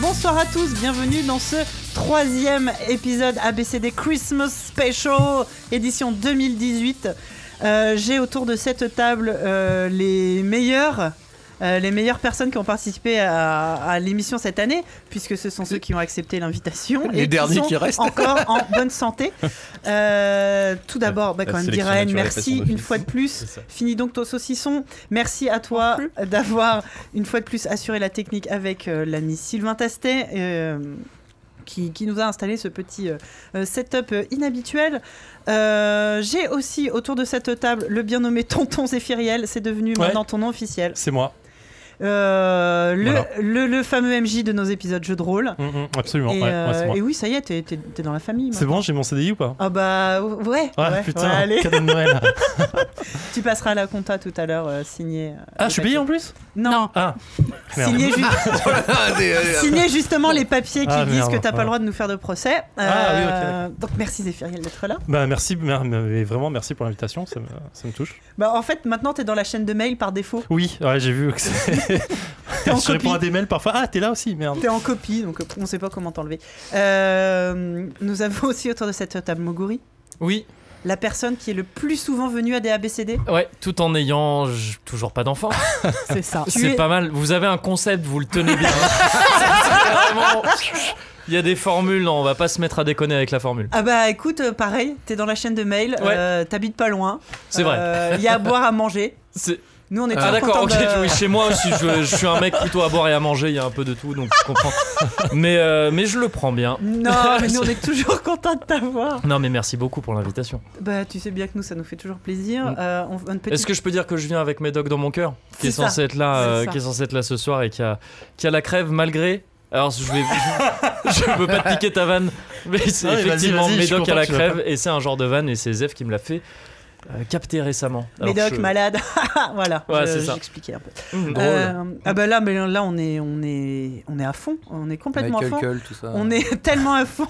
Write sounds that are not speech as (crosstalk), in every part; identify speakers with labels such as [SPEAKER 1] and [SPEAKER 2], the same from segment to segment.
[SPEAKER 1] Bonsoir à tous, bienvenue dans ce troisième épisode ABCD Christmas Special, édition 2018. Euh, J'ai autour de cette table euh, les meilleurs. euh, les meilleures personnes qui ont participé à, à l'émission cette année, puisque ce sont ceux qui ont accepté l'invitation
[SPEAKER 2] Les
[SPEAKER 1] et
[SPEAKER 2] derniers
[SPEAKER 1] qui, sont
[SPEAKER 2] qui restent.
[SPEAKER 1] encore en bonne santé. Euh, tout d'abord, bah,
[SPEAKER 2] La
[SPEAKER 1] quand même,
[SPEAKER 2] sélection
[SPEAKER 1] Diraen,
[SPEAKER 2] naturelle est
[SPEAKER 1] merci
[SPEAKER 2] façon de
[SPEAKER 1] une fois de plus.
[SPEAKER 2] ça.
[SPEAKER 1] Finis donc ton saucisson. Merci à toi (laughs) d'avoir une fois de plus assuré la technique avec euh, l'ami Sylvain Tastet. euh, qui, qui nous a installé ce petit euh, euh, setup euh, inhabituel. Euh, J'ai aussi autour de cette table le bien nommé (laughs) Tonton Zéphiriel, c'est devenu
[SPEAKER 3] Ouais.
[SPEAKER 1] maintenant ton nom officiel.
[SPEAKER 3] C'est moi.
[SPEAKER 1] Euh, le,
[SPEAKER 3] Voilà.
[SPEAKER 1] le, le fameux MJ de nos épisodes jeux de rôle.
[SPEAKER 3] Mm, mm, absolument.
[SPEAKER 1] Et,
[SPEAKER 3] ouais, ouais,
[SPEAKER 1] euh,
[SPEAKER 3] c'est moi.
[SPEAKER 1] et oui, ça y est, t'es t'es- t'es dans la famille.
[SPEAKER 3] C'est bon, j'ai mon CDI ou pas
[SPEAKER 1] Ah bah ouais,
[SPEAKER 3] Ah
[SPEAKER 1] ouais,
[SPEAKER 3] putain,
[SPEAKER 1] ouais, allez,
[SPEAKER 3] cadeau de Noël.
[SPEAKER 1] tu passeras à la compta tout à l'heure euh, signé. euh,
[SPEAKER 3] Ah,
[SPEAKER 1] les
[SPEAKER 3] je suis payé
[SPEAKER 1] papiers.
[SPEAKER 3] en plus
[SPEAKER 1] Non,
[SPEAKER 3] Ah, merde.
[SPEAKER 1] signé, ju- signé justement les papiers qui
[SPEAKER 3] Ah,
[SPEAKER 1] disent
[SPEAKER 3] merde,
[SPEAKER 1] que t'as pas
[SPEAKER 3] ouais.
[SPEAKER 1] le droit de nous faire de procès. Euh,
[SPEAKER 3] Ah, oui, ok,
[SPEAKER 1] Donc merci Zéphiriel d'être là.
[SPEAKER 3] Bah, merci, mer- mais vraiment merci pour l'invitation, ça me, ça me touche.
[SPEAKER 1] Bah en fait maintenant t'es dans la chaîne de mail par défaut.
[SPEAKER 3] Oui, ouais, j'ai vu que c'est.
[SPEAKER 1] T'es en
[SPEAKER 3] je réponds à
[SPEAKER 1] copie.
[SPEAKER 3] des mails parfois. Ah, t'es là aussi, merde.
[SPEAKER 1] T'es en copie, donc euh, on sait pas comment t'enlever. Euh, nous avons (laughs) aussi autour de cette table Moguri,
[SPEAKER 4] Oui,
[SPEAKER 1] la personne qui est le plus souvent venue à des ABCD.
[SPEAKER 4] ouais, tout en ayant j- toujours pas d'enfant.
[SPEAKER 1] C'est ça.
[SPEAKER 4] (laughs) C'est pas mal. Vous avez un concept, vous le tenez bien. C'est vraiment- Il y a des formules, non, on va pas se mettre à déconner avec la formule.
[SPEAKER 1] Ah bah écoute, euh, pareil, t'es dans la chaîne de mail,
[SPEAKER 4] Ouais.
[SPEAKER 1] euh, t'habites pas loin.
[SPEAKER 4] C'est vrai.
[SPEAKER 1] Il y a à boire, à manger.
[SPEAKER 4] C'est-
[SPEAKER 1] Nous on est
[SPEAKER 4] Ah
[SPEAKER 1] toujours
[SPEAKER 4] d'accord, ok,
[SPEAKER 1] contents de-
[SPEAKER 4] oui, chez moi aussi, je, je suis un mec plutôt à boire et à manger, il y a un peu de tout, donc je comprends. Mais, euh, mais je le prends bien. (laughs)
[SPEAKER 1] Non, mais nous on est toujours contents de t'avoir.
[SPEAKER 4] Non mais merci beaucoup pour l'invitation.
[SPEAKER 1] Bah tu sais bien que nous ça nous fait toujours plaisir.
[SPEAKER 4] Mm.
[SPEAKER 1] Euh, on- une petite-
[SPEAKER 4] Est-ce que je peux dire que je viens avec Médoc dans mon cœur
[SPEAKER 1] C'est
[SPEAKER 4] qui est,
[SPEAKER 1] ça.
[SPEAKER 4] censé être là,
[SPEAKER 1] C'est
[SPEAKER 4] euh,
[SPEAKER 1] ça.
[SPEAKER 4] qui est censé être là ce soir et qui a, qui a la crève malgré. Alors je vais, je veux pas te piquer ta vanne, mais c'est
[SPEAKER 3] Ah oui, vas-y,
[SPEAKER 4] effectivement
[SPEAKER 3] vas-y, je suis
[SPEAKER 4] Médoc
[SPEAKER 3] content
[SPEAKER 4] a la
[SPEAKER 3] que tu l'as
[SPEAKER 4] crève et c'est un genre de vanne et c'est Zef qui me l'a fait euh, capter récemment. Alors,
[SPEAKER 1] Médoc
[SPEAKER 4] je-
[SPEAKER 1] malade, (laughs) voilà.
[SPEAKER 4] Ouais,
[SPEAKER 1] je-
[SPEAKER 4] c'est ça.
[SPEAKER 1] J'expliquais un peu.
[SPEAKER 4] Mmh, drôle.
[SPEAKER 1] Euh, ah bah là, mais là on est, on est, on est à fond, on est complètement à fond.
[SPEAKER 5] tout ça.
[SPEAKER 1] On est (laughs) tellement à fond.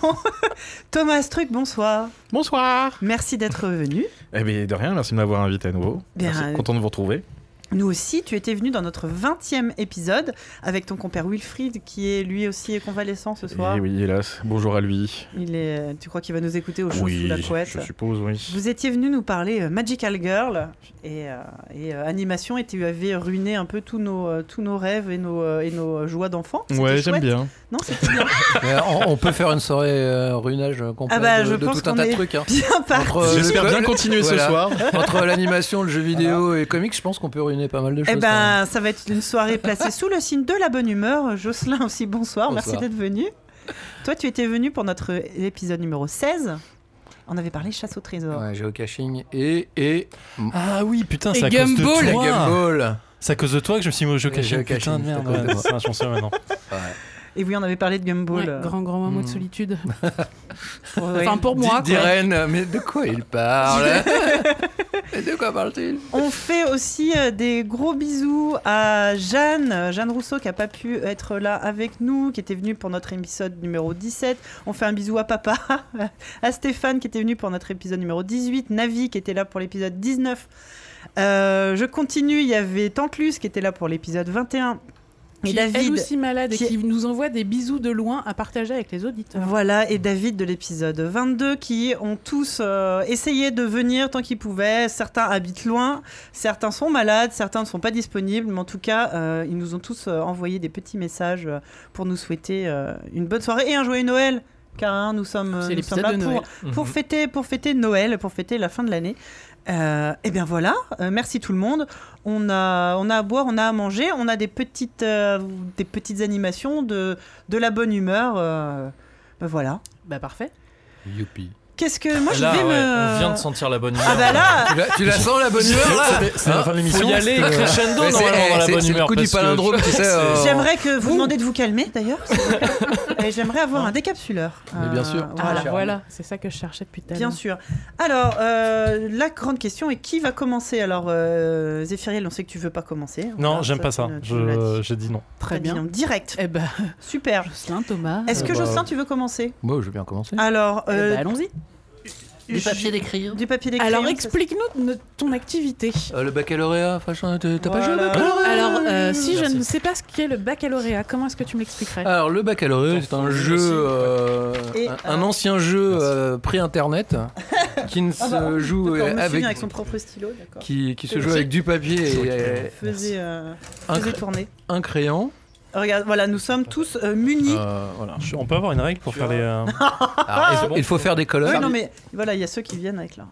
[SPEAKER 1] Thomas Truc, bonsoir.
[SPEAKER 2] Bonsoir.
[SPEAKER 1] Merci d'être venu.
[SPEAKER 2] Eh bien, de rien, merci de m'avoir invité à nouveau.
[SPEAKER 1] Bien,
[SPEAKER 2] Merci,
[SPEAKER 1] euh,
[SPEAKER 2] Content de vous retrouver.
[SPEAKER 1] Nous aussi, tu étais venu dans notre 20e épisode avec ton compère Wilfried qui est lui aussi convalescent ce soir.
[SPEAKER 2] Eh oui, hélas. Bonjour à lui.
[SPEAKER 1] Il est, tu crois qu'il va nous écouter au chaud sous
[SPEAKER 2] Oui,
[SPEAKER 1] la couette
[SPEAKER 2] je suppose, oui.
[SPEAKER 1] Vous étiez venu nous parler euh, Magical Girl et, euh, et, euh, animation et tu avais ruiné un peu tous nos, euh, tous nos rêves et nos, euh, et nos euh, joies d'enfant. C'était
[SPEAKER 2] Ouais, j'aime
[SPEAKER 1] chouette.
[SPEAKER 2] bien.
[SPEAKER 1] Non, c'était bien. (laughs)
[SPEAKER 5] Mais on, on peut faire une soirée euh, runage euh, complète
[SPEAKER 1] Ah bah,
[SPEAKER 5] de,
[SPEAKER 1] je
[SPEAKER 5] de
[SPEAKER 1] pense
[SPEAKER 5] tout un
[SPEAKER 1] qu'on
[SPEAKER 5] tas
[SPEAKER 1] est
[SPEAKER 5] de trucs. hein.
[SPEAKER 1] bien parti.
[SPEAKER 5] Entre, euh,
[SPEAKER 2] J'espère
[SPEAKER 5] le-
[SPEAKER 2] bien
[SPEAKER 5] le-
[SPEAKER 2] continuer
[SPEAKER 5] voilà.
[SPEAKER 2] ce soir.
[SPEAKER 5] (laughs) Entre l'animation, le jeu vidéo et le comics, je pense qu'on peut ruiner pas mal de choses.
[SPEAKER 1] Eh
[SPEAKER 5] quand même.
[SPEAKER 1] ben, ça va être une soirée placée sous le signe de la bonne humeur. Jocelyn aussi, bonsoir. Merci
[SPEAKER 5] Bonsoir.
[SPEAKER 1] d'être venu. Toi, tu étais venu pour notre épisode numéro 16. On avait parlé chasse au trésor.
[SPEAKER 5] Ouais, géocaching et, et
[SPEAKER 3] Ah oui, putain, c'est
[SPEAKER 6] Et
[SPEAKER 3] à cause de
[SPEAKER 6] Gumball.
[SPEAKER 5] la
[SPEAKER 3] toi.
[SPEAKER 5] Game Ball.
[SPEAKER 3] C'est à cause de toi que je me suis mis au jeu
[SPEAKER 5] Et
[SPEAKER 3] caché.
[SPEAKER 5] jeu
[SPEAKER 3] Putain
[SPEAKER 5] caché,
[SPEAKER 3] de merde,
[SPEAKER 5] c'est à cause de
[SPEAKER 3] ouais,
[SPEAKER 5] moi.
[SPEAKER 3] c'est un chanceux maintenant.
[SPEAKER 1] Et oui, on avait parlé de Gumball.
[SPEAKER 6] Ouais,
[SPEAKER 1] euh,
[SPEAKER 6] grand grand moment de
[SPEAKER 5] Hmm.
[SPEAKER 6] solitude.
[SPEAKER 1] pour- ouais.
[SPEAKER 6] Enfin pour moi.
[SPEAKER 5] Di-
[SPEAKER 6] quoi.
[SPEAKER 5] Diren, mais de quoi il
[SPEAKER 1] (laughs)
[SPEAKER 5] parle Mais de quoi parle-t-il
[SPEAKER 1] On fait aussi euh, des gros bisous à Jeanne, euh, Jeanne Rousseau qui a pas pu être là avec nous, qui était venue pour notre épisode numéro 17. On fait un bisou à papa, (laughs) à Stéphane qui était venu pour notre épisode numéro 18, Navi qui était là pour l'épisode 19. Euh, je continue, il y avait Tantlus qui était là pour l'épisode 21. Et
[SPEAKER 6] Qui est elle
[SPEAKER 1] David,
[SPEAKER 6] aussi malade et
[SPEAKER 1] qui-
[SPEAKER 6] qui nous envoie des bisous de loin à partager avec les auditeurs.
[SPEAKER 1] Voilà, et David de l'épisode 22 qui ont tous euh, essayé de venir tant qu'ils pouvaient. Certains habitent loin, certains sont malades, certains ne sont pas disponibles, mais en tout cas, euh, ils nous ont tous euh, envoyé des petits messages euh, pour nous souhaiter euh, une bonne soirée et un joyeux Noël. Car hein, nous sommes, euh,
[SPEAKER 6] C'est
[SPEAKER 1] nous sommes
[SPEAKER 6] l'épisode
[SPEAKER 1] là
[SPEAKER 6] de Noël.
[SPEAKER 1] pour, pour
[SPEAKER 4] Mhm.
[SPEAKER 1] fêter, pour fêter Noël, pour fêter la fin de l'année. Euh, eh bien voilà, euh, merci tout le monde. On a, on a à boire, on a à manger, on a des petites, euh, des petites animations, de, de la bonne humeur. euh, ben voilà.
[SPEAKER 6] Bah parfait.
[SPEAKER 5] Youpi.
[SPEAKER 1] Qu'est-ce que moi je
[SPEAKER 4] Là,
[SPEAKER 1] vais
[SPEAKER 4] ouais,
[SPEAKER 1] me.
[SPEAKER 4] on vient de sentir la bonne humeur.
[SPEAKER 1] Ah bah là,
[SPEAKER 5] Tu la, tu la sens la bonne humeur là
[SPEAKER 3] C'est la fin de
[SPEAKER 4] Faut
[SPEAKER 3] l'émission.
[SPEAKER 4] y aller
[SPEAKER 5] c'est-
[SPEAKER 4] crescendo
[SPEAKER 5] Ouais, c'est-
[SPEAKER 4] normalement dans
[SPEAKER 5] eh,
[SPEAKER 4] la
[SPEAKER 5] c'est-
[SPEAKER 4] bonne
[SPEAKER 5] c'est le
[SPEAKER 4] humeur.
[SPEAKER 5] coup du
[SPEAKER 4] parce que- (laughs)
[SPEAKER 5] palindrome, tu sais, euh,
[SPEAKER 1] j'aimerais que vous demander de vous calmer d'ailleurs. s'il vous plaît. Et j'aimerais avoir un décapsuleur. Euh,
[SPEAKER 5] Mais bien sûr.
[SPEAKER 6] Ah,
[SPEAKER 1] Voilà.
[SPEAKER 6] Voilà, c'est ça que je cherchais depuis tout à
[SPEAKER 1] Bien
[SPEAKER 6] l'heure.
[SPEAKER 1] sûr. Alors, euh, la grande question est qui va commencer Alors, euh, Zéphiriel, on sait que tu veux pas commencer.
[SPEAKER 3] Non,
[SPEAKER 1] Voilà,
[SPEAKER 3] j'aime pas
[SPEAKER 1] tu
[SPEAKER 3] ça.
[SPEAKER 1] l'as- tu l'as
[SPEAKER 3] Je-
[SPEAKER 1] dit.
[SPEAKER 3] J'ai dit non.
[SPEAKER 1] T'as
[SPEAKER 6] Très
[SPEAKER 1] dit
[SPEAKER 6] bien.
[SPEAKER 1] non. Direct.
[SPEAKER 6] Eh ben,
[SPEAKER 1] Super.
[SPEAKER 6] Jocelyn, Thomas.
[SPEAKER 1] Est-ce
[SPEAKER 6] euh,
[SPEAKER 1] que
[SPEAKER 5] bah,
[SPEAKER 1] Jocelyn, tu veux commencer
[SPEAKER 5] Moi, je vais bien commencer.
[SPEAKER 1] Alors,
[SPEAKER 6] eh
[SPEAKER 1] euh,
[SPEAKER 6] ben, allons-y.
[SPEAKER 5] Du papier d'écrire.
[SPEAKER 1] Du papier d'écrire.
[SPEAKER 6] Alors
[SPEAKER 1] ça-
[SPEAKER 6] explique-nous no- ton activité.
[SPEAKER 5] Euh, le baccalauréat, machin, t'as t'as pas joué au
[SPEAKER 1] Voilà.
[SPEAKER 5] baccalauréat
[SPEAKER 6] Alors, euh, si je
[SPEAKER 4] Merci.
[SPEAKER 6] ne sais pas ce qu'est le baccalauréat, comment est-ce que tu me l'expliquerais
[SPEAKER 5] Alors, le baccalauréat, c'est un jeu, euh,
[SPEAKER 1] Et,
[SPEAKER 5] un, un ancien jeu
[SPEAKER 1] (laughs)
[SPEAKER 5] euh, pré-internet qui ne se
[SPEAKER 1] Ah bah,
[SPEAKER 5] joue
[SPEAKER 1] D'accord,
[SPEAKER 5] euh,
[SPEAKER 1] monsieur
[SPEAKER 5] avec,
[SPEAKER 1] vient avec son propre stylo, d'accord.
[SPEAKER 5] qui, qui se
[SPEAKER 1] Et
[SPEAKER 5] joue
[SPEAKER 1] qui-
[SPEAKER 5] avec du papier et euh,
[SPEAKER 1] Faisait, euh,
[SPEAKER 5] un,
[SPEAKER 1] faisait
[SPEAKER 5] cr-
[SPEAKER 1] tourner.
[SPEAKER 5] un crayon.
[SPEAKER 1] Regarde, voilà, nous sommes tous euh, munis.
[SPEAKER 5] Euh, voilà.
[SPEAKER 3] Je- On peut avoir une règle pour faire les.
[SPEAKER 6] (laughs)
[SPEAKER 3] euh,
[SPEAKER 1] Ah,
[SPEAKER 5] Alors, il,
[SPEAKER 4] c'est
[SPEAKER 5] faut,
[SPEAKER 4] bon.
[SPEAKER 5] il faut faire des
[SPEAKER 1] Ouais,
[SPEAKER 5] colonnes.
[SPEAKER 1] non mais voilà, il y a ceux qui viennent avec leur.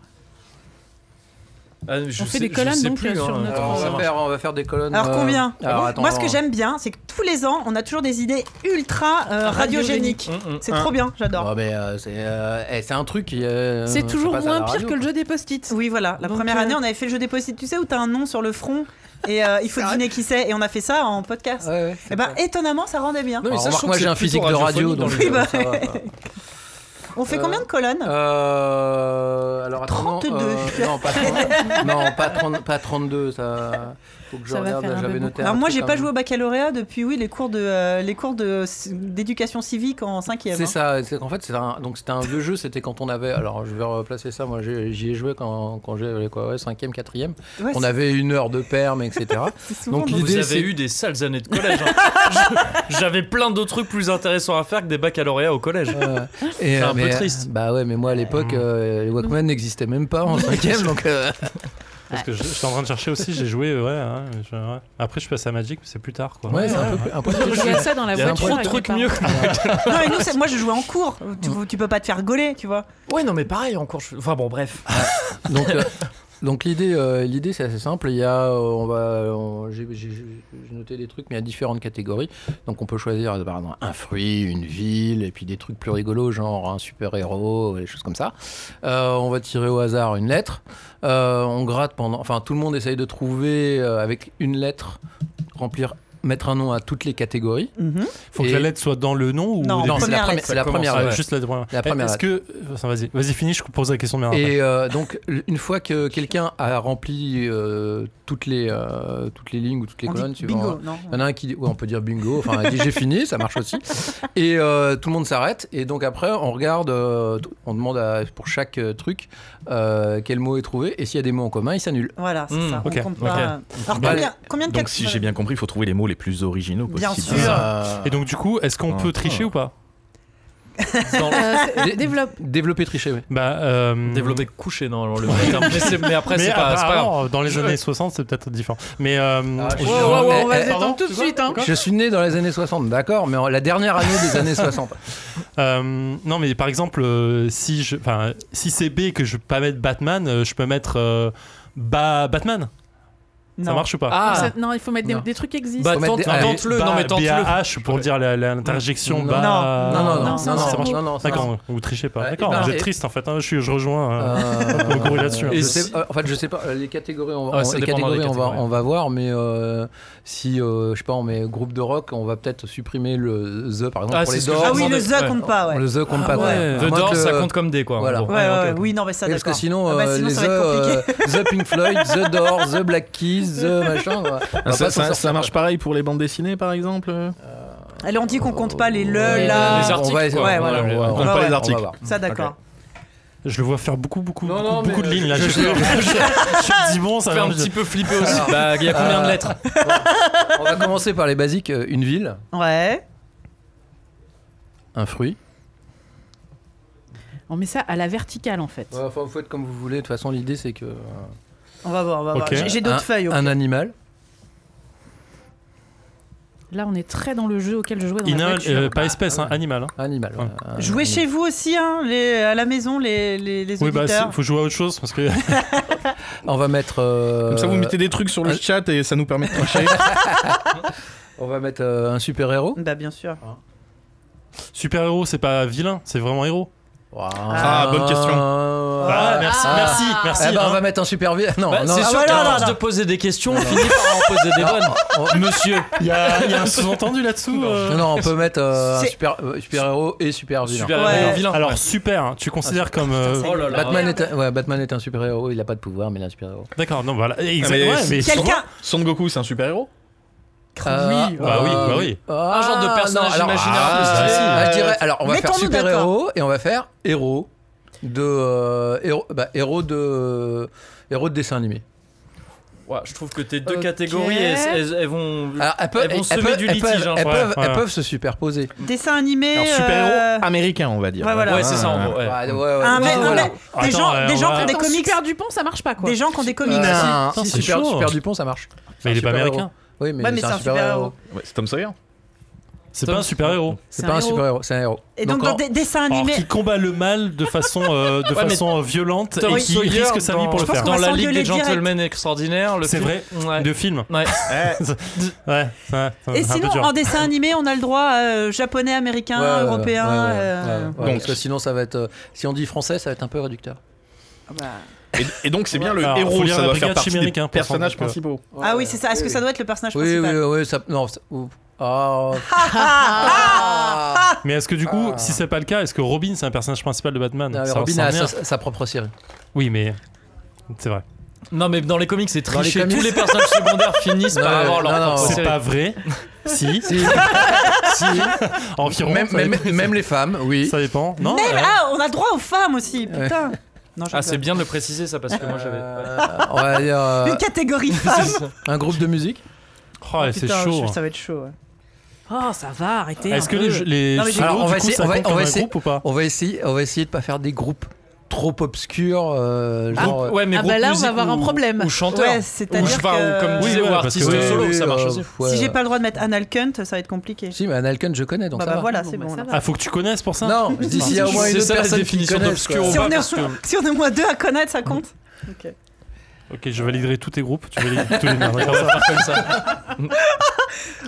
[SPEAKER 4] Ah, je
[SPEAKER 6] On fait
[SPEAKER 4] sais-
[SPEAKER 6] des
[SPEAKER 4] je
[SPEAKER 6] colonnes,
[SPEAKER 4] sais
[SPEAKER 6] donc,
[SPEAKER 4] plus,
[SPEAKER 6] sur
[SPEAKER 4] hein,
[SPEAKER 6] notre-
[SPEAKER 5] Alors,
[SPEAKER 4] comment
[SPEAKER 5] on,
[SPEAKER 4] ça
[SPEAKER 5] va
[SPEAKER 4] marche.
[SPEAKER 5] faire, on va faire des colonnes.
[SPEAKER 1] Alors
[SPEAKER 5] euh,
[SPEAKER 1] combien
[SPEAKER 5] alors, attends,
[SPEAKER 1] Moi, ce que
[SPEAKER 5] on-
[SPEAKER 1] j'aime bien, c'est que tous les ans, on a toujours des idées ultra euh, radiogéniques.
[SPEAKER 4] Hum, hum.
[SPEAKER 1] C'est trop bien, j'adore.
[SPEAKER 5] Mmh, Ouais, mais euh, c'est euh, eh, c'est un truc qui. euh,
[SPEAKER 6] C'est
[SPEAKER 5] ça
[SPEAKER 6] toujours
[SPEAKER 5] passe à la
[SPEAKER 6] moins
[SPEAKER 5] radio,
[SPEAKER 6] pire que le jeu des post-it.
[SPEAKER 1] Oui, voilà. La
[SPEAKER 6] Donc,
[SPEAKER 1] première
[SPEAKER 6] euh,
[SPEAKER 1] année, on avait fait le jeu des post tu sais, où t'as un nom sur le front et euh, il faut deviner qui c'est. Et on a fait ça en podcast.
[SPEAKER 5] quoi. Ouais, ouais,
[SPEAKER 1] et ben, étonnamment, ça rendait bien.
[SPEAKER 4] Non, mais
[SPEAKER 5] Alors,
[SPEAKER 4] ça, je
[SPEAKER 5] remarque,
[SPEAKER 4] trouve
[SPEAKER 5] moi
[SPEAKER 4] que
[SPEAKER 5] j'ai
[SPEAKER 4] c'est
[SPEAKER 5] un physique
[SPEAKER 4] plutôt
[SPEAKER 5] de radio, donc
[SPEAKER 1] radiophonique dans
[SPEAKER 5] euh,
[SPEAKER 1] le
[SPEAKER 5] ça va.
[SPEAKER 1] On fait
[SPEAKER 5] euh,
[SPEAKER 1] combien de colonnes
[SPEAKER 5] Euh, alors attends,
[SPEAKER 1] 32.
[SPEAKER 5] euh, non, pas 30, non, pas 30, pas 32, ça. Faut que je
[SPEAKER 6] Ça va
[SPEAKER 5] regarde,
[SPEAKER 6] faire un
[SPEAKER 5] j'avais
[SPEAKER 6] peu
[SPEAKER 5] noté.
[SPEAKER 1] Alors
[SPEAKER 5] un
[SPEAKER 1] moi,
[SPEAKER 5] truc
[SPEAKER 1] j'ai
[SPEAKER 5] quand
[SPEAKER 1] pas
[SPEAKER 5] même.
[SPEAKER 1] joué au baccalauréat depuis oui les cours de euh, les cours de d'éducation civique en cinquième.
[SPEAKER 5] C'est
[SPEAKER 1] hein.
[SPEAKER 5] ça, c'est qu'en fait c'était un, donc c'était un vieux jeu, c'était quand on avait, alors je vais replacer ça, moi j'ai- j'y ai joué quand, quand j'avais quoi, ouais, 5 quatrième,
[SPEAKER 1] Ouais,
[SPEAKER 5] on
[SPEAKER 1] c'est-
[SPEAKER 5] avait une heure de perme, etc.
[SPEAKER 1] (laughs) c'est souvent
[SPEAKER 5] donc,
[SPEAKER 1] dans-
[SPEAKER 5] l'idée,
[SPEAKER 4] Vous
[SPEAKER 5] c'est-
[SPEAKER 4] avez eu des sales années de collège.
[SPEAKER 3] (laughs)
[SPEAKER 4] hein. Je- J'avais plein d'autres trucs plus intéressants à faire que des baccalauréats au collège. hein.
[SPEAKER 5] Euh, et,
[SPEAKER 4] C'est un
[SPEAKER 5] euh,
[SPEAKER 4] peu
[SPEAKER 5] mais-
[SPEAKER 4] triste.
[SPEAKER 5] Bah ouais, mais moi à l'époque,
[SPEAKER 3] Mm.
[SPEAKER 5] euh, les Walkman n'existaient même
[SPEAKER 1] (laughs)
[SPEAKER 5] pas en 5 donc. euh,
[SPEAKER 3] Parce que je- j'étais en train de chercher aussi, j'ai joué, euh, ouais, hein, je- ouais. Après, je passe à Magic, mais c'est plus tard, quoi.
[SPEAKER 5] Ouais, c'est un peu un peu
[SPEAKER 6] On jouait à ça dans la
[SPEAKER 4] Il y a
[SPEAKER 6] voiture.
[SPEAKER 4] trop de
[SPEAKER 6] avec
[SPEAKER 4] trucs
[SPEAKER 6] les
[SPEAKER 4] mieux.
[SPEAKER 1] Non, mais nous, c'est- moi, je jouais en cours. Tu,
[SPEAKER 5] Mm.
[SPEAKER 1] tu peux pas te faire gauler, tu vois.
[SPEAKER 4] Ouais, non, mais pareil, encore. je- Enfin bon, bref.
[SPEAKER 5] Donc, euh, donc l'idée, euh, l'idée c'est assez simple. Il y a, euh, on va, on- j'ai, j'ai- j'ai noté des trucs, mais il y a différentes catégories. Donc on peut choisir euh, par exemple, un fruit, une ville, et puis des trucs plus rigolos, genre un super héros, des choses comme ça. Euh, on va tirer au hasard une lettre. Euh, on gratte pendant, enfin tout le monde essaye de trouver euh, avec une lettre remplir, mettre un nom à toutes les catégories.
[SPEAKER 3] Faut
[SPEAKER 5] Et-
[SPEAKER 3] que la lettre soit dans le nom ou
[SPEAKER 1] Non,
[SPEAKER 3] des-
[SPEAKER 1] non,
[SPEAKER 5] c'est la
[SPEAKER 1] première
[SPEAKER 5] première,
[SPEAKER 1] lettre.
[SPEAKER 5] c'est la
[SPEAKER 4] Ça commence,
[SPEAKER 5] première.
[SPEAKER 3] Ah,
[SPEAKER 5] lettre.
[SPEAKER 3] juste la première. Eh,
[SPEAKER 5] La première
[SPEAKER 3] Est-ce que. Enfin, vas-y, vas-y, finis, je pose la question bien. après.
[SPEAKER 5] Et euh, donc, l- une fois que quelqu'un a rempli euh, toutes, les, euh, toutes les lignes ou toutes les
[SPEAKER 1] On dit
[SPEAKER 5] colonnes, suivant-
[SPEAKER 1] bingo, non
[SPEAKER 5] Il y en a un qui dit, ouais, on peut dire bingo, enfin, il dit j'ai fini, ça
[SPEAKER 1] (laughs)
[SPEAKER 5] marche aussi. Et euh, tout le monde s'arrête. Et donc après, on regarde, euh, t- on demande à- pour chaque euh, truc euh, quel mot est trouvé. Et s'il y a des mots en commun, il s'annule.
[SPEAKER 1] Voilà, c'est
[SPEAKER 4] Hmm,
[SPEAKER 1] ça.
[SPEAKER 3] ok,
[SPEAKER 1] on compte
[SPEAKER 3] ok.
[SPEAKER 1] pas. Alors,
[SPEAKER 5] Bah,
[SPEAKER 1] combien, combien de
[SPEAKER 2] Donc
[SPEAKER 1] quatre-
[SPEAKER 2] si j'ai bien compris, il faut trouver les mots les plus originaux
[SPEAKER 1] Bien
[SPEAKER 2] possibles.
[SPEAKER 1] sûr.
[SPEAKER 3] Et donc, du coup, est-ce qu'on
[SPEAKER 2] Ah.
[SPEAKER 3] peut tricher ou pas
[SPEAKER 4] Dans-
[SPEAKER 6] copains. Euh,
[SPEAKER 1] Ah,
[SPEAKER 6] c'est-
[SPEAKER 5] Dé-
[SPEAKER 6] développe.
[SPEAKER 5] Développer, tricher, oui.
[SPEAKER 3] Bah. euh,
[SPEAKER 4] Développer couché, normalement, le vrai terme. Mais, c'est- mais après,
[SPEAKER 3] Mais
[SPEAKER 4] c'est pas, c'est pas grave.
[SPEAKER 3] apparemment, dans les
[SPEAKER 4] Je-
[SPEAKER 3] années 60, c'est peut-être différent. Mais. euh,
[SPEAKER 5] Ah,
[SPEAKER 3] je-
[SPEAKER 5] ouais, ouais, ouais,
[SPEAKER 6] on va se
[SPEAKER 5] Eh,
[SPEAKER 6] détendre tout de
[SPEAKER 3] tu vois,
[SPEAKER 6] suite, hein.
[SPEAKER 3] quoi
[SPEAKER 5] Je suis né dans les années 60, d'accord, mais en- la dernière année des années 60.
[SPEAKER 3] Euh, non, mais par exemple, euh, si je, enfin, si c'est B et que je peux pas mettre Batman, euh, je peux mettre euh, ba- Batman. Ça
[SPEAKER 1] Non.
[SPEAKER 3] marche ou pas
[SPEAKER 4] Ah,
[SPEAKER 6] Ça- non, il faut mettre des,
[SPEAKER 5] Non.
[SPEAKER 6] des trucs existants.
[SPEAKER 4] bah,
[SPEAKER 5] Faut mettre
[SPEAKER 4] tente-
[SPEAKER 5] des- allez,
[SPEAKER 4] tente-le. Non,
[SPEAKER 3] Ba-
[SPEAKER 4] mais tente-le.
[SPEAKER 3] B-A-H pour dire la- la- l'interjection
[SPEAKER 5] Non.
[SPEAKER 3] ba-
[SPEAKER 5] Non, non, non,
[SPEAKER 6] non,
[SPEAKER 5] non,
[SPEAKER 6] c'est
[SPEAKER 5] non,
[SPEAKER 6] un seul
[SPEAKER 5] non,
[SPEAKER 6] mot.
[SPEAKER 5] non, non, ça marche.
[SPEAKER 3] D'accord, vous trichez pas.
[SPEAKER 5] Ouais,
[SPEAKER 3] D'accord,
[SPEAKER 5] et ben,
[SPEAKER 3] vous êtes
[SPEAKER 5] et-
[SPEAKER 3] triste en fait. hein, je suis, je rejoins. euh,
[SPEAKER 5] Euh,
[SPEAKER 3] gros là-dessus, hein.
[SPEAKER 5] je
[SPEAKER 4] Et
[SPEAKER 5] sais-
[SPEAKER 4] si-
[SPEAKER 5] euh, en fait, je sais pas, euh, les catégories, on,
[SPEAKER 4] Ouais,
[SPEAKER 5] on-
[SPEAKER 4] ça
[SPEAKER 5] les
[SPEAKER 4] dépendra des
[SPEAKER 5] catégories, on va,
[SPEAKER 4] catégories.
[SPEAKER 5] on va voir, mais euh, si, euh, je sais pas, on met groupe de rock, on va peut-être supprimer le The par exemple
[SPEAKER 4] Ah,
[SPEAKER 5] pour
[SPEAKER 4] c'est
[SPEAKER 5] les
[SPEAKER 4] ce que
[SPEAKER 5] Doors.
[SPEAKER 1] Ah oui, le
[SPEAKER 4] Ouais.
[SPEAKER 1] Z compte pas, ouais.
[SPEAKER 5] Le The compte pas,
[SPEAKER 3] ouais.
[SPEAKER 5] quoi.
[SPEAKER 3] The
[SPEAKER 5] À
[SPEAKER 4] The
[SPEAKER 5] moins
[SPEAKER 4] Door,
[SPEAKER 5] que
[SPEAKER 4] ça
[SPEAKER 5] le-
[SPEAKER 4] compte comme D, quoi.
[SPEAKER 5] Voilà.
[SPEAKER 4] Bon.
[SPEAKER 1] Ouais, ouais,
[SPEAKER 4] Ah, ok,
[SPEAKER 1] ouais,
[SPEAKER 4] ok.
[SPEAKER 1] oui, non, mais ça,
[SPEAKER 5] Oui, parce que
[SPEAKER 1] d'accord.
[SPEAKER 5] sinon,
[SPEAKER 1] Ah bah,
[SPEAKER 5] euh,
[SPEAKER 1] sinon,
[SPEAKER 5] les
[SPEAKER 1] ça va être
[SPEAKER 5] The,
[SPEAKER 1] compliqué.
[SPEAKER 5] euh, The Pink Floyd, The Doors, The Black Keys,
[SPEAKER 1] (laughs)
[SPEAKER 5] The machin. quoi. On va
[SPEAKER 2] Ah, ça,
[SPEAKER 5] pas s'en
[SPEAKER 2] ça- ça
[SPEAKER 5] sortir,
[SPEAKER 2] marche
[SPEAKER 5] quoi.
[SPEAKER 2] pareil pour les bandes dessinées, par exemple
[SPEAKER 1] Allez, on dit qu'on compte pas les le,
[SPEAKER 5] Oh. Ouais,
[SPEAKER 1] la.
[SPEAKER 4] Les articles,
[SPEAKER 5] on va,
[SPEAKER 4] quoi.
[SPEAKER 5] on va-
[SPEAKER 1] Ouais, voilà.
[SPEAKER 5] on va-
[SPEAKER 2] On
[SPEAKER 5] on
[SPEAKER 2] compte
[SPEAKER 5] va-
[SPEAKER 1] ouais,
[SPEAKER 2] pas
[SPEAKER 1] ouais.
[SPEAKER 2] les
[SPEAKER 5] on va
[SPEAKER 2] articles.
[SPEAKER 5] voir.
[SPEAKER 1] Ça, d'accord.
[SPEAKER 3] Je le vois faire beaucoup, beaucoup,
[SPEAKER 5] Non,
[SPEAKER 3] beaucoup,
[SPEAKER 5] non, mais,
[SPEAKER 3] beaucoup de
[SPEAKER 5] euh,
[SPEAKER 3] lignes là.
[SPEAKER 5] je-
[SPEAKER 3] (laughs)
[SPEAKER 5] je-
[SPEAKER 3] Je, je dis bon, ça
[SPEAKER 4] Fait
[SPEAKER 3] va,
[SPEAKER 4] un
[SPEAKER 3] je-
[SPEAKER 4] petit peu (laughs) flipper aussi.
[SPEAKER 5] Alors,
[SPEAKER 4] Bah, il y a combien de
[SPEAKER 5] euh,
[SPEAKER 4] lettres
[SPEAKER 5] On va commencer par les basiques euh, une ville,
[SPEAKER 1] Ouais.
[SPEAKER 5] un fruit.
[SPEAKER 6] On met ça à la verticale en fait.
[SPEAKER 5] Enfin, vous faites comme vous voulez. De toute façon, l'idée c'est que. euh,
[SPEAKER 1] On va voir, on va voir.
[SPEAKER 3] Ok.
[SPEAKER 1] J'ai- J'ai d'autres
[SPEAKER 5] un-
[SPEAKER 1] feuilles. ok.
[SPEAKER 5] Un animal.
[SPEAKER 6] Là, on est très dans le jeu auquel je jouais dans la
[SPEAKER 3] Inal-
[SPEAKER 6] voiture.
[SPEAKER 3] euh, pas espèce, hein, animal. hein.
[SPEAKER 5] Animal.
[SPEAKER 3] Ouais.
[SPEAKER 5] euh,
[SPEAKER 1] Jouez
[SPEAKER 5] animal.
[SPEAKER 1] chez vous aussi, hein, les, à la maison, les, les, les
[SPEAKER 3] Oui, bah,
[SPEAKER 1] auditeurs.
[SPEAKER 3] c'est- faut jouer à autre chose parce que. (laughs)
[SPEAKER 5] On va mettre. euh,
[SPEAKER 2] Comme ça, vous mettez des trucs sur le
[SPEAKER 5] euh,
[SPEAKER 2] chat et ça nous permet de (laughs) Ah, tricher.
[SPEAKER 5] On va mettre euh, un super héros.
[SPEAKER 1] bah, bien sûr.
[SPEAKER 3] Super héros, c'est pas vilain, c'est vraiment héros.
[SPEAKER 2] Ah, bonne question.
[SPEAKER 3] Ah, merci,
[SPEAKER 5] Ah.
[SPEAKER 3] merci,
[SPEAKER 5] Euh, Eh
[SPEAKER 3] merci.
[SPEAKER 5] ben,
[SPEAKER 3] hein.
[SPEAKER 5] on va mettre un super vilain. (laughs) Non,
[SPEAKER 4] Bah,
[SPEAKER 5] non.
[SPEAKER 4] C'est
[SPEAKER 5] Ah,
[SPEAKER 4] sûr
[SPEAKER 5] voilà,
[SPEAKER 4] qu'à
[SPEAKER 5] non,
[SPEAKER 4] force
[SPEAKER 5] non.
[SPEAKER 4] de poser des questions, on finit par en poser des bonnes. Monsieur,
[SPEAKER 3] Oh, Il y a, il y a un sous-entendu là-dessous. euh.
[SPEAKER 5] Non, non, on peut mettre euh, un
[SPEAKER 1] C'est-
[SPEAKER 5] super, euh, super héros et super vilain.
[SPEAKER 4] super
[SPEAKER 1] Ouais.
[SPEAKER 4] héros vilain.
[SPEAKER 3] Alors super,
[SPEAKER 5] Ah,
[SPEAKER 3] hein, tu considères comme euh,
[SPEAKER 4] Oh là là.
[SPEAKER 5] Batman, est un, ouais, Batman est un super héros, il a pas de pouvoir, mais il est un super héros.
[SPEAKER 3] d'accord, non voilà,
[SPEAKER 2] Ah,
[SPEAKER 3] exactement.
[SPEAKER 2] mais
[SPEAKER 3] ouais, mais-
[SPEAKER 1] Quelqu'un
[SPEAKER 2] Son Goku, c'est un super-héros
[SPEAKER 5] oui,
[SPEAKER 3] bah oui, bah oui.
[SPEAKER 4] Un genre de personnage
[SPEAKER 5] euh, ah, alors,
[SPEAKER 4] imaginaire
[SPEAKER 5] ah,
[SPEAKER 4] plus
[SPEAKER 5] ah,
[SPEAKER 4] stylé.
[SPEAKER 5] je dirais, alors on va faire
[SPEAKER 1] Mettons-nous
[SPEAKER 5] super
[SPEAKER 1] d'accord.
[SPEAKER 5] héros et on va faire héros. de euh, héros, bah, héros de héros de dessin animé.
[SPEAKER 4] Ouais, je trouve que tes deux
[SPEAKER 1] Ok.
[SPEAKER 4] catégories, elles, elles- elles vont.
[SPEAKER 5] Alors, elles peuvent,
[SPEAKER 4] Elles vont semer
[SPEAKER 5] peuvent-
[SPEAKER 4] du
[SPEAKER 5] elles peuvent-
[SPEAKER 4] litige, hein,
[SPEAKER 5] elles
[SPEAKER 3] ouais,
[SPEAKER 5] peuvent-
[SPEAKER 3] ouais.
[SPEAKER 5] elles peuvent se superposer.
[SPEAKER 1] Dessin animé.
[SPEAKER 2] Alors, super-héros
[SPEAKER 1] euh,
[SPEAKER 7] ah,
[SPEAKER 2] américain, on va dire.
[SPEAKER 1] Ouais, voilà.
[SPEAKER 4] Ouais, c'est ça en gros. ouais.
[SPEAKER 5] Ouais, ouais, ouais.
[SPEAKER 1] un mec- un
[SPEAKER 5] Voilà.
[SPEAKER 1] mec- Des gens,
[SPEAKER 3] Attends,
[SPEAKER 1] des
[SPEAKER 3] euh,
[SPEAKER 1] gens
[SPEAKER 3] on
[SPEAKER 1] qui
[SPEAKER 3] va-
[SPEAKER 1] ont des
[SPEAKER 6] Attends,
[SPEAKER 1] comics.
[SPEAKER 6] Super Dupont, ça marche pas quoi.
[SPEAKER 1] Des gens qui ont des comics.
[SPEAKER 5] Euh, si,
[SPEAKER 3] Putain,
[SPEAKER 5] si,
[SPEAKER 3] c'est
[SPEAKER 5] super,
[SPEAKER 3] chaud.
[SPEAKER 5] super Dupont, ça marche.
[SPEAKER 3] Mais il est pas
[SPEAKER 5] super-héros.
[SPEAKER 3] américain.
[SPEAKER 5] Oui, mais,
[SPEAKER 1] Ouais, mais c'est un super héros.
[SPEAKER 2] Ouais, c'est Tom Sawyer.
[SPEAKER 3] C'est pas un super-héros.
[SPEAKER 5] C'est pas un super héros, c'est un héros.
[SPEAKER 1] Et donc,
[SPEAKER 5] en-
[SPEAKER 1] dans des dessins
[SPEAKER 3] Alors,
[SPEAKER 1] animés.
[SPEAKER 3] qui combat le mal de façon, euh, de
[SPEAKER 4] Ouais, mais
[SPEAKER 3] façon euh, violente
[SPEAKER 4] Tom
[SPEAKER 3] et qui
[SPEAKER 4] Sawyer
[SPEAKER 3] risque sa vie
[SPEAKER 4] dans-
[SPEAKER 3] pour le
[SPEAKER 1] Je pense
[SPEAKER 3] faire.
[SPEAKER 1] qu'on
[SPEAKER 4] Dans
[SPEAKER 1] va
[SPEAKER 4] la Ligue
[SPEAKER 1] s'engueuler
[SPEAKER 4] des
[SPEAKER 1] direct.
[SPEAKER 4] Gentlemen extraordinaires, le
[SPEAKER 3] C'est
[SPEAKER 4] film-
[SPEAKER 3] vrai
[SPEAKER 4] Ouais.
[SPEAKER 3] De film.
[SPEAKER 4] Ouais.
[SPEAKER 3] Ouais, ça,
[SPEAKER 1] Et
[SPEAKER 3] ça- c'est euh, un peu
[SPEAKER 1] sinon,
[SPEAKER 3] dur.
[SPEAKER 1] en dessin animé, on a le droit euh, japonais, américain,
[SPEAKER 5] Ouais, ouais,
[SPEAKER 1] européen.
[SPEAKER 5] ouais, ouais,
[SPEAKER 1] euh,
[SPEAKER 5] ouais, ouais,
[SPEAKER 2] Donc-
[SPEAKER 5] parce que sinon, ça va être. euh, si on dit français, ça va être un peu réducteur.
[SPEAKER 1] ah bah,
[SPEAKER 2] Et, et donc, c'est bien le
[SPEAKER 3] Alors, faut
[SPEAKER 2] héros,
[SPEAKER 3] lire
[SPEAKER 2] ça
[SPEAKER 3] la
[SPEAKER 2] doit faire
[SPEAKER 3] brigade
[SPEAKER 2] partie des
[SPEAKER 3] chimérique, hein, pour s'en
[SPEAKER 2] personnages
[SPEAKER 3] rendre compte.
[SPEAKER 2] principaux.
[SPEAKER 1] Ah oui, c'est ça. Est-ce que ça doit être le personnage
[SPEAKER 5] Oui, oui,
[SPEAKER 1] principal
[SPEAKER 5] oui, ça. Non, ça- ou- ah,
[SPEAKER 1] ah.
[SPEAKER 5] (laughs)
[SPEAKER 3] Mais est-ce que du coup,
[SPEAKER 5] Ah.
[SPEAKER 3] si c'est pas le cas, est-ce que Robin c'est un personnage principal de Batman
[SPEAKER 5] non, mais
[SPEAKER 3] Ça
[SPEAKER 5] Robin
[SPEAKER 3] ressemble
[SPEAKER 5] a
[SPEAKER 3] bien.
[SPEAKER 5] sa, sa propre série.
[SPEAKER 3] Oui, mais c'est vrai.
[SPEAKER 4] Non, mais dans les comics, c'est
[SPEAKER 5] les
[SPEAKER 4] triché.
[SPEAKER 5] comics-
[SPEAKER 4] Tous les personnages
[SPEAKER 5] (laughs)
[SPEAKER 4] secondaires finissent
[SPEAKER 5] Non,
[SPEAKER 4] par avoir leur
[SPEAKER 5] non, non,
[SPEAKER 4] propre
[SPEAKER 5] c'est
[SPEAKER 3] c'est
[SPEAKER 4] série.
[SPEAKER 3] pas vrai.
[SPEAKER 5] (laughs)
[SPEAKER 3] si,
[SPEAKER 5] Si, si.
[SPEAKER 3] environ.
[SPEAKER 5] Même,
[SPEAKER 3] ça,
[SPEAKER 5] même- même les femmes, oui.
[SPEAKER 3] ça dépend. Non.
[SPEAKER 1] Même,
[SPEAKER 3] ouais.
[SPEAKER 1] ah, on a le droit aux femmes aussi, putain. Non, je
[SPEAKER 4] Ah, c'est
[SPEAKER 1] rigole.
[SPEAKER 4] bien de le préciser ça parce que moi j'avais. ouais.
[SPEAKER 5] Euh, on va dire
[SPEAKER 1] (laughs)
[SPEAKER 5] euh,
[SPEAKER 1] Une catégorie
[SPEAKER 5] (laughs)
[SPEAKER 1] femme.
[SPEAKER 4] (laughs)
[SPEAKER 5] un groupe de musique.
[SPEAKER 3] Oh, ouais, c'est
[SPEAKER 1] Putain, je
[SPEAKER 3] chaud.
[SPEAKER 1] trouve que Ça va être chaud. ouais.
[SPEAKER 6] Oh, ça va, arrêtez.
[SPEAKER 3] Est-ce
[SPEAKER 6] un
[SPEAKER 3] que les,
[SPEAKER 6] peu.
[SPEAKER 3] les
[SPEAKER 1] Non, mais j'ai-
[SPEAKER 3] solos,
[SPEAKER 5] Alors, on
[SPEAKER 3] du
[SPEAKER 5] va
[SPEAKER 3] coup,
[SPEAKER 5] essayer-
[SPEAKER 3] ça
[SPEAKER 5] on va-
[SPEAKER 3] compte
[SPEAKER 5] on
[SPEAKER 3] comme
[SPEAKER 5] va
[SPEAKER 3] un
[SPEAKER 5] essayer-
[SPEAKER 3] groupe ou pas
[SPEAKER 5] On va essayer, on va essayer de pas faire des groupes trop obscurs, euh, genre. euh,
[SPEAKER 4] Ouais, mais
[SPEAKER 6] Ah
[SPEAKER 4] groupe
[SPEAKER 6] bah là, on va
[SPEAKER 4] musique
[SPEAKER 6] avoir un
[SPEAKER 4] ou-
[SPEAKER 6] problème.
[SPEAKER 4] Ou chanteur.
[SPEAKER 1] Ouais,
[SPEAKER 4] Ou je
[SPEAKER 1] c'est-à-dire
[SPEAKER 4] sais pas, ou comme
[SPEAKER 1] que
[SPEAKER 4] disait,
[SPEAKER 3] Oui,
[SPEAKER 4] ou
[SPEAKER 3] ouais,
[SPEAKER 4] artiste
[SPEAKER 3] parce que-
[SPEAKER 4] solo,
[SPEAKER 5] oui,
[SPEAKER 4] ça marche
[SPEAKER 5] euh,
[SPEAKER 4] aussi.
[SPEAKER 5] ouais.
[SPEAKER 1] si j'ai pas le droit de mettre anal cunt, ça va être compliqué.
[SPEAKER 5] Si, mais Analken, je connais, donc
[SPEAKER 1] bah
[SPEAKER 5] ça
[SPEAKER 1] bah
[SPEAKER 5] va.
[SPEAKER 1] voilà,
[SPEAKER 6] Bon,
[SPEAKER 1] c'est
[SPEAKER 6] bah,
[SPEAKER 1] bon.
[SPEAKER 6] ça
[SPEAKER 1] là.
[SPEAKER 6] va.
[SPEAKER 3] Ah, faut que tu connaisses pour ça.
[SPEAKER 5] Non, je dis s'il y a au moins une
[SPEAKER 4] C'est
[SPEAKER 5] autre
[SPEAKER 4] ça la
[SPEAKER 5] personne
[SPEAKER 4] définition
[SPEAKER 5] qui connaisse,
[SPEAKER 4] d'obscur
[SPEAKER 5] quoi.
[SPEAKER 4] ou
[SPEAKER 1] Si
[SPEAKER 4] pas
[SPEAKER 1] on, est...
[SPEAKER 4] parce que-
[SPEAKER 1] (laughs) si on est moins deux à connaître, ça compte Ok.
[SPEAKER 3] Ok, je validerai tous tes groupes. Tu valides tous les miens.
[SPEAKER 4] On va faire comme ça.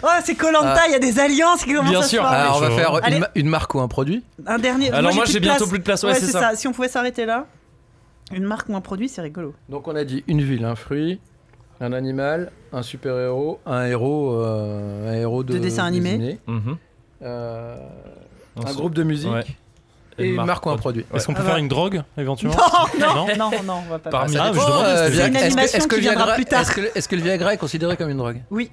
[SPEAKER 1] Oh, c'est Colanta, il y a des alliances qui commencent
[SPEAKER 4] Ah. Bien
[SPEAKER 1] à se
[SPEAKER 4] sûr.
[SPEAKER 1] former.
[SPEAKER 5] Alors, Ah, on va
[SPEAKER 3] Allez.
[SPEAKER 5] faire
[SPEAKER 1] Ah, Allez.
[SPEAKER 5] une, ma- une marque ou un produit.
[SPEAKER 1] Un dernier.
[SPEAKER 4] Alors moi
[SPEAKER 1] plus
[SPEAKER 4] j'ai
[SPEAKER 1] de
[SPEAKER 4] bientôt
[SPEAKER 1] place.
[SPEAKER 4] plus de place. Ouais, c'est ça.
[SPEAKER 1] Si on pouvait s'arrêter là, une marque ou un produit, c'est rigolo.
[SPEAKER 5] Donc, on a dit une ville, un fruit, un animal, un super-héros, un héros, euh, un héros de,
[SPEAKER 1] De dessin animé.
[SPEAKER 5] dessiné,
[SPEAKER 4] Mhm.
[SPEAKER 5] euh,
[SPEAKER 4] On
[SPEAKER 5] un
[SPEAKER 4] se-
[SPEAKER 5] groupe de musique
[SPEAKER 4] Ouais.
[SPEAKER 5] et une marque ou un produit.
[SPEAKER 3] Est-ce qu'on peut
[SPEAKER 1] Ah,
[SPEAKER 3] faire
[SPEAKER 1] bah.
[SPEAKER 3] une drogue éventuellement
[SPEAKER 1] Non,
[SPEAKER 3] Non.
[SPEAKER 1] non, non, non, on va pas.
[SPEAKER 4] Parmi-
[SPEAKER 1] faire
[SPEAKER 3] Ah,
[SPEAKER 1] ça.
[SPEAKER 3] mais je demandais,
[SPEAKER 5] euh, Viagra-
[SPEAKER 3] c'était-
[SPEAKER 1] une
[SPEAKER 5] est-ce que-
[SPEAKER 1] animation
[SPEAKER 5] est-ce que
[SPEAKER 1] qui viendra
[SPEAKER 5] Viagra-
[SPEAKER 1] plus tard.
[SPEAKER 5] Est-ce que, le- est-ce que le Viagra est considéré comme une drogue
[SPEAKER 1] Oui.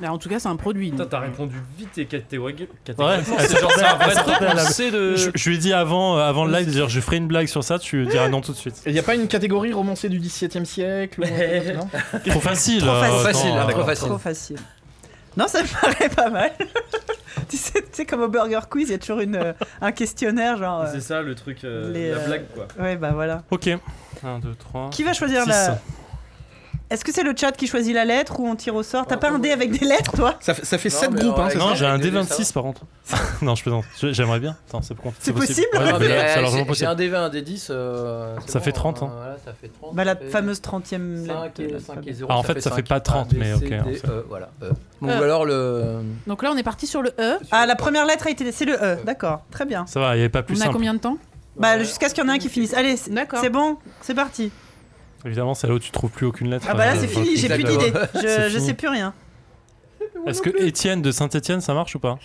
[SPEAKER 6] Mais en tout cas, c'est un produit.
[SPEAKER 4] Putain,
[SPEAKER 6] donc.
[SPEAKER 4] t'as répondu vite et catégoriquement.
[SPEAKER 3] Ouais,
[SPEAKER 4] C'est genre c'est un vrai truc,
[SPEAKER 3] elle
[SPEAKER 4] on
[SPEAKER 3] a-
[SPEAKER 4] sait de.
[SPEAKER 3] Euh, Je, je lui ai dit avant, euh, avant le live, d'ailleurs, je ferai une blague sur ça, tu diras non tout de suite.
[SPEAKER 2] Il n'y a pas une catégorie romancée du XVIIe siècle ou un truc comme ça, non
[SPEAKER 3] (laughs) Trop facile.
[SPEAKER 1] Trop facile.
[SPEAKER 3] euh,
[SPEAKER 1] hein,
[SPEAKER 3] attends,
[SPEAKER 5] Facile,
[SPEAKER 3] euh,
[SPEAKER 5] trop
[SPEAKER 3] d'accord.
[SPEAKER 5] facile.
[SPEAKER 1] Trop facile. Non, ça me (laughs) paraît pas mal. tu, sais, tu sais, comme au Burger Quiz, il y a toujours une, euh, un questionnaire, genre. euh,
[SPEAKER 4] C'est ça le truc, euh,
[SPEAKER 1] Les,
[SPEAKER 4] la
[SPEAKER 1] euh,
[SPEAKER 4] blague quoi.
[SPEAKER 1] Ouais, bah voilà.
[SPEAKER 3] Ok. 1, 2, 3.
[SPEAKER 1] Qui va choisir
[SPEAKER 3] Six.
[SPEAKER 1] la. Est-ce que c'est le chat qui choisit la lettre ou on tire au sort T'as pas un dé avec des lettres, toi
[SPEAKER 2] Ça fait, ça fait
[SPEAKER 5] Non,
[SPEAKER 2] sept
[SPEAKER 5] mais
[SPEAKER 2] groupes,
[SPEAKER 5] on
[SPEAKER 2] hein,
[SPEAKER 5] va-
[SPEAKER 2] c'est
[SPEAKER 3] Non,
[SPEAKER 5] ça,
[SPEAKER 2] ça
[SPEAKER 3] j'ai un
[SPEAKER 5] les dés,
[SPEAKER 3] D26 par contre. (laughs) non, je plaisante. Je- J'aimerais bien. Attends, c'est pour-
[SPEAKER 1] C'est possible
[SPEAKER 3] Ouais,
[SPEAKER 5] Non,
[SPEAKER 3] mais
[SPEAKER 5] mais,
[SPEAKER 3] là, c'est
[SPEAKER 5] euh,
[SPEAKER 3] largement
[SPEAKER 5] j'ai- J'ai
[SPEAKER 3] possible.
[SPEAKER 5] un D20, un D10. euh, c'est
[SPEAKER 3] Ça fait
[SPEAKER 5] bon,
[SPEAKER 3] 30, hein.
[SPEAKER 5] voilà, ça fait 30.
[SPEAKER 1] Bah, la
[SPEAKER 5] ça fait
[SPEAKER 1] fameuse 30ème
[SPEAKER 5] 5 Euh, et,
[SPEAKER 1] lettre.
[SPEAKER 5] 5 euh, et 0.
[SPEAKER 3] Ah, en fait, ça fait pas 30, mais ok, hein, c'est-
[SPEAKER 5] voilà. euh. Bon,
[SPEAKER 6] Euh.
[SPEAKER 5] Ou alors le.
[SPEAKER 6] Donc là, on est parti sur le E.
[SPEAKER 1] Ah, la première lettre a été. C'est le E, d'accord, très bien.
[SPEAKER 3] Ça va, il n'y avait pas plus
[SPEAKER 6] On a
[SPEAKER 3] simple.
[SPEAKER 6] combien de temps
[SPEAKER 1] Bah, jusqu'à ce qu'il y en ait un qui finisse. Allez, c'est
[SPEAKER 6] D'accord.
[SPEAKER 1] c'est bon, c'est parti.
[SPEAKER 3] Évidemment, celle là où tu trouves plus aucune lettre.
[SPEAKER 1] Ah, bah là,
[SPEAKER 3] euh,
[SPEAKER 1] c'est
[SPEAKER 3] dans
[SPEAKER 1] fini,
[SPEAKER 3] le
[SPEAKER 1] j'ai plus
[SPEAKER 5] Exactement.
[SPEAKER 1] d'idées. Je,
[SPEAKER 3] (laughs) C'est
[SPEAKER 1] je
[SPEAKER 3] fini.
[SPEAKER 1] sais plus rien.
[SPEAKER 3] truc. Est-ce que Étienne de Saint-Étienne, ça marche ou pas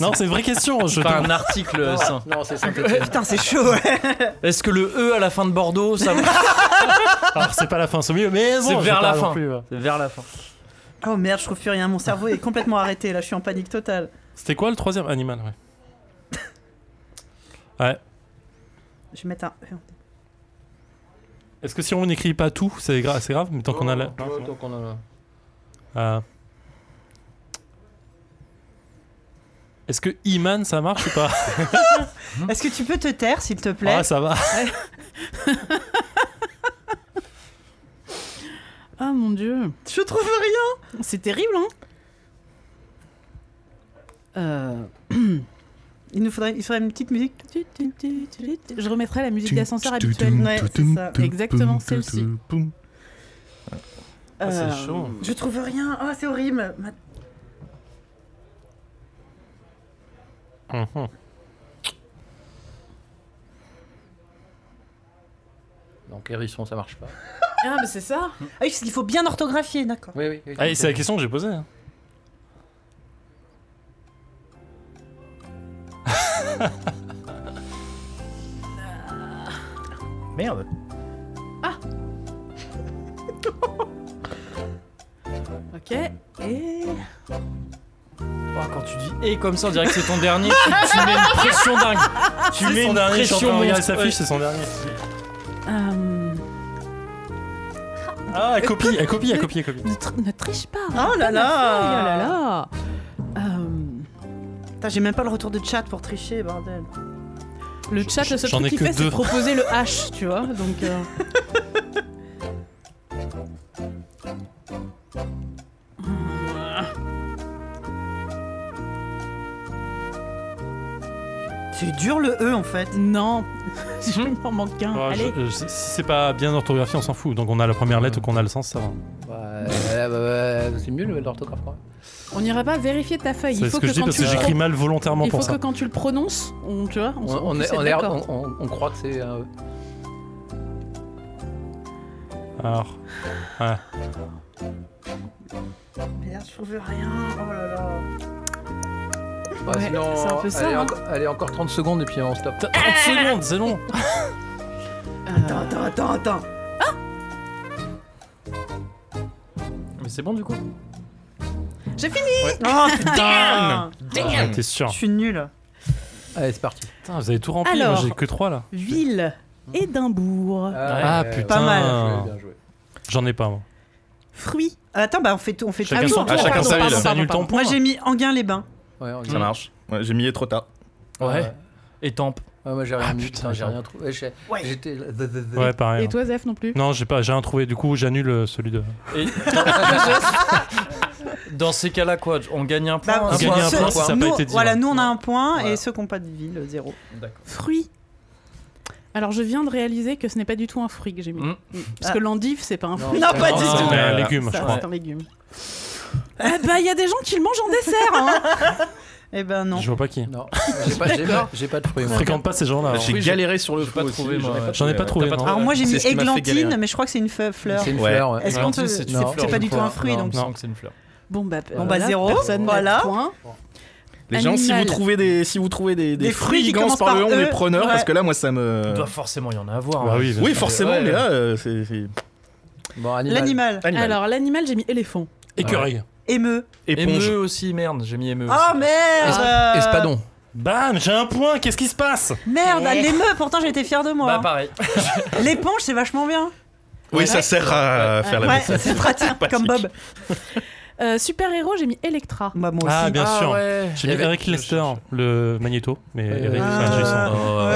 [SPEAKER 3] Non, c'est une vraie question.
[SPEAKER 4] (laughs)
[SPEAKER 3] Je
[SPEAKER 4] C'est pas
[SPEAKER 3] te-
[SPEAKER 4] un article sain.
[SPEAKER 5] Non, c'est
[SPEAKER 6] (laughs)
[SPEAKER 5] 5
[SPEAKER 1] Putain, c'est chaud, ouais.
[SPEAKER 4] Est-ce que le E à la fin de Bordeaux, (laughs) ça marche
[SPEAKER 3] Alors, Ah, c'est pas la fin, c'est au milieu, mais bon,
[SPEAKER 4] C'est
[SPEAKER 3] je
[SPEAKER 4] vers
[SPEAKER 3] vais
[SPEAKER 4] la
[SPEAKER 3] pas non
[SPEAKER 4] fin.
[SPEAKER 3] plus, ouais.
[SPEAKER 4] Vers la fin.
[SPEAKER 1] Oh merde, je trouve plus rien. Mon cerveau est complètement arrêté. Là, je suis en panique totale.
[SPEAKER 3] C'était quoi le troisième animal ouais. Ouais.
[SPEAKER 1] Je vais mettre un. E
[SPEAKER 3] Est-ce que si on n'écrit pas tout, c'est gra- c'est grave, mais tant qu'on a la.
[SPEAKER 5] Tant qu'on a la-
[SPEAKER 3] Ah. Est-ce que Iman ça marche ou
[SPEAKER 6] (laughs)
[SPEAKER 3] pas
[SPEAKER 1] Est-ce que tu peux te taire, s'il te plaît
[SPEAKER 3] Mmh. Ah ça va.
[SPEAKER 6] Ah mon dieu.
[SPEAKER 1] Je trouve rien.
[SPEAKER 6] C'est terrible, hein Euh,
[SPEAKER 1] Il nous faudrait, il faudrait une petite musique.
[SPEAKER 6] tu, tu, tu, tu, tu. Je remettrai la musique d'ascenseur habituelle.
[SPEAKER 1] Ouais, c'est ça.
[SPEAKER 6] Exactement, celle-ci.
[SPEAKER 3] Ah,
[SPEAKER 1] Euh, Je trouve rien. Oh, c'est horrible. Ma-
[SPEAKER 3] Mhm.
[SPEAKER 5] Donc, hérisson, ça marche pas.
[SPEAKER 6] Ah, mais c'est
[SPEAKER 3] Mmh.
[SPEAKER 6] ça
[SPEAKER 1] Ah oui, parce qu'il faut bien orthographier, d'accord.
[SPEAKER 5] Oui, oui. oui,
[SPEAKER 3] Ah, et
[SPEAKER 5] ok.
[SPEAKER 3] c'est la question que j'ai posée. hein.
[SPEAKER 2] Merde.
[SPEAKER 6] Ok. Et.
[SPEAKER 4] Oh, quand tu dis et comme ça, on dirait que c'est ton dernier. tu, tu mets une pression dingue.
[SPEAKER 6] Ah,
[SPEAKER 4] Tu mets
[SPEAKER 3] son
[SPEAKER 4] une
[SPEAKER 3] dernier, je suis en
[SPEAKER 4] pression
[SPEAKER 3] train de regarder
[SPEAKER 4] monstre.
[SPEAKER 3] sa fiche, c'est son dernier.
[SPEAKER 6] Euh,
[SPEAKER 3] Ah, elle copie, elle copie, elle copie, elle copie.
[SPEAKER 6] ne, tr- ne triche pas.
[SPEAKER 1] Oh là là
[SPEAKER 6] Oh là là. Euh,
[SPEAKER 1] Putain, j'ai même pas le retour de chat pour tricher, bordel.
[SPEAKER 6] le chat, le seul
[SPEAKER 3] J'en ai
[SPEAKER 6] truc qu'il
[SPEAKER 3] que
[SPEAKER 6] fait,
[SPEAKER 3] deux.
[SPEAKER 6] c'est proposer le H, tu vois.
[SPEAKER 3] (laughs)
[SPEAKER 6] Donc, euh,
[SPEAKER 1] C'est dur le E en fait.
[SPEAKER 6] non, (laughs) il m'en manque un.
[SPEAKER 3] Ouais,
[SPEAKER 6] Ah, Allez.
[SPEAKER 3] Ah, je- je- si c'est pas bien orthographié, on s'en fout. Donc on a la première lettre ou qu'on a le sens, ça va.
[SPEAKER 5] Bah, ouais, bah, bah, c'est mieux le l'orthographe. quoi.
[SPEAKER 6] On n'ira pas vérifier ta feuille.
[SPEAKER 3] C'est
[SPEAKER 6] Il faut
[SPEAKER 3] ce que
[SPEAKER 6] que,
[SPEAKER 3] je dis
[SPEAKER 6] quand
[SPEAKER 3] parce
[SPEAKER 6] tu
[SPEAKER 3] que
[SPEAKER 6] le
[SPEAKER 3] j'écris
[SPEAKER 6] pro-
[SPEAKER 3] mal volontairement
[SPEAKER 6] il faut
[SPEAKER 3] pour
[SPEAKER 6] que
[SPEAKER 3] ça.
[SPEAKER 6] quand tu le prononces, on, tu vois, on,
[SPEAKER 5] On,
[SPEAKER 6] s-
[SPEAKER 5] on
[SPEAKER 6] on
[SPEAKER 5] est,
[SPEAKER 6] puisse
[SPEAKER 5] on,
[SPEAKER 6] être
[SPEAKER 5] est-
[SPEAKER 6] d'accord.
[SPEAKER 5] on- on- on croit que c'est un E.
[SPEAKER 3] Alors,
[SPEAKER 1] Merde, je trouve rien. Oh là là.
[SPEAKER 5] Ouais,
[SPEAKER 6] Ouais,
[SPEAKER 5] sinon,
[SPEAKER 6] c'est un peu ça,
[SPEAKER 5] Allez,
[SPEAKER 6] hein.
[SPEAKER 5] enco- allez, encore 30 secondes et puis on stop.
[SPEAKER 3] 30 secondes, c'est long.
[SPEAKER 1] Attends,
[SPEAKER 3] Euh,
[SPEAKER 1] attends, attends, attends.
[SPEAKER 4] Mais c'est bon du coup.
[SPEAKER 6] J'ai fini.
[SPEAKER 1] Oh putain
[SPEAKER 3] Ah, T'es sûr
[SPEAKER 1] Je suis nulle.
[SPEAKER 5] Allez, c'est parti.
[SPEAKER 3] Putain, vous avez tout rempli.
[SPEAKER 6] Alors.
[SPEAKER 3] moi, j'ai que 3 là.
[SPEAKER 6] Ville Édimbourg.
[SPEAKER 3] Ah,
[SPEAKER 5] Euh, ouais,
[SPEAKER 3] putain.
[SPEAKER 5] ouais, bien joué.
[SPEAKER 3] J'en ai pas. Moi.
[SPEAKER 6] Fruits.
[SPEAKER 1] Attends, bah on fait tout, on fait tout.
[SPEAKER 3] Chacun
[SPEAKER 6] Ah oui,
[SPEAKER 3] son
[SPEAKER 6] on
[SPEAKER 3] tour. Ah,
[SPEAKER 6] tourne,
[SPEAKER 3] Chacun
[SPEAKER 6] pardon,
[SPEAKER 3] sa
[SPEAKER 6] pardon,
[SPEAKER 3] ville.
[SPEAKER 6] pardon,
[SPEAKER 3] T'annules ton
[SPEAKER 6] pardon.
[SPEAKER 3] point.
[SPEAKER 1] Moi j'ai mis Enghien-les-Bains.
[SPEAKER 5] Ouais, on y
[SPEAKER 4] Ça
[SPEAKER 5] va.
[SPEAKER 4] marche.
[SPEAKER 7] Ouais, j'ai mis les trop tard.
[SPEAKER 4] Mm. Ouais. Et tempe.
[SPEAKER 5] Ouais, moi j'ai rien mis,
[SPEAKER 4] putain,
[SPEAKER 5] putain, j'ai
[SPEAKER 4] j'ai-
[SPEAKER 5] rien trouvé. Ouais, j'ai-
[SPEAKER 1] Ouais.
[SPEAKER 5] J'étais.
[SPEAKER 3] Ah, Ouais, pareil. hein.
[SPEAKER 6] Et toi, Zef, non plus
[SPEAKER 3] Non, j'ai pas, j'ai un trouvé. Du coup, j'annule euh, celui de.
[SPEAKER 4] Et... (laughs) Dans ces cas-là quoi, on gagne un point.
[SPEAKER 1] Bah,
[SPEAKER 3] On
[SPEAKER 1] ceux-
[SPEAKER 3] gagne un
[SPEAKER 1] ceux-
[SPEAKER 3] point si ça a pas
[SPEAKER 1] nous-
[SPEAKER 3] été dit,
[SPEAKER 1] Voilà,
[SPEAKER 3] hein.
[SPEAKER 1] nous on a un point
[SPEAKER 5] Voilà.
[SPEAKER 1] et ceux qui n'ont pas de ville, zéro.
[SPEAKER 6] Fruits. Alors, je viens de réaliser que ce n'est pas du tout un fruit que j'ai mis.
[SPEAKER 4] Mm.
[SPEAKER 1] Ah.
[SPEAKER 6] Parce que l'endive, c'est pas un fruit.
[SPEAKER 1] Non, pas
[SPEAKER 4] du
[SPEAKER 3] Ah,
[SPEAKER 4] tout.
[SPEAKER 3] mais un
[SPEAKER 4] Voilà.
[SPEAKER 3] légume, je
[SPEAKER 6] Ça,
[SPEAKER 3] crois.
[SPEAKER 6] c'est un légume. Ah bah, il y a des gens qui le mangent en dessert. hein.
[SPEAKER 1] Eh ben non.
[SPEAKER 3] Je vois pas qui.
[SPEAKER 5] Non, j'ai pas, j'ai pas, j'ai pas de fruits.
[SPEAKER 3] Je
[SPEAKER 5] moi.
[SPEAKER 3] fréquente pas ces gens-là. hein.
[SPEAKER 7] J'ai
[SPEAKER 4] oui,
[SPEAKER 7] galéré sur le
[SPEAKER 4] j'ai
[SPEAKER 7] fruit
[SPEAKER 4] pas
[SPEAKER 7] aussi,
[SPEAKER 4] trouvé, moi,
[SPEAKER 7] j'en ai
[SPEAKER 4] ouais.
[SPEAKER 7] pas
[SPEAKER 3] J'en ai pas trouvé.
[SPEAKER 4] T'as
[SPEAKER 3] non.
[SPEAKER 4] pas trouvé
[SPEAKER 1] Alors moi j'ai
[SPEAKER 7] C'est
[SPEAKER 1] mis
[SPEAKER 7] ce qui m'a fait
[SPEAKER 1] églantine,
[SPEAKER 7] galérer.
[SPEAKER 1] mais je crois que c'est une fe- fleur.
[SPEAKER 5] C'est une
[SPEAKER 7] Ouais.
[SPEAKER 5] fleur. ouais.
[SPEAKER 1] Est-ce qu'on te.
[SPEAKER 4] Églantine, c'est
[SPEAKER 1] C'est
[SPEAKER 4] une fleur,
[SPEAKER 1] c'est pas
[SPEAKER 4] je
[SPEAKER 1] du tout
[SPEAKER 4] crois.
[SPEAKER 1] un fruit
[SPEAKER 5] Non,
[SPEAKER 1] donc.
[SPEAKER 4] Non, c'est une fleur.
[SPEAKER 6] Bon, bah,
[SPEAKER 1] Bon, bah, zéro.
[SPEAKER 6] Personne n'a de
[SPEAKER 1] Voilà.
[SPEAKER 6] point.
[SPEAKER 7] Les gens, si vous
[SPEAKER 6] Animal.
[SPEAKER 7] trouvez des, si vous trouvez des, des
[SPEAKER 1] Des fruits
[SPEAKER 7] fruits
[SPEAKER 1] qui
[SPEAKER 7] qui commencent
[SPEAKER 1] commencent
[SPEAKER 7] par le
[SPEAKER 1] par
[SPEAKER 7] on
[SPEAKER 1] E,
[SPEAKER 7] est preneur
[SPEAKER 1] ouais.
[SPEAKER 7] parce que là, moi, ça me.
[SPEAKER 4] Il doit forcément y en avoir.
[SPEAKER 3] Bah
[SPEAKER 4] hein.
[SPEAKER 3] oui, bien
[SPEAKER 7] Oui,
[SPEAKER 3] sûr.
[SPEAKER 7] forcément,
[SPEAKER 4] Ouais.
[SPEAKER 7] mais là, euh, c'est. c'est-
[SPEAKER 5] Bon, animal.
[SPEAKER 1] L'animal.
[SPEAKER 7] Animal.
[SPEAKER 6] Alors, l'animal, j'ai mis éléphant.
[SPEAKER 3] Écureuil.
[SPEAKER 1] Émeu.
[SPEAKER 7] Éponge.
[SPEAKER 4] Émeu aussi, merde, j'ai mis émeu.
[SPEAKER 1] Oh
[SPEAKER 4] aussi.
[SPEAKER 1] merde
[SPEAKER 5] Espadon.
[SPEAKER 3] Bam, j'ai un point. Qu'est-ce qui se passe
[SPEAKER 1] Merde, l'émeu, pourtant j'étais fière de
[SPEAKER 4] Bah
[SPEAKER 1] moi. hein.
[SPEAKER 4] pareil.
[SPEAKER 1] L'éponge, c'est vachement bien.
[SPEAKER 7] Oui, ça sert à faire la
[SPEAKER 1] Ouais,
[SPEAKER 7] vaisselle.
[SPEAKER 1] c'est (laughs) pratique,
[SPEAKER 7] Pratique.
[SPEAKER 1] comme Bob.
[SPEAKER 6] Euh, Super-héros, j'ai mis Electra.
[SPEAKER 1] Bah, moi aussi.
[SPEAKER 3] Ah, bien
[SPEAKER 4] Ah
[SPEAKER 3] sûr.
[SPEAKER 4] ouais.
[SPEAKER 3] J'ai mis
[SPEAKER 5] Avec-
[SPEAKER 3] Eric Lester, le magnéto. Mais
[SPEAKER 5] Ouais.
[SPEAKER 3] Eric,
[SPEAKER 1] Ah.
[SPEAKER 3] ah,
[SPEAKER 1] Ouais,
[SPEAKER 3] j'ai son-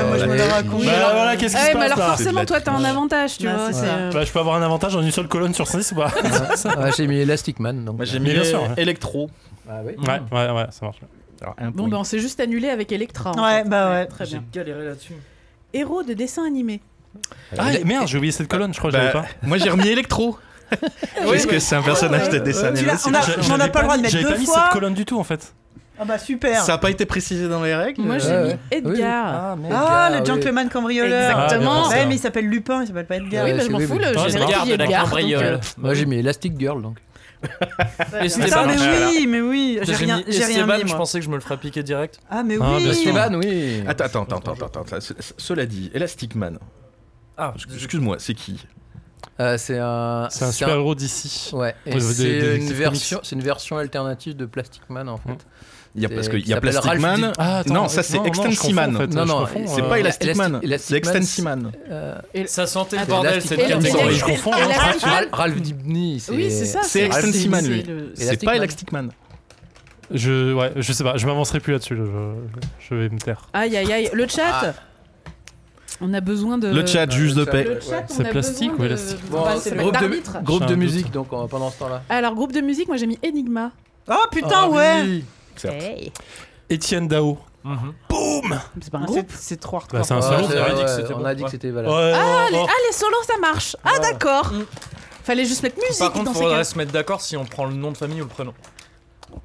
[SPEAKER 1] moi je me
[SPEAKER 7] Ouais.
[SPEAKER 1] le raconte.
[SPEAKER 3] Bah voilà, qu'est-ce qui se
[SPEAKER 6] Eh, mais
[SPEAKER 3] passe
[SPEAKER 6] alors
[SPEAKER 3] là
[SPEAKER 7] C'est de
[SPEAKER 6] forcément,
[SPEAKER 7] la
[SPEAKER 6] toi, t'as un
[SPEAKER 7] triche.
[SPEAKER 6] avantage, tu
[SPEAKER 1] Bah,
[SPEAKER 6] vois.
[SPEAKER 1] c'est
[SPEAKER 6] c'est,
[SPEAKER 1] ça.
[SPEAKER 6] euh,
[SPEAKER 3] Bah, je peux avoir un avantage en une seule colonne sur 6 ou pas
[SPEAKER 5] Ah, j'ai mis Elastic Man. Donc,
[SPEAKER 7] Moi, j'ai
[SPEAKER 3] Mais
[SPEAKER 7] mis
[SPEAKER 3] bien sûr, ouais.
[SPEAKER 7] électro.
[SPEAKER 5] Ah, oui.
[SPEAKER 3] Ouais, ouais, ouais, ça marche.
[SPEAKER 7] Alors, un
[SPEAKER 6] Bon,
[SPEAKER 7] point.
[SPEAKER 6] bah, on s'est juste annulé avec Electra. en
[SPEAKER 1] Ouais,
[SPEAKER 6] fait.
[SPEAKER 1] bah ouais.
[SPEAKER 6] Très bien.
[SPEAKER 4] galéré là-dessus.
[SPEAKER 6] Héros de dessin animé.
[SPEAKER 3] Ah merde, j'ai oublié cette colonne, je crois que
[SPEAKER 7] Bah,
[SPEAKER 3] j'avais pas.
[SPEAKER 7] moi, j'ai remis électro. Parce que c'est un personnage de dessin
[SPEAKER 1] Tu
[SPEAKER 7] animé.
[SPEAKER 1] l'as-
[SPEAKER 7] c'est-
[SPEAKER 1] on a-
[SPEAKER 3] J'a-
[SPEAKER 1] on
[SPEAKER 3] j'avais
[SPEAKER 1] n'a pas le droit de
[SPEAKER 3] mis-
[SPEAKER 1] mettre
[SPEAKER 3] J'avais
[SPEAKER 1] deux
[SPEAKER 3] pas mis
[SPEAKER 1] fois.
[SPEAKER 3] cette colonne du tout en fait.
[SPEAKER 1] Ah bah super.
[SPEAKER 7] Ça n'a pas été précisé dans les règles.
[SPEAKER 6] Moi, j'ai
[SPEAKER 5] Ouais,
[SPEAKER 6] mis
[SPEAKER 5] ouais.
[SPEAKER 6] Edgar.
[SPEAKER 5] merde.
[SPEAKER 1] Ah, le
[SPEAKER 5] oui.
[SPEAKER 1] gentleman cambrioleur.
[SPEAKER 6] Exactement.
[SPEAKER 3] Ah, bien
[SPEAKER 1] Ouais,
[SPEAKER 3] pensé.
[SPEAKER 1] mais il s'appelle Lupin, il s'appelle pas Edgar.
[SPEAKER 6] Oui,
[SPEAKER 5] Ouais,
[SPEAKER 6] bah, je m'en
[SPEAKER 5] oui,
[SPEAKER 6] fous,
[SPEAKER 5] oui.
[SPEAKER 6] le
[SPEAKER 5] Non,
[SPEAKER 4] c'est
[SPEAKER 6] générique,
[SPEAKER 4] Edgar
[SPEAKER 6] il
[SPEAKER 4] de
[SPEAKER 6] est
[SPEAKER 4] la
[SPEAKER 6] Edgar, donc,
[SPEAKER 4] cambriole.
[SPEAKER 6] euh,
[SPEAKER 5] Moi j'ai mis Elastic Girl donc.
[SPEAKER 1] Putain,
[SPEAKER 4] Esteban,
[SPEAKER 1] mais
[SPEAKER 4] voilà.
[SPEAKER 1] oui, mais oui, j'ai
[SPEAKER 4] J'ai
[SPEAKER 1] rien,
[SPEAKER 4] mis
[SPEAKER 1] j'ai rien
[SPEAKER 4] Esteban,
[SPEAKER 1] mis
[SPEAKER 4] je
[SPEAKER 1] moi.
[SPEAKER 4] pensais que je me le ferais piquer direct.
[SPEAKER 1] Ah mais
[SPEAKER 3] Ah, bien
[SPEAKER 1] oui.
[SPEAKER 3] sûr.
[SPEAKER 5] bah, Esteban, oui.
[SPEAKER 7] Euh, Attends, attends, attends, attends, attends, attends. Ce- ce- Cela dit, Elastic Man.
[SPEAKER 4] Ah,
[SPEAKER 7] Excuse-moi, c'est qui
[SPEAKER 5] Euh, c'est un.
[SPEAKER 3] C'est un super héros d'ici.
[SPEAKER 5] Ouais, et
[SPEAKER 3] Ouais, des- des- des
[SPEAKER 5] c'est une
[SPEAKER 3] comics.
[SPEAKER 5] version, c'est une version alternative de Plastic Man en fait.
[SPEAKER 7] Il y a, parce
[SPEAKER 5] C'est-
[SPEAKER 7] qu'il y
[SPEAKER 5] qui
[SPEAKER 7] a
[SPEAKER 5] s'appelle
[SPEAKER 7] Plastic
[SPEAKER 5] Ralph
[SPEAKER 7] Man.
[SPEAKER 5] Di-
[SPEAKER 3] Ah, attends,
[SPEAKER 7] non, ça
[SPEAKER 3] euh,
[SPEAKER 7] c'est
[SPEAKER 3] je confonds,
[SPEAKER 7] Extensiman.
[SPEAKER 3] en fait,
[SPEAKER 5] Non,
[SPEAKER 3] je
[SPEAKER 5] non,
[SPEAKER 3] confonds,
[SPEAKER 7] C'est
[SPEAKER 3] euh,
[SPEAKER 7] pas Elastic
[SPEAKER 5] Elastic-
[SPEAKER 7] Man,
[SPEAKER 5] Elastic
[SPEAKER 7] c'est
[SPEAKER 5] Man,
[SPEAKER 7] Extensiman. Man.
[SPEAKER 5] Euh,
[SPEAKER 4] ça sentait le
[SPEAKER 6] Attends,
[SPEAKER 4] bordel
[SPEAKER 5] Elastic
[SPEAKER 4] cette
[SPEAKER 5] Man,
[SPEAKER 4] catégorie.
[SPEAKER 3] Je confonds.
[SPEAKER 6] Elle a-
[SPEAKER 3] hein.
[SPEAKER 5] Ralph, Ralph- Ralph Dibny, c'est.
[SPEAKER 6] Oui, c'est ça.
[SPEAKER 7] C'est Extensive Man, lui.
[SPEAKER 6] le-
[SPEAKER 5] Elastic
[SPEAKER 7] C'est pas
[SPEAKER 5] Man.
[SPEAKER 7] Elastic Man.
[SPEAKER 3] Je, ouais, je sais pas, je m'avancerai plus là-dessus. là, Je, je vais me taire.
[SPEAKER 6] Aïe, aïe, aïe. Le chat. On a besoin de.
[SPEAKER 7] Le chat, juge de
[SPEAKER 5] ça-
[SPEAKER 7] paix.
[SPEAKER 6] Euh, Le chat, on
[SPEAKER 3] C'est
[SPEAKER 6] a
[SPEAKER 3] plastique
[SPEAKER 6] besoin
[SPEAKER 3] ou
[SPEAKER 6] de-
[SPEAKER 3] élastique
[SPEAKER 5] Bon,
[SPEAKER 6] Bah, c'est
[SPEAKER 5] groupe
[SPEAKER 6] l'arbitre.
[SPEAKER 5] de, groupe
[SPEAKER 3] J'ai
[SPEAKER 5] de
[SPEAKER 3] un doute.
[SPEAKER 5] musique donc euh, pendant ce temps-là.
[SPEAKER 6] Alors, groupe de musique, moi j'ai mis Enigma.
[SPEAKER 1] Oh putain
[SPEAKER 5] Ah
[SPEAKER 1] ouais.
[SPEAKER 5] oui.
[SPEAKER 3] Étienne Dao.
[SPEAKER 4] Mhm.
[SPEAKER 6] C'est pas un
[SPEAKER 1] Ah,
[SPEAKER 6] groupe.
[SPEAKER 1] c'est- C'est trop hardcore.
[SPEAKER 3] Bah, c'est un
[SPEAKER 5] Ouais,
[SPEAKER 3] salaud.
[SPEAKER 5] c'est-
[SPEAKER 4] on avait dit que
[SPEAKER 5] ouais,
[SPEAKER 4] c'était
[SPEAKER 5] on
[SPEAKER 4] bon.
[SPEAKER 5] a dit que
[SPEAKER 4] Ouais.
[SPEAKER 5] c'était
[SPEAKER 3] Ouais,
[SPEAKER 5] valable.
[SPEAKER 3] ouais,
[SPEAKER 6] Ah,
[SPEAKER 3] ouais.
[SPEAKER 6] les solos, ça marche. Ah, d'accord. Fallait juste mettre musique
[SPEAKER 4] Par contre,
[SPEAKER 6] dans ces cas.
[SPEAKER 4] faudrait se mettre d'accord si on prend le nom de famille ou le prénom.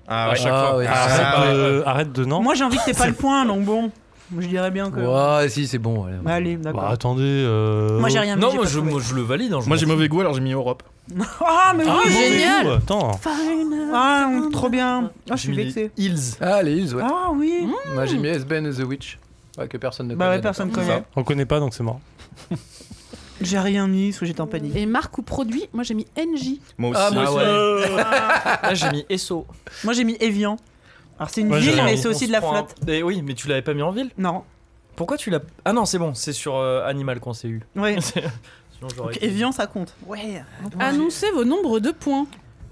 [SPEAKER 7] Ah
[SPEAKER 4] À
[SPEAKER 7] ouais.
[SPEAKER 4] chaque
[SPEAKER 5] Ah
[SPEAKER 4] fois.
[SPEAKER 5] ouais.
[SPEAKER 3] Arrête,
[SPEAKER 7] Ah ouais.
[SPEAKER 3] de, arrête de non.
[SPEAKER 1] Moi j'ai envie que t'aies pas le point donc bon, je dirais bien que.
[SPEAKER 5] Ouais, si c'est bon. ouais.
[SPEAKER 1] Bah, Allez,
[SPEAKER 3] Bah,
[SPEAKER 1] d'accord.
[SPEAKER 3] attendez. euh,
[SPEAKER 1] Moi j'ai rien mis.
[SPEAKER 4] Non,
[SPEAKER 1] j'ai
[SPEAKER 4] moi
[SPEAKER 1] pas
[SPEAKER 4] je,
[SPEAKER 1] trouvé.
[SPEAKER 4] moi, je le valide. hein, je
[SPEAKER 7] Moi j'ai
[SPEAKER 4] m'en
[SPEAKER 7] mauvais goût alors j'ai mis Europe.
[SPEAKER 1] (laughs) Ah mais
[SPEAKER 3] Ah,
[SPEAKER 1] oui.
[SPEAKER 3] mauvais
[SPEAKER 6] génial.
[SPEAKER 3] goût, Attends.
[SPEAKER 6] Fine.
[SPEAKER 1] Ah trop bien. Ah je suis
[SPEAKER 7] J'ai mis
[SPEAKER 1] vexée.
[SPEAKER 7] Hills.
[SPEAKER 5] Ah, les Hills, ouais. Mmh.
[SPEAKER 1] Ah oui.
[SPEAKER 5] Moi j'ai mis Esben and the Witch. Ouais, que personne ne
[SPEAKER 1] Bah ouais,
[SPEAKER 5] connaît.
[SPEAKER 1] personne
[SPEAKER 7] d'accord.
[SPEAKER 1] connaît.
[SPEAKER 3] On connaît pas donc c'est mort.
[SPEAKER 1] J'ai rien mis parce que j'étais en panique.
[SPEAKER 6] Et marque ou produit, moi j'ai mis NJ.
[SPEAKER 7] Moi aussi.
[SPEAKER 5] (laughs) Ah, moi
[SPEAKER 4] Ah
[SPEAKER 5] aussi.
[SPEAKER 4] ouais. Là, j'ai mis Esso.
[SPEAKER 1] Moi j'ai mis Evian. Alors c'est une
[SPEAKER 3] Ouais,
[SPEAKER 1] ville,
[SPEAKER 3] j'avais
[SPEAKER 1] mais
[SPEAKER 3] envie.
[SPEAKER 1] c'est aussi de la flotte.
[SPEAKER 4] Et Eh oui, mais tu l'avais pas mis en ville
[SPEAKER 1] Non.
[SPEAKER 4] Pourquoi tu l'as. Ah non, c'est bon, c'est sur euh, Animal qu'on s'est eu.
[SPEAKER 1] Ouais.
[SPEAKER 4] Sinon, j'aurais
[SPEAKER 1] Donc
[SPEAKER 4] été-
[SPEAKER 1] Evian, ça compte. Ouais.
[SPEAKER 6] Annoncez vos nombres de points.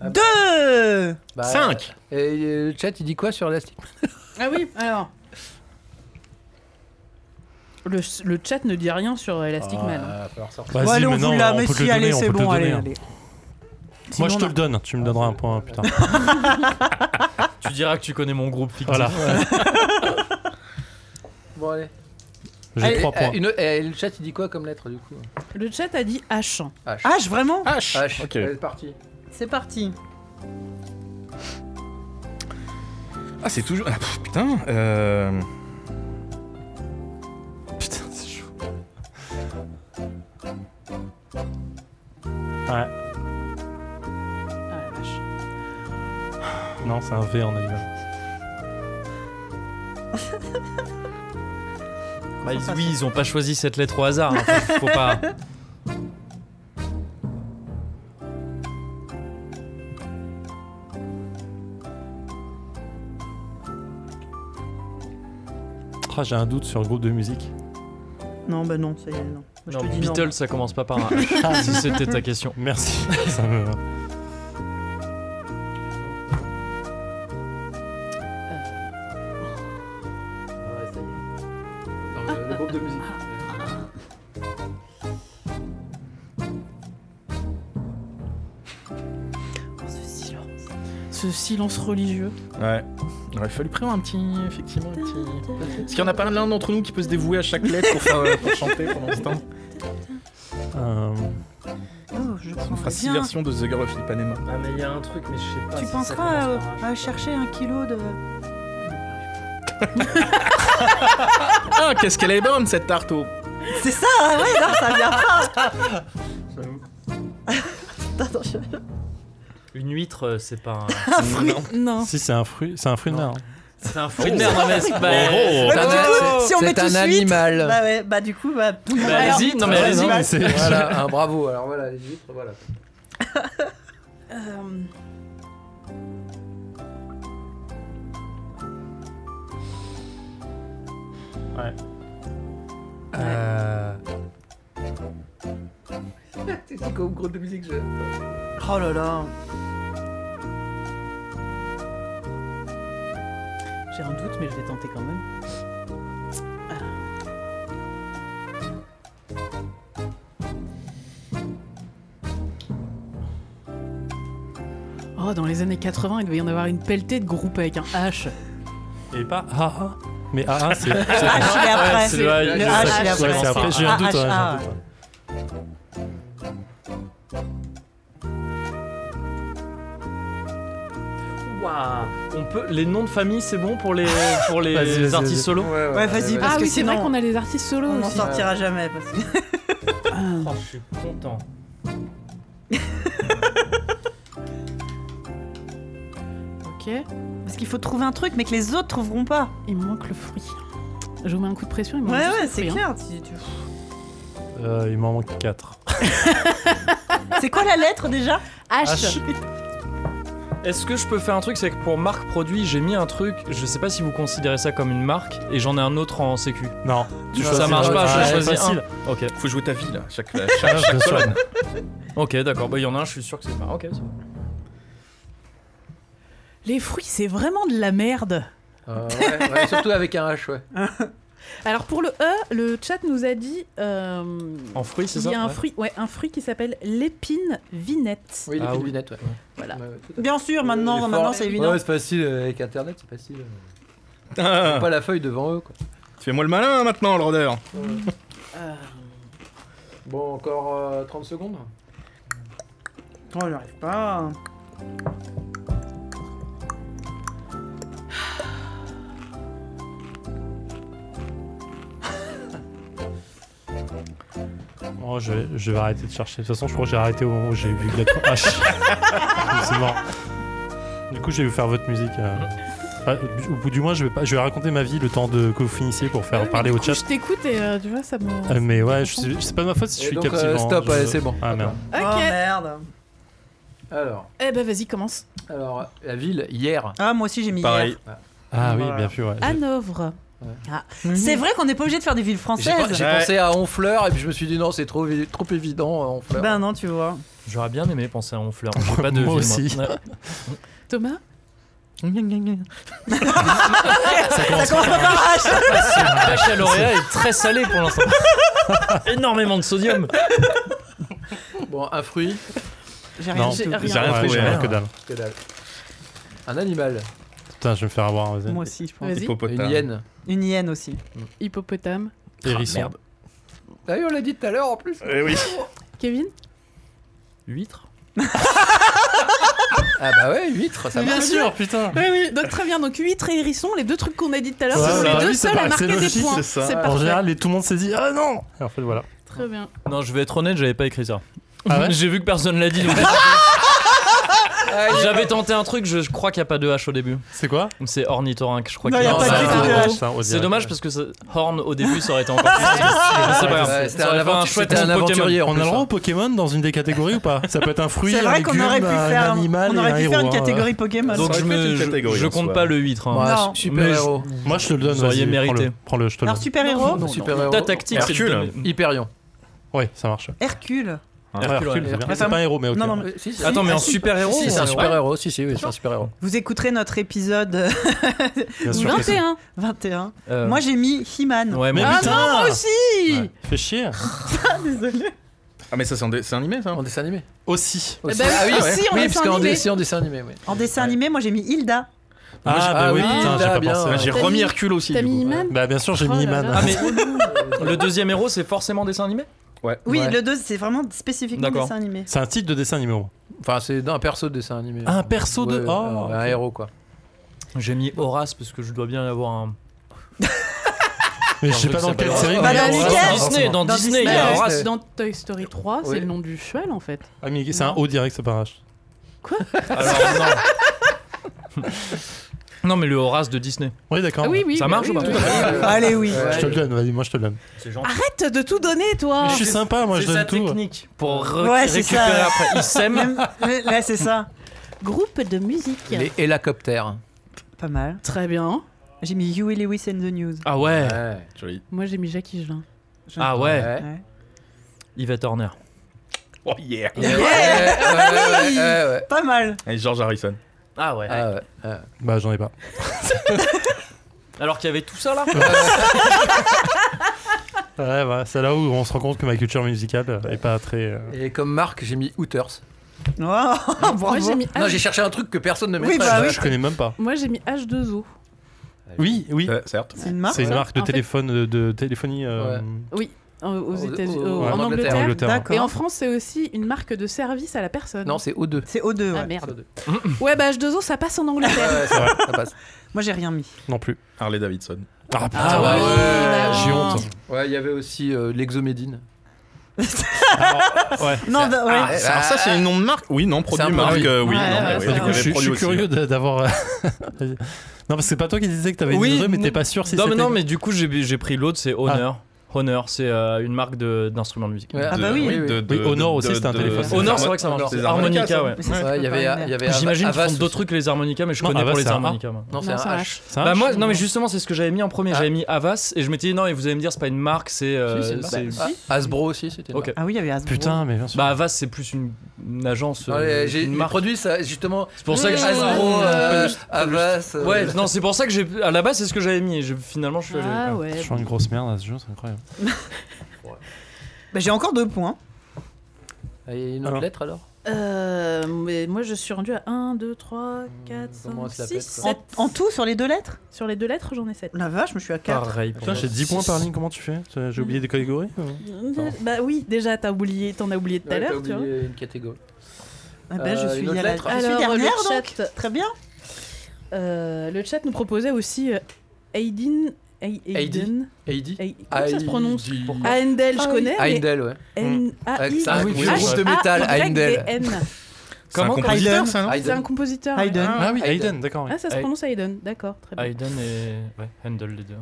[SPEAKER 1] Deux.
[SPEAKER 5] Bah,
[SPEAKER 7] 5
[SPEAKER 5] Et euh, le chat, il dit quoi sur la Steam
[SPEAKER 6] Ah oui, alors. Le, le chat ne dit rien sur Elastic Man.
[SPEAKER 5] Ah,
[SPEAKER 6] hein.
[SPEAKER 3] Vas-y,
[SPEAKER 1] Bon, allez, on
[SPEAKER 3] mais non,
[SPEAKER 1] vous l'a,
[SPEAKER 3] on
[SPEAKER 1] mais
[SPEAKER 3] peut te le
[SPEAKER 1] si, allez,
[SPEAKER 3] donner, on
[SPEAKER 1] c'est
[SPEAKER 3] peut te
[SPEAKER 1] bon,
[SPEAKER 3] le
[SPEAKER 1] allez,
[SPEAKER 3] donner. hein.
[SPEAKER 1] allez.
[SPEAKER 3] Moi, je
[SPEAKER 1] Sinon,
[SPEAKER 3] te
[SPEAKER 1] on
[SPEAKER 3] le donne, tu me donneras un point, putain.
[SPEAKER 1] (laughs)
[SPEAKER 4] Tu diras que tu connais mon groupe fictif.
[SPEAKER 3] Voilà,
[SPEAKER 5] Bon, allez.
[SPEAKER 3] j'ai
[SPEAKER 5] Allez,
[SPEAKER 3] 3
[SPEAKER 5] euh,
[SPEAKER 3] points.
[SPEAKER 5] une- euh, le chat, il dit quoi comme lettre, du coup
[SPEAKER 6] Le chat a dit H.
[SPEAKER 5] H.
[SPEAKER 1] H, Ah, vraiment
[SPEAKER 2] H
[SPEAKER 5] H.
[SPEAKER 7] ok.
[SPEAKER 5] Allez, c'est parti.
[SPEAKER 1] C'est parti.
[SPEAKER 7] Ah, c'est toujours. Ah, pff, putain. Euh...
[SPEAKER 3] Putain, c'est chaud. Ouais,
[SPEAKER 6] Ah, la vache.
[SPEAKER 3] non, c'est un V en animal.
[SPEAKER 4] Bah, ils- oui, ils ont pas choisi cette lettre au hasard. hein. Faut- Faut pas.
[SPEAKER 3] Ah, j'ai un doute sur le groupe de musique.
[SPEAKER 1] Non, bah non, ça y est, non. Moi, je
[SPEAKER 4] Non,
[SPEAKER 1] te dis
[SPEAKER 4] Beatles, ça commence pas par un H. si c'était ta question.
[SPEAKER 3] Merci, (laughs) ça me...
[SPEAKER 5] Dans le, le groupe de musique.
[SPEAKER 1] non. Ce silence.
[SPEAKER 6] Ce silence religieux.
[SPEAKER 2] Ouais. Il aurait fallu prévoir un petit. Effectivement, un petit. Est-ce qu'il y en a pas l'un d'entre nous qui peut se dévouer à chaque lettre pour, faire, euh, pour chanter pendant ce temps
[SPEAKER 3] Euh,
[SPEAKER 1] Oh, je
[SPEAKER 2] On fera
[SPEAKER 1] prends
[SPEAKER 2] six
[SPEAKER 1] bien.
[SPEAKER 2] versions de The Girl of Ipanema.
[SPEAKER 4] Ah, mais il y a un truc, mais je sais pas.
[SPEAKER 1] Tu penseras euh, à, chercher un kilo de...
[SPEAKER 2] Ah, qu'est-ce qu'elle est bonne cette tarte oh. au.
[SPEAKER 1] C'est ça, ah ouais, non, ça vient pas. Attends, je-
[SPEAKER 4] Une huître, euh, c'est pas un.
[SPEAKER 2] Mm.
[SPEAKER 6] Non.
[SPEAKER 3] Si, c'est un fruit, c'est un fruit de mer. hein.
[SPEAKER 4] C'est un fruit de mer, non, mais c'est pas.
[SPEAKER 7] Oh.
[SPEAKER 1] Ouais, bah, du coup, si on met
[SPEAKER 5] C'est
[SPEAKER 1] tout
[SPEAKER 5] un
[SPEAKER 1] de suite-
[SPEAKER 5] animal.
[SPEAKER 1] Bah ouais, bah du coup, bah...
[SPEAKER 4] Bah, allez-y, non, mais
[SPEAKER 1] Alors,
[SPEAKER 4] allez-y.
[SPEAKER 1] bah,
[SPEAKER 5] Voilà, un bravo. Alors voilà, les huîtres, voilà.
[SPEAKER 6] Euh,
[SPEAKER 4] Euh,
[SPEAKER 5] (laughs) C'est comme groupe de musique, je.
[SPEAKER 1] Oh là là.
[SPEAKER 6] J'ai un doute, mais je vais tenter quand même. Ah. Oh, dans les années 80, il devait y en avoir une pelletée de groupes avec un H.
[SPEAKER 3] Et pas AA. Ah, Mais
[SPEAKER 1] (laughs)
[SPEAKER 3] AA, c'est...
[SPEAKER 1] Le H, il est Ah, après.
[SPEAKER 4] c'est le H,
[SPEAKER 1] Le
[SPEAKER 4] je
[SPEAKER 1] H,
[SPEAKER 4] sais,
[SPEAKER 1] il est
[SPEAKER 4] je sais,
[SPEAKER 1] après.
[SPEAKER 3] c'est après, j'ai un doute, ouais, j'ai un
[SPEAKER 1] AHA.
[SPEAKER 3] doute, ouais.
[SPEAKER 4] Waouh. On peut. Les noms de famille, c'est bon pour les pour les
[SPEAKER 3] Vas-y, vas-y,
[SPEAKER 4] artistes
[SPEAKER 3] vas-y.
[SPEAKER 4] solo.
[SPEAKER 1] Ouais, vas-y,
[SPEAKER 6] Ah
[SPEAKER 1] Parce que
[SPEAKER 6] oui, c'est
[SPEAKER 1] sinon-
[SPEAKER 6] vrai qu'on a les artistes solos
[SPEAKER 1] On n'en
[SPEAKER 6] aussi.
[SPEAKER 1] sortira jamais, parce que...
[SPEAKER 4] Oh, je suis content.
[SPEAKER 6] Ok,
[SPEAKER 1] Parce qu'il faut trouver un truc, mais que les autres trouveront pas.
[SPEAKER 6] il me manque le fruit. Je vous mets un coup de pression, il me manque
[SPEAKER 1] Ouais,
[SPEAKER 6] juste
[SPEAKER 1] ouais,
[SPEAKER 6] le
[SPEAKER 1] c'est
[SPEAKER 6] fruit, hein.
[SPEAKER 1] clair. tu- tu-
[SPEAKER 3] Euh, il m'en manque 4.
[SPEAKER 1] C'est quoi la lettre déjà
[SPEAKER 6] hein. H.
[SPEAKER 4] Est-ce que je peux faire un truc C'est que pour marque produit, j'ai mis un truc. Je sais pas si vous considérez ça comme une marque, et j'en ai un autre en sécu.
[SPEAKER 3] Non, tu
[SPEAKER 4] Ça
[SPEAKER 3] choisis
[SPEAKER 4] marche
[SPEAKER 3] un.
[SPEAKER 4] pas, je
[SPEAKER 3] Ouais,
[SPEAKER 4] choisis
[SPEAKER 3] facile.
[SPEAKER 4] Ok.
[SPEAKER 2] Faut jouer ta vie là,
[SPEAKER 3] (laughs)
[SPEAKER 2] chaque,
[SPEAKER 3] Ah,
[SPEAKER 2] chaque,
[SPEAKER 3] bien
[SPEAKER 2] chaque
[SPEAKER 3] sûr.
[SPEAKER 2] colonne.
[SPEAKER 4] Ok, d'accord. Bah, il y en a un, je suis sûr que c'est pas. Ok, c'est bon.
[SPEAKER 6] Les fruits, c'est vraiment de la merde.
[SPEAKER 5] Euh, ouais, ouais, surtout avec un H, ouais.
[SPEAKER 6] Alors pour le E, le chat nous a dit. euh,
[SPEAKER 4] En fruits, c'est
[SPEAKER 6] il
[SPEAKER 4] ça
[SPEAKER 6] y a un
[SPEAKER 4] Ouais.
[SPEAKER 6] fruit, ouais, un fruit qui s'appelle l'épine vinette.
[SPEAKER 5] Oui, les
[SPEAKER 4] Ah
[SPEAKER 5] petites
[SPEAKER 4] oui.
[SPEAKER 5] lunettes, ouais.
[SPEAKER 6] Voilà.
[SPEAKER 5] Ouais, ouais, tout à fait.
[SPEAKER 1] Bien sûr, maintenant,
[SPEAKER 5] Les
[SPEAKER 1] maintenant
[SPEAKER 5] forts.
[SPEAKER 1] c'est évident.
[SPEAKER 5] Ouais, c'est facile euh, avec internet, c'est facile. euh.
[SPEAKER 2] Ah,
[SPEAKER 5] Pas la feuille devant eux, quoi.
[SPEAKER 2] tu Fais-moi le malin maintenant, le rôdeur.
[SPEAKER 6] Euh,
[SPEAKER 5] Bon, encore 30 secondes.
[SPEAKER 1] Oh, j'arrive pas.
[SPEAKER 3] Oh, je, vais, je vais arrêter de chercher. De toute façon, je crois que j'ai arrêté au moment où j'ai vu la lettre H. Donc, c'est mort. Du coup, je vais vous faire votre musique. euh. Enfin, au bout du moins, je vais, pas, je vais raconter ma vie le temps de, que vous finissiez pour faire
[SPEAKER 6] ouais,
[SPEAKER 3] parler
[SPEAKER 6] du
[SPEAKER 3] au
[SPEAKER 6] coup,
[SPEAKER 3] chat.
[SPEAKER 6] Je t'écoute et euh, tu vois, ça me.
[SPEAKER 3] Euh, mais ouais, je
[SPEAKER 6] comprends.
[SPEAKER 3] sais- c'est pas de ma faute si je
[SPEAKER 5] Et
[SPEAKER 3] suis
[SPEAKER 5] donc, euh,
[SPEAKER 3] captivant. hein.
[SPEAKER 5] stop,
[SPEAKER 3] Je-
[SPEAKER 5] allez, c'est bon.
[SPEAKER 3] Ah merde.
[SPEAKER 1] Oh
[SPEAKER 6] Ok.
[SPEAKER 1] merde.
[SPEAKER 5] Alors,
[SPEAKER 6] eh ben vas-y, commence.
[SPEAKER 5] alors, la ville, hier.
[SPEAKER 1] Ah, moi aussi j'ai mis
[SPEAKER 2] Pareil.
[SPEAKER 1] hier.
[SPEAKER 3] Ah
[SPEAKER 1] Voilà.
[SPEAKER 3] oui, bien sûr. ouais.
[SPEAKER 1] Hanovre.
[SPEAKER 5] Ouais.
[SPEAKER 1] Ah, C'est vrai qu'on n'est pas obligé de faire des villes
[SPEAKER 5] J'ai pas-
[SPEAKER 1] françaises.
[SPEAKER 5] J'ai
[SPEAKER 2] Ouais.
[SPEAKER 5] pensé à Honfleur et puis je me suis dit non, c'est trop, vi- trop évident euh, Honfleur.
[SPEAKER 1] Ben non, tu vois.
[SPEAKER 4] J'aurais bien aimé penser à Honfleur. J'ai pas de
[SPEAKER 3] Moi
[SPEAKER 4] ville,
[SPEAKER 3] aussi.
[SPEAKER 4] Ouais.
[SPEAKER 6] Thomas
[SPEAKER 1] (laughs) Ça commence par un H.
[SPEAKER 4] Le baccalauréat est très salé pour l'instant. Énormément de sodium.
[SPEAKER 5] Bon, un fruit,
[SPEAKER 1] J'ai rien
[SPEAKER 3] Non,
[SPEAKER 1] du tout.
[SPEAKER 7] j'ai rien
[SPEAKER 3] Ouais,
[SPEAKER 7] trouvé,
[SPEAKER 3] j'ai rien
[SPEAKER 7] hein.
[SPEAKER 3] que dalle.
[SPEAKER 5] que dalle. Un animal,
[SPEAKER 3] Putain, je vais me faire avoir. vas-y.
[SPEAKER 1] Moi aussi, je pense.
[SPEAKER 6] Vas-y.
[SPEAKER 5] une hyène.
[SPEAKER 1] Une hyène aussi.
[SPEAKER 6] Hippopotame.
[SPEAKER 3] Hérisson.
[SPEAKER 4] merde.
[SPEAKER 5] Ah oui, on l'a dit tout à l'heure en plus.
[SPEAKER 2] Eh oui.
[SPEAKER 6] Kevin
[SPEAKER 4] Huître
[SPEAKER 5] Ah bah ouais, huître, ça (laughs) marche.
[SPEAKER 6] sûr,
[SPEAKER 4] putain.
[SPEAKER 6] Oui, oui. Donc très bien. Donc huître et hérisson, les deux trucs qu'on a dit tout à l'heure,
[SPEAKER 3] Ouais,
[SPEAKER 6] ce sont
[SPEAKER 3] ouais, bah
[SPEAKER 6] les
[SPEAKER 3] oui,
[SPEAKER 6] deux
[SPEAKER 3] ça
[SPEAKER 6] seuls à
[SPEAKER 3] paraissait
[SPEAKER 6] marquer des
[SPEAKER 3] logique,
[SPEAKER 6] points.
[SPEAKER 3] c'est
[SPEAKER 6] C'est
[SPEAKER 3] En
[SPEAKER 6] parfait.
[SPEAKER 3] général, et tout le monde s'est dit Ah non Et en fait, voilà.
[SPEAKER 6] Très bien.
[SPEAKER 4] Non, je vais être honnête, j'avais pas écrit ça.
[SPEAKER 3] Ah ouais
[SPEAKER 4] (laughs) J'ai vu que personne l'a dit. donc-
[SPEAKER 5] Ah
[SPEAKER 4] J'avais tenté un truc, je, je crois qu'il n'y a pas de H au début.
[SPEAKER 3] C'est quoi Ah,
[SPEAKER 4] C'est ornithorynque, je crois
[SPEAKER 1] Non,
[SPEAKER 4] qu'il
[SPEAKER 1] y a
[SPEAKER 4] non,
[SPEAKER 1] pas
[SPEAKER 4] ça-
[SPEAKER 1] du tout de
[SPEAKER 4] ça-
[SPEAKER 1] H.
[SPEAKER 3] Putain, on
[SPEAKER 4] C'est
[SPEAKER 3] dirait.
[SPEAKER 4] dommage parce que ça- horn au début ça aurait été encore plus. Mais c'est pas grave.
[SPEAKER 5] Ouais, c'était
[SPEAKER 4] Ça aurait
[SPEAKER 5] un
[SPEAKER 4] fait
[SPEAKER 5] aventu-
[SPEAKER 4] chouette
[SPEAKER 5] c'était un
[SPEAKER 4] nom de Pokémon.
[SPEAKER 5] aventurier,
[SPEAKER 3] On a le
[SPEAKER 5] plus,
[SPEAKER 3] droit
[SPEAKER 5] hein.
[SPEAKER 3] aux Pokémon dans une des catégories ou pas Ça peut être un fruit,
[SPEAKER 1] C'est
[SPEAKER 3] un
[SPEAKER 1] vrai qu'on
[SPEAKER 3] légume,
[SPEAKER 1] aurait pu
[SPEAKER 3] un
[SPEAKER 1] faire,
[SPEAKER 3] animal
[SPEAKER 1] on
[SPEAKER 3] et
[SPEAKER 1] aurait
[SPEAKER 3] un
[SPEAKER 1] pu faire
[SPEAKER 3] héros.
[SPEAKER 1] une
[SPEAKER 3] hein.
[SPEAKER 1] catégorie Pokémon.
[SPEAKER 4] Donc
[SPEAKER 2] aurait
[SPEAKER 4] je,
[SPEAKER 2] pu être
[SPEAKER 4] me,
[SPEAKER 2] une
[SPEAKER 4] je,
[SPEAKER 2] catégorie,
[SPEAKER 4] je
[SPEAKER 2] en
[SPEAKER 4] compte
[SPEAKER 2] soi.
[SPEAKER 4] pas le huître. Hein.
[SPEAKER 5] Ouais,
[SPEAKER 1] Non.
[SPEAKER 5] super héros.
[SPEAKER 3] Moi, je te le donne.
[SPEAKER 4] Vous auriez
[SPEAKER 3] vas-y,
[SPEAKER 4] mérité.
[SPEAKER 3] prends-le, Prends-le, je te le
[SPEAKER 1] Alors
[SPEAKER 3] donne.
[SPEAKER 1] super héros,
[SPEAKER 5] Non, super héros.
[SPEAKER 4] Ta tactique c'est de
[SPEAKER 2] Hercule.
[SPEAKER 4] donner-
[SPEAKER 5] Hyperion.
[SPEAKER 3] Ouais, ça marche.
[SPEAKER 1] Hercule.
[SPEAKER 4] Hercule,
[SPEAKER 3] Hercule,
[SPEAKER 4] ouais.
[SPEAKER 3] c'est bien.
[SPEAKER 1] Hercule.
[SPEAKER 3] C'est pas un héros, mais ok.
[SPEAKER 1] Non, non, mais-
[SPEAKER 5] Euh, Si, si,
[SPEAKER 4] Attends, mais en
[SPEAKER 5] si,
[SPEAKER 4] super héros euh,
[SPEAKER 5] si, c'est un super héros. Si, si, oui, c'est un super héros.
[SPEAKER 1] Vous écouterez notre (laughs) épisode euh,
[SPEAKER 3] Bien sûr que c'est-
[SPEAKER 6] 21.
[SPEAKER 1] 21. Moi j'ai mis He-Man.
[SPEAKER 4] Euh. Ouais,
[SPEAKER 3] Mais
[SPEAKER 4] moi-
[SPEAKER 3] putain
[SPEAKER 6] Moi aussi
[SPEAKER 3] Ouais. Fais chier.
[SPEAKER 1] Désolé.
[SPEAKER 2] Ah, mais ça, c'est un, dé- c'est un animé, ça
[SPEAKER 5] En dessin animé.
[SPEAKER 3] Aussi.
[SPEAKER 6] bah oui,
[SPEAKER 5] ah oui,
[SPEAKER 6] aussi,
[SPEAKER 5] ouais.
[SPEAKER 6] en
[SPEAKER 5] oui
[SPEAKER 6] dessin
[SPEAKER 5] parce qu'en
[SPEAKER 6] animé.
[SPEAKER 5] dessin, en dessin animé, oui.
[SPEAKER 1] En dessin animé, moi j'ai mis Hilda.
[SPEAKER 5] Moi, j'ai-
[SPEAKER 3] Ah, bah oui,
[SPEAKER 5] ah oui,
[SPEAKER 3] putain, j'ai
[SPEAKER 5] là,
[SPEAKER 3] pas
[SPEAKER 5] bien.
[SPEAKER 3] pensé.
[SPEAKER 2] Ah, J'ai
[SPEAKER 6] T'as
[SPEAKER 2] remis
[SPEAKER 6] mis-
[SPEAKER 2] Hercule aussi.
[SPEAKER 6] T'as
[SPEAKER 2] du coup.
[SPEAKER 6] mis Iman
[SPEAKER 3] Bah, bien sûr, j'ai
[SPEAKER 6] Oh
[SPEAKER 3] mis
[SPEAKER 6] là
[SPEAKER 3] Iman.
[SPEAKER 6] là.
[SPEAKER 4] Ah,
[SPEAKER 3] (laughs)
[SPEAKER 4] mais le deuxième héros c'est forcément dessin animé
[SPEAKER 1] Oui,
[SPEAKER 5] Ouais.
[SPEAKER 1] le 2 c'est vraiment spécifiquement
[SPEAKER 4] D'accord.
[SPEAKER 1] dessin animé.
[SPEAKER 3] C'est un titre de dessin animé. bon.
[SPEAKER 5] Enfin, c'est d'un perso de dessin animé.
[SPEAKER 3] Un perso de.
[SPEAKER 5] Ouais,
[SPEAKER 3] Oh
[SPEAKER 5] ouais, Un héros, quoi.
[SPEAKER 4] J'ai mis Horace parce que je dois bien avoir un.
[SPEAKER 3] Mais je sais pas
[SPEAKER 4] Un
[SPEAKER 3] dans
[SPEAKER 4] truc qui
[SPEAKER 3] quelle
[SPEAKER 4] s'appelle
[SPEAKER 3] série.
[SPEAKER 1] Bah,
[SPEAKER 3] mais-
[SPEAKER 1] dans
[SPEAKER 4] Horace.
[SPEAKER 1] Lucas.
[SPEAKER 4] Dans Disney, dans
[SPEAKER 1] Dans
[SPEAKER 4] Disney, il y
[SPEAKER 5] Disney.
[SPEAKER 4] a
[SPEAKER 5] Ouais.
[SPEAKER 4] Horace.
[SPEAKER 6] Bah, Dans Toy Story 3,
[SPEAKER 5] Oui.
[SPEAKER 6] c'est le nom du cheval en fait.
[SPEAKER 3] Ah, mais c'est un haut direct, c'est pas un H.
[SPEAKER 4] Alors, (laughs) non. non, mais le Horace de Disney.
[SPEAKER 3] Oui, d'accord.
[SPEAKER 6] Ah oui, oui.
[SPEAKER 4] Ça
[SPEAKER 6] bah
[SPEAKER 4] marche
[SPEAKER 6] oui,
[SPEAKER 4] ou pas
[SPEAKER 6] oui.
[SPEAKER 4] Tout à fait.
[SPEAKER 5] Euh,
[SPEAKER 1] Allez oui.
[SPEAKER 3] Je te le donne, vas-y, moi je te le donne.
[SPEAKER 4] C'est gentil.
[SPEAKER 6] Arrête de tout donner, toi
[SPEAKER 1] Oh,
[SPEAKER 3] Mais je suis sympa, Ah, moi je
[SPEAKER 4] C'est sa
[SPEAKER 3] donne tout. hein.
[SPEAKER 4] technique pour re-
[SPEAKER 1] Ouais, c'est
[SPEAKER 4] récupérer
[SPEAKER 1] ça.
[SPEAKER 4] après. Il
[SPEAKER 1] (laughs)
[SPEAKER 4] sème.
[SPEAKER 1] Même- Là c'est ça.
[SPEAKER 6] Groupe de musique.
[SPEAKER 5] Les hélacoptères.
[SPEAKER 1] Pas mal.
[SPEAKER 6] Très bien.
[SPEAKER 1] J'ai mis Huey Lewis and the News.
[SPEAKER 4] Ah ouais.
[SPEAKER 5] Ouais.
[SPEAKER 2] Joli.
[SPEAKER 6] Moi j'ai mis Jackie (laughs) Gelin.
[SPEAKER 4] Ah ouais.
[SPEAKER 5] Ouais.
[SPEAKER 1] Ouais.
[SPEAKER 4] Yvette Horner.
[SPEAKER 2] Oh yeah
[SPEAKER 5] Ouais, ouais, ouais, ouais, ouais.
[SPEAKER 1] Pas mal. (laughs)
[SPEAKER 2] Et George Harrison.
[SPEAKER 4] Ah ouais.
[SPEAKER 5] Ah ouais, ouais.
[SPEAKER 3] Bah, j'en ai pas.
[SPEAKER 4] Alors qu'il y avait tout ça là.
[SPEAKER 3] Ouais, bah, c'est là où on se rend compte que ma culture musicale euh, est pas très. euh,
[SPEAKER 5] Et comme marque, j'ai mis Hooters.
[SPEAKER 1] Oh,
[SPEAKER 6] Moi j'ai
[SPEAKER 1] bravo.
[SPEAKER 6] mis,
[SPEAKER 5] Non,
[SPEAKER 6] H-
[SPEAKER 5] j'ai cherché un truc que personne ne
[SPEAKER 1] Oui,
[SPEAKER 5] maîtrise.
[SPEAKER 1] bah oui.
[SPEAKER 3] Je connais même pas.
[SPEAKER 6] moi, j'ai mis H2O.
[SPEAKER 3] Oui, oui.
[SPEAKER 2] Euh, certes.
[SPEAKER 1] C'est une marque.
[SPEAKER 3] C'est une marque de
[SPEAKER 6] En fait-
[SPEAKER 3] téléphone de, de téléphonie euh,
[SPEAKER 5] Ouais.
[SPEAKER 6] en- euh, aux
[SPEAKER 5] Au-
[SPEAKER 6] États-Unis,
[SPEAKER 5] au-
[SPEAKER 6] au-
[SPEAKER 5] Ouais.
[SPEAKER 6] en
[SPEAKER 5] en
[SPEAKER 6] Angleterre.
[SPEAKER 5] Angleterre.
[SPEAKER 1] D'accord.
[SPEAKER 6] Et en France, c'est aussi une marque de service à la personne.
[SPEAKER 5] Non, c'est O2.
[SPEAKER 1] C'est O2.
[SPEAKER 6] ah
[SPEAKER 1] Ouais.
[SPEAKER 6] merde. Ouais, bah H2O, ça passe en (laughs) Angleterre.
[SPEAKER 5] Ouais, ça va, ça passe.
[SPEAKER 1] Moi j'ai rien mis.
[SPEAKER 3] non plus.
[SPEAKER 2] Harley Davidson.
[SPEAKER 3] Ah putain,
[SPEAKER 5] Ah ouais.
[SPEAKER 6] bah oui.
[SPEAKER 3] j'ai honte.
[SPEAKER 5] Ouais, il y avait aussi euh, l'exomédine.
[SPEAKER 1] Non, bah, ouais.
[SPEAKER 2] Ah, ça- alors ça, c'est une nom de marque Oui, non,
[SPEAKER 5] C'est
[SPEAKER 2] produit
[SPEAKER 5] un
[SPEAKER 2] marque.
[SPEAKER 5] produit.
[SPEAKER 2] euh, oui,
[SPEAKER 1] Ouais, ouais,
[SPEAKER 2] non, mais
[SPEAKER 1] ouais,
[SPEAKER 2] oui, il
[SPEAKER 1] ouais.
[SPEAKER 2] y
[SPEAKER 3] Du coup,
[SPEAKER 2] avait
[SPEAKER 3] je, suis- je
[SPEAKER 2] produit
[SPEAKER 3] suis
[SPEAKER 2] aussi, hein,
[SPEAKER 3] curieux
[SPEAKER 2] ouais.
[SPEAKER 3] de- d'avoir. euh, (laughs) non, parce que c'est pas toi qui disais que t'avais
[SPEAKER 4] Oui,
[SPEAKER 3] une autre, mais
[SPEAKER 4] non.
[SPEAKER 3] t'es pas sûr si
[SPEAKER 4] non,
[SPEAKER 3] c'était. Ah.
[SPEAKER 4] mais non, mais du coup, j'ai j'ai pris l'autre, c'est Honor. Honor, c'est euh, une marque de- d'instruments de, musique.
[SPEAKER 5] Ouais.
[SPEAKER 1] Ah bah oui.
[SPEAKER 5] oui, oui.
[SPEAKER 2] De- de-
[SPEAKER 3] Oui, Honor
[SPEAKER 2] de-
[SPEAKER 3] aussi, c'était un
[SPEAKER 2] de-
[SPEAKER 3] téléphone.
[SPEAKER 2] de-
[SPEAKER 4] Honor, c'est vrai que ça
[SPEAKER 5] Honor,
[SPEAKER 4] marche.
[SPEAKER 2] c'est des
[SPEAKER 4] harmonica,
[SPEAKER 2] harmonicas,
[SPEAKER 4] ouais.
[SPEAKER 1] Mais ça,
[SPEAKER 5] Ouais,
[SPEAKER 1] c'est
[SPEAKER 5] il y
[SPEAKER 1] pas
[SPEAKER 5] avait,
[SPEAKER 1] une
[SPEAKER 5] il
[SPEAKER 1] merde.
[SPEAKER 5] y avait
[SPEAKER 4] J'imagine qu'ils
[SPEAKER 5] Avast
[SPEAKER 4] font d'autres
[SPEAKER 5] aussi.
[SPEAKER 4] trucs les harmonicas, mais je
[SPEAKER 3] Non,
[SPEAKER 4] connais
[SPEAKER 3] Avast,
[SPEAKER 4] pour les
[SPEAKER 3] c'est Ah, un
[SPEAKER 4] harmonicas. moi.
[SPEAKER 5] Non, c'est
[SPEAKER 6] Non, c'est un
[SPEAKER 5] un
[SPEAKER 6] H.
[SPEAKER 5] H.
[SPEAKER 3] C'est un
[SPEAKER 4] Bah
[SPEAKER 3] H,
[SPEAKER 4] moi,
[SPEAKER 3] ou
[SPEAKER 4] non mais
[SPEAKER 3] pas
[SPEAKER 4] justement, c'est ce que j'avais mis en premier.
[SPEAKER 5] Ah.
[SPEAKER 4] J'avais mis Avas et je m'étais dit non, et vous allez me dire c'est pas une marque, c'est. euh,
[SPEAKER 5] Si, c'est une marque.
[SPEAKER 4] c'est-
[SPEAKER 5] Ah, Hasbro aussi, c'était. une
[SPEAKER 4] Ok.
[SPEAKER 1] Ah oui, il y avait Hasbro.
[SPEAKER 3] Putain, mais bien sûr.
[SPEAKER 4] Bah Avas, c'est plus une, une agence.
[SPEAKER 5] marque.
[SPEAKER 4] euh,
[SPEAKER 5] Ouais, j'ai
[SPEAKER 4] une
[SPEAKER 5] les
[SPEAKER 4] marque.
[SPEAKER 5] produits, ça, justement.
[SPEAKER 4] C'est pour ça que je.
[SPEAKER 5] Hasbro, euh, Avas. euh,
[SPEAKER 4] Ouais, non, c'est pour ça que j'ai. À la base, c'est ce que j'avais mis. Et je- finalement, je suis allé-
[SPEAKER 6] Ah ouais.
[SPEAKER 3] je suis une grosse merde à ce jeu, c'est incroyable.
[SPEAKER 1] Bah, j'ai encore deux points.
[SPEAKER 5] Et une autre
[SPEAKER 3] Alors.
[SPEAKER 5] lettre alors
[SPEAKER 6] Euh, mais moi, je suis rendue à 1, 2, 3, 4,
[SPEAKER 5] Comment
[SPEAKER 6] 5,
[SPEAKER 5] elle se la
[SPEAKER 6] 6,
[SPEAKER 5] pète,
[SPEAKER 1] En,
[SPEAKER 6] 7.
[SPEAKER 1] en tout, sur les deux lettres
[SPEAKER 6] Sur les deux lettres, j'en ai 7.
[SPEAKER 1] La vache, je me suis à 4.
[SPEAKER 4] Pareil. pour
[SPEAKER 3] Putain,
[SPEAKER 4] moi.
[SPEAKER 3] j'ai 10 points par ligne, comment tu fais J'ai oublié des catégories
[SPEAKER 6] Bah oui, déjà, t'as oublié, t'en as oublié tout à
[SPEAKER 5] Ouais, t'as
[SPEAKER 6] l'heure, tu vois.
[SPEAKER 5] oublié une catégorie.
[SPEAKER 1] Ah bah, je
[SPEAKER 5] Euh,
[SPEAKER 1] suis,
[SPEAKER 5] une autre
[SPEAKER 1] à la-
[SPEAKER 5] lettre
[SPEAKER 1] je suis dernière,
[SPEAKER 6] le
[SPEAKER 1] donc.
[SPEAKER 6] chat,
[SPEAKER 1] Très bien.
[SPEAKER 6] euh, le chat nous proposait aussi euh, Aiden. Ai- Aiden.
[SPEAKER 5] Heidi
[SPEAKER 6] Ai- Comment ça se prononce
[SPEAKER 5] Heidi.
[SPEAKER 6] Aindel,
[SPEAKER 1] Ah
[SPEAKER 6] je connais. mais
[SPEAKER 5] Heindel, ouais.
[SPEAKER 6] N-
[SPEAKER 5] Mmh.
[SPEAKER 6] A- I- Ah,
[SPEAKER 5] C'est un
[SPEAKER 4] oui,
[SPEAKER 5] groupe
[SPEAKER 4] oui,
[SPEAKER 5] de
[SPEAKER 4] oui.
[SPEAKER 5] métal, Heindel.
[SPEAKER 6] H-A-Y-D-N.
[SPEAKER 2] C'est un
[SPEAKER 4] Comment
[SPEAKER 2] compositeur,
[SPEAKER 1] Hayden
[SPEAKER 2] ça, non
[SPEAKER 6] C'est un compositeur. ouais.
[SPEAKER 1] Hayden.
[SPEAKER 3] Ah oui,
[SPEAKER 5] Hayden.
[SPEAKER 3] Hayden, d'accord. oui.
[SPEAKER 6] Ah, ça se
[SPEAKER 4] Hay-
[SPEAKER 6] prononce Aiden, d'accord, très bien.
[SPEAKER 4] Hayden et. Ouais, Handel les deux.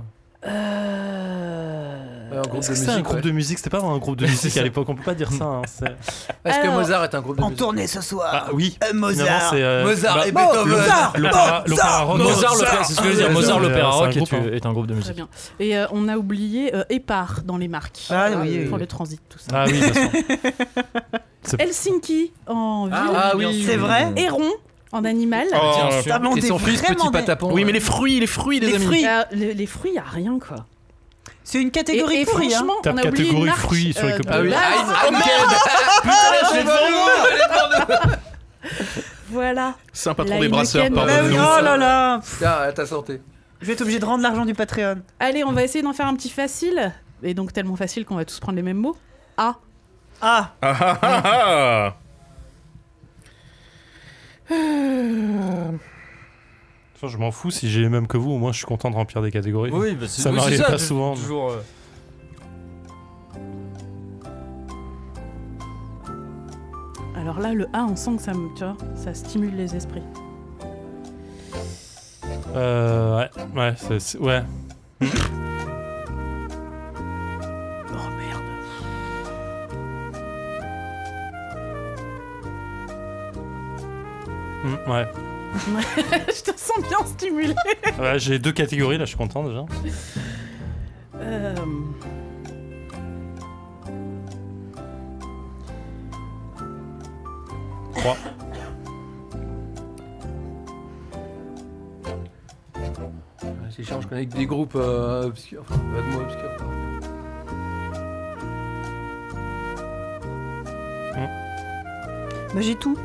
[SPEAKER 6] Euh...
[SPEAKER 5] Un groupe
[SPEAKER 3] Est-ce
[SPEAKER 5] de
[SPEAKER 3] que
[SPEAKER 5] musique.
[SPEAKER 3] c'est un groupe
[SPEAKER 5] ouais.
[SPEAKER 3] de musique C'était pas vraiment un groupe de musique à l'époque, on peut pas dire ça. hein, c'est-
[SPEAKER 5] Est-ce que
[SPEAKER 6] Alors,
[SPEAKER 5] Mozart est un groupe de
[SPEAKER 1] En
[SPEAKER 5] musique
[SPEAKER 1] tournée ce soir.
[SPEAKER 3] Ah oui,
[SPEAKER 1] Euh,
[SPEAKER 3] finalement
[SPEAKER 1] Mozart.
[SPEAKER 3] c'est. euh,
[SPEAKER 5] Mozart
[SPEAKER 3] bah,
[SPEAKER 5] et
[SPEAKER 1] Oh,
[SPEAKER 5] Beethoven.
[SPEAKER 1] Mozart
[SPEAKER 3] l'opéra- L'opéra rock.
[SPEAKER 4] Mozart, l'opéra- c'est ce que je veux dire,
[SPEAKER 3] Ouais,
[SPEAKER 4] Mozart,
[SPEAKER 3] c'est un-
[SPEAKER 4] l'opéra
[SPEAKER 3] c'est un
[SPEAKER 4] rock est,
[SPEAKER 3] groupe, hein.
[SPEAKER 4] est un groupe de
[SPEAKER 6] Très
[SPEAKER 4] musique.
[SPEAKER 6] bien. Et euh, on a oublié euh, Épar dans les marques.
[SPEAKER 1] Ah oui, oui,
[SPEAKER 6] Pour
[SPEAKER 1] oui.
[SPEAKER 6] le transit, tout ça.
[SPEAKER 3] Ah oui, bien sûr.
[SPEAKER 6] Helsinki en ville.
[SPEAKER 5] Ah oui.
[SPEAKER 1] C'est vrai
[SPEAKER 6] Héron en animal.
[SPEAKER 2] Oh,
[SPEAKER 4] Tiens,
[SPEAKER 1] Ah, mais on
[SPEAKER 5] Et
[SPEAKER 1] est
[SPEAKER 5] son fils,
[SPEAKER 1] vraiment
[SPEAKER 5] petit
[SPEAKER 1] des-
[SPEAKER 5] patapon.
[SPEAKER 2] oui,
[SPEAKER 5] ouais.
[SPEAKER 2] mais les fruits, les fruits, les,
[SPEAKER 1] Les
[SPEAKER 2] amis.
[SPEAKER 1] fruits.
[SPEAKER 6] Euh, les, les fruits, y a rien quoi.
[SPEAKER 1] C'est une
[SPEAKER 6] Et,
[SPEAKER 1] catégorie
[SPEAKER 6] et
[SPEAKER 1] pourrie. hein.
[SPEAKER 6] franchement,
[SPEAKER 3] Tape
[SPEAKER 6] on a oublié une
[SPEAKER 3] catégorie
[SPEAKER 6] marque,
[SPEAKER 3] fruits sur les
[SPEAKER 6] euh,
[SPEAKER 3] copains.
[SPEAKER 5] Ah
[SPEAKER 6] de
[SPEAKER 5] oui.
[SPEAKER 6] base.
[SPEAKER 5] Ah,
[SPEAKER 2] Putain, je l'ai devant moi.
[SPEAKER 6] Voilà.
[SPEAKER 2] C'est un patron
[SPEAKER 6] La
[SPEAKER 2] des brasseurs,
[SPEAKER 6] Heineken,
[SPEAKER 7] Ah,
[SPEAKER 1] Bah oui,
[SPEAKER 2] pardonne-nous.
[SPEAKER 1] oh là là pff,
[SPEAKER 5] Ah, à ta santé.
[SPEAKER 1] Je vais être obligé de rendre l'argent du Patreon.
[SPEAKER 6] Allez, on va essayer d'en faire un petit facile. Et donc tellement facile qu'on va tous prendre les mêmes mots. Ah.
[SPEAKER 1] Ah
[SPEAKER 2] Ah, ah, ah, ah.
[SPEAKER 3] De toute façon, Je m'en fous si j'ai les mêmes que vous, au moins je suis content de remplir des catégories.
[SPEAKER 4] Oui, bah, c'est-
[SPEAKER 3] Ça
[SPEAKER 4] oui, c'est
[SPEAKER 3] m'arrive pas
[SPEAKER 4] tu-
[SPEAKER 3] souvent, mais-
[SPEAKER 4] Toujours. euh,
[SPEAKER 6] Alors là, le A, on sent que ça, me- tu vois, ça stimule les esprits.
[SPEAKER 3] Euh, ouais, ouais, c'est- c'est- ouais.
[SPEAKER 6] Oh merde.
[SPEAKER 3] Mm, ouais.
[SPEAKER 6] (laughs) Je te sens bien stimulé.
[SPEAKER 3] Ouais, j'ai deux catégories là, je suis content déjà.
[SPEAKER 6] Euh,
[SPEAKER 3] Trois.
[SPEAKER 5] C'est chiant, je connais que des groupes euh, obscurs. Enfin, vaguement obscurs. pardon.
[SPEAKER 1] Bah j'ai tout.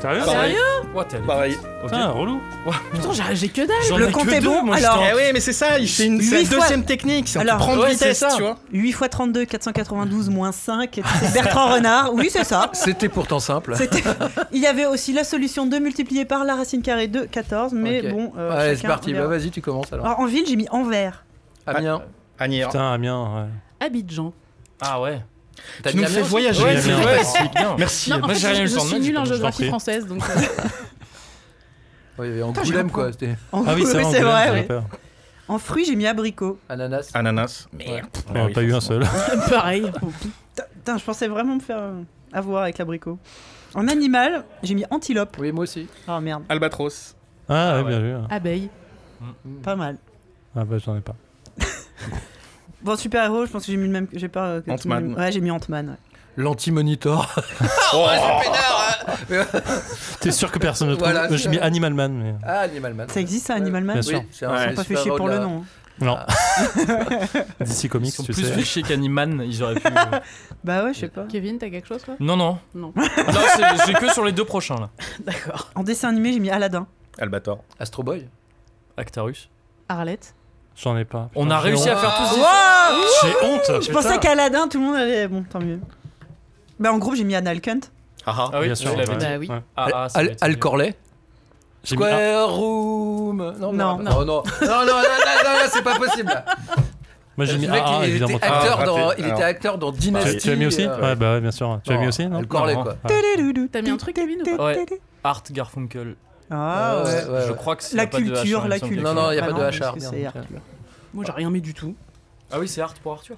[SPEAKER 3] Sérieux
[SPEAKER 6] Sérieux
[SPEAKER 4] ouah, t'es allé
[SPEAKER 2] Pareil.
[SPEAKER 4] vite.
[SPEAKER 3] Putain, relou.
[SPEAKER 6] Putain, j'ai- j'ai que dalle.
[SPEAKER 4] J'en
[SPEAKER 1] Le
[SPEAKER 4] ai que
[SPEAKER 1] compte est
[SPEAKER 4] deux,
[SPEAKER 1] bon,
[SPEAKER 4] moi, je
[SPEAKER 1] alors-
[SPEAKER 4] t'en-
[SPEAKER 2] Eh ouais, mais c'est ça, il- c'est une
[SPEAKER 1] Ah, Huit
[SPEAKER 2] c'est la
[SPEAKER 1] fois-
[SPEAKER 2] deuxième technique, c'est
[SPEAKER 1] Alors,
[SPEAKER 2] on peut prendre
[SPEAKER 5] ouais,
[SPEAKER 2] vitesse,
[SPEAKER 5] c'est ça.
[SPEAKER 2] tu vois.
[SPEAKER 1] 8 x 32, 492 moins 5. Et c'est Bertrand Renard. Oui, c'est ça.
[SPEAKER 5] C'était pourtant simple.
[SPEAKER 1] C'était- Il y avait aussi la solution 2 multipliée par la racine carrée de 14, mais
[SPEAKER 5] Ok.
[SPEAKER 1] bon. euh,
[SPEAKER 5] Allez, c'est
[SPEAKER 1] chacun
[SPEAKER 5] parti.
[SPEAKER 1] verra.
[SPEAKER 5] Bah, vas-y, tu commences alors.
[SPEAKER 1] Alors en ville, j'ai mis Anvers.
[SPEAKER 3] Ah.
[SPEAKER 5] Amiens.
[SPEAKER 2] Anier.
[SPEAKER 3] Putain, Amiens, ouais.
[SPEAKER 6] Abidjan.
[SPEAKER 4] Ah ouais.
[SPEAKER 5] T'as
[SPEAKER 2] Tu
[SPEAKER 5] dit
[SPEAKER 2] nous
[SPEAKER 5] Amiens
[SPEAKER 2] fais
[SPEAKER 5] aussi
[SPEAKER 2] voyager.
[SPEAKER 3] Ouais,
[SPEAKER 2] c'est
[SPEAKER 3] bien.
[SPEAKER 2] vrai.
[SPEAKER 4] c'est bien.
[SPEAKER 2] Merci.
[SPEAKER 6] Non, en
[SPEAKER 4] Moi,
[SPEAKER 6] fait,
[SPEAKER 4] j'ai rien eu le
[SPEAKER 6] je, je
[SPEAKER 4] temps de
[SPEAKER 6] suis
[SPEAKER 4] mettre,
[SPEAKER 6] nulle en
[SPEAKER 4] je t'en
[SPEAKER 6] géographie
[SPEAKER 3] prie.
[SPEAKER 6] française, donc euh,
[SPEAKER 5] Ouais, il y avait Angoulême, quoi. C'était
[SPEAKER 1] En
[SPEAKER 3] Ah oui, c'est vrai.
[SPEAKER 1] vrai.
[SPEAKER 3] Angoulême,
[SPEAKER 1] (laughs) oui. En fruits, j'ai mis abricot.
[SPEAKER 5] Ananas.
[SPEAKER 3] Ah.
[SPEAKER 2] Ananas. Ah
[SPEAKER 5] Merde.
[SPEAKER 3] On a pas eu un seul.
[SPEAKER 6] euh, (laughs) pareil.
[SPEAKER 1] Putain, je pensais vraiment me faire euh, avoir avec l'abricot. En animal, j'ai mis antilope.
[SPEAKER 5] Oui, moi aussi.
[SPEAKER 1] Oh merde,
[SPEAKER 2] Albatros.
[SPEAKER 3] Ah,
[SPEAKER 4] Ah
[SPEAKER 3] ouais, bien vu. hein.
[SPEAKER 6] Abeille.
[SPEAKER 1] pas mal.
[SPEAKER 3] Ah, bah, j'en ai pas.
[SPEAKER 1] Bon, super-héros, je pense que j'ai mis le même. J'ai pas. euh, que tout le
[SPEAKER 2] Ant-Man.
[SPEAKER 1] monde- Ouais, j'ai mis Ant-Man. ouais.
[SPEAKER 5] L'anti-monitor.
[SPEAKER 1] Ah,
[SPEAKER 2] Oh,
[SPEAKER 3] (laughs) T'es sûr que personne ne trouve
[SPEAKER 5] Voilà,
[SPEAKER 3] Moi, J'ai mis
[SPEAKER 5] c'est-
[SPEAKER 3] Animal Man, mais.
[SPEAKER 5] Ah, Animal Man.
[SPEAKER 1] Ça existe ça, Animal Man
[SPEAKER 3] Bien sûr.
[SPEAKER 5] Oui, c'est
[SPEAKER 2] Ouais.
[SPEAKER 5] un
[SPEAKER 1] Faut pas fait chier pour le nom. hein.
[SPEAKER 3] Non. D'ici
[SPEAKER 4] Ils
[SPEAKER 3] Comics,
[SPEAKER 4] sont
[SPEAKER 3] tu
[SPEAKER 4] plus
[SPEAKER 3] sais.
[SPEAKER 4] fichés qu'Animan, ils auraient pu. euh,
[SPEAKER 1] Bah ouais, je sais pas.
[SPEAKER 6] Kevin, t'as quelque chose, toi
[SPEAKER 4] Non, non.
[SPEAKER 6] Non.
[SPEAKER 4] Là, c'est- j'ai que sur les deux prochains, là.
[SPEAKER 6] D'accord.
[SPEAKER 1] En dessin animé, j'ai mis Aladdin.
[SPEAKER 2] Oh. Albator.
[SPEAKER 5] Astro Boy.
[SPEAKER 4] Actarus.
[SPEAKER 6] Arlette.
[SPEAKER 3] J'en ai pas.
[SPEAKER 4] On a
[SPEAKER 3] Putain,
[SPEAKER 4] réussi
[SPEAKER 3] j'ai
[SPEAKER 4] à faire tous ces-
[SPEAKER 1] Wow
[SPEAKER 3] honte. J'ai honte.
[SPEAKER 1] Je pensais qu'Aladin, tout le monde allait. Bon, tant mieux. Bah en groupe, j'ai mis Anal Cunt.
[SPEAKER 2] Ah
[SPEAKER 4] Ah oui,
[SPEAKER 3] Bien sûr.
[SPEAKER 4] je l'avais
[SPEAKER 3] ouais.
[SPEAKER 4] dit.
[SPEAKER 6] Bah oui.
[SPEAKER 3] Ouais.
[SPEAKER 4] Ah, ah, ça
[SPEAKER 5] Al,
[SPEAKER 4] doit être-
[SPEAKER 5] Al Corlay.
[SPEAKER 3] J'ai mis un-
[SPEAKER 5] Square Room.
[SPEAKER 1] Non.
[SPEAKER 5] Non, non, Oh, non, non, non, non, non, non, non, non, c'est pas possible. Là.
[SPEAKER 3] Moi, (laughs) j'ai
[SPEAKER 5] Le
[SPEAKER 3] mis
[SPEAKER 5] mec,
[SPEAKER 3] AA,
[SPEAKER 5] il,
[SPEAKER 3] évidemment.
[SPEAKER 5] était acteur
[SPEAKER 2] Ah,
[SPEAKER 5] dans,
[SPEAKER 2] raté.
[SPEAKER 5] il
[SPEAKER 2] Alors.
[SPEAKER 5] était acteur dans
[SPEAKER 3] Tu,
[SPEAKER 5] Dynasty.
[SPEAKER 3] tu as mis aussi
[SPEAKER 5] euh,
[SPEAKER 3] Ouais, bah ouais, bien sûr. Tu as
[SPEAKER 5] Non,
[SPEAKER 3] mis aussi, non
[SPEAKER 5] Elle corlait,
[SPEAKER 3] Non,
[SPEAKER 5] quoi.
[SPEAKER 3] ouais.
[SPEAKER 6] T'as mis un truc, Kevin ou pas
[SPEAKER 4] Ouais. Art Garfunkel. Euh,
[SPEAKER 1] Ah ouais.
[SPEAKER 5] ouais, ouais,
[SPEAKER 4] Je
[SPEAKER 5] ouais.
[SPEAKER 4] crois que c'est
[SPEAKER 1] La
[SPEAKER 4] y a pas de H,
[SPEAKER 1] culture,
[SPEAKER 4] hein, il
[SPEAKER 1] la
[SPEAKER 4] me semble.
[SPEAKER 1] culture.
[SPEAKER 5] Non, non, il n'y a
[SPEAKER 1] Ah
[SPEAKER 5] pas
[SPEAKER 1] non,
[SPEAKER 5] de HR.
[SPEAKER 1] parce que
[SPEAKER 5] merde.
[SPEAKER 1] c'est
[SPEAKER 6] Moi, j'ai rien mis du tout.
[SPEAKER 4] Ah oui, c'est Art pour Arthur.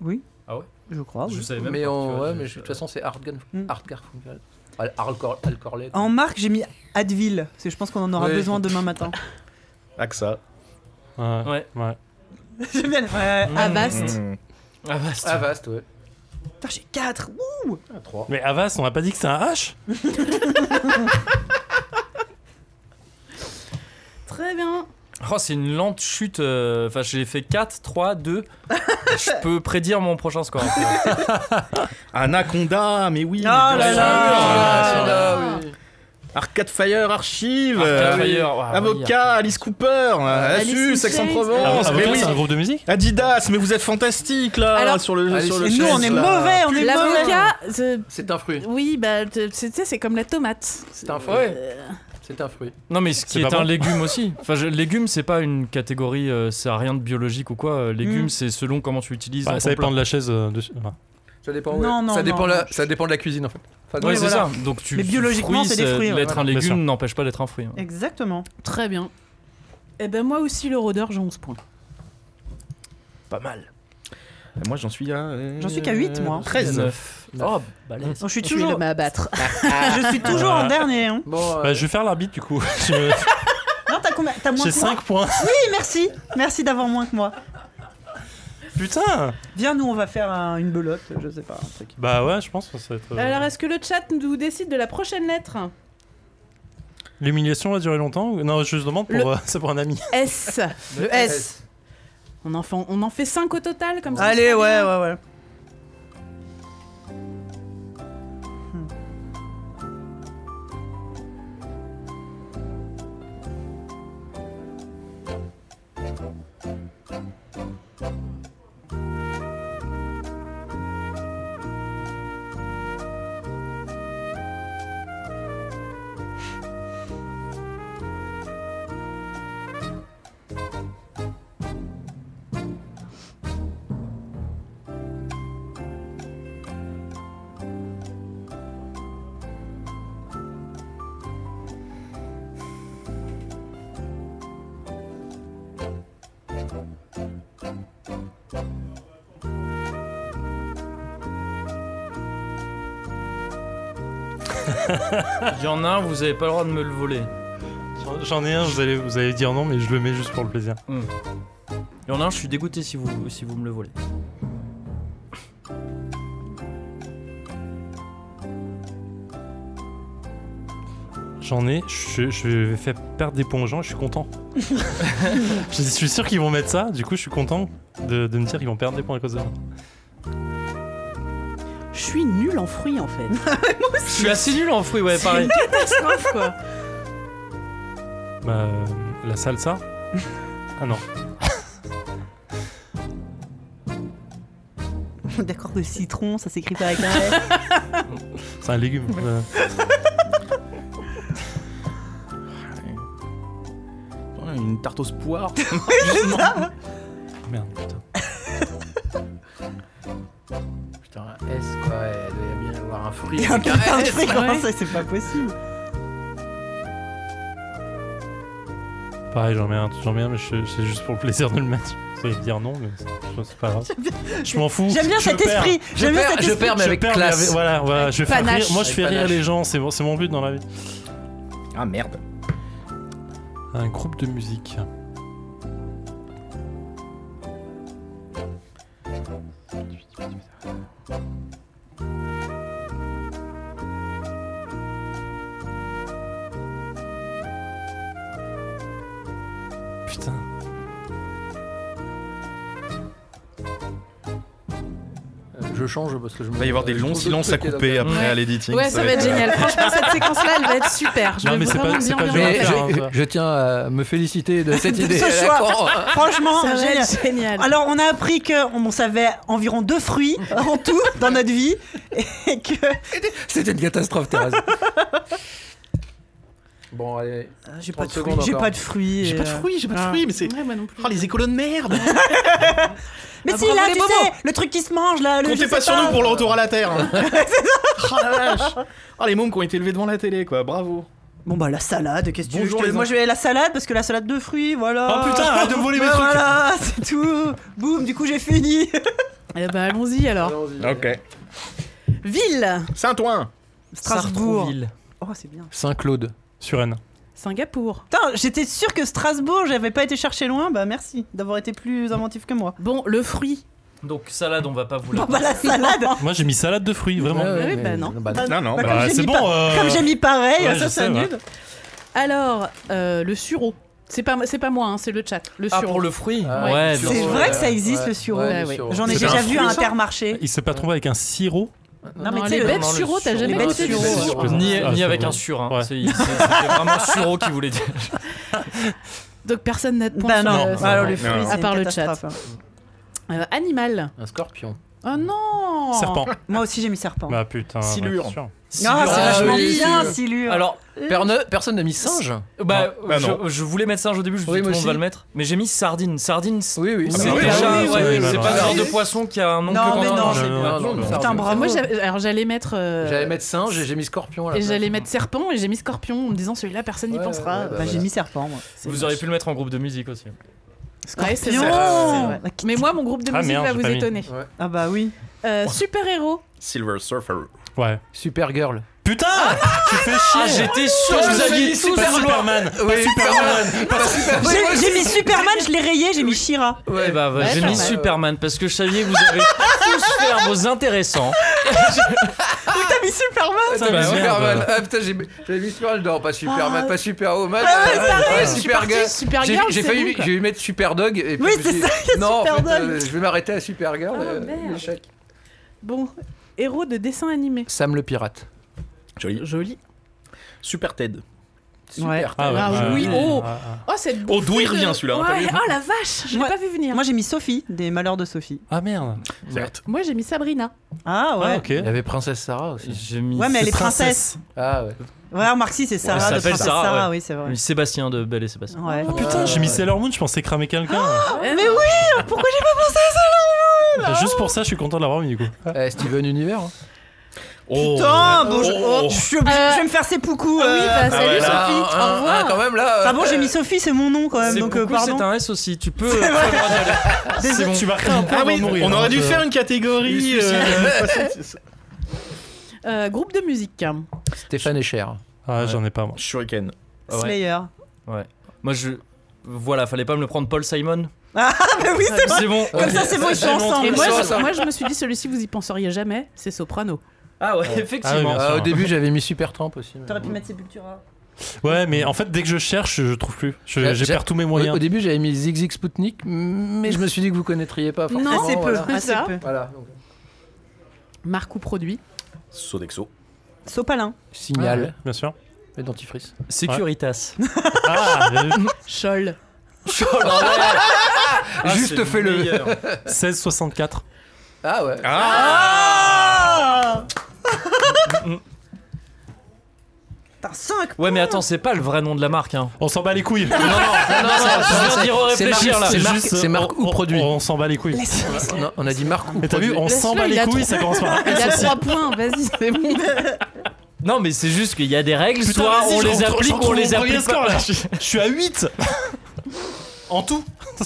[SPEAKER 1] Oui.
[SPEAKER 4] Ah ouais
[SPEAKER 1] Je crois. oui.
[SPEAKER 4] Je savais même
[SPEAKER 5] Mais,
[SPEAKER 4] pas, tu
[SPEAKER 5] on,
[SPEAKER 4] vois,
[SPEAKER 5] ouais,
[SPEAKER 4] je-
[SPEAKER 5] mais je- de toute façon, c'est Art Gun.
[SPEAKER 1] Hmm.
[SPEAKER 5] Art Garfunkel. Al, Al, Cor- Al Corley.
[SPEAKER 1] En marque, j'ai mis Advil. Parce que je pense qu'on en aura
[SPEAKER 5] Ouais.
[SPEAKER 1] besoin demain matin.
[SPEAKER 2] AXA.
[SPEAKER 3] Ouais. Ah
[SPEAKER 4] Ouais.
[SPEAKER 3] ouais.
[SPEAKER 1] J'aime bien. Ouais.
[SPEAKER 6] Avast.
[SPEAKER 2] Mm.
[SPEAKER 4] Ah bah, c'est-
[SPEAKER 5] Ah, vaste, ouais.
[SPEAKER 1] Putain, j'ai 4.
[SPEAKER 5] Ah, trois.
[SPEAKER 3] Mais Avas, on a pas dit que c'était un H
[SPEAKER 6] Très bien.
[SPEAKER 4] Oh, c'est une lente chute. euh, Enfin, j'ai fait 4,
[SPEAKER 1] (laughs)
[SPEAKER 4] 3, 2. Je peux prédire mon prochain
[SPEAKER 3] (laughs)
[SPEAKER 4] score. Ah,
[SPEAKER 2] Anaconda, mais oui.
[SPEAKER 1] Oh là
[SPEAKER 2] bien sûr.
[SPEAKER 1] là.
[SPEAKER 2] Bien sûr.
[SPEAKER 5] Ah, oui.
[SPEAKER 2] Arcade Fire, Archive. euh,
[SPEAKER 4] Ah,
[SPEAKER 2] Avocat,
[SPEAKER 4] Avocat.
[SPEAKER 2] Alice Cooper, euh,
[SPEAKER 6] Euh, Alice in
[SPEAKER 2] Assus,
[SPEAKER 3] Ah,
[SPEAKER 2] Aix-en-Provence,
[SPEAKER 3] ah,
[SPEAKER 2] mais
[SPEAKER 3] bah,
[SPEAKER 2] oui.
[SPEAKER 3] c'est un groupe de musique
[SPEAKER 2] Adidas, mais vous êtes fantastique là
[SPEAKER 6] Alors-
[SPEAKER 2] sur le
[SPEAKER 5] Allez,
[SPEAKER 2] sur le
[SPEAKER 1] Et nous,
[SPEAKER 2] chess,
[SPEAKER 1] on est
[SPEAKER 2] là.
[SPEAKER 1] mauvais, on est mauvais.
[SPEAKER 6] L'avocat, c'est-
[SPEAKER 5] C'est un fruit.
[SPEAKER 6] oui, bah, t- c'est tu sais, c'est comme la tomate.
[SPEAKER 5] C'est un fruit.
[SPEAKER 4] Ouais.
[SPEAKER 5] C'est un fruit.
[SPEAKER 4] Non, mais ce
[SPEAKER 3] C'est
[SPEAKER 4] qui est,
[SPEAKER 3] pas
[SPEAKER 4] un
[SPEAKER 3] bon.
[SPEAKER 4] légume
[SPEAKER 3] (laughs)
[SPEAKER 4] aussi. Enfin, je- légume, c'est pas une catégorie. euh, ça a rien de biologique ou quoi. Euh, Légume,
[SPEAKER 1] Mm.
[SPEAKER 4] c'est selon comment tu l'utilises.
[SPEAKER 3] Bah,
[SPEAKER 4] dans
[SPEAKER 3] Ça
[SPEAKER 4] ton
[SPEAKER 3] dépend
[SPEAKER 4] plat.
[SPEAKER 3] de la chaise. euh, de- enfin,
[SPEAKER 5] Ça dépend.
[SPEAKER 1] Non,
[SPEAKER 5] ouais.
[SPEAKER 1] non,
[SPEAKER 5] ça,
[SPEAKER 1] non,
[SPEAKER 5] dépend
[SPEAKER 1] non,
[SPEAKER 5] la,
[SPEAKER 1] je-
[SPEAKER 5] ça dépend de la cuisine, en fait. Enfin,
[SPEAKER 4] Ouais,
[SPEAKER 1] Oui,
[SPEAKER 4] c'est
[SPEAKER 1] voilà.
[SPEAKER 4] ça. Donc, tu.
[SPEAKER 1] Mais biologiquement, c'est des
[SPEAKER 4] euh,
[SPEAKER 1] fruits, hein. ouais,
[SPEAKER 4] L'être
[SPEAKER 1] voilà.
[SPEAKER 4] un
[SPEAKER 3] Bien sûr.
[SPEAKER 4] légume n'empêche pas d'être un fruit. hein.
[SPEAKER 1] Exactement.
[SPEAKER 6] Très bien. Eh ben moi aussi le rôdeur, j'ai 11 points.
[SPEAKER 4] pas mal.
[SPEAKER 2] Moi, j'en suis à. euh,
[SPEAKER 1] J'en suis qu'à huit, moi.
[SPEAKER 2] 13.
[SPEAKER 4] 9.
[SPEAKER 3] (laughs)
[SPEAKER 4] Oh, balèze.
[SPEAKER 1] Je suis
[SPEAKER 6] Je suis le
[SPEAKER 1] toujours,
[SPEAKER 6] mât à battre.
[SPEAKER 1] je suis toujours en dernier. hein.
[SPEAKER 5] Bon, euh,
[SPEAKER 3] Bah, je vais faire l'arbitre du coup. (laughs) Je-
[SPEAKER 1] Non, t'as combien T'as moins
[SPEAKER 3] J'ai
[SPEAKER 1] que moi.
[SPEAKER 3] 5 points.
[SPEAKER 1] Oui, merci. Merci d'avoir moins que moi.
[SPEAKER 3] Putain
[SPEAKER 1] Viens, nous, on va faire un- une belote, je sais pas, un truc.
[SPEAKER 3] Bah ouais, je pense que ça va être. euh,
[SPEAKER 6] Alors, est-ce que le chat nous décide de la prochaine lettre
[SPEAKER 3] L'humiliation va durer longtemps ou- Non, je te demande pour.
[SPEAKER 6] Le-
[SPEAKER 3] euh, (laughs) c'est pour un ami.
[SPEAKER 6] S. Le S. On en fait, on en fait 5 au total, comme ça.
[SPEAKER 1] Allez, ouais, ouais, ouais.
[SPEAKER 4] Il y en a un, vous avez pas le droit de me le voler.
[SPEAKER 3] J'en- J'en ai un, vous allez, vous allez dire non, mais je le mets juste pour le plaisir.
[SPEAKER 4] Il y en a un, je suis dégoûté si vous, si vous me le volez.
[SPEAKER 3] J'en ai, je, je vais faire perdre des points aux gens, je suis
[SPEAKER 6] (laughs)
[SPEAKER 3] content. je suis sûr qu'ils vont mettre ça, du coup, je suis content de, de me dire qu'ils vont perdre des points à cause de moi.
[SPEAKER 6] Je suis nul en fruits, en fait.
[SPEAKER 4] Je suis assez nul en fruits, ouais, pareil.
[SPEAKER 6] Catastrophe, quoi.
[SPEAKER 3] Bah, euh, la salsa Ah non.
[SPEAKER 1] (laughs) D'accord, de citron, ça s'écrit pas avec un S.
[SPEAKER 3] C'est un légume.
[SPEAKER 6] (laughs)
[SPEAKER 3] Euh,
[SPEAKER 2] Ouais, Une tarte aux poires.
[SPEAKER 3] merde, putain.
[SPEAKER 5] putain, S quoi, il doit y bien y avoir un fruit.
[SPEAKER 1] Il y a un putain de truc,
[SPEAKER 6] ouais.
[SPEAKER 1] comment ça, c'est pas possible.
[SPEAKER 3] Pareil, j'en mets un, j'en mets un, mais je- c'est juste pour le plaisir de le mettre. Vous allez me dire non, mais c'est- je- c'est pas grave. Je m'en fous.
[SPEAKER 1] J'aime bien
[SPEAKER 3] je
[SPEAKER 1] cet
[SPEAKER 3] perds.
[SPEAKER 1] esprit.
[SPEAKER 5] Je
[SPEAKER 1] J'aime bien
[SPEAKER 5] perds,
[SPEAKER 1] cet
[SPEAKER 5] je
[SPEAKER 1] esprit.
[SPEAKER 5] perds, mais
[SPEAKER 3] Je
[SPEAKER 5] avec
[SPEAKER 3] perds, mais
[SPEAKER 5] classe.
[SPEAKER 3] avec- voilà, voilà, je vais faire
[SPEAKER 6] panache.
[SPEAKER 3] rire. Moi, je fais
[SPEAKER 5] Avec
[SPEAKER 3] rire
[SPEAKER 5] panache.
[SPEAKER 3] les gens, c'est mon, c'est mon but dans la vie.
[SPEAKER 2] Ah merde.
[SPEAKER 3] Un groupe de musique. Putain.
[SPEAKER 5] Euh, Je change parce que je me.
[SPEAKER 2] Il va y avoir des
[SPEAKER 5] je
[SPEAKER 2] longs
[SPEAKER 5] trouve
[SPEAKER 2] silences à
[SPEAKER 5] d'autres trucs
[SPEAKER 2] couper hein.
[SPEAKER 5] là-dedans.
[SPEAKER 2] après
[SPEAKER 6] Ouais.
[SPEAKER 2] à l'editing.
[SPEAKER 6] (laughs) Ouais, ça va être génial. Franchement, cette séquence-là, elle va être super. Je
[SPEAKER 3] Non,
[SPEAKER 6] vais
[SPEAKER 3] mais c'est
[SPEAKER 6] vraiment
[SPEAKER 3] pas- c'est
[SPEAKER 6] bien,
[SPEAKER 3] pas
[SPEAKER 6] bien,
[SPEAKER 3] dur à
[SPEAKER 6] bien
[SPEAKER 5] Mais
[SPEAKER 3] faire.
[SPEAKER 6] faire.
[SPEAKER 5] je, je tiens à me
[SPEAKER 1] (laughs)
[SPEAKER 5] féliciter de cette idée.
[SPEAKER 1] ce choix. Franchement,
[SPEAKER 6] Ça va
[SPEAKER 1] génial.
[SPEAKER 6] être génial.
[SPEAKER 1] Alors, on a appris qu'on on savait environ deux fruits en tout dans notre vie. Et que.
[SPEAKER 5] C'était une catastrophe, Thérèse. bon, allez.
[SPEAKER 1] J'ai
[SPEAKER 5] 30
[SPEAKER 1] pas de fruits.
[SPEAKER 5] secondes
[SPEAKER 1] J'ai
[SPEAKER 5] encore.
[SPEAKER 1] pas de fruits.
[SPEAKER 2] J'ai pas de
[SPEAKER 1] euh.
[SPEAKER 2] fruits, j'ai pas de
[SPEAKER 1] Ah.
[SPEAKER 2] fruits,
[SPEAKER 6] (laughs)
[SPEAKER 2] mais c'est.
[SPEAKER 6] Ouais, moi non plus.
[SPEAKER 2] Oh, les écolos de
[SPEAKER 6] (laughs)
[SPEAKER 2] merde
[SPEAKER 1] Mais
[SPEAKER 6] Ah,
[SPEAKER 1] si,
[SPEAKER 6] bravo
[SPEAKER 1] là,
[SPEAKER 6] les
[SPEAKER 1] tu
[SPEAKER 6] bobos.
[SPEAKER 1] sais, le truc qui se mange, là. Le, je
[SPEAKER 2] Comptez
[SPEAKER 1] sais
[SPEAKER 2] pas sur nous pour le retour à la
[SPEAKER 6] (laughs)
[SPEAKER 2] Terre (laughs) Oh la vache Oh les mômes qui ont été élevés devant la télé, quoi, bravo
[SPEAKER 1] Bon, bah, la salade, qu'est-ce que tu veux
[SPEAKER 2] Bonjour,
[SPEAKER 1] Je te-
[SPEAKER 2] les
[SPEAKER 1] Moi,
[SPEAKER 2] enfants.
[SPEAKER 1] je vais à la salade parce que la salade de fruits,
[SPEAKER 2] Oh,
[SPEAKER 1] voilà.
[SPEAKER 2] putain, arrête de me voler mes
[SPEAKER 1] Bah,
[SPEAKER 2] trucs.
[SPEAKER 1] Voilà, c'est tout. Boum, du coup, j'ai fini.
[SPEAKER 6] Eh bah, allons-y alors.
[SPEAKER 5] Allons-y.
[SPEAKER 6] Ville
[SPEAKER 2] Saint-Ouen
[SPEAKER 1] Strasbourg. Oh, c'est bien.
[SPEAKER 5] Saint-Claude.
[SPEAKER 3] Sur N.
[SPEAKER 6] Singapour.
[SPEAKER 1] Putain, j'étais sûr que Strasbourg, j'avais pas été chercher loin. Bah, merci d'avoir été plus inventif que
[SPEAKER 6] (laughs)
[SPEAKER 1] moi.
[SPEAKER 6] Bon, le fruit.
[SPEAKER 4] Donc, salade, on va pas vous la
[SPEAKER 1] Bon, bah, la salade.
[SPEAKER 3] Moi, j'ai mis salade de fruits, vraiment.
[SPEAKER 5] Ouais, ouais,
[SPEAKER 6] Oui,
[SPEAKER 5] mais-
[SPEAKER 6] bah non.
[SPEAKER 5] Bah,
[SPEAKER 2] Non, non,
[SPEAKER 1] Bah,
[SPEAKER 2] bah,
[SPEAKER 1] comme
[SPEAKER 3] Bah,
[SPEAKER 1] j'ai
[SPEAKER 3] c'est
[SPEAKER 1] mis
[SPEAKER 3] bon.
[SPEAKER 1] pas-
[SPEAKER 3] euh,
[SPEAKER 1] Comme j'ai mis pareil,
[SPEAKER 6] Ah,
[SPEAKER 3] ouais, je
[SPEAKER 1] ça,
[SPEAKER 3] sais,
[SPEAKER 1] c'est
[SPEAKER 3] ouais.
[SPEAKER 1] nul.
[SPEAKER 6] Alors, euh, le sureau. C'est pas, c'est pas moi, hein, c'est le chat. Le
[SPEAKER 4] Ah,
[SPEAKER 6] sureau.
[SPEAKER 4] pour le fruit
[SPEAKER 5] Ah,
[SPEAKER 4] Ouais,
[SPEAKER 5] le
[SPEAKER 4] bien
[SPEAKER 1] C'est
[SPEAKER 5] sureau,
[SPEAKER 4] sûr.
[SPEAKER 1] vrai que ça
[SPEAKER 5] ouais.
[SPEAKER 1] existe, le
[SPEAKER 5] Ouais,
[SPEAKER 1] sureau.
[SPEAKER 5] ouais,
[SPEAKER 6] Ah
[SPEAKER 5] le
[SPEAKER 6] oui.
[SPEAKER 5] sureau.
[SPEAKER 1] J'en ai
[SPEAKER 4] C'est un
[SPEAKER 1] déjà vu à
[SPEAKER 4] fruit, ça
[SPEAKER 1] Intermarché.
[SPEAKER 3] Il s'est pas trompé avec un sirop
[SPEAKER 1] Non, mais tu
[SPEAKER 6] les
[SPEAKER 1] sais, le-
[SPEAKER 6] bêtes
[SPEAKER 4] Non, le
[SPEAKER 6] sureaux, t'as
[SPEAKER 4] sureau.
[SPEAKER 6] jamais
[SPEAKER 1] Les bêtes
[SPEAKER 6] goûté le
[SPEAKER 1] sureaux.
[SPEAKER 6] sureau.
[SPEAKER 3] Ouais.
[SPEAKER 4] Ni,
[SPEAKER 3] Ah,
[SPEAKER 4] ni
[SPEAKER 3] c'est
[SPEAKER 4] avec
[SPEAKER 3] vrai.
[SPEAKER 4] un sur, hein.
[SPEAKER 3] Ouais.
[SPEAKER 4] C'est- c'est- C'était vraiment suro qui voulait
[SPEAKER 1] (laughs)
[SPEAKER 4] dire.
[SPEAKER 6] Donc personne n'a de point
[SPEAKER 1] Bah
[SPEAKER 6] sur
[SPEAKER 1] non,
[SPEAKER 6] le- sur
[SPEAKER 1] alors
[SPEAKER 6] le-
[SPEAKER 1] les
[SPEAKER 2] Non.
[SPEAKER 1] fruits, c'est
[SPEAKER 6] À
[SPEAKER 1] une
[SPEAKER 6] part le chat.
[SPEAKER 1] catastrophe.
[SPEAKER 6] Euh, animal.
[SPEAKER 5] Un scorpion.
[SPEAKER 6] Oh non
[SPEAKER 3] serpent.
[SPEAKER 1] Moi aussi, j'ai mis serpent.
[SPEAKER 3] Bah putain.
[SPEAKER 2] Silure.
[SPEAKER 3] ouais, sûr.
[SPEAKER 1] Ah, c'est
[SPEAKER 5] Ah,
[SPEAKER 1] vachement
[SPEAKER 5] oui,
[SPEAKER 1] bien,
[SPEAKER 5] sûr.
[SPEAKER 1] silure.
[SPEAKER 4] Alors,
[SPEAKER 5] Perne- Personne n'a mis singe.
[SPEAKER 4] bah,
[SPEAKER 3] Ah,
[SPEAKER 2] bah non.
[SPEAKER 4] je, je voulais mettre singe au début, je me
[SPEAKER 5] Oui,
[SPEAKER 4] suis dit,
[SPEAKER 5] moi
[SPEAKER 4] on va
[SPEAKER 5] aussi.
[SPEAKER 4] le mettre. Mais j'ai mis sardine. Sardine, c'est
[SPEAKER 5] Oui, oui.
[SPEAKER 2] Ah, bah
[SPEAKER 4] c'est
[SPEAKER 2] oui,
[SPEAKER 4] déjà-
[SPEAKER 2] bah oui,
[SPEAKER 4] ouais,
[SPEAKER 2] oui,
[SPEAKER 4] c'est
[SPEAKER 3] bah
[SPEAKER 4] pas
[SPEAKER 3] oui.
[SPEAKER 4] le genre de poisson qui a un
[SPEAKER 1] Non,
[SPEAKER 4] nom que
[SPEAKER 1] mais
[SPEAKER 4] quand-
[SPEAKER 1] non,
[SPEAKER 3] non,
[SPEAKER 1] c'est
[SPEAKER 3] non,
[SPEAKER 1] bien.
[SPEAKER 5] Oh, non, non,
[SPEAKER 1] Putain,
[SPEAKER 5] non.
[SPEAKER 1] bravo.
[SPEAKER 6] Oh, Moi, j'avais- alors j'allais mettre. euh,
[SPEAKER 5] J'allais mettre singe et j'ai mis scorpion à la
[SPEAKER 6] Et
[SPEAKER 5] place.
[SPEAKER 6] j'allais mettre serpent et j'ai mis scorpion en me disant celui-là personne n'y
[SPEAKER 5] Ouais,
[SPEAKER 6] pensera.
[SPEAKER 5] ouais,
[SPEAKER 1] Bah,
[SPEAKER 5] bah,
[SPEAKER 1] j'ai
[SPEAKER 5] voilà.
[SPEAKER 1] mis serpent, moi.
[SPEAKER 4] Vous auriez pu le mettre en groupe de musique aussi.
[SPEAKER 6] Ouais, c'est
[SPEAKER 1] Scorpion
[SPEAKER 6] vrai.
[SPEAKER 1] Ah, qui-
[SPEAKER 6] Mais moi, mon groupe de
[SPEAKER 3] Ah,
[SPEAKER 6] musique
[SPEAKER 3] merde,
[SPEAKER 6] va
[SPEAKER 3] j'ai
[SPEAKER 6] vous
[SPEAKER 3] pas mis.
[SPEAKER 6] étonner.
[SPEAKER 1] Ah bah oui.
[SPEAKER 6] Euh, Super-héros.
[SPEAKER 7] Silver Surfer.
[SPEAKER 3] Ouais.
[SPEAKER 5] Supergirl.
[SPEAKER 3] Putain Tu fais chier
[SPEAKER 4] Ah, j'étais sûr
[SPEAKER 5] Putain,
[SPEAKER 4] que vous
[SPEAKER 5] je
[SPEAKER 4] aviez
[SPEAKER 5] l'ai
[SPEAKER 4] tous
[SPEAKER 5] super loin.
[SPEAKER 4] Superman.
[SPEAKER 5] Oui, Superman.
[SPEAKER 1] J'ai j'ai mis Superman, je l'ai rayé, j'ai mis Shira.
[SPEAKER 4] Eh bah, bah,
[SPEAKER 6] Ouais,
[SPEAKER 4] j'ai
[SPEAKER 6] pas
[SPEAKER 4] mis
[SPEAKER 6] mal.
[SPEAKER 4] Superman parce que je savais que vous avez tous faire vos intéressants.
[SPEAKER 1] T'as mis Superman
[SPEAKER 5] Putain, mais
[SPEAKER 4] Bah ouais,
[SPEAKER 5] Superman.
[SPEAKER 4] bah.
[SPEAKER 5] Ah, putain, j'ai- j'avais mis Superman. Non, pas Superman,
[SPEAKER 6] Ah.
[SPEAKER 5] pas Superwoman.
[SPEAKER 1] Ah ouais,
[SPEAKER 5] pas-
[SPEAKER 1] ça
[SPEAKER 5] pas
[SPEAKER 1] arrive,
[SPEAKER 6] Je suis
[SPEAKER 5] Supergirl.
[SPEAKER 6] partie, Supergirl,
[SPEAKER 5] J'ai- J'ai
[SPEAKER 6] c'est
[SPEAKER 5] failli,
[SPEAKER 6] bon, quoi.
[SPEAKER 5] j'ai eu mettre Superdog. Et puis
[SPEAKER 1] Oui,
[SPEAKER 5] je me
[SPEAKER 1] c'est
[SPEAKER 5] suis
[SPEAKER 1] ça,
[SPEAKER 5] dit,
[SPEAKER 1] il y a
[SPEAKER 5] Non, en fait,
[SPEAKER 1] Superdog. Oh,
[SPEAKER 5] euh, je vais m'arrêter à Supergirl.
[SPEAKER 6] Ah,
[SPEAKER 5] euh,
[SPEAKER 6] merde.
[SPEAKER 5] échec.
[SPEAKER 6] Bon, héros de dessin animé.
[SPEAKER 5] Sam le pirate.
[SPEAKER 7] Joli.
[SPEAKER 6] Joli.
[SPEAKER 7] Super Ted.
[SPEAKER 1] Ouais.
[SPEAKER 5] Super.
[SPEAKER 3] Ah, ouais,
[SPEAKER 6] Ah,
[SPEAKER 3] ouais,
[SPEAKER 6] oui,
[SPEAKER 3] ouais,
[SPEAKER 6] oh.
[SPEAKER 3] ouais, ouais.
[SPEAKER 6] Oh, cette
[SPEAKER 7] Oh, d'où il
[SPEAKER 6] bouffée de-
[SPEAKER 7] revient, celui-là, hein, t'as
[SPEAKER 6] Ouais,
[SPEAKER 7] vu
[SPEAKER 6] Oh la vache, je l'ai
[SPEAKER 1] Moi-
[SPEAKER 6] pas vu venir.
[SPEAKER 1] Moi j'ai mis Sophie, des malheurs de Sophie.
[SPEAKER 3] Ah merde
[SPEAKER 7] Certes.
[SPEAKER 6] Moi, j'ai mis Sabrina.
[SPEAKER 1] Ah ouais.
[SPEAKER 3] Ah ok.
[SPEAKER 5] Il y avait Princesse Sarah aussi.
[SPEAKER 4] J'ai mis.
[SPEAKER 1] Ouais, mais elle est
[SPEAKER 4] Princesse.
[SPEAKER 1] princesse.
[SPEAKER 5] Ah ouais.
[SPEAKER 1] Ouais, remarque si c'est
[SPEAKER 4] Ouais,
[SPEAKER 1] Sarah
[SPEAKER 4] elle
[SPEAKER 1] de
[SPEAKER 4] s'appelle
[SPEAKER 1] Princesse Sarah,
[SPEAKER 4] Sarah,
[SPEAKER 1] oui, c'est vrai.
[SPEAKER 4] J'ai mis Sébastien de Belle et Sébastien.
[SPEAKER 1] Ouais.
[SPEAKER 3] Ah putain, j'ai mis Sailor Moon, je pensais cramer quelqu'un.
[SPEAKER 6] Ah, mais
[SPEAKER 1] oui, pourquoi j'ai pas pensé à ça
[SPEAKER 3] Bah, Juste pour ça, je suis content de l'avoir mis du coup.
[SPEAKER 5] Eh, Steven Universe. hein.
[SPEAKER 7] Oh.
[SPEAKER 1] Putain, bon, je,
[SPEAKER 7] Oh.
[SPEAKER 1] oh, je suis obligée-
[SPEAKER 6] Euh,
[SPEAKER 1] je vais me faire ses poucous.
[SPEAKER 6] oui,
[SPEAKER 1] euh.
[SPEAKER 6] bah,
[SPEAKER 5] hein.
[SPEAKER 6] salut
[SPEAKER 7] ouais, là,
[SPEAKER 6] Sophie,
[SPEAKER 5] Ah, un- un-
[SPEAKER 6] au revoir.
[SPEAKER 5] un quand même là. euh,
[SPEAKER 1] Ah bon, j'ai mis Sophie, c'est mon nom quand même,
[SPEAKER 4] C'est
[SPEAKER 1] donc
[SPEAKER 4] beaucoup,
[SPEAKER 1] euh, pardon.
[SPEAKER 4] c'est un S aussi. Tu
[SPEAKER 1] (laughs)
[SPEAKER 4] peux. euh,
[SPEAKER 3] C'est bon. Tu vas un peu
[SPEAKER 7] Ah oui,
[SPEAKER 3] mourir.
[SPEAKER 7] on
[SPEAKER 3] hein,
[SPEAKER 7] aurait dû
[SPEAKER 3] je-
[SPEAKER 7] faire une catégorie. euh,
[SPEAKER 6] Euh, groupe de musique.
[SPEAKER 5] Stéphane hein. Escher.
[SPEAKER 3] Ah, j'en ai pas moi.
[SPEAKER 7] Shuriken.
[SPEAKER 4] Ah Ouais.
[SPEAKER 1] Slayer.
[SPEAKER 4] Moi je. Voilà, fallait pas me le prendre Paul Simon.
[SPEAKER 1] Ah bah oui, c'est vrai.
[SPEAKER 4] C'est bon.
[SPEAKER 1] Comme ça, c'est bon, ils sont
[SPEAKER 4] J'ai mon
[SPEAKER 1] ensemble.
[SPEAKER 6] Et moi,
[SPEAKER 5] ça,
[SPEAKER 6] je,
[SPEAKER 5] ça.
[SPEAKER 6] moi, je me suis dit, celui-ci, vous y penseriez jamais, c'est Soprano.
[SPEAKER 4] Ah ouais,
[SPEAKER 3] Ah oui,
[SPEAKER 4] effectivement.
[SPEAKER 3] bien
[SPEAKER 5] Ah,
[SPEAKER 3] sûr.
[SPEAKER 5] au début, j'avais mis Supertramp aussi. mais
[SPEAKER 1] T'aurais pu
[SPEAKER 5] bon.
[SPEAKER 1] mettre Sepultura.
[SPEAKER 3] Ouais, mais en fait, dès que je cherche, je trouve plus. Je-
[SPEAKER 5] J'ai-
[SPEAKER 3] J'ai
[SPEAKER 5] j'ai-
[SPEAKER 3] perdu tous mes
[SPEAKER 5] Au,
[SPEAKER 3] moyens.
[SPEAKER 5] au début, j'avais mis Zigzag Spoutnik, mais je me suis dit que vous connaîtriez pas.
[SPEAKER 6] Non,
[SPEAKER 5] forcément,
[SPEAKER 1] Assez peu,
[SPEAKER 5] voilà.
[SPEAKER 1] assez
[SPEAKER 6] Ça.
[SPEAKER 1] peu.
[SPEAKER 5] Voilà, donc,
[SPEAKER 6] Marc ou produit.
[SPEAKER 7] Sodexo.
[SPEAKER 1] Sopalin.
[SPEAKER 5] Signal
[SPEAKER 3] Ouais, bien sûr.
[SPEAKER 5] et dentifrice.
[SPEAKER 4] Securitas.
[SPEAKER 3] Ah, bien vu.
[SPEAKER 6] Scholl.
[SPEAKER 4] Ah,
[SPEAKER 5] Juste fais-le.
[SPEAKER 3] 1664.
[SPEAKER 5] Ah ouais.
[SPEAKER 1] T'as 5
[SPEAKER 4] Ouais, mais attends, c'est pas le vrai nom de la marque. Hein.
[SPEAKER 3] On s'en bat les couilles.
[SPEAKER 4] Non, non, non, je viens d'y réfléchir là.
[SPEAKER 5] C'est
[SPEAKER 3] Juste,
[SPEAKER 5] marque-
[SPEAKER 3] euh,
[SPEAKER 5] c'est marque
[SPEAKER 3] on-
[SPEAKER 5] ou
[SPEAKER 3] on-
[SPEAKER 5] produit.
[SPEAKER 3] On s'en bat les couilles.
[SPEAKER 5] Non, on a dit Marc ou
[SPEAKER 3] Mais t'as vu, on s'en bat
[SPEAKER 6] Laisse-le,
[SPEAKER 3] les
[SPEAKER 6] il a
[SPEAKER 3] couilles, Ah,
[SPEAKER 6] trop-
[SPEAKER 3] ça commence par
[SPEAKER 6] (laughs)
[SPEAKER 3] un
[SPEAKER 6] Il
[SPEAKER 3] S
[SPEAKER 6] a
[SPEAKER 3] aussi.
[SPEAKER 6] 3 points, vas-y, c'est bon.
[SPEAKER 4] Non, mais c'est juste qu'il y a des règles,
[SPEAKER 3] Putain,
[SPEAKER 4] soit
[SPEAKER 3] vas-y,
[SPEAKER 4] on
[SPEAKER 3] je
[SPEAKER 4] les
[SPEAKER 3] retrouve- je
[SPEAKER 4] applique, on
[SPEAKER 3] retrouve
[SPEAKER 4] les
[SPEAKER 3] mon premier
[SPEAKER 4] applique
[SPEAKER 3] score,
[SPEAKER 4] pas.
[SPEAKER 3] là. Je je suis à 8. En tout.
[SPEAKER 5] Ah,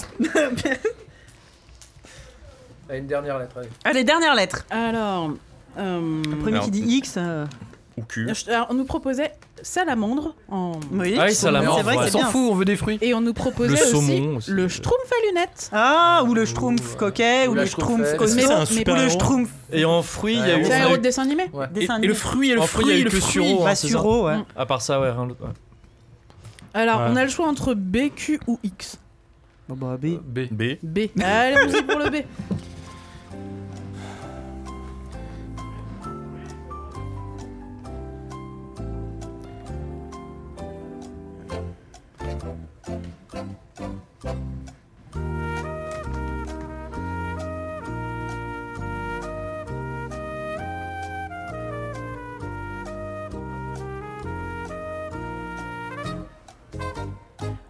[SPEAKER 5] Une dernière lettre.
[SPEAKER 1] Allez, dernière lettre.
[SPEAKER 6] Alors, euh,
[SPEAKER 1] Premier
[SPEAKER 7] Non.
[SPEAKER 1] qui dit X. euh,
[SPEAKER 7] Ou Q.
[SPEAKER 6] je- alors, on nous proposait Salamandre en...
[SPEAKER 1] oui.
[SPEAKER 4] Ah oui, ça la
[SPEAKER 1] C'est
[SPEAKER 4] mort.
[SPEAKER 1] vrai que
[SPEAKER 5] On
[SPEAKER 4] ouais.
[SPEAKER 1] c'est
[SPEAKER 5] s'en
[SPEAKER 1] bien.
[SPEAKER 5] fout, on veut des fruits.
[SPEAKER 6] Et on nous proposait
[SPEAKER 4] Le
[SPEAKER 6] aussi,
[SPEAKER 4] saumon aussi.
[SPEAKER 6] le Schtroumpf à lunettes.
[SPEAKER 1] Ah, ou le Schtroumpf
[SPEAKER 5] Ou,
[SPEAKER 1] coquet,
[SPEAKER 5] ou
[SPEAKER 1] ou
[SPEAKER 5] la
[SPEAKER 1] le Schtroumpf
[SPEAKER 5] Schtroumpf.
[SPEAKER 1] costaud,
[SPEAKER 3] Est-ce que c'est un
[SPEAKER 1] mais- ou
[SPEAKER 3] super-héros
[SPEAKER 1] le Schtroumpf
[SPEAKER 4] Et en fruits, il y a eu.
[SPEAKER 6] C'est un héros de dessin animé
[SPEAKER 5] Ouais.
[SPEAKER 1] dessin
[SPEAKER 4] Et-
[SPEAKER 1] animé.
[SPEAKER 4] et le fruit, et le En fruit, il y a fruit, eu et le que
[SPEAKER 1] Bah,
[SPEAKER 4] suro. hein, c'est ça.
[SPEAKER 1] Suro, ouais.
[SPEAKER 6] Mm.
[SPEAKER 4] À part ça, ouais. rien d'autre, ouais.
[SPEAKER 6] Alors,
[SPEAKER 3] Ouais.
[SPEAKER 6] on a le choix entre B, Q ou X.
[SPEAKER 1] Bon, bah, B.
[SPEAKER 5] B.
[SPEAKER 7] B.
[SPEAKER 6] B. Allez, on pour le B.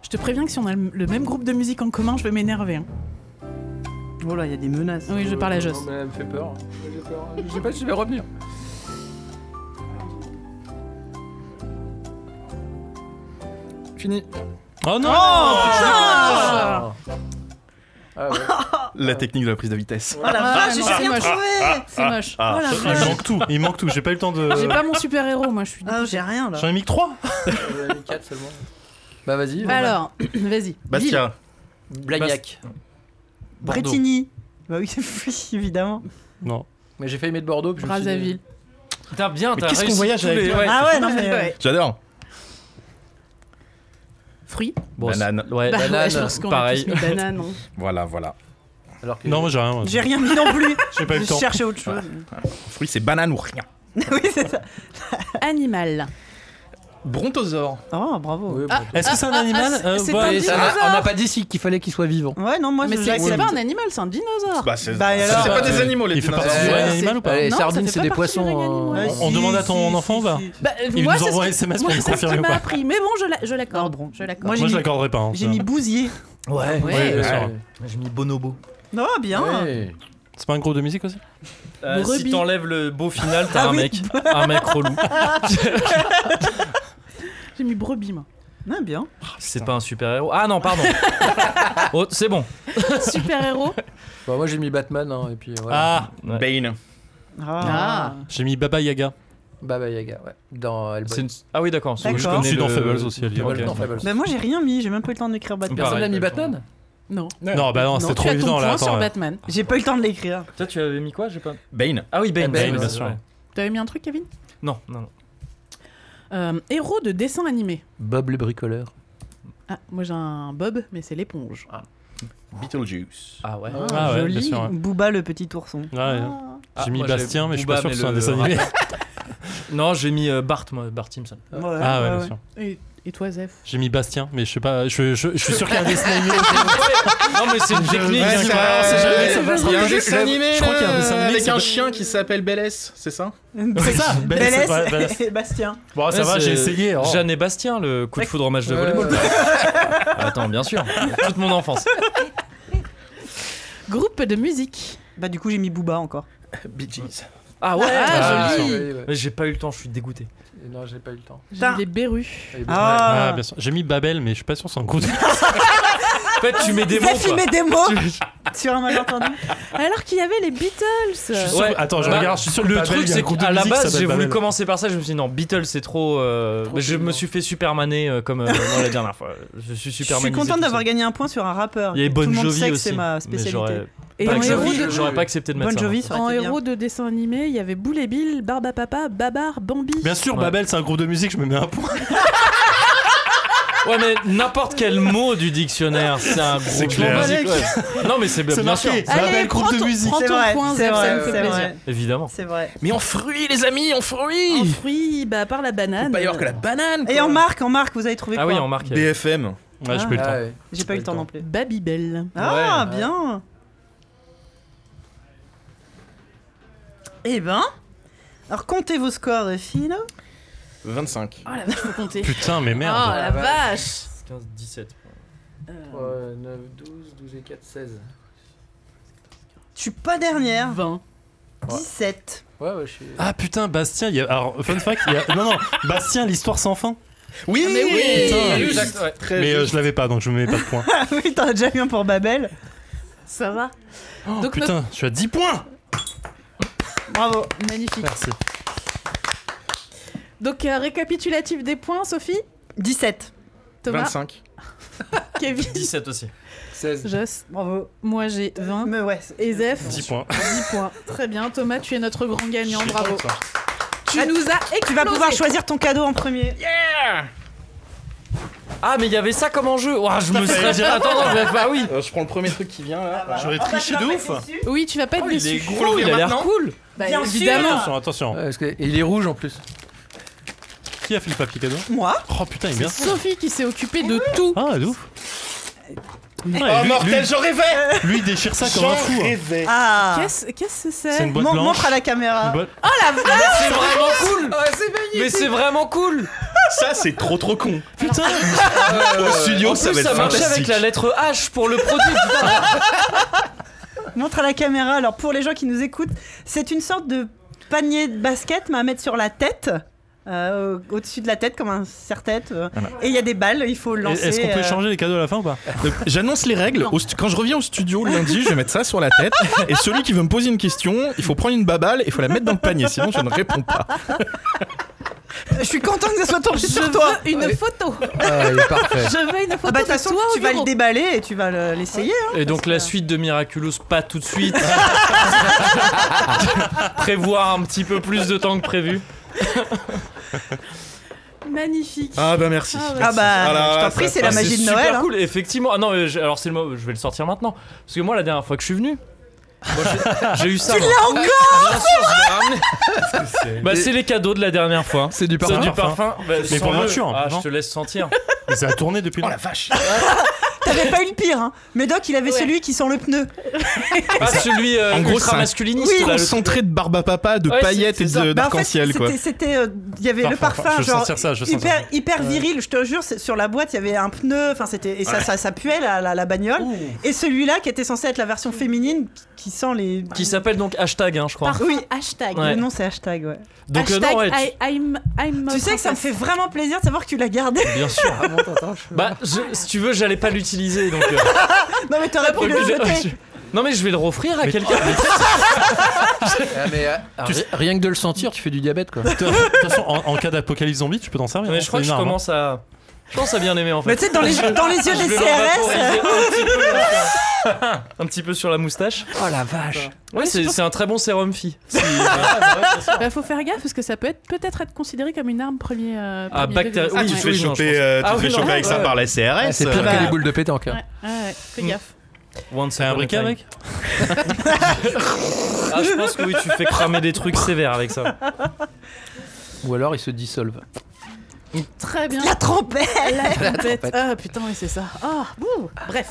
[SPEAKER 6] Je te préviens que si on a le le même groupe de musique en commun, je vais m'énerver. hein.
[SPEAKER 1] Oh là, il y a des menaces.
[SPEAKER 6] Oui, je parle à Joss.
[SPEAKER 5] mais Elle me fait peur. J'ai peur. Je sais pas si je vais revenir.
[SPEAKER 7] Fini.
[SPEAKER 3] Oh non
[SPEAKER 6] Ah
[SPEAKER 5] Ah ouais.
[SPEAKER 7] La technique de la prise de vitesse.
[SPEAKER 1] Oh la vache,
[SPEAKER 6] non,
[SPEAKER 1] j'ai
[SPEAKER 6] c'est
[SPEAKER 1] rien
[SPEAKER 6] moche.
[SPEAKER 1] trouvé
[SPEAKER 3] Ah.
[SPEAKER 6] C'est moche.
[SPEAKER 1] Oh la
[SPEAKER 3] Il
[SPEAKER 1] vache
[SPEAKER 3] manque tout, il manque tout. J'ai pas eu le temps de.
[SPEAKER 6] J'ai pas mon super héros, moi je suis.
[SPEAKER 1] Ah, j'ai rien là.
[SPEAKER 3] J'en ai mis que 3.
[SPEAKER 5] J'en ai mis quatre seulement. Bah vas-y.
[SPEAKER 6] Alors, (coughs) vas-y. Lille.
[SPEAKER 7] Bastia.
[SPEAKER 5] Blagnac. Bordeaux.
[SPEAKER 1] Bretigny. Bah oui, (laughs) oui, évidemment.
[SPEAKER 3] Non.
[SPEAKER 5] Mais j'ai failli mettre Bordeaux. puis je me suis dit-
[SPEAKER 6] Brazzaville.
[SPEAKER 4] Putain, bien,
[SPEAKER 7] Mais
[SPEAKER 4] t'as
[SPEAKER 7] qu'est-ce qu'on
[SPEAKER 4] réussi
[SPEAKER 7] voyage
[SPEAKER 4] tous
[SPEAKER 7] avec
[SPEAKER 4] les-
[SPEAKER 7] toi
[SPEAKER 4] ouais.
[SPEAKER 1] ah ouais, non mais.
[SPEAKER 7] J'adore.
[SPEAKER 6] Fruits.
[SPEAKER 4] Bon,
[SPEAKER 7] Banane.
[SPEAKER 4] c'est-
[SPEAKER 3] Eh,
[SPEAKER 4] Ouais.
[SPEAKER 6] Bah
[SPEAKER 5] banane,
[SPEAKER 6] ouais, je pense qu'on a
[SPEAKER 4] pareil.
[SPEAKER 6] tous mis banane. hein.
[SPEAKER 7] Voilà, voilà.
[SPEAKER 5] Alors que
[SPEAKER 3] Non, moi j'ai rien. moi.
[SPEAKER 1] euh, J'ai rien mis non plus.
[SPEAKER 3] (laughs) J'ai pas eu
[SPEAKER 1] je
[SPEAKER 3] le temps.
[SPEAKER 1] cherchais autre chose.
[SPEAKER 7] Fruit, c'est banane ou rien.
[SPEAKER 1] (laughs) oui, c'est ça.
[SPEAKER 6] (laughs) Animal.
[SPEAKER 7] Brontosaure.
[SPEAKER 1] Oh, bravo.
[SPEAKER 5] Oui, bon.
[SPEAKER 6] Ah,
[SPEAKER 3] Est-ce que c'est un
[SPEAKER 6] ah,
[SPEAKER 3] animal
[SPEAKER 6] ah, c'est-
[SPEAKER 3] Euh,
[SPEAKER 6] c'est
[SPEAKER 3] bah,
[SPEAKER 6] un
[SPEAKER 5] Et ça,
[SPEAKER 6] dinosaure.
[SPEAKER 5] on n'a pas dit si- qu'il fallait qu'il soit vivant.
[SPEAKER 1] Ouais, non, moi
[SPEAKER 6] mais
[SPEAKER 1] je
[SPEAKER 6] c'est c'est pas
[SPEAKER 1] l'accepte.
[SPEAKER 6] un animal, c'est un dinosaure.
[SPEAKER 7] Bah, c'est
[SPEAKER 1] Bah, et
[SPEAKER 7] c'est
[SPEAKER 1] alors
[SPEAKER 7] pas
[SPEAKER 3] Euh,
[SPEAKER 7] des animaux, les
[SPEAKER 3] il fait
[SPEAKER 7] dinosaures.
[SPEAKER 3] partie du
[SPEAKER 5] Ouais,
[SPEAKER 3] règne
[SPEAKER 6] c'est-
[SPEAKER 3] animal ou pas
[SPEAKER 5] Allez,
[SPEAKER 6] Non, ça
[SPEAKER 5] sardines,
[SPEAKER 6] fait
[SPEAKER 5] c'est
[SPEAKER 6] pas
[SPEAKER 5] des
[SPEAKER 6] partie du
[SPEAKER 5] poissons.
[SPEAKER 6] règne
[SPEAKER 5] hein.
[SPEAKER 6] animal.
[SPEAKER 1] Ouais,
[SPEAKER 3] euh, On- on demande à ton enfant, va.
[SPEAKER 6] Bah,
[SPEAKER 3] Il
[SPEAKER 6] moi,
[SPEAKER 3] nous
[SPEAKER 6] c'est ce
[SPEAKER 3] envoie un
[SPEAKER 6] qui-
[SPEAKER 3] SMS pour
[SPEAKER 6] moi,
[SPEAKER 3] nous
[SPEAKER 6] c'est ce
[SPEAKER 3] confirmer
[SPEAKER 6] qui
[SPEAKER 3] ou
[SPEAKER 6] m'a
[SPEAKER 3] pas
[SPEAKER 6] appris. Mais bon, je la- je
[SPEAKER 1] Ah,
[SPEAKER 6] l'accorde.
[SPEAKER 1] bon.
[SPEAKER 6] Je l'accorde.
[SPEAKER 1] Moi,
[SPEAKER 3] Moi
[SPEAKER 1] j'ai
[SPEAKER 3] je
[SPEAKER 1] mis-
[SPEAKER 3] l'accorderai pas. hein,
[SPEAKER 1] J'ai
[SPEAKER 3] ça.
[SPEAKER 1] mis Bousier.
[SPEAKER 4] Ouais.
[SPEAKER 6] Ouais.
[SPEAKER 3] Ouais, bien
[SPEAKER 5] Ouais.
[SPEAKER 3] sûr.
[SPEAKER 4] J'ai mis Bonobo.
[SPEAKER 3] Ah
[SPEAKER 1] Non, Oh, bien.
[SPEAKER 5] Ouais.
[SPEAKER 3] C'est pas un groupe de musique aussi
[SPEAKER 4] Euh, si
[SPEAKER 6] Brebis.
[SPEAKER 4] t'enlèves le beau final, t'as
[SPEAKER 1] Ah
[SPEAKER 4] un
[SPEAKER 1] oui.
[SPEAKER 4] mec. un mec relou.
[SPEAKER 6] J'ai mis brebis, moi.
[SPEAKER 1] Ah, bien.
[SPEAKER 4] C'est pas un super-héros. Ah non, pardon. Oh, c'est bon.
[SPEAKER 6] (laughs) Super-héros
[SPEAKER 5] Bah, moi j'ai mis Batman, hein, et puis voilà.
[SPEAKER 4] Ah ouais.
[SPEAKER 2] Bane.
[SPEAKER 1] Ah.
[SPEAKER 3] J'ai mis Baba Yaga.
[SPEAKER 5] Baba Yaga, ouais. Dans
[SPEAKER 4] C'est
[SPEAKER 5] Hellboy.
[SPEAKER 4] une- Ah oui, d'accord.
[SPEAKER 1] D'accord.
[SPEAKER 4] Je connais
[SPEAKER 3] Je suis dans
[SPEAKER 4] le-
[SPEAKER 3] Fables aussi, elle y est.
[SPEAKER 4] Ok.
[SPEAKER 5] Non, Fables.
[SPEAKER 1] Bah, moi, j'ai rien mis, j'ai même pas eu le temps d'écrire Batman.
[SPEAKER 5] Personne n'a mis
[SPEAKER 4] Pareil.
[SPEAKER 5] Batman
[SPEAKER 6] (laughs) Non.
[SPEAKER 3] Non, bah non,
[SPEAKER 6] tu
[SPEAKER 3] c'était trop
[SPEAKER 6] as ton
[SPEAKER 3] évident
[SPEAKER 6] point
[SPEAKER 3] là.
[SPEAKER 6] sur
[SPEAKER 3] Attends, euh,
[SPEAKER 6] Batman.
[SPEAKER 1] J'ai pas eu le temps de l'écrire.
[SPEAKER 4] Toi, tu avais mis quoi J'ai pas.
[SPEAKER 2] Bane.
[SPEAKER 4] Ah oui, Bane.
[SPEAKER 5] Bane,
[SPEAKER 4] ouais,
[SPEAKER 5] bien
[SPEAKER 4] ouais,
[SPEAKER 3] Eh, sûr.
[SPEAKER 4] ouais.
[SPEAKER 6] T'avais mis un truc, Kevin
[SPEAKER 4] Non, non, non.
[SPEAKER 6] Euh, Héros de dessin animé.
[SPEAKER 5] Bob le bricoleur.
[SPEAKER 6] Ah, moi j'ai un Bob, mais c'est l'éponge.
[SPEAKER 2] Beetlejuice.
[SPEAKER 4] Ah ouais.
[SPEAKER 3] Ah ouais, bien
[SPEAKER 6] joli.
[SPEAKER 3] sûr. ouais.
[SPEAKER 1] Booba, le petit ourson.
[SPEAKER 3] Ouais,
[SPEAKER 4] Ah,
[SPEAKER 3] J'ai mis
[SPEAKER 4] moi,
[SPEAKER 3] Bastien, mais je suis pas sûr
[SPEAKER 4] Booba,
[SPEAKER 3] que ce soit un
[SPEAKER 4] mais
[SPEAKER 3] dessin
[SPEAKER 4] le-
[SPEAKER 3] animé.
[SPEAKER 4] (laughs) Non, j'ai mis euh, Bart, moi, Bart Simpson.
[SPEAKER 1] Ouais,
[SPEAKER 3] Ah ouais,
[SPEAKER 1] ouais,
[SPEAKER 3] bien
[SPEAKER 1] (laughs) ouais.
[SPEAKER 3] sûr.
[SPEAKER 6] Et, et toi, Zef
[SPEAKER 3] J'ai mis Bastien, mais je sais pas. Je, je- je suis sûr qu'il y a un dessin animé.
[SPEAKER 4] non, mais c'est une technique.
[SPEAKER 2] Ouais,
[SPEAKER 4] hein,
[SPEAKER 2] ça-
[SPEAKER 4] quoi. On sait jamais, ça passe.
[SPEAKER 2] Il y a un dessin
[SPEAKER 4] J'avoue,
[SPEAKER 2] animé
[SPEAKER 4] Je crois qu'il y a un dessin
[SPEAKER 2] là,
[SPEAKER 4] animé
[SPEAKER 2] avec
[SPEAKER 4] ça
[SPEAKER 2] un
[SPEAKER 4] peut-
[SPEAKER 2] chien qui s'appelle Belles, c'est ça
[SPEAKER 1] C'est ça,
[SPEAKER 3] Belle- c'est vrai, Belle-
[SPEAKER 1] Bélès (laughs) et Bastien.
[SPEAKER 3] Bon, ça
[SPEAKER 4] Ouais,
[SPEAKER 3] va,
[SPEAKER 4] Ah, c'est
[SPEAKER 3] j'ai essayé. oh.
[SPEAKER 4] Jeanne et Bastien, le coup de foudre en match de
[SPEAKER 6] Euh,
[SPEAKER 5] Ouais.
[SPEAKER 4] volleyball. (laughs) Attends, bien sûr. Toute mon enfance.
[SPEAKER 6] Groupe de musique.
[SPEAKER 1] Bah, du coup, j'ai mis Booba encore.
[SPEAKER 2] Bee Gees.
[SPEAKER 4] Ah ouais. bien
[SPEAKER 6] Ah, joli.
[SPEAKER 4] sûr.
[SPEAKER 5] oui, ouais.
[SPEAKER 4] Mais j'ai pas eu le temps, je suis dégoûté.
[SPEAKER 5] Et Non, j'ai pas eu le temps.
[SPEAKER 6] J'ai
[SPEAKER 1] Putain.
[SPEAKER 6] mis les Berus.
[SPEAKER 5] Et bon,
[SPEAKER 3] Ah,
[SPEAKER 1] Ah,
[SPEAKER 3] bien sûr. J'ai mis Babel, mais je suis pas sûr que c'est un gros truc.
[SPEAKER 4] En fait, tu mets des mots.
[SPEAKER 1] Zef, il
[SPEAKER 4] quoi.
[SPEAKER 1] met des mots
[SPEAKER 4] (laughs)
[SPEAKER 1] sur un malentendu.
[SPEAKER 6] Alors qu'il y avait les
[SPEAKER 4] Je
[SPEAKER 6] Beatles.
[SPEAKER 4] suis- Ouais.
[SPEAKER 3] Attends, je
[SPEAKER 4] Bah,
[SPEAKER 3] regarde, je suis sûr que
[SPEAKER 4] Le
[SPEAKER 3] Babel,
[SPEAKER 4] truc,
[SPEAKER 3] il y a un
[SPEAKER 4] c'est
[SPEAKER 3] groupe de
[SPEAKER 4] qu'à la
[SPEAKER 3] musique qui
[SPEAKER 4] base,
[SPEAKER 3] s'appelle
[SPEAKER 4] j'ai voulu
[SPEAKER 3] Babel.
[SPEAKER 4] commencer par ça. Je me suis dit, non, Beatles, c'est trop. euh, mais je me suis fait supermaner
[SPEAKER 1] (laughs)
[SPEAKER 4] euh, comme euh, moi, la dernière fois. Je suis
[SPEAKER 1] Je
[SPEAKER 4] supermanisé.
[SPEAKER 1] suis contente
[SPEAKER 4] tout
[SPEAKER 1] d'avoir
[SPEAKER 4] ça.
[SPEAKER 1] gagné un point sur un rappeur.
[SPEAKER 4] Il y avait
[SPEAKER 1] Tout
[SPEAKER 4] Bon
[SPEAKER 1] le monde
[SPEAKER 4] Jovi
[SPEAKER 1] sait que
[SPEAKER 4] aussi.
[SPEAKER 1] c'est ma
[SPEAKER 4] mais
[SPEAKER 1] spécialité.
[SPEAKER 6] Et
[SPEAKER 4] J'aurais
[SPEAKER 6] en
[SPEAKER 4] pas,
[SPEAKER 6] héros
[SPEAKER 4] accepté-
[SPEAKER 6] de,
[SPEAKER 4] j'aurais pas accepté de mettre
[SPEAKER 1] Bon
[SPEAKER 4] ça.
[SPEAKER 1] Jovi, ça
[SPEAKER 6] en
[SPEAKER 1] aurait été bien.
[SPEAKER 6] héros de dessin animé, il y avait Boule et Bill, Barbapapa, Babar, Bambi.
[SPEAKER 3] Bien sûr,
[SPEAKER 4] Ouais.
[SPEAKER 3] Babel, c'est un groupe de musique, je me mets un point.
[SPEAKER 4] hein. Ouais, mais n'importe
[SPEAKER 1] (laughs)
[SPEAKER 4] quel mot du dictionnaire, c'est un gros
[SPEAKER 3] C'est clair.
[SPEAKER 4] Non, mais c'est bien,
[SPEAKER 3] C'est
[SPEAKER 4] bien sûr,
[SPEAKER 3] marqué.
[SPEAKER 6] Allez,
[SPEAKER 3] Babel,
[SPEAKER 6] prends
[SPEAKER 3] groupe de
[SPEAKER 6] ton,
[SPEAKER 3] musique.
[SPEAKER 6] prends
[SPEAKER 1] C'est
[SPEAKER 6] ton
[SPEAKER 1] vrai,
[SPEAKER 6] point,
[SPEAKER 1] c'est
[SPEAKER 6] Zef, ça
[SPEAKER 1] vrai,
[SPEAKER 6] me fait
[SPEAKER 1] c'est
[SPEAKER 6] plaisir.
[SPEAKER 1] vrai,
[SPEAKER 4] évidemment.
[SPEAKER 1] c'est vrai.
[SPEAKER 2] Mais en fruits, les amis, en
[SPEAKER 6] En
[SPEAKER 2] fruits
[SPEAKER 6] fruits, bah, par la banane.
[SPEAKER 2] Pas y avoir que la banane
[SPEAKER 1] Et en marque, en marque, vous avez trouvé
[SPEAKER 4] Ah
[SPEAKER 1] quoi
[SPEAKER 4] oui, en marque.
[SPEAKER 7] BFM.
[SPEAKER 3] Ouais, j'ai pas eu le temps.
[SPEAKER 5] ah ouais.
[SPEAKER 1] J'ai pas eu le temps non plus.
[SPEAKER 6] Babybel.
[SPEAKER 1] Ah,
[SPEAKER 5] Ouais.
[SPEAKER 1] bien Eh ben Alors, comptez vos scores, les filles, là.
[SPEAKER 2] 25.
[SPEAKER 6] Oh la vache, faut compter.
[SPEAKER 3] Putain, mais
[SPEAKER 6] Oh
[SPEAKER 1] Ah,
[SPEAKER 3] merde.
[SPEAKER 6] la vache
[SPEAKER 4] 15, 17.
[SPEAKER 6] Euh,
[SPEAKER 5] 3, 9, 12, 12 et 4, 16.
[SPEAKER 1] Je suis pas dernière.
[SPEAKER 6] 20.
[SPEAKER 1] 17.
[SPEAKER 5] Ouais, ouais, je suis.
[SPEAKER 3] Ah putain, Bastien, il y a. Alors, fun fact, il y a. Non, non, Bastien, l'histoire sans fin.
[SPEAKER 2] Oui,
[SPEAKER 6] mais oui,
[SPEAKER 2] Putain,
[SPEAKER 4] juste.
[SPEAKER 2] exact, ouais. Très
[SPEAKER 3] Mais euh,
[SPEAKER 2] juste.
[SPEAKER 3] je l'avais pas, donc je me mets pas de points.
[SPEAKER 1] Ah oui, t'en as déjà eu un pour Babel.
[SPEAKER 6] Ça va.
[SPEAKER 3] Oh,
[SPEAKER 6] Donc,
[SPEAKER 3] putain, je suis à 10 points
[SPEAKER 1] Bravo.
[SPEAKER 6] Magnifique.
[SPEAKER 3] Merci.
[SPEAKER 6] Donc, euh, récapitulatif des points, Sophie,
[SPEAKER 1] 17.
[SPEAKER 6] Thomas,
[SPEAKER 2] 25.
[SPEAKER 6] Kevin,
[SPEAKER 4] 17 aussi.
[SPEAKER 5] 16.
[SPEAKER 6] Joss.
[SPEAKER 1] Bravo.
[SPEAKER 6] Moi, j'ai 20.
[SPEAKER 1] Mais ouais.
[SPEAKER 6] Et Zef,
[SPEAKER 3] 10 points.
[SPEAKER 6] 10 points. Très bien, Thomas, tu es notre grand gagnant,
[SPEAKER 3] Je suis
[SPEAKER 6] bravo.
[SPEAKER 3] content.
[SPEAKER 6] Tu nous as et
[SPEAKER 1] Tu vas pouvoir choisir ton cadeau en premier.
[SPEAKER 4] Ah, mais il y avait ça comme enjeu. Ouah, je me serais dit, attends, bah, bah oui.
[SPEAKER 2] Euh, je prends le premier truc qui vient
[SPEAKER 4] Ah,
[SPEAKER 2] là.
[SPEAKER 3] J'aurais triché
[SPEAKER 4] bah,
[SPEAKER 3] de ouf.
[SPEAKER 6] Oui, tu vas pas être
[SPEAKER 4] Oh, il
[SPEAKER 6] déçu.
[SPEAKER 4] est gros, il a l'air cool.
[SPEAKER 6] Bah,
[SPEAKER 1] Bien
[SPEAKER 6] évidemment.
[SPEAKER 3] Attention, attention.
[SPEAKER 5] Ouais, parce que- et il est rouge en plus.
[SPEAKER 3] Qui a fait le papier cadeau
[SPEAKER 1] Moi
[SPEAKER 3] Oh putain, il est bien.
[SPEAKER 6] Sophie qui s'est occupée de tout.
[SPEAKER 3] Ah, de ouf.
[SPEAKER 2] Oh
[SPEAKER 7] Oh,
[SPEAKER 3] Ouais, lui-
[SPEAKER 2] mortel, j'en rêvais
[SPEAKER 3] lui, lui, il déchire ça comme
[SPEAKER 2] J'en
[SPEAKER 3] un fou. hein.
[SPEAKER 2] rêvais
[SPEAKER 1] Ah
[SPEAKER 6] Qu'est-ce qu'est-ce que
[SPEAKER 3] C'est
[SPEAKER 6] c'est
[SPEAKER 3] une boîte
[SPEAKER 1] Mon-
[SPEAKER 3] blanche.
[SPEAKER 1] Montre à la caméra.
[SPEAKER 3] une boîte-
[SPEAKER 4] Ah, C'est vraiment cool.
[SPEAKER 5] c'est magnifique
[SPEAKER 4] Mais c'est vraiment cool.
[SPEAKER 7] Ah,
[SPEAKER 2] Ça, c'est trop trop con.
[SPEAKER 3] Putain
[SPEAKER 2] Au studio,
[SPEAKER 4] Euh, En
[SPEAKER 2] ça va
[SPEAKER 4] plus,
[SPEAKER 2] être
[SPEAKER 4] ça marchait avec
[SPEAKER 2] fantastique.
[SPEAKER 4] la lettre H pour le (laughs) produit. putain.
[SPEAKER 1] Montre à la caméra. Alors pour les gens qui nous écoutent, c'est une sorte de panier de basket, mais à mettre sur la tête. euh, au- Au-dessus de la tête, comme un serre-tête. euh. Et il y a des balles, il faut lancer.
[SPEAKER 3] Est-ce qu'on peut
[SPEAKER 1] euh,
[SPEAKER 3] échanger les cadeaux à la fin ou pas
[SPEAKER 7] Donc, J'annonce les règles. Au stu- quand je reviens au studio lundi, je vais mettre ça sur la tête. Et celui qui veut me poser une question, il faut prendre une baballe et il faut la mettre dans le panier. Sinon, je ne réponds pas.
[SPEAKER 1] Je suis content que ça soit tombé
[SPEAKER 6] Je
[SPEAKER 1] sur toi.
[SPEAKER 6] veux une photo.
[SPEAKER 5] Ah, il est parfait.
[SPEAKER 6] Je veux une photo
[SPEAKER 1] Ah bah de toute
[SPEAKER 6] de
[SPEAKER 1] façon,
[SPEAKER 6] toi
[SPEAKER 1] tu
[SPEAKER 6] au
[SPEAKER 1] vas
[SPEAKER 6] bureau.
[SPEAKER 1] le déballer et tu vas le- l'essayer. hein.
[SPEAKER 4] Et donc la suite de Miraculous, pas tout de suite. (laughs) Prévoir un petit peu plus de temps que prévu.
[SPEAKER 6] Magnifique.
[SPEAKER 7] Ah bah merci.
[SPEAKER 6] Ah ouais.
[SPEAKER 1] Ah bah,
[SPEAKER 7] Voilà,
[SPEAKER 1] je t'en
[SPEAKER 7] ça-
[SPEAKER 1] prie, c'est la
[SPEAKER 7] ah,
[SPEAKER 4] C'est
[SPEAKER 1] magie de
[SPEAKER 4] super
[SPEAKER 1] Noël. hein.
[SPEAKER 4] cool, effectivement. Ah non, mais je- alors c'est le mot, je vais le sortir maintenant. Parce que moi, la dernière fois que je suis venu, moi, (laughs) j'ai- j'ai eu ça. Tu
[SPEAKER 6] Ah,
[SPEAKER 4] l'as
[SPEAKER 1] hein.
[SPEAKER 4] encore Bah, c'est les cadeaux de la dernière fois.
[SPEAKER 5] C'est du
[SPEAKER 4] C'est
[SPEAKER 5] parfum.
[SPEAKER 4] du parfum. Bah,
[SPEAKER 3] Mais pour
[SPEAKER 4] sens-le.
[SPEAKER 3] Arthur,
[SPEAKER 4] Ah, je
[SPEAKER 3] non
[SPEAKER 4] te laisse sentir.
[SPEAKER 3] Mais ça a tourné depuis
[SPEAKER 2] Oh
[SPEAKER 3] longtemps.
[SPEAKER 2] la vache
[SPEAKER 1] T'avais pas eu le pire, hein. Médoc, il avait
[SPEAKER 6] Ouais.
[SPEAKER 1] celui qui sent le pneu.
[SPEAKER 4] Pas celui euh,
[SPEAKER 7] En gros, c'est
[SPEAKER 4] ultra
[SPEAKER 7] un-
[SPEAKER 4] masculiniste. là, le-
[SPEAKER 7] Concentré de barbapapa, de
[SPEAKER 4] Ouais, c'est-
[SPEAKER 7] paillettes
[SPEAKER 4] c'est
[SPEAKER 7] et
[SPEAKER 4] ça.
[SPEAKER 7] de-
[SPEAKER 1] Bah, en fait,
[SPEAKER 7] d'arc-en-ciel, quoi.
[SPEAKER 1] c'était- C'était, euh, il y avait le parfum,
[SPEAKER 3] Parfum, parfum. Je veux
[SPEAKER 1] genre
[SPEAKER 3] sentir ça, je veux sentir
[SPEAKER 1] hyper, hyper viril. Je te jure, c'est- sur la boîte, il y avait un pneu. Enfin, c'était et ça, ça, ça puait la, la, la bagnole. Et celui-là, qui était censé être la version féminine, qui- qui sent les.
[SPEAKER 4] Qui s'appelle donc hashtag, hein, je crois.
[SPEAKER 6] Parfum
[SPEAKER 1] Oui.
[SPEAKER 6] hashtag.
[SPEAKER 4] Ouais.
[SPEAKER 1] Le nom, c'est hashtag. Ouais.
[SPEAKER 4] Donc, euh,
[SPEAKER 6] hashtag
[SPEAKER 4] non, ouais, tu-
[SPEAKER 6] I- I'm, I'm
[SPEAKER 1] Tu sais que ça me fait vraiment plaisir de savoir que tu l'as
[SPEAKER 4] (laughs)
[SPEAKER 1] gardé.
[SPEAKER 4] bien sûr. Bah, je- si tu veux, j'allais pas l'utiliser donc. euh,
[SPEAKER 1] Non, mais t'aurais pu le
[SPEAKER 4] je-
[SPEAKER 1] jeter.
[SPEAKER 4] (laughs) Non, mais je vais le refaire à quelqu'un.
[SPEAKER 5] Ah, mais, euh, ri- Rien que de le sentir, tu fais du diabète quoi.
[SPEAKER 3] De toute façon, en, en cas d'apocalypse zombie, tu peux t'en servir.
[SPEAKER 4] Mais
[SPEAKER 3] hein,
[SPEAKER 4] je crois
[SPEAKER 3] c'est
[SPEAKER 4] que je
[SPEAKER 3] une arme, hein.
[SPEAKER 4] commence à. Je pense à bien aimer en fait.
[SPEAKER 1] Mais tu sais, dans les, dans les yeux
[SPEAKER 4] Je
[SPEAKER 1] des
[SPEAKER 4] vais le
[SPEAKER 1] CRS.
[SPEAKER 4] vaporiser un petit peu, là. Un petit peu sur la moustache.
[SPEAKER 5] Oh la vache.
[SPEAKER 4] Ouais, c'est c'est un très bon sérum fille.
[SPEAKER 6] Bah, faut faire gaffe parce que ça peut être peut-être être considéré comme une arme premier. euh,
[SPEAKER 4] Ah,
[SPEAKER 6] premier
[SPEAKER 4] bactérie-
[SPEAKER 6] degré.
[SPEAKER 4] Ah,
[SPEAKER 6] Ouais,
[SPEAKER 4] tu
[SPEAKER 6] ouais.
[SPEAKER 4] te fais oui, non, je pense.
[SPEAKER 7] euh, tu
[SPEAKER 4] Ah
[SPEAKER 7] te
[SPEAKER 4] oui,
[SPEAKER 7] fais
[SPEAKER 4] non,
[SPEAKER 7] choper avec ça
[SPEAKER 4] ouais.
[SPEAKER 7] par la
[SPEAKER 5] Ah,
[SPEAKER 7] CRS.
[SPEAKER 5] c'est pire
[SPEAKER 7] euh,
[SPEAKER 5] que les boules de pétanque. hein.
[SPEAKER 6] Ouais, Ah ouais, fais
[SPEAKER 4] Mm.
[SPEAKER 6] gaffe.
[SPEAKER 4] Once
[SPEAKER 3] C'est un
[SPEAKER 4] upon a
[SPEAKER 3] briquet,
[SPEAKER 4] time.
[SPEAKER 3] mec
[SPEAKER 4] Ah, je pense que oui, tu fais cramer des trucs sévères avec ça.
[SPEAKER 5] Ou alors ils se dissolvent.
[SPEAKER 6] Très bien.
[SPEAKER 1] La trompette.
[SPEAKER 6] La trompette. Ah putain, oui, c'est ça. Ah, bouh. Bref.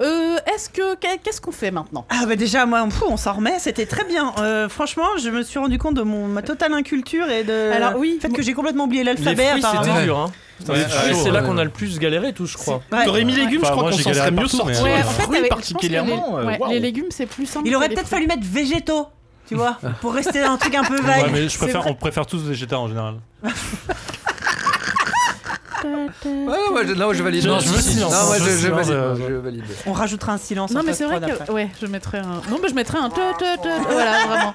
[SPEAKER 6] Euh, est-ce que qu'est- qu'est-ce qu'on fait maintenant
[SPEAKER 1] Ah bah déjà moi pfou, on s'en remet, c'était très bien. Euh, franchement, je me suis rendu compte de mon ma totale inculture et de
[SPEAKER 6] Alors, oui.
[SPEAKER 1] le fait que j'ai complètement oublié
[SPEAKER 4] Les
[SPEAKER 1] l'alphabet
[SPEAKER 4] fruits,
[SPEAKER 1] apparemment.
[SPEAKER 4] c'était
[SPEAKER 5] Ouais.
[SPEAKER 4] dur. Hein.
[SPEAKER 7] Ouais,
[SPEAKER 4] Les fruits,
[SPEAKER 7] ouais,
[SPEAKER 4] c'est
[SPEAKER 5] ouais.
[SPEAKER 4] là qu'on a le plus galéré, tous, je crois.
[SPEAKER 1] Ouais.
[SPEAKER 7] T'aurais mis légumes, je
[SPEAKER 3] Enfin,
[SPEAKER 7] crois
[SPEAKER 3] moi,
[SPEAKER 7] qu'on
[SPEAKER 3] j'ai
[SPEAKER 7] s'en
[SPEAKER 3] galéré
[SPEAKER 7] serait mieux
[SPEAKER 3] partout, mais,
[SPEAKER 7] sorti.
[SPEAKER 3] Ouais,
[SPEAKER 7] euh,
[SPEAKER 3] en
[SPEAKER 6] fait,
[SPEAKER 7] fruits
[SPEAKER 6] avec- je pense que
[SPEAKER 7] particulièrement.
[SPEAKER 6] les,
[SPEAKER 7] euh,
[SPEAKER 6] ouais,
[SPEAKER 7] waouh.
[SPEAKER 6] les légumes, c'est plus simple.
[SPEAKER 1] Il aurait
[SPEAKER 6] que les
[SPEAKER 1] peut-être
[SPEAKER 6] fruits.
[SPEAKER 1] fallu mettre végétaux, tu vois, pour rester dans un truc un peu vague.
[SPEAKER 3] Ouais, mais je
[SPEAKER 6] C'est
[SPEAKER 3] préfère,
[SPEAKER 6] vrai.
[SPEAKER 3] on préfère tous végétariens en général.
[SPEAKER 5] Ouais, non, moi, je, non, je valide.
[SPEAKER 3] Je-
[SPEAKER 5] Non,
[SPEAKER 3] je me silence.
[SPEAKER 5] Non, moi, je,
[SPEAKER 3] Je
[SPEAKER 5] je
[SPEAKER 3] silence,
[SPEAKER 5] valide.
[SPEAKER 3] euh,
[SPEAKER 5] je valide.
[SPEAKER 1] On rajoutera un silence.
[SPEAKER 6] Non
[SPEAKER 1] en
[SPEAKER 6] mais
[SPEAKER 1] post
[SPEAKER 6] c'est vrai
[SPEAKER 1] prod après.
[SPEAKER 6] que ouais, je mettrais un non mais je mettrais un te- te- te- voilà
[SPEAKER 1] (laughs)
[SPEAKER 6] vraiment.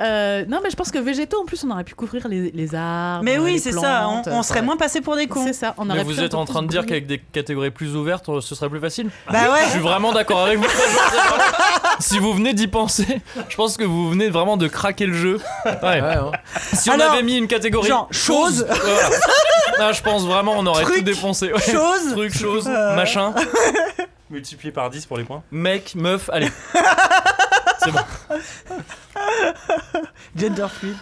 [SPEAKER 6] Euh, non mais je pense que végétaux en plus on aurait pu couvrir les, les arbres.
[SPEAKER 1] Mais oui,
[SPEAKER 6] les
[SPEAKER 1] c'est ça, on,
[SPEAKER 6] plantes,
[SPEAKER 1] on serait
[SPEAKER 6] ouais.
[SPEAKER 1] moins passé pour des cons.
[SPEAKER 6] C'est ça, on
[SPEAKER 4] Mais
[SPEAKER 6] aurait
[SPEAKER 4] vous
[SPEAKER 6] pu
[SPEAKER 4] êtes
[SPEAKER 6] un
[SPEAKER 4] en
[SPEAKER 6] peu
[SPEAKER 4] train de
[SPEAKER 6] plus
[SPEAKER 4] dire
[SPEAKER 6] briller.
[SPEAKER 4] qu'avec des catégories plus ouvertes, euh, ce serait plus facile
[SPEAKER 1] Bah
[SPEAKER 4] Je suis
[SPEAKER 1] ouais.
[SPEAKER 4] vraiment d'accord
[SPEAKER 1] (laughs)
[SPEAKER 4] avec vous. (laughs) si vous venez d'y penser, je pense que vous venez vraiment de craquer le jeu. Ouais.
[SPEAKER 5] Ouais, hein.
[SPEAKER 4] Si on
[SPEAKER 1] Alors,
[SPEAKER 4] avait mis une catégorie
[SPEAKER 1] genre, chose.
[SPEAKER 4] voilà. Ah, je pense vraiment on aurait
[SPEAKER 1] Truc.
[SPEAKER 4] tout dépensé. Ouais.
[SPEAKER 1] Chose.
[SPEAKER 4] Truc, chose,
[SPEAKER 1] Euh.
[SPEAKER 4] machin,
[SPEAKER 3] Multiplié par 10 pour les points.
[SPEAKER 4] mec, meuf, allez.
[SPEAKER 1] Gender fluid.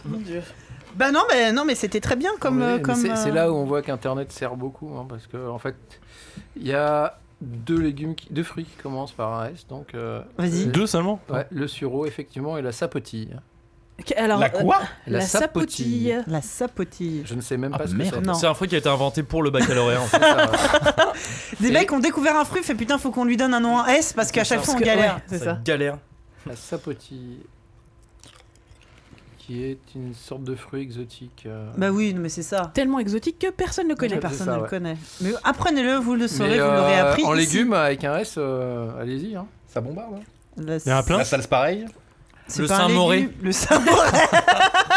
[SPEAKER 1] Bah non, mais non, mais c'était très bien comme
[SPEAKER 5] Oui,
[SPEAKER 1] euh,
[SPEAKER 5] mais
[SPEAKER 1] comme.
[SPEAKER 5] c'est, c'est
[SPEAKER 1] euh,
[SPEAKER 5] là où on voit qu'Internet sert beaucoup, hein, parce que en fait, il y a deux légumes, qui- deux fruits qui commencent par un S, donc euh,
[SPEAKER 1] Vas-y.
[SPEAKER 3] Deux seulement
[SPEAKER 5] ouais, le sureau effectivement et la sapotille.
[SPEAKER 6] Ok, Alors
[SPEAKER 7] La quoi
[SPEAKER 6] euh, La, sapotille.
[SPEAKER 1] La sapotille.
[SPEAKER 5] Je ne sais même
[SPEAKER 7] Ah,
[SPEAKER 5] pas ce
[SPEAKER 7] merde.
[SPEAKER 5] que c'est.
[SPEAKER 1] Non.
[SPEAKER 4] C'est un fruit qui a été inventé pour le baccalauréat. en fait.
[SPEAKER 5] C'est ça, ouais.
[SPEAKER 1] Des
[SPEAKER 5] Et-
[SPEAKER 1] mecs ont découvert un fruit, fait putain, faut qu'on lui donne un nom en S parce qu'à chaque fois on
[SPEAKER 6] que-
[SPEAKER 1] galère.
[SPEAKER 6] ouais, c'est ça.
[SPEAKER 4] Galère.
[SPEAKER 5] la sapotille, qui est une sorte de fruit exotique. euh,
[SPEAKER 1] Bah oui, non, mais c'est ça.
[SPEAKER 6] Tellement exotique que personne ne connaît.
[SPEAKER 5] Ouais.
[SPEAKER 1] personne
[SPEAKER 5] ça,
[SPEAKER 1] ne le connaît. Mais apprenez-le, vous le saurez,
[SPEAKER 5] mais,
[SPEAKER 1] vous l'aurez
[SPEAKER 5] euh,
[SPEAKER 1] appris.
[SPEAKER 5] En
[SPEAKER 1] ici.
[SPEAKER 5] légumes avec un S, euh, allez-y,
[SPEAKER 1] (laughs)
[SPEAKER 5] hein, ça bombarde. hein.
[SPEAKER 1] La-
[SPEAKER 3] Il y en a plein
[SPEAKER 7] La salse pareil.
[SPEAKER 1] c'est
[SPEAKER 4] Le
[SPEAKER 1] pas un
[SPEAKER 4] Saint-Moré.
[SPEAKER 1] légume, Le Saint-Moré.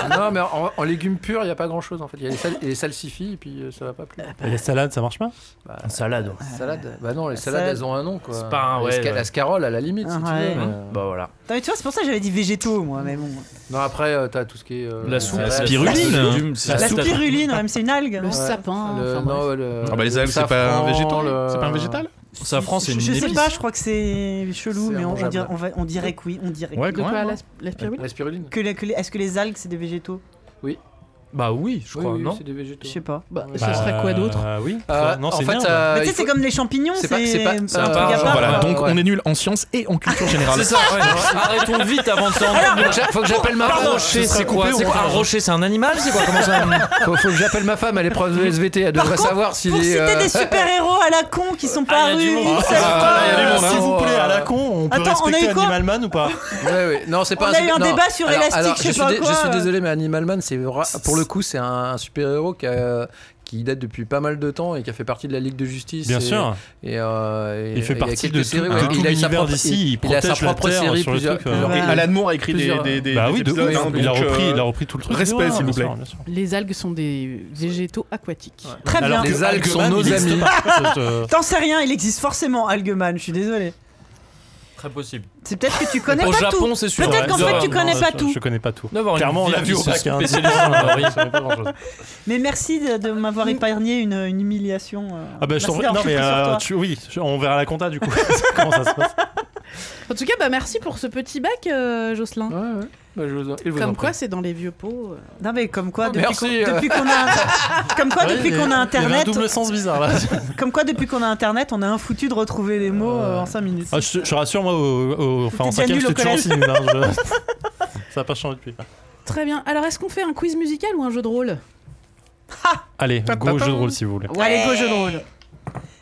[SPEAKER 5] Ah non, mais en, en légumes purs, il n'y a pas grand-chose en fait. Il y a les, sal- les salsifis et puis euh, ça va pas plus.
[SPEAKER 3] Et les salades, ça marche pas
[SPEAKER 4] Salade.
[SPEAKER 5] Salade Bah non, les
[SPEAKER 1] La
[SPEAKER 5] salades,
[SPEAKER 1] salade.
[SPEAKER 5] elles ont un nom quoi.
[SPEAKER 4] C'est pas un-
[SPEAKER 5] Les
[SPEAKER 4] ouais,
[SPEAKER 5] sca-
[SPEAKER 4] ouais.
[SPEAKER 5] La scarole à la limite, si
[SPEAKER 1] Ah,
[SPEAKER 5] tu
[SPEAKER 1] ouais.
[SPEAKER 5] veux. mais, euh,
[SPEAKER 4] Bah voilà.
[SPEAKER 1] Non, mais tu vois, c'est pour ça que j'avais dit végétaux, moi, mais bon.
[SPEAKER 5] Non, après, euh, t'as tout ce qui est. euh,
[SPEAKER 4] La soupe,
[SPEAKER 5] salade,
[SPEAKER 7] la spiruline.
[SPEAKER 1] La,
[SPEAKER 4] la soupe.
[SPEAKER 1] spiruline, même, c'est une algue.
[SPEAKER 6] Le
[SPEAKER 1] non
[SPEAKER 6] sapin.
[SPEAKER 5] le-
[SPEAKER 6] enfin, bref.
[SPEAKER 5] non, le-
[SPEAKER 7] Ah bah les
[SPEAKER 5] le
[SPEAKER 7] algues, c'est pas un
[SPEAKER 5] safran,
[SPEAKER 7] végétal.
[SPEAKER 5] le-
[SPEAKER 3] euh,
[SPEAKER 7] C'est pas un végétal
[SPEAKER 4] Safran, c'est une
[SPEAKER 1] Je sais
[SPEAKER 4] épice.
[SPEAKER 1] pas, je crois que c'est chelou,
[SPEAKER 5] C'est
[SPEAKER 1] mais on, on
[SPEAKER 5] mangeable.
[SPEAKER 1] dirait, on va- on dirait que oui, on dirait.
[SPEAKER 7] Ouais,
[SPEAKER 1] que
[SPEAKER 6] De
[SPEAKER 7] quand
[SPEAKER 6] quoi
[SPEAKER 7] même.
[SPEAKER 6] la,
[SPEAKER 7] hein.
[SPEAKER 6] la spiruline
[SPEAKER 5] La spiruline
[SPEAKER 1] Que les- que les- Est-ce que les algues, c'est des végétaux
[SPEAKER 4] Bah oui, je
[SPEAKER 5] Oui,
[SPEAKER 4] crois,
[SPEAKER 5] oui,
[SPEAKER 4] non
[SPEAKER 5] c'est des végétaux.
[SPEAKER 1] Je sais pas.
[SPEAKER 6] Bah,
[SPEAKER 5] Bah,
[SPEAKER 6] Ce serait quoi d'autre
[SPEAKER 3] Euh, Oui.
[SPEAKER 5] Euh,
[SPEAKER 3] non,
[SPEAKER 5] en
[SPEAKER 3] c'est
[SPEAKER 5] fait,
[SPEAKER 3] merde.
[SPEAKER 5] euh,
[SPEAKER 1] mais tu
[SPEAKER 5] il
[SPEAKER 1] sais, c'est
[SPEAKER 5] faut-
[SPEAKER 1] comme les champignons,
[SPEAKER 5] c'est
[SPEAKER 1] c'est
[SPEAKER 5] pas- c'est pas-
[SPEAKER 1] un
[SPEAKER 5] c'est un
[SPEAKER 1] truc
[SPEAKER 4] part,
[SPEAKER 1] à
[SPEAKER 4] genre,
[SPEAKER 1] part.
[SPEAKER 7] Voilà,
[SPEAKER 1] quoi.
[SPEAKER 7] donc
[SPEAKER 5] ouais.
[SPEAKER 7] on est nul en sciences et en culture générale.
[SPEAKER 4] C'est ça,
[SPEAKER 1] (laughs)
[SPEAKER 4] ouais. Arrêtons vite avant de
[SPEAKER 5] Faut
[SPEAKER 4] s'en
[SPEAKER 5] que j'a- faut que j'appelle ma
[SPEAKER 4] Un
[SPEAKER 5] femme.
[SPEAKER 4] rocher, c'est quoi
[SPEAKER 5] coupé ou
[SPEAKER 4] C'est quoi
[SPEAKER 5] pas
[SPEAKER 4] Un rocher, c'est un animal C'est quoi Comment ça (laughs)
[SPEAKER 5] Faut, faut que j'appelle ma femme, elle est prof de SVT, elle devrait
[SPEAKER 1] contre,
[SPEAKER 5] savoir s'il
[SPEAKER 1] Pour
[SPEAKER 5] est.
[SPEAKER 1] citer
[SPEAKER 5] euh, (laughs)
[SPEAKER 1] des super-héros à la con qui sont
[SPEAKER 4] Ah, y a
[SPEAKER 1] parus
[SPEAKER 4] du monde.
[SPEAKER 1] une
[SPEAKER 5] Ah,
[SPEAKER 1] seule
[SPEAKER 5] là, y a
[SPEAKER 1] fois.
[SPEAKER 5] du monde.
[SPEAKER 3] S'il vous
[SPEAKER 5] euh,
[SPEAKER 3] plaît, à la con, on peut
[SPEAKER 1] Attends, on a eu
[SPEAKER 3] respecter
[SPEAKER 1] quoi
[SPEAKER 3] Animal Man ou pas
[SPEAKER 5] Ouais, ouais. Non, c'est pas
[SPEAKER 1] On a eu
[SPEAKER 5] super-
[SPEAKER 1] un
[SPEAKER 5] non.
[SPEAKER 1] débat sur
[SPEAKER 5] Alors-
[SPEAKER 1] Elastic,
[SPEAKER 5] alors,
[SPEAKER 1] je
[SPEAKER 5] je
[SPEAKER 1] sais
[SPEAKER 5] suis
[SPEAKER 1] pas
[SPEAKER 5] dé-
[SPEAKER 1] quoi,
[SPEAKER 5] Je suis
[SPEAKER 1] euh.
[SPEAKER 5] désolé, mais Animal Man, c'est vra- pour le coup, c'est un super-héros qui, a- qui date depuis pas mal de temps et qui a fait partie de la Ligue de Justice.
[SPEAKER 3] Bien
[SPEAKER 5] et-
[SPEAKER 3] sûr.
[SPEAKER 5] Et, euh, et-
[SPEAKER 3] Il fait
[SPEAKER 5] et y a
[SPEAKER 3] partie
[SPEAKER 5] quelques
[SPEAKER 3] de tout-
[SPEAKER 5] séries,
[SPEAKER 3] de
[SPEAKER 5] ouais.
[SPEAKER 3] tout
[SPEAKER 5] il a eu sa
[SPEAKER 3] l'univers
[SPEAKER 5] propre,
[SPEAKER 3] d'ici, il
[SPEAKER 5] il, il a sa
[SPEAKER 3] protège la
[SPEAKER 5] propre
[SPEAKER 3] Terre
[SPEAKER 5] série
[SPEAKER 3] sur le
[SPEAKER 5] plusieurs,
[SPEAKER 3] truc, euh.
[SPEAKER 5] plusieurs-
[SPEAKER 1] Ouais.
[SPEAKER 7] Et Alan Moore a écrit des,
[SPEAKER 5] Plusieurs-
[SPEAKER 7] des, des-
[SPEAKER 3] Bah
[SPEAKER 7] des
[SPEAKER 3] oui, de
[SPEAKER 7] épisodes,
[SPEAKER 3] ouf.
[SPEAKER 7] hein,
[SPEAKER 3] il, a
[SPEAKER 7] donc,
[SPEAKER 3] repris,
[SPEAKER 7] euh,
[SPEAKER 3] il a repris tout le truc.
[SPEAKER 7] respect,
[SPEAKER 3] Ouais,
[SPEAKER 7] s'il vous plaît.
[SPEAKER 3] bien sûr, bien sûr.
[SPEAKER 6] Les algues sont des végétaux aquatiques.
[SPEAKER 1] Très bien.
[SPEAKER 3] Alors
[SPEAKER 5] Les
[SPEAKER 3] que
[SPEAKER 5] algues sont
[SPEAKER 3] Algeman
[SPEAKER 5] nos
[SPEAKER 3] n'existe (laughs)
[SPEAKER 5] amis.
[SPEAKER 3] pas. Euh,
[SPEAKER 1] T'en sais rien, il existe forcément Algeman, je suis désolé.
[SPEAKER 4] Très possible.
[SPEAKER 1] C'est peut-être que tu connais
[SPEAKER 4] Au
[SPEAKER 1] pas
[SPEAKER 4] Japon,
[SPEAKER 1] tout.
[SPEAKER 4] c'est sûr.
[SPEAKER 1] Peut-être
[SPEAKER 4] ouais.
[SPEAKER 1] qu'en
[SPEAKER 4] Ils
[SPEAKER 1] fait,
[SPEAKER 4] doivent
[SPEAKER 1] tu connais
[SPEAKER 3] non,
[SPEAKER 1] pas
[SPEAKER 3] je-
[SPEAKER 1] tout.
[SPEAKER 3] Je connais pas tout.
[SPEAKER 4] D'avoir une
[SPEAKER 3] Clairement, on
[SPEAKER 4] vie
[SPEAKER 3] l'a vu au
[SPEAKER 4] qui se
[SPEAKER 3] bac. hein.
[SPEAKER 4] spécialise dans la riz.
[SPEAKER 3] Je savais pas grand-chose.
[SPEAKER 1] Mais merci de, de m'avoir
[SPEAKER 5] Ah,
[SPEAKER 1] épargné une, une humiliation. euh.
[SPEAKER 3] Ah bah je
[SPEAKER 1] Merci
[SPEAKER 3] t'en prie.
[SPEAKER 1] d'avoir
[SPEAKER 3] Non
[SPEAKER 1] pris
[SPEAKER 3] mais
[SPEAKER 1] sur
[SPEAKER 3] euh,
[SPEAKER 1] toi.
[SPEAKER 3] tu- oui, je- on verra la compta du coup. (laughs) Comment ça se passe
[SPEAKER 6] En tout cas, bah merci pour ce petit bac, euh, Jocelyn.
[SPEAKER 5] Ouais, ouais. Bah, je vous en- il vous en
[SPEAKER 6] Comme
[SPEAKER 5] prie.
[SPEAKER 6] quoi, c'est dans les vieux pots. euh.
[SPEAKER 1] Non mais comme quoi, depuis qu'on
[SPEAKER 5] merci, euh.
[SPEAKER 1] depuis qu'on a, (laughs) inter- comme quoi
[SPEAKER 3] Ouais,
[SPEAKER 1] depuis
[SPEAKER 3] il y
[SPEAKER 1] qu'on a
[SPEAKER 3] avait- Il y avait un
[SPEAKER 1] internet,
[SPEAKER 3] double sens bizarre là.
[SPEAKER 1] comme quoi depuis qu'on a internet, on a un foutu de retrouver les mots euh, en 5 minutes.
[SPEAKER 3] Ah, je, je rassure, moi, au, au- enfin, en
[SPEAKER 1] T'étais
[SPEAKER 3] cinquième,
[SPEAKER 1] nul au
[SPEAKER 3] j'étais toujours aussi nul. hein,
[SPEAKER 1] (laughs)
[SPEAKER 3] je- Ça n'a pas changé depuis.
[SPEAKER 6] Très bien. Alors, est-ce qu'on fait un quiz musical ou un jeu de rôle
[SPEAKER 3] Allez, go jeu de rôle si vous voulez.
[SPEAKER 1] Allez go jeu de rôle.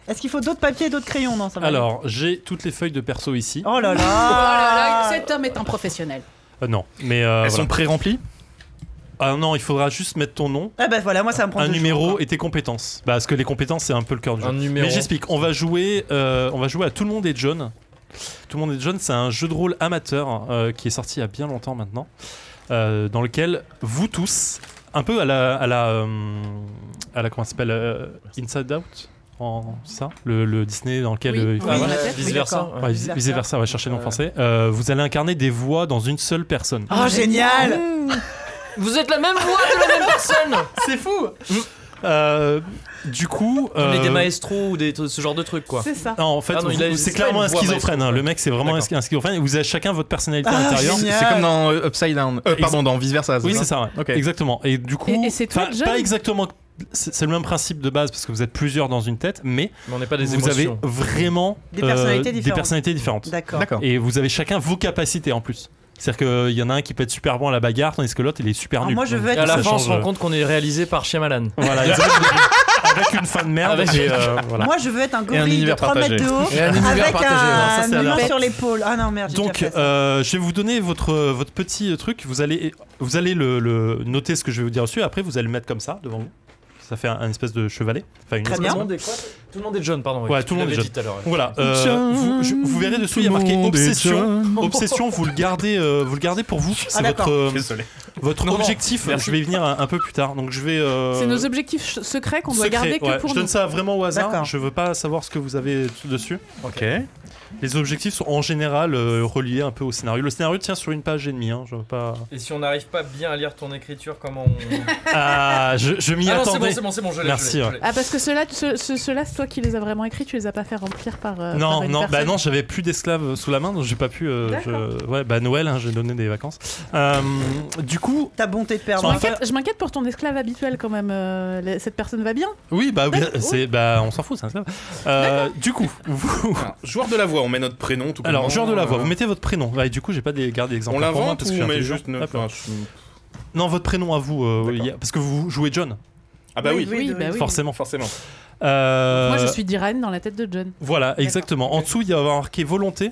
[SPEAKER 1] Est-ce qu'il faut d'autres papiers et d'autres crayons non ça va.
[SPEAKER 3] Alors, j'ai toutes les feuilles de perso ici.
[SPEAKER 1] Oh là
[SPEAKER 6] Oh là
[SPEAKER 1] là.
[SPEAKER 6] là, cet homme est un professionnel.
[SPEAKER 3] Euh, non, mais euh,
[SPEAKER 7] Elles
[SPEAKER 3] voilà.
[SPEAKER 7] sont pré-remplies
[SPEAKER 3] ah non, il faudra juste mettre ton nom,
[SPEAKER 1] Ah bah voilà moi ça me prend
[SPEAKER 3] un
[SPEAKER 1] deux
[SPEAKER 3] numéro
[SPEAKER 1] jours.
[SPEAKER 3] et tes compétences. Bah, parce que les compétences c'est un peu le cœur du jeu.
[SPEAKER 4] Un numéro.
[SPEAKER 3] Mais j'explique. On va jouer, euh, on va jouer à Tout le monde est John. Tout le monde est John, c'est un jeu de rôle amateur euh, qui est sorti il y a bien longtemps maintenant, euh, dans lequel vous tous, un peu à la, à la, euh, à la comment ça s'appelle, euh, Inside Out, en ça, le, le Disney dans lequel
[SPEAKER 6] Oui,
[SPEAKER 3] euh,
[SPEAKER 6] oui,
[SPEAKER 3] enfin,
[SPEAKER 4] Ah,
[SPEAKER 3] voilà.
[SPEAKER 4] voilà,
[SPEAKER 6] la tête,
[SPEAKER 4] vice
[SPEAKER 1] oui,
[SPEAKER 4] versa.
[SPEAKER 1] d'accord.
[SPEAKER 4] ouais.
[SPEAKER 3] Ouais, vice vice versa, ouais, chercher le nom
[SPEAKER 5] Ouais.
[SPEAKER 3] français. Euh, vous allez incarner des voix dans une seule personne.
[SPEAKER 1] Oh
[SPEAKER 6] Ah.
[SPEAKER 1] génial.
[SPEAKER 6] Euh,
[SPEAKER 4] Vous êtes la même voix de la même personne
[SPEAKER 3] C'est fou Euh, Du coup.
[SPEAKER 4] On est
[SPEAKER 3] euh,
[SPEAKER 4] des maestros ou des, ce genre de trucs quoi.
[SPEAKER 6] C'est ça.
[SPEAKER 3] non, en fait,
[SPEAKER 4] Ah non,
[SPEAKER 3] vous-
[SPEAKER 4] il a-
[SPEAKER 3] c'est
[SPEAKER 4] c'est pas
[SPEAKER 3] clairement
[SPEAKER 4] une
[SPEAKER 3] un
[SPEAKER 4] voix
[SPEAKER 3] schizophrène. hein.
[SPEAKER 4] maestro,
[SPEAKER 3] Le mec, c'est vraiment un sch- un schizophrène. Et vous avez chacun votre personnalité
[SPEAKER 1] Ah,
[SPEAKER 3] intérieure.
[SPEAKER 1] génial.
[SPEAKER 7] C'est comme dans euh, Upside Down. Euh, pardon, dans Vice Versa.
[SPEAKER 3] Oui, c'est ça, ouais.
[SPEAKER 7] Ok.
[SPEAKER 3] exactement. Et du coup,
[SPEAKER 6] Et- et c'est toi,
[SPEAKER 3] enfin,
[SPEAKER 6] John
[SPEAKER 3] pas exactement. C'est c'est le même principe de base parce que vous êtes plusieurs dans une tête, mais
[SPEAKER 4] Mais on n'est pas des
[SPEAKER 3] vous avez
[SPEAKER 4] émotions.
[SPEAKER 3] vraiment euh,
[SPEAKER 1] Des personnalités
[SPEAKER 3] des
[SPEAKER 1] différentes.
[SPEAKER 3] personnalités différentes.
[SPEAKER 1] D'accord.
[SPEAKER 7] D'accord.
[SPEAKER 3] Et vous avez chacun vos capacités en plus. C'est-à-dire qu'il y en a un qui peut être super bon à la bagarre, tandis que l'autre il est super
[SPEAKER 1] Alors,
[SPEAKER 3] nul.
[SPEAKER 1] Ah, moi je veux
[SPEAKER 4] Et à
[SPEAKER 1] être
[SPEAKER 3] ça
[SPEAKER 4] la fin on se
[SPEAKER 3] change,
[SPEAKER 4] rend
[SPEAKER 3] euh.
[SPEAKER 4] compte qu'on est réalisé par Shyamalan.
[SPEAKER 3] Voilà,
[SPEAKER 4] (laughs)
[SPEAKER 3] exactement. avec une fin de merde.
[SPEAKER 4] Avec-
[SPEAKER 3] mais, (laughs) euh, voilà.
[SPEAKER 1] Moi, je veux être un gorille de
[SPEAKER 7] univers
[SPEAKER 1] 3 mètres
[SPEAKER 7] partagé.
[SPEAKER 1] de haut
[SPEAKER 5] Et un univers
[SPEAKER 1] avec
[SPEAKER 5] partagé,
[SPEAKER 3] ouais, ça,
[SPEAKER 1] un
[SPEAKER 3] c'est la
[SPEAKER 1] humain
[SPEAKER 3] merde.
[SPEAKER 1] sur l'épaule. Ah non, merde, j'ai
[SPEAKER 3] Donc,
[SPEAKER 1] déjà fait ça.
[SPEAKER 3] euh, je vais vous donner votre, euh, votre petit euh, truc. Vous allez, vous allez le, le- noter ce que je vais vous dire dessus. Après, vous allez le mettre comme ça devant vous. Ça fait un, un espèce de chevalet. Enfin, une
[SPEAKER 1] Très
[SPEAKER 3] espèce
[SPEAKER 1] bien.
[SPEAKER 3] de-
[SPEAKER 4] Tout le monde est jeune, pardon.
[SPEAKER 3] Ouais, tout le monde est jeune.
[SPEAKER 4] Tout à l'heure.
[SPEAKER 3] Voilà. euh, vous, je- vous verrez dessus, il y a marqué obsession. Obsession, vous le gardez, euh, vous le gardez pour vous. C'est votre,
[SPEAKER 1] d'accord.
[SPEAKER 3] euh,
[SPEAKER 7] Désolé.
[SPEAKER 3] votre
[SPEAKER 4] Non, non,
[SPEAKER 3] objectif.
[SPEAKER 4] merci.
[SPEAKER 3] je vais y venir un, un peu plus tard. Donc, je vais. euh,
[SPEAKER 6] C'est nos objectifs ch- secrets qu'on doit
[SPEAKER 3] secret,
[SPEAKER 6] garder que
[SPEAKER 3] ouais.
[SPEAKER 6] pour
[SPEAKER 3] Je
[SPEAKER 6] nous.
[SPEAKER 3] donne ça vraiment au hasard.
[SPEAKER 1] D'accord.
[SPEAKER 3] Je veux pas savoir ce que vous avez dessus.
[SPEAKER 7] Ok.
[SPEAKER 3] Les objectifs sont en général euh, reliés un peu au scénario. Le scénario tient sur une page et demie. Hein, je veux pas.
[SPEAKER 4] Et si on n'arrive pas bien à lire ton écriture, comment on.
[SPEAKER 3] (laughs) Ah, je, je m'y
[SPEAKER 4] Ah non, c'est bon,
[SPEAKER 3] attendais.
[SPEAKER 4] c'est bon, c'est bon, je l'ai.
[SPEAKER 3] Merci,
[SPEAKER 4] je l'ai,
[SPEAKER 3] ouais.
[SPEAKER 4] je l'ai.
[SPEAKER 6] Ah, parce que ceux-là, ce- ce- ceux-là, c'est toi qui les as vraiment écrits, tu les as pas fait remplir par. euh, par
[SPEAKER 3] non,
[SPEAKER 6] une
[SPEAKER 3] non, bah
[SPEAKER 6] personne.
[SPEAKER 3] non, j'avais plus d'esclaves sous la main, donc j'ai pas pu. euh, je- Ouais, bah Noël, hein, j'ai donné des vacances. Euh, du coup,
[SPEAKER 1] Ta bonté de perdre.
[SPEAKER 6] Je
[SPEAKER 3] en
[SPEAKER 6] m'inquiète- Je m'inquiète pour ton esclave habituel quand même. euh, la- cette personne va bien
[SPEAKER 3] oui, bah, oui,
[SPEAKER 6] D'accord.
[SPEAKER 3] c'est, bah on s'en fout, c'est un esclave. Euh, du coup, (laughs) vous.
[SPEAKER 7] Joueur de la voix, on met notre prénom tout
[SPEAKER 3] Alors,
[SPEAKER 7] bonnement.
[SPEAKER 3] joueur de la voix, vous mettez votre prénom. Ouais, du coup, j'ai pas des, gardé d'exemple.
[SPEAKER 7] euh, On
[SPEAKER 3] pour moi
[SPEAKER 7] l'invente
[SPEAKER 3] parce
[SPEAKER 7] ou
[SPEAKER 3] que je suis
[SPEAKER 7] on met
[SPEAKER 3] intelligent.
[SPEAKER 7] juste
[SPEAKER 3] Hop,
[SPEAKER 7] notre.
[SPEAKER 3] là.
[SPEAKER 7] enfin, je-
[SPEAKER 3] Non, votre prénom à vous, euh,
[SPEAKER 7] D'accord.
[SPEAKER 3] il y a- parce que vous jouez John,
[SPEAKER 7] Ah bah oui,
[SPEAKER 6] Oui, bah oui.
[SPEAKER 3] forcément.
[SPEAKER 7] forcément.
[SPEAKER 3] Euh,
[SPEAKER 6] Moi, je suis Diran dans la tête de John.
[SPEAKER 3] Voilà, exactement. En dessous, il y a marqué volonté.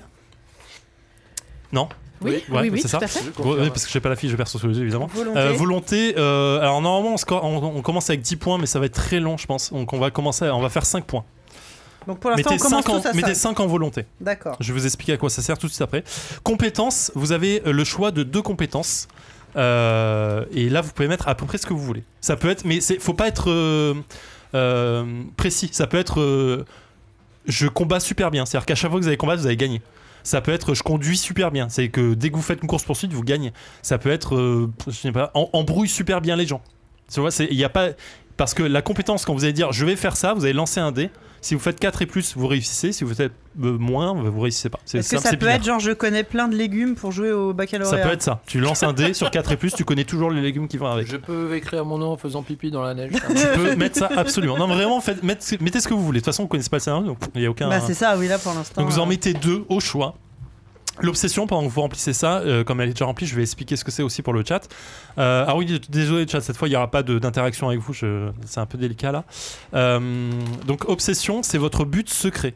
[SPEAKER 6] Oui,
[SPEAKER 3] ouais,
[SPEAKER 6] oui, oui,
[SPEAKER 3] c'est
[SPEAKER 6] tout
[SPEAKER 3] ça.
[SPEAKER 6] à fait.
[SPEAKER 3] Ouais, parce que j'ai pas la fiche de perso sous les yeux, évidemment.
[SPEAKER 1] Volonté.
[SPEAKER 3] Euh, volonté. euh, alors normalement, on, score- on- on commence avec 10 points, mais ça va être très long, je pense. Donc on va commencer, à- on va faire 5 points.
[SPEAKER 1] Donc pour l'instant,
[SPEAKER 3] Mettez
[SPEAKER 1] on
[SPEAKER 3] 5,
[SPEAKER 1] commence
[SPEAKER 3] en,
[SPEAKER 1] tous à
[SPEAKER 3] mettez
[SPEAKER 1] ça.
[SPEAKER 3] cinq en volonté.
[SPEAKER 1] D'accord.
[SPEAKER 3] Je vais vous expliquer à quoi ça sert tout de suite après. Compétences, vous avez euh, le choix de deux compétences. Euh, et là, vous pouvez mettre à peu près ce que vous voulez. Ça peut être, mais c'est, faut pas être euh, euh, précis. Ça peut être, euh, je combats super bien. C'est-à-dire qu'à chaque fois que vous allez combattre, vous allez gagner. Ça peut être, je conduis super bien. C'est que dès que vous faites une course poursuite, vous gagnez. Ça peut être, euh, je sais pas, en- embrouille super bien les gens. Tu vois, c'est- il y a pas, parce que la compétence, quand vous allez dire, je vais faire ça, vous allez lancer un dé. Si vous faites 4 et plus, vous réussissez. Si vous faites euh, moins, vous réussissez pas. C'est
[SPEAKER 1] Est-ce que
[SPEAKER 3] simple,
[SPEAKER 1] ça
[SPEAKER 3] c'est
[SPEAKER 1] peut
[SPEAKER 3] binaire.
[SPEAKER 1] être genre je connais plein de légumes pour jouer au
[SPEAKER 3] Ça
[SPEAKER 1] baccalauréat
[SPEAKER 3] peut être ça. Tu lances un dé sur 4 et plus, tu connais toujours les légumes qui vont avec.
[SPEAKER 5] Je peux écrire mon nom en faisant pipi dans la neige. ça.
[SPEAKER 3] Tu peux mettre ça absolument. Non, vraiment, faites- mettez, mettez ce que vous voulez. De toute façon, vous connaissez pas le scénario, donc il n'y a aucun.
[SPEAKER 1] Bah c'est ça, oui là pour l'instant.
[SPEAKER 3] hein. donc vous en
[SPEAKER 1] euh,
[SPEAKER 3] mettez deux au choix. L'obsession, pendant que vous remplissez ça, euh, comme elle est déjà remplie, je vais expliquer ce que c'est aussi pour le chat. Euh, ah oui, d- désolé chat, cette fois il n'y aura pas de- d'interaction avec vous, je- c'est un peu délicat là. Euh, donc obsession, c'est votre but secret.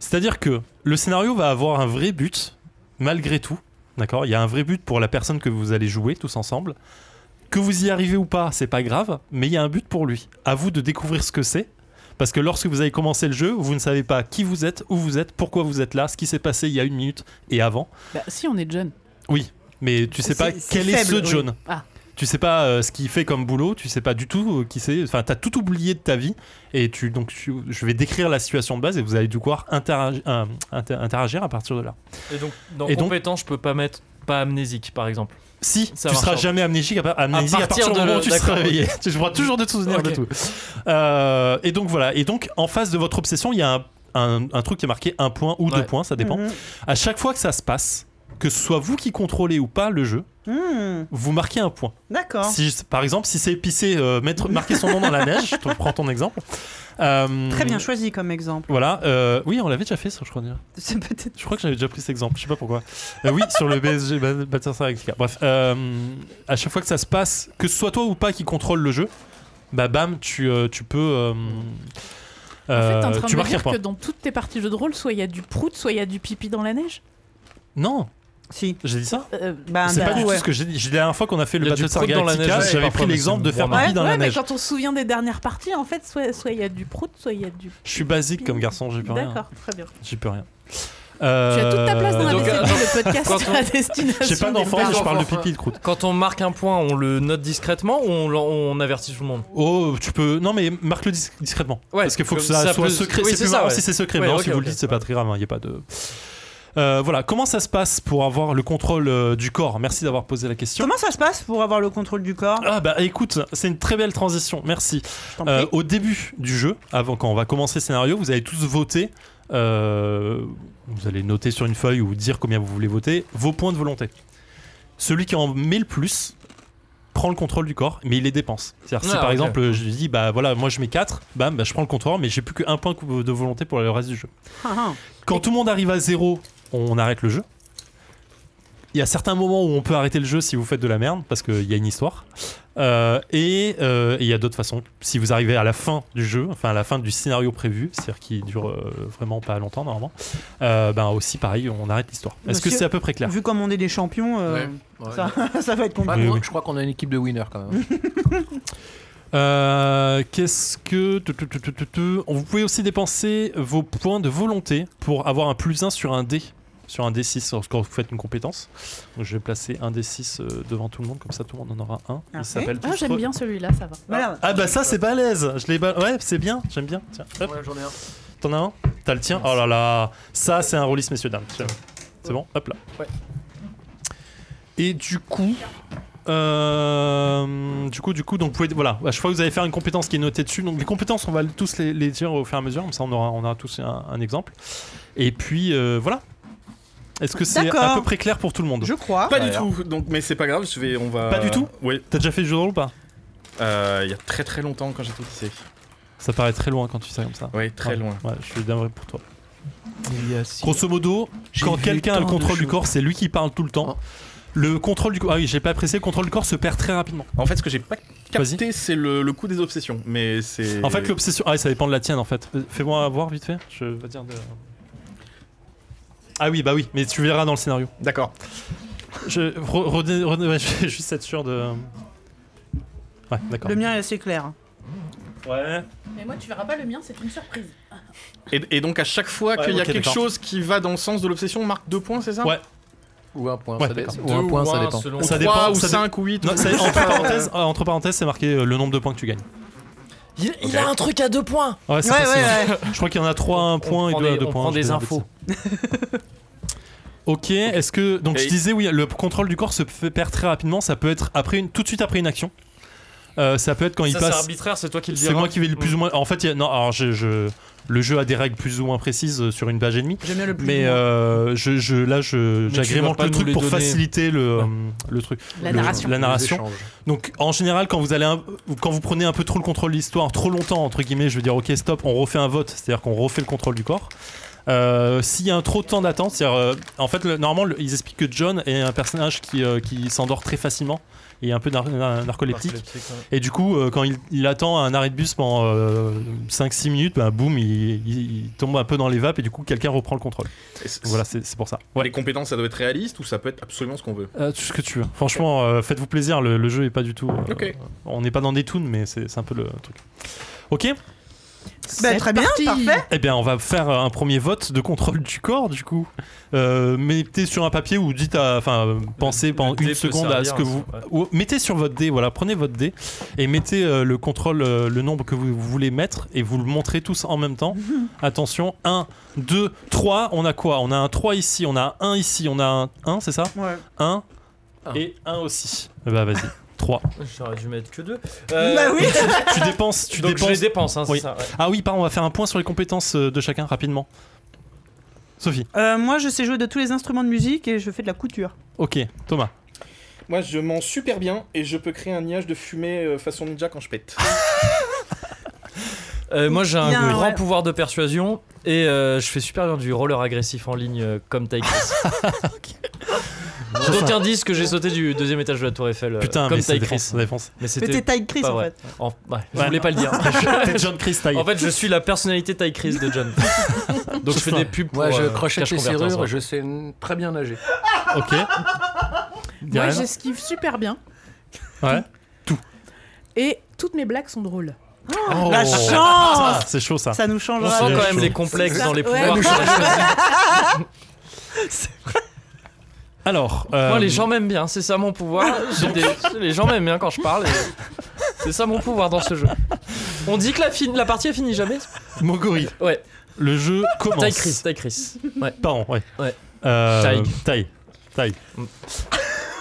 [SPEAKER 3] C'est-à-dire que le scénario va avoir un vrai but, malgré tout. D'accord Il y a un vrai but pour la personne que vous allez jouer tous ensemble. Que vous y arrivez ou pas, c'est pas grave, mais il y a un but pour lui. À vous de découvrir ce que c'est. Parce que lorsque vous avez commencé le jeu, vous ne savez pas qui vous êtes, où vous êtes, pourquoi vous êtes là, ce qui s'est passé il y a une minute et avant.
[SPEAKER 6] Bah, si, on est John.
[SPEAKER 3] Mais tu sais pas
[SPEAKER 1] C'est- c'est
[SPEAKER 3] quel est ce
[SPEAKER 1] faible, oui.
[SPEAKER 3] John.
[SPEAKER 6] Ah.
[SPEAKER 3] Tu sais pas euh, ce qu'il fait comme boulot, tu sais pas du tout euh, qui c'est. Enfin, t'as tout oublié de ta vie. Et tu, donc, tu- je vais décrire la situation de base et vous allez devoir interagir, euh, inter- interagir à partir de là.
[SPEAKER 4] Et donc, dans
[SPEAKER 3] Et donc-
[SPEAKER 4] compétence, je peux pas mettre pas amnésique par exemple.
[SPEAKER 3] Si,
[SPEAKER 4] Ça
[SPEAKER 3] tu
[SPEAKER 4] marche
[SPEAKER 3] seras
[SPEAKER 4] pas.
[SPEAKER 3] jamais amnésique à, par- amnésique à partir,
[SPEAKER 4] partir
[SPEAKER 3] du
[SPEAKER 4] de
[SPEAKER 3] moment où
[SPEAKER 4] le-
[SPEAKER 3] tu seras
[SPEAKER 4] d'accord,
[SPEAKER 3] réveillé. Tu pourras toujours de te souvenir de
[SPEAKER 4] Ok.
[SPEAKER 3] tout. Euh, et donc voilà. Et donc en face de votre obsession, il y a un, un- un truc qui est marqué un point ou
[SPEAKER 4] Ouais.
[SPEAKER 3] deux points, ça dépend.
[SPEAKER 1] mhm.
[SPEAKER 3] À chaque fois que ça se passe, que ce soit vous qui contrôlez ou pas le jeu,
[SPEAKER 1] Hmm,
[SPEAKER 3] vous marquez un point.
[SPEAKER 6] Hein
[SPEAKER 1] D'accord.
[SPEAKER 3] Si- par exemple, si c'est épicé, euh, mettre, marquer son nom dans
[SPEAKER 6] (laughs)
[SPEAKER 3] la neige, je te prends ton exemple. Euh,
[SPEAKER 1] Très bien choisi comme exemple. (laughs)
[SPEAKER 3] Voilà, euh, oui, on l'avait déjà fait ça, je crois. déjà.
[SPEAKER 1] C'est peut-être.
[SPEAKER 3] Je crois que j'avais déjà pris cet exemple, je sais pas pourquoi. Euh, oui, sur le BSG Ba- Battlestar Galactica. Bref, euh, à chaque fois que ça se passe, que ce soit toi ou pas qui contrôle le jeu, bah bam, tu, euh, tu peux. euh,
[SPEAKER 6] En fait, t'es en
[SPEAKER 3] euh,
[SPEAKER 6] train
[SPEAKER 3] tu
[SPEAKER 6] de me
[SPEAKER 3] marques un
[SPEAKER 6] dire
[SPEAKER 3] point.
[SPEAKER 6] que dans toutes tes parties jeux de rôle, soit il y a du prout, soit il y a du pipi dans la neige
[SPEAKER 3] Non,
[SPEAKER 1] Si.
[SPEAKER 3] j'ai dit ça
[SPEAKER 6] Euh,
[SPEAKER 1] Bah,
[SPEAKER 3] C'est
[SPEAKER 1] bah,
[SPEAKER 3] pas du tout
[SPEAKER 1] ouais.
[SPEAKER 3] ce que j'ai dit. J'ai dit La dernière fois qu'on a fait
[SPEAKER 4] Il
[SPEAKER 3] le
[SPEAKER 4] y a du
[SPEAKER 3] Battlestar
[SPEAKER 4] prout dans la neige,
[SPEAKER 3] Galactica,
[SPEAKER 4] ouais,
[SPEAKER 3] j'avais
[SPEAKER 4] parfois,
[SPEAKER 3] pris
[SPEAKER 4] mais
[SPEAKER 3] l'exemple de
[SPEAKER 4] c'est
[SPEAKER 3] faire
[SPEAKER 4] normal.
[SPEAKER 3] pipi dans
[SPEAKER 6] ouais,
[SPEAKER 3] la
[SPEAKER 6] mais
[SPEAKER 3] neige.
[SPEAKER 6] quand on se souvient des dernières parties, en fait, soit soit il y a du prout, soit il y a du.
[SPEAKER 3] Je suis basique comme garçon, j'ai plus rien.
[SPEAKER 6] D'accord, très bien.
[SPEAKER 3] J'ai plus rien.
[SPEAKER 6] Tu as toute ta place dans la
[SPEAKER 4] donc,
[SPEAKER 6] BCB,
[SPEAKER 4] euh,
[SPEAKER 6] le podcast
[SPEAKER 4] quand on-
[SPEAKER 6] à destination.
[SPEAKER 3] J'ai pas
[SPEAKER 6] des
[SPEAKER 3] d'enfant,
[SPEAKER 6] parents.
[SPEAKER 3] mais je parle de
[SPEAKER 4] enfants.
[SPEAKER 3] pipi et de croûte.
[SPEAKER 4] Quand on marque un point, on le note discrètement ou on, l'en- on avertit tout le monde
[SPEAKER 3] Oh, tu peux. Non, mais marque-le dis- discrètement.
[SPEAKER 4] Ouais,
[SPEAKER 3] parce qu'il faut que
[SPEAKER 4] comme
[SPEAKER 3] ça,
[SPEAKER 4] ça
[SPEAKER 3] soit
[SPEAKER 4] peut-
[SPEAKER 3] secret.
[SPEAKER 4] oui,
[SPEAKER 3] c'est
[SPEAKER 4] c'est
[SPEAKER 3] plus
[SPEAKER 4] ça,
[SPEAKER 3] marrant
[SPEAKER 4] ouais.
[SPEAKER 3] si c'est secret. mais
[SPEAKER 4] Ouais,
[SPEAKER 3] non,
[SPEAKER 4] ok,
[SPEAKER 3] si vous
[SPEAKER 4] ok.
[SPEAKER 3] le dites, c'est pas très grave. Il n'y a pas de. Euh, voilà, comment ça se passe pour avoir le contrôle euh, du corps Merci d'avoir posé la question.
[SPEAKER 1] Comment ça se passe pour avoir le contrôle du corps
[SPEAKER 3] ah bah écoute, c'est une très belle transition, merci.
[SPEAKER 1] Je t'en
[SPEAKER 3] Euh,
[SPEAKER 1] prie.
[SPEAKER 3] au début du jeu, avant quand on va commencer le scénario, vous allez tous voter, euh, vous allez noter sur une feuille ou dire combien vous voulez voter, vos points de volonté. Celui qui en met le plus prend le contrôle du corps, mais il les dépense. C'est-à-dire si
[SPEAKER 4] Ah,
[SPEAKER 3] par
[SPEAKER 4] ok.
[SPEAKER 3] exemple je dis, bah voilà, moi je mets 4, bam, bah, je prends le comptoir, mais j'ai plus qu'un point de volonté pour le reste du jeu.
[SPEAKER 1] Ah, ah.
[SPEAKER 3] Quand tout le monde arrive à zéro, on arrête le jeu. Il y a certains moments où on peut arrêter le jeu si vous faites de la merde, parce qu'il y a une histoire. Euh, et euh, et il y a d'autres façons. Si vous arrivez à la fin du jeu, enfin à la fin du scénario prévu, c'est-à-dire qui dure euh, vraiment pas longtemps normalement, euh, ben aussi pareil, on arrête l'histoire. Est-ce que
[SPEAKER 1] Monsieur-
[SPEAKER 3] c'est à peu près clair
[SPEAKER 1] Vu comme on est des champions, euh,
[SPEAKER 5] Ouais. Ouais.
[SPEAKER 1] ça, ça (laughs) va être
[SPEAKER 5] Ouais,
[SPEAKER 1] compliqué.
[SPEAKER 3] Oui,
[SPEAKER 5] moi,
[SPEAKER 3] oui.
[SPEAKER 5] Je crois qu'on a une équipe de winners quand même.
[SPEAKER 3] Euh, Qu'est-ce que. tu, tu, tu, tu, tu, tu. Vous pouvez aussi dépenser vos points de volonté pour avoir un plus 1 sur un dé. Sur un D6 lorsque vous faites une compétence. Donc, je vais placer un D6 euh, devant tout le monde, comme ça tout le monde en aura un. Il
[SPEAKER 1] Ah,
[SPEAKER 3] s'appelle
[SPEAKER 6] Ah,
[SPEAKER 3] tous
[SPEAKER 6] j'aime
[SPEAKER 3] re-
[SPEAKER 6] bien celui-là, ça va.
[SPEAKER 1] Merde.
[SPEAKER 3] Ah bah ça c'est balèze Je l'ai ba- Ouais c'est bien, j'aime bien. Tiens, hop,
[SPEAKER 5] j'en ai un.
[SPEAKER 3] t'en as un T'as le tien Oh là là Ça c'est un release messieurs dames. Tiens. C'est bon Hop là.
[SPEAKER 5] Ouais.
[SPEAKER 3] Et du coup... euh, du coup, du coup, donc vous pouvez, voilà, à chaque fois que vous allez faire une compétence qui est notée dessus, donc les compétences, on va tous les, les dire au fur et à mesure, comme ça on aura, on aura tous un, un exemple. Et puis euh, voilà. Est-ce que c'est
[SPEAKER 1] D'accord.
[SPEAKER 3] à peu près clair pour tout le monde
[SPEAKER 1] Je crois.
[SPEAKER 7] Pas du tout, donc, mais c'est pas grave, je vais, on va.
[SPEAKER 3] Pas du tout
[SPEAKER 7] Oui,
[SPEAKER 3] T'as déjà fait du jeu de rôle ou pas
[SPEAKER 7] euh, il y a très très longtemps quand j'étais au lycée.
[SPEAKER 3] Ça paraît très loin quand tu dis ça comme ça.
[SPEAKER 7] Oui, très
[SPEAKER 3] Ah,
[SPEAKER 7] loin.
[SPEAKER 3] Ouais, je suis d'accord pour toi. Grosso modo, quand quelqu'un a le contrôle du corps, c'est lui qui parle tout le temps. Le contrôle du corps, ah oui, j'ai pas apprécié, le contrôle du corps se perd très rapidement.
[SPEAKER 7] En fait, ce que j'ai pas capté,
[SPEAKER 3] Vas-y.
[SPEAKER 7] c'est le, le coup des obsessions, mais c'est.
[SPEAKER 3] En fait, l'obsession, ah oui, ça dépend de la tienne en fait. Euh, Fais-moi voir vite fait, je vais dire de. Ah oui, bah oui, mais tu verras dans le scénario.
[SPEAKER 7] D'accord.
[SPEAKER 3] Je, re- redé- redé- ouais, (laughs) je vais juste être sûr de. Ouais, d'accord.
[SPEAKER 1] Le mien est assez clair.
[SPEAKER 3] Ouais.
[SPEAKER 6] Mais moi, tu verras pas le mien, c'est une surprise.
[SPEAKER 7] Et, et donc, à chaque fois
[SPEAKER 3] Ouais,
[SPEAKER 7] qu'il y a
[SPEAKER 3] ok,
[SPEAKER 7] quelque
[SPEAKER 3] d'accord.
[SPEAKER 7] chose qui va dans le sens de l'obsession, on marque deux points, c'est ça
[SPEAKER 3] Ouais.
[SPEAKER 5] Ou un point,
[SPEAKER 3] Ouais,
[SPEAKER 5] ça dépend.
[SPEAKER 3] d'accord.
[SPEAKER 5] Ou un
[SPEAKER 4] Deux
[SPEAKER 5] point,
[SPEAKER 4] ou
[SPEAKER 5] ça
[SPEAKER 4] un,
[SPEAKER 5] dépend.
[SPEAKER 4] selon-
[SPEAKER 7] Ou
[SPEAKER 3] Ça
[SPEAKER 7] trois,
[SPEAKER 3] dépend,
[SPEAKER 7] ou
[SPEAKER 3] ça dé-
[SPEAKER 7] 5 ou 8
[SPEAKER 3] Non, ça- entre parenthèses, entre parenthèses, c'est marqué euh, le nombre de points que tu gagnes.
[SPEAKER 4] Il, il a un truc à deux points
[SPEAKER 3] Ouais, c'est
[SPEAKER 1] Ouais,
[SPEAKER 3] possible.
[SPEAKER 1] ouais,
[SPEAKER 3] (laughs) Je crois qu'il y en a trois à un
[SPEAKER 4] On
[SPEAKER 3] point et
[SPEAKER 4] prend
[SPEAKER 3] deux à
[SPEAKER 4] des-
[SPEAKER 3] deux
[SPEAKER 4] on
[SPEAKER 3] points.
[SPEAKER 4] prend
[SPEAKER 3] je
[SPEAKER 4] des
[SPEAKER 3] dis la
[SPEAKER 4] infos.
[SPEAKER 3] bêtise. (laughs) Ok, est-ce que donc
[SPEAKER 7] Et-
[SPEAKER 3] je disais oui, le contrôle du corps se fait perdre très rapidement. Ça peut être après une, tout de suite après une action. Euh, ça peut être quand il
[SPEAKER 4] Ça, c'est
[SPEAKER 3] passe.
[SPEAKER 4] arbitraire, c'est toi qui le Mm. dis.
[SPEAKER 3] C'est moi qui vais le plus ou moins. En fait, il y a- non, alors je, je- le jeu a des règles plus ou moins précises euh, sur une page et demie.
[SPEAKER 1] J'aime bien le plus.
[SPEAKER 3] Mais
[SPEAKER 1] loin.
[SPEAKER 3] euh, je, je- là, je-
[SPEAKER 4] tu
[SPEAKER 3] j'agrémente
[SPEAKER 4] vas pas
[SPEAKER 3] le
[SPEAKER 4] nous
[SPEAKER 3] truc
[SPEAKER 4] les
[SPEAKER 3] pour
[SPEAKER 4] donner.
[SPEAKER 3] faciliter le, euh, le truc.
[SPEAKER 6] La
[SPEAKER 3] Le-
[SPEAKER 6] narration.
[SPEAKER 3] La narration.
[SPEAKER 5] Les échanges.
[SPEAKER 3] Donc en général quand vous allez un- quand vous prenez un peu trop le contrôle de l'histoire, trop longtemps entre guillemets, je veux dire ok stop, on refait un vote, c'est-à-dire qu'on refait le contrôle du corps. Euh, S'il y a un trop de temps d'attente, c'est-à-dire euh, en fait le- normalement le- ils expliquent que John est un personnage qui, euh, qui s'endort très facilement et est un peu nar- nar- narcoleptique. Et du coup euh, quand il, il attend un arrêt de bus pendant 5-6 minutes, ben boum il, il- il tombe un peu dans les vapes et du coup quelqu'un reprend le contrôle. Voilà
[SPEAKER 7] Voilà.
[SPEAKER 3] c'est c'est pour ça.
[SPEAKER 7] Les compétences, ça doit être réaliste ou ça peut être absolument ce qu'on veut.
[SPEAKER 3] Euh, tout ce que tu veux. Franchement, euh, faites-vous plaisir, le, le jeu est pas du tout. euh,
[SPEAKER 7] Ok.
[SPEAKER 3] On n'est pas dans des toons, mais c'est c'est un peu le truc. Ok
[SPEAKER 1] Bah, très bien, parfait.
[SPEAKER 3] Eh bien, on va faire un premier vote de contrôle du corps, du coup. Euh, mettez sur un papier ou dites à. Enfin, euh, pensez
[SPEAKER 4] le
[SPEAKER 3] pendant
[SPEAKER 4] dé
[SPEAKER 3] une
[SPEAKER 4] peut
[SPEAKER 3] seconde à
[SPEAKER 4] servir hein,
[SPEAKER 3] ce que
[SPEAKER 4] à
[SPEAKER 3] vous.
[SPEAKER 4] ça,
[SPEAKER 3] ou- mettez sur votre dé, voilà, prenez votre dé et mettez euh, le contrôle, euh, le nombre que vous, vous voulez mettre et vous le montrez tous en même temps. Attention, 1, 2, 3. On a quoi On a un 3 ici, on a un 1 ici, on a un 1, c'est ça
[SPEAKER 1] Ouais.
[SPEAKER 3] 1
[SPEAKER 5] Un.
[SPEAKER 3] et 1 aussi. Eh Bah,
[SPEAKER 4] (laughs)
[SPEAKER 3] vas-y. 3.
[SPEAKER 4] hein. J'aurais dû mettre que deux.
[SPEAKER 1] Bah oui.
[SPEAKER 3] tu dépenses, tu
[SPEAKER 4] Tu donc je les
[SPEAKER 3] dépenses.
[SPEAKER 4] dépense, hein, c'est
[SPEAKER 3] Oui.
[SPEAKER 4] ça. ouais.
[SPEAKER 3] Ah oui, pardon, on va faire un point sur les compétences euh, de chacun rapidement. Sophie.
[SPEAKER 1] Euh, moi, je sais jouer de tous les instruments de musique et je fais de la couture.
[SPEAKER 3] Ok, Thomas.
[SPEAKER 4] Euh,
[SPEAKER 7] Moi, je mens super bien et je peux créer un nuage de fumée euh, façon ninja quand je pète.
[SPEAKER 4] Euh, moi, j'ai un
[SPEAKER 1] Il y a un-
[SPEAKER 4] grand
[SPEAKER 1] ouais.
[SPEAKER 4] pouvoir de persuasion et euh, je fais super bien du roller agressif en ligne euh, comme Taïkis. D'aucuns disent que j'ai sauté du deuxième étage de la Tour Eiffel euh,
[SPEAKER 3] Putain,
[SPEAKER 4] comme
[SPEAKER 3] mais c'est
[SPEAKER 4] Taïk
[SPEAKER 3] défense,
[SPEAKER 4] Chris. (laughs)
[SPEAKER 3] défense.
[SPEAKER 4] Mais
[SPEAKER 1] Mais t'es
[SPEAKER 4] c'était
[SPEAKER 1] taille Chris
[SPEAKER 4] pas
[SPEAKER 1] en
[SPEAKER 4] vrai.
[SPEAKER 1] fait.
[SPEAKER 4] En- ouais, je
[SPEAKER 3] Ouais.
[SPEAKER 4] voulais pas
[SPEAKER 3] (laughs)
[SPEAKER 4] le dire.
[SPEAKER 3] T'es John Chris Taïk.
[SPEAKER 4] en fait, je suis la personnalité Taïk
[SPEAKER 3] (laughs)
[SPEAKER 4] Chris de John. Donc je fais des pubs pour.
[SPEAKER 5] Moi, je
[SPEAKER 4] euh,
[SPEAKER 5] crochète
[SPEAKER 4] Cash
[SPEAKER 5] les
[SPEAKER 4] Converters,
[SPEAKER 5] serrures,
[SPEAKER 4] ouais.
[SPEAKER 5] je sais n- très bien nager.
[SPEAKER 4] (laughs)
[SPEAKER 3] Ok.
[SPEAKER 6] Moi,
[SPEAKER 3] Diane.
[SPEAKER 6] j'esquive super bien
[SPEAKER 3] Ouais.
[SPEAKER 6] et toutes mes blagues sont drôles.
[SPEAKER 3] Oh.
[SPEAKER 1] La chance
[SPEAKER 3] Ah, C'est chaud ça.
[SPEAKER 1] Ça nous
[SPEAKER 4] On
[SPEAKER 1] changera. de-
[SPEAKER 4] sent quand
[SPEAKER 3] Ouais,
[SPEAKER 4] même
[SPEAKER 3] je-
[SPEAKER 4] les complexes
[SPEAKER 6] c'est
[SPEAKER 4] dans
[SPEAKER 6] ça.
[SPEAKER 4] les
[SPEAKER 6] Ouais.
[SPEAKER 4] pouvoirs. qu'on a choisis.
[SPEAKER 3] Alors. euh,
[SPEAKER 4] (laughs) Moi, les gens m'aiment bien, c'est ça
[SPEAKER 3] (laughs)
[SPEAKER 4] mon pouvoir. J'ai des- Les gens m'aiment bien quand je parle. et C'est ça mon pouvoir dans ce jeu. On dit que la, fin- la partie a fini jamais
[SPEAKER 3] Mogori.
[SPEAKER 4] Ouais.
[SPEAKER 3] Le jeu commence.
[SPEAKER 4] Taille Chris, taille Chris. Ouais.
[SPEAKER 3] Pardon, ouais.
[SPEAKER 4] Ouais.
[SPEAKER 3] Euh,
[SPEAKER 4] Taille.
[SPEAKER 3] Taille. Taille.
[SPEAKER 4] Mm.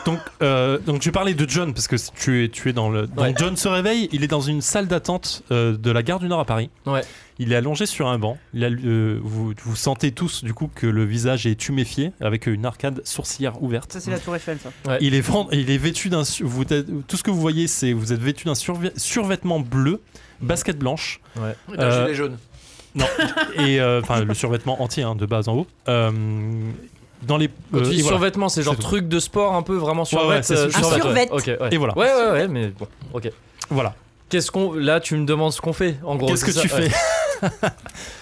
[SPEAKER 3] Donc, euh, donc, je parlais de John parce que tu es, tu es dans le. Donc,
[SPEAKER 4] Ouais.
[SPEAKER 3] John se réveille. Il est dans une salle d'attente euh, de la gare du Nord à Paris.
[SPEAKER 4] Ouais.
[SPEAKER 3] Il est allongé sur un banc. Il a, euh, vous, vous sentez tous du coup que le visage est tuméfié avec une arcade sourcilière ouverte.
[SPEAKER 1] Ça, c'est la Tour Eiffel, ça.
[SPEAKER 4] Ouais.
[SPEAKER 3] Il est, fran- il est vêtu d'un. su- vous êtes- tout ce que vous voyez, c'est vous êtes vêtu d'un survi- survêtement bleu,
[SPEAKER 4] Mm.
[SPEAKER 3] basket blanche
[SPEAKER 5] D'un
[SPEAKER 3] Euh,
[SPEAKER 5] gilet jaune.
[SPEAKER 3] et euh, enfin le survêtement entier hein, de base en haut. Euh, dans les
[SPEAKER 4] Quand
[SPEAKER 3] euh,
[SPEAKER 4] tu dis
[SPEAKER 3] et voilà.
[SPEAKER 4] survêtement, c'est genre
[SPEAKER 3] C'est tout.
[SPEAKER 4] truc de sport un peu vraiment survêt.
[SPEAKER 3] ouais, c'est
[SPEAKER 4] euh,
[SPEAKER 3] sur-
[SPEAKER 4] survêt,
[SPEAKER 1] survêt.
[SPEAKER 4] ouais. Ok, ouais.
[SPEAKER 3] Et voilà.
[SPEAKER 4] Ouais, ouais, ouais, mais bon, ok.
[SPEAKER 3] Voilà.
[SPEAKER 4] Qu'est-ce qu'on. Là, tu me demandes ce qu'on fait, en gros.
[SPEAKER 3] Qu'est-ce que
[SPEAKER 4] c'est
[SPEAKER 3] tu
[SPEAKER 4] ça,
[SPEAKER 3] fais
[SPEAKER 4] ouais.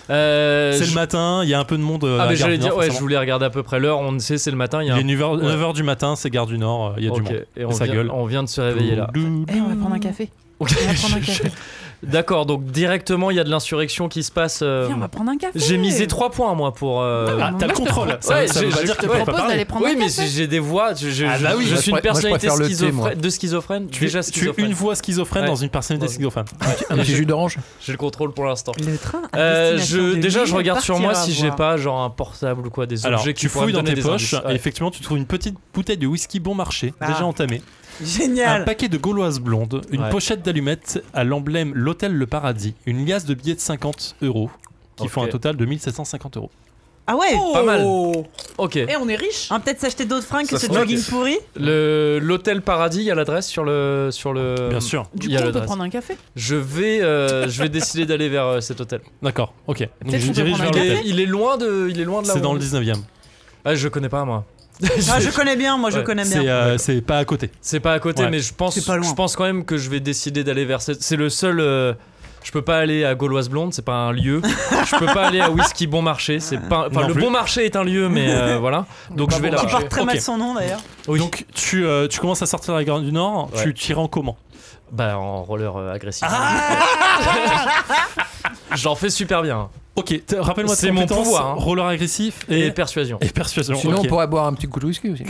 [SPEAKER 4] Euh,
[SPEAKER 3] C'est
[SPEAKER 4] je-
[SPEAKER 3] le matin, il y a un peu de monde. euh, à
[SPEAKER 4] Ah,
[SPEAKER 3] la
[SPEAKER 4] mais
[SPEAKER 3] gare
[SPEAKER 4] j'allais
[SPEAKER 3] du
[SPEAKER 4] dire,
[SPEAKER 3] Nord,
[SPEAKER 4] ouais, je
[SPEAKER 3] forcément.
[SPEAKER 4] voulais regarder à peu près l'heure, on ne sait, c'est le matin, il y a
[SPEAKER 3] Il
[SPEAKER 4] un.
[SPEAKER 3] est 9h,
[SPEAKER 4] Ouais.
[SPEAKER 3] du matin, c'est Gare du Nord, euh, il y a
[SPEAKER 4] Ok,
[SPEAKER 3] du monde.
[SPEAKER 4] Et on,
[SPEAKER 3] sa
[SPEAKER 4] vient,
[SPEAKER 3] gueule.
[SPEAKER 4] on vient de se réveiller là.
[SPEAKER 3] Doudou.
[SPEAKER 6] Et Eh, on va prendre un café.
[SPEAKER 4] Ok,
[SPEAKER 6] On va prendre un
[SPEAKER 4] je-
[SPEAKER 6] café.
[SPEAKER 4] (laughs) D'accord, donc directement il y a de l'insurrection qui se passe. euh,
[SPEAKER 6] Viens, on va prendre un café.
[SPEAKER 4] J'ai misé 3 points moi pour. euh,
[SPEAKER 3] Ah, t'as le contrôle. Ça,
[SPEAKER 4] Ouais,
[SPEAKER 3] ça
[SPEAKER 4] j'ai-
[SPEAKER 3] veut pas
[SPEAKER 4] j'ai-
[SPEAKER 3] dire que t'es
[SPEAKER 4] ouais.
[SPEAKER 3] pas
[SPEAKER 6] propose
[SPEAKER 3] parlé.
[SPEAKER 6] d'aller prendre
[SPEAKER 4] Oui,
[SPEAKER 6] un
[SPEAKER 4] mais
[SPEAKER 6] café.
[SPEAKER 4] j'ai j'ai des voix. Je, je-
[SPEAKER 5] Ah, bah oui,
[SPEAKER 4] je
[SPEAKER 5] moi, je
[SPEAKER 4] suis une
[SPEAKER 5] pr- moi, je
[SPEAKER 4] personnalité
[SPEAKER 5] préfère le thé,
[SPEAKER 4] schizophrène,
[SPEAKER 5] moi.
[SPEAKER 4] de schizophrène.
[SPEAKER 3] Tu,
[SPEAKER 4] déjà
[SPEAKER 3] tu es
[SPEAKER 4] schizophrène.
[SPEAKER 3] une voix schizophrène
[SPEAKER 4] Ouais.
[SPEAKER 3] dans une personnalité
[SPEAKER 4] Ouais.
[SPEAKER 3] schizophrène.
[SPEAKER 5] Un petit jus d'orange.
[SPEAKER 4] J'ai le contrôle pour l'instant.
[SPEAKER 6] Le train. à
[SPEAKER 4] Euh,
[SPEAKER 6] destination
[SPEAKER 4] je,
[SPEAKER 6] de
[SPEAKER 4] déjà,
[SPEAKER 6] Lille
[SPEAKER 4] je regarde sur moi
[SPEAKER 6] partira
[SPEAKER 4] si j'ai
[SPEAKER 6] voir.
[SPEAKER 4] pas genre un portable ou quoi, des
[SPEAKER 3] Alors,
[SPEAKER 4] objets qui
[SPEAKER 3] tu
[SPEAKER 4] pourraient
[SPEAKER 3] fouilles
[SPEAKER 4] me
[SPEAKER 3] dans
[SPEAKER 4] donner
[SPEAKER 3] tes
[SPEAKER 4] des
[SPEAKER 3] poches
[SPEAKER 4] indices.
[SPEAKER 3] et
[SPEAKER 4] Ouais.
[SPEAKER 3] effectivement, tu trouves une petite bouteille de whisky bon marché,
[SPEAKER 1] Ah.
[SPEAKER 3] déjà entamée, un
[SPEAKER 1] Génial
[SPEAKER 3] paquet de gauloises blondes, une
[SPEAKER 4] Ouais.
[SPEAKER 3] pochette d'allumettes à l'emblème L'Hôtel Le Paradis, une liasse de billets de 50 euros qui font
[SPEAKER 4] Ok.
[SPEAKER 3] un total de 1750 euros.
[SPEAKER 1] Ah ouais
[SPEAKER 4] Pas mal. Ok.
[SPEAKER 6] Et Eh, on est riche.
[SPEAKER 1] On va peut-être s'acheter d'autres fringues que
[SPEAKER 7] Ça
[SPEAKER 1] ce
[SPEAKER 7] se voit
[SPEAKER 1] jogging
[SPEAKER 7] que-
[SPEAKER 1] pourri.
[SPEAKER 4] Le l'hôtel Paradis, il y a l'adresse sur le sur le.
[SPEAKER 3] Bien sûr.
[SPEAKER 6] Du
[SPEAKER 4] il
[SPEAKER 6] coup,
[SPEAKER 4] y a
[SPEAKER 6] on peut
[SPEAKER 4] l'adresse.
[SPEAKER 6] prendre un café.
[SPEAKER 4] Je vais euh, je vais décider d'aller vers euh, cet hôtel.
[SPEAKER 3] D'accord, ok. Donc
[SPEAKER 6] qu'on
[SPEAKER 3] je
[SPEAKER 6] peut
[SPEAKER 3] dirige vers
[SPEAKER 6] prendre un
[SPEAKER 4] Il est,
[SPEAKER 3] l'hôtel.
[SPEAKER 4] il est loin de il est loin de là.
[SPEAKER 3] C'est
[SPEAKER 4] où
[SPEAKER 3] dans
[SPEAKER 4] on
[SPEAKER 3] le
[SPEAKER 4] est.
[SPEAKER 3] 19 e
[SPEAKER 4] Ah, je connais pas moi.
[SPEAKER 1] Ah, je connais bien, moi, je
[SPEAKER 4] Ouais,
[SPEAKER 1] connais
[SPEAKER 3] C'est
[SPEAKER 1] bien.
[SPEAKER 3] euh,
[SPEAKER 4] D'accord.
[SPEAKER 3] c'est pas à côté.
[SPEAKER 4] (laughs) C'est pas à côté,
[SPEAKER 3] Ouais.
[SPEAKER 4] mais je pense,
[SPEAKER 1] C'est pas loin.
[SPEAKER 4] je pense quand même que je vais décider d'aller vers cette. C'est le seul. euh, je peux pas aller à Gauloise Blonde, c'est pas un lieu. je peux pas aller à Whisky Bon Marché, c'est pas. Enfin,
[SPEAKER 3] Non
[SPEAKER 4] le
[SPEAKER 3] plus.
[SPEAKER 4] Bon Marché est un lieu, mais
[SPEAKER 6] (laughs)
[SPEAKER 4] euh, voilà. Donc je vais
[SPEAKER 1] Qui
[SPEAKER 4] là.
[SPEAKER 1] porte très
[SPEAKER 3] Ok.
[SPEAKER 1] mal son nom, d'ailleurs.
[SPEAKER 4] Oui.
[SPEAKER 3] Donc tu, euh, tu commences à sortir de la gare du Nord,
[SPEAKER 4] Ouais.
[SPEAKER 3] tu tires en comment
[SPEAKER 4] Bah, en roller euh, agressif.
[SPEAKER 6] Ah
[SPEAKER 4] (laughs) J'en fais super bien.
[SPEAKER 3] Ok, t- rappelle-moi tes
[SPEAKER 4] C'est mon
[SPEAKER 3] compétences,
[SPEAKER 4] pouvoir, hein.
[SPEAKER 3] roller agressif
[SPEAKER 4] Et,
[SPEAKER 3] et,
[SPEAKER 4] persuasion.
[SPEAKER 3] et persuasion.
[SPEAKER 5] Sinon,
[SPEAKER 3] ok.
[SPEAKER 5] on pourrait boire un petit coup de whisky aussi.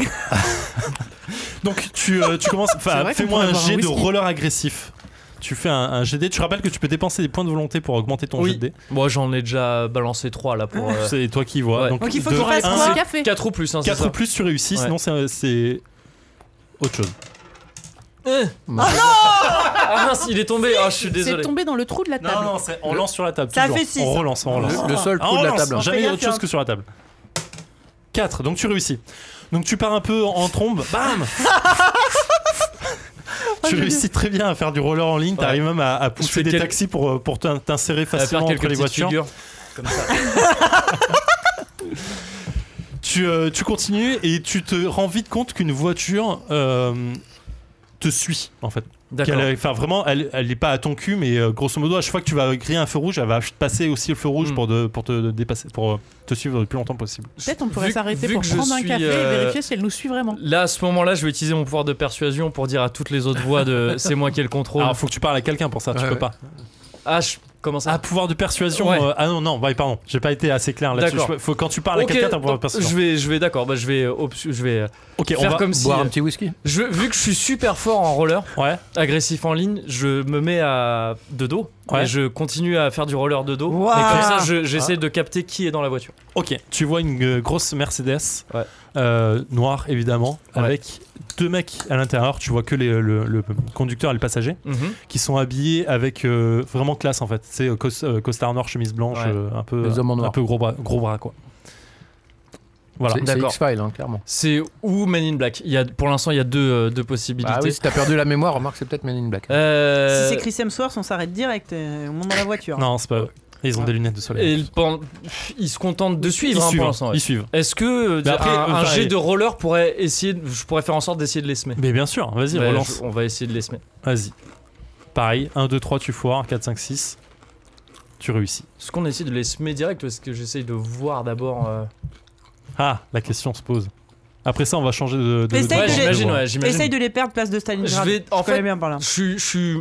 [SPEAKER 3] Donc tu, euh, tu commences,
[SPEAKER 6] C'est
[SPEAKER 3] enfin
[SPEAKER 6] vrai qu'on
[SPEAKER 3] fais-moi
[SPEAKER 6] pourrait
[SPEAKER 3] un
[SPEAKER 6] boire un
[SPEAKER 3] jet de
[SPEAKER 6] whisky.
[SPEAKER 3] roller agressif. Tu fais un, un jet de dés. tu rappelles que tu peux dépenser des points de volonté pour augmenter ton
[SPEAKER 4] Oui.
[SPEAKER 3] jet de dés.
[SPEAKER 4] Moi, j'en ai déjà balancé 3 là pour. (laughs)
[SPEAKER 3] C'est toi qui vois.
[SPEAKER 4] Ouais.
[SPEAKER 3] Donc,
[SPEAKER 1] Donc, il faut
[SPEAKER 3] de
[SPEAKER 1] qu'on fasse
[SPEAKER 3] un,
[SPEAKER 6] Prendre un
[SPEAKER 1] quoi
[SPEAKER 6] café.
[SPEAKER 4] 4 ou plus, hein, c'est
[SPEAKER 3] quatre
[SPEAKER 4] ça.
[SPEAKER 3] ou plus tu réussis,
[SPEAKER 4] Ouais.
[SPEAKER 3] sinon c'est- c'est autre chose.
[SPEAKER 4] Eh
[SPEAKER 5] Moi,
[SPEAKER 4] ah mince, il est tombé. Ah, je suis
[SPEAKER 6] C'est
[SPEAKER 4] désolé.
[SPEAKER 6] tombé dans le trou de la table.
[SPEAKER 3] c'est on lance sur la table.
[SPEAKER 1] Ça
[SPEAKER 3] toujours.
[SPEAKER 1] fait six.
[SPEAKER 3] On relance, on relance.
[SPEAKER 5] Le, le seul
[SPEAKER 3] Ah,
[SPEAKER 5] coup
[SPEAKER 3] on
[SPEAKER 5] de la
[SPEAKER 3] lance,
[SPEAKER 5] table.
[SPEAKER 3] on
[SPEAKER 5] hein.
[SPEAKER 3] Jamais
[SPEAKER 1] Fais
[SPEAKER 3] autre
[SPEAKER 1] gaffe,
[SPEAKER 3] chose que sur la table. 4, donc tu réussis. Donc tu pars un peu en- en trombe,
[SPEAKER 1] (laughs)
[SPEAKER 3] bam Tu réussis très bien à faire du roller en ligne, t'arrives même à, à
[SPEAKER 4] Je fais
[SPEAKER 3] pousser des
[SPEAKER 4] quel-
[SPEAKER 3] taxis pour, euh, pour t'in- t'insérer
[SPEAKER 4] À faire
[SPEAKER 3] facilement
[SPEAKER 4] quelques
[SPEAKER 3] entre les
[SPEAKER 4] petites
[SPEAKER 3] voitures.
[SPEAKER 4] figures. Comme ça.
[SPEAKER 3] Tu, euh, tu continues et tu te rends vite compte qu'une voiture euh, te suit en fait.
[SPEAKER 4] D'accord.
[SPEAKER 3] Qu'elle, euh, enfin, vraiment, elle, elle est pas à ton cul, mais euh, grosso modo, à chaque fois que tu vas griller un feu rouge, elle va passer aussi le feu rouge
[SPEAKER 4] Mm.
[SPEAKER 3] pour, de- pour te dépasser, pour euh, te suivre le plus longtemps possible.
[SPEAKER 6] Peut-être on pourrait
[SPEAKER 4] Vu-
[SPEAKER 6] s'arrêter
[SPEAKER 4] vu
[SPEAKER 6] pour
[SPEAKER 4] que je
[SPEAKER 6] prendre un
[SPEAKER 4] suis,
[SPEAKER 6] café
[SPEAKER 4] euh,
[SPEAKER 6] et vérifier si elle nous suit vraiment.
[SPEAKER 4] Là, à ce moment-là, je vais utiliser mon pouvoir de persuasion pour dire à toutes les autres
[SPEAKER 3] (laughs)
[SPEAKER 4] voix de c'est moi qui ai le contrôle.
[SPEAKER 3] Alors, faut que tu parles à quelqu'un pour ça, tu
[SPEAKER 5] Ouais,
[SPEAKER 3] peux
[SPEAKER 5] ouais.
[SPEAKER 3] pas.
[SPEAKER 4] Ah, je... comment ça
[SPEAKER 3] Ah, pouvoir de persuasion.
[SPEAKER 4] Ouais.
[SPEAKER 3] euh, ah non, non, ouais, pardon, j'ai pas été assez clair là-dessus.
[SPEAKER 4] D'accord.
[SPEAKER 3] Je- Faut quand tu parles
[SPEAKER 4] Ok,
[SPEAKER 3] à quelqu'un, t'as un pouvoir de
[SPEAKER 4] donc, je
[SPEAKER 3] persuasion.
[SPEAKER 4] vais, je vais, d'accord. Bah, je vais, euh, obs- je vais euh,
[SPEAKER 3] Ok, on
[SPEAKER 4] faire
[SPEAKER 3] va.
[SPEAKER 4] comme si.
[SPEAKER 5] Boire un petit whisky.
[SPEAKER 4] je, vu que je suis super fort en roller,
[SPEAKER 3] Ouais,
[SPEAKER 4] agressif en ligne, je me mets à de dos
[SPEAKER 3] Ouais.
[SPEAKER 4] et je continue à faire du roller de dos.
[SPEAKER 1] Wow.
[SPEAKER 4] Et comme ça, je- j'essaie de capter qui est dans la voiture.
[SPEAKER 3] ok. Tu vois une euh, grosse Mercedes,
[SPEAKER 4] Ouais.
[SPEAKER 3] euh, noire évidemment,
[SPEAKER 4] Ouais.
[SPEAKER 3] avec deux mecs à l'intérieur. Tu vois que les- le, le conducteur et le passager
[SPEAKER 4] Mhm.
[SPEAKER 3] qui sont habillés avec euh, vraiment classe en fait. C'est euh, cos- euh, costard noir, chemise blanche,
[SPEAKER 4] Ouais.
[SPEAKER 3] euh, un peu,
[SPEAKER 5] Les hommes en
[SPEAKER 3] un
[SPEAKER 5] noir.
[SPEAKER 3] peu gros bras, gros bras quoi.
[SPEAKER 4] Voilà.
[SPEAKER 5] C'est- c'est
[SPEAKER 4] D'accord.
[SPEAKER 5] X-Files, hein, clairement.
[SPEAKER 4] C'est ou Men in Black. Il y a, pour l'instant, il y a deux, euh, deux possibilités.
[SPEAKER 5] Ah oui, si t'as perdu la mémoire, remarque, c'est peut-être Men in Black.
[SPEAKER 4] Euh,
[SPEAKER 1] Si c'est Chris Hemsworth, on s'arrête direct euh, au moment de la voiture.
[SPEAKER 3] Non, c'est pas. vrai. Ils ont des lunettes de
[SPEAKER 4] et
[SPEAKER 3] soleil.
[SPEAKER 4] le pen- ils se contentent de
[SPEAKER 3] ils
[SPEAKER 4] suivre hein,
[SPEAKER 3] suivent,
[SPEAKER 4] pour l'instant. ouais.
[SPEAKER 3] ils suivent.
[SPEAKER 4] Est-ce que euh,
[SPEAKER 3] Mais après,
[SPEAKER 4] un,
[SPEAKER 3] euh,
[SPEAKER 4] un
[SPEAKER 3] pareil.
[SPEAKER 4] jet de roller pourrait essayer de- je pourrais faire en sorte d'essayer de les semer
[SPEAKER 3] Mais bien sûr, vas-y,
[SPEAKER 4] Bah,
[SPEAKER 3] relance.
[SPEAKER 4] je- On va essayer de les semer.
[SPEAKER 3] Vas-y. Pareil, 1, 2, 3, tu foires, 4, 5, 6. Tu réussis.
[SPEAKER 4] Est-ce qu'on essaie de les semer direct ou est-ce que j'essaye de voir d'abord euh,
[SPEAKER 3] Ah, la question se pose. Après ça, on va changer de. de
[SPEAKER 1] Essaye
[SPEAKER 3] de-
[SPEAKER 1] de-
[SPEAKER 4] Ouais,
[SPEAKER 3] de-
[SPEAKER 4] j'imagine,
[SPEAKER 3] de-
[SPEAKER 4] ouais, j'imagine.
[SPEAKER 1] Essaye de les perdre place de Stalingrad.
[SPEAKER 4] Je vais- en
[SPEAKER 1] connais
[SPEAKER 4] fait,
[SPEAKER 1] bien par là.
[SPEAKER 4] Je suis- je suis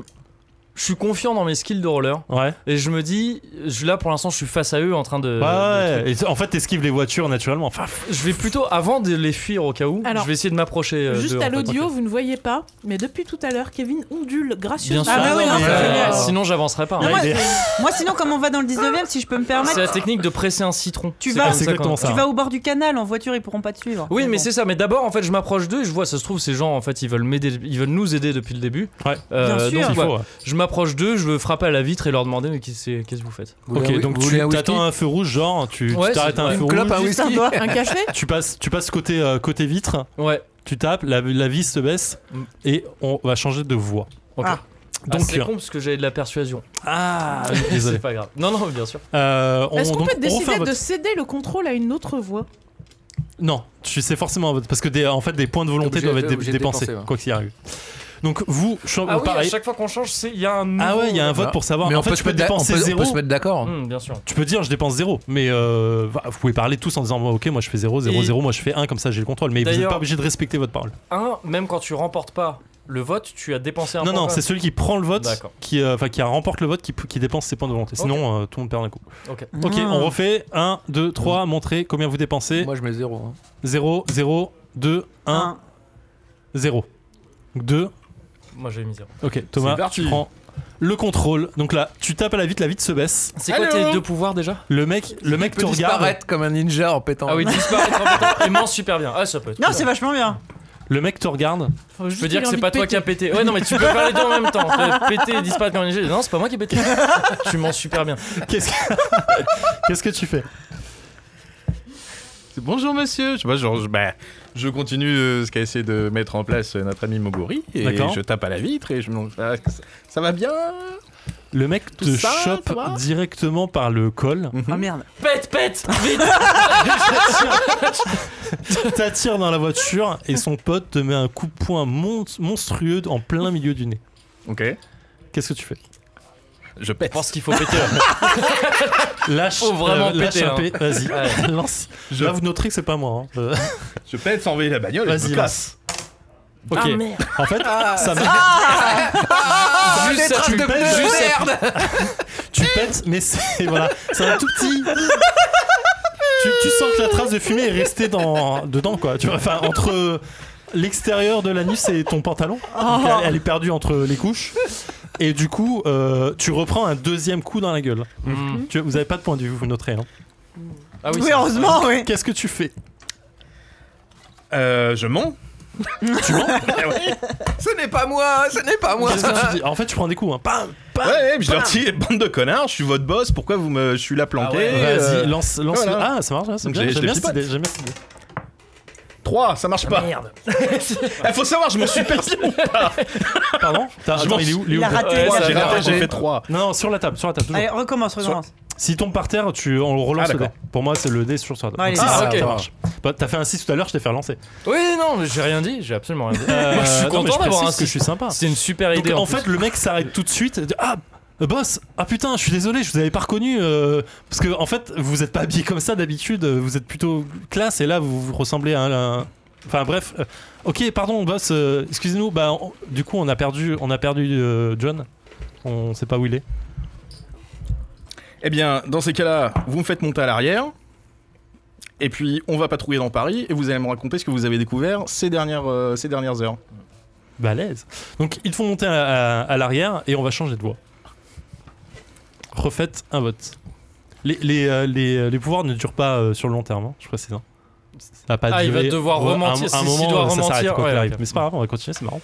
[SPEAKER 4] je suis confiant dans mes skills de roller
[SPEAKER 3] Ouais.
[SPEAKER 4] et je me dis je là pour l'instant je suis face à eux en train Euh, de,
[SPEAKER 3] Ouais,
[SPEAKER 4] de
[SPEAKER 3] ouais. Et en fait, t'esquives les voitures naturellement. Enfin,
[SPEAKER 4] trucs. je vais plutôt avant de les fuir au cas où
[SPEAKER 6] Alors,
[SPEAKER 4] je vais essayer de m'approcher euh,
[SPEAKER 6] Juste
[SPEAKER 4] d'eux,
[SPEAKER 6] à
[SPEAKER 4] en fait.
[SPEAKER 6] l'audio, vous ne voyez pas, mais depuis tout à l'heure, Kevin ondule
[SPEAKER 4] Bien
[SPEAKER 6] gracieusement.
[SPEAKER 4] sûr.
[SPEAKER 1] Ah bah oui, non,
[SPEAKER 4] mais,
[SPEAKER 1] c'est
[SPEAKER 4] euh,
[SPEAKER 1] génial.
[SPEAKER 4] sinon j'avancerai pas. hein.
[SPEAKER 1] Non, moi,
[SPEAKER 3] il
[SPEAKER 1] (laughs) moi, sinon, comme on va dans le 19ème, si je peux me
[SPEAKER 4] C'est
[SPEAKER 1] permettre,
[SPEAKER 4] la technique de presser un citron.
[SPEAKER 1] Tu
[SPEAKER 4] C'est
[SPEAKER 1] vas-
[SPEAKER 4] comme
[SPEAKER 3] c'est
[SPEAKER 4] ça qu'on-
[SPEAKER 3] exactement ça.
[SPEAKER 1] tu vas au bord du canal en voiture, ils pourront pas te suivre.
[SPEAKER 4] Oui, mais
[SPEAKER 1] bon.
[SPEAKER 4] c'est ça. Mais d'abord, en fait, je m'approche d'eux et je vois, ça se trouve, ces gens, en fait, ils veulent m'aider, ils veulent nous aider depuis le début.
[SPEAKER 3] Ouais.
[SPEAKER 4] Euh,
[SPEAKER 1] Bien sûr.
[SPEAKER 4] donc,
[SPEAKER 3] il
[SPEAKER 4] voilà.
[SPEAKER 3] faut. ouais.
[SPEAKER 4] Je m'approche d'eux, je veux frapper à la vitre et leur demander, mais qu'est-ce c'est- qu'est-ce que vous faites
[SPEAKER 5] Vous voulez
[SPEAKER 3] ok,
[SPEAKER 5] un-
[SPEAKER 3] donc
[SPEAKER 5] vous
[SPEAKER 3] tu
[SPEAKER 5] voulez un
[SPEAKER 3] t'attends
[SPEAKER 5] whisky
[SPEAKER 3] à un feu rouge, genre tu
[SPEAKER 4] Ouais,
[SPEAKER 3] tu t'arrêtes
[SPEAKER 4] c'est-
[SPEAKER 3] à un
[SPEAKER 4] une
[SPEAKER 3] feu rouge,
[SPEAKER 5] clope, un
[SPEAKER 3] tu-
[SPEAKER 5] whisky.
[SPEAKER 6] hein,
[SPEAKER 5] (laughs)
[SPEAKER 6] Un doigt, un café
[SPEAKER 3] tu passes, tu passes côté, euh, côté vitre,
[SPEAKER 4] Ouais.
[SPEAKER 3] tu tapes, la, la vis se baisse
[SPEAKER 4] Mm.
[SPEAKER 3] et on va changer de voie.
[SPEAKER 4] Ok.
[SPEAKER 1] Ah.
[SPEAKER 3] Donc, euh,
[SPEAKER 4] c'est con parce que j'avais de la persuasion.
[SPEAKER 3] ah, (laughs) désolé.
[SPEAKER 4] (laughs) C'est pas grave. Non, non, bien sûr.
[SPEAKER 3] Euh, on,
[SPEAKER 6] Est-ce qu'on
[SPEAKER 3] donc,
[SPEAKER 6] peut
[SPEAKER 3] on refait
[SPEAKER 6] décider
[SPEAKER 3] un vote.
[SPEAKER 6] de céder le contrôle à une autre voie
[SPEAKER 3] Non, tu sais forcément un vote, parce que des, en fait des points de volonté
[SPEAKER 5] Obligé-
[SPEAKER 3] doivent être dé-
[SPEAKER 5] obligé de
[SPEAKER 3] dépensés,
[SPEAKER 5] dépenser, ouais.
[SPEAKER 3] quoi qu'il arrive. Donc vous, chan-
[SPEAKER 4] Ah oui, à
[SPEAKER 3] pareil.
[SPEAKER 4] chaque fois qu'on change, c'est- il y a un. nouveau- euh,
[SPEAKER 3] Ah ouais, il y a un vote
[SPEAKER 5] Voilà.
[SPEAKER 3] pour savoir.
[SPEAKER 5] Mais
[SPEAKER 3] en
[SPEAKER 5] on
[SPEAKER 3] fait,
[SPEAKER 5] peut
[SPEAKER 3] tu
[SPEAKER 5] se
[SPEAKER 3] peux
[SPEAKER 5] mettre d'a- on
[SPEAKER 3] dépenser
[SPEAKER 5] peut- on
[SPEAKER 3] zéro.
[SPEAKER 5] peut se mettre d'accord. hein.
[SPEAKER 4] Hmm, bien sûr.
[SPEAKER 3] Tu peux dire je dépense zéro, mais euh, va- vous pouvez parler tous en disant moi, ok moi je fais 0, 0,
[SPEAKER 4] Et-
[SPEAKER 3] 0, moi je fais 1 comme ça j'ai le contrôle, mais vous n'êtes
[SPEAKER 4] D'ailleurs-
[SPEAKER 3] pas obligé de respecter votre parole.
[SPEAKER 4] Un, même quand tu remportes pas le vote, tu as dépensé un
[SPEAKER 3] Non
[SPEAKER 4] point
[SPEAKER 3] non
[SPEAKER 4] quand
[SPEAKER 3] c'est celui qui prend le vote,
[SPEAKER 4] D'accord.
[SPEAKER 3] qui euh, enfin qui remporte le vote, qui, p- qui dépense ses points de volonté. Sinon euh, tout le monde perd d'un coup.
[SPEAKER 4] même. Ok.
[SPEAKER 3] Ok
[SPEAKER 1] Ah.
[SPEAKER 3] on refait 1, 2, 3, montrez combien vous dépensez.
[SPEAKER 5] Moi, je mets zéro. hein.
[SPEAKER 3] 0, 0, 2, 1,
[SPEAKER 1] Un.
[SPEAKER 3] 0. 2,
[SPEAKER 4] Moi, j'ai mis zéro.
[SPEAKER 3] Ok, Thomas,
[SPEAKER 7] parti.
[SPEAKER 3] tu prends le contrôle. Donc là, tu tapes à la vitre, la vitre se baisse.
[SPEAKER 4] C'est quoi
[SPEAKER 7] Allô
[SPEAKER 4] tes deux pouvoirs déjà
[SPEAKER 3] Le mec, le mec
[SPEAKER 5] Il peut
[SPEAKER 3] te regarde.
[SPEAKER 5] disparaître comme un ninja en pétant.
[SPEAKER 4] Ah oui, disparaître en même temps. Et ment super bien. Ah, ça peut être.
[SPEAKER 1] Non,
[SPEAKER 4] cool.
[SPEAKER 1] c'est vachement bien.
[SPEAKER 3] Le mec te regarde.
[SPEAKER 6] Faut
[SPEAKER 4] Je peux dire que c'est pas toi qui a pété. Ouais, non, mais tu peux faire les deux en même temps. Fais Péter et disparaître comme un léger. Non, c'est pas moi qui ai pété. tu mens super bien.
[SPEAKER 3] Qu'est-ce que, (laughs) Qu'est-ce que tu fais
[SPEAKER 7] C'est Bonjour monsieur, je sais pas, genre, je, bah, je continue euh, ce qu'a essayé de mettre en place euh, notre ami Mogori et
[SPEAKER 3] D'accord.
[SPEAKER 7] je tape à la vitre et je me demande, ah, ça, ça va bien
[SPEAKER 3] Le mec te
[SPEAKER 7] Tout ça,
[SPEAKER 3] chope
[SPEAKER 7] ça va
[SPEAKER 3] directement par le col,
[SPEAKER 4] Mmh.
[SPEAKER 1] Ah merde.
[SPEAKER 4] Pète, pète Vite
[SPEAKER 3] t'attire dans la voiture et son pote te met un coup de poing mon- monstrueux en plein milieu du nez.
[SPEAKER 7] Ok,
[SPEAKER 3] Qu'est-ce que tu fais
[SPEAKER 7] je
[SPEAKER 4] Je
[SPEAKER 7] pète.
[SPEAKER 4] pense qu'il faut péter.
[SPEAKER 3] Lâche, euh,
[SPEAKER 4] Faut vraiment
[SPEAKER 3] lâche
[SPEAKER 4] péter,
[SPEAKER 3] un
[SPEAKER 4] hein.
[SPEAKER 3] P, vas-y,
[SPEAKER 4] Ouais.
[SPEAKER 3] (laughs) lance.
[SPEAKER 7] Je,
[SPEAKER 3] Là, vous noterez que c'est pas moi. hein. (laughs) Euh,
[SPEAKER 7] je pète sans enlever la bagnole. et je
[SPEAKER 3] Vas-y,
[SPEAKER 7] me casse.
[SPEAKER 3] lance. Ok, en fait, Ah, ça marche.
[SPEAKER 5] Ah,
[SPEAKER 4] Juste ça, tu
[SPEAKER 3] de
[SPEAKER 4] pètes,
[SPEAKER 3] pneu,
[SPEAKER 4] juste ça, tu-
[SPEAKER 3] tu pètes, mais c'est (laughs) voilà, c'est un tout petit. Tu, tu sens que la trace de fumée est restée dans, dedans, quoi. Tu vois, enfin, entre l'extérieur de l'anus et ton pantalon, Donc, elle, elle est perdue entre les couches. Et du coup, euh, tu reprends un deuxième coup dans la gueule.
[SPEAKER 4] Mhm.
[SPEAKER 3] Tu, vous avez pas de point de vue, vous noterez. hein.
[SPEAKER 4] Ah
[SPEAKER 1] Oui,
[SPEAKER 4] c'est-
[SPEAKER 1] heureusement, oui.
[SPEAKER 3] Qu'est-ce que tu fais
[SPEAKER 7] Euh, je mens
[SPEAKER 3] Tu mens
[SPEAKER 5] Ce n'est pas moi, ce n'est pas moi.
[SPEAKER 3] Qu'est-ce que tu dis En fait, tu prends des coups. hein. Bam, bam.
[SPEAKER 7] Ouais, ouais, puis je leur dis, bande de connards, je suis votre boss, pourquoi vous me. Je suis là planqué
[SPEAKER 4] Ah ouais,
[SPEAKER 7] euh,
[SPEAKER 3] Vas-y, lance, lance. le-
[SPEAKER 7] voilà.
[SPEAKER 3] Ah, ça marche, hein, c'est
[SPEAKER 7] Donc,
[SPEAKER 3] bien.
[SPEAKER 7] j'ai-
[SPEAKER 3] J'aime
[SPEAKER 7] je
[SPEAKER 3] bien
[SPEAKER 7] les
[SPEAKER 3] cette idée, j'aime bien cette idée.
[SPEAKER 7] 3, ça marche pas. (laughs)
[SPEAKER 4] Merde.
[SPEAKER 7] Il faut savoir, je m'en suis perdu.
[SPEAKER 3] Pardon T'as-
[SPEAKER 7] Je
[SPEAKER 3] Attends,
[SPEAKER 7] m'en-
[SPEAKER 3] il est où, il est
[SPEAKER 1] Il
[SPEAKER 3] où
[SPEAKER 1] a raté.
[SPEAKER 4] Ouais,
[SPEAKER 1] il a
[SPEAKER 4] ça
[SPEAKER 1] raté.
[SPEAKER 7] J'ai raté,
[SPEAKER 5] raté.
[SPEAKER 7] j'ai fait 3.
[SPEAKER 3] Non, non, sur la table, sur la table. toujours.
[SPEAKER 1] Allez, recommence, recommence.
[SPEAKER 3] Si tombe par terre, tu, on le relance
[SPEAKER 7] Ah,
[SPEAKER 3] le dé.
[SPEAKER 7] d'accord.
[SPEAKER 3] Pour moi, c'est le dé sur toi. Donc,
[SPEAKER 1] Allez.
[SPEAKER 3] six, ça
[SPEAKER 4] Ah, ok.
[SPEAKER 3] marche. Bah, t'as fait un 6 tout à l'heure, je t'ai fait relancer.
[SPEAKER 4] Oui, non, mais j'ai rien dit. J'ai absolument
[SPEAKER 3] (laughs)
[SPEAKER 4] rien dit.
[SPEAKER 3] Euh,
[SPEAKER 4] Moi, je suis
[SPEAKER 3] non, mais
[SPEAKER 4] content d'avoir
[SPEAKER 3] précise
[SPEAKER 4] un
[SPEAKER 3] que je
[SPEAKER 4] six.
[SPEAKER 3] suis sympa.
[SPEAKER 4] hein, C'est une super
[SPEAKER 3] Donc,
[SPEAKER 4] idée.
[SPEAKER 3] en
[SPEAKER 4] plus.
[SPEAKER 3] fait, le mec s'arrête tout de suite. et dit, Ah, boss, ah putain, je suis désolé, je vous avais pas reconnu. euh, parce que, en fait, vous êtes pas habillé comme ça d'habitude, euh, vous êtes plutôt classe et là, vous, vous ressemblez à un. un- Enfin, bref. euh, ok, pardon, boss, euh, excusez-nous. Bah, on- du coup, on a perdu, on a perdu euh, John. On sait pas où il est.
[SPEAKER 7] Eh bien, dans ces cas-là, vous me faites monter à l'arrière. Et puis, on va patrouiller dans Paris et vous allez me raconter ce que vous avez découvert ces dernières, euh, ces dernières heures.
[SPEAKER 3] Balèze. Donc ils te font monter à, à- à l'arrière et on va changer de voie. Refaites un vote. Les, les, euh, les, euh, les pouvoirs ne durent pas euh, sur le long terme, hein, je précise. hein. Ça va pas
[SPEAKER 4] Ah, il va
[SPEAKER 3] durer,
[SPEAKER 4] devoir
[SPEAKER 3] euh,
[SPEAKER 4] rementir,
[SPEAKER 3] Un, un
[SPEAKER 4] si- s'il
[SPEAKER 3] moment,
[SPEAKER 4] doit
[SPEAKER 3] euh, ça s'arrête,
[SPEAKER 4] rementir,
[SPEAKER 3] quoi qu'il
[SPEAKER 4] ouais,
[SPEAKER 3] arrive.
[SPEAKER 4] ok.
[SPEAKER 3] Mais c'est pas grave, on va continuer, c'est marrant.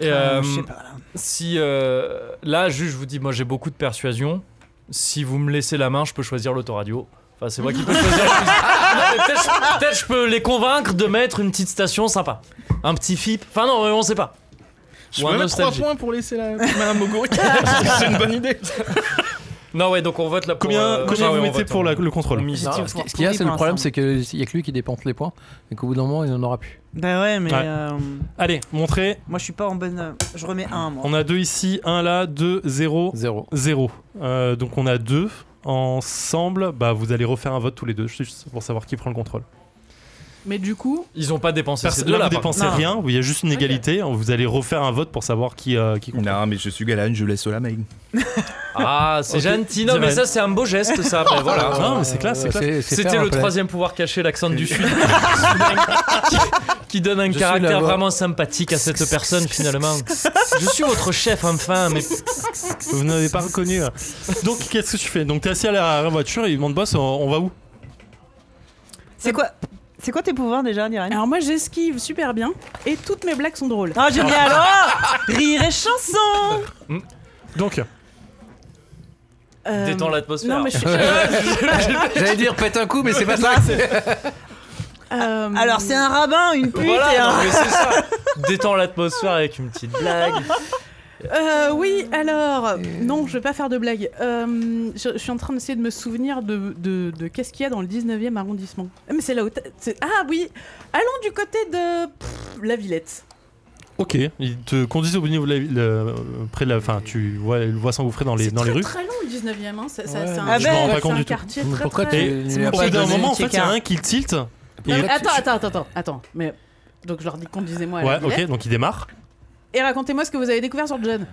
[SPEAKER 4] Et,
[SPEAKER 1] Euh,
[SPEAKER 4] euh,
[SPEAKER 1] je sais pas, là.
[SPEAKER 4] Si euh, là, juste, je vous dis, moi j'ai beaucoup de persuasion. Si vous me laissez la main, je peux choisir l'autoradio. Enfin, c'est moi qui peux choisir. Non, mais peut-être je- Peut-être je peux les convaincre de mettre une petite station sympa. Un petit FIP. Enfin, non, on sait pas.
[SPEAKER 7] Je
[SPEAKER 4] Ou un
[SPEAKER 7] peux mettre 3
[SPEAKER 4] nostalgie.
[SPEAKER 7] points pour laisser la Madame Moguri. (laughs) C'est une bonne idée.
[SPEAKER 4] Non, ouais, donc on vote là pour.
[SPEAKER 3] Combien,
[SPEAKER 4] euh,
[SPEAKER 3] combien
[SPEAKER 4] ah ouais,
[SPEAKER 3] vous
[SPEAKER 4] on
[SPEAKER 3] mettez
[SPEAKER 4] vote,
[SPEAKER 3] pour
[SPEAKER 4] on
[SPEAKER 3] la-
[SPEAKER 4] vote.
[SPEAKER 3] le contrôle
[SPEAKER 1] Ils sont
[SPEAKER 5] Non, ce qui- ce qu'il y a,
[SPEAKER 1] pourris
[SPEAKER 5] c'est
[SPEAKER 1] pour
[SPEAKER 5] le problème,
[SPEAKER 1] l'instant.
[SPEAKER 5] c'est qu'il n'y a que lui qui dépense les points, et qu'au bout d'un moment, il n'en aura plus.
[SPEAKER 1] Bah ouais, mais
[SPEAKER 3] Ouais.
[SPEAKER 1] euh,
[SPEAKER 3] Allez, montrez.
[SPEAKER 1] moi je suis pas en bonne. euh, Je remets un, moi.
[SPEAKER 3] On a deux ici, un là, deux, zéro,
[SPEAKER 5] Zéro.
[SPEAKER 3] zéro. Euh, donc on a deux ensemble. Bah vous allez refaire un vote tous les deux, juste pour savoir qui prend le contrôle.
[SPEAKER 6] Mais du coup,
[SPEAKER 4] Ils ont pas dépensé ces
[SPEAKER 3] Personne ne
[SPEAKER 4] deux-là.
[SPEAKER 3] vous
[SPEAKER 4] par contre.
[SPEAKER 3] dépensez
[SPEAKER 1] Non.
[SPEAKER 3] rien. Il y a juste une égalité. Vous allez refaire un vote pour savoir qui. euh, qui compte.
[SPEAKER 7] Non, mais je suis galane, je laisse la main.
[SPEAKER 4] Ah, c'est
[SPEAKER 3] Ok.
[SPEAKER 4] gentil. Non, mais
[SPEAKER 3] Zéro.
[SPEAKER 4] ça, c'est un beau geste, ça. Ben
[SPEAKER 3] (laughs)
[SPEAKER 4] voilà.
[SPEAKER 3] Ah, non, mais c'est classe, c'est
[SPEAKER 5] Euh,
[SPEAKER 3] classe.
[SPEAKER 5] c'est
[SPEAKER 4] C'était
[SPEAKER 5] fair
[SPEAKER 4] le
[SPEAKER 5] play.
[SPEAKER 4] troisième pouvoir caché, l'accent du Sud, (laughs) qui donne un
[SPEAKER 5] suis
[SPEAKER 4] caractère
[SPEAKER 5] là-bas.
[SPEAKER 4] vraiment sympathique à cette personne finalement. Je suis votre chef enfin, mais
[SPEAKER 3] Vous n'avez pas reconnu. là. Donc qu'est-ce que tu fais Donc t'es assis à la voiture et il demande boss, on, on va où
[SPEAKER 1] C'est quoi C'est quoi tes pouvoirs déjà, Nirene
[SPEAKER 6] alors moi j'esquive super bien et toutes mes blagues sont drôles.
[SPEAKER 1] Ah, génial alors Rire et chanson
[SPEAKER 3] Donc
[SPEAKER 6] Euh,
[SPEAKER 4] détends l'atmosphère.
[SPEAKER 6] Non mais
[SPEAKER 4] (laughs)
[SPEAKER 6] je suis-
[SPEAKER 5] J'allais dire pète un coup, mais c'est pas ça.
[SPEAKER 6] euh,
[SPEAKER 1] Alors, c'est un rabbin, une pute et
[SPEAKER 4] Voilà,
[SPEAKER 1] un.
[SPEAKER 4] non, mais c'est ça. Détends l'atmosphère avec une petite blague.
[SPEAKER 6] Euh, oui,
[SPEAKER 1] euh,
[SPEAKER 6] alors. Non, je vais pas faire de blague. Euh, je, je suis en train d'essayer de me souvenir de, de, de qu'est-ce qu'il y a dans le 19e arrondissement. Ah, Mais c'est là où. t'as- c'est- Ah oui Allons du côté de. pff, la Villette.
[SPEAKER 3] ok, ils te conduisent au niveau de la ville, euh, près de la. Enfin, tu vois, le vois s'engouffrer dans les
[SPEAKER 6] C'est
[SPEAKER 3] dans les
[SPEAKER 6] très,
[SPEAKER 3] rues.
[SPEAKER 6] très long le 19e. Hein. C'est, ça-
[SPEAKER 5] Ouais.
[SPEAKER 6] c'est un,
[SPEAKER 1] Ah ben,
[SPEAKER 6] c'est
[SPEAKER 1] Je m'en rends
[SPEAKER 3] pas
[SPEAKER 6] un
[SPEAKER 3] compte du tout.
[SPEAKER 6] quartier très,
[SPEAKER 5] Pourquoi
[SPEAKER 6] très.
[SPEAKER 5] tu
[SPEAKER 3] Et
[SPEAKER 5] lui as
[SPEAKER 3] Au
[SPEAKER 5] pas
[SPEAKER 3] bout d'un
[SPEAKER 5] donné
[SPEAKER 3] moment, en fait,
[SPEAKER 1] Checker.
[SPEAKER 3] il y a
[SPEAKER 6] hein.
[SPEAKER 3] un qui le tilt. Et
[SPEAKER 6] Non, mais attends, attends, attends, attends, attends. Mais. Donc je leur dis conduisez-moi à la
[SPEAKER 3] Ouais,
[SPEAKER 6] Villette.
[SPEAKER 3] ok, donc il démarre.
[SPEAKER 6] Et racontez-moi ce que vous avez découvert sur John.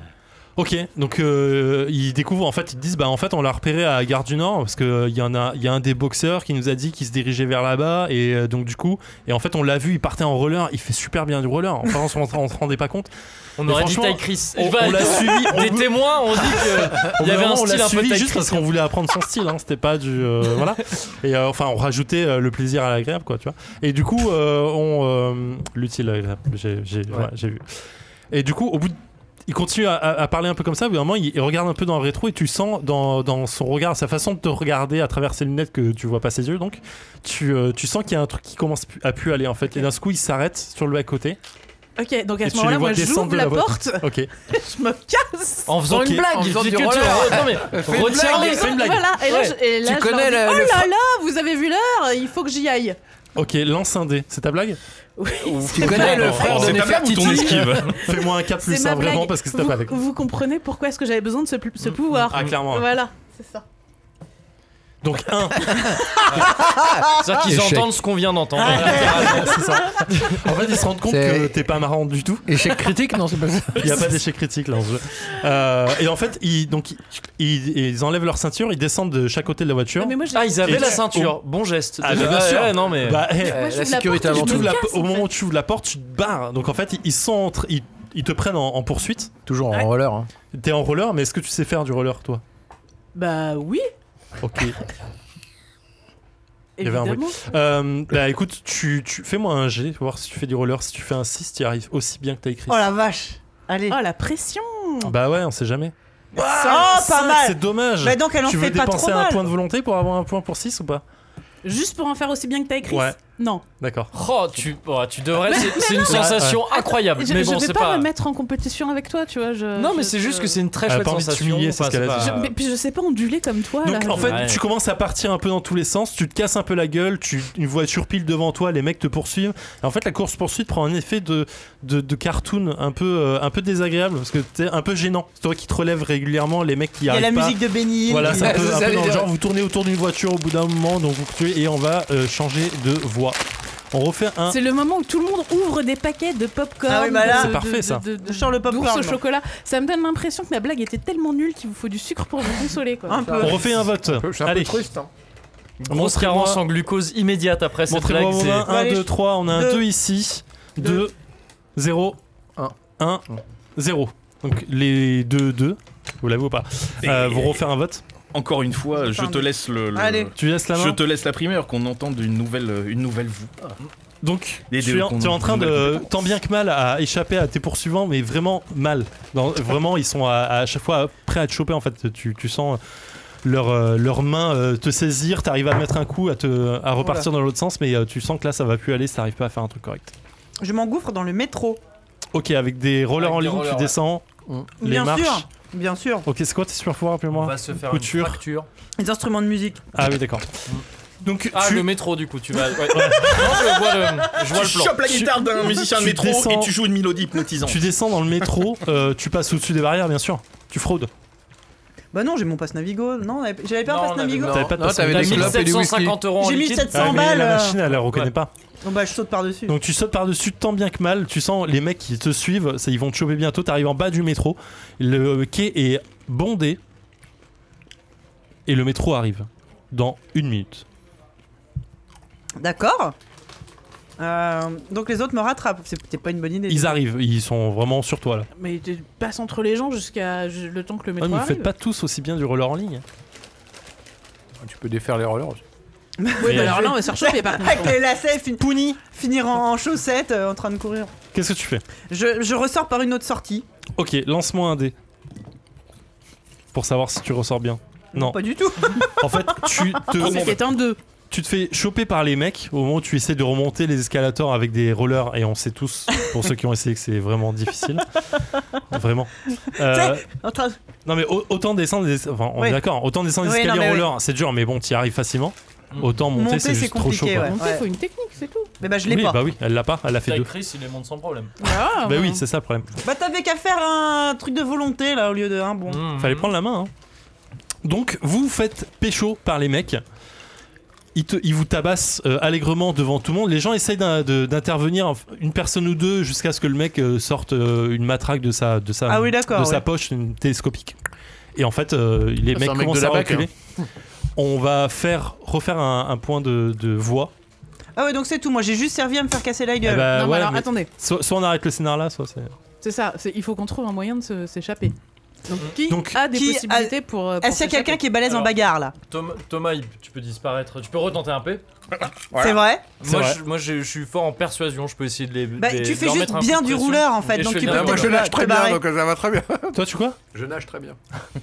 [SPEAKER 3] Ok, donc euh, ils découvrent, en fait, ils disent, bah en fait, on l'a repéré à Gare du Nord, parce qu'il y, en a- il y a un des boxeurs qui nous a dit qu'il se dirigeait vers là-bas, et euh, donc du coup, et en fait, on l'a vu, il partait en roller, il fait super bien du roller, enfin, on s'en- on se rendait pas compte.
[SPEAKER 4] On
[SPEAKER 3] Mais
[SPEAKER 4] aurait dit
[SPEAKER 3] franchement,
[SPEAKER 4] taille Chris.
[SPEAKER 3] on-
[SPEAKER 4] Je vais-
[SPEAKER 3] on (laughs) l'a suivi, on
[SPEAKER 4] Des
[SPEAKER 3] veut-
[SPEAKER 4] témoins, on dit
[SPEAKER 3] (laughs)
[SPEAKER 4] qu'il y avait
[SPEAKER 3] Vraiment,
[SPEAKER 4] un
[SPEAKER 3] on
[SPEAKER 4] style
[SPEAKER 3] l'a
[SPEAKER 4] un peu
[SPEAKER 3] suivi
[SPEAKER 4] taille
[SPEAKER 3] juste parce
[SPEAKER 4] Chris.
[SPEAKER 3] qu'on voulait apprendre son style, hein, c'était pas du.
[SPEAKER 4] (laughs)
[SPEAKER 3] euh, voilà. Et euh, enfin, on rajoutait euh, le plaisir à l'agréable, quoi, tu vois. Et du coup, euh, on. euh, L'utile à l'agréable, j'ai j'ai- ouais, j'ai vu. Et du coup, au bout de- Il continue à, à- à parler un peu comme ça, mais vraiment, il, il regarde un peu dans le rétro et tu sens dans, dans son regard, sa façon de te regarder à travers ses lunettes que tu vois pas ses yeux, donc tu, euh, tu sens qu'il y a un truc qui commence pu- à pu aller en fait. Et d'un coup, il s'arrête sur le à côté.
[SPEAKER 6] Ok, donc à
[SPEAKER 3] et
[SPEAKER 6] ce
[SPEAKER 3] tu les
[SPEAKER 6] moment-là,
[SPEAKER 3] vois
[SPEAKER 6] moi
[SPEAKER 3] descendre
[SPEAKER 6] j'ouvre
[SPEAKER 3] de
[SPEAKER 6] la
[SPEAKER 3] voiture.
[SPEAKER 6] porte,
[SPEAKER 3] Ok.
[SPEAKER 6] je me casse.
[SPEAKER 4] En faisant
[SPEAKER 3] Ok.
[SPEAKER 4] une blague,
[SPEAKER 5] En faisant
[SPEAKER 4] il dit
[SPEAKER 5] du
[SPEAKER 4] que tu
[SPEAKER 5] roller.
[SPEAKER 4] non, mais
[SPEAKER 5] une
[SPEAKER 4] retiens
[SPEAKER 5] blague. (laughs)
[SPEAKER 4] les-
[SPEAKER 5] Fais une blague.
[SPEAKER 6] Voilà, et là,
[SPEAKER 4] Ouais.
[SPEAKER 6] je, et là,
[SPEAKER 5] Tu
[SPEAKER 6] je
[SPEAKER 5] connais
[SPEAKER 6] leur dis,
[SPEAKER 5] le- le
[SPEAKER 6] Oh là là, vous avez vu l'heure, il faut que j'y aille.
[SPEAKER 3] Ok, lance un dé. C'est ta blague
[SPEAKER 5] Tu connais le frère de
[SPEAKER 7] C'est ta blague ou ton
[SPEAKER 5] Nefertiti
[SPEAKER 7] esquive
[SPEAKER 3] Fais-moi un cas
[SPEAKER 6] C'est
[SPEAKER 3] plus,
[SPEAKER 6] ma
[SPEAKER 3] hein,
[SPEAKER 6] blague.
[SPEAKER 3] vraiment, parce que c'était
[SPEAKER 6] vous,
[SPEAKER 3] pas avec.
[SPEAKER 6] vous comprenez pourquoi est-ce que j'avais besoin de ce, pl- ce pouvoir
[SPEAKER 3] Ah, clairement.
[SPEAKER 6] Voilà, c'est ça.
[SPEAKER 3] Donc, un.
[SPEAKER 4] C'est-à-dire qu'ils
[SPEAKER 5] Échec.
[SPEAKER 4] entendent ce qu'on vient d'entendre.
[SPEAKER 5] Ah,
[SPEAKER 3] c'est ça. En fait, ils se rendent compte
[SPEAKER 5] C'est-
[SPEAKER 3] que t'es pas marrant du tout.
[SPEAKER 5] Échec critique Non, c'est pas ça.
[SPEAKER 3] Il n'y a pas d'échec critique là en jeu. Euh, et en fait, ils, donc, ils, ils enlèvent leur ceinture, ils descendent de chaque côté de la voiture.
[SPEAKER 6] Mais moi, j'ai-
[SPEAKER 4] Ah, ils avaient
[SPEAKER 3] Et
[SPEAKER 4] la
[SPEAKER 3] tu-
[SPEAKER 4] ceinture. Bon geste.
[SPEAKER 3] Ah,
[SPEAKER 4] déjà.
[SPEAKER 3] bah, bien
[SPEAKER 4] Ouais,
[SPEAKER 3] sûr.
[SPEAKER 4] ouais, non, mais.
[SPEAKER 3] Bah, hey,
[SPEAKER 6] moi, j'ouvre
[SPEAKER 5] la sécurité
[SPEAKER 6] porte et
[SPEAKER 5] avant
[SPEAKER 6] je
[SPEAKER 3] tu
[SPEAKER 6] me
[SPEAKER 3] ouvres la-
[SPEAKER 6] casse,
[SPEAKER 3] au
[SPEAKER 6] en
[SPEAKER 3] moment
[SPEAKER 6] fait.
[SPEAKER 3] où tu ouvres la porte, tu te barres. Donc en fait, ils sont entre- ils, ils te prennent en, en poursuite.
[SPEAKER 5] Toujours en roller. hein.
[SPEAKER 3] T'es en roller, mais est-ce que tu sais faire du roller toi
[SPEAKER 6] Bah oui,
[SPEAKER 3] Ok. Il y avait un bruit.
[SPEAKER 6] évidemment.
[SPEAKER 3] Euh, bah écoute, tu, tu fais-moi un G, voir si tu fais du roller. Si tu fais un 6, tu y arrives aussi bien que t'as écrit.
[SPEAKER 1] Oh la vache Allez
[SPEAKER 6] Oh la pression
[SPEAKER 3] Bah ouais, on sait jamais.
[SPEAKER 1] Oh, pas
[SPEAKER 3] Cinq,
[SPEAKER 1] mal
[SPEAKER 3] Ah, C'est dommage.
[SPEAKER 1] Bah donc, elle en
[SPEAKER 3] tu veux
[SPEAKER 1] fait pas
[SPEAKER 3] dépenser
[SPEAKER 1] trop
[SPEAKER 3] un
[SPEAKER 1] mal
[SPEAKER 3] point de volonté pour avoir un point pour 6 ou pas
[SPEAKER 6] Juste pour en faire aussi bien que t'as écrit
[SPEAKER 3] Ouais.
[SPEAKER 6] Non.
[SPEAKER 3] D'accord.
[SPEAKER 4] Oh, tu, oh, tu devrais. c'est- C'est une sensation
[SPEAKER 3] Ah,
[SPEAKER 4] incroyable.
[SPEAKER 6] Je,
[SPEAKER 4] mais
[SPEAKER 6] je
[SPEAKER 4] bon,
[SPEAKER 6] vais
[SPEAKER 4] c'est
[SPEAKER 6] pas,
[SPEAKER 4] pas.
[SPEAKER 6] me mettre en compétition avec toi, tu vois.
[SPEAKER 1] euh,
[SPEAKER 6] Je,
[SPEAKER 4] Non, mais
[SPEAKER 6] je-
[SPEAKER 4] c'est juste
[SPEAKER 6] je-
[SPEAKER 4] que c'est une très
[SPEAKER 3] Elle a
[SPEAKER 4] chouette
[SPEAKER 3] pas envie de
[SPEAKER 4] sensation.
[SPEAKER 3] s'humilier, c'est ce qu'elle a
[SPEAKER 4] c'est
[SPEAKER 3] dit.
[SPEAKER 6] Je-
[SPEAKER 4] pas-
[SPEAKER 6] mais puis je sais pas onduler comme toi.
[SPEAKER 3] Ah. Donc
[SPEAKER 6] là,
[SPEAKER 3] en
[SPEAKER 6] je-
[SPEAKER 3] fait,
[SPEAKER 4] Ouais.
[SPEAKER 3] tu commences à partir un peu dans tous les sens, tu te casses un peu la gueule, tu une voiture pile devant toi, les mecs te poursuivent. Et en fait, la course poursuite prend un effet de, de, de cartoon un peu euh, un peu désagréable parce que t'es un peu gênant. C'est toi qui te relèves régulièrement, les mecs qui
[SPEAKER 1] Il y a
[SPEAKER 3] arrivent
[SPEAKER 1] la
[SPEAKER 3] pas.
[SPEAKER 1] musique de Benny
[SPEAKER 3] Voilà, c'est
[SPEAKER 1] (laughs)
[SPEAKER 3] un peu,
[SPEAKER 5] Je
[SPEAKER 3] un peu
[SPEAKER 5] savais
[SPEAKER 3] dans le
[SPEAKER 5] dire.
[SPEAKER 3] genre vous tournez autour d'une voiture au bout d'un moment, donc vous tuez et on va euh, changer de voie. On refait un.
[SPEAKER 6] C'est le moment où tout le monde ouvre des paquets de popcorn.
[SPEAKER 1] Ah oui, bah là-
[SPEAKER 6] de-
[SPEAKER 3] C'est
[SPEAKER 6] de-
[SPEAKER 3] parfait,
[SPEAKER 6] de-
[SPEAKER 3] ça.
[SPEAKER 6] de- de-
[SPEAKER 1] Je sors le
[SPEAKER 6] d'ours
[SPEAKER 1] popcorn,
[SPEAKER 6] au
[SPEAKER 1] moi.
[SPEAKER 6] chocolat. Ça me donne l'impression que ma blague était tellement nulle qu'il vous faut du sucre pour (laughs) vous consoler. Quoi.
[SPEAKER 1] Un peu
[SPEAKER 3] On refait un vote.
[SPEAKER 5] Je suis un peu
[SPEAKER 3] Allez,
[SPEAKER 5] triste. hein.
[SPEAKER 4] Grosse
[SPEAKER 3] montrez-moi-
[SPEAKER 4] carence en glucose immédiate après cette
[SPEAKER 3] Montrez-moi
[SPEAKER 4] blague.
[SPEAKER 3] vos mains.
[SPEAKER 4] c'est-
[SPEAKER 1] Ouais,
[SPEAKER 3] 1,
[SPEAKER 1] allez.
[SPEAKER 3] 2, 3. On a un
[SPEAKER 1] Deux.
[SPEAKER 3] 2 ici. 2, 0,
[SPEAKER 5] Un.
[SPEAKER 3] 1, 0. Donc les 2, 2. Vous l'avez ou pas Euh, Vous refaire un vote
[SPEAKER 7] (laughs) Encore une fois, je te laisse le. le-
[SPEAKER 1] Allez.
[SPEAKER 3] Tu laisses la main
[SPEAKER 7] Je te laisse la primeur qu'on entende une nouvelle, euh, une nouvelle voix.
[SPEAKER 3] Donc, tu
[SPEAKER 7] Des-
[SPEAKER 3] es,
[SPEAKER 7] des-
[SPEAKER 3] tu es en train
[SPEAKER 7] nouvelles
[SPEAKER 3] de, tant bien que mal, à échapper à tes poursuivants, mais vraiment mal. Dans- vraiment, ils sont à, à chaque fois prêts à te choper, en fait. Tu, tu sens... leur, euh, leurs mains euh, te saisir, t'arrives à mettre un coup, à, te, à repartir dans l'autre sens, mais euh, tu sens que là ça va plus aller si t'arrives pas à faire un truc correct.
[SPEAKER 1] Je m'engouffre dans le métro.
[SPEAKER 3] Ok, avec des rollers
[SPEAKER 4] Avec
[SPEAKER 3] en
[SPEAKER 4] des
[SPEAKER 3] ligne,
[SPEAKER 4] rollers,
[SPEAKER 3] tu
[SPEAKER 4] ouais.
[SPEAKER 3] descends
[SPEAKER 5] Mm.
[SPEAKER 3] les
[SPEAKER 1] bien
[SPEAKER 3] marches.
[SPEAKER 1] sûr, bien sûr.
[SPEAKER 3] Ok, c'est quoi tes super-pouvoirs,
[SPEAKER 4] On
[SPEAKER 3] rappelez-moi
[SPEAKER 4] va se faire
[SPEAKER 3] Couture.
[SPEAKER 4] une fracture.
[SPEAKER 1] Les instruments de musique.
[SPEAKER 3] Ah oui, d'accord. Donc
[SPEAKER 4] Ah,
[SPEAKER 3] tu,
[SPEAKER 4] le métro, du coup, tu vas. ouais. Non, je vois le, je vois
[SPEAKER 7] (laughs) Tu
[SPEAKER 4] le plan.
[SPEAKER 7] chopes la guitare d'un musicien de
[SPEAKER 3] tu
[SPEAKER 7] métro
[SPEAKER 3] descends-
[SPEAKER 7] et tu joues une mélodie hypnotisante.
[SPEAKER 3] tu descends dans le
[SPEAKER 4] (laughs)
[SPEAKER 3] métro, euh, tu passes au-dessus des barrières, bien sûr. Tu fraudes.
[SPEAKER 1] Bah non, j'ai mon passe Navigo. Non, j'avais pas
[SPEAKER 4] Non,
[SPEAKER 1] un
[SPEAKER 4] on
[SPEAKER 1] passe
[SPEAKER 4] avait-
[SPEAKER 1] Navigo.
[SPEAKER 5] Non,
[SPEAKER 3] T'avais pas de
[SPEAKER 5] non,
[SPEAKER 3] passe
[SPEAKER 5] t'avais
[SPEAKER 4] T'as
[SPEAKER 5] des clopes et du whisky.
[SPEAKER 4] 1750 euros en
[SPEAKER 1] J'ai mis
[SPEAKER 4] liquide.
[SPEAKER 1] 700
[SPEAKER 3] Ah, mais
[SPEAKER 1] balles.
[SPEAKER 3] la
[SPEAKER 1] euh.
[SPEAKER 3] machine, elle reconnaît
[SPEAKER 4] Ouais.
[SPEAKER 3] pas.
[SPEAKER 1] Bon bah je saute par-dessus.
[SPEAKER 3] Donc tu sautes par-dessus tant bien que mal, tu sens les mecs qui te suivent, ça, ils vont te choper bientôt, t'arrives en bas du métro, le quai est bondé et le métro arrive dans une minute.
[SPEAKER 1] D'accord. Euh, donc les autres me rattrapent. C'est peut-être pas une bonne idée.
[SPEAKER 3] Ils arrivent, ils sont vraiment sur toi là.
[SPEAKER 6] Mais tu passes entre les gens jusqu'à ju- le temps que le
[SPEAKER 3] Ah,
[SPEAKER 6] métro
[SPEAKER 3] mais vous
[SPEAKER 6] arrive.
[SPEAKER 3] faites pas tous aussi bien du roller en ligne.
[SPEAKER 5] Tu peux défaire les rollers. aussi.
[SPEAKER 6] Ouais, bah alors là, on va se
[SPEAKER 3] (laughs)
[SPEAKER 6] rechauffer par
[SPEAKER 1] (laughs) Avec
[SPEAKER 6] contre.
[SPEAKER 1] les lacets, fin- finir en, en chaussettes euh, en train de courir.
[SPEAKER 3] Qu'est-ce que tu fais
[SPEAKER 1] Je, je ressors par une autre sortie.
[SPEAKER 3] Ok, lance-moi un dé. Pour savoir si tu ressors bien. Non.
[SPEAKER 1] Pas du tout. (laughs)
[SPEAKER 3] En fait, tu te,
[SPEAKER 6] C'était un 2.
[SPEAKER 3] tu te fais choper par les mecs au moment où tu essaies de remonter les escalators avec des rollers et on sait tous pour ceux qui ont essayé que c'est vraiment difficile
[SPEAKER 1] (laughs)
[SPEAKER 3] vraiment Euh,
[SPEAKER 1] En train-
[SPEAKER 3] non mais au- autant descendre des, enfin, on
[SPEAKER 1] Oui.
[SPEAKER 3] est d'accord autant descendre des
[SPEAKER 1] Oui,
[SPEAKER 3] escaliers
[SPEAKER 1] non, mais
[SPEAKER 3] rollers c'est dur mais bon t'y arrives facilement autant monter,
[SPEAKER 1] Monter,
[SPEAKER 3] c'est
[SPEAKER 1] c'est
[SPEAKER 3] juste trop chaud
[SPEAKER 1] compliqué,
[SPEAKER 3] quoi.
[SPEAKER 1] ouais.
[SPEAKER 6] Monter, faut une technique, c'est tout.
[SPEAKER 1] Mais bah je l'ai
[SPEAKER 3] oui
[SPEAKER 1] pas.
[SPEAKER 3] bah oui elle l'a pas elle l'a fait deux
[SPEAKER 4] Avec Chris, il les monte sans problème.
[SPEAKER 6] Ah,
[SPEAKER 3] bah
[SPEAKER 6] ouais.
[SPEAKER 3] oui c'est ça le problème
[SPEAKER 1] Bah t'avais qu'à faire un truc de volonté là au lieu de un bon.
[SPEAKER 3] Fallait
[SPEAKER 5] Mhm.
[SPEAKER 3] prendre la main. hein. Donc, vous vous faites pécho par les mecs. Ils, te- ils vous tabassent euh, allègrement devant tout le monde. Les gens essayent d'un- de- d'intervenir une personne ou deux jusqu'à ce que le mec euh, sorte euh, une matraque de sa, de sa,
[SPEAKER 1] Ah oui,
[SPEAKER 3] de
[SPEAKER 1] d'accord,
[SPEAKER 3] sa
[SPEAKER 1] ouais.
[SPEAKER 3] poche, une télescopique. Et en fait, euh, les
[SPEAKER 5] Ah,
[SPEAKER 3] mecs
[SPEAKER 5] c'est un mec
[SPEAKER 3] commencent
[SPEAKER 5] de la
[SPEAKER 3] à
[SPEAKER 5] BAC, hein.
[SPEAKER 3] reculer. On va faire, refaire un, un point de, de voix.
[SPEAKER 1] Ah ouais donc c'est tout. Moi j'ai juste servi à me faire casser la
[SPEAKER 3] Eh
[SPEAKER 1] gueule.
[SPEAKER 3] bah,
[SPEAKER 6] non, mais
[SPEAKER 3] ouais,
[SPEAKER 6] alors
[SPEAKER 3] mais
[SPEAKER 6] attendez,
[SPEAKER 3] soit, soit on arrête le scénar là, soit c'est.
[SPEAKER 6] c'est ça, c'est- il faut qu'on trouve un moyen de se- s'échapper. Donc, qui
[SPEAKER 3] Donc,
[SPEAKER 6] a des
[SPEAKER 1] qui a-
[SPEAKER 6] possibilités pour. euh, pour
[SPEAKER 1] Est-ce qu'il y a
[SPEAKER 6] s'échapper
[SPEAKER 1] quelqu'un qui est balèze en
[SPEAKER 4] Alors.
[SPEAKER 1] bagarre là
[SPEAKER 4] Tom- Thomas, il- tu peux disparaître. Tu peux retenter un P.
[SPEAKER 1] C'est vrai
[SPEAKER 3] C'est
[SPEAKER 4] Moi,
[SPEAKER 3] vrai.
[SPEAKER 4] je, moi je, je suis fort en persuasion. Je peux essayer de les.
[SPEAKER 1] Bah
[SPEAKER 4] les-
[SPEAKER 1] tu fais
[SPEAKER 4] leur
[SPEAKER 1] juste
[SPEAKER 4] mettre un
[SPEAKER 1] bien
[SPEAKER 4] coup de
[SPEAKER 1] du
[SPEAKER 4] pression.
[SPEAKER 1] rouleur en fait.
[SPEAKER 4] Et je
[SPEAKER 1] Donc
[SPEAKER 4] fais
[SPEAKER 1] tu
[SPEAKER 4] bien
[SPEAKER 1] peux
[SPEAKER 4] du
[SPEAKER 5] moi
[SPEAKER 4] rouleur.
[SPEAKER 5] je
[SPEAKER 1] te-
[SPEAKER 5] nage
[SPEAKER 1] te
[SPEAKER 5] très bien,
[SPEAKER 1] barrer.
[SPEAKER 5] donc euh, ça va très bien.
[SPEAKER 3] Toi, tu quoi
[SPEAKER 5] Je nage très bien.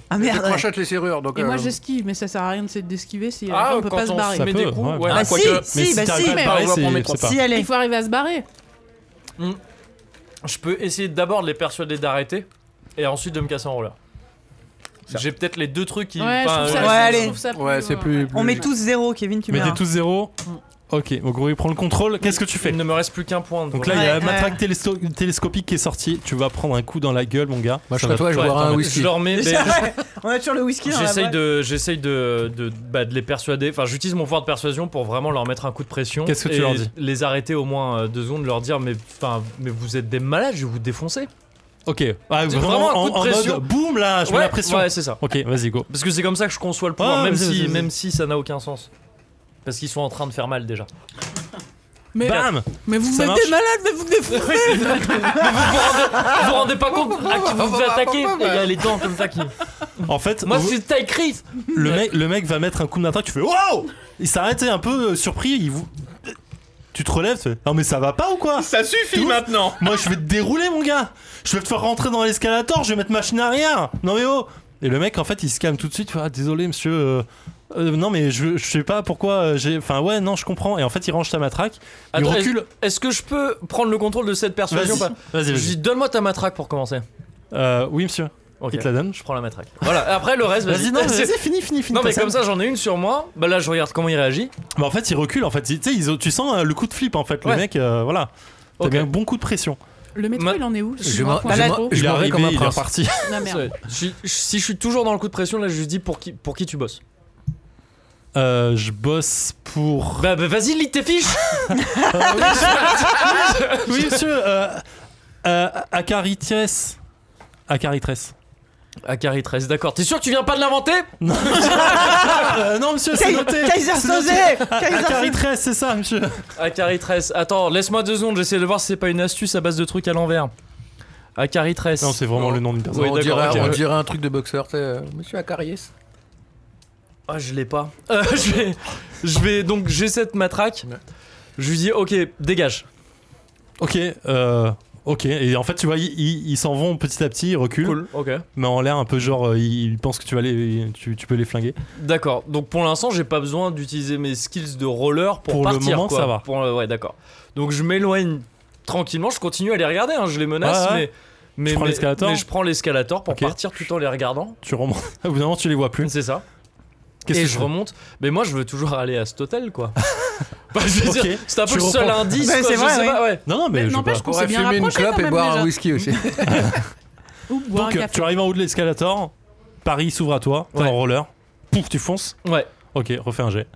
[SPEAKER 1] Ah
[SPEAKER 5] Je
[SPEAKER 1] merde.
[SPEAKER 5] crochette les serrures, donc.
[SPEAKER 6] Et moi
[SPEAKER 5] euh,
[SPEAKER 6] j'esquive, mais ça sert à rien d'essayer d'esquiver si euh,
[SPEAKER 4] Ah,
[SPEAKER 6] on peut
[SPEAKER 4] quand
[SPEAKER 6] pas se
[SPEAKER 4] on
[SPEAKER 6] barrer.
[SPEAKER 4] se- met des coups, ouais.
[SPEAKER 1] Ah
[SPEAKER 4] Ah,
[SPEAKER 1] si
[SPEAKER 3] mais
[SPEAKER 1] si bah
[SPEAKER 3] t'arrives
[SPEAKER 1] si.
[SPEAKER 3] pas à
[SPEAKER 6] mais-
[SPEAKER 3] parler,
[SPEAKER 4] on va
[SPEAKER 3] c'est-
[SPEAKER 4] prendre les trois.
[SPEAKER 3] c'est pas-
[SPEAKER 1] Si elle
[SPEAKER 6] Il
[SPEAKER 1] est.
[SPEAKER 6] faut arriver à se barrer.
[SPEAKER 4] Je peux essayer d'abord de les persuader d'arrêter et ensuite de me casser en roller. J'ai peut-être les deux trucs qui.
[SPEAKER 6] Ouais, je
[SPEAKER 4] enfin,
[SPEAKER 6] trouve
[SPEAKER 4] euh,
[SPEAKER 6] ça-
[SPEAKER 1] ouais, allez.
[SPEAKER 6] je trouve ça. euh,
[SPEAKER 5] Ouais, c'est plus.
[SPEAKER 1] On met
[SPEAKER 5] plus-
[SPEAKER 1] tous zéro Kevin tu Mm.
[SPEAKER 3] Mettez
[SPEAKER 1] meurs. (laughs)
[SPEAKER 3] tous zéro. Ok, Moguri prend le contrôle. Qu'est-ce que tu fais
[SPEAKER 4] Il ne me reste plus qu'un point. de
[SPEAKER 3] Donc là,
[SPEAKER 4] roller.
[SPEAKER 3] il y a la
[SPEAKER 1] Ouais,
[SPEAKER 3] matraque télésto- télescopique qui est sortie. Tu vas prendre un coup dans la gueule, mon gars.
[SPEAKER 5] Moi, je
[SPEAKER 3] Ça
[SPEAKER 5] serais
[SPEAKER 3] va
[SPEAKER 5] toi, je
[SPEAKER 3] pas
[SPEAKER 5] boirais
[SPEAKER 3] être
[SPEAKER 5] un
[SPEAKER 3] embêtant.
[SPEAKER 5] whisky.
[SPEAKER 4] Je leur mets. des-
[SPEAKER 1] On a toujours le whisky dans la
[SPEAKER 4] J'essaye
[SPEAKER 1] boîte.
[SPEAKER 4] de, j'essaye de, de, bah, de les persuader. Enfin, j'utilise mon pouvoir de persuasion pour vraiment leur mettre un coup de pression.
[SPEAKER 3] Qu'est-ce que tu
[SPEAKER 4] et
[SPEAKER 3] leur dis
[SPEAKER 4] Les arrêter au moins euh, deux secondes, leur dire mais, enfin, mais vous êtes des malades, je vais vous défoncer.
[SPEAKER 3] Ok. Ah,
[SPEAKER 4] C'est
[SPEAKER 3] vraiment,
[SPEAKER 4] vraiment un
[SPEAKER 3] en,
[SPEAKER 4] coup de
[SPEAKER 3] en
[SPEAKER 4] pression.
[SPEAKER 3] mode boum là, je mets la pression.
[SPEAKER 4] Ouais, c'est ça.
[SPEAKER 3] Ok, vas-y go.
[SPEAKER 4] Parce que c'est comme ça que je conçois le pouvoir,
[SPEAKER 3] Ah,
[SPEAKER 4] même,
[SPEAKER 3] vas-y,
[SPEAKER 4] si,
[SPEAKER 3] vas-y, vas-y.
[SPEAKER 4] même si ça n'a aucun sens. Parce qu'ils sont en train de faire mal
[SPEAKER 6] (laughs)
[SPEAKER 4] déjà.
[SPEAKER 6] Mais,
[SPEAKER 3] Bam.
[SPEAKER 6] mais vous
[SPEAKER 3] Ça
[SPEAKER 6] êtes
[SPEAKER 3] marche.
[SPEAKER 6] des malades, mais vous défoncez. Ah,
[SPEAKER 4] Vous vous rendez pas compte à qui vous vous attaquez Et Il y a les dents comme ça
[SPEAKER 6] (laughs)
[SPEAKER 4] qui.
[SPEAKER 3] En fait,
[SPEAKER 4] Moi, je
[SPEAKER 3] vous-
[SPEAKER 4] suis taille Chris
[SPEAKER 3] le mec, le mec va mettre un coup de matraque. Tu fais wow. Il s'arrête un peu euh, surpris. Il vous. Tu te relèves. tu fais, Non mais ça va pas ou quoi
[SPEAKER 7] Ça suffit
[SPEAKER 3] Tout.
[SPEAKER 7] maintenant.
[SPEAKER 3] Moi, je vais te dérouler, mon gars. Je vais te faire rentrer dans l'escalator. Je vais mettre machine arrière. Non mais oh. Et le mec, en fait, il se calme tout de suite. il fait, Ah, désolé, monsieur. euh, euh, non mais je, je sais pas pourquoi euh, j'ai. Enfin ouais, non, je comprends. Et en fait, il range sa matraque. Il
[SPEAKER 4] Attends,
[SPEAKER 3] recule.
[SPEAKER 4] est-ce- Est-ce que je peux prendre le contrôle de cette persuasion ou pas
[SPEAKER 3] Vas-y,
[SPEAKER 4] Je
[SPEAKER 3] vas-y.
[SPEAKER 4] dis, donne-moi ta matraque pour commencer.
[SPEAKER 3] Euh, oui, monsieur.
[SPEAKER 4] Ok.
[SPEAKER 3] Il te la donne.
[SPEAKER 4] Je prends la matraque. Voilà, après le reste, vas-y.
[SPEAKER 3] Vas-y,
[SPEAKER 4] (laughs)
[SPEAKER 3] non, vas-y, fini, fini, fini.
[SPEAKER 4] Non, mais
[SPEAKER 3] Pascal.
[SPEAKER 4] comme ça, j'en ai une sur moi. Bah là, je regarde comment il réagit.
[SPEAKER 3] Bah, en fait, il recule, en fait. Tu sais, ils ont- tu sens euh, le coup de flip, en fait. Le
[SPEAKER 4] Ouais.
[SPEAKER 3] mec, euh, voilà. T'as
[SPEAKER 4] Ok.
[SPEAKER 3] bien un bon coup de pression.
[SPEAKER 6] Le métro,
[SPEAKER 4] Ma-
[SPEAKER 6] il en est où
[SPEAKER 5] Je
[SPEAKER 6] m'en
[SPEAKER 5] m'en-
[SPEAKER 6] fous,
[SPEAKER 5] je
[SPEAKER 6] le
[SPEAKER 5] m'en-
[SPEAKER 6] métro.
[SPEAKER 5] je
[SPEAKER 3] il est
[SPEAKER 5] m'en vais
[SPEAKER 3] arrivé,
[SPEAKER 5] comme un
[SPEAKER 3] il est
[SPEAKER 5] prince.
[SPEAKER 3] reparti.
[SPEAKER 4] (laughs)
[SPEAKER 6] Ah, merde.
[SPEAKER 4] Si, si je suis toujours dans le coup de pression, là, je lui dis pour qui, pour qui tu bosses.
[SPEAKER 3] Euh, je bosse pour.
[SPEAKER 4] Bah, bah, vas-y, lis tes
[SPEAKER 3] (laughs)
[SPEAKER 4] fiches
[SPEAKER 3] oui, monsieur. Euh, euh, Acaritres. Acaritres.
[SPEAKER 4] Akari 13, Ah, d'accord. T'es sûr que tu viens pas de l'inventer
[SPEAKER 3] Euh, non, monsieur, c'est noté.
[SPEAKER 1] Kaiser
[SPEAKER 3] C'est noté.
[SPEAKER 1] Soze
[SPEAKER 3] Ah,
[SPEAKER 1] Kaiser Soze
[SPEAKER 3] Acaritres, c'est ça, monsieur.
[SPEAKER 4] Akari 13, attends, laisse-moi deux secondes, j'essaie de voir si c'est pas une astuce à base de trucs à l'envers. Akari 13.
[SPEAKER 3] Non, c'est vraiment
[SPEAKER 5] Non.
[SPEAKER 3] le nom d'une personne.
[SPEAKER 5] on,
[SPEAKER 4] d'accord,
[SPEAKER 5] dirait,
[SPEAKER 4] ok.
[SPEAKER 5] on dirait un truc de boxeur, tu sais, euh, Monsieur Acariès.
[SPEAKER 4] Ah, je l'ai pas. Euh, (laughs) je vais. Je vais donc, j'ai cette matraque.
[SPEAKER 5] Ouais.
[SPEAKER 4] Je lui dis, ok, dégage.
[SPEAKER 3] Ok, euh. Ok, et en fait, tu vois, ils- ils ils s'en vont petit à petit, ils reculent,
[SPEAKER 4] Cool, ok.
[SPEAKER 3] mais en l'air un peu genre, euh, ils pensent que tu, vas les, tu, tu peux les flinguer.
[SPEAKER 4] D'accord. Donc pour l'instant, j'ai pas besoin d'utiliser mes skills de roller pour,
[SPEAKER 3] Pour le
[SPEAKER 4] partir.
[SPEAKER 3] moment,
[SPEAKER 4] quoi.
[SPEAKER 3] ça va.
[SPEAKER 4] Pour le- ouais, d'accord. Donc je m'éloigne tranquillement. Je continue à les regarder. hein, Je les menace,
[SPEAKER 3] Ouais, ouais.
[SPEAKER 4] mais mais
[SPEAKER 3] Tu prends
[SPEAKER 4] mais-
[SPEAKER 3] l'escalator
[SPEAKER 4] mais je prends l'escalator pour
[SPEAKER 3] Ok.
[SPEAKER 4] partir tout en les regardant.
[SPEAKER 3] Tu remontes, (laughs) au bout d'un moment, tu les vois plus.
[SPEAKER 4] C'est ça.
[SPEAKER 3] Qu'est-ce
[SPEAKER 4] et
[SPEAKER 3] que
[SPEAKER 4] je
[SPEAKER 3] tu fais
[SPEAKER 4] remonte. Mais moi, je veux toujours aller à cet
[SPEAKER 3] (laughs)
[SPEAKER 4] hôtel, quoi. Bah, je veux
[SPEAKER 3] Ok.
[SPEAKER 4] dire, c'est un peu
[SPEAKER 3] Tu
[SPEAKER 4] le seul
[SPEAKER 3] reprends.
[SPEAKER 4] indice.
[SPEAKER 1] Ouais,
[SPEAKER 4] quoi,
[SPEAKER 1] c'est
[SPEAKER 4] je
[SPEAKER 1] vrai,
[SPEAKER 4] sais
[SPEAKER 1] ouais.
[SPEAKER 4] pas, ouais.
[SPEAKER 3] Non, non, mais,
[SPEAKER 6] Mais
[SPEAKER 3] je
[SPEAKER 6] n'empêche
[SPEAKER 3] vois
[SPEAKER 6] qu'on
[SPEAKER 5] On
[SPEAKER 6] s'est
[SPEAKER 5] pourrait
[SPEAKER 6] bien
[SPEAKER 5] fumer une
[SPEAKER 6] rapproché
[SPEAKER 5] clope
[SPEAKER 6] quand
[SPEAKER 5] et
[SPEAKER 6] même
[SPEAKER 5] boire
[SPEAKER 6] déjà.
[SPEAKER 5] un whisky aussi.
[SPEAKER 6] Ou
[SPEAKER 3] pas.
[SPEAKER 6] boire un
[SPEAKER 3] Donc, euh,
[SPEAKER 6] café.
[SPEAKER 3] tu arrives en haut de l'escalator, Paris s'ouvre à toi, t'es
[SPEAKER 4] Ouais.
[SPEAKER 3] en roller, pouf, tu fonces.
[SPEAKER 4] Ouais.
[SPEAKER 3] Ok, refais un jet.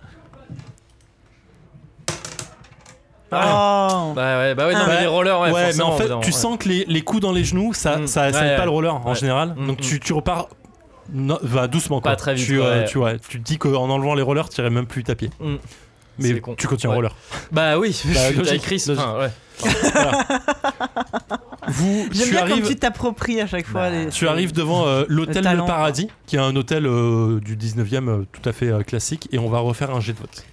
[SPEAKER 3] Ah,
[SPEAKER 1] Oh.
[SPEAKER 4] Bah ouais, bah ouais, non,
[SPEAKER 1] Ah.
[SPEAKER 4] mais les rollers, ouais,
[SPEAKER 3] Ouais, mais
[SPEAKER 4] forcément,
[SPEAKER 3] en
[SPEAKER 4] au
[SPEAKER 3] fait,
[SPEAKER 4] bout d'un
[SPEAKER 3] tu
[SPEAKER 4] moment,
[SPEAKER 3] sens que les, les coups dans les genoux, ça,
[SPEAKER 4] Mm.
[SPEAKER 3] ça, ça
[SPEAKER 4] Ouais,
[SPEAKER 3] aide pas
[SPEAKER 4] ouais.
[SPEAKER 3] le roller en
[SPEAKER 4] Ouais.
[SPEAKER 3] général.
[SPEAKER 4] Mm,
[SPEAKER 3] Donc
[SPEAKER 4] mm.
[SPEAKER 3] tu, tu repars no- va doucement. Quoi.
[SPEAKER 4] Pas très vite,
[SPEAKER 3] Tu, euh,
[SPEAKER 4] ouais.
[SPEAKER 3] tu, vois, tu te dis qu'en enlevant les rollers, tu irais même plus taper.
[SPEAKER 4] Mm.
[SPEAKER 3] Mais
[SPEAKER 4] C'est con.
[SPEAKER 3] tu continues en
[SPEAKER 4] Ouais.
[SPEAKER 3] roller.
[SPEAKER 4] ouais. Bah oui, je (laughs) suis
[SPEAKER 3] logique,
[SPEAKER 4] avec Chris.
[SPEAKER 3] logique.
[SPEAKER 4] enfin, ouais. (laughs)
[SPEAKER 3] Vous,
[SPEAKER 1] J'aime
[SPEAKER 3] tu
[SPEAKER 1] bien quand
[SPEAKER 3] arrives,
[SPEAKER 1] tu t'appropries à chaque
[SPEAKER 3] Bah,
[SPEAKER 1] fois. les-
[SPEAKER 3] tu arrives devant euh,
[SPEAKER 1] Le
[SPEAKER 3] l'hôtel
[SPEAKER 1] talent.
[SPEAKER 3] Le Paradis, qui est un hôtel euh, du 19e euh, tout à fait euh, classique, et on va refaire un jet de vote.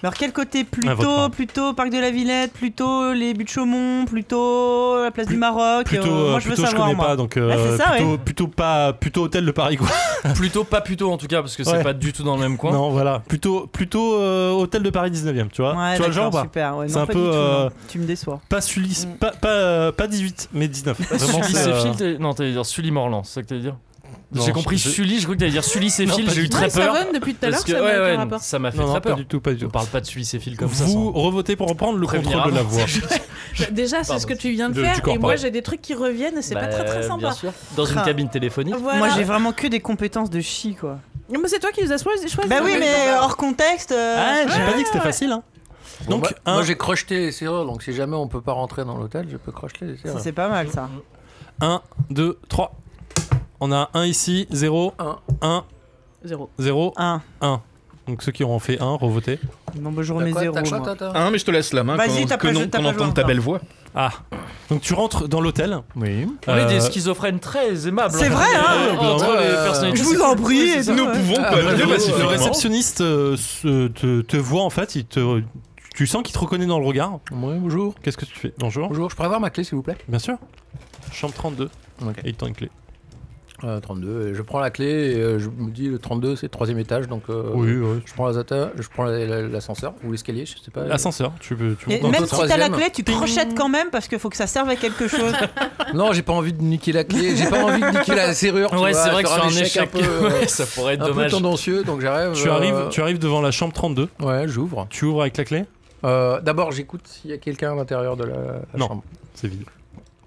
[SPEAKER 1] Alors quel côté
[SPEAKER 3] Ah, votre
[SPEAKER 1] Plutôt,
[SPEAKER 3] main.
[SPEAKER 1] plutôt Parc de la Villette, plutôt les buttes Chaumont, plutôt la place
[SPEAKER 3] Plus-
[SPEAKER 1] du Maroc.
[SPEAKER 3] Plutôt,
[SPEAKER 1] euh,
[SPEAKER 3] euh,
[SPEAKER 1] moi je veux
[SPEAKER 3] plutôt je
[SPEAKER 1] savoir
[SPEAKER 3] connais
[SPEAKER 1] moi.
[SPEAKER 3] pas, donc euh,
[SPEAKER 1] Ouais, c'est ça,
[SPEAKER 3] plutôt,
[SPEAKER 1] ouais.
[SPEAKER 3] plutôt pas, plutôt hôtel Le Paris. Quoi.
[SPEAKER 4] Plutôt pas plutôt en tout cas parce que c'est
[SPEAKER 3] Ouais.
[SPEAKER 4] pas du tout dans le même coin.
[SPEAKER 3] (laughs) Non, voilà, plutôt, plutôt euh, hôtel de Paris 19e. Tu vois,
[SPEAKER 1] Ouais,
[SPEAKER 3] tu vois le genre ou
[SPEAKER 1] d'accord,
[SPEAKER 3] pas
[SPEAKER 1] super. ouais, non,
[SPEAKER 3] C'est un
[SPEAKER 1] pas
[SPEAKER 3] peu,
[SPEAKER 1] du tout, non.
[SPEAKER 3] euh,
[SPEAKER 1] Tu me déçois.
[SPEAKER 3] Pas, Sulis-
[SPEAKER 1] Mm.
[SPEAKER 3] pas, pas, euh, pas 18, mais 19. Vraiment,
[SPEAKER 4] Sully
[SPEAKER 3] c'est, euh,
[SPEAKER 4] Seyfried, t'allais- non, t'allais dire Sully Morland, c'est ça que t'allais dire
[SPEAKER 3] Non,
[SPEAKER 4] J'ai compris
[SPEAKER 3] je-
[SPEAKER 4] Sully, je crois que t'allais dire Sully Seyfried,
[SPEAKER 3] pas
[SPEAKER 4] j'ai eu
[SPEAKER 3] du
[SPEAKER 4] très
[SPEAKER 6] Ouais, ça
[SPEAKER 4] peur.
[SPEAKER 6] va depuis tout à l'heure,
[SPEAKER 4] parce que,
[SPEAKER 6] ça
[SPEAKER 4] ouais,
[SPEAKER 6] m'a
[SPEAKER 4] ouais,
[SPEAKER 6] fait
[SPEAKER 4] non,
[SPEAKER 6] rapport.
[SPEAKER 4] ça m'a fait
[SPEAKER 3] Non, non,
[SPEAKER 4] très
[SPEAKER 3] pas
[SPEAKER 4] peur.
[SPEAKER 3] du tout, pas du
[SPEAKER 4] On
[SPEAKER 3] tout.
[SPEAKER 4] parle pas de Sully Seyfried comme ça.
[SPEAKER 3] Vous revotez pour reprendre le
[SPEAKER 4] Prévenir hein.
[SPEAKER 3] contrôle de la
[SPEAKER 4] avant.
[SPEAKER 3] voix.
[SPEAKER 6] Déjà, c'est
[SPEAKER 4] Pardon.
[SPEAKER 6] ce que tu viens de
[SPEAKER 3] De-
[SPEAKER 6] faire,
[SPEAKER 3] du
[SPEAKER 6] et
[SPEAKER 3] corps,
[SPEAKER 6] moi
[SPEAKER 3] ouais.
[SPEAKER 6] j'ai des trucs qui reviennent, et c'est
[SPEAKER 4] Bah,
[SPEAKER 6] pas très très
[SPEAKER 4] bien
[SPEAKER 6] sympa.
[SPEAKER 4] sûr. Dans une
[SPEAKER 1] Ah.
[SPEAKER 4] cabine téléphonique.
[SPEAKER 6] Voilà.
[SPEAKER 1] Moi j'ai vraiment que des compétences de chi quoi.
[SPEAKER 6] Non, mais Ah, c'est toi qui les as choisis.
[SPEAKER 1] Bah oui mais hors contexte. euh,
[SPEAKER 3] Ah, j'ai pas dit que c'était facile. Hein.
[SPEAKER 5] Donc,
[SPEAKER 3] Donc, un-
[SPEAKER 5] moi j'ai crocheté les serrures, donc si jamais on peut pas rentrer dans l'hôtel, je peux crocheter les
[SPEAKER 1] ça,
[SPEAKER 5] serrures.
[SPEAKER 1] C'est pas mal ça.
[SPEAKER 3] 1, 2, 3. On a 1 ici, 0,
[SPEAKER 5] Un.
[SPEAKER 3] 1,
[SPEAKER 6] Zéro.
[SPEAKER 3] 0,
[SPEAKER 1] Un.
[SPEAKER 3] 1. Donc ceux qui auront fait 1, revotez.
[SPEAKER 1] Non bah je
[SPEAKER 5] T'as
[SPEAKER 1] remets
[SPEAKER 5] quoi,
[SPEAKER 1] zéro.
[SPEAKER 5] t'as quoi,
[SPEAKER 1] moi.
[SPEAKER 5] t'as- t'as-
[SPEAKER 7] Hein, mais je te laisse la main
[SPEAKER 1] Vas-y,
[SPEAKER 7] qu'on-
[SPEAKER 1] t'as pas
[SPEAKER 7] que
[SPEAKER 1] joué-
[SPEAKER 7] non-
[SPEAKER 1] t'as
[SPEAKER 7] qu'on
[SPEAKER 1] pas joué
[SPEAKER 7] entende ta
[SPEAKER 1] encore.
[SPEAKER 7] belle voix.
[SPEAKER 3] Ah. Donc tu rentres dans l'hôtel.
[SPEAKER 5] Oui.
[SPEAKER 4] On est des
[SPEAKER 3] Euh,
[SPEAKER 4] schizophrènes très aimables.
[SPEAKER 1] C'est
[SPEAKER 4] hein,
[SPEAKER 1] vrai, hein.
[SPEAKER 4] entre- Entre
[SPEAKER 5] Ouais.
[SPEAKER 4] les personnalités.
[SPEAKER 1] Je vous en prie.
[SPEAKER 4] Ouais, c'est ça.
[SPEAKER 1] et
[SPEAKER 7] Nous
[SPEAKER 1] tout, ouais.
[SPEAKER 7] pouvons cohabiter
[SPEAKER 3] Bah, le, le
[SPEAKER 7] pacifiquement.
[SPEAKER 3] réceptionniste euh, se- te, te voit en fait, il te, tu sens qu'il te reconnaît dans le regard.
[SPEAKER 5] Oui, bonjour.
[SPEAKER 3] Qu'est-ce que tu fais Bonjour.
[SPEAKER 5] Bonjour, je pourrais avoir ma clé s'il vous plaît
[SPEAKER 3] Bien sûr. Chambre 32.
[SPEAKER 5] Ok.
[SPEAKER 3] Et il tend une clé.
[SPEAKER 5] Euh, 32, et je prends la clé et euh, je me dis le 32 c'est le troisième étage donc euh,
[SPEAKER 3] oui.
[SPEAKER 5] je prends la zata- je prends la- la- l'ascenseur ou l'escalier, je sais pas.
[SPEAKER 3] Ascenseur, tu peux. Tu
[SPEAKER 1] Et
[SPEAKER 3] montes dans
[SPEAKER 1] même
[SPEAKER 5] le
[SPEAKER 1] si t'as la
[SPEAKER 5] troisième.
[SPEAKER 1] clé, tu crochettes quand même parce qu'il faut que ça serve à quelque chose.
[SPEAKER 5] Non, j'ai pas envie de niquer la clé, j'ai pas envie de niquer la serrure. tu
[SPEAKER 4] Ouais,
[SPEAKER 5] vois,
[SPEAKER 4] c'est vrai que
[SPEAKER 5] sur
[SPEAKER 4] sur un échec,
[SPEAKER 5] un peu, euh,
[SPEAKER 4] (laughs) ouais, ça pourrait être
[SPEAKER 5] un peu
[SPEAKER 4] dommage.
[SPEAKER 5] tendancieux donc j'arrive.
[SPEAKER 3] Tu
[SPEAKER 5] euh,
[SPEAKER 3] arrives, tu arrives devant la chambre 32,
[SPEAKER 5] Ouais, j'ouvre.
[SPEAKER 3] tu ouvres avec la clé
[SPEAKER 5] Euh, D'abord, j'écoute s'il y a quelqu'un à l'intérieur de la, la
[SPEAKER 3] Non.
[SPEAKER 5] chambre.
[SPEAKER 3] C'est vide.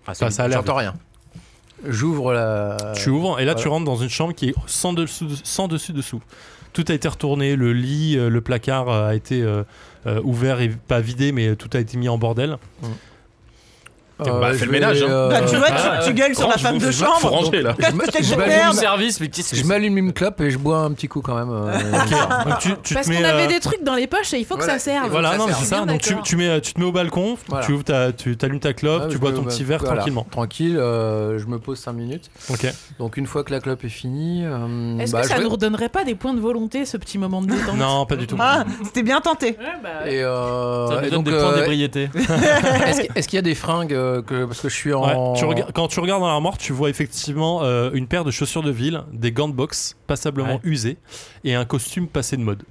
[SPEAKER 5] Ah,
[SPEAKER 3] ça- ça a l'air
[SPEAKER 5] J'entends rien. Euh, J'ouvre la.
[SPEAKER 3] tu ouvres et là tu
[SPEAKER 5] Euh, voilà.
[SPEAKER 3] rentres dans une chambre qui est sans dessous, sans dessus dessous. Tout a été retourné, le lit, euh, le placard euh, a été euh, euh, ouvert et pas vidé, mais euh, tout a été mis en bordel.
[SPEAKER 7] Bah,
[SPEAKER 5] je
[SPEAKER 7] fais le
[SPEAKER 5] vais,
[SPEAKER 7] ménage, hein.
[SPEAKER 5] euh,
[SPEAKER 1] Bah tu vois,
[SPEAKER 4] Ah,
[SPEAKER 1] tu- tu gueules sur la
[SPEAKER 7] Range,
[SPEAKER 1] femme
[SPEAKER 7] vous-
[SPEAKER 1] de
[SPEAKER 7] faut
[SPEAKER 1] chambre.
[SPEAKER 7] ranger là.
[SPEAKER 5] je m'a-
[SPEAKER 1] Peut-être
[SPEAKER 5] je
[SPEAKER 1] que
[SPEAKER 5] m'allume-
[SPEAKER 4] Bon
[SPEAKER 1] Merde.
[SPEAKER 4] service, mais qu'est-ce que
[SPEAKER 5] je
[SPEAKER 4] c'est
[SPEAKER 5] m'allume une clope et je bois un petit coup quand même. euh,
[SPEAKER 3] Donc, tu, tu te
[SPEAKER 6] Parce
[SPEAKER 3] mets,
[SPEAKER 6] qu'on avait
[SPEAKER 3] euh,
[SPEAKER 6] des trucs dans les poches et il faut que
[SPEAKER 5] Voilà.
[SPEAKER 6] ça serve.
[SPEAKER 3] Voilà,
[SPEAKER 5] Ça
[SPEAKER 3] non, mais
[SPEAKER 5] sert.
[SPEAKER 3] c'est ça.
[SPEAKER 6] Bien
[SPEAKER 3] Donc tu,
[SPEAKER 6] d'accord.
[SPEAKER 3] tu mets, euh, tu te mets au balcon,
[SPEAKER 5] Voilà. Ah,
[SPEAKER 3] tu ouvres ta, tu allumes ta clope,
[SPEAKER 5] Ouais,
[SPEAKER 3] tu
[SPEAKER 5] je
[SPEAKER 3] bois
[SPEAKER 5] me-
[SPEAKER 3] ton petit verre
[SPEAKER 5] bah, voilà,
[SPEAKER 3] tranquillement.
[SPEAKER 5] Tranquille, euh, je me pose 5 minutes.
[SPEAKER 3] Ok.
[SPEAKER 5] Donc une fois que la clope est finie, euh,
[SPEAKER 6] Est-ce
[SPEAKER 5] bah,
[SPEAKER 6] que ça
[SPEAKER 5] je vais-
[SPEAKER 6] nous redonnerait pas des points de volonté, ce petit moment de détente
[SPEAKER 3] Non, pas du tout.
[SPEAKER 1] Ah, c'était bien tenté.
[SPEAKER 6] Ouais, bah,
[SPEAKER 5] et, euh,
[SPEAKER 4] Ça
[SPEAKER 5] et
[SPEAKER 4] nous donne
[SPEAKER 5] donc,
[SPEAKER 4] des points
[SPEAKER 5] euh,
[SPEAKER 4] d'ébriété.
[SPEAKER 5] est-ce que- est-ce qu'il y a des fringues euh, que, parce que je suis en
[SPEAKER 3] Ouais, tu regardes- quand tu regardes dans l'armoire, tu vois effectivement euh, une paire de chaussures de ville, des gants de boxe passablement
[SPEAKER 4] Ouais.
[SPEAKER 3] usés et un costume passé de mode.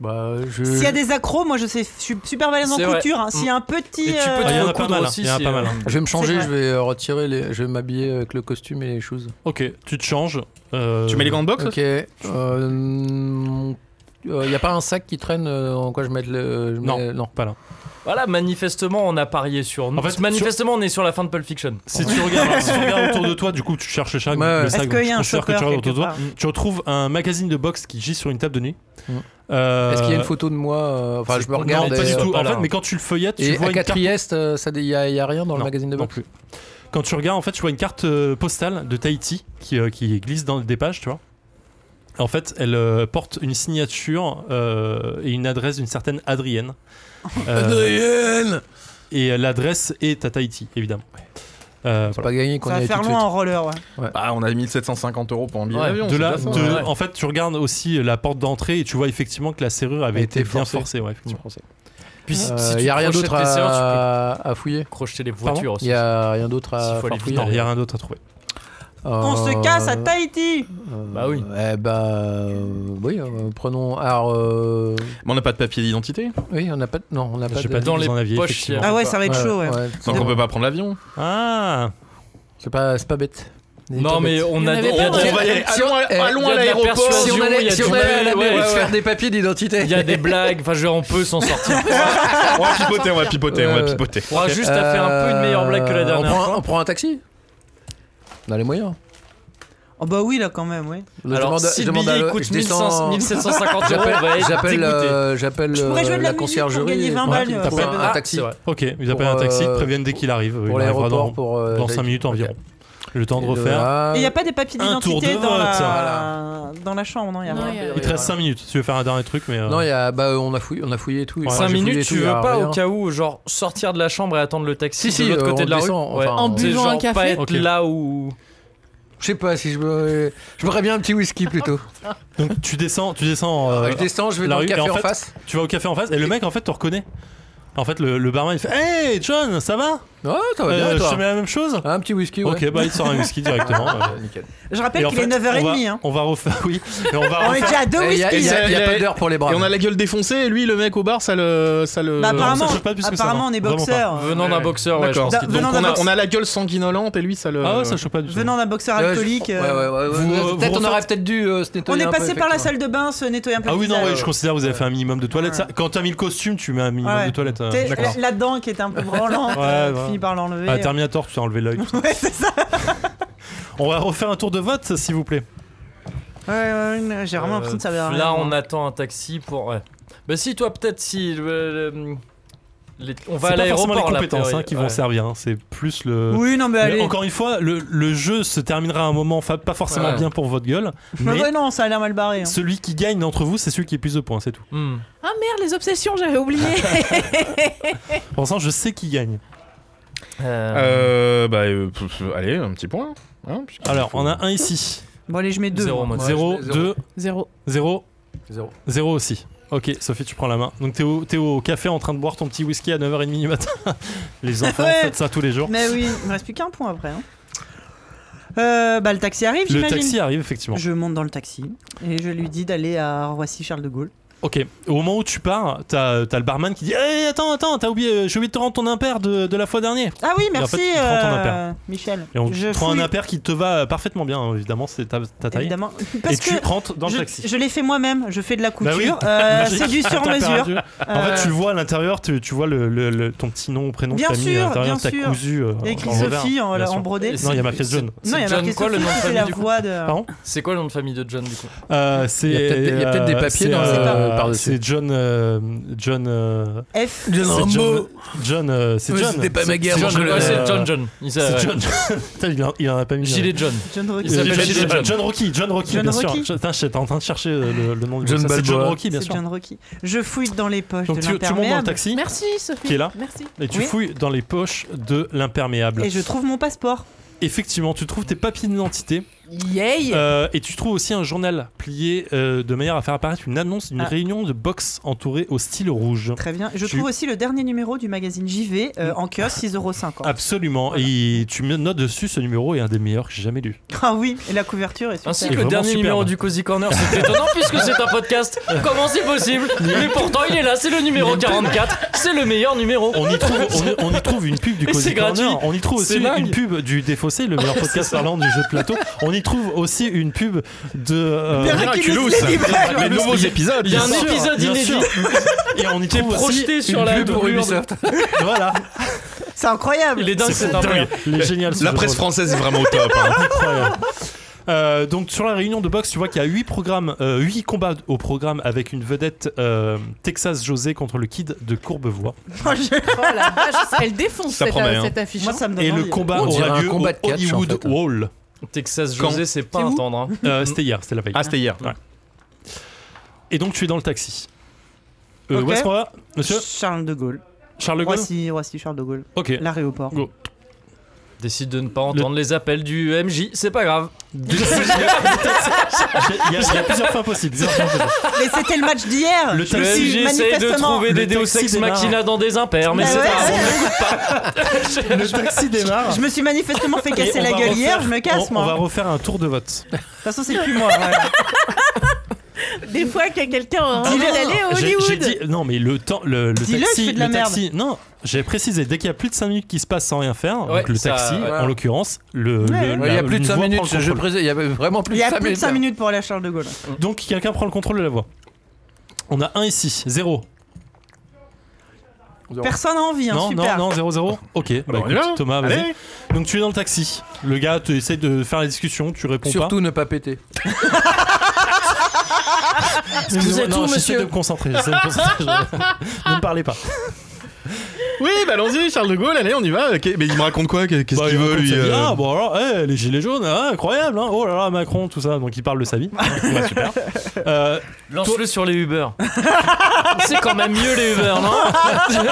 [SPEAKER 5] Bah, je...
[SPEAKER 1] S'il y a des accros, moi je sais, je suis super balèze en
[SPEAKER 4] C'est vrai.
[SPEAKER 1] couture. hein. S'il y a un petit.
[SPEAKER 4] Et tu peux
[SPEAKER 1] euh,
[SPEAKER 3] Ah, il y en
[SPEAKER 4] te
[SPEAKER 3] a pas mal,
[SPEAKER 4] recoudre
[SPEAKER 3] hein,
[SPEAKER 4] aussi.
[SPEAKER 3] il y en a
[SPEAKER 4] si,
[SPEAKER 3] pas mal,
[SPEAKER 4] euh,
[SPEAKER 3] hein.
[SPEAKER 5] je vais me changer,
[SPEAKER 1] vrai.
[SPEAKER 5] je vais retirer les, je vais m'habiller avec le costume et les choses.
[SPEAKER 3] Ok, tu te changes. euh,
[SPEAKER 7] Tu mets les gants de boxe
[SPEAKER 5] Ok. Il y a pas un sac qui traîne euh, en quoi je mette le je mets-
[SPEAKER 3] Non. Pas là.
[SPEAKER 4] Voilà, manifestement, on a parié sur nous.
[SPEAKER 3] En fait,
[SPEAKER 4] manifestement, on est sur la fin de Pulp Fiction.
[SPEAKER 3] Si tu, regardes, si tu regardes
[SPEAKER 1] (laughs)
[SPEAKER 3] autour de toi, du coup, tu cherches le sac.
[SPEAKER 5] Ouais.
[SPEAKER 3] le
[SPEAKER 5] Est-ce
[SPEAKER 3] sac,
[SPEAKER 1] Est-ce
[SPEAKER 3] donc
[SPEAKER 1] qu'il y a
[SPEAKER 3] je
[SPEAKER 1] un
[SPEAKER 3] suis sûr
[SPEAKER 1] chopper
[SPEAKER 3] que tu regardes
[SPEAKER 1] quelque
[SPEAKER 3] autour de toi.
[SPEAKER 1] part
[SPEAKER 3] Tu retrouves un magazine de boxe qui gît sur une table de nuit.
[SPEAKER 5] Mm.
[SPEAKER 3] Euh,
[SPEAKER 5] Est-ce qu'il y a une photo de moi euh, Enfin, je me
[SPEAKER 3] non,
[SPEAKER 5] regarde.
[SPEAKER 3] pas
[SPEAKER 5] et,
[SPEAKER 3] du
[SPEAKER 5] euh,
[SPEAKER 3] tout.
[SPEAKER 4] pas
[SPEAKER 3] En
[SPEAKER 4] là,
[SPEAKER 3] fait,
[SPEAKER 4] hein.
[SPEAKER 3] mais quand tu le feuillettes, tu
[SPEAKER 5] Et
[SPEAKER 3] vois
[SPEAKER 5] à
[SPEAKER 3] une carte.
[SPEAKER 5] Trieste, euh, ça, il y, a y a rien dans le
[SPEAKER 3] Non,
[SPEAKER 5] magazine de
[SPEAKER 3] non
[SPEAKER 5] boxe.
[SPEAKER 3] plus. Quand tu regardes, en fait, tu vois une carte euh, postale de Tahiti qui, euh, qui glisse dans des pages, tu vois. En fait, elle euh, porte une signature euh, et une adresse d'une certaine Adrienne. Euh,
[SPEAKER 5] (laughs) Adrien
[SPEAKER 3] et l'adresse est à Tahiti, évidemment. Euh,
[SPEAKER 5] C'est
[SPEAKER 3] voilà.
[SPEAKER 5] pas gagné qu'on
[SPEAKER 1] Ça
[SPEAKER 5] y
[SPEAKER 1] va
[SPEAKER 5] aille tout
[SPEAKER 1] faire
[SPEAKER 5] de
[SPEAKER 1] loin
[SPEAKER 5] suite.
[SPEAKER 1] en roller. ouais.
[SPEAKER 7] Bah, on a 1750 euros pour un billet
[SPEAKER 4] Ouais,
[SPEAKER 7] d'avion.
[SPEAKER 3] De
[SPEAKER 7] c'est
[SPEAKER 3] là,
[SPEAKER 7] déjà ça.
[SPEAKER 3] de-
[SPEAKER 4] ouais.
[SPEAKER 3] en fait, tu regardes aussi la porte d'entrée et tu vois effectivement que la serrure avait
[SPEAKER 5] A
[SPEAKER 3] été,
[SPEAKER 5] été
[SPEAKER 3] bien
[SPEAKER 5] forcée.
[SPEAKER 1] hein.
[SPEAKER 3] forcée. ouais, effectivement.
[SPEAKER 4] Puis si,
[SPEAKER 5] Euh,
[SPEAKER 4] si
[SPEAKER 5] Il
[SPEAKER 4] tu
[SPEAKER 5] n'y a rien
[SPEAKER 4] crochettes
[SPEAKER 5] d'autre
[SPEAKER 4] tes sœurs, tu
[SPEAKER 5] à... à fouiller.
[SPEAKER 4] peux crocheter les voitures
[SPEAKER 5] Il
[SPEAKER 4] aussi.
[SPEAKER 5] n'y a rien d'autre à
[SPEAKER 4] S'il faut
[SPEAKER 5] enfin,
[SPEAKER 4] aller vite,
[SPEAKER 5] fouiller.
[SPEAKER 3] Non, il n'y a rien d'autre à trouver.
[SPEAKER 1] On se casse à
[SPEAKER 5] Euh,
[SPEAKER 1] Tahiti
[SPEAKER 5] euh,
[SPEAKER 4] Bah oui.
[SPEAKER 5] Eh bah euh, oui, euh, prenons. Alors euh,
[SPEAKER 7] Mais on n'a pas de papier d'identité,
[SPEAKER 5] oui, on n'a pas. de- Non, on n'a
[SPEAKER 3] Je
[SPEAKER 5] pas.
[SPEAKER 3] sais
[SPEAKER 5] de-
[SPEAKER 3] pas
[SPEAKER 4] Dans
[SPEAKER 3] Vous
[SPEAKER 4] les
[SPEAKER 3] en aviez,
[SPEAKER 4] poches, il y
[SPEAKER 3] effectivement.
[SPEAKER 4] a-
[SPEAKER 1] Ah ouais, ça va être chaud, ouais.
[SPEAKER 7] donc
[SPEAKER 5] c'est
[SPEAKER 7] on
[SPEAKER 5] bon.
[SPEAKER 7] peut pas prendre l'avion.
[SPEAKER 3] Ah
[SPEAKER 5] C'est pas, c'est pas bête. Il est
[SPEAKER 4] Non,
[SPEAKER 5] pas
[SPEAKER 4] mais
[SPEAKER 5] bête.
[SPEAKER 4] on
[SPEAKER 6] Il y en
[SPEAKER 4] a
[SPEAKER 6] avait
[SPEAKER 4] on
[SPEAKER 6] pas,
[SPEAKER 4] a des-
[SPEAKER 5] on va y aller.
[SPEAKER 4] si
[SPEAKER 5] Allons à-
[SPEAKER 4] Eh, il y a
[SPEAKER 5] allons
[SPEAKER 4] de
[SPEAKER 5] à
[SPEAKER 4] la
[SPEAKER 5] l'aéroport. Si on
[SPEAKER 4] persuasion,
[SPEAKER 5] allait,
[SPEAKER 4] il y a
[SPEAKER 5] si
[SPEAKER 4] du
[SPEAKER 5] on allait à la
[SPEAKER 4] mal, ouais,
[SPEAKER 5] mairie
[SPEAKER 4] ouais,
[SPEAKER 5] se
[SPEAKER 4] ouais.
[SPEAKER 5] faire des papiers d'identité.
[SPEAKER 4] Il y a des blagues, enfin je veux dire, on peut s'en sortir.
[SPEAKER 7] on va pipoter, on va pipoter, on va
[SPEAKER 5] Euh,
[SPEAKER 7] pipoter.
[SPEAKER 4] On aura juste à faire un peu une meilleure blague que la
[SPEAKER 5] Euh,
[SPEAKER 4] dernière.
[SPEAKER 5] On prend,
[SPEAKER 4] fois.
[SPEAKER 5] on prend un taxi. On a les moyens.
[SPEAKER 1] Oh bah oui, là, quand même, oui.
[SPEAKER 5] Je
[SPEAKER 4] Alors
[SPEAKER 5] demande à-
[SPEAKER 4] si
[SPEAKER 5] je
[SPEAKER 4] le
[SPEAKER 5] demande à-
[SPEAKER 4] billet
[SPEAKER 5] je
[SPEAKER 4] coûte
[SPEAKER 5] descends-
[SPEAKER 4] 1500 1750 euros, on va
[SPEAKER 5] J'appelle,
[SPEAKER 4] être
[SPEAKER 5] j'appelle,
[SPEAKER 4] dégoûté.
[SPEAKER 5] euh, j'appelle
[SPEAKER 1] Je pourrais jouer de la
[SPEAKER 5] euh, la
[SPEAKER 1] musique pour
[SPEAKER 5] conciergerie.
[SPEAKER 1] gagner 20
[SPEAKER 5] Ouais,
[SPEAKER 1] balles,
[SPEAKER 5] t'appelles
[SPEAKER 1] ça peut être
[SPEAKER 5] un
[SPEAKER 1] marrant.
[SPEAKER 5] taxi.
[SPEAKER 4] Ah, C'est vrai.
[SPEAKER 3] Ok, ils
[SPEAKER 5] Pour,
[SPEAKER 3] appellent un taxi,
[SPEAKER 5] euh,
[SPEAKER 3] ils préviennent dès qu'il arrive.
[SPEAKER 5] Pour
[SPEAKER 3] il arrivera
[SPEAKER 5] l'aéroport,
[SPEAKER 3] dans,
[SPEAKER 5] pour. euh,
[SPEAKER 3] dans
[SPEAKER 5] la-
[SPEAKER 3] 5 minutes
[SPEAKER 5] Ok.
[SPEAKER 3] environ. Le temps de
[SPEAKER 5] Et
[SPEAKER 3] refaire.
[SPEAKER 5] là-
[SPEAKER 1] Et il n'y a pas des papiers
[SPEAKER 3] Un tour
[SPEAKER 1] d'identité
[SPEAKER 3] de
[SPEAKER 1] dans,
[SPEAKER 3] vote.
[SPEAKER 1] la... dans la chambre, non, il n'y a
[SPEAKER 6] Non,
[SPEAKER 1] rien.
[SPEAKER 6] y a-
[SPEAKER 3] Il te reste 5 minutes si tu veux faire un dernier truc, mais. euh,
[SPEAKER 5] euh, Non, il y a, bah, on, a fouillé, on a fouillé et tout.
[SPEAKER 3] Ouais.
[SPEAKER 5] Enfin,
[SPEAKER 4] 5
[SPEAKER 5] j'ai fouillé
[SPEAKER 4] minutes,
[SPEAKER 5] et tout,
[SPEAKER 4] tu
[SPEAKER 5] il y
[SPEAKER 4] veux
[SPEAKER 5] a
[SPEAKER 4] pas
[SPEAKER 5] rien.
[SPEAKER 4] au cas où, genre sortir de la chambre et attendre le taxi
[SPEAKER 5] Si, si,
[SPEAKER 4] de l'autre
[SPEAKER 5] euh,
[SPEAKER 4] côté
[SPEAKER 5] on
[SPEAKER 4] de la rue
[SPEAKER 5] descend,
[SPEAKER 4] Ouais.
[SPEAKER 5] enfin,
[SPEAKER 4] En
[SPEAKER 5] En
[SPEAKER 6] buvant
[SPEAKER 4] genre,
[SPEAKER 6] un café.
[SPEAKER 4] Pas être
[SPEAKER 3] Ok.
[SPEAKER 4] là où.
[SPEAKER 5] Je sais pas si je me. Je voudrais bien un petit whisky plutôt.
[SPEAKER 3] Donc tu descends, tu descends, euh,
[SPEAKER 5] Ah, je descends, je vais
[SPEAKER 3] la
[SPEAKER 5] dans le
[SPEAKER 3] rue,
[SPEAKER 5] café
[SPEAKER 3] et en
[SPEAKER 5] en,
[SPEAKER 3] fait-
[SPEAKER 5] face.
[SPEAKER 3] tu vas au café en face et le mec en fait te reconnaît. En fait, le, le barman il fait Hey John, ça va
[SPEAKER 5] Ouais, ça va
[SPEAKER 3] Euh,
[SPEAKER 5] Ah, bah, bien, et
[SPEAKER 3] Je
[SPEAKER 5] toi
[SPEAKER 3] te mets la même chose
[SPEAKER 5] Un petit whisky, ouais.
[SPEAKER 3] Ok, bah il te sort un whisky
[SPEAKER 5] (laughs)
[SPEAKER 3] directement.
[SPEAKER 5] Ah,
[SPEAKER 3] ouais.
[SPEAKER 5] nickel.
[SPEAKER 1] Je
[SPEAKER 3] Et
[SPEAKER 1] rappelle
[SPEAKER 3] en
[SPEAKER 1] qu'il est
[SPEAKER 3] fait, on
[SPEAKER 1] 9h30.
[SPEAKER 3] va-
[SPEAKER 1] hein.
[SPEAKER 3] On va refaire, (laughs) oui. Et on va
[SPEAKER 1] On est
[SPEAKER 3] refaire-
[SPEAKER 1] déjà à deux
[SPEAKER 5] Eh, Il y a, il
[SPEAKER 1] whisky.
[SPEAKER 5] y a-
[SPEAKER 7] Et
[SPEAKER 5] il y a
[SPEAKER 7] ça-
[SPEAKER 5] pas d'heure pour les bras.
[SPEAKER 7] Et on a la gueule défoncée, et lui, le mec au bar, ça le. Ça le...
[SPEAKER 1] Bah,
[SPEAKER 3] non, ça
[SPEAKER 1] apparemment,
[SPEAKER 3] choque pas plus que ça,
[SPEAKER 1] apparemment,
[SPEAKER 3] non.
[SPEAKER 1] on est
[SPEAKER 3] Vraiment pas.
[SPEAKER 1] boxeur. euh,
[SPEAKER 4] Venant d'un boxeur, ouais, je
[SPEAKER 7] D'accord.
[SPEAKER 4] pense qu'il
[SPEAKER 1] Venant
[SPEAKER 7] Donc
[SPEAKER 1] d'un
[SPEAKER 7] on a,
[SPEAKER 1] boxeur.
[SPEAKER 7] on a la gueule sanguinolente, et lui, ça le.
[SPEAKER 3] Ah ouais, ça chope pas du tout.
[SPEAKER 1] Venant d'un boxeur
[SPEAKER 5] Ouais, je-
[SPEAKER 1] alcoolique.
[SPEAKER 5] ouais,
[SPEAKER 1] euh,
[SPEAKER 5] ouais, ouais, ouais,
[SPEAKER 3] vous-
[SPEAKER 5] ouais,
[SPEAKER 3] vous
[SPEAKER 5] Peut-être on
[SPEAKER 3] refaites-
[SPEAKER 5] aurait peut-être dû euh, se
[SPEAKER 1] On
[SPEAKER 5] nettoyer.
[SPEAKER 1] est
[SPEAKER 5] un peu,
[SPEAKER 1] passé par la
[SPEAKER 5] effectivement.
[SPEAKER 1] salle de bain, se nettoyer un peu
[SPEAKER 3] Ah
[SPEAKER 1] le
[SPEAKER 3] oui, non,
[SPEAKER 1] visage.
[SPEAKER 3] ouais, je considère que vous avez fait un minimum de toilettes. Ça, quand t'as mis le costume, tu mets un minimum
[SPEAKER 1] Ouais.
[SPEAKER 3] de toilettes. euh,
[SPEAKER 1] T'es-
[SPEAKER 3] d'accord.
[SPEAKER 1] Là-dedans, qui était un peu branlant,
[SPEAKER 3] Ouais,
[SPEAKER 1] euh,
[SPEAKER 3] ouais.
[SPEAKER 1] fini par l'enlever.
[SPEAKER 3] Ah, Terminator, tu as enlevé
[SPEAKER 1] (laughs)
[SPEAKER 3] l'œil. tout ça.
[SPEAKER 1] Ouais, c'est ça.
[SPEAKER 3] On va refaire un tour de vote, s'il vous plaît.
[SPEAKER 1] Ouais, ouais, ouais, j'ai vraiment l'impression que ça va
[SPEAKER 4] Euh,
[SPEAKER 1] rien. hein.
[SPEAKER 4] Là,
[SPEAKER 1] voir.
[SPEAKER 4] on attend un taxi pour. Ouais. Bah, si, toi, peut-être, si. euh, euh, les- On va à
[SPEAKER 3] C'est pas
[SPEAKER 4] l'aéroport.
[SPEAKER 3] forcément les
[SPEAKER 4] là,
[SPEAKER 3] compétences
[SPEAKER 4] priori.
[SPEAKER 3] hein, qui
[SPEAKER 4] Ouais.
[SPEAKER 3] vont servir. hein, C'est plus le.
[SPEAKER 1] Oui, non, mais
[SPEAKER 3] Mais
[SPEAKER 1] allez.
[SPEAKER 3] encore une fois, le, le jeu se terminera à un moment fa- pas forcément
[SPEAKER 4] Ouais.
[SPEAKER 3] bien pour votre gueule,
[SPEAKER 1] Mais
[SPEAKER 3] mais
[SPEAKER 1] ouais, non, ça a l'air mal barré. hein.
[SPEAKER 3] celui qui gagne d'entre vous, c'est celui qui est plus de points, c'est tout.
[SPEAKER 4] Hmm.
[SPEAKER 6] Ah merde, les obsessions,
[SPEAKER 3] (laughs)
[SPEAKER 6] j'avais oublié.
[SPEAKER 3] Pour l'instant, je sais qui gagne.
[SPEAKER 4] Euh,
[SPEAKER 7] Euh, bah, euh, pff, allez, un petit point. hein, puisque-
[SPEAKER 3] Alors, on a un ici.
[SPEAKER 1] Bon, allez, je mets deux.
[SPEAKER 4] Zéro, moi.
[SPEAKER 5] Ouais,
[SPEAKER 3] 0,
[SPEAKER 5] je mets zéro.
[SPEAKER 3] 2,
[SPEAKER 6] Zéro.
[SPEAKER 3] 0,
[SPEAKER 5] Zéro.
[SPEAKER 3] 0 aussi. Ok, Sophie, tu prends la main. Donc, t'es au, t'es au café en train de boire ton petit whisky à 9h30 du matin. (laughs) Les enfants,
[SPEAKER 1] Ouais.
[SPEAKER 3] faites ça tous les jours.
[SPEAKER 1] Mais oui, il me reste plus qu'un point après. hein. Euh, bah, le taxi arrive,
[SPEAKER 3] Le
[SPEAKER 1] j'imagine.
[SPEAKER 3] taxi arrive, effectivement.
[SPEAKER 1] Je monte dans le taxi et je lui dis d'aller à Roissy Charles de Gaulle.
[SPEAKER 3] Ok, au moment où tu pars, t'as t'as le barman qui dit Hey, Attends, attends, t'as oublié, euh, j'ai oublié de te rendre ton impair de, de la fois dernière.
[SPEAKER 1] Ah oui,
[SPEAKER 3] Et en
[SPEAKER 1] merci
[SPEAKER 3] fait, il prend ton
[SPEAKER 1] euh,
[SPEAKER 3] impair.
[SPEAKER 1] Michel.
[SPEAKER 3] Et on
[SPEAKER 1] je
[SPEAKER 3] prend un
[SPEAKER 1] fouille,
[SPEAKER 3] impair qui te va parfaitement bien, hein, évidemment, c'est ta, ta taille.
[SPEAKER 1] évidemment.
[SPEAKER 3] Et
[SPEAKER 1] Parce
[SPEAKER 3] tu
[SPEAKER 1] que
[SPEAKER 3] rentres dans
[SPEAKER 1] je,
[SPEAKER 3] le taxi.
[SPEAKER 1] je l'ai fait moi-même, je fais de la couture.
[SPEAKER 3] Bah oui.
[SPEAKER 1] euh,
[SPEAKER 3] Magique.
[SPEAKER 1] c'est du
[SPEAKER 3] À (laughs)
[SPEAKER 1] sur mesure.
[SPEAKER 3] température. En
[SPEAKER 1] Euh,
[SPEAKER 3] fait, tu le vois à l'intérieur, tu, tu vois le, le- le- ton petit nom, prénom
[SPEAKER 1] Bien
[SPEAKER 3] que t'as mis
[SPEAKER 1] sûr,
[SPEAKER 3] à l'intérieur,
[SPEAKER 1] bien
[SPEAKER 3] t'as
[SPEAKER 1] sûr.
[SPEAKER 3] cousu. euh,
[SPEAKER 1] Il y a écrit
[SPEAKER 3] en revers.
[SPEAKER 1] Sophie en,
[SPEAKER 3] Bien sûr.
[SPEAKER 1] en brodé.
[SPEAKER 3] Non, il y a marqué John.
[SPEAKER 4] C'est
[SPEAKER 1] Non, il y a
[SPEAKER 4] John
[SPEAKER 1] marqué
[SPEAKER 4] quoi le nom de
[SPEAKER 1] Sophie, c'est
[SPEAKER 4] famille
[SPEAKER 1] la
[SPEAKER 4] du coup
[SPEAKER 1] voix de.
[SPEAKER 3] Pardon
[SPEAKER 4] C'est quoi le nom de famille de John du coup
[SPEAKER 3] Euh, c'est,
[SPEAKER 5] Il y a peut-être- il y a peut-être des
[SPEAKER 3] euh,
[SPEAKER 5] papiers
[SPEAKER 3] c'est,
[SPEAKER 5] dans- hein,
[SPEAKER 3] euh,
[SPEAKER 5] par-dessus.
[SPEAKER 3] C'est John. euh, John. euh,
[SPEAKER 1] F.
[SPEAKER 5] John
[SPEAKER 3] c'est John.
[SPEAKER 5] Rambo.
[SPEAKER 3] John. euh, C'est
[SPEAKER 5] Ouais,
[SPEAKER 3] John. euh,
[SPEAKER 5] C'était pas ma guerre,
[SPEAKER 4] C'est
[SPEAKER 5] mon
[SPEAKER 4] John, ouais,
[SPEAKER 5] colonel.
[SPEAKER 4] c'est John John. Il s'a-
[SPEAKER 3] C'est
[SPEAKER 4] ouais.
[SPEAKER 3] John. (laughs) Putain, il en- il en a pas mis.
[SPEAKER 4] Gilet John.
[SPEAKER 1] John
[SPEAKER 4] Il
[SPEAKER 1] Rocky.
[SPEAKER 3] Euh,
[SPEAKER 4] s'appelle
[SPEAKER 3] John,
[SPEAKER 4] Gilet
[SPEAKER 3] John-
[SPEAKER 4] John.
[SPEAKER 3] John Rocky, John Rocky,
[SPEAKER 1] John
[SPEAKER 3] bien
[SPEAKER 1] Rocky.
[SPEAKER 3] sûr. Putain, j'étais en train de chercher euh, le, le nom du
[SPEAKER 5] John
[SPEAKER 3] gars. C'est John
[SPEAKER 5] Balboa.
[SPEAKER 3] Rocky, bien
[SPEAKER 1] C'est
[SPEAKER 3] sûr.
[SPEAKER 1] John Rocky. Je fouille dans les poches
[SPEAKER 3] Donc
[SPEAKER 1] de
[SPEAKER 3] tu, tu montes dans le
[SPEAKER 1] l'imperméable
[SPEAKER 3] taxi
[SPEAKER 6] Merci Sophie.
[SPEAKER 3] Qui est là
[SPEAKER 6] Merci.
[SPEAKER 3] et tu
[SPEAKER 1] Oui.
[SPEAKER 3] fouilles dans les poches de l'imperméable.
[SPEAKER 1] et je trouve mon passeport.
[SPEAKER 3] Effectivement, tu trouves tes papiers d'identité
[SPEAKER 6] Yay
[SPEAKER 3] euh, et tu trouves aussi un journal plié euh, de manière à faire apparaître une annonce d'une
[SPEAKER 1] Ah.
[SPEAKER 3] réunion de boxe entourée au style rouge.
[SPEAKER 1] Très bien. Je
[SPEAKER 3] Tu-
[SPEAKER 1] trouve aussi le dernier numéro du magazine JV
[SPEAKER 3] Mm.
[SPEAKER 1] euh, en kiosque
[SPEAKER 3] Ah.
[SPEAKER 1] 6,50€.
[SPEAKER 3] Absolument. Et tu me notes dessus ce numéro est un des meilleurs que j'ai jamais lu.
[SPEAKER 1] (laughs) Ah oui, et la couverture est super.
[SPEAKER 4] Ainsi
[SPEAKER 3] Il
[SPEAKER 4] que
[SPEAKER 3] est
[SPEAKER 4] le
[SPEAKER 3] vraiment
[SPEAKER 4] dernier
[SPEAKER 3] superbe.
[SPEAKER 4] numéro du Cozy Corner, c'est étonnant puisque c'est un podcast. Comment c'est possible Mais pourtant, il est là, c'est le numéro 44, c'est le meilleur numéro.
[SPEAKER 3] On y trouve, on y- on, y trouve une pub du
[SPEAKER 4] Mais
[SPEAKER 3] Cozy
[SPEAKER 4] c'est
[SPEAKER 3] Corner.
[SPEAKER 4] gratuit.
[SPEAKER 3] On y trouve
[SPEAKER 4] C'est
[SPEAKER 3] aussi
[SPEAKER 4] dingue.
[SPEAKER 3] une pub du Défaussé, le (laughs) meilleur podcast parlant du jeu de plateau. On y trouve aussi une pub de. euh,
[SPEAKER 7] Miraculous Les nouveaux épisodes
[SPEAKER 4] Il y a un
[SPEAKER 3] Bien sûr,
[SPEAKER 4] épisode
[SPEAKER 3] bien
[SPEAKER 4] inédit.
[SPEAKER 3] sûr. Et on y
[SPEAKER 4] qui est
[SPEAKER 3] trouve aussi
[SPEAKER 4] projeté sur
[SPEAKER 3] une
[SPEAKER 4] la
[SPEAKER 3] pub
[SPEAKER 4] doublure
[SPEAKER 5] Pour
[SPEAKER 4] de-
[SPEAKER 5] Ubisoft.
[SPEAKER 3] (laughs) Voilà.
[SPEAKER 1] C'est incroyable.
[SPEAKER 4] Il est dingue, c'est un
[SPEAKER 7] dingue.
[SPEAKER 3] Il est génial. ce
[SPEAKER 7] La
[SPEAKER 3] jeu
[SPEAKER 7] presse
[SPEAKER 3] de rôle.
[SPEAKER 7] française est vraiment au top. hein.
[SPEAKER 3] Incroyable. Euh, donc sur la réunion de boxe, tu vois qu'il y a 8 programmes, euh, huit combats au programme avec une vedette euh, Texas José contre le kid de Courbevoie.
[SPEAKER 1] (laughs)
[SPEAKER 6] Oh la vache, elle défonce
[SPEAKER 7] Ça
[SPEAKER 6] cette,
[SPEAKER 7] promet, hein.
[SPEAKER 6] cette affiche.
[SPEAKER 1] Moi,
[SPEAKER 6] hein.
[SPEAKER 1] ça me donne
[SPEAKER 3] Et le
[SPEAKER 1] envie.
[SPEAKER 3] combat
[SPEAKER 5] On dirait
[SPEAKER 3] aura
[SPEAKER 5] un
[SPEAKER 3] lieu
[SPEAKER 5] combat de
[SPEAKER 3] au
[SPEAKER 5] catch, en
[SPEAKER 3] Hollywood
[SPEAKER 5] fait. hein.
[SPEAKER 3] Wall.
[SPEAKER 4] Texas
[SPEAKER 7] Quand-
[SPEAKER 4] José, c'est pas
[SPEAKER 1] C'est où
[SPEAKER 4] attendre. hein.
[SPEAKER 3] Euh, c'était hier, c'était la veille.
[SPEAKER 7] Ah, c'était hier.
[SPEAKER 3] Et donc tu es dans le taxi. Euh,
[SPEAKER 1] Ok.
[SPEAKER 3] Où est-ce qu'on va, monsieur
[SPEAKER 1] Charles de Gaulle.
[SPEAKER 3] Charles de
[SPEAKER 1] (laughs)
[SPEAKER 3] Gaulle
[SPEAKER 1] Roissy, Roissy, Charles de Gaulle.
[SPEAKER 3] Ok.
[SPEAKER 1] L'aéroport.
[SPEAKER 3] Go.
[SPEAKER 4] Décide de ne pas entendre les appels du MJ, c'est pas grave.
[SPEAKER 3] Il y, a- il y a plusieurs fins possibles. plusieurs fins possibles.
[SPEAKER 1] Mais c'était le match d'hier
[SPEAKER 3] Le
[SPEAKER 1] je
[SPEAKER 4] Le
[SPEAKER 1] suis
[SPEAKER 4] MJ essaye de
[SPEAKER 1] manifestement.
[SPEAKER 4] trouver des
[SPEAKER 3] Le
[SPEAKER 4] Deus
[SPEAKER 3] taxi
[SPEAKER 4] Ex
[SPEAKER 3] démarre.
[SPEAKER 4] Machina dans des impairs, mais
[SPEAKER 1] Bah
[SPEAKER 4] c'est
[SPEAKER 1] ouais.
[SPEAKER 4] pas grave.
[SPEAKER 3] Le taxi démarre.
[SPEAKER 1] Je me suis manifestement fait casser
[SPEAKER 3] Et on
[SPEAKER 1] la
[SPEAKER 3] va
[SPEAKER 1] gueule hier,
[SPEAKER 3] refaire-
[SPEAKER 1] je me casse
[SPEAKER 3] on,
[SPEAKER 1] moi.
[SPEAKER 3] On va refaire un tour de vote.
[SPEAKER 1] De toute façon, c'est plus moi. ouais.
[SPEAKER 3] (laughs)
[SPEAKER 6] Des fois que quelqu'un a
[SPEAKER 1] Dis-le.
[SPEAKER 6] envie d'aller à
[SPEAKER 3] J'ai-
[SPEAKER 6] Hollywood.
[SPEAKER 3] J'ai dit non mais le temps le, le
[SPEAKER 1] Dis-le, je
[SPEAKER 3] taxi
[SPEAKER 1] fais de la
[SPEAKER 3] le taxi non j'ai précisé dès qu'il y a plus de 5 minutes qui se passent sans rien faire
[SPEAKER 4] Ouais,
[SPEAKER 3] donc le
[SPEAKER 4] ça,
[SPEAKER 3] taxi
[SPEAKER 4] ouais.
[SPEAKER 3] en l'occurrence le, le-
[SPEAKER 1] Ouais,
[SPEAKER 5] Il
[SPEAKER 3] la-
[SPEAKER 5] y a plus de
[SPEAKER 3] une
[SPEAKER 5] 5
[SPEAKER 3] voix prend
[SPEAKER 5] minutes,
[SPEAKER 3] le
[SPEAKER 5] je, je
[SPEAKER 3] contrôle.
[SPEAKER 5] présente- il y a vraiment plus
[SPEAKER 1] Il y
[SPEAKER 5] de
[SPEAKER 1] a
[SPEAKER 5] 5
[SPEAKER 1] plus de
[SPEAKER 5] minutes.
[SPEAKER 1] 5 minutes pour aller à Charles de Gaulle.
[SPEAKER 3] donc quelqu'un prend le contrôle de la voix on a un ici 0
[SPEAKER 1] Personne n'a envie, hein,
[SPEAKER 3] non non
[SPEAKER 1] super.
[SPEAKER 3] non 0 0 ok bah,
[SPEAKER 7] on
[SPEAKER 3] écoute,
[SPEAKER 7] y va.
[SPEAKER 3] Thomas
[SPEAKER 7] Allez.
[SPEAKER 3] vas-y donc tu es dans le taxi le gars tu essaie de faire la discussion tu réponds
[SPEAKER 5] Surtout ne pas péter.
[SPEAKER 3] pas
[SPEAKER 5] que vous
[SPEAKER 3] Non,
[SPEAKER 5] êtes
[SPEAKER 3] non,
[SPEAKER 5] où,
[SPEAKER 3] j'essaie
[SPEAKER 5] monsieur
[SPEAKER 3] de me concentrer j'essaie de me concentrer je- ne me parlez pas
[SPEAKER 7] Oui, bah allons-y, Charles de Gaulle, allez, on y va. Ok, Mais il me raconte quoi Qu'est- Qu'est-ce
[SPEAKER 3] Bah,
[SPEAKER 7] qu'il
[SPEAKER 3] il
[SPEAKER 7] veut,
[SPEAKER 3] raconte
[SPEAKER 7] lui
[SPEAKER 3] sa vie.
[SPEAKER 7] euh,
[SPEAKER 3] Ah, bon alors, eh, les gilets jaunes, ah, incroyable, hein. oh là là, Macron, tout ça. Donc il parle de sa vie. Ouais, super. Euh,
[SPEAKER 4] Lance-le sur les Uber. (laughs) c'est quand même mieux les Uber, non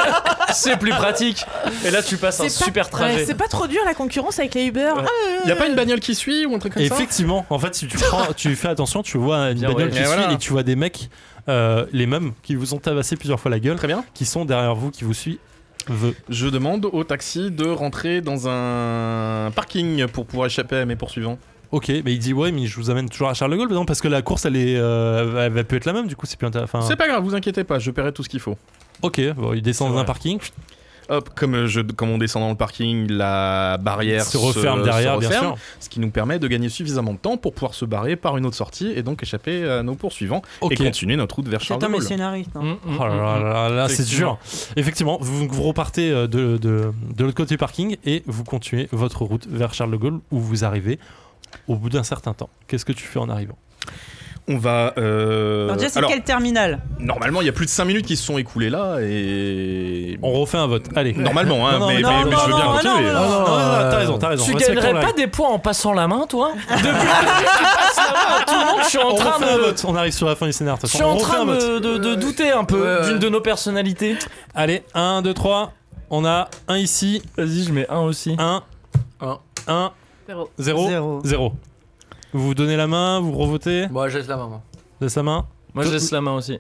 [SPEAKER 4] C'est plus pratique. Et là, tu passes un
[SPEAKER 6] C'est pas-
[SPEAKER 4] super
[SPEAKER 6] ouais,
[SPEAKER 4] trajet.
[SPEAKER 6] c'est pas trop dur la concurrence avec les Uber. Ah,
[SPEAKER 7] Y a pas une bagnole qui suit ou un truc comme ça
[SPEAKER 3] effectivement, en fait, si tu, prends- tu fais attention, tu vois une
[SPEAKER 4] Bien,
[SPEAKER 3] bagnole
[SPEAKER 4] ouais.
[SPEAKER 3] qui
[SPEAKER 7] Et
[SPEAKER 3] suit
[SPEAKER 7] voilà.
[SPEAKER 3] et tu vois des mecs, euh, les mêmes, qui vous ont tabassé plusieurs fois la gueule,
[SPEAKER 7] Très bien.
[SPEAKER 3] qui sont derrière vous, qui vous suivent.
[SPEAKER 7] Je demande au taxi de rentrer dans un parking pour pouvoir échapper à mes poursuivants.
[SPEAKER 3] Ok, mais il dit ouais, mais je vous amène toujours à Charles de Gaulle, mais non, parce que la course, elle est, euh, elle va peut être la même, du coup, c'est plus intéressant.
[SPEAKER 7] C'est pas grave, vous inquiétez pas, je paierai tout ce qu'il faut.
[SPEAKER 3] Ok, bon, il descend
[SPEAKER 4] C'est
[SPEAKER 3] dans un
[SPEAKER 4] vrai.
[SPEAKER 3] parking.
[SPEAKER 7] Hop, comme, euh, je, comme on descend dans le parking, la barrière
[SPEAKER 3] se referme derrière,
[SPEAKER 7] se
[SPEAKER 3] bien
[SPEAKER 7] referme,
[SPEAKER 3] sûr.
[SPEAKER 7] Ce qui nous permet de gagner suffisamment de temps pour pouvoir se barrer par une autre sortie et donc échapper à nos poursuivants
[SPEAKER 3] Ok.
[SPEAKER 7] et continuer notre route vers Charles de
[SPEAKER 1] J'attends mes
[SPEAKER 7] Gaulle.
[SPEAKER 1] scénaristes. hein.
[SPEAKER 4] Mm, mm,
[SPEAKER 3] Oh là là
[SPEAKER 4] mm, mm.
[SPEAKER 3] là là, c'est
[SPEAKER 4] Effectivement.
[SPEAKER 3] dur. Effectivement, vous, vous repartez euh, de, de, de l'autre côté du parking et vous continuez votre route vers Charles de Gaulle où vous arrivez au bout d'un certain temps. Qu'est-ce que tu fais en arrivant
[SPEAKER 7] On va. euh,
[SPEAKER 1] Alors déjà, c'est
[SPEAKER 7] alors,
[SPEAKER 1] quel terminal
[SPEAKER 7] normalement, il y a plus de 5 minutes qui se sont écoulées là et.
[SPEAKER 3] On refait un vote. Allez.
[SPEAKER 7] Normalement, hein,
[SPEAKER 3] Non, non,
[SPEAKER 7] mais,
[SPEAKER 3] non,
[SPEAKER 7] mais- mais
[SPEAKER 1] non,
[SPEAKER 7] je veux bien
[SPEAKER 1] non,
[SPEAKER 7] continuer.
[SPEAKER 1] non,
[SPEAKER 3] Ah, non, non, non, t'as raison, t'as raison.
[SPEAKER 4] Tu
[SPEAKER 3] Respectons
[SPEAKER 4] gagnerais
[SPEAKER 3] la
[SPEAKER 4] pas
[SPEAKER 3] règle.
[SPEAKER 4] des points en passant la main, toi Depuis que tu passes la main à tout le monde, je suis en
[SPEAKER 3] On
[SPEAKER 4] train
[SPEAKER 3] refait un
[SPEAKER 4] de. euh.
[SPEAKER 3] vote. On arrive sur la fin du scénario. de
[SPEAKER 4] Je
[SPEAKER 3] toute
[SPEAKER 4] suis
[SPEAKER 3] façon. On
[SPEAKER 4] en
[SPEAKER 3] refait
[SPEAKER 4] train
[SPEAKER 3] un vote.
[SPEAKER 4] de, de- de douter un peu
[SPEAKER 5] Ouais, ouais.
[SPEAKER 4] d'une de nos personnalités.
[SPEAKER 3] Allez, 1, 2, 3. On a un ici,
[SPEAKER 4] Vas-y, je mets un aussi.
[SPEAKER 3] 1,
[SPEAKER 5] Un.
[SPEAKER 3] 1,
[SPEAKER 6] Zéro.
[SPEAKER 3] 0,
[SPEAKER 1] Zéro.
[SPEAKER 3] 0. Vous vous donnez la main, vous revotez
[SPEAKER 5] Bon, je laisse la maman.
[SPEAKER 3] de sa main.
[SPEAKER 4] Moi, je laisse la main aussi.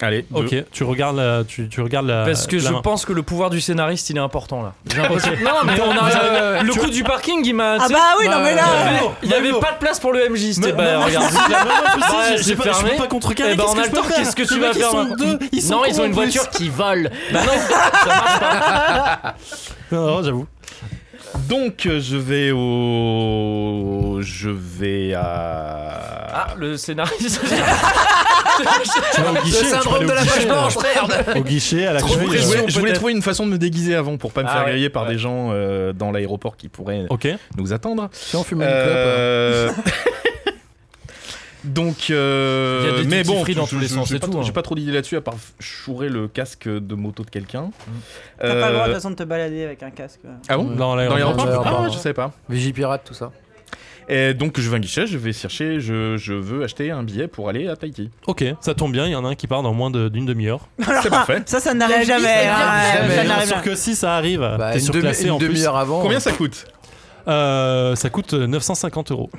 [SPEAKER 7] Allez, deux.
[SPEAKER 3] Ok, tu regardes la, tu, tu regardes la.
[SPEAKER 4] Parce que
[SPEAKER 3] la
[SPEAKER 4] je
[SPEAKER 3] main.
[SPEAKER 4] pense que le pouvoir du scénariste, il est important là. J'ai l'impression- non, mais on a-
[SPEAKER 5] ouais, ouais.
[SPEAKER 4] Bah, le coup du parking, il m'a.
[SPEAKER 1] Ah
[SPEAKER 4] tu sais,
[SPEAKER 1] bah oui, non mais
[SPEAKER 4] il y
[SPEAKER 1] là
[SPEAKER 4] avait-
[SPEAKER 3] Bravo,
[SPEAKER 4] Il y avait
[SPEAKER 3] bravo.
[SPEAKER 4] pas de place pour le MJ,
[SPEAKER 3] Mais-
[SPEAKER 4] c'était pas.
[SPEAKER 3] mais-
[SPEAKER 4] Regarde. Ouais,
[SPEAKER 3] je sais
[SPEAKER 4] j'ai
[SPEAKER 3] pas- je
[SPEAKER 4] fermé.
[SPEAKER 3] peux pas contrecarrer,
[SPEAKER 4] Eh ben,
[SPEAKER 3] qu'est-ce
[SPEAKER 4] on a
[SPEAKER 3] que je
[SPEAKER 4] le
[SPEAKER 3] peux
[SPEAKER 4] temps,
[SPEAKER 3] faire
[SPEAKER 4] qu'est-ce que
[SPEAKER 3] Les
[SPEAKER 4] tu
[SPEAKER 3] mecs,
[SPEAKER 4] vas faire
[SPEAKER 3] ils sont
[SPEAKER 4] maintenant
[SPEAKER 3] deux, (laughs) ils sont
[SPEAKER 4] non,
[SPEAKER 3] deux
[SPEAKER 4] ils ont
[SPEAKER 3] en
[SPEAKER 4] une
[SPEAKER 3] plus.
[SPEAKER 4] voiture qui vole. Bah non, ça marche pas.
[SPEAKER 3] Non, non, j'avoue.
[SPEAKER 7] Donc euh, je vais au. Je vais à.
[SPEAKER 4] Ah,
[SPEAKER 3] (laughs)
[SPEAKER 4] le scénariste.
[SPEAKER 3] Tu vas au guichet, tu vas aller au guichet,
[SPEAKER 4] merde.
[SPEAKER 3] euh, au guichet, à la
[SPEAKER 4] Trop
[SPEAKER 3] cuvée,
[SPEAKER 7] Je
[SPEAKER 4] pression.
[SPEAKER 3] euh,
[SPEAKER 7] voulais, je voulais
[SPEAKER 4] peut-être.
[SPEAKER 7] trouver une façon de me déguiser avant pour pas me
[SPEAKER 4] Ah
[SPEAKER 7] faire
[SPEAKER 4] ouais,
[SPEAKER 7] griller par
[SPEAKER 4] ouais. Oh.
[SPEAKER 7] des gens euh, dans l'aéroport qui pourraient
[SPEAKER 3] Ok.
[SPEAKER 7] nous attendre.
[SPEAKER 5] Si on fume une clope.
[SPEAKER 7] Euh, (laughs) Donc, euh,
[SPEAKER 4] Il y a des
[SPEAKER 7] mais
[SPEAKER 4] tutti
[SPEAKER 7] bon,
[SPEAKER 4] fruits dans
[SPEAKER 7] je-
[SPEAKER 4] tous les
[SPEAKER 7] je-
[SPEAKER 4] sens,
[SPEAKER 7] j'ai
[SPEAKER 4] c'est
[SPEAKER 7] pas,
[SPEAKER 4] tout,
[SPEAKER 7] trop-
[SPEAKER 4] hein.
[SPEAKER 7] j'ai pas trop d'idées là-dessus à part chourer le casque de moto de quelqu'un.
[SPEAKER 4] Mm.
[SPEAKER 1] T'as pas le droit de
[SPEAKER 7] Euh,
[SPEAKER 1] toute façon de te balader avec un
[SPEAKER 3] (laughs)
[SPEAKER 1] casque.
[SPEAKER 7] Ah
[SPEAKER 4] Mm.
[SPEAKER 7] bon
[SPEAKER 3] Dans
[SPEAKER 7] Dans
[SPEAKER 3] l'aéroport.
[SPEAKER 7] l'aéroport
[SPEAKER 5] Ouais,
[SPEAKER 7] Ah
[SPEAKER 5] ouais,
[SPEAKER 7] ouais,
[SPEAKER 5] ouais.
[SPEAKER 7] je savais pas.
[SPEAKER 5] Vigipirate, tout ça.
[SPEAKER 7] Et donc, je vais à un guichet, je vais chercher, je, je veux acheter un billet pour aller à Tahiti.
[SPEAKER 3] Ok, ça tombe bien, il y en a un qui part dans moins de- d'une demi-heure.
[SPEAKER 7] C'est parfait.
[SPEAKER 1] Ça, ça n'arrive
[SPEAKER 6] vie,
[SPEAKER 1] jamais.
[SPEAKER 6] c'est
[SPEAKER 1] hein,
[SPEAKER 6] bien
[SPEAKER 5] fait.
[SPEAKER 1] ouais, Ça
[SPEAKER 5] Jamais.
[SPEAKER 1] n'arrive
[SPEAKER 3] Sauf
[SPEAKER 1] jamais.
[SPEAKER 3] que si ça arrive,
[SPEAKER 5] Bah,
[SPEAKER 3] t'es
[SPEAKER 5] une demi-
[SPEAKER 3] surclassé
[SPEAKER 5] une
[SPEAKER 3] en plus.
[SPEAKER 5] demi-heure avant.
[SPEAKER 7] Combien ça coûte
[SPEAKER 3] Euh, ça coûte 950 euros.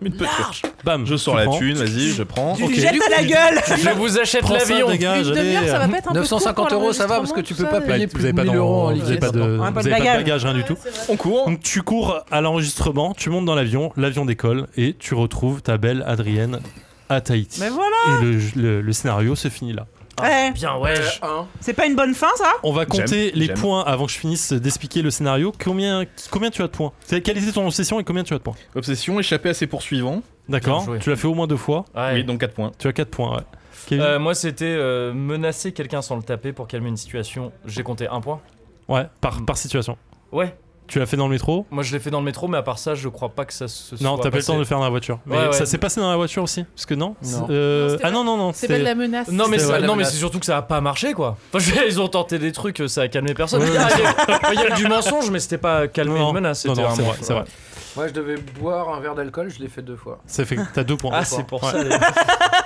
[SPEAKER 7] Une petite
[SPEAKER 3] Bam.
[SPEAKER 7] Je sors la
[SPEAKER 3] tu prends.
[SPEAKER 7] thune, vas-y, je prends.
[SPEAKER 1] Tu
[SPEAKER 3] Ok.
[SPEAKER 1] le jettes à la
[SPEAKER 3] Du-
[SPEAKER 6] (laughs)
[SPEAKER 1] gueule
[SPEAKER 4] Je vous achète
[SPEAKER 3] Prends ça,
[SPEAKER 4] l'avion.
[SPEAKER 3] dégage,
[SPEAKER 6] Une
[SPEAKER 3] allez.
[SPEAKER 6] demi-heure, ça va pas être un peu
[SPEAKER 5] 950
[SPEAKER 6] court pour
[SPEAKER 5] euros, ça va parce que
[SPEAKER 6] l'enregistrement,
[SPEAKER 5] tu peux
[SPEAKER 6] tout
[SPEAKER 5] pas
[SPEAKER 6] ça,
[SPEAKER 5] payer
[SPEAKER 3] Ouais,
[SPEAKER 5] plus
[SPEAKER 3] vous avez pas,
[SPEAKER 5] de 1000
[SPEAKER 3] d'en-
[SPEAKER 5] euros en
[SPEAKER 3] vous avez
[SPEAKER 5] liquide.
[SPEAKER 3] pas de,
[SPEAKER 1] On a pas
[SPEAKER 3] vous
[SPEAKER 1] de
[SPEAKER 3] avez pas de
[SPEAKER 1] bagage.
[SPEAKER 3] bagage, rien du tout.
[SPEAKER 7] On court.
[SPEAKER 3] Donc tu cours à l'enregistrement, tu montes dans l'avion, l'avion décolle et tu retrouves ta belle Adrienne à Tahiti.
[SPEAKER 1] Mais voilà
[SPEAKER 3] Et le, le- le scénario se finit là.
[SPEAKER 1] Ouais.
[SPEAKER 4] Ah, Bien, ouais. je-
[SPEAKER 1] C'est pas une bonne fin, ça
[SPEAKER 3] On va compter
[SPEAKER 7] J'aime,
[SPEAKER 3] les
[SPEAKER 7] j'aime.
[SPEAKER 3] points avant que je finisse d'expliquer le scénario. Combien, combien tu as de points C'est- Quelle était ton obsession et combien tu as de points
[SPEAKER 7] Obsession, échapper à ses poursuivants.
[SPEAKER 3] D'accord
[SPEAKER 4] Bien joué.
[SPEAKER 3] Tu l'as fait au moins deux fois.
[SPEAKER 4] Ouais.
[SPEAKER 7] Oui, donc 4 points.
[SPEAKER 3] Tu as 4 points, ouais. Kevin
[SPEAKER 4] Euh, moi, c'était euh, menacer quelqu'un sans le taper pour calmer une situation. J'ai compté un point.
[SPEAKER 3] Ouais,
[SPEAKER 4] hmm.
[SPEAKER 3] par, par situation.
[SPEAKER 4] Ouais.
[SPEAKER 3] Tu l'as fait dans le métro
[SPEAKER 4] Moi, je l'ai fait dans le métro, mais à part ça, je crois pas que ça se
[SPEAKER 3] Non, t'as
[SPEAKER 4] soit
[SPEAKER 3] pas le
[SPEAKER 4] passé.
[SPEAKER 3] temps de le faire dans la voiture. Mais
[SPEAKER 4] Ouais, ouais.
[SPEAKER 3] ça s'est passé dans la voiture aussi Parce que non,
[SPEAKER 5] Non.
[SPEAKER 3] c'est- euh,
[SPEAKER 6] Non, c'était
[SPEAKER 3] Ah
[SPEAKER 6] pas-
[SPEAKER 3] non, non, non.
[SPEAKER 6] C'est pas de la menace.
[SPEAKER 4] Non mais,
[SPEAKER 5] C'était
[SPEAKER 4] ça-
[SPEAKER 5] vrai, la
[SPEAKER 4] non mais
[SPEAKER 5] menace.
[SPEAKER 4] c'est surtout que ça a pas marché quoi. Enfin, je veux dire, ils ont tenté des trucs, ça a calmé personne. Il y a- il y a- (laughs) il y a du mensonge mais c'était pas calmé
[SPEAKER 3] Non,
[SPEAKER 4] une menace.
[SPEAKER 3] non,
[SPEAKER 4] c'était
[SPEAKER 3] non, c'est
[SPEAKER 4] vraiment-
[SPEAKER 3] vrai, c'est vrai.
[SPEAKER 5] Moi, je devais boire un verre d'alcool, je l'ai fait deux fois.
[SPEAKER 3] Ça fait- T'as deux points.
[SPEAKER 4] Ah c'est pour
[SPEAKER 3] Ouais.
[SPEAKER 4] ça. d'ailleurs.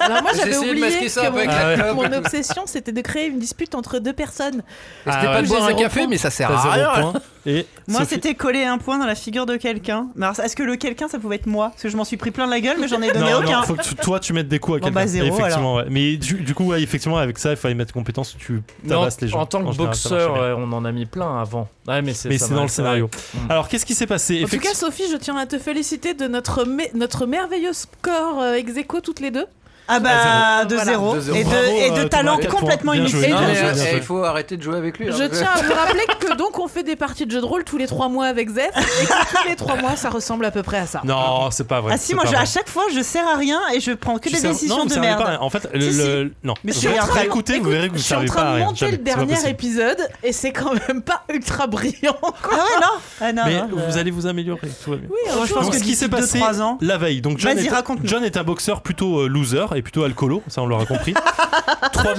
[SPEAKER 6] Alors moi
[SPEAKER 5] J'ai
[SPEAKER 6] j'avais
[SPEAKER 5] essayé de
[SPEAKER 6] oublié
[SPEAKER 5] masquer ça
[SPEAKER 6] que
[SPEAKER 5] avec
[SPEAKER 6] mon,
[SPEAKER 5] la clope.
[SPEAKER 6] mon obsession c'était de créer une dispute entre deux personnes.
[SPEAKER 5] C'était
[SPEAKER 3] Ah,
[SPEAKER 5] pas
[SPEAKER 3] ouais.
[SPEAKER 5] de boire un
[SPEAKER 6] Zéro
[SPEAKER 5] café,
[SPEAKER 6] point.
[SPEAKER 5] mais ça sert
[SPEAKER 3] T'as
[SPEAKER 5] à
[SPEAKER 3] zéro
[SPEAKER 5] rien.
[SPEAKER 3] point. Et
[SPEAKER 1] Moi,
[SPEAKER 3] Sophie-
[SPEAKER 1] c'était coller un point dans la figure de quelqu'un. Mais alors, Est-ce que le quelqu'un, ça pouvait être moi Parce que je m'en suis pris plein la gueule, mais j'en ai donné
[SPEAKER 3] Non,
[SPEAKER 1] aucun.
[SPEAKER 3] non, faut que tu- toi tu mettes des coups à
[SPEAKER 1] Bon,
[SPEAKER 3] quelqu'un.
[SPEAKER 1] bah, zéro,
[SPEAKER 3] effectivement, ouais. Mais du, du coup, ouais, effectivement, avec ça, il fallait mettre compétence, tu
[SPEAKER 4] Mais en,
[SPEAKER 3] tabasses les gens.
[SPEAKER 4] en tant que
[SPEAKER 3] général, ça marche
[SPEAKER 4] boxeur,
[SPEAKER 3] bien.
[SPEAKER 4] ouais, on en a mis plein avant. Ouais, mais c'est
[SPEAKER 3] Mais
[SPEAKER 4] ça
[SPEAKER 3] c'est dans le
[SPEAKER 4] marche,
[SPEAKER 3] scénario.
[SPEAKER 4] Mm.
[SPEAKER 3] Alors, qu'est-ce qui s'est passé
[SPEAKER 6] En tout cas Sophie je tiens à te féliciter de notre, me- notre merveilleux score euh, ex aequo toutes les deux.
[SPEAKER 1] Ah bah, de
[SPEAKER 6] Voilà.
[SPEAKER 1] zéro.
[SPEAKER 5] De zéro.
[SPEAKER 1] Et de,
[SPEAKER 3] Bravo,
[SPEAKER 1] et de
[SPEAKER 3] euh,
[SPEAKER 1] talent
[SPEAKER 3] Thomas, quatre
[SPEAKER 1] complètement
[SPEAKER 3] points. Bien
[SPEAKER 1] inutile.
[SPEAKER 3] joué.
[SPEAKER 5] Non,
[SPEAKER 3] Ah,
[SPEAKER 5] mais,
[SPEAKER 3] bien
[SPEAKER 5] euh,
[SPEAKER 3] joué.
[SPEAKER 5] eh, il faut arrêter de jouer avec lui. hein.
[SPEAKER 6] Je tiens à vous rappeler que donc on fait des parties de jeux de rôle tous les trois mois avec Zeph et que tous les trois mois ça ressemble à peu près à ça.
[SPEAKER 3] Non, c'est pas vrai.
[SPEAKER 1] Ah si,
[SPEAKER 3] c'est
[SPEAKER 1] moi,
[SPEAKER 3] pas
[SPEAKER 1] je-
[SPEAKER 3] vrai.
[SPEAKER 1] à chaque fois, je sers à rien et je prends que
[SPEAKER 3] Tu
[SPEAKER 1] des
[SPEAKER 3] sais-
[SPEAKER 1] décisions
[SPEAKER 3] non, vous
[SPEAKER 1] de
[SPEAKER 3] servez
[SPEAKER 1] merde.
[SPEAKER 3] pas à rien. En fait, le,
[SPEAKER 1] Si, si.
[SPEAKER 3] le- non.
[SPEAKER 1] Mais je
[SPEAKER 3] vous
[SPEAKER 1] suis en train de-
[SPEAKER 3] écoutez, vous
[SPEAKER 6] Écoute,
[SPEAKER 3] verrez que vous
[SPEAKER 6] je suis en
[SPEAKER 3] savez
[SPEAKER 6] train
[SPEAKER 3] pas. à
[SPEAKER 6] de
[SPEAKER 3] rien.
[SPEAKER 6] monter
[SPEAKER 3] Jamais.
[SPEAKER 6] le
[SPEAKER 3] C'est pas
[SPEAKER 6] dernier
[SPEAKER 3] possible.
[SPEAKER 6] épisode et c'est quand même pas ultra brillant. quoi.
[SPEAKER 1] Ah ouais, non Ah non,
[SPEAKER 3] Mais
[SPEAKER 1] non,
[SPEAKER 3] vous allez vous améliorer. Tout va bien.
[SPEAKER 6] Oui, un
[SPEAKER 1] Moi, je
[SPEAKER 6] jour,
[SPEAKER 1] pense
[SPEAKER 3] Donc,
[SPEAKER 1] que
[SPEAKER 3] ce qui
[SPEAKER 1] d'ici
[SPEAKER 3] s'est
[SPEAKER 1] deux,
[SPEAKER 3] passé
[SPEAKER 1] trois ans-
[SPEAKER 3] la veille. Donc John
[SPEAKER 1] Vas-y,
[SPEAKER 3] est,
[SPEAKER 1] raconte-nous.
[SPEAKER 3] John est un boxeur plutôt euh, loser et plutôt alcoolo, ça on l'aura
[SPEAKER 1] (laughs)
[SPEAKER 3] compris.
[SPEAKER 1] Oh,
[SPEAKER 3] 3,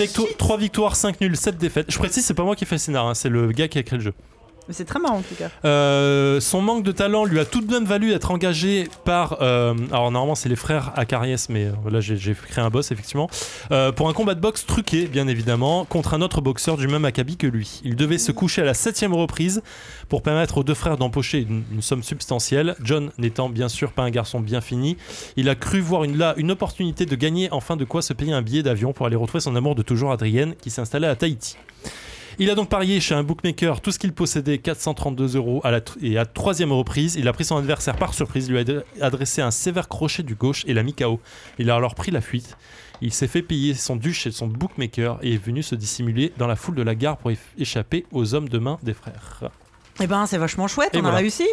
[SPEAKER 3] victoires, 5 nuls, 7 défaites. Je précise, c'est pas moi qui fais le scénar, hein, c'est le gars qui a créé le jeu.
[SPEAKER 1] Mais c'est très marrant en tout cas.
[SPEAKER 3] Euh, son manque de talent lui a tout de même valu d'être engagé par. euh, alors normalement c'est les frères Acariès, mais euh, là j'ai- j'ai créé un boss effectivement. Euh, pour un combat de boxe truqué, bien évidemment, contre un autre boxeur du même acabit que lui. Il devait se coucher à la septième reprise pour permettre aux deux frères d'empocher une, une somme substantielle. John n'étant bien sûr pas un garçon bien fini, il a cru voir une, là une opportunité de gagner enfin de quoi se payer un billet d'avion pour aller retrouver son amour de toujours Adrienne qui s'installait à Tahiti. Il a donc parié chez un bookmaker tout ce qu'il possédait, 432 euros, à la tr- et à troisième reprise, il a pris son adversaire par surprise, lui a ad- adressé un sévère crochet du gauche et l'a mis KO. Il a alors pris la fuite. Il s'est fait payer son dû chez son bookmaker et est venu se dissimuler dans la foule de la gare pour éf- échapper aux hommes de main des frères.
[SPEAKER 1] Eh ben, c'est vachement chouette,
[SPEAKER 3] Et
[SPEAKER 1] on
[SPEAKER 3] voilà.
[SPEAKER 1] a réussi.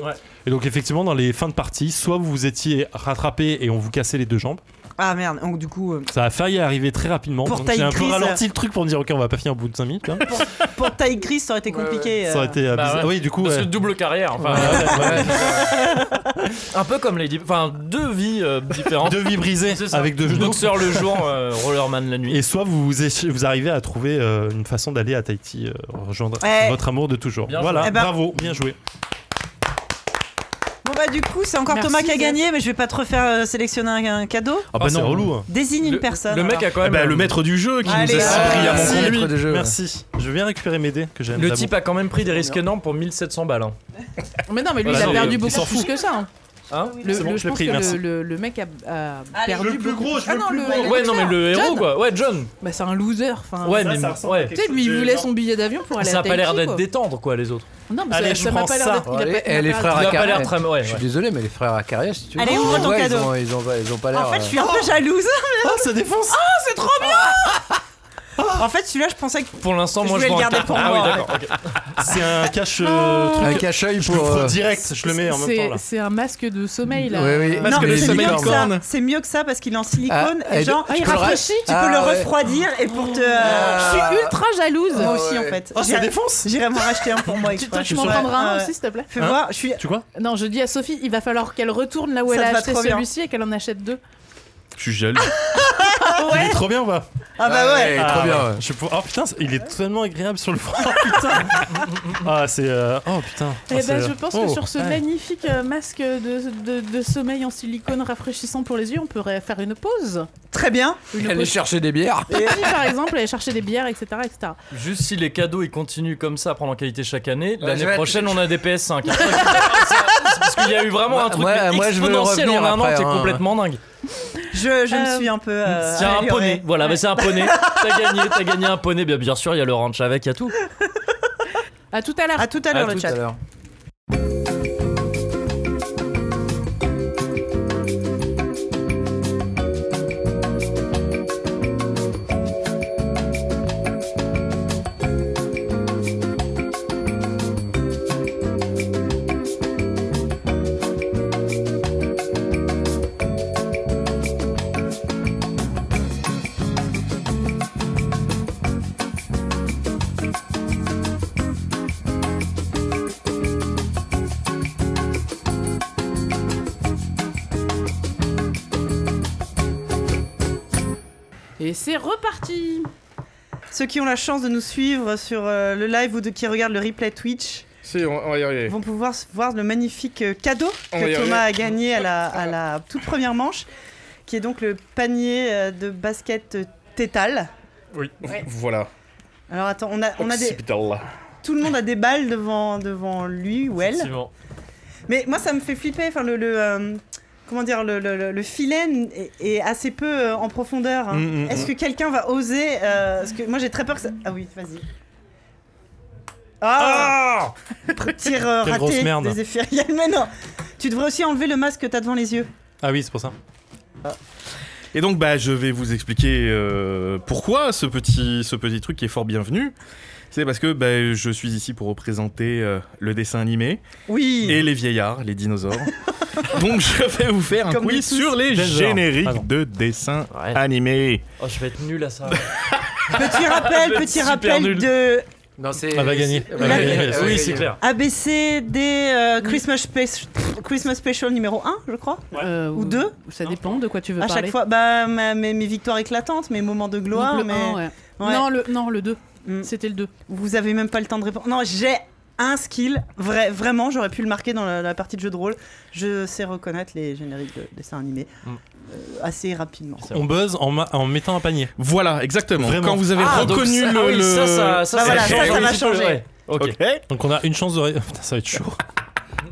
[SPEAKER 3] Et donc effectivement, dans les fins de partie, soit vous vous étiez rattrapé et on vous cassait les deux jambes.
[SPEAKER 1] Ah merde, donc du coup, euh,
[SPEAKER 3] Ça a failli arriver très rapidement.
[SPEAKER 1] Pour
[SPEAKER 3] donc
[SPEAKER 1] ta
[SPEAKER 3] J'ai un peu
[SPEAKER 1] crise.
[SPEAKER 3] ralenti le truc pour me dire ok, on va pas finir au bout de 5 minutes. là.
[SPEAKER 1] pour taille grise, ça aurait été compliqué.
[SPEAKER 3] Ça aurait
[SPEAKER 1] euh.
[SPEAKER 3] été euh,
[SPEAKER 4] Bah
[SPEAKER 3] bizarre.
[SPEAKER 4] ouais.
[SPEAKER 3] Oui, du coup.
[SPEAKER 4] Parce
[SPEAKER 3] ouais.
[SPEAKER 4] que double carrière, enfin, (laughs) un peu comme les dip- enfin deux vies euh, différentes.
[SPEAKER 3] Deux vies brisées
[SPEAKER 4] C'est ça.
[SPEAKER 3] avec deux genoux.
[SPEAKER 4] Boxeur le jour, euh, rollerman la nuit.
[SPEAKER 3] Et soit vous, vous éche- vous arrivez à trouver euh, une façon d'aller à Tahiti, euh, rejoindre
[SPEAKER 1] Ouais.
[SPEAKER 3] votre amour de toujours.
[SPEAKER 4] Bien joué.
[SPEAKER 3] voilà,
[SPEAKER 1] Eh ben-
[SPEAKER 3] bravo, bien joué.
[SPEAKER 1] Bon bah du coup, c'est encore
[SPEAKER 6] Merci,
[SPEAKER 1] Thomas qui a
[SPEAKER 6] Zef.
[SPEAKER 1] gagné, mais je vais pas te refaire euh, sélectionner un, un cadeau.
[SPEAKER 3] Ah
[SPEAKER 4] bah
[SPEAKER 3] c'est
[SPEAKER 4] non.
[SPEAKER 3] relou. hein.
[SPEAKER 1] Désigne
[SPEAKER 4] le,
[SPEAKER 1] une personne.
[SPEAKER 4] le mec
[SPEAKER 1] alors.
[SPEAKER 4] a
[SPEAKER 3] Eh
[SPEAKER 4] quand
[SPEAKER 7] Ah
[SPEAKER 4] même.
[SPEAKER 3] ben,
[SPEAKER 7] bah,
[SPEAKER 4] euh,
[SPEAKER 7] le maître du jeu qui
[SPEAKER 1] Allez,
[SPEAKER 7] nous a si hein.
[SPEAKER 1] euh,
[SPEAKER 7] Ah, brillamment
[SPEAKER 5] Merci.
[SPEAKER 7] conduits.
[SPEAKER 5] Maître de jeu, ouais.
[SPEAKER 3] Merci. Je viens récupérer mes dés que j'aime.
[SPEAKER 4] le type a quand même pris des risques énormes pour 1700 balles. hein.
[SPEAKER 6] Mais non, mais lui,
[SPEAKER 4] Voilà,
[SPEAKER 6] il a
[SPEAKER 4] non,
[SPEAKER 6] perdu
[SPEAKER 4] il
[SPEAKER 6] beaucoup
[SPEAKER 3] s'en
[SPEAKER 6] plus
[SPEAKER 3] fout.
[SPEAKER 6] que ça. hein.
[SPEAKER 4] Hein
[SPEAKER 6] Le,
[SPEAKER 3] C'est bon,
[SPEAKER 6] le-
[SPEAKER 3] je
[SPEAKER 6] je
[SPEAKER 3] l'ai
[SPEAKER 6] pense
[SPEAKER 3] pris,
[SPEAKER 6] que
[SPEAKER 3] merci.
[SPEAKER 6] le, le- le mec a, a
[SPEAKER 1] Allez,
[SPEAKER 6] perdu
[SPEAKER 1] le plus
[SPEAKER 6] beaucoup.
[SPEAKER 1] gros, je
[SPEAKER 6] Ah
[SPEAKER 1] veux
[SPEAKER 6] non,
[SPEAKER 1] plus
[SPEAKER 6] le-
[SPEAKER 1] gros.
[SPEAKER 6] le
[SPEAKER 4] Ouais, non, mais
[SPEAKER 6] boxeur,
[SPEAKER 4] le héros
[SPEAKER 6] John.
[SPEAKER 4] quoi. Ouais, John.
[SPEAKER 6] Bah, c'est un loser. Enfin,
[SPEAKER 4] Ouais,
[SPEAKER 3] Ah, ça,
[SPEAKER 4] mais
[SPEAKER 3] ça ressemble à
[SPEAKER 4] ouais.
[SPEAKER 3] quelque
[SPEAKER 6] tu sais, lui, il voulait son billet d'avion pour aller
[SPEAKER 4] Ça
[SPEAKER 6] à
[SPEAKER 4] a pas l'air
[SPEAKER 6] Tahiti,
[SPEAKER 4] d'être
[SPEAKER 6] quoi.
[SPEAKER 4] détendre quoi les autres.
[SPEAKER 6] Non, mais
[SPEAKER 3] Allez,
[SPEAKER 6] ça-
[SPEAKER 3] je
[SPEAKER 6] ça m'a
[SPEAKER 3] prends
[SPEAKER 6] pas
[SPEAKER 3] ça.
[SPEAKER 6] l'air d'être. il a
[SPEAKER 5] Allez,
[SPEAKER 6] pas- il a
[SPEAKER 5] eh, les
[SPEAKER 6] pas l'air
[SPEAKER 5] frères
[SPEAKER 4] Il a
[SPEAKER 5] Acari-
[SPEAKER 4] pas l'air très. Ouais.
[SPEAKER 5] Je
[SPEAKER 4] ouais.
[SPEAKER 5] suis désolé, mais les frères Acarias, si tu veux.
[SPEAKER 1] Allez, ouvre ton
[SPEAKER 5] ouais, ils
[SPEAKER 1] cadeau.
[SPEAKER 5] ont- Ils ont pas- ils ont pas l'air.
[SPEAKER 1] En fait,
[SPEAKER 5] euh,
[SPEAKER 1] je suis un peu jalouse.
[SPEAKER 3] Ah, ça défonce
[SPEAKER 1] c'est trop bien En fait, celui-là, je pensais que
[SPEAKER 4] Pour l'instant,
[SPEAKER 1] Je
[SPEAKER 4] moi je
[SPEAKER 1] voulais le
[SPEAKER 4] vois un
[SPEAKER 1] garder
[SPEAKER 4] carton.
[SPEAKER 1] pour
[SPEAKER 4] Ah oui,
[SPEAKER 1] moi.
[SPEAKER 4] d'accord. ok.
[SPEAKER 3] C'est un cache euh,
[SPEAKER 5] Un
[SPEAKER 3] truc.
[SPEAKER 5] cache-œil
[SPEAKER 3] Je le
[SPEAKER 5] pour. euh,
[SPEAKER 3] prends direct, je le mets en même
[SPEAKER 6] C'est-
[SPEAKER 3] temps là.
[SPEAKER 6] C'est un masque de sommeil là.
[SPEAKER 5] Oui, oui.
[SPEAKER 7] Parce
[SPEAKER 1] non,
[SPEAKER 7] que
[SPEAKER 1] mais
[SPEAKER 7] le
[SPEAKER 1] c'est
[SPEAKER 7] sommeil
[SPEAKER 1] mieux que ça.
[SPEAKER 3] hein.
[SPEAKER 7] licorne.
[SPEAKER 1] C'est mieux que ça parce qu'il est en silicone.
[SPEAKER 5] Ah,
[SPEAKER 1] et
[SPEAKER 5] et
[SPEAKER 1] genre,
[SPEAKER 5] de-
[SPEAKER 1] il
[SPEAKER 5] tu peux le ra-
[SPEAKER 1] rafraîchit, tu
[SPEAKER 5] Ah,
[SPEAKER 1] peux le
[SPEAKER 5] ouais.
[SPEAKER 1] refroidir et pour te.
[SPEAKER 6] Je
[SPEAKER 1] euh,
[SPEAKER 6] suis ultra jalouse.
[SPEAKER 1] Moi aussi, en
[SPEAKER 5] Ah, ouais.
[SPEAKER 1] fait.
[SPEAKER 3] Oh, ça
[SPEAKER 1] J'irai-
[SPEAKER 3] défonce
[SPEAKER 1] J'irai m'en racheter un pour moi.
[SPEAKER 6] Tu,
[SPEAKER 1] exprès.
[SPEAKER 6] toi, tu m'en
[SPEAKER 1] Ouais,
[SPEAKER 6] prendras un
[SPEAKER 1] ouais.
[SPEAKER 6] aussi, s'il te plaît
[SPEAKER 1] Fais
[SPEAKER 3] Hein
[SPEAKER 1] voir, je suis.
[SPEAKER 3] Tu quoi
[SPEAKER 6] Non, je dis à Sophie, il va falloir qu'elle retourne là où
[SPEAKER 1] Ça
[SPEAKER 6] elle
[SPEAKER 1] te
[SPEAKER 6] a
[SPEAKER 1] va
[SPEAKER 6] acheté
[SPEAKER 1] trop bien.
[SPEAKER 6] celui-ci et qu'elle en achète deux.
[SPEAKER 5] Ah,
[SPEAKER 7] Je suis jaloux.
[SPEAKER 3] Il est trop bien ou pas
[SPEAKER 1] Ah bah ouais
[SPEAKER 5] Trop
[SPEAKER 3] Ah,
[SPEAKER 5] bien,
[SPEAKER 3] ouais.
[SPEAKER 5] ouais.
[SPEAKER 3] Je pour- Oh putain, il est tellement agréable sur le front. (laughs) putain. Ah, c'est. euh, Oh putain. Ah,
[SPEAKER 6] Eh ben,
[SPEAKER 3] c'est-
[SPEAKER 6] je pense
[SPEAKER 3] Oh.
[SPEAKER 6] que sur ce
[SPEAKER 3] Ouais.
[SPEAKER 6] magnifique euh, masque de, de- de sommeil en silicone rafraîchissant pour les yeux, on pourrait faire une pause.
[SPEAKER 1] Très bien
[SPEAKER 6] Une
[SPEAKER 5] Aller
[SPEAKER 6] pause
[SPEAKER 5] chercher des bières.
[SPEAKER 6] pipi, par exemple, aller chercher des bières, etc. etc.
[SPEAKER 4] Juste si les cadeaux ils continuent comme ça à prendre en qualité chaque année,
[SPEAKER 5] Bah, je
[SPEAKER 4] l'année
[SPEAKER 5] vais- (laughs)
[SPEAKER 4] prochaine on a des PS5. hein. C'est parce qu'il y a eu vraiment un truc
[SPEAKER 5] Moi-
[SPEAKER 4] mais
[SPEAKER 5] moi, je veux le
[SPEAKER 4] exponentiel en
[SPEAKER 5] revenir
[SPEAKER 4] un an,
[SPEAKER 5] après,
[SPEAKER 4] t'es
[SPEAKER 5] hein.
[SPEAKER 4] complètement dingue.
[SPEAKER 1] Je, je me
[SPEAKER 6] Euh,
[SPEAKER 1] suis un peu. euh,
[SPEAKER 4] C'est un
[SPEAKER 1] améliorée.
[SPEAKER 4] poney, voilà, mais c'est un poney. T'as gagné, t'as gagné un poney, Bah, bien, bien sûr, il y a le ranch avec, il y a tout.
[SPEAKER 6] À tout à l'heure.
[SPEAKER 1] À tout à l'heure, le
[SPEAKER 5] tout
[SPEAKER 1] chat.
[SPEAKER 5] à l'heure.
[SPEAKER 6] Et c'est reparti.
[SPEAKER 1] Ceux qui ont la chance de nous suivre sur euh, le live ou de, qui regardent le replay Twitch
[SPEAKER 7] Si, on, on va y arriver.
[SPEAKER 1] vont pouvoir s- voir le magnifique euh, cadeau
[SPEAKER 7] On va y
[SPEAKER 1] que
[SPEAKER 7] arriver.
[SPEAKER 1] Thomas a gagné à la, à la toute première manche qui est donc le panier euh, de basket euh, tétale.
[SPEAKER 2] Oui.
[SPEAKER 1] Ouais.
[SPEAKER 2] Voilà.
[SPEAKER 1] Alors attends, on a, on a des,
[SPEAKER 2] Occipital.
[SPEAKER 1] tout le monde a des balles devant, devant lui ou elle.
[SPEAKER 4] Effectivement.
[SPEAKER 1] Mais moi, ça me fait flipper. Enfin, le, le, euh, comment dire, le, le- le- le filet est, est assez peu euh, en profondeur. hein.
[SPEAKER 7] Mm, mm,
[SPEAKER 1] Est-ce que quelqu'un va oser euh, Parce que moi, j'ai très peur que ça. Ah oui, vas-y. Ah,
[SPEAKER 2] Ah
[SPEAKER 1] Tir euh,
[SPEAKER 3] Quelle grosse
[SPEAKER 1] raté
[SPEAKER 3] merde.
[SPEAKER 1] des effets (laughs) réels. Mais non Tu devrais aussi enlever le masque que t'as devant les yeux.
[SPEAKER 3] Ah oui, c'est pour ça.
[SPEAKER 7] Et donc, bah, je vais vous expliquer euh, pourquoi ce petit, ce petit truc qui est fort bienvenu. C'est parce que bah, je suis ici pour représenter euh, le dessin animé
[SPEAKER 1] Oui
[SPEAKER 7] et les vieillards, les dinosaures. (laughs) donc, je vais vous faire un
[SPEAKER 1] Comme
[SPEAKER 7] quiz
[SPEAKER 1] nous tous.
[SPEAKER 7] sur les
[SPEAKER 3] Dinosaures.
[SPEAKER 7] génériques
[SPEAKER 3] Pardon.
[SPEAKER 7] de dessins
[SPEAKER 4] Ouais.
[SPEAKER 7] animés.
[SPEAKER 4] Oh, je vais être nul à ça.
[SPEAKER 5] (laughs)
[SPEAKER 1] Petit rappel,
[SPEAKER 4] Je vais être
[SPEAKER 1] petit
[SPEAKER 4] super
[SPEAKER 1] rappel
[SPEAKER 4] nul.
[SPEAKER 1] de
[SPEAKER 5] Non, c'est.
[SPEAKER 3] Elle va gagner.
[SPEAKER 5] c'est-
[SPEAKER 3] Elle
[SPEAKER 1] va
[SPEAKER 5] Ouais,
[SPEAKER 1] gagner,
[SPEAKER 5] ouais,
[SPEAKER 4] oui,
[SPEAKER 5] ouais, ouais,
[SPEAKER 4] c'est
[SPEAKER 5] ouais.
[SPEAKER 4] clair.
[SPEAKER 1] ABCD euh, Christmas, Spe- Christmas Special numéro 1, je crois.
[SPEAKER 6] Euh,
[SPEAKER 1] Ou deux
[SPEAKER 6] Ça
[SPEAKER 4] Non.
[SPEAKER 6] dépend de quoi tu veux
[SPEAKER 1] À
[SPEAKER 6] parler.
[SPEAKER 1] chaque fois, bah, ma- mes, mes victoires éclatantes, mes moments de
[SPEAKER 6] Donc,
[SPEAKER 1] gloire,
[SPEAKER 6] le
[SPEAKER 1] mais
[SPEAKER 6] un, ouais.
[SPEAKER 1] Ouais.
[SPEAKER 6] Non, le, non, le 2.
[SPEAKER 1] Mm.
[SPEAKER 6] C'était le 2.
[SPEAKER 1] vous avez même pas le temps de répondre. Non, j'ai un skill, vrai, vraiment, j'aurais pu le marquer dans la, la partie de jeu de rôle. Je sais reconnaître les génériques de dessins animés
[SPEAKER 4] Mm.
[SPEAKER 1] euh, assez rapidement.
[SPEAKER 4] C'est
[SPEAKER 3] On buzz en, ma- en mettant un panier.
[SPEAKER 7] Voilà, exactement.
[SPEAKER 3] Vraiment.
[SPEAKER 7] Quand vous avez
[SPEAKER 4] Ah, donc
[SPEAKER 7] reconnu
[SPEAKER 4] ça-
[SPEAKER 7] le.
[SPEAKER 4] ah oui,
[SPEAKER 7] le-
[SPEAKER 4] ça, ça, ça,
[SPEAKER 1] Bah
[SPEAKER 4] c'est-
[SPEAKER 1] voilà, ça, ça
[SPEAKER 4] oui,
[SPEAKER 1] va
[SPEAKER 4] c'est-
[SPEAKER 1] changer.
[SPEAKER 4] ouais. Ok.
[SPEAKER 7] Ok.
[SPEAKER 3] Donc on a une chance de. ré- (laughs) Putain, ça va
[SPEAKER 1] (laughs)
[SPEAKER 3] être chaud.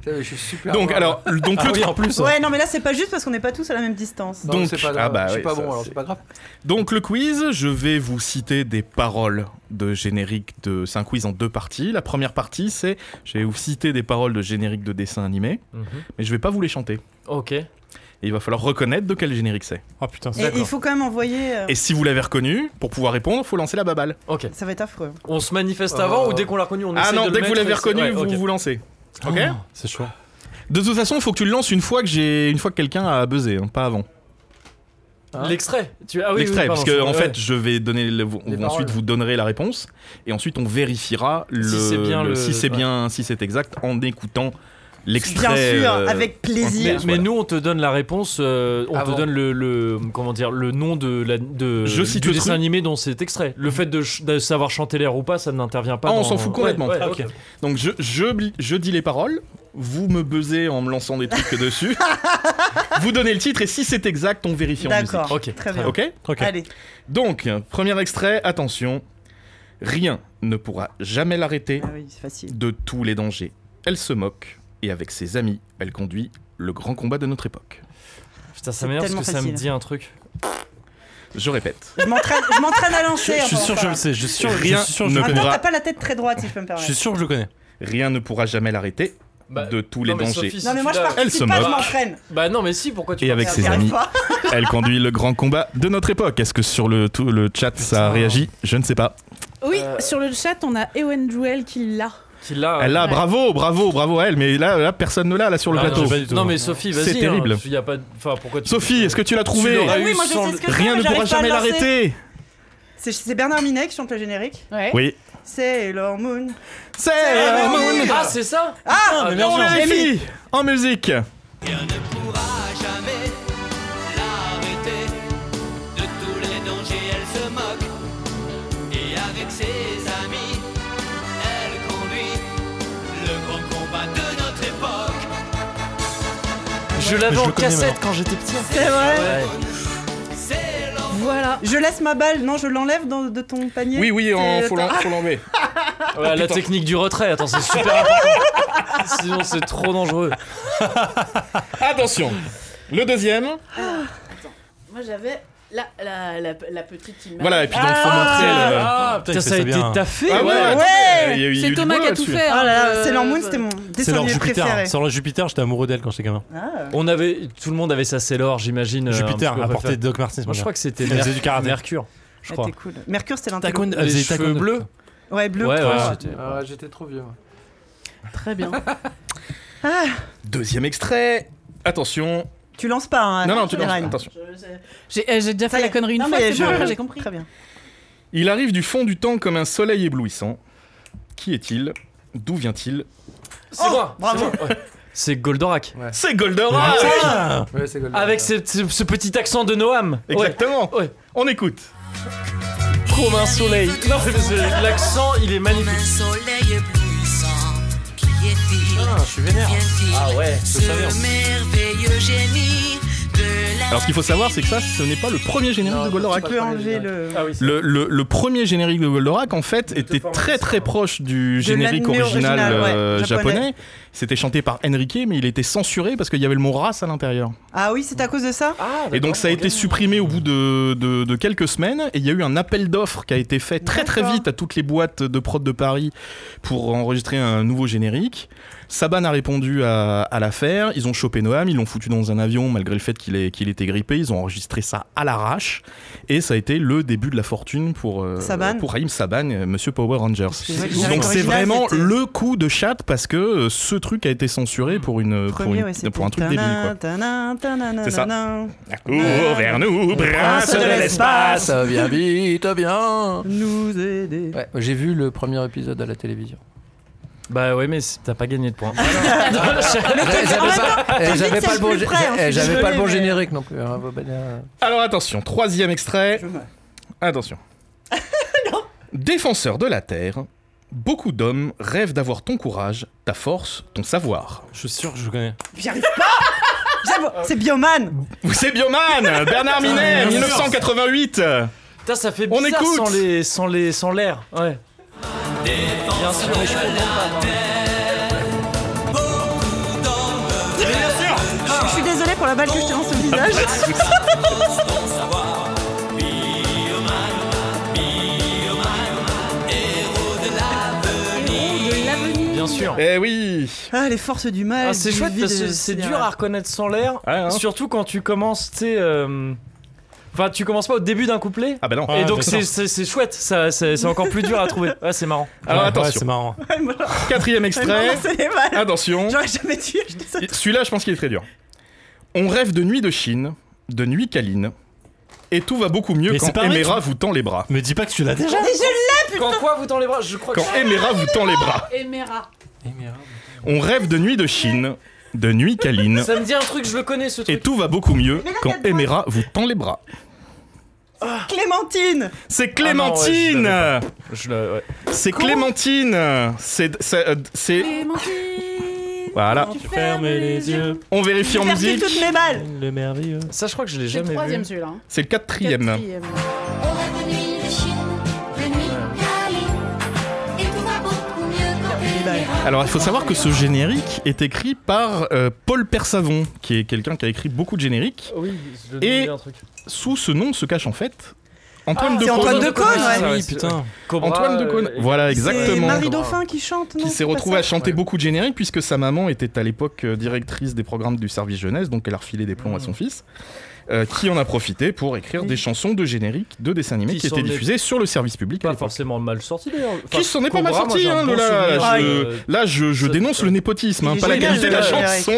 [SPEAKER 5] Je suis super.
[SPEAKER 7] Donc,
[SPEAKER 5] bon,
[SPEAKER 7] alors, le- donc,
[SPEAKER 3] Ah
[SPEAKER 7] le
[SPEAKER 3] oui, en plus.
[SPEAKER 1] Ouais, non, mais là, c'est pas juste parce qu'on n'est pas tous à la même distance.
[SPEAKER 5] Non,
[SPEAKER 7] donc-
[SPEAKER 5] c'est pas grave.
[SPEAKER 7] ah bah
[SPEAKER 5] je suis
[SPEAKER 7] oui,
[SPEAKER 5] pas
[SPEAKER 7] ça,
[SPEAKER 5] bon, alors
[SPEAKER 7] c'est-
[SPEAKER 5] c'est pas grave.
[SPEAKER 7] Donc le quiz, je vais vous citer des paroles de générique de... C'est un quiz en deux parties. La première partie, c'est... Je vais vous citer des paroles de générique de dessin animé,
[SPEAKER 4] Mhm.
[SPEAKER 7] mais je vais pas vous les chanter.
[SPEAKER 4] Ok.
[SPEAKER 7] Et il va falloir reconnaître de quel générique c'est.
[SPEAKER 3] Oh putain,
[SPEAKER 1] Et
[SPEAKER 3] c'est
[SPEAKER 1] il faut quand même envoyer. euh,
[SPEAKER 7] Et si vous l'avez reconnu, pour pouvoir répondre, faut lancer la baballe.
[SPEAKER 4] Ok.
[SPEAKER 1] Ça va être affreux. hein.
[SPEAKER 4] On se manifeste
[SPEAKER 5] Euh,
[SPEAKER 4] avant ou dès qu'on l'a reconnu, on
[SPEAKER 7] Oh. Ah
[SPEAKER 4] essaie
[SPEAKER 7] non,
[SPEAKER 4] de le
[SPEAKER 7] dès que vous
[SPEAKER 4] mettre,
[SPEAKER 7] l'avez
[SPEAKER 4] et c'est-
[SPEAKER 7] reconnu,
[SPEAKER 4] ouais,
[SPEAKER 7] vous
[SPEAKER 4] ok.
[SPEAKER 7] vous lancez. Ok
[SPEAKER 3] Oh, C'est chaud.
[SPEAKER 7] De toute façon, faut que tu le lances une fois que j'ai, une fois que quelqu'un a buzzé, hein, pas avant.
[SPEAKER 4] Hein L'extrait. Tu... Ah oui, oui,
[SPEAKER 7] L'extrait,
[SPEAKER 4] pardon,
[SPEAKER 7] parce que
[SPEAKER 4] c'est-
[SPEAKER 7] en
[SPEAKER 4] ouais,
[SPEAKER 7] fait,
[SPEAKER 4] ouais.
[SPEAKER 7] je vais donner, le- vous-
[SPEAKER 5] Les
[SPEAKER 7] vous-
[SPEAKER 5] paroles.
[SPEAKER 7] ensuite vous donnerez la réponse, et ensuite on vérifiera le,
[SPEAKER 4] c'est bien le-
[SPEAKER 7] si c'est
[SPEAKER 4] ouais.
[SPEAKER 7] bien, si c'est exact, en écoutant
[SPEAKER 1] Bien
[SPEAKER 7] l'extrait.
[SPEAKER 1] sûr,
[SPEAKER 7] euh,
[SPEAKER 1] avec
[SPEAKER 4] Mais,
[SPEAKER 1] plaisir.
[SPEAKER 7] Voilà. Ah
[SPEAKER 4] mais nous, on te donne la réponse. euh, on
[SPEAKER 5] Avant.
[SPEAKER 4] te donne le, le- comment dire le nom de la de
[SPEAKER 7] Je cite
[SPEAKER 4] du
[SPEAKER 7] le
[SPEAKER 4] dessin
[SPEAKER 7] truc.
[SPEAKER 4] animé dont c'est extrait. Le fait de, ch- de savoir chanter l'air ou pas, ça n'intervient pas.
[SPEAKER 7] Ah, on
[SPEAKER 4] dans-
[SPEAKER 7] s'en fout complètement.
[SPEAKER 4] Ouais, ouais,
[SPEAKER 3] Ok.
[SPEAKER 4] ok.
[SPEAKER 7] Donc je, je, bli- je dis les paroles, vous me buzzez en me lançant des trucs (laughs) dessus, vous donnez le titre, et si c'est exact, on vérifie en musique.
[SPEAKER 1] D'accord.
[SPEAKER 4] Ah, Ok,
[SPEAKER 1] Très
[SPEAKER 4] très
[SPEAKER 1] bien.
[SPEAKER 7] Ok
[SPEAKER 3] Ok.
[SPEAKER 1] Allez.
[SPEAKER 7] Donc, premier extrait, attention. Rien ne pourra jamais l'arrêter
[SPEAKER 1] Ah oui, c'est facile.
[SPEAKER 7] de tous les dangers. Elle se moque, et avec ses amis, elle conduit le grand combat de notre époque.
[SPEAKER 4] Putain, ça m'énerve parce que
[SPEAKER 1] tellement
[SPEAKER 4] ça me
[SPEAKER 1] facile.
[SPEAKER 4] dit un truc.
[SPEAKER 7] Je répète.
[SPEAKER 1] Je m'entraîne je m'entraîne à
[SPEAKER 3] Je,
[SPEAKER 1] lancer.
[SPEAKER 3] je suis
[SPEAKER 1] enfin,
[SPEAKER 3] sûr que je
[SPEAKER 1] enfin.
[SPEAKER 3] le sais. Je suis sûr, je
[SPEAKER 7] Rien
[SPEAKER 3] suis sûr que je
[SPEAKER 7] ne
[SPEAKER 3] le connais.
[SPEAKER 7] pourra-
[SPEAKER 1] Attends, t'as pas la tête très droite, si je peux me
[SPEAKER 3] Je
[SPEAKER 1] permettre.
[SPEAKER 3] suis sûr que je le connais.
[SPEAKER 7] Rien ne pourra jamais l'arrêter
[SPEAKER 4] Bah,
[SPEAKER 7] de tous les
[SPEAKER 4] non, mais
[SPEAKER 7] dangers.
[SPEAKER 4] Sophie,
[SPEAKER 1] Non,
[SPEAKER 4] si
[SPEAKER 1] mais
[SPEAKER 4] tu
[SPEAKER 1] moi, je
[SPEAKER 4] l'as-
[SPEAKER 7] Elle se
[SPEAKER 1] participe pas, je
[SPEAKER 7] moque.
[SPEAKER 1] m'entraîne.
[SPEAKER 4] Bah non, mais si, pourquoi tu
[SPEAKER 7] Et avec
[SPEAKER 1] Ça
[SPEAKER 7] ses
[SPEAKER 1] m'intéresse
[SPEAKER 7] amis,
[SPEAKER 1] pas.
[SPEAKER 7] elle conduit le grand combat de notre époque. Est-ce que sur le, tout le chat ça a
[SPEAKER 4] Putain.
[SPEAKER 7] réagi Je ne sais pas.
[SPEAKER 6] Oui,
[SPEAKER 4] Euh,
[SPEAKER 6] sur le chat, on a Ewen Joel qui l'a.
[SPEAKER 4] Qui l'a
[SPEAKER 7] Elle a
[SPEAKER 6] Ouais.
[SPEAKER 7] bravo, bravo, bravo à elle, mais là, là personne ne l'a là sur le
[SPEAKER 4] Ah,
[SPEAKER 7] plateau.
[SPEAKER 4] non,
[SPEAKER 3] j'ai pas du tout.
[SPEAKER 4] Non, mais Sophie, vas-y.
[SPEAKER 7] C'est
[SPEAKER 4] hein,
[SPEAKER 7] terrible.
[SPEAKER 4] y a pas... de- enfin, pourquoi tu...
[SPEAKER 7] Sophie, est-ce que tu l'as trouvé
[SPEAKER 4] l'auras
[SPEAKER 1] Ah oui,
[SPEAKER 4] eu
[SPEAKER 1] moi je
[SPEAKER 4] sans
[SPEAKER 1] sais
[SPEAKER 4] le-
[SPEAKER 1] ce que c'est,
[SPEAKER 7] Rien
[SPEAKER 1] mais
[SPEAKER 7] ne pourra
[SPEAKER 1] j'arrive pas à
[SPEAKER 7] jamais
[SPEAKER 1] le lancer.
[SPEAKER 7] l'arrêter.
[SPEAKER 1] C'est c'est Bernard Minet qui chante le générique.
[SPEAKER 6] Ouais.
[SPEAKER 7] Oui.
[SPEAKER 1] C'est Sailor Moon.
[SPEAKER 7] C'est
[SPEAKER 1] Sailor
[SPEAKER 7] Moon.
[SPEAKER 4] Ah, c'est ça
[SPEAKER 1] Ah,
[SPEAKER 4] mais
[SPEAKER 7] On
[SPEAKER 4] merde,
[SPEAKER 1] j'ai aimé.
[SPEAKER 7] vérifie en musique.
[SPEAKER 8] Rien ne pourra jamais l'arrêter. De tous les dangers, elle se moque. Et avec ses amis, elle conduit le grand combat de notre époque.
[SPEAKER 4] Je l'avais
[SPEAKER 3] je
[SPEAKER 4] en
[SPEAKER 3] le connais
[SPEAKER 4] cassette quand j'étais petit.
[SPEAKER 1] C'est vrai.
[SPEAKER 4] Ouais.
[SPEAKER 8] C'est l'enfant.
[SPEAKER 6] Voilà.
[SPEAKER 1] Je laisse ma balle. Non, je l'enlève dans- de ton panier.
[SPEAKER 7] Oui, oui, en-
[SPEAKER 1] C'est-
[SPEAKER 7] faut l'en- faut l'enlever.
[SPEAKER 4] Ouais, la technique du retrait, attends, c'est super important. Sinon, c'est trop dangereux.
[SPEAKER 7] Attention. Le deuxième.
[SPEAKER 6] Moi, j'avais la, la, la, la petite image.
[SPEAKER 7] Voilà,
[SPEAKER 1] Ah,
[SPEAKER 7] et puis donc faut montrer le-
[SPEAKER 3] Ah, putain, il
[SPEAKER 4] Putain,
[SPEAKER 3] fait
[SPEAKER 4] ça a été
[SPEAKER 3] bien.
[SPEAKER 4] taffé,
[SPEAKER 7] Ah
[SPEAKER 4] ouais.
[SPEAKER 7] ouais,
[SPEAKER 1] Ouais.
[SPEAKER 7] attends, il y a eu- il y a eu
[SPEAKER 6] C'est
[SPEAKER 7] du
[SPEAKER 6] Thomas
[SPEAKER 7] boulot
[SPEAKER 6] qui a tout
[SPEAKER 7] là-dessus.
[SPEAKER 6] fait.
[SPEAKER 1] Oh
[SPEAKER 6] hein,
[SPEAKER 1] là
[SPEAKER 6] euh,
[SPEAKER 1] là, Sailor Moon,
[SPEAKER 6] euh,
[SPEAKER 1] c'était mon
[SPEAKER 3] C'est
[SPEAKER 1] dessin
[SPEAKER 3] leur
[SPEAKER 1] animé préféré.
[SPEAKER 3] Jupiter. hein, Sur leur Jupiter, j'étais amoureux d'elle quand j'étais gamin.
[SPEAKER 1] Ah.
[SPEAKER 4] On avait, tout le monde avait sa Sailor, j'imagine. euh, un
[SPEAKER 3] Jupiter,
[SPEAKER 4] petit peu
[SPEAKER 3] à portée
[SPEAKER 4] préférée.
[SPEAKER 3] de Doc Martens.
[SPEAKER 4] Moi, je crois que c'était
[SPEAKER 3] Elle faisait
[SPEAKER 4] Mer-
[SPEAKER 3] du karaté.
[SPEAKER 4] Mercure, je
[SPEAKER 1] Ah,
[SPEAKER 4] crois.
[SPEAKER 1] t'es cool. Mercure, c'était l'intello.
[SPEAKER 3] Taekwondo,
[SPEAKER 4] Les
[SPEAKER 3] elle faisait
[SPEAKER 4] cheveux
[SPEAKER 3] taekwondo.
[SPEAKER 4] bleus.
[SPEAKER 1] Ouais, bleu.
[SPEAKER 4] Ouais,
[SPEAKER 1] trop.
[SPEAKER 4] ouais,
[SPEAKER 1] Ah.
[SPEAKER 4] c'était-
[SPEAKER 5] Ah, J'étais trop vieux. moi.
[SPEAKER 1] (laughs)
[SPEAKER 6] Très bien.
[SPEAKER 7] Deuxième extrait. Attention.
[SPEAKER 1] Tu lances pas. Hein,
[SPEAKER 7] Non, non, tu
[SPEAKER 1] les
[SPEAKER 7] lances.
[SPEAKER 1] règles.
[SPEAKER 7] Attention.
[SPEAKER 6] J'ai euh, j'ai déjà
[SPEAKER 1] Ça
[SPEAKER 6] fait
[SPEAKER 1] y
[SPEAKER 6] la
[SPEAKER 1] est.
[SPEAKER 6] connerie une
[SPEAKER 1] Non,
[SPEAKER 6] fois,
[SPEAKER 1] mais
[SPEAKER 6] c'est
[SPEAKER 1] je-
[SPEAKER 6] bon, après, j'ai compris.
[SPEAKER 1] Très bien.
[SPEAKER 7] Il arrive du fond du temps comme un soleil éblouissant. Qui est-il D'où vient-il
[SPEAKER 4] C'est moi, c'est
[SPEAKER 1] bravo.
[SPEAKER 4] moi, ouais. C'est Goldorak.
[SPEAKER 7] C'est Goldorak
[SPEAKER 3] Ah
[SPEAKER 5] Ouais, c'est Goldorak.
[SPEAKER 4] Avec ce, ce- ce petit accent de Noam. Ouais.
[SPEAKER 7] Exactement.
[SPEAKER 4] Ouais.
[SPEAKER 7] On écoute.
[SPEAKER 4] Comme un soleil. Non, mais parce que l'accent, il est
[SPEAKER 8] Comme
[SPEAKER 4] magnifique.
[SPEAKER 8] un soleil éblouissant. Qui est-il
[SPEAKER 4] Ah, je suis vénère.
[SPEAKER 8] Vient-il
[SPEAKER 4] Ah ouais, je
[SPEAKER 8] Ce
[SPEAKER 4] savais, en plus.
[SPEAKER 8] merveilleux génie
[SPEAKER 7] Alors ce qu'il faut savoir, c'est que ça, ce n'est pas le premier générique
[SPEAKER 5] Non,
[SPEAKER 7] de Goldorak.
[SPEAKER 1] Tu peux enlever le.
[SPEAKER 3] Ah oui, c'est
[SPEAKER 7] Le, le- le premier générique de Goldorak, en fait, était très très proche du générique
[SPEAKER 1] l'anime
[SPEAKER 7] original,
[SPEAKER 1] original, ouais,
[SPEAKER 7] euh,
[SPEAKER 1] japonais.
[SPEAKER 7] japonais. C'était chanté par Enrique, mais il était censuré parce qu'il y avait le mot race à l'intérieur.
[SPEAKER 1] Ah oui, c'est à cause de ça
[SPEAKER 7] Et donc ça a été supprimé au bout de, de- de quelques semaines. Et il y a eu un appel d'offres qui a été fait très très
[SPEAKER 1] D'accord.
[SPEAKER 7] vite à toutes les boîtes de prod de Paris pour enregistrer un nouveau générique. Saban a répondu à, à l'affaire. Ils ont chopé Noam, ils l'ont foutu dans un avion malgré le fait qu'il ait- qu'il était grippé. Ils ont enregistré ça à l'arrache. Et ça a été le début de la fortune pour, euh,
[SPEAKER 1] Saban.
[SPEAKER 7] pour Haïm Saban, euh, monsieur Power Rangers.
[SPEAKER 1] vrai que le
[SPEAKER 7] Donc
[SPEAKER 1] générique
[SPEAKER 7] c'est
[SPEAKER 1] original,
[SPEAKER 7] vraiment
[SPEAKER 1] c'était-
[SPEAKER 7] le coup de chatte parce que euh, ce truc a été censuré pour, une, pour,
[SPEAKER 1] Premier,
[SPEAKER 7] une-
[SPEAKER 1] ouais, c'était
[SPEAKER 7] pour un truc débile.
[SPEAKER 1] tanin,
[SPEAKER 7] Quoi.
[SPEAKER 1] tanin, tanin,
[SPEAKER 7] C'est ça.
[SPEAKER 1] tanin.
[SPEAKER 7] Cours vers nous, prince de l'espace.
[SPEAKER 5] Ça vient vite, viens
[SPEAKER 1] Nous aider.
[SPEAKER 5] Ouais, j'ai vu le premier épisode à la télévision.
[SPEAKER 4] Bah ouais, mais c'est- t'as pas gagné de points. Ah (laughs)
[SPEAKER 5] Ah, J'avais pas- eh,
[SPEAKER 1] dit
[SPEAKER 5] j'avais
[SPEAKER 1] que
[SPEAKER 5] pas
[SPEAKER 1] c'est
[SPEAKER 5] le bon
[SPEAKER 1] le plus près, hein,
[SPEAKER 5] gé- eh,
[SPEAKER 1] je suis Eh,
[SPEAKER 5] j'avais pas le bon
[SPEAKER 1] désolée, mais-
[SPEAKER 5] générique non plus. hein, bah, bah, euh,
[SPEAKER 7] Alors attention, troisième extrait. Attention. Défenseur de la Terre, beaucoup d'hommes rêvent d'avoir ton courage, ta force, ton savoir.
[SPEAKER 4] Je suis sûr que je connais.
[SPEAKER 1] J'y arrive pas J'avoue, C'est Bioman
[SPEAKER 7] C'est Bioman, Bernard Minet,
[SPEAKER 4] bien sûr.
[SPEAKER 7] 1988.
[SPEAKER 4] Putain, ça fait
[SPEAKER 7] On
[SPEAKER 4] bizarre
[SPEAKER 7] écoute.
[SPEAKER 4] sans les, sans les, sans l'air. Ouais. Bien sûr, mais je comprends pas. moi.
[SPEAKER 1] Je suis désolée pour la balle que je t'ai lancée au visage.
[SPEAKER 7] Ah, bah,
[SPEAKER 4] Bien sûr.
[SPEAKER 7] Eh oui.
[SPEAKER 1] Ah, les forces du mal.
[SPEAKER 4] Ah, c'est
[SPEAKER 1] du
[SPEAKER 4] chouette
[SPEAKER 1] vide,
[SPEAKER 4] parce
[SPEAKER 1] euh,
[SPEAKER 4] que c'est
[SPEAKER 1] des
[SPEAKER 4] dur à reconnaître sans l'air.
[SPEAKER 7] Ouais, hein.
[SPEAKER 4] Surtout quand tu commences, tu sais. euh, Enfin, tu commences pas au début d'un couplet.
[SPEAKER 7] Ah bah non.
[SPEAKER 3] Ah,
[SPEAKER 4] et donc
[SPEAKER 3] bien
[SPEAKER 4] c'est-
[SPEAKER 3] sûr.
[SPEAKER 4] c'est c'est chouette, ça, c'est c'est encore plus dur à (laughs) trouver. Ouais, c'est marrant.
[SPEAKER 7] Alors
[SPEAKER 3] Ouais,
[SPEAKER 7] attention,
[SPEAKER 3] c'est marrant.
[SPEAKER 7] quatrième extrait.
[SPEAKER 1] Non, c'est les balles.
[SPEAKER 7] Attention.
[SPEAKER 1] J'aurais jamais dû. acheter ça.
[SPEAKER 7] Celui-là, je pense qu'il est très dur. On rêve de nuit de Chine, de nuit câline, et tout va beaucoup mieux
[SPEAKER 3] Mais c'est
[SPEAKER 7] quand
[SPEAKER 3] pas vrai,
[SPEAKER 7] Emera vous tend les bras.
[SPEAKER 3] Me dis pas que tu l'as déjà.
[SPEAKER 4] Quand quoi vous dans les bras Je crois que (laughs)
[SPEAKER 7] Quand Emera vous tend les bras.
[SPEAKER 6] Emera.
[SPEAKER 7] On rêve de nuit de Chine, de nuit câline,
[SPEAKER 4] ça me dit un truc, je le connais ce
[SPEAKER 7] Et
[SPEAKER 4] truc.
[SPEAKER 7] tout va beaucoup mieux quand Emera vous tend les bras.
[SPEAKER 1] Clémentine
[SPEAKER 4] non,
[SPEAKER 7] C'est
[SPEAKER 4] ouais, je
[SPEAKER 7] Clémentine
[SPEAKER 4] Je le- ouais.
[SPEAKER 7] C'est Clémentine C'est. c'est- euh, c'est- Voilà.
[SPEAKER 6] Ah, Tu
[SPEAKER 3] Ferme les yeux,
[SPEAKER 7] On vérifie en
[SPEAKER 1] Percez
[SPEAKER 7] musique.
[SPEAKER 1] toutes mes balles
[SPEAKER 3] le merveilleux.
[SPEAKER 4] Ça, je crois que je l'ai
[SPEAKER 6] C'est le
[SPEAKER 4] jamais
[SPEAKER 6] troisième
[SPEAKER 4] vu.
[SPEAKER 6] celui-là. hein.
[SPEAKER 7] C'est le quatrième.
[SPEAKER 6] Quatrième.
[SPEAKER 9] On rêve de nuit de Chine, de nuit d'Ali, et tout va beaucoup mieux quand t'es là.
[SPEAKER 7] Alors il faut savoir que ce générique est écrit par euh, Paul Persavon, qui est quelqu'un qui a écrit beaucoup de génériques.
[SPEAKER 4] Oui, je
[SPEAKER 7] Et-
[SPEAKER 4] le un truc.
[SPEAKER 7] Sous ce nom se cache en fait Antoine de
[SPEAKER 1] c'est
[SPEAKER 7] Caunes.
[SPEAKER 1] Antoine de Caunes,
[SPEAKER 4] Ah,
[SPEAKER 1] ouais.
[SPEAKER 4] oui,
[SPEAKER 3] oui,
[SPEAKER 4] c'est-
[SPEAKER 3] putain.
[SPEAKER 4] Cobra,
[SPEAKER 7] Antoine de Caunes.
[SPEAKER 4] euh,
[SPEAKER 7] Voilà,
[SPEAKER 1] C'est
[SPEAKER 7] exactement.
[SPEAKER 1] Marie Dauphin qui chante, non
[SPEAKER 7] qui
[SPEAKER 1] c'est
[SPEAKER 7] s'est
[SPEAKER 1] pas
[SPEAKER 7] retrouvée à
[SPEAKER 1] ça
[SPEAKER 7] chanter
[SPEAKER 4] Ouais.
[SPEAKER 7] beaucoup de génériques puisque sa maman était à l'époque euh, directrice des programmes du service jeunesse, donc elle a refilé des
[SPEAKER 4] Mm.
[SPEAKER 7] plombs à son fils, euh, qui en a profité pour écrire des chansons de génériques de dessins animés
[SPEAKER 4] Qui
[SPEAKER 7] qui, étaient
[SPEAKER 4] sont des-
[SPEAKER 7] diffusés sur le service public.
[SPEAKER 4] Pas
[SPEAKER 7] à l'époque.
[SPEAKER 4] forcément mal sorti d'ailleurs. Enfin,
[SPEAKER 7] Qui s'en est pas mal
[SPEAKER 4] Cobra, moi,
[SPEAKER 7] sorti,
[SPEAKER 4] j'ai un
[SPEAKER 7] hein,
[SPEAKER 4] bon
[SPEAKER 7] Lola.
[SPEAKER 4] souvenir,
[SPEAKER 7] Je-
[SPEAKER 4] euh,
[SPEAKER 7] Là, je, je
[SPEAKER 4] ça-
[SPEAKER 7] dénonce
[SPEAKER 4] ça-
[SPEAKER 7] le népotisme, hein,
[SPEAKER 1] Il est
[SPEAKER 7] pas la
[SPEAKER 1] génial,
[SPEAKER 7] qualité
[SPEAKER 4] euh,
[SPEAKER 7] de la
[SPEAKER 1] Lola,
[SPEAKER 7] chanson.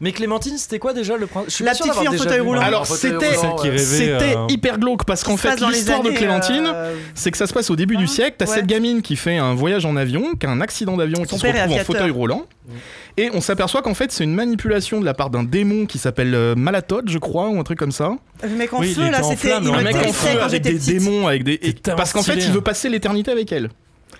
[SPEAKER 4] Mais Clémentine, c'était quoi déjà le principe Je suis
[SPEAKER 1] La
[SPEAKER 4] pas sûr
[SPEAKER 1] petite
[SPEAKER 4] d'avoir
[SPEAKER 1] fille en
[SPEAKER 4] déjà
[SPEAKER 1] fauteuil
[SPEAKER 4] vu.
[SPEAKER 1] roulant.
[SPEAKER 7] Alors,
[SPEAKER 5] fauteuil
[SPEAKER 7] c'était
[SPEAKER 5] roulant,
[SPEAKER 3] Qui
[SPEAKER 5] ouais.
[SPEAKER 3] rêvait,
[SPEAKER 7] c'était
[SPEAKER 3] euh,
[SPEAKER 7] hyper glauque parce qu'en
[SPEAKER 1] Se passe
[SPEAKER 7] fait,
[SPEAKER 1] dans les
[SPEAKER 7] l'histoire de
[SPEAKER 1] années,
[SPEAKER 7] Clémentine.
[SPEAKER 1] euh,
[SPEAKER 7] C'est que ça se passe au début du siècle. T'as
[SPEAKER 1] Ah, ouais.
[SPEAKER 7] cette gamine qui fait un voyage en avion, qui a un accident d'avion, et
[SPEAKER 1] Son
[SPEAKER 7] qui se
[SPEAKER 1] père est
[SPEAKER 7] retrouve en
[SPEAKER 1] aviateur.
[SPEAKER 7] fauteuil roulant. Et on s'aperçoit qu'en fait, c'est une manipulation de la part d'un démon qui s'appelle euh, Malatode, je crois, ou un truc comme ça.
[SPEAKER 1] Le mec en
[SPEAKER 3] Oui, il
[SPEAKER 1] feu,
[SPEAKER 3] était
[SPEAKER 1] là,
[SPEAKER 3] en
[SPEAKER 1] c'était.
[SPEAKER 3] flamme,
[SPEAKER 1] Il
[SPEAKER 3] ouais.
[SPEAKER 1] me
[SPEAKER 3] Un mec en
[SPEAKER 1] détestait
[SPEAKER 3] feu
[SPEAKER 1] quand
[SPEAKER 7] avec
[SPEAKER 1] j'étais
[SPEAKER 7] Ah, des
[SPEAKER 1] petite.
[SPEAKER 7] démons, avec des. et-
[SPEAKER 3] Putain,
[SPEAKER 7] parce qu'en fait,
[SPEAKER 3] stylé,
[SPEAKER 7] il
[SPEAKER 3] hein.
[SPEAKER 7] veut passer l'éternité avec elle.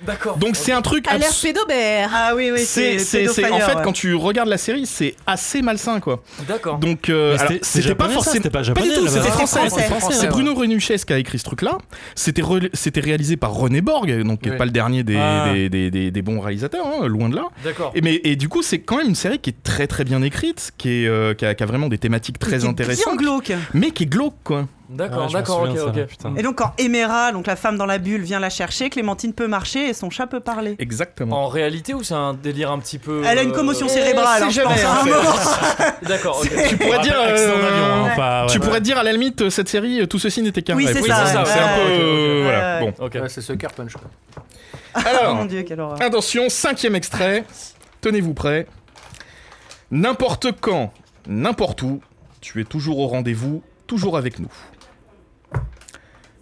[SPEAKER 4] D'accord.
[SPEAKER 7] Donc c'est un truc.
[SPEAKER 6] Alerte
[SPEAKER 7] abs-
[SPEAKER 6] pédobère.
[SPEAKER 1] Ah oui, oui,
[SPEAKER 7] C'est, c'est- c'est- en
[SPEAKER 1] pédophile,
[SPEAKER 7] fait
[SPEAKER 1] ouais.
[SPEAKER 7] quand tu regardes la série, c'est assez malsain quoi.
[SPEAKER 4] D'accord.
[SPEAKER 7] Donc euh,
[SPEAKER 3] Mais
[SPEAKER 7] alors,
[SPEAKER 3] c'est
[SPEAKER 7] c'était pas
[SPEAKER 3] japonais, ça,
[SPEAKER 7] forcément
[SPEAKER 3] C'était pas
[SPEAKER 7] pas
[SPEAKER 3] japonais.
[SPEAKER 7] du tout,
[SPEAKER 3] là-bas.
[SPEAKER 7] c'était français.
[SPEAKER 1] Français.
[SPEAKER 7] C'est Bruno Renuchez qui a écrit ce truc-là. C'était re- c'était réalisé par René Borg, donc qui est
[SPEAKER 5] Oui.
[SPEAKER 7] pas le dernier des,
[SPEAKER 3] Ah.
[SPEAKER 7] des, des- des- des bons réalisateurs, hein, loin de là.
[SPEAKER 4] D'accord.
[SPEAKER 7] Et, mais, et du coup, c'est quand même une série qui est très très bien écrite, qui, est, euh, qui, a, qui a vraiment des thématiques
[SPEAKER 1] Il
[SPEAKER 7] très
[SPEAKER 1] était Bien
[SPEAKER 7] intéressantes,
[SPEAKER 1] glauque.
[SPEAKER 7] mais qui est glauque quoi.
[SPEAKER 4] D'accord,
[SPEAKER 3] Ouais, je m'en
[SPEAKER 4] d'accord, ok,
[SPEAKER 3] souviens, ça,
[SPEAKER 4] ok.
[SPEAKER 3] là, putain.
[SPEAKER 1] Et donc quand Emera, donc la femme dans la bulle, vient la chercher, Clémentine peut marcher et son chat peut parler.
[SPEAKER 7] Exactement.
[SPEAKER 4] En réalité ou c'est un délire un petit peu.
[SPEAKER 1] Elle a une
[SPEAKER 4] euh,
[SPEAKER 1] commotion cérébrale,
[SPEAKER 7] c'est
[SPEAKER 1] hein, je pense.
[SPEAKER 7] jamais,
[SPEAKER 1] à un
[SPEAKER 7] hein,
[SPEAKER 1] moment.
[SPEAKER 4] D'accord, ok.
[SPEAKER 7] Tu pourrais dire.
[SPEAKER 3] Ah, Accident
[SPEAKER 7] euh,
[SPEAKER 3] d'avion, hein,
[SPEAKER 1] ouais.
[SPEAKER 3] enfin,
[SPEAKER 7] Tu
[SPEAKER 3] ouais.
[SPEAKER 7] pourrais dire à la limite euh, cette série euh, tout ceci n'était qu'un
[SPEAKER 1] Oui,
[SPEAKER 7] rêve.
[SPEAKER 1] c'est
[SPEAKER 4] Oui, ça, c'est ça, ouais.
[SPEAKER 7] c'est un peu
[SPEAKER 4] Ouais,
[SPEAKER 7] euh,
[SPEAKER 1] ouais,
[SPEAKER 7] voilà.
[SPEAKER 1] ouais.
[SPEAKER 7] Bon.
[SPEAKER 4] Ok.
[SPEAKER 5] hein. Ouais, c'est ce Sucker Punch. quoi.
[SPEAKER 1] (laughs) Oh mon
[SPEAKER 7] Alors,
[SPEAKER 1] dieu, quelle horreur.
[SPEAKER 7] attention, cinquième extrait. Tenez-vous prêts. N'importe quand, n'importe où, tu es toujours au rendez-vous, toujours avec nous.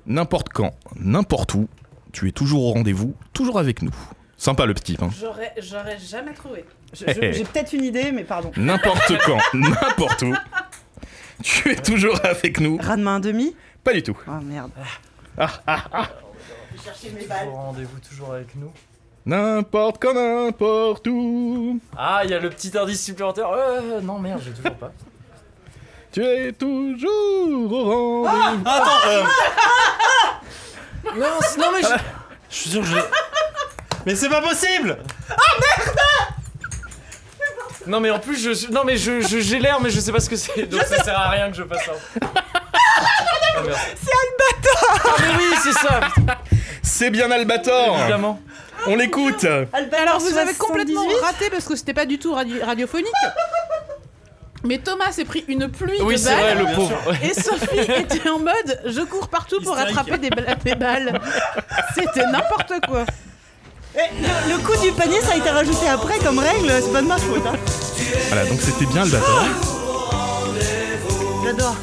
[SPEAKER 7] N'importe quand, n'importe où, tu es toujours au rendez-vous, toujours avec nous. Sympa le petit. hein.
[SPEAKER 6] J'aurais j'aurais jamais trouvé.
[SPEAKER 1] Je- je- J'ai peut-être une idée, mais pardon.
[SPEAKER 7] N'importe quand, n'importe où, tu es toujours avec nous.
[SPEAKER 1] Ras de main un demi
[SPEAKER 7] Pas du tout.
[SPEAKER 1] Oh merde.
[SPEAKER 4] Toujours rendez-vous toujours avec nous.
[SPEAKER 7] N'importe quand, n'importe où.
[SPEAKER 4] Ah, il y a le petit indice supplémentaire. Euh, non, merde, j'ai toujours pas.
[SPEAKER 7] Tu es toujours au rendez-vous.
[SPEAKER 4] Attends, euh... Non, c- non mais je... je suis sûr que je... Mais c'est pas possible Ah merde Non mais en plus je suis... Non mais je, je- j'ai l'air mais je sais pas ce que c'est, donc ça sert à rien que je fasse ça. Ah, merde. Ah mais oui, c'est ça,
[SPEAKER 7] C'est bien Albator.
[SPEAKER 4] évidemment.
[SPEAKER 5] Ah.
[SPEAKER 7] On l'écoute.
[SPEAKER 6] Alors vous avez complètement
[SPEAKER 1] 78.
[SPEAKER 6] raté parce que c'était pas du tout radi- radiophonique. Mais Thomas s'est pris une pluie
[SPEAKER 4] Oui,
[SPEAKER 6] de
[SPEAKER 4] c'est vrai,
[SPEAKER 6] balles.
[SPEAKER 4] le pauvre. Ouais.
[SPEAKER 6] Et Sophie était en mode je cours partout pour
[SPEAKER 4] Hystérique.
[SPEAKER 6] attraper des, bla- des balles. C'était n'importe quoi.
[SPEAKER 1] Eh, Le, le coup du panier, ça a été rajouté après comme règle, c'est pas de ma faute. hein. Ah
[SPEAKER 7] Voilà, donc c'était bien Albator.
[SPEAKER 1] J'adore.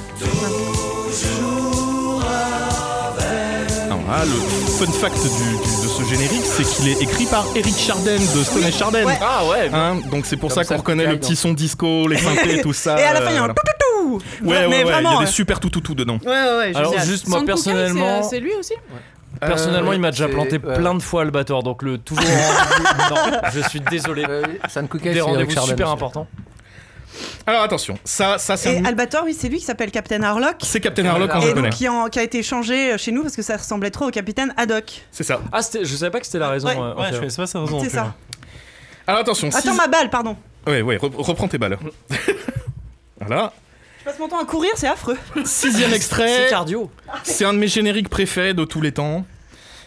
[SPEAKER 7] Alors là, le fun fact du- du- de ce générique, c'est qu'il est écrit par Eric Chardin de Stone and Chardin.
[SPEAKER 4] Ah ouais
[SPEAKER 7] Hein, donc c'est pour
[SPEAKER 5] Comme
[SPEAKER 7] ça
[SPEAKER 5] ça,
[SPEAKER 7] qu'on reconnaît
[SPEAKER 5] Sky,
[SPEAKER 7] le petit son
[SPEAKER 1] (laughs)
[SPEAKER 7] disco, les synthés, tout ça.
[SPEAKER 1] Et à la fin,
[SPEAKER 7] euh,
[SPEAKER 1] il y a un
[SPEAKER 7] voilà.
[SPEAKER 1] toutou.
[SPEAKER 7] Ouais,
[SPEAKER 1] Mais
[SPEAKER 7] ouais, ouais, il y
[SPEAKER 1] vraiment,
[SPEAKER 7] a des
[SPEAKER 1] hein.
[SPEAKER 7] super tout tout tout dedans.
[SPEAKER 1] Ouais, ouais, ouais,
[SPEAKER 4] Alors
[SPEAKER 1] génial.
[SPEAKER 4] juste moi
[SPEAKER 6] Sankukai, c'est-
[SPEAKER 4] personnellement...
[SPEAKER 6] C'est lui aussi
[SPEAKER 4] Personnellement,
[SPEAKER 5] Euh,
[SPEAKER 4] il m'a déjà
[SPEAKER 5] c'est-
[SPEAKER 4] planté
[SPEAKER 5] ouais.
[SPEAKER 4] plein de fois Albator, donc le toujours.
[SPEAKER 5] (laughs)
[SPEAKER 4] en- non, je suis désolé.
[SPEAKER 5] Euh, oui, San Kukai,
[SPEAKER 4] Des
[SPEAKER 5] c'est Eric
[SPEAKER 4] rendez-vous
[SPEAKER 5] Chardin.
[SPEAKER 4] super importants.
[SPEAKER 7] Alors attention, ça, ça c'est
[SPEAKER 1] Et
[SPEAKER 7] un-
[SPEAKER 1] Albator, oui, c'est lui qui s'appelle Captain Harlock.
[SPEAKER 7] c'est Captain Harlock hein, en
[SPEAKER 1] Et donc
[SPEAKER 7] japonais.
[SPEAKER 1] qui, en- qui a été changé euh, chez nous parce que ça ressemblait trop au capitaine Haddock.
[SPEAKER 7] C'est ça.
[SPEAKER 4] Ah, c'était- je savais pas que c'était la raison.
[SPEAKER 1] Ouais.
[SPEAKER 4] euh,
[SPEAKER 3] Ouais,
[SPEAKER 4] ok.
[SPEAKER 3] je connaissais pas sa raison. non
[SPEAKER 1] C'est
[SPEAKER 3] plus,
[SPEAKER 1] ça.
[SPEAKER 3] hein.
[SPEAKER 7] Alors attention,
[SPEAKER 1] Attends
[SPEAKER 7] six-
[SPEAKER 1] ma balle, pardon.
[SPEAKER 7] Ouais, ouais, re- reprends
[SPEAKER 1] (laughs)
[SPEAKER 7] tes balles. voilà.
[SPEAKER 1] Je passe mon temps à courir, c'est affreux.
[SPEAKER 7] Sixième
[SPEAKER 4] C'est
[SPEAKER 7] extrait,
[SPEAKER 4] cardio.
[SPEAKER 7] c'est un de mes génériques préférés de tous les temps.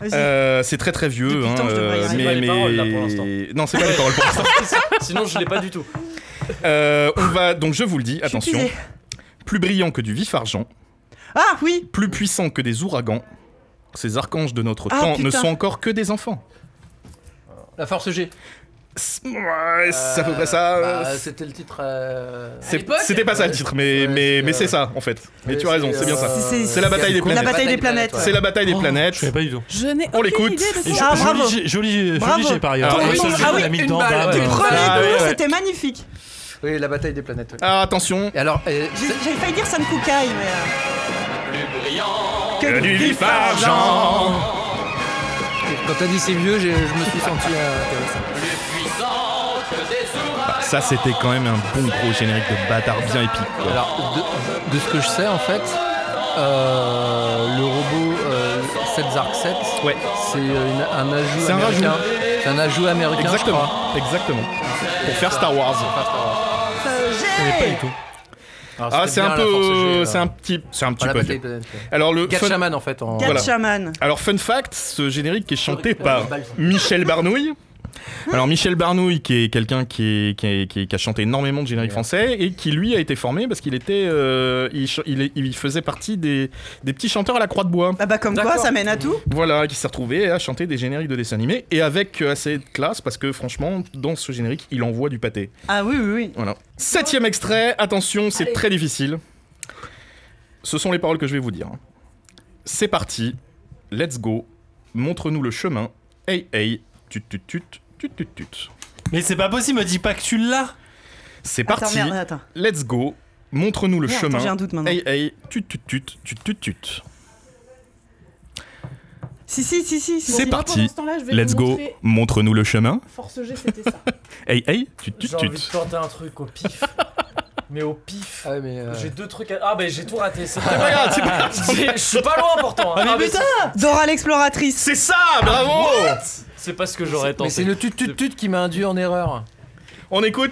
[SPEAKER 1] Vas-y.
[SPEAKER 7] Euh, c'est très très vieux.
[SPEAKER 1] Depuis le temps, je devrais y
[SPEAKER 7] euh,
[SPEAKER 1] arriver.
[SPEAKER 4] C'est
[SPEAKER 7] mais,
[SPEAKER 4] pas les paroles, là,
[SPEAKER 7] mais-
[SPEAKER 4] pour l'instant.
[SPEAKER 7] Non, c'est pas les paroles
[SPEAKER 4] (laughs)
[SPEAKER 7] pour l'instant.
[SPEAKER 4] Sinon, je l'ai pas du tout.
[SPEAKER 7] Euh, on va, donc je vous le dis,
[SPEAKER 1] Je suis
[SPEAKER 7] attention.
[SPEAKER 1] épuisée.
[SPEAKER 7] Plus brillant que du vif argent,
[SPEAKER 1] Ah oui,
[SPEAKER 7] plus puissant que des ouragans, ces archanges de notre
[SPEAKER 1] Ah,
[SPEAKER 7] temps ne
[SPEAKER 1] putain.
[SPEAKER 7] sont encore que des enfants.
[SPEAKER 5] La Force G.
[SPEAKER 7] C'est- Ouais, c'est à peu près ça.
[SPEAKER 5] Bah, C'était le titre. euh,
[SPEAKER 7] C'est- C'était pas ça le titre, mais,
[SPEAKER 5] Ouais,
[SPEAKER 7] mais,
[SPEAKER 5] c'est,
[SPEAKER 7] mais c'est
[SPEAKER 5] euh,
[SPEAKER 7] ça en fait. Mais
[SPEAKER 5] ouais, euh,
[SPEAKER 7] tu as raison, c'est bien ça.
[SPEAKER 1] C'est- c'est-
[SPEAKER 7] C'est la bataille des
[SPEAKER 1] la
[SPEAKER 7] planètes.
[SPEAKER 1] bataille des planètes.
[SPEAKER 5] ouais.
[SPEAKER 7] C'est la bataille des
[SPEAKER 3] Oh, Je
[SPEAKER 7] planètes.
[SPEAKER 3] connais pas du tout.
[SPEAKER 6] Je n'ai
[SPEAKER 7] On
[SPEAKER 6] aucune
[SPEAKER 7] l'écoute.
[SPEAKER 6] idée de
[SPEAKER 7] Et
[SPEAKER 3] Et
[SPEAKER 6] quoi.
[SPEAKER 1] Ah,
[SPEAKER 3] jo-
[SPEAKER 1] bravo.
[SPEAKER 3] joli, G- joli,
[SPEAKER 1] Bravo.
[SPEAKER 3] joli G par ailleurs.
[SPEAKER 7] Alors,
[SPEAKER 3] Ouais,
[SPEAKER 7] oui,
[SPEAKER 3] ça,
[SPEAKER 7] oui,
[SPEAKER 3] je
[SPEAKER 7] ah
[SPEAKER 3] l'ai
[SPEAKER 5] oui,
[SPEAKER 3] mis
[SPEAKER 5] une
[SPEAKER 3] dedans,
[SPEAKER 5] balle,
[SPEAKER 3] bam,
[SPEAKER 5] ouais.
[SPEAKER 1] du
[SPEAKER 5] Ah,
[SPEAKER 3] bam.
[SPEAKER 1] premier
[SPEAKER 5] ah,
[SPEAKER 1] coup,
[SPEAKER 5] ouais, ouais.
[SPEAKER 1] c'était magnifique.
[SPEAKER 5] Oui, la bataille des planètes. ouais.
[SPEAKER 7] Alors Ah, attention.
[SPEAKER 5] Et alors, euh,
[SPEAKER 1] J'ai j'ai failli dire San Kukai, mais. euh, Que
[SPEAKER 7] Du vif argent.
[SPEAKER 5] quand t'as dit c'est vieux, j'ai- je me suis senti euh, intéressant.
[SPEAKER 7] Ça c'était quand même un bon gros générique de bâtard bien épique. quoi.
[SPEAKER 5] Alors, de, de ce que je sais, en fait, euh, le robot euh, 7 Zark 7,
[SPEAKER 7] Ouais.
[SPEAKER 5] c'est euh, une- un ajout
[SPEAKER 7] C'est un
[SPEAKER 5] américain.
[SPEAKER 7] rajout.
[SPEAKER 5] C'est un ajout américain, je crois.
[SPEAKER 7] Exactement. Exactement. Pour faire Star Wars.
[SPEAKER 5] Alors, c'était
[SPEAKER 7] Ah c'est
[SPEAKER 5] bien
[SPEAKER 7] un
[SPEAKER 5] la Force G,
[SPEAKER 7] peu,
[SPEAKER 5] là.
[SPEAKER 7] c'est un petit, c'est un petit
[SPEAKER 5] Voilà,
[SPEAKER 7] peu.
[SPEAKER 5] bataille
[SPEAKER 7] vieux.
[SPEAKER 5] des planètes, ouais.
[SPEAKER 7] Alors le fun-
[SPEAKER 5] Gatchaman, en fait. En...
[SPEAKER 1] Gatchaman.
[SPEAKER 7] Alors, fun fact, ce générique est chanté par Michel Barnouille. Alors, Michel Barnouille, qui est quelqu'un qui, est- qui, est- qui est- qui a chanté énormément de génériques français et qui, lui, a été formé parce qu'il était, euh, il, ch- il est- il faisait partie des, des petits chanteurs à la croix de bois.
[SPEAKER 1] Ah bah comme quoi,
[SPEAKER 4] D'accord.
[SPEAKER 1] ça mène à tout.
[SPEAKER 7] Voilà, qui s'est retrouvé à chanter des génériques de dessins animés et avec euh, assez de classe parce que, franchement, dans ce générique, il envoie du pâté.
[SPEAKER 1] Ah oui, oui, oui.
[SPEAKER 7] Voilà. Septième extrait, attention, c'est très difficile. Ce sont les paroles que je vais vous dire. C'est parti, let's go, montre-nous le chemin, hey hey, tut tut tut, tut tut tut.
[SPEAKER 3] Mais c'est pas possible, me dis pas que tu l'as.
[SPEAKER 7] C'est
[SPEAKER 1] Attends,
[SPEAKER 7] parti,
[SPEAKER 1] merde, attends.
[SPEAKER 7] let's go, montre-nous le
[SPEAKER 1] Merde, attends, J'ai
[SPEAKER 7] chemin,
[SPEAKER 1] un doute maintenant.
[SPEAKER 7] hey hey, tut tut tut, tut tut tut.
[SPEAKER 1] Si, si, si, si. si.
[SPEAKER 7] C'est
[SPEAKER 6] Bon, moi,
[SPEAKER 7] parti.
[SPEAKER 6] pendant ce temps-là, je vais
[SPEAKER 7] Let's
[SPEAKER 6] vous
[SPEAKER 7] go,
[SPEAKER 6] montrer-
[SPEAKER 7] montre-nous le chemin,
[SPEAKER 6] Force G, c'était ça.
[SPEAKER 7] hey hey, tut tut tut.
[SPEAKER 4] tenter un truc au (laughs) pif. Mais au pif.
[SPEAKER 5] Ah, mais, euh,
[SPEAKER 4] deux trucs à. Ah, bah j'ai tout raté. C'est
[SPEAKER 7] C'est pas grave, c'est pas grave.
[SPEAKER 4] Je suis pas loin pourtant. hein. Ah, mais c'est-
[SPEAKER 1] Dora l'exploratrice.
[SPEAKER 7] C'est ça, bravo
[SPEAKER 4] C'est pas ce que j'aurais
[SPEAKER 5] Mais oh c'est
[SPEAKER 4] tenté.
[SPEAKER 5] le tut tut tut qui m'a induit en erreur.
[SPEAKER 7] On écoute,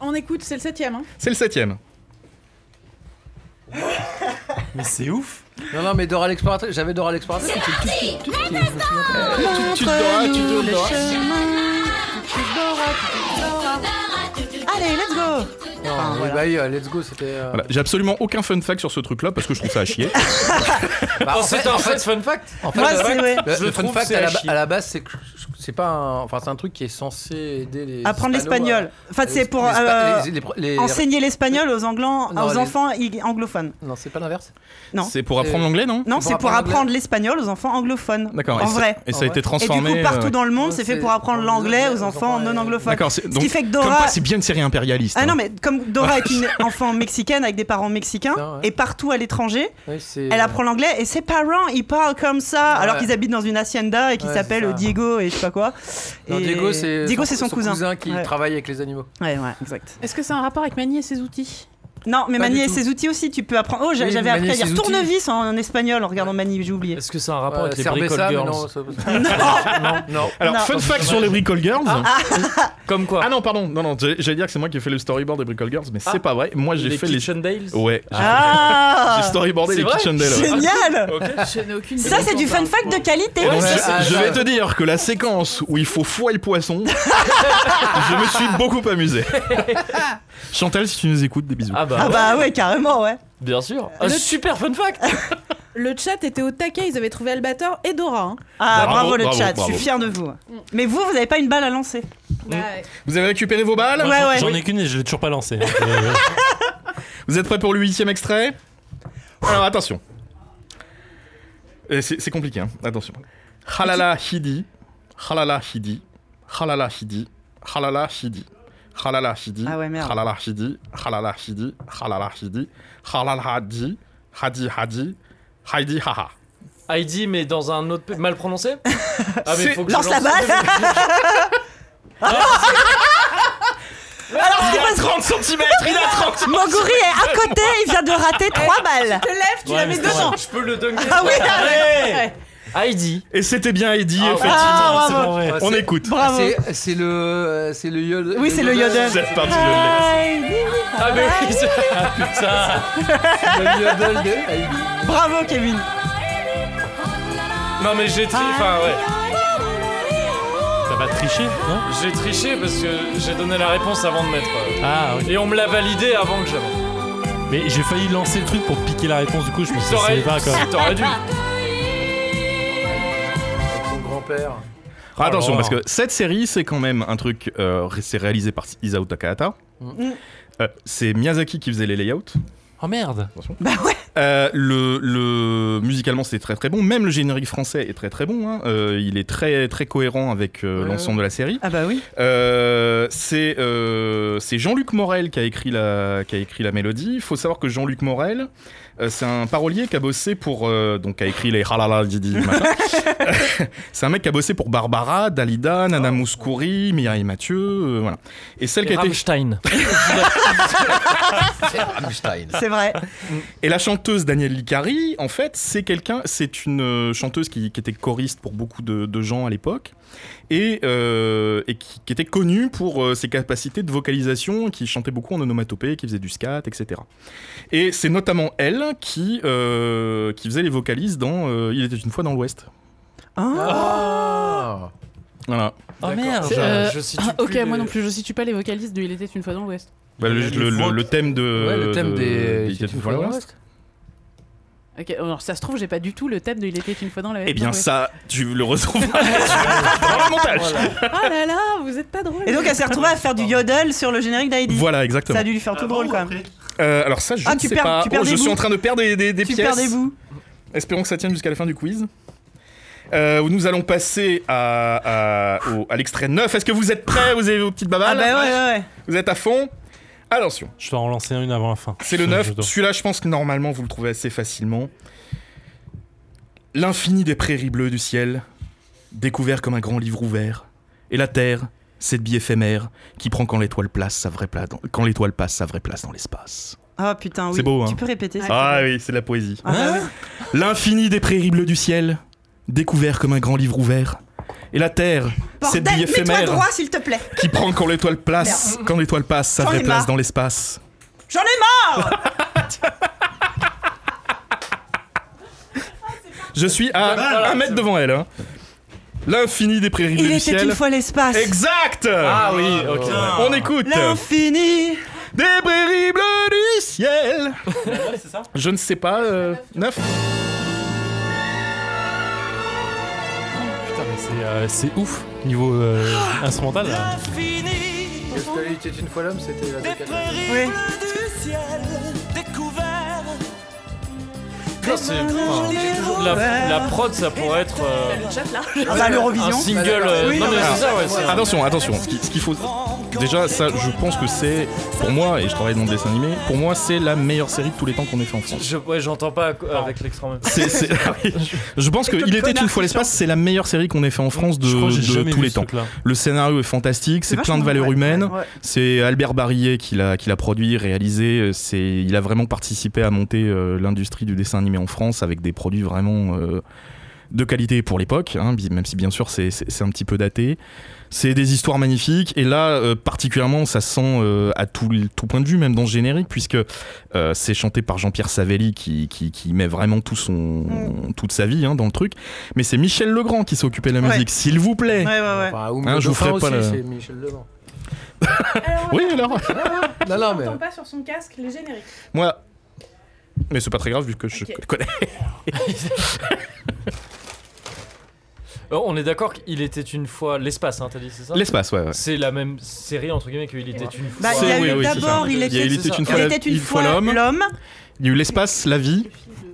[SPEAKER 6] On écoute, c'est le septième. Hein.
[SPEAKER 7] c'est le septième.
[SPEAKER 3] Mais c'est ouf.
[SPEAKER 5] Non, non, mais Dora l'exploratrice, j'avais Dora l'exploratrice, mais c'est le tut tut tut qui- je me souviens pas.
[SPEAKER 7] Tu te dois, tu te dois.
[SPEAKER 1] Allez, let's go.
[SPEAKER 5] Non, mais bah oui, euh, let's go, c'était. euh,
[SPEAKER 7] Voilà, J'ai absolument aucun fun fact sur ce truc-là parce que je trouve ça à chier.
[SPEAKER 1] Ah
[SPEAKER 5] bah,
[SPEAKER 4] Oh,
[SPEAKER 5] en fait-
[SPEAKER 4] c'est un fait, fun fact.
[SPEAKER 5] en fait,
[SPEAKER 1] Moi,
[SPEAKER 5] le-
[SPEAKER 1] c'est vrai.
[SPEAKER 5] le,
[SPEAKER 4] Je
[SPEAKER 5] le
[SPEAKER 4] le
[SPEAKER 5] fun
[SPEAKER 4] trouve,
[SPEAKER 5] fact
[SPEAKER 4] c'est
[SPEAKER 5] à
[SPEAKER 4] à
[SPEAKER 5] la,
[SPEAKER 4] chier.
[SPEAKER 5] à la base, c'est que je- c'est pas un. Enfin, c'est un truc qui est censé aider les.
[SPEAKER 1] Apprendre
[SPEAKER 5] Hispanos à-
[SPEAKER 1] l'espagnol. Enfin,
[SPEAKER 5] les-
[SPEAKER 1] c'est pour
[SPEAKER 5] les-
[SPEAKER 1] euh,
[SPEAKER 5] les- les- les-
[SPEAKER 1] enseigner l'espagnol aux Anglans,
[SPEAKER 5] Non,
[SPEAKER 1] aux
[SPEAKER 5] les-
[SPEAKER 1] enfants ig- anglophones.
[SPEAKER 5] Non, c'est pas l'inverse.
[SPEAKER 1] Non.
[SPEAKER 7] C'est pour apprendre l'anglais, non
[SPEAKER 1] Non,
[SPEAKER 5] pour
[SPEAKER 1] c'est pour
[SPEAKER 5] apprendre
[SPEAKER 1] apprendre l'espagnol aux enfants anglophones.
[SPEAKER 7] D'accord.
[SPEAKER 1] En
[SPEAKER 7] et ça-
[SPEAKER 1] vrai.
[SPEAKER 7] Et
[SPEAKER 5] En
[SPEAKER 7] ça a
[SPEAKER 5] vrai.
[SPEAKER 7] été
[SPEAKER 1] Et du
[SPEAKER 7] transformé.
[SPEAKER 1] coup, partout
[SPEAKER 7] euh,
[SPEAKER 1] dans le monde,
[SPEAKER 5] Ouais,
[SPEAKER 1] c'est fait
[SPEAKER 5] c'est
[SPEAKER 1] pour apprendre
[SPEAKER 5] pour
[SPEAKER 1] l'anglais aux
[SPEAKER 5] les
[SPEAKER 1] enfants
[SPEAKER 5] enfants
[SPEAKER 1] non
[SPEAKER 5] et-
[SPEAKER 1] anglophones.
[SPEAKER 7] D'accord. c'est-
[SPEAKER 1] Ce
[SPEAKER 7] Donc,
[SPEAKER 1] qui fait que
[SPEAKER 7] comme
[SPEAKER 1] Dora.
[SPEAKER 7] quoi, c'est bien une série impérialiste.
[SPEAKER 1] Ah non,
[SPEAKER 7] hein.
[SPEAKER 1] mais comme Dora est une enfant mexicaine avec des parents mexicains,
[SPEAKER 5] Putain, ouais.
[SPEAKER 1] et partout à l'étranger,
[SPEAKER 5] Oui, c'est-
[SPEAKER 1] elle apprend l'anglais et ses parents ils parlent comme ça,
[SPEAKER 5] Ouais.
[SPEAKER 1] alors qu'ils habitent dans une hacienda et qu'ils
[SPEAKER 5] Ouais, c'est
[SPEAKER 1] s'appellent
[SPEAKER 5] ça.
[SPEAKER 1] Diego et je sais pas quoi.
[SPEAKER 5] Non,
[SPEAKER 1] Et-
[SPEAKER 5] Diego, c'est
[SPEAKER 1] Diego, c'est son,
[SPEAKER 5] cousin. qui
[SPEAKER 1] Ouais.
[SPEAKER 5] travaille avec les animaux.
[SPEAKER 1] Ouais, ouais, exact.
[SPEAKER 6] Est-ce que c'est un rapport avec Manny et ses outils
[SPEAKER 1] Non, mais
[SPEAKER 5] Pas
[SPEAKER 1] Mani
[SPEAKER 5] du
[SPEAKER 1] et
[SPEAKER 5] tout.
[SPEAKER 1] ses outils aussi, tu peux apprendre. Oh, j'a-
[SPEAKER 5] Oui,
[SPEAKER 1] j'avais appris
[SPEAKER 5] manier
[SPEAKER 1] à dire
[SPEAKER 5] ses outils.
[SPEAKER 1] tournevis en, en espagnol en regardant Mani, j'ai
[SPEAKER 5] (laughs)
[SPEAKER 1] oublié.
[SPEAKER 4] Est-ce que c'est un rapport avec les
[SPEAKER 5] Servez
[SPEAKER 4] Bricol
[SPEAKER 5] ça, Euh, mais
[SPEAKER 7] hein,
[SPEAKER 4] Girls
[SPEAKER 5] non, ça-
[SPEAKER 1] (laughs)
[SPEAKER 4] Non, non.
[SPEAKER 7] Alors,
[SPEAKER 1] Non.
[SPEAKER 7] fun fact sur les Bricol Girls. Ah,
[SPEAKER 4] Comme quoi
[SPEAKER 7] non, pardon, non, non, j'ai- j'allais dire que c'est moi qui ai fait le storyboard des Bricol Girls, mais
[SPEAKER 4] Ah.
[SPEAKER 7] c'est pas vrai. Moi, j'ai
[SPEAKER 4] Les
[SPEAKER 7] fait
[SPEAKER 4] Kitchen Dales
[SPEAKER 7] les. Ouais,
[SPEAKER 5] (laughs)
[SPEAKER 7] j'ai- j'ai
[SPEAKER 1] Ah
[SPEAKER 7] storyboardé
[SPEAKER 4] C'est
[SPEAKER 7] les
[SPEAKER 4] vrai
[SPEAKER 7] Kitchen Dale, ouais.
[SPEAKER 1] Génial
[SPEAKER 6] Je n'ai aucune
[SPEAKER 1] Ça, c'est du fun
[SPEAKER 6] fact
[SPEAKER 1] fact de qualité.
[SPEAKER 5] Ouais,
[SPEAKER 7] Donc,
[SPEAKER 5] ça,
[SPEAKER 7] je, je
[SPEAKER 5] ça-
[SPEAKER 7] vais te dire que la séquence où il faut foie le poisson, (laughs) je me suis beaucoup
[SPEAKER 1] (laughs)
[SPEAKER 7] amusé. Chantal, si tu nous écoutes, des bisous.
[SPEAKER 4] Ah
[SPEAKER 1] Ah
[SPEAKER 4] bah,
[SPEAKER 1] bah ouais, carrément, ouais.
[SPEAKER 4] bien sûr. Un
[SPEAKER 7] Ah,
[SPEAKER 6] Le-
[SPEAKER 4] super fun fact
[SPEAKER 6] Le chat était au taquet, ils avaient trouvé Albator et Dora. hein.
[SPEAKER 1] Ah,
[SPEAKER 7] Bravo,
[SPEAKER 1] bravo, le
[SPEAKER 7] bravo,
[SPEAKER 1] chat, je
[SPEAKER 7] bravo.
[SPEAKER 1] suis fier de vous. Mais vous, vous n'avez pas une balle à lancer.
[SPEAKER 4] Bah
[SPEAKER 7] Vous avez récupéré vos balles
[SPEAKER 1] Ouais, ouais.
[SPEAKER 3] J'en ai qu'une et je l'ai toujours pas lancée. hein. Euh,
[SPEAKER 7] Vous êtes prêts pour le huitième extrait Alors attention. Euh, C'est c'est compliqué, hein. attention. Halala hidi, halala hidi, halala hidi, halala hidi, halala hidi,
[SPEAKER 1] Ah ouais, merde.
[SPEAKER 7] halala hidi, halala hidi, halala hidi, halala hadi, hadi hadi, hadi haha.
[SPEAKER 4] Heidi, mais dans un autre. Mal prononcé Ah,
[SPEAKER 7] C'est-
[SPEAKER 4] faut que je
[SPEAKER 1] Lance la balle (laughs)
[SPEAKER 5] (laughs)
[SPEAKER 1] Alors,
[SPEAKER 5] Ah,
[SPEAKER 1] c'est
[SPEAKER 7] Il a
[SPEAKER 1] pas
[SPEAKER 7] 30 cm, il a 30
[SPEAKER 1] Moguri est à côté, il vient de
[SPEAKER 7] Eh,
[SPEAKER 1] rater trois balles.
[SPEAKER 6] Te lève, tu
[SPEAKER 4] Ouais,
[SPEAKER 6] la
[SPEAKER 4] mais
[SPEAKER 6] mets
[SPEAKER 4] c'est
[SPEAKER 6] dedans.
[SPEAKER 4] vrai, Je peux le dunker
[SPEAKER 1] Ah oui
[SPEAKER 4] Ouais. Heidi
[SPEAKER 7] Et c'était bien Eddie,
[SPEAKER 4] Ah,
[SPEAKER 7] effectivement.
[SPEAKER 1] Ah,
[SPEAKER 3] c'est
[SPEAKER 1] bravo.
[SPEAKER 3] pas vrai.
[SPEAKER 4] Ouais,
[SPEAKER 7] On
[SPEAKER 4] c'est-
[SPEAKER 7] écoute.
[SPEAKER 1] Bravo.
[SPEAKER 5] C'est- C'est le, euh, c'est le yodel.
[SPEAKER 1] Oui, c'est le yodel.
[SPEAKER 7] Cette partie de
[SPEAKER 4] Ah, mais oui c'est- Ah, putain
[SPEAKER 5] Le
[SPEAKER 1] (laughs)
[SPEAKER 5] yodel Ah, de Heidi.
[SPEAKER 1] Bravo, Kevin.
[SPEAKER 4] (laughs) Non, mais j'ai triché. Enfin, ouais.
[SPEAKER 3] T'as pas triché, non
[SPEAKER 4] J'ai triché parce que j'ai donné la réponse avant de mettre. euh,
[SPEAKER 3] Ah oui.
[SPEAKER 4] Et on me l'a validé avant que j'avance.
[SPEAKER 3] Mais j'ai failli lancer le truc pour piquer la réponse, du coup je me suis dit,
[SPEAKER 4] T'aurais
[SPEAKER 3] c'est pas quoi.
[SPEAKER 4] t'aurais dû.
[SPEAKER 5] Avec son grand-père.
[SPEAKER 7] Ah, Attention,
[SPEAKER 4] Oh là
[SPEAKER 7] parce que cette série, c'est quand même un truc. euh, ré- c'est réalisé par Isao Takahata.
[SPEAKER 1] Mm.
[SPEAKER 7] Euh, c'est Miyazaki qui faisait les layouts.
[SPEAKER 3] Oh merde
[SPEAKER 1] Bah ouais.
[SPEAKER 7] Euh, le, le- musicalement, c'est très très bon. Même le générique français est très très bon. hein. Euh, il est très très cohérent avec euh,
[SPEAKER 5] Ouais.
[SPEAKER 7] l'ensemble de la série.
[SPEAKER 1] Ah bah oui.
[SPEAKER 7] Euh, c'est euh, c'est Jean-Luc Morel qui a écrit la qui a écrit la mélodie. Il faut savoir que Jean-Luc Morel, euh, c'est un parolier qui a bossé pour euh, donc qui a écrit les halala didi.
[SPEAKER 5] (laughs)
[SPEAKER 7] machin. Euh, c'est un mec qui a bossé pour Barbara, Dalida,
[SPEAKER 5] Oh.
[SPEAKER 7] Nana Mouskouri, Mireille Mathieu, euh, voilà. Et celle qui a été
[SPEAKER 4] Rammstein.
[SPEAKER 5] C'est Rammstein.
[SPEAKER 1] C'est vrai.
[SPEAKER 7] Et la chanteuse Danielle Licari, en fait, c'est quelqu'un, c'est une euh, chanteuse qui, qui était choriste pour beaucoup de, de gens à l'époque et, euh, et qui, qui était connue pour euh, ses capacités de vocalisation, qui chantait beaucoup en onomatopée, qui faisait du scat, etc. Et c'est notamment elle qui, euh, qui faisait les vocalises dans euh, Il était une fois dans l'Ouest.
[SPEAKER 1] Hein
[SPEAKER 5] Ah.
[SPEAKER 7] Voilà.
[SPEAKER 3] Oh merde
[SPEAKER 4] Je,
[SPEAKER 6] Euh,
[SPEAKER 4] je situe
[SPEAKER 6] Ah, ok,
[SPEAKER 4] plus
[SPEAKER 6] moi
[SPEAKER 4] les-
[SPEAKER 6] non plus, je situe pas les vocalistes de Il était une fois dans l'Ouest.
[SPEAKER 7] Bah, le,
[SPEAKER 5] Les
[SPEAKER 7] le- le- le thème de. euh,
[SPEAKER 5] Ouais, le thème
[SPEAKER 7] de-
[SPEAKER 5] des. euh,
[SPEAKER 7] d'Il était une fois dans l'Ouest.
[SPEAKER 6] Ok, alors ça se trouve, j'ai pas du tout le thème de Il était une fois dans l'Ouest.
[SPEAKER 7] Eh bien, ça, tu le (laughs) retrouveras dans le montage. Voilà,
[SPEAKER 6] Oh là là, vous êtes pas drôle.
[SPEAKER 1] Et donc, elle s'est retrouvée à faire du yodel sur le générique d'Heidi. Ça
[SPEAKER 7] exactement.
[SPEAKER 1] a dû lui faire tout drôle quand même.
[SPEAKER 7] Euh, alors ça, je
[SPEAKER 1] Ah,
[SPEAKER 7] ne
[SPEAKER 1] tu
[SPEAKER 7] sais
[SPEAKER 1] perds-
[SPEAKER 7] pas.
[SPEAKER 1] tu perds
[SPEAKER 7] Oh,
[SPEAKER 1] des
[SPEAKER 7] je suis
[SPEAKER 1] bouts.
[SPEAKER 7] en train de perdre des, des, des
[SPEAKER 1] Tu
[SPEAKER 7] pièces.
[SPEAKER 1] perds des bouts.
[SPEAKER 7] Espérons que ça tienne jusqu'à la fin du quiz. Euh, nous allons passer à, à- au- à l'extrait 9. Est-ce que vous êtes prêts Vous avez vos petites
[SPEAKER 1] Ah
[SPEAKER 7] babales
[SPEAKER 1] bah ouais, ouais, ouais.
[SPEAKER 7] Vous êtes à fond Attention,
[SPEAKER 3] Je dois en lancer une avant la fin.
[SPEAKER 7] c'est le
[SPEAKER 3] Je-
[SPEAKER 7] 9.
[SPEAKER 3] je dois.
[SPEAKER 7] Celui-là, je pense que normalement, vous le trouvez assez facilement. L'infini des prairies bleues du ciel, découvert comme un grand livre ouvert, et la terre, cette bille éphémère qui prend quand l'étoile place sa vraie place dans- quand l'étoile passe sa vraie place dans l'espace.
[SPEAKER 1] Ah putain, oui.
[SPEAKER 7] C'est beau, hein.
[SPEAKER 1] Tu peux répéter ça.
[SPEAKER 7] Ah oui, c'est de la poésie.
[SPEAKER 1] Ah bah oui.
[SPEAKER 7] L'infini des prairies bleues du ciel, découvert comme un grand livre ouvert. Et la terre,
[SPEAKER 1] Bordel,
[SPEAKER 7] cette bille
[SPEAKER 1] mets-toi
[SPEAKER 7] éphémère
[SPEAKER 1] droit s'il te plaît.
[SPEAKER 7] qui prend quand l'étoile place, quand l'étoile passe sa
[SPEAKER 1] J'en ai
[SPEAKER 7] vraie place
[SPEAKER 1] marre.
[SPEAKER 7] dans l'espace.
[SPEAKER 1] J'en ai marre.
[SPEAKER 7] Je suis à un mètre devant elle. hein. L'infini des prairies bleues
[SPEAKER 1] Il
[SPEAKER 7] du
[SPEAKER 1] était
[SPEAKER 7] ciel.
[SPEAKER 1] une fois l'espace.
[SPEAKER 7] Exact
[SPEAKER 4] Ah oui, ok.
[SPEAKER 7] On écoute
[SPEAKER 1] L'infini.
[SPEAKER 7] Des prairies bleues du ciel Je ne sais pas, euh, neuf
[SPEAKER 3] Putain, mais c'est, euh, c'est ouf niveau euh, instrumental là.
[SPEAKER 5] Il était une fois l'homme, c'était la décadence.
[SPEAKER 1] Oui.
[SPEAKER 4] Ah. Putain, c'est- enfin, la, la prod, ça pourrait être euh,
[SPEAKER 1] Ah bah
[SPEAKER 4] un
[SPEAKER 1] l'Eurovision.
[SPEAKER 4] single. euh,
[SPEAKER 1] Bah, Oui,
[SPEAKER 4] non,
[SPEAKER 1] non,
[SPEAKER 4] mais
[SPEAKER 1] mais-
[SPEAKER 4] c'est ça, ouais. c'est-
[SPEAKER 7] Attention, attention, ce qui- ce qu'il faut. Déjà, ça, je pense que c'est, pour moi, et je travaille dans le dessin animé, pour moi, c'est la meilleure série de tous les temps qu'on ait fait en France.
[SPEAKER 4] Je, ouais, j'entends pas à co- avec l'extrême.
[SPEAKER 7] C'est- (laughs) c'est- Ah je pense que
[SPEAKER 1] Comme
[SPEAKER 7] Il était
[SPEAKER 1] connard,
[SPEAKER 7] une fois
[SPEAKER 1] c'est
[SPEAKER 7] l'espace, c'est la meilleure série qu'on ait fait en France de,
[SPEAKER 3] je crois que j'ai
[SPEAKER 7] de
[SPEAKER 3] jamais
[SPEAKER 7] tous
[SPEAKER 3] vu
[SPEAKER 7] les
[SPEAKER 3] ce
[SPEAKER 7] temps.
[SPEAKER 3] truc-là.
[SPEAKER 7] Le scénario est fantastique, c'est plein de valeurs humaines. C'est Albert Barillet qui l'a qui l'a produit, réalisé. euh, C'est il a vraiment participé à monter euh, l'industrie du dessin animé en France avec des produits vraiment euh, de qualité pour l'époque, hein, bi- même si bien sûr c'est- c'est c'est un petit peu daté. C'est des histoires magnifiques et là euh, particulièrement ça sent euh, à tout, l- tout point de vue, même dans le générique, puisque euh, c'est chanté par Jean-Pierre Savelli qui, qui, qui met vraiment tout son,
[SPEAKER 1] Mm.
[SPEAKER 7] toute sa vie hein, dans le truc. Mais c'est Michel Legrand qui s'est occupé de la
[SPEAKER 1] Ouais.
[SPEAKER 7] musique, s'il vous plaît.
[SPEAKER 1] Ouais, ouais, ouais.
[SPEAKER 5] Enfin, ou
[SPEAKER 7] Hein,
[SPEAKER 5] le
[SPEAKER 7] je vous ferai
[SPEAKER 5] dauphin
[SPEAKER 7] pas
[SPEAKER 5] aussi,
[SPEAKER 7] le-
[SPEAKER 5] C'est Michel Legrand.
[SPEAKER 7] Oui alors.
[SPEAKER 5] Non, non, Ah, mais.
[SPEAKER 6] n'entend pas sur son casque les génériques.
[SPEAKER 7] Moi. Mais c'est pas très grave vu que je
[SPEAKER 6] Ok.
[SPEAKER 7] connais.
[SPEAKER 4] Euh, On est d'accord qu'il était une fois l'espace, hein, t'as dit, c'est ça
[SPEAKER 7] L'espace, ouais. ouais.
[SPEAKER 4] C'est la même série entre guillemets qu'il était une fois.
[SPEAKER 1] Bah, il y a
[SPEAKER 7] Oui,
[SPEAKER 1] eu
[SPEAKER 7] oui, c'est
[SPEAKER 1] d'abord,
[SPEAKER 7] ça.
[SPEAKER 1] il
[SPEAKER 7] Il y a
[SPEAKER 1] était,
[SPEAKER 7] eu
[SPEAKER 4] c'est
[SPEAKER 7] était
[SPEAKER 4] ça.
[SPEAKER 7] une
[SPEAKER 1] il
[SPEAKER 7] fois, la-
[SPEAKER 1] était une
[SPEAKER 7] une fois
[SPEAKER 1] fois
[SPEAKER 7] l'homme.
[SPEAKER 1] l'homme.
[SPEAKER 7] Il y a eu l'espace, la vie.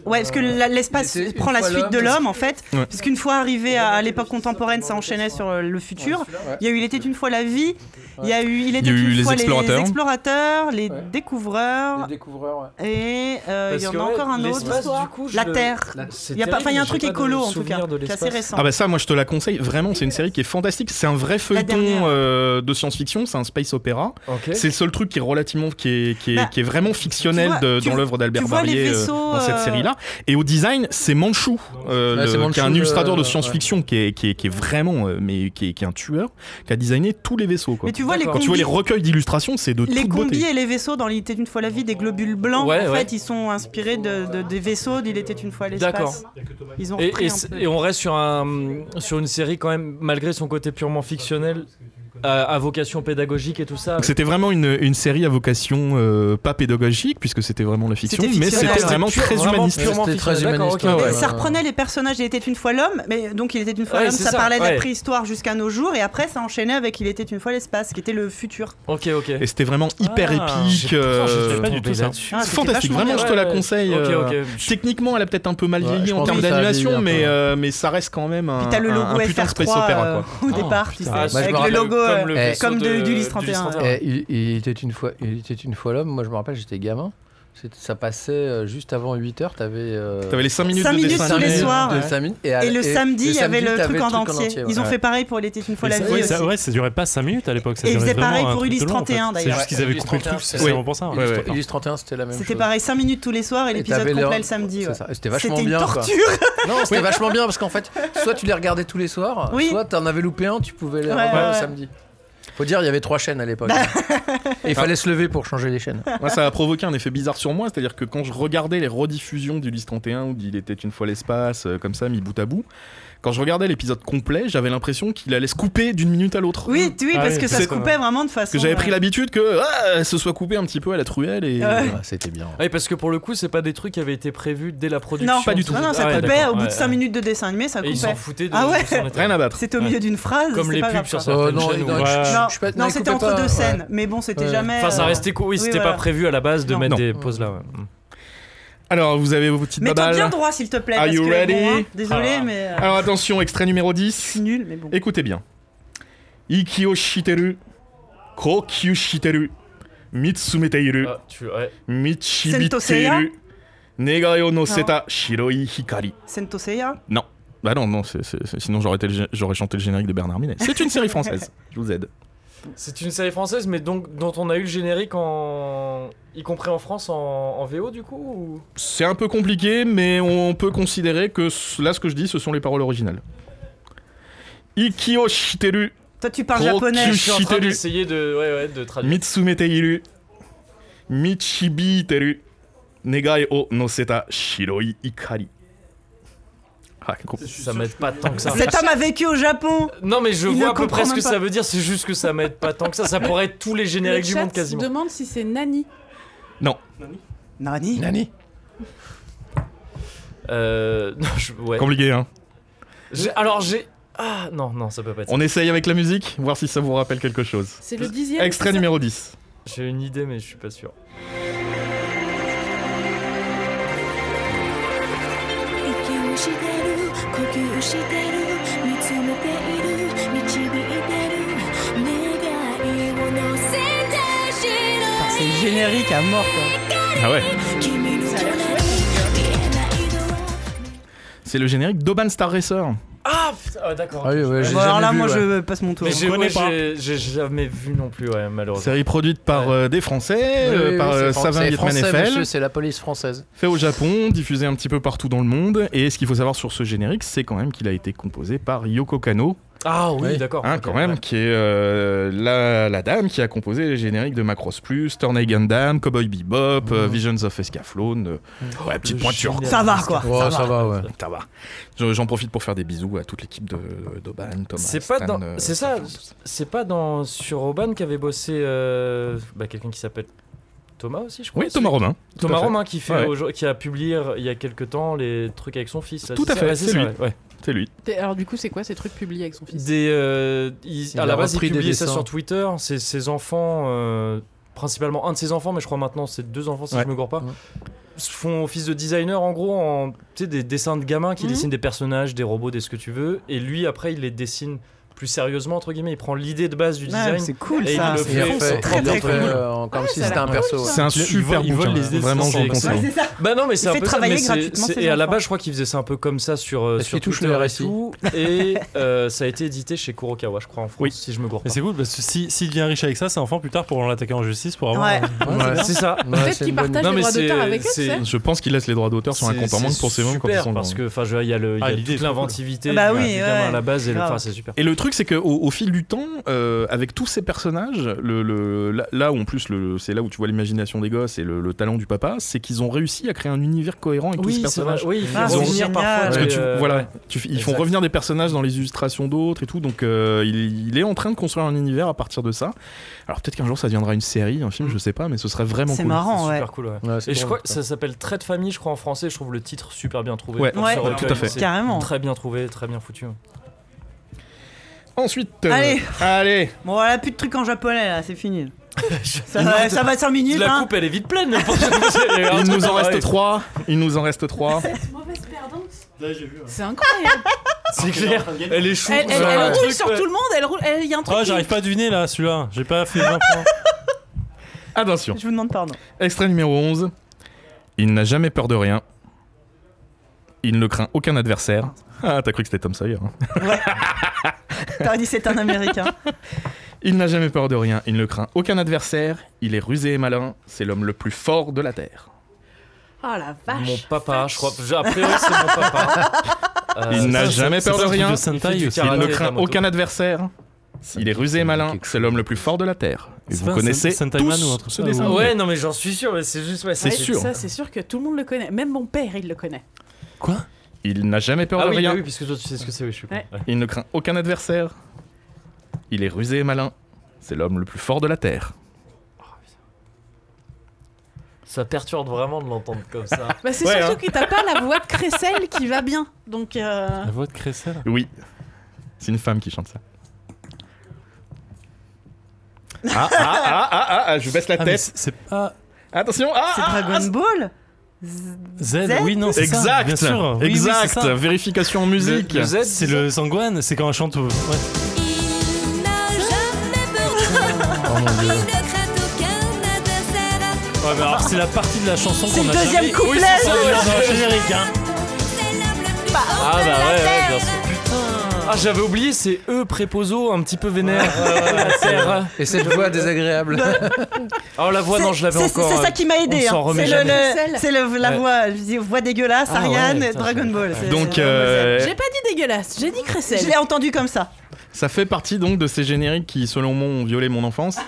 [SPEAKER 1] Ouais, parce que
[SPEAKER 4] Euh,
[SPEAKER 1] la- l'espace
[SPEAKER 5] Il était une
[SPEAKER 1] prend la
[SPEAKER 5] fois
[SPEAKER 1] suite de
[SPEAKER 5] l'homme.
[SPEAKER 1] l'homme en fait.
[SPEAKER 7] Ouais.
[SPEAKER 1] Parce qu'une fois arrivé à, à l'époque contemporaine, ça enchaînait sur euh, le futur. Il y a eu Il était une fois la vie. Il y a eu Il était
[SPEAKER 7] eu
[SPEAKER 1] une
[SPEAKER 7] les
[SPEAKER 1] fois
[SPEAKER 7] explorateurs.
[SPEAKER 1] les explorateurs, les
[SPEAKER 5] Ouais.
[SPEAKER 1] découvreurs.
[SPEAKER 5] découvreurs, ouais.
[SPEAKER 1] Et euh, il y en a encore un autre.
[SPEAKER 4] du coup, je
[SPEAKER 1] La
[SPEAKER 4] le-
[SPEAKER 1] Terre.
[SPEAKER 4] C'est
[SPEAKER 1] Il y a pas,
[SPEAKER 4] terrible,
[SPEAKER 1] enfin, il y a un
[SPEAKER 4] j'ai
[SPEAKER 1] truc
[SPEAKER 4] pas de
[SPEAKER 1] écolo en tout
[SPEAKER 4] souvenir
[SPEAKER 1] cas,
[SPEAKER 4] de
[SPEAKER 1] qui est assez
[SPEAKER 4] l'espace.
[SPEAKER 1] récent.
[SPEAKER 7] Ah bah ça, moi je te la conseille. Vraiment, c'est une série qui est fantastique. C'est un vrai feuilleton
[SPEAKER 1] dernière.
[SPEAKER 7] euh, de science-fiction. C'est un space opéra.
[SPEAKER 4] Ok.
[SPEAKER 7] C'est le seul truc qui est relativement, qui est, qui est,
[SPEAKER 1] Bah,
[SPEAKER 7] qui est vraiment fictionnel
[SPEAKER 1] tu vois-
[SPEAKER 7] de-
[SPEAKER 1] tu-
[SPEAKER 7] dans l'œuvre d'Albert
[SPEAKER 1] tu vois les
[SPEAKER 7] Barrier euh,
[SPEAKER 1] vaisseaux,
[SPEAKER 7] dans cette
[SPEAKER 1] euh,
[SPEAKER 7] série-là. Et au design, c'est Manchou, euh,
[SPEAKER 5] Ouais,
[SPEAKER 7] le-
[SPEAKER 5] c'est Manchou,
[SPEAKER 7] qui est un illustrateur
[SPEAKER 5] le-
[SPEAKER 7] de
[SPEAKER 1] euh,
[SPEAKER 7] science-fiction qui, est, qui, est, qui est vraiment, euh, mais qui est, qui est un tueur, qui a designé tous les vaisseaux. Quoi.
[SPEAKER 1] Mais tu vois les
[SPEAKER 4] D'accord.
[SPEAKER 7] Quand tu vois
[SPEAKER 1] combis-
[SPEAKER 7] les recueils d'illustrations, c'est de
[SPEAKER 1] Les
[SPEAKER 7] toute beauté.
[SPEAKER 1] combis et les vaisseaux dans Il était une fois la vie, des globules blancs,
[SPEAKER 4] Ouais,
[SPEAKER 1] en
[SPEAKER 4] ouais.
[SPEAKER 1] fait, ils sont inspirés de, de- des vaisseaux d'Il était une fois
[SPEAKER 4] D'accord.
[SPEAKER 1] l'espace. Ils ont
[SPEAKER 4] Et,
[SPEAKER 1] repris un
[SPEAKER 4] et c'est-
[SPEAKER 1] peu.
[SPEAKER 4] et on reste sur, un, sur une série quand même, malgré son côté purement fictionnel, euh, à, à vocation pédagogique et tout ça.
[SPEAKER 7] Donc c'était vraiment une, une série à vocation euh, pas pédagogique, puisque c'était vraiment la fiction,
[SPEAKER 1] C'était
[SPEAKER 7] mais
[SPEAKER 1] fictionnel,
[SPEAKER 7] c'était
[SPEAKER 1] ouais.
[SPEAKER 7] vraiment
[SPEAKER 4] C'était
[SPEAKER 7] très
[SPEAKER 4] pure- vraiment
[SPEAKER 7] humaniste.
[SPEAKER 4] purement
[SPEAKER 5] C'était très
[SPEAKER 4] fictionnel, d'accord,
[SPEAKER 5] humaniste,
[SPEAKER 4] ok.
[SPEAKER 5] ouais,
[SPEAKER 1] Mais
[SPEAKER 5] ouais.
[SPEAKER 1] ça reprenait les personnages, il était une fois l'homme, mais donc il était une fois
[SPEAKER 4] Ouais,
[SPEAKER 1] l'homme,
[SPEAKER 4] c'est
[SPEAKER 1] ça,
[SPEAKER 4] ça,
[SPEAKER 1] parlait de
[SPEAKER 4] ouais.
[SPEAKER 1] la préhistoire jusqu'à nos jours, et après ça enchaînait avec il était une fois l'espace, qui était le futur.
[SPEAKER 4] Ok, ok.
[SPEAKER 7] Et c'était vraiment hyper
[SPEAKER 4] Ah,
[SPEAKER 7] épique. euh,
[SPEAKER 3] Pas du tout ça.
[SPEAKER 1] Ah,
[SPEAKER 7] c'est
[SPEAKER 1] c'était
[SPEAKER 7] fantastique,
[SPEAKER 1] vachement
[SPEAKER 7] vraiment,
[SPEAKER 1] bien.
[SPEAKER 7] je te la
[SPEAKER 4] Ouais, ouais.
[SPEAKER 7] conseille.
[SPEAKER 4] Ok,
[SPEAKER 7] euh,
[SPEAKER 4] ok.
[SPEAKER 7] Techniquement, elle a peut-être un peu mal
[SPEAKER 5] Ouais,
[SPEAKER 7] vieilli
[SPEAKER 5] je
[SPEAKER 7] en
[SPEAKER 5] pense
[SPEAKER 7] termes
[SPEAKER 5] que ça a
[SPEAKER 7] d'animation,
[SPEAKER 5] vieilli un peu,
[SPEAKER 7] mais,
[SPEAKER 5] ouais.
[SPEAKER 7] euh, mais ça reste quand même un,
[SPEAKER 1] Puis t'as le
[SPEAKER 7] un-
[SPEAKER 1] logo
[SPEAKER 7] un putain de space
[SPEAKER 1] FR3
[SPEAKER 7] opéra.
[SPEAKER 1] euh,
[SPEAKER 7] quoi.
[SPEAKER 1] au départ, tu sais,
[SPEAKER 4] Ah,
[SPEAKER 5] je me
[SPEAKER 1] avec le
[SPEAKER 5] rappelle,
[SPEAKER 1] logo
[SPEAKER 4] comme
[SPEAKER 1] euh,
[SPEAKER 4] le
[SPEAKER 5] eh,
[SPEAKER 4] vaisseau
[SPEAKER 1] comme de- du Ulysse
[SPEAKER 4] du
[SPEAKER 1] 31.
[SPEAKER 5] Eh, il, il était une fois, il était une fois l'homme. Moi, je me rappelle, j'étais gamin. C'était- Ça passait euh, juste avant 8 h T'avais. Euh,
[SPEAKER 7] T'avais les 5 minutes
[SPEAKER 1] Cinq
[SPEAKER 7] de
[SPEAKER 1] minutes
[SPEAKER 7] dessin
[SPEAKER 1] tous les
[SPEAKER 7] animé.
[SPEAKER 1] soirs,
[SPEAKER 5] de
[SPEAKER 1] ouais.
[SPEAKER 5] cinq minutes, à-
[SPEAKER 1] Et le samedi, il y avait le
[SPEAKER 5] t'avais
[SPEAKER 1] truc en entier.
[SPEAKER 5] ouais.
[SPEAKER 1] Ils ont
[SPEAKER 5] Ouais.
[SPEAKER 1] fait pareil pour il était une fois
[SPEAKER 3] Et
[SPEAKER 1] la
[SPEAKER 3] ça-
[SPEAKER 1] vie.
[SPEAKER 3] ouais,
[SPEAKER 1] aussi.
[SPEAKER 3] ça, ouais, ça durait pas 5 minutes à l'époque. ça
[SPEAKER 1] Et ils
[SPEAKER 3] durait
[SPEAKER 1] faisaient
[SPEAKER 3] vraiment
[SPEAKER 1] pareil
[SPEAKER 3] un
[SPEAKER 1] pour
[SPEAKER 3] truc de
[SPEAKER 1] Ulysse
[SPEAKER 3] long, en fait.
[SPEAKER 1] 31,
[SPEAKER 3] C'est
[SPEAKER 1] d'ailleurs.
[SPEAKER 3] juste qu'ils avaient
[SPEAKER 5] Ulysse
[SPEAKER 3] coupé le
[SPEAKER 5] 31,
[SPEAKER 3] truc, c'est
[SPEAKER 5] ouais.
[SPEAKER 3] vraiment pour ça. hein.
[SPEAKER 7] Ouais, ouais.
[SPEAKER 5] Ulysse- Ulysse 31, c'était la même chose.
[SPEAKER 1] C'était pareil, 5 minutes tous les soirs et
[SPEAKER 5] Et
[SPEAKER 1] l'épisode
[SPEAKER 5] t'avais
[SPEAKER 1] complet
[SPEAKER 5] leur-
[SPEAKER 1] le samedi.
[SPEAKER 5] C'est
[SPEAKER 1] ouais.
[SPEAKER 5] ça. C'était vachement
[SPEAKER 1] C'était une
[SPEAKER 5] bien. quoi.
[SPEAKER 1] torture.
[SPEAKER 5] Non, c'était vachement bien parce qu'en fait, soit tu les regardais tous les soirs,
[SPEAKER 1] Oui.
[SPEAKER 5] soit t'en avais loupé un, tu pouvais les
[SPEAKER 1] Ouais,
[SPEAKER 5] revoir
[SPEAKER 1] ouais,
[SPEAKER 5] le
[SPEAKER 1] ouais.
[SPEAKER 5] samedi. Faut dire, il y avait trois chaînes à l'époque. Et il fallait se lever pour changer les chaînes.
[SPEAKER 7] Moi, ça a provoqué un effet bizarre sur moi, c'est-à-dire que quand je regardais les rediffusions du 31 où il était une fois l'espace, euh, comme ça, mis bout à bout, quand je regardais l'épisode complet, j'avais l'impression qu'il allait se couper d'une minute à l'autre.
[SPEAKER 1] Oui, oui,
[SPEAKER 3] Ah
[SPEAKER 1] parce
[SPEAKER 3] oui,
[SPEAKER 1] que ça
[SPEAKER 3] c'est
[SPEAKER 1] se
[SPEAKER 3] ça.
[SPEAKER 1] coupait vraiment de façon.
[SPEAKER 7] Parce que j'avais
[SPEAKER 1] euh,
[SPEAKER 7] pris l'habitude que ah, elle se soit coupée un petit peu à la truelle et.
[SPEAKER 1] Ouais.
[SPEAKER 5] Ah, C'était bien.
[SPEAKER 4] Eh, Ouais, parce que pour le coup, c'est pas des trucs qui avaient été prévus dès la production.
[SPEAKER 1] euh, Non,
[SPEAKER 7] Pas du tout.
[SPEAKER 1] Non, non, ça
[SPEAKER 4] Ah ouais,
[SPEAKER 1] coupait.
[SPEAKER 4] d'accord,
[SPEAKER 1] Au bout
[SPEAKER 4] ouais,
[SPEAKER 1] de 5
[SPEAKER 4] ouais.
[SPEAKER 1] minutes de dessin animé, ça
[SPEAKER 4] Et ils s'en
[SPEAKER 1] coupait.
[SPEAKER 4] foutaient de
[SPEAKER 1] Ah ouais.
[SPEAKER 4] de s'en être-
[SPEAKER 7] Rien à battre.
[SPEAKER 1] C'était au
[SPEAKER 4] Ouais.
[SPEAKER 1] milieu d'une phrase.
[SPEAKER 4] Comme
[SPEAKER 1] c'est
[SPEAKER 4] les
[SPEAKER 1] pas
[SPEAKER 4] pubs
[SPEAKER 1] grave,
[SPEAKER 4] sur
[SPEAKER 1] ça.
[SPEAKER 4] certaines
[SPEAKER 5] Oh, non,
[SPEAKER 4] chaînes.
[SPEAKER 5] et
[SPEAKER 4] où-
[SPEAKER 5] non,
[SPEAKER 3] Ouais.
[SPEAKER 5] je- je-
[SPEAKER 1] Non,
[SPEAKER 5] je suis pas-
[SPEAKER 1] non,
[SPEAKER 5] il
[SPEAKER 1] c'était
[SPEAKER 5] coupait
[SPEAKER 1] entre
[SPEAKER 5] pas,
[SPEAKER 1] deux
[SPEAKER 5] ouais.
[SPEAKER 1] scènes, mais bon, c'était
[SPEAKER 5] Ouais.
[SPEAKER 1] jamais.
[SPEAKER 4] Enfin, ça
[SPEAKER 1] euh,
[SPEAKER 4] restait cool. Oui,
[SPEAKER 1] Oui,
[SPEAKER 4] c'était
[SPEAKER 1] voilà.
[SPEAKER 4] pas prévu à la base de
[SPEAKER 1] Non.
[SPEAKER 4] mettre
[SPEAKER 7] Non. Mm.
[SPEAKER 4] des pauses là. ouais.
[SPEAKER 7] Alors, vous avez vos petites
[SPEAKER 1] Mets-toi
[SPEAKER 7] babales.
[SPEAKER 1] bien droit, s'il te plaît.
[SPEAKER 7] Are
[SPEAKER 1] parce
[SPEAKER 7] you
[SPEAKER 1] que,
[SPEAKER 7] ready
[SPEAKER 1] bon, hein, désolé,
[SPEAKER 3] Ah.
[SPEAKER 1] mais. euh,
[SPEAKER 7] Alors, attention, extrait numéro
[SPEAKER 1] Je
[SPEAKER 7] 10.
[SPEAKER 1] suis nul, mais bon.
[SPEAKER 7] Écoutez bien. Ikio shiteru, kokyu shiteru, mitsumeteiru,
[SPEAKER 4] Ah, tu- ouais.
[SPEAKER 1] Sentoseiya
[SPEAKER 7] michibiteiru, negai o noseta shiroi hikari.
[SPEAKER 1] Sento Seiya
[SPEAKER 7] Bah non, non, c'est- c'est- c'est- sinon j'aurais, été le gé- j'aurais chanté le générique de Bernard Minet. C'est une
[SPEAKER 1] (laughs)
[SPEAKER 7] série française, je vous aide.
[SPEAKER 4] C'est une série française, mais donc dont on a eu le générique en, y compris en France en, en VO du coup. ou-
[SPEAKER 7] C'est un peu compliqué, mais on peut considérer que ce- là, ce que je dis, ce sont les paroles originales. Ikio shiteru,
[SPEAKER 1] Toi, tu parles
[SPEAKER 7] Gros
[SPEAKER 1] japonais.
[SPEAKER 7] cul.
[SPEAKER 4] Je suis en train
[SPEAKER 7] Shiteru.
[SPEAKER 4] d'essayer de, ouais, ouais, de traduire.
[SPEAKER 7] Mitsumeteiru Michibiteru Negai o noseta shiroi ikari. Ah, gros.
[SPEAKER 4] Ça m'aide pas tant que ça.
[SPEAKER 1] Cet homme a vécu au Japon
[SPEAKER 4] Non mais je
[SPEAKER 1] Il
[SPEAKER 4] vois
[SPEAKER 1] ne
[SPEAKER 4] à peu près
[SPEAKER 1] comprend
[SPEAKER 4] ce que
[SPEAKER 1] même pas.
[SPEAKER 4] ça veut dire, c'est juste que ça m'aide pas tant que ça. Ça pourrait être tous les
[SPEAKER 6] Le
[SPEAKER 4] génériques du
[SPEAKER 6] chat
[SPEAKER 4] monde quasiment.
[SPEAKER 6] demande si c'est Nani.
[SPEAKER 1] Nani
[SPEAKER 5] Nani
[SPEAKER 4] Euh, non, je- ouais.
[SPEAKER 7] Compliqué, hein.
[SPEAKER 4] J'ai- Alors j'ai... Ah non, non, ça peut pas être ça.
[SPEAKER 7] On essaye avec la musique, voir si ça vous rappelle quelque chose.
[SPEAKER 6] C'est le dixième.
[SPEAKER 7] Extrait
[SPEAKER 6] c'est ça
[SPEAKER 7] numéro 10.
[SPEAKER 4] J'ai une idée mais je suis pas sûr.
[SPEAKER 9] 「願いを乗
[SPEAKER 1] générique à mort. quoi.
[SPEAKER 7] Ah ouais. C'est le générique d'Oban Star Racer.
[SPEAKER 4] Ah, putain, ah, d'accord.
[SPEAKER 5] Ah oui, ouais, j'ai
[SPEAKER 1] Bon, alors
[SPEAKER 5] jamais
[SPEAKER 1] là,
[SPEAKER 5] vu,
[SPEAKER 1] moi,
[SPEAKER 5] ouais.
[SPEAKER 1] je passe mon tour.
[SPEAKER 4] Mais j'ai
[SPEAKER 7] connais
[SPEAKER 4] ouais,
[SPEAKER 7] pas.
[SPEAKER 4] j'ai- j'ai jamais vu non plus, ouais, malheureusement.
[SPEAKER 7] Série produite par euh, des Français,
[SPEAKER 5] Oui,
[SPEAKER 7] euh,
[SPEAKER 5] oui,
[SPEAKER 7] par
[SPEAKER 5] oui,
[SPEAKER 7] euh,
[SPEAKER 5] c'est fran-
[SPEAKER 7] Savin
[SPEAKER 5] c'est
[SPEAKER 7] Lietman
[SPEAKER 5] français,
[SPEAKER 7] Eiffel,
[SPEAKER 5] monsieur, C'est la police française.
[SPEAKER 7] fait au Japon, diffusé un petit peu partout dans le monde. Et ce qu'il faut savoir sur ce générique, c'est quand même qu'il a été composé par Yoko Kano,
[SPEAKER 4] Ah oui,
[SPEAKER 5] Ouais.
[SPEAKER 4] d'accord.
[SPEAKER 7] hein,
[SPEAKER 4] ok,
[SPEAKER 7] quand même,
[SPEAKER 4] ouais.
[SPEAKER 7] qui est euh, la, la dame qui a composé les génériques de Macross Plus, Tornay Gundam, Cowboy Bebop, euh, Visions of Escaflowne. euh, ouais, petite
[SPEAKER 4] Mhm. Le
[SPEAKER 7] pointure.
[SPEAKER 4] génial.
[SPEAKER 1] Ça va, quoi.
[SPEAKER 5] Ouais, ça, va, ouais.
[SPEAKER 7] Ça va. Je- J'en profite pour faire des bisous à toute l'équipe de- d'Oban, Thomas.
[SPEAKER 4] C'est pas
[SPEAKER 7] Stan,
[SPEAKER 4] dans-
[SPEAKER 7] euh,
[SPEAKER 4] c'est ça.
[SPEAKER 7] Stan, tout
[SPEAKER 4] C'est pas dans sur Oban qu'avait bossé euh, bah, quelqu'un qui s'appelle Thomas aussi, je crois.
[SPEAKER 7] Oui, Thomas
[SPEAKER 4] celui-
[SPEAKER 7] Romain. tout à
[SPEAKER 4] Thomas
[SPEAKER 7] fait.
[SPEAKER 4] Romain qui, fait
[SPEAKER 7] Ouais.
[SPEAKER 4] aujourd- qui a publié il y a quelques temps les trucs avec son fils. là,
[SPEAKER 7] Tout à
[SPEAKER 4] ça
[SPEAKER 7] fait,
[SPEAKER 4] Ouais,
[SPEAKER 7] c'est
[SPEAKER 4] ça,
[SPEAKER 7] lui.
[SPEAKER 4] ouais, ouais.
[SPEAKER 7] C'est lui.
[SPEAKER 6] T'es- Alors du coup, c'est quoi ces trucs publiés avec son fils
[SPEAKER 4] Des, euh, il-
[SPEAKER 5] Il
[SPEAKER 4] à la
[SPEAKER 5] a
[SPEAKER 4] base, il
[SPEAKER 5] repris des
[SPEAKER 4] publiait ça
[SPEAKER 5] dessins.
[SPEAKER 4] sur Twitter. Ses, ses enfants, euh, principalement un de ses enfants, mais je crois maintenant c'est deux enfants si
[SPEAKER 7] Ouais.
[SPEAKER 4] je me gourre pas,
[SPEAKER 5] Ouais.
[SPEAKER 4] se font office de designer en gros en tu sais, des dessins de gamins qui
[SPEAKER 6] Mhm.
[SPEAKER 4] dessinent des personnages, des robots, des ce que tu veux. Et lui, après, il les dessine plus sérieusement, entre guillemets. Il prend l'idée de base du
[SPEAKER 1] Ah, mais
[SPEAKER 4] design.
[SPEAKER 1] c'est cool,
[SPEAKER 4] Et
[SPEAKER 1] ça.
[SPEAKER 4] il le
[SPEAKER 5] Et
[SPEAKER 4] fait.
[SPEAKER 1] c'est
[SPEAKER 5] en fait,
[SPEAKER 1] très,
[SPEAKER 5] il
[SPEAKER 1] très
[SPEAKER 5] en fait,
[SPEAKER 1] cool.
[SPEAKER 5] euh, comme
[SPEAKER 6] Ouais,
[SPEAKER 5] si
[SPEAKER 6] ça a
[SPEAKER 5] c'était
[SPEAKER 6] l'air
[SPEAKER 5] un perso.
[SPEAKER 6] cool,
[SPEAKER 7] C'est un
[SPEAKER 4] Ils
[SPEAKER 7] super
[SPEAKER 4] volent- ils
[SPEAKER 7] bouquin.
[SPEAKER 4] volent les essais,
[SPEAKER 7] Vraiment, je
[SPEAKER 4] c'est
[SPEAKER 7] vous le
[SPEAKER 4] excellent.
[SPEAKER 7] conseille.
[SPEAKER 1] Ouais, c'est ça.
[SPEAKER 4] Bah non, mais c'est
[SPEAKER 1] Il
[SPEAKER 4] un
[SPEAKER 1] fait
[SPEAKER 4] peu ça,
[SPEAKER 1] travailler
[SPEAKER 4] mais c'est-
[SPEAKER 1] gratuitement
[SPEAKER 4] c'est-
[SPEAKER 1] ses
[SPEAKER 4] Et à la
[SPEAKER 1] enfants.
[SPEAKER 4] base, je crois qu'il faisait ça un peu comme ça sur, euh,
[SPEAKER 5] Est-ce
[SPEAKER 4] sur
[SPEAKER 5] qu'il touche
[SPEAKER 4] Twitter
[SPEAKER 5] le
[SPEAKER 4] et
[SPEAKER 5] RSI?
[SPEAKER 4] tout. Et euh, ça a été édité chez Kurokawa, je crois, en France,
[SPEAKER 7] Oui.
[SPEAKER 4] si je me gourre
[SPEAKER 3] Mais
[SPEAKER 4] pas.
[SPEAKER 3] c'est cool parce que si- s'il devient riche avec ça, c'est enfant plus tard pour l'attaquer en justice pour avoir.
[SPEAKER 1] Ouais.
[SPEAKER 5] Ouais,
[SPEAKER 4] C'est ça.
[SPEAKER 5] Ouais,
[SPEAKER 6] Peut-être
[SPEAKER 5] c'est
[SPEAKER 6] qu'ils
[SPEAKER 5] une bonne-
[SPEAKER 6] partagent
[SPEAKER 4] Non,
[SPEAKER 6] les
[SPEAKER 4] mais
[SPEAKER 6] droits d'auteur
[SPEAKER 4] c'est-
[SPEAKER 6] avec eux, tu
[SPEAKER 4] c'est-
[SPEAKER 6] sais.
[SPEAKER 7] Je pense qu'il laisse les droits d'auteur sur un compte en banque pour ses membres quand ils
[SPEAKER 4] super,
[SPEAKER 7] sont
[SPEAKER 4] parce
[SPEAKER 7] dans-
[SPEAKER 4] que enfin je veux dire, il y a le il y a
[SPEAKER 3] Ah, l'idée est
[SPEAKER 4] toute
[SPEAKER 3] trop cool.
[SPEAKER 4] l'inventivité
[SPEAKER 1] Bah
[SPEAKER 4] du-
[SPEAKER 1] oui,
[SPEAKER 4] du gamin
[SPEAKER 1] ouais.
[SPEAKER 4] à la base et le-
[SPEAKER 1] Grave.
[SPEAKER 4] enfin, c'est super.
[SPEAKER 7] Et le truc, c'est qu'au au fil du temps, euh, avec tous ces personnages, le, le- là, là où en plus le- c'est là où tu vois l'imagination des gosses et le, le talent du papa, c'est qu'ils ont réussi à créer un univers cohérent avec tous ces
[SPEAKER 4] Oui, c'est vrai.
[SPEAKER 7] personnages.
[SPEAKER 4] Oui, il
[SPEAKER 1] Ah,
[SPEAKER 4] faut
[SPEAKER 7] c'est
[SPEAKER 4] revenir
[SPEAKER 1] génial.
[SPEAKER 4] parfois.
[SPEAKER 7] Parce que
[SPEAKER 4] mais,
[SPEAKER 7] tu,
[SPEAKER 4] euh,
[SPEAKER 7] voilà, tu- ils font
[SPEAKER 4] Exact.
[SPEAKER 7] revenir des personnages dans les illustrations d'autres et tout, donc euh, il, il est en train de construire un univers à partir de ça. Alors peut-être qu'un jour ça deviendra une série, un film, je sais pas, mais ce serait vraiment
[SPEAKER 1] C'est
[SPEAKER 7] cool.
[SPEAKER 4] C'est
[SPEAKER 1] marrant, ouais.
[SPEAKER 4] super cool. ouais.
[SPEAKER 5] Ouais, c'est
[SPEAKER 4] Et je
[SPEAKER 5] drôle,
[SPEAKER 4] crois que
[SPEAKER 5] ça.
[SPEAKER 4] ça s'appelle Trait de famille, je crois en français. Je trouve le titre super bien trouvé.
[SPEAKER 7] Ouais,
[SPEAKER 4] pour
[SPEAKER 1] Ouais,
[SPEAKER 4] ce
[SPEAKER 1] tout à
[SPEAKER 4] recueil,
[SPEAKER 7] fait.
[SPEAKER 4] c'est
[SPEAKER 1] Carrément.
[SPEAKER 4] Très bien trouvé, très bien foutu.
[SPEAKER 7] Ensuite, euh,
[SPEAKER 1] Allez.
[SPEAKER 7] allez,
[SPEAKER 1] Bon, voilà, plus de trucs en japonais, là, c'est
[SPEAKER 4] (laughs)
[SPEAKER 1] fini. ça, va, ça va 5 minutes,
[SPEAKER 4] La
[SPEAKER 1] hein.
[SPEAKER 4] coupe, elle est vite pleine. pour ce que (laughs) j'ai-
[SPEAKER 7] il nous en
[SPEAKER 4] Ouais.
[SPEAKER 7] reste trois, il nous en reste trois.
[SPEAKER 5] hein.
[SPEAKER 6] C'est incroyable.
[SPEAKER 4] C'est clair. Elle est chou.
[SPEAKER 6] elle elle-
[SPEAKER 4] Ouais.
[SPEAKER 6] elle
[SPEAKER 4] Un
[SPEAKER 6] roule
[SPEAKER 4] truc,
[SPEAKER 6] sur
[SPEAKER 4] ouais.
[SPEAKER 6] tout le monde. Elle roule. elle- Il y a un truc.
[SPEAKER 3] Ah,
[SPEAKER 6] qui-
[SPEAKER 3] j'arrive pas à deviner là, celui-là. J'ai pas fait 20
[SPEAKER 4] (laughs)
[SPEAKER 3] points.
[SPEAKER 7] Attention,
[SPEAKER 1] Je vous demande pardon.
[SPEAKER 7] extrait numéro 11. Il n'a jamais peur de rien. Il ne craint aucun adversaire. Ah, t'as cru que c'était Tom Sawyer. hein.
[SPEAKER 1] T'as dit c'est un américain.
[SPEAKER 7] Il n'a jamais peur de rien. Il ne craint aucun adversaire. Il est rusé et malin. C'est l'homme le plus fort de la Terre.
[SPEAKER 6] Oh la vache.
[SPEAKER 4] Mon papa, je crois. A priori, c'est mon papa. Euh,
[SPEAKER 7] Il n'a
[SPEAKER 4] c'est-
[SPEAKER 7] jamais
[SPEAKER 4] c'est
[SPEAKER 7] peur
[SPEAKER 4] pas
[SPEAKER 7] de
[SPEAKER 4] un truc
[SPEAKER 7] rien.
[SPEAKER 4] Sentai
[SPEAKER 3] Il
[SPEAKER 4] aussi.
[SPEAKER 7] Il ne
[SPEAKER 4] Karaté,
[SPEAKER 7] craint
[SPEAKER 4] Yamamoto.
[SPEAKER 7] aucun adversaire. Il est rusé et malin. C'est l'homme le plus fort de la Terre. Et
[SPEAKER 3] C'est
[SPEAKER 7] vous
[SPEAKER 3] pas un
[SPEAKER 7] connaissez
[SPEAKER 3] Sen- Sentai Man ou un
[SPEAKER 7] tous
[SPEAKER 3] truc
[SPEAKER 7] ce
[SPEAKER 3] comme ça,
[SPEAKER 7] dessin.
[SPEAKER 3] ou-
[SPEAKER 7] animé.
[SPEAKER 4] Ouais, non, mais j'en suis sûr. mais C'est juste. ouais,
[SPEAKER 7] C'est
[SPEAKER 6] Ouais,
[SPEAKER 7] sûr.
[SPEAKER 6] Ça, c'est sûr que tout le monde le connaît. Même mon père, il le connaît.
[SPEAKER 7] Il n'a jamais peur
[SPEAKER 4] Ah
[SPEAKER 7] de
[SPEAKER 4] oui,
[SPEAKER 7] rien.
[SPEAKER 4] bah oui, puisque toi tu sais ce que c'est, oui, je suis con.
[SPEAKER 6] Ouais.
[SPEAKER 7] Il ne craint aucun adversaire. Il est rusé et malin. C'est l'homme le plus fort de la Terre.
[SPEAKER 4] Ça perturbe vraiment de l'entendre comme (laughs) ça.
[SPEAKER 6] Bah, c'est
[SPEAKER 7] Ouais, hein.
[SPEAKER 6] surtout que t'as pas la voix de Cressel qui va bien. Donc. euh,
[SPEAKER 3] La voix de Cressel.
[SPEAKER 7] Oui. C'est une femme qui chante ça. Ah, ah, ah, ah, ah, ah, je baisse la
[SPEAKER 3] Ah, mais
[SPEAKER 7] tête.
[SPEAKER 3] c'est c'est pas
[SPEAKER 7] Attention, ah,
[SPEAKER 1] C'est
[SPEAKER 7] ah,
[SPEAKER 4] (laughs)
[SPEAKER 7] ah,
[SPEAKER 1] Dragon Ball
[SPEAKER 3] Z.
[SPEAKER 1] Z
[SPEAKER 3] Oui, non, c'est ça,
[SPEAKER 7] Exact,
[SPEAKER 3] bien sûr. Oui, oui, c'est
[SPEAKER 7] exact.
[SPEAKER 3] ça.
[SPEAKER 7] Vérification en musique.
[SPEAKER 4] Le, le Z,
[SPEAKER 3] C'est le Sangwan, euh, c'est quand elle chante. au- ouais.
[SPEAKER 9] Il n'a jamais peur de rien.
[SPEAKER 5] Oh mon
[SPEAKER 9] Il
[SPEAKER 5] dieu.
[SPEAKER 9] ne craint aucun adversaire.
[SPEAKER 3] Ouais, mais alors c'est la partie de la chanson
[SPEAKER 1] C'est
[SPEAKER 3] qu'on
[SPEAKER 1] le
[SPEAKER 3] a
[SPEAKER 1] deuxième
[SPEAKER 3] jamais-
[SPEAKER 1] couplet
[SPEAKER 3] Oui, c'est ça, dans un générique, hein.
[SPEAKER 9] C'est l'homme le plus fort
[SPEAKER 4] Ah
[SPEAKER 9] de
[SPEAKER 4] bah
[SPEAKER 9] la
[SPEAKER 4] ouais, ouais,
[SPEAKER 9] terre.
[SPEAKER 4] bien sûr. Putain. Ah, j'avais oublié, c'est E préposo, un petit peu vénère. (laughs) la terre.
[SPEAKER 5] Et cette voix désagréable.
[SPEAKER 4] Oh, la voix,
[SPEAKER 1] C'est-
[SPEAKER 4] non, je l'avais
[SPEAKER 1] c'est-
[SPEAKER 4] encore.
[SPEAKER 1] C'est ça
[SPEAKER 4] euh,
[SPEAKER 1] qui m'a aidé. hein.
[SPEAKER 4] on s'en remet
[SPEAKER 1] C'est le-
[SPEAKER 4] jamais.
[SPEAKER 1] le- c'est le- la
[SPEAKER 4] Ouais.
[SPEAKER 1] voix, je dis, voix dégueulasse,
[SPEAKER 4] Ah ouais,
[SPEAKER 1] Ariane,
[SPEAKER 4] putain,
[SPEAKER 1] Dragon
[SPEAKER 4] je-
[SPEAKER 1] Ball. c'est-
[SPEAKER 7] Donc,
[SPEAKER 1] c'est-
[SPEAKER 7] euh,
[SPEAKER 6] J'ai pas dit dégueulasse. J'ai dit Cressel.
[SPEAKER 1] Je l'ai entendu comme ça.
[SPEAKER 7] ça fait partie donc de ces génériques qui, selon moi, ont violé mon enfance.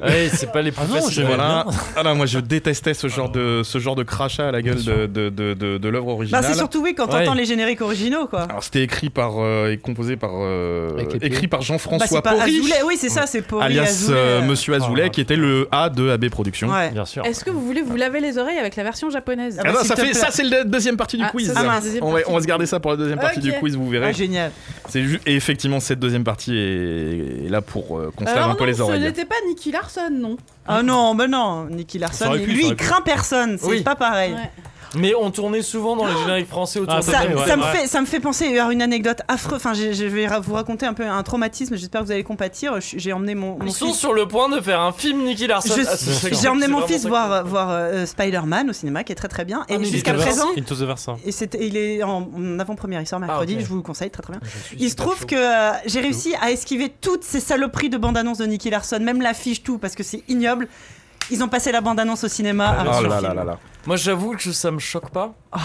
[SPEAKER 4] Ouais, c'est pas les plus
[SPEAKER 3] Ah non,
[SPEAKER 4] faciles.
[SPEAKER 3] j'ai-
[SPEAKER 7] Voilà. Ah non, moi, je détestais ce genre de, ce genre de crachat à la gueule de, de, de, de- de l'œuvre
[SPEAKER 1] Bah,
[SPEAKER 7] originale.
[SPEAKER 1] c'est surtout oui quand t'entends
[SPEAKER 4] Ouais.
[SPEAKER 1] les génériques originaux quoi.
[SPEAKER 7] Alors, c'était écrit par euh, et composé par euh,
[SPEAKER 5] Avec les pieds.
[SPEAKER 7] écrit par
[SPEAKER 1] Bah,
[SPEAKER 7] Jean-François
[SPEAKER 1] c'est pas
[SPEAKER 7] Porry,
[SPEAKER 1] Azoulay, oui c'est ça, c'est pour
[SPEAKER 7] alias euh, Monsieur Azoulay,
[SPEAKER 3] Ah.
[SPEAKER 7] qui était le A de AB Productions.
[SPEAKER 1] Ouais.
[SPEAKER 4] Bien sûr.
[SPEAKER 6] Est-ce que vous voulez vous laver les oreilles avec la version japonaise
[SPEAKER 1] Ah bah,
[SPEAKER 7] Ah non,
[SPEAKER 1] s'il
[SPEAKER 7] ça,
[SPEAKER 1] te
[SPEAKER 7] fait,
[SPEAKER 1] plaît.
[SPEAKER 7] ça c'est la deuxième partie du
[SPEAKER 6] Ah,
[SPEAKER 7] quiz.
[SPEAKER 6] ça, c'est la deuxième
[SPEAKER 7] on, va,
[SPEAKER 6] partie
[SPEAKER 7] on va
[SPEAKER 6] du
[SPEAKER 7] se garder ça pour la deuxième partie
[SPEAKER 6] Ok.
[SPEAKER 7] du quiz, vous verrez.
[SPEAKER 1] Ah, génial.
[SPEAKER 7] c'est ju- et effectivement, cette deuxième partie est, est là pour euh, qu'on se lave
[SPEAKER 6] Alors
[SPEAKER 7] un peu
[SPEAKER 6] Ah non,
[SPEAKER 7] les
[SPEAKER 6] ce
[SPEAKER 7] oreilles.
[SPEAKER 6] n'était pas Nicky Larson, non.
[SPEAKER 1] Ah non, bah non, Nicky
[SPEAKER 3] Ça
[SPEAKER 1] Larson,
[SPEAKER 3] aurait pu, ça
[SPEAKER 1] lui
[SPEAKER 3] aurait
[SPEAKER 1] il
[SPEAKER 3] pu.
[SPEAKER 1] craint personne, c'est
[SPEAKER 4] Oui.
[SPEAKER 1] pas pareil.
[SPEAKER 6] Ouais.
[SPEAKER 4] Mais on tournait souvent dans les génériques français autour
[SPEAKER 3] Ah,
[SPEAKER 4] de
[SPEAKER 1] Ça,
[SPEAKER 3] Ouais, ouais,
[SPEAKER 1] ça me
[SPEAKER 3] ouais.
[SPEAKER 1] fait, ça me fait penser à une anecdote affreuse. Enfin, je, je vais ra- vous raconter un peu un traumatisme. J'espère que vous allez compatir. Je- J'ai emmené mon, mon
[SPEAKER 4] Ils sont
[SPEAKER 1] fils.
[SPEAKER 4] sur le point de faire un film Nicky Larson.
[SPEAKER 1] Je-
[SPEAKER 4] Ah, c'est- c'est-
[SPEAKER 1] J'ai emmené
[SPEAKER 4] c'est
[SPEAKER 1] mon
[SPEAKER 4] vraiment
[SPEAKER 1] fils
[SPEAKER 4] ça.
[SPEAKER 1] voir, euh, voir euh, Spider-Man au cinéma, qui est très très bien. Et
[SPEAKER 4] Ah, mais il
[SPEAKER 1] jusqu'à
[SPEAKER 4] était
[SPEAKER 1] présent,
[SPEAKER 4] sorti
[SPEAKER 3] Into the Verse. hein.
[SPEAKER 1] et c'était- il est en, en avant-première, il sort mercredi.
[SPEAKER 4] Ah, ok.
[SPEAKER 1] Je vous le conseille, très très bien.
[SPEAKER 4] Je suis
[SPEAKER 1] Il se
[SPEAKER 4] super
[SPEAKER 1] trouve
[SPEAKER 4] chaud.
[SPEAKER 1] que euh, j'ai réussi à esquiver toutes ces saloperies de bande-annonce de Nicky Larson, même l'affiche, tout, parce que c'est ignoble. Ils ont passé la bande-annonce au cinéma.
[SPEAKER 4] Ah,
[SPEAKER 1] avant
[SPEAKER 7] Oh
[SPEAKER 1] le
[SPEAKER 7] là
[SPEAKER 1] film.
[SPEAKER 7] là là là.
[SPEAKER 4] Moi j'avoue que ça me choque pas.
[SPEAKER 3] Bah,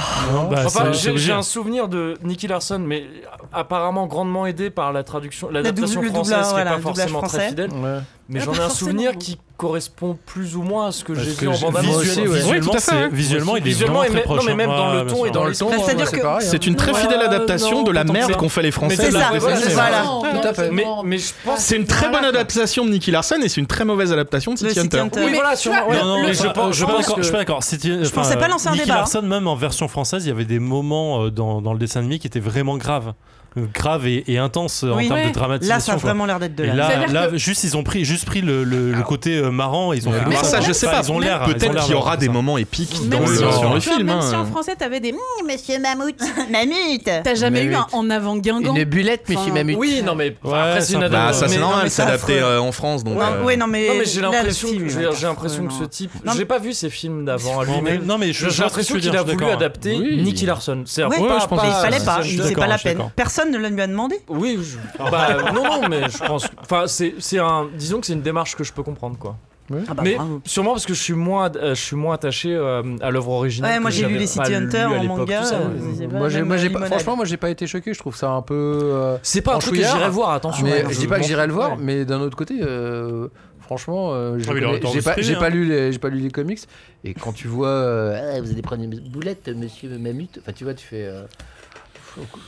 [SPEAKER 3] c'est-
[SPEAKER 4] enfin,
[SPEAKER 3] c'est
[SPEAKER 4] j'ai
[SPEAKER 3] obligé.
[SPEAKER 4] j'ai un souvenir de Nicky Larson, mais apparemment grandement aidé par la traduction, l'adaptation
[SPEAKER 1] le
[SPEAKER 4] française
[SPEAKER 1] doublage,
[SPEAKER 4] qui est
[SPEAKER 1] voilà,
[SPEAKER 4] pas
[SPEAKER 1] le doublage
[SPEAKER 4] forcément très
[SPEAKER 1] français.
[SPEAKER 4] fidèle.
[SPEAKER 5] Ouais.
[SPEAKER 4] Mais
[SPEAKER 6] Ah,
[SPEAKER 4] j'en
[SPEAKER 6] pas
[SPEAKER 4] ai un
[SPEAKER 6] forcément.
[SPEAKER 4] souvenir qui correspond plus ou moins à ce que
[SPEAKER 3] Parce
[SPEAKER 4] j'ai
[SPEAKER 3] que
[SPEAKER 4] vu en
[SPEAKER 3] j'ai-
[SPEAKER 4] bande annonce.
[SPEAKER 5] moi aussi, ouais.
[SPEAKER 3] Visuellement,
[SPEAKER 7] Oui, tout à fait,
[SPEAKER 3] c'est-
[SPEAKER 7] ouais.
[SPEAKER 3] visuellement, il est
[SPEAKER 4] Visuellement,
[SPEAKER 3] vraiment
[SPEAKER 4] et
[SPEAKER 3] très
[SPEAKER 4] même-
[SPEAKER 3] proche.
[SPEAKER 4] non, mais
[SPEAKER 3] hein.
[SPEAKER 4] même dans
[SPEAKER 3] Ouais,
[SPEAKER 4] le
[SPEAKER 3] bien
[SPEAKER 4] ton
[SPEAKER 3] sûr.
[SPEAKER 4] et dans
[SPEAKER 5] Dans
[SPEAKER 4] les
[SPEAKER 5] le temps,
[SPEAKER 1] Bah, c'est-à-dire
[SPEAKER 5] ouais,
[SPEAKER 1] que-
[SPEAKER 5] c'est pareil. hein.
[SPEAKER 7] C'est une très
[SPEAKER 4] Ouais,
[SPEAKER 7] fidèle adaptation
[SPEAKER 4] non,
[SPEAKER 7] de la
[SPEAKER 4] autant que
[SPEAKER 7] merde
[SPEAKER 4] ça.
[SPEAKER 7] qu'ont fait les Français.
[SPEAKER 1] c'est
[SPEAKER 7] de la
[SPEAKER 1] ça,
[SPEAKER 7] presse,
[SPEAKER 1] c'est
[SPEAKER 7] mais
[SPEAKER 1] voilà.
[SPEAKER 7] ouais.
[SPEAKER 4] Mais-
[SPEAKER 5] Tout à fait.
[SPEAKER 4] Mais, mais je pense.
[SPEAKER 7] C'est une très bonne adaptation de Nicky Larson et c'est une très mauvaise adaptation de
[SPEAKER 1] Le
[SPEAKER 7] City Hunter.
[SPEAKER 1] City
[SPEAKER 4] Oui,
[SPEAKER 1] Hunter.
[SPEAKER 4] voilà,
[SPEAKER 6] tu
[SPEAKER 4] sûrement.
[SPEAKER 6] vois,
[SPEAKER 4] ouais.
[SPEAKER 3] Non, non,
[SPEAKER 4] Mais
[SPEAKER 3] mais
[SPEAKER 4] je pense-
[SPEAKER 3] je suis pas
[SPEAKER 4] pense
[SPEAKER 3] d'accord.
[SPEAKER 4] que-
[SPEAKER 3] Je suis pas d'accord. C'était-
[SPEAKER 1] Je
[SPEAKER 3] enfin,
[SPEAKER 1] pensais pas
[SPEAKER 3] euh,
[SPEAKER 1] lancer un
[SPEAKER 3] Nicky
[SPEAKER 1] débat, hein.
[SPEAKER 3] Larson, même en version française, il y avait des moments euh, dans, dans le dessin animé qui étaient vraiment graves, Euh, graves et, et intenses euh,
[SPEAKER 1] Oui.
[SPEAKER 3] en termes
[SPEAKER 6] Ouais.
[SPEAKER 3] de dramatisation.
[SPEAKER 1] Là, ça a
[SPEAKER 3] quoi.
[SPEAKER 1] vraiment l'air d'être de
[SPEAKER 3] Et
[SPEAKER 1] la (laughs)
[SPEAKER 3] là,
[SPEAKER 6] C'est-à-dire
[SPEAKER 3] là, juste ils ont pris, juste pris le, le- le côté euh, marrant. Ils ont. fait
[SPEAKER 7] Mais
[SPEAKER 3] comme
[SPEAKER 7] ça, je
[SPEAKER 3] Enfin,
[SPEAKER 7] sais pas.
[SPEAKER 3] Ils ont l'air. ils ont
[SPEAKER 7] Peut-être
[SPEAKER 3] l'air
[SPEAKER 7] qu'il y
[SPEAKER 3] d'avoir
[SPEAKER 7] aura
[SPEAKER 3] fait
[SPEAKER 7] des
[SPEAKER 3] ça.
[SPEAKER 7] moments épiques dans
[SPEAKER 3] Même
[SPEAKER 7] le,
[SPEAKER 3] si-
[SPEAKER 7] dans le
[SPEAKER 6] Tu vois,
[SPEAKER 7] film.
[SPEAKER 6] Même
[SPEAKER 7] hein.
[SPEAKER 6] si en français t'avais des. Mm,
[SPEAKER 9] Monsieur Mammouth.
[SPEAKER 1] Mamute
[SPEAKER 4] Euh,
[SPEAKER 6] T'as jamais
[SPEAKER 5] Mais
[SPEAKER 6] eu
[SPEAKER 5] oui.
[SPEAKER 6] un en avant Guingamp
[SPEAKER 5] Une bullette, mais
[SPEAKER 6] Enfin,
[SPEAKER 5] si même
[SPEAKER 4] Oui, non, mais
[SPEAKER 3] Ouais,
[SPEAKER 4] après, c'est une
[SPEAKER 3] ça-
[SPEAKER 7] Bah,
[SPEAKER 4] adaptation.
[SPEAKER 7] ça, c'est
[SPEAKER 4] Mais-
[SPEAKER 7] normal,
[SPEAKER 1] mais
[SPEAKER 7] c'est
[SPEAKER 1] ça,
[SPEAKER 7] adapté
[SPEAKER 1] affreux.
[SPEAKER 7] euh, en France. Donc,
[SPEAKER 1] Non,
[SPEAKER 7] euh,
[SPEAKER 1] ouais, non, mais,
[SPEAKER 4] Non, mais j'ai
[SPEAKER 1] là, le
[SPEAKER 4] l'impression
[SPEAKER 1] film,
[SPEAKER 4] que, je veux
[SPEAKER 1] il va
[SPEAKER 4] dire,
[SPEAKER 1] être
[SPEAKER 4] j'ai l'impression que
[SPEAKER 1] affreux,
[SPEAKER 4] ce
[SPEAKER 1] non.
[SPEAKER 4] type.
[SPEAKER 1] Non,
[SPEAKER 4] J'ai pas vu ses films d'avant à
[SPEAKER 3] Non, mais-
[SPEAKER 4] lui-même.
[SPEAKER 3] non, mais je
[SPEAKER 4] J'ai l'impression qu'il a voulu adapter Nicky Larson. C'est
[SPEAKER 1] Ouais,
[SPEAKER 4] pas,
[SPEAKER 1] mais il fallait
[SPEAKER 3] je
[SPEAKER 1] pas,
[SPEAKER 3] suis
[SPEAKER 1] c'est
[SPEAKER 3] d'accord,
[SPEAKER 1] pas la
[SPEAKER 3] je suis
[SPEAKER 1] peine.
[SPEAKER 3] d'accord.
[SPEAKER 1] Personne ne lui a demandé.
[SPEAKER 4] Oui, je-
[SPEAKER 5] Ah.
[SPEAKER 4] bah, euh, non, non, mais je pense. Enfin, c'est c'est un. Disons que c'est une démarche que je peux comprendre, quoi.
[SPEAKER 1] Ah bah,
[SPEAKER 4] mais
[SPEAKER 1] bravo.
[SPEAKER 4] sûrement parce que je suis moins, euh, je suis moins attaché euh, à l'œuvre originale.
[SPEAKER 1] Ouais, moi
[SPEAKER 4] que
[SPEAKER 1] j'ai lu
[SPEAKER 4] j'avais
[SPEAKER 1] les
[SPEAKER 4] pas
[SPEAKER 1] City
[SPEAKER 4] lu
[SPEAKER 1] Hunter
[SPEAKER 4] à
[SPEAKER 1] en
[SPEAKER 4] l'époque,
[SPEAKER 1] manga.
[SPEAKER 4] tout ça.
[SPEAKER 1] euh, c'est pas
[SPEAKER 5] Moi,
[SPEAKER 1] la
[SPEAKER 5] j'ai,
[SPEAKER 1] même
[SPEAKER 5] moi, j'ai pas-
[SPEAKER 1] limonade.
[SPEAKER 5] franchement, moi, j'ai pas été choqué. Je trouve ça un peu. euh,
[SPEAKER 4] C'est pas un truc que
[SPEAKER 5] Franchouillard.
[SPEAKER 4] j'irai voir, attention.
[SPEAKER 5] mais
[SPEAKER 4] hein,
[SPEAKER 5] je dis pas que
[SPEAKER 4] m'en-
[SPEAKER 5] j'irai le voir,
[SPEAKER 4] ouais.
[SPEAKER 5] mais d'un autre côté, euh, franchement, euh, je
[SPEAKER 3] Ah oui, il
[SPEAKER 5] connais-
[SPEAKER 3] aurait tort de
[SPEAKER 5] j'ai
[SPEAKER 3] se
[SPEAKER 5] pas,
[SPEAKER 3] priver,
[SPEAKER 5] j'ai
[SPEAKER 3] hein.
[SPEAKER 5] pas lu les, j'ai pas lu les comics. Et quand tu vois, euh, Ah, vous allez prendre une boulette, Monsieur Mamute. Enfin, tu vois, tu fais. euh,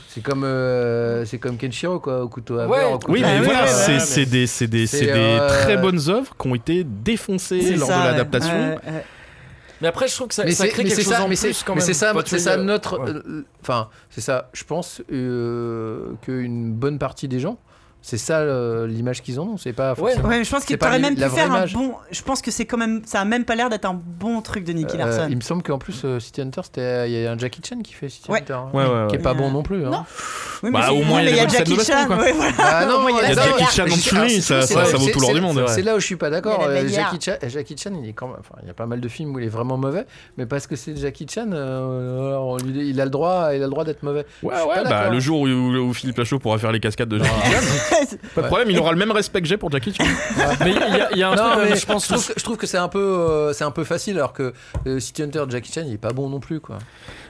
[SPEAKER 5] c'est comme, euh, c'est comme Kenshiro quoi, au couteau à
[SPEAKER 4] Ouais.
[SPEAKER 5] beurre, au couteau
[SPEAKER 7] Oui,
[SPEAKER 5] à
[SPEAKER 7] mais
[SPEAKER 5] beurre.
[SPEAKER 7] voilà,
[SPEAKER 3] ouais,
[SPEAKER 7] c'est
[SPEAKER 3] ouais,
[SPEAKER 7] c'est
[SPEAKER 3] mais-
[SPEAKER 7] des, c'est des,
[SPEAKER 5] C'est,
[SPEAKER 7] c'est des
[SPEAKER 5] euh,
[SPEAKER 7] très bonnes œuvres qui ont été
[SPEAKER 1] C'est
[SPEAKER 7] défoncées lors
[SPEAKER 1] ça,
[SPEAKER 7] de
[SPEAKER 1] ouais.
[SPEAKER 7] l'adaptation.
[SPEAKER 1] Ouais, ouais.
[SPEAKER 4] Mais après, je trouve que ça,
[SPEAKER 5] mais
[SPEAKER 4] ça
[SPEAKER 5] c'est
[SPEAKER 4] crée
[SPEAKER 5] mais
[SPEAKER 4] quelque
[SPEAKER 5] c'est
[SPEAKER 4] chose
[SPEAKER 5] ça,
[SPEAKER 4] en
[SPEAKER 5] mais
[SPEAKER 4] plus
[SPEAKER 5] c'est-
[SPEAKER 4] quand
[SPEAKER 5] mais
[SPEAKER 4] même.
[SPEAKER 5] c'est ça,
[SPEAKER 4] Quand tu
[SPEAKER 5] c'est ça
[SPEAKER 4] le-
[SPEAKER 5] notre,
[SPEAKER 4] Ouais.
[SPEAKER 5] euh, enfin c'est ça. Je pense euh, qu'une bonne partie des gens, c'est ça euh, l'image qu'ils en ont. C'est pas.
[SPEAKER 4] Ouais.
[SPEAKER 5] forcément-
[SPEAKER 1] Ouais, mais je pense qu'il
[SPEAKER 5] C'est pas
[SPEAKER 1] t'aurait
[SPEAKER 5] la-
[SPEAKER 1] même pu
[SPEAKER 5] la vraie
[SPEAKER 1] faire un
[SPEAKER 5] image.
[SPEAKER 1] bon. Je pense que c'est quand même. Ça a même pas l'air d'être un bon truc de Nicky
[SPEAKER 5] Euh,
[SPEAKER 1] Larson.
[SPEAKER 5] il me semble qu'en plus euh, City Hunter, c'était il y a un Jackie Chan qui fait City
[SPEAKER 1] Ouais.
[SPEAKER 5] Hunter, hein,
[SPEAKER 7] Ouais, ouais,
[SPEAKER 5] qui est
[SPEAKER 7] ouais.
[SPEAKER 5] pas bon non plus. hein.
[SPEAKER 6] Non.
[SPEAKER 1] Oui, mais
[SPEAKER 7] Bah,
[SPEAKER 1] c'est-
[SPEAKER 7] au
[SPEAKER 1] non,
[SPEAKER 7] moins, il y
[SPEAKER 1] mais
[SPEAKER 7] a
[SPEAKER 1] il y a
[SPEAKER 7] des
[SPEAKER 1] Jackie
[SPEAKER 7] bonnes scènes de
[SPEAKER 1] Chan.
[SPEAKER 7] baston, quoi.
[SPEAKER 1] ouais, voilà. Il y
[SPEAKER 5] Bah non,
[SPEAKER 1] a
[SPEAKER 5] mais
[SPEAKER 7] Il y a
[SPEAKER 5] ça,
[SPEAKER 7] Jackie
[SPEAKER 5] voilà.
[SPEAKER 7] Chan
[SPEAKER 5] Mais
[SPEAKER 7] en
[SPEAKER 5] c'est- alors,
[SPEAKER 7] dessous, ça,
[SPEAKER 5] c'est-
[SPEAKER 7] ça,
[SPEAKER 5] c'est-
[SPEAKER 7] ça vaut tout l'or du monde.
[SPEAKER 5] c'est-
[SPEAKER 7] ouais.
[SPEAKER 5] C'est là où je suis pas d'accord.
[SPEAKER 9] Il y a la
[SPEAKER 5] euh,
[SPEAKER 9] bagarre.
[SPEAKER 5] Jackie Chan, Jackie Chan, il est quand même- enfin, il y a pas mal de films où il est vraiment mauvais, mais parce que c'est Jackie Chan, euh, alors, on lui dit- il a le droit, il a le droit d'être mauvais. Je
[SPEAKER 7] Ouais,
[SPEAKER 5] suis
[SPEAKER 7] ouais,
[SPEAKER 5] pas
[SPEAKER 7] bah,
[SPEAKER 5] d'accord.
[SPEAKER 7] le jour où, où Philippe Lachaud pourra faire les cascades de Jackie Chan, pas de
[SPEAKER 5] Ouais.
[SPEAKER 7] problème, il aura le même respect que j'ai pour Jackie Chan.
[SPEAKER 4] Mais il y a- il y, a un
[SPEAKER 5] Non,
[SPEAKER 4] truc,
[SPEAKER 5] mais
[SPEAKER 4] je pense,
[SPEAKER 5] je trouve que, je trouve que c'est un peu, euh, c'est un peu facile, alors que euh, City Hunter, Jackie Chan, il est pas bon non plus, quoi.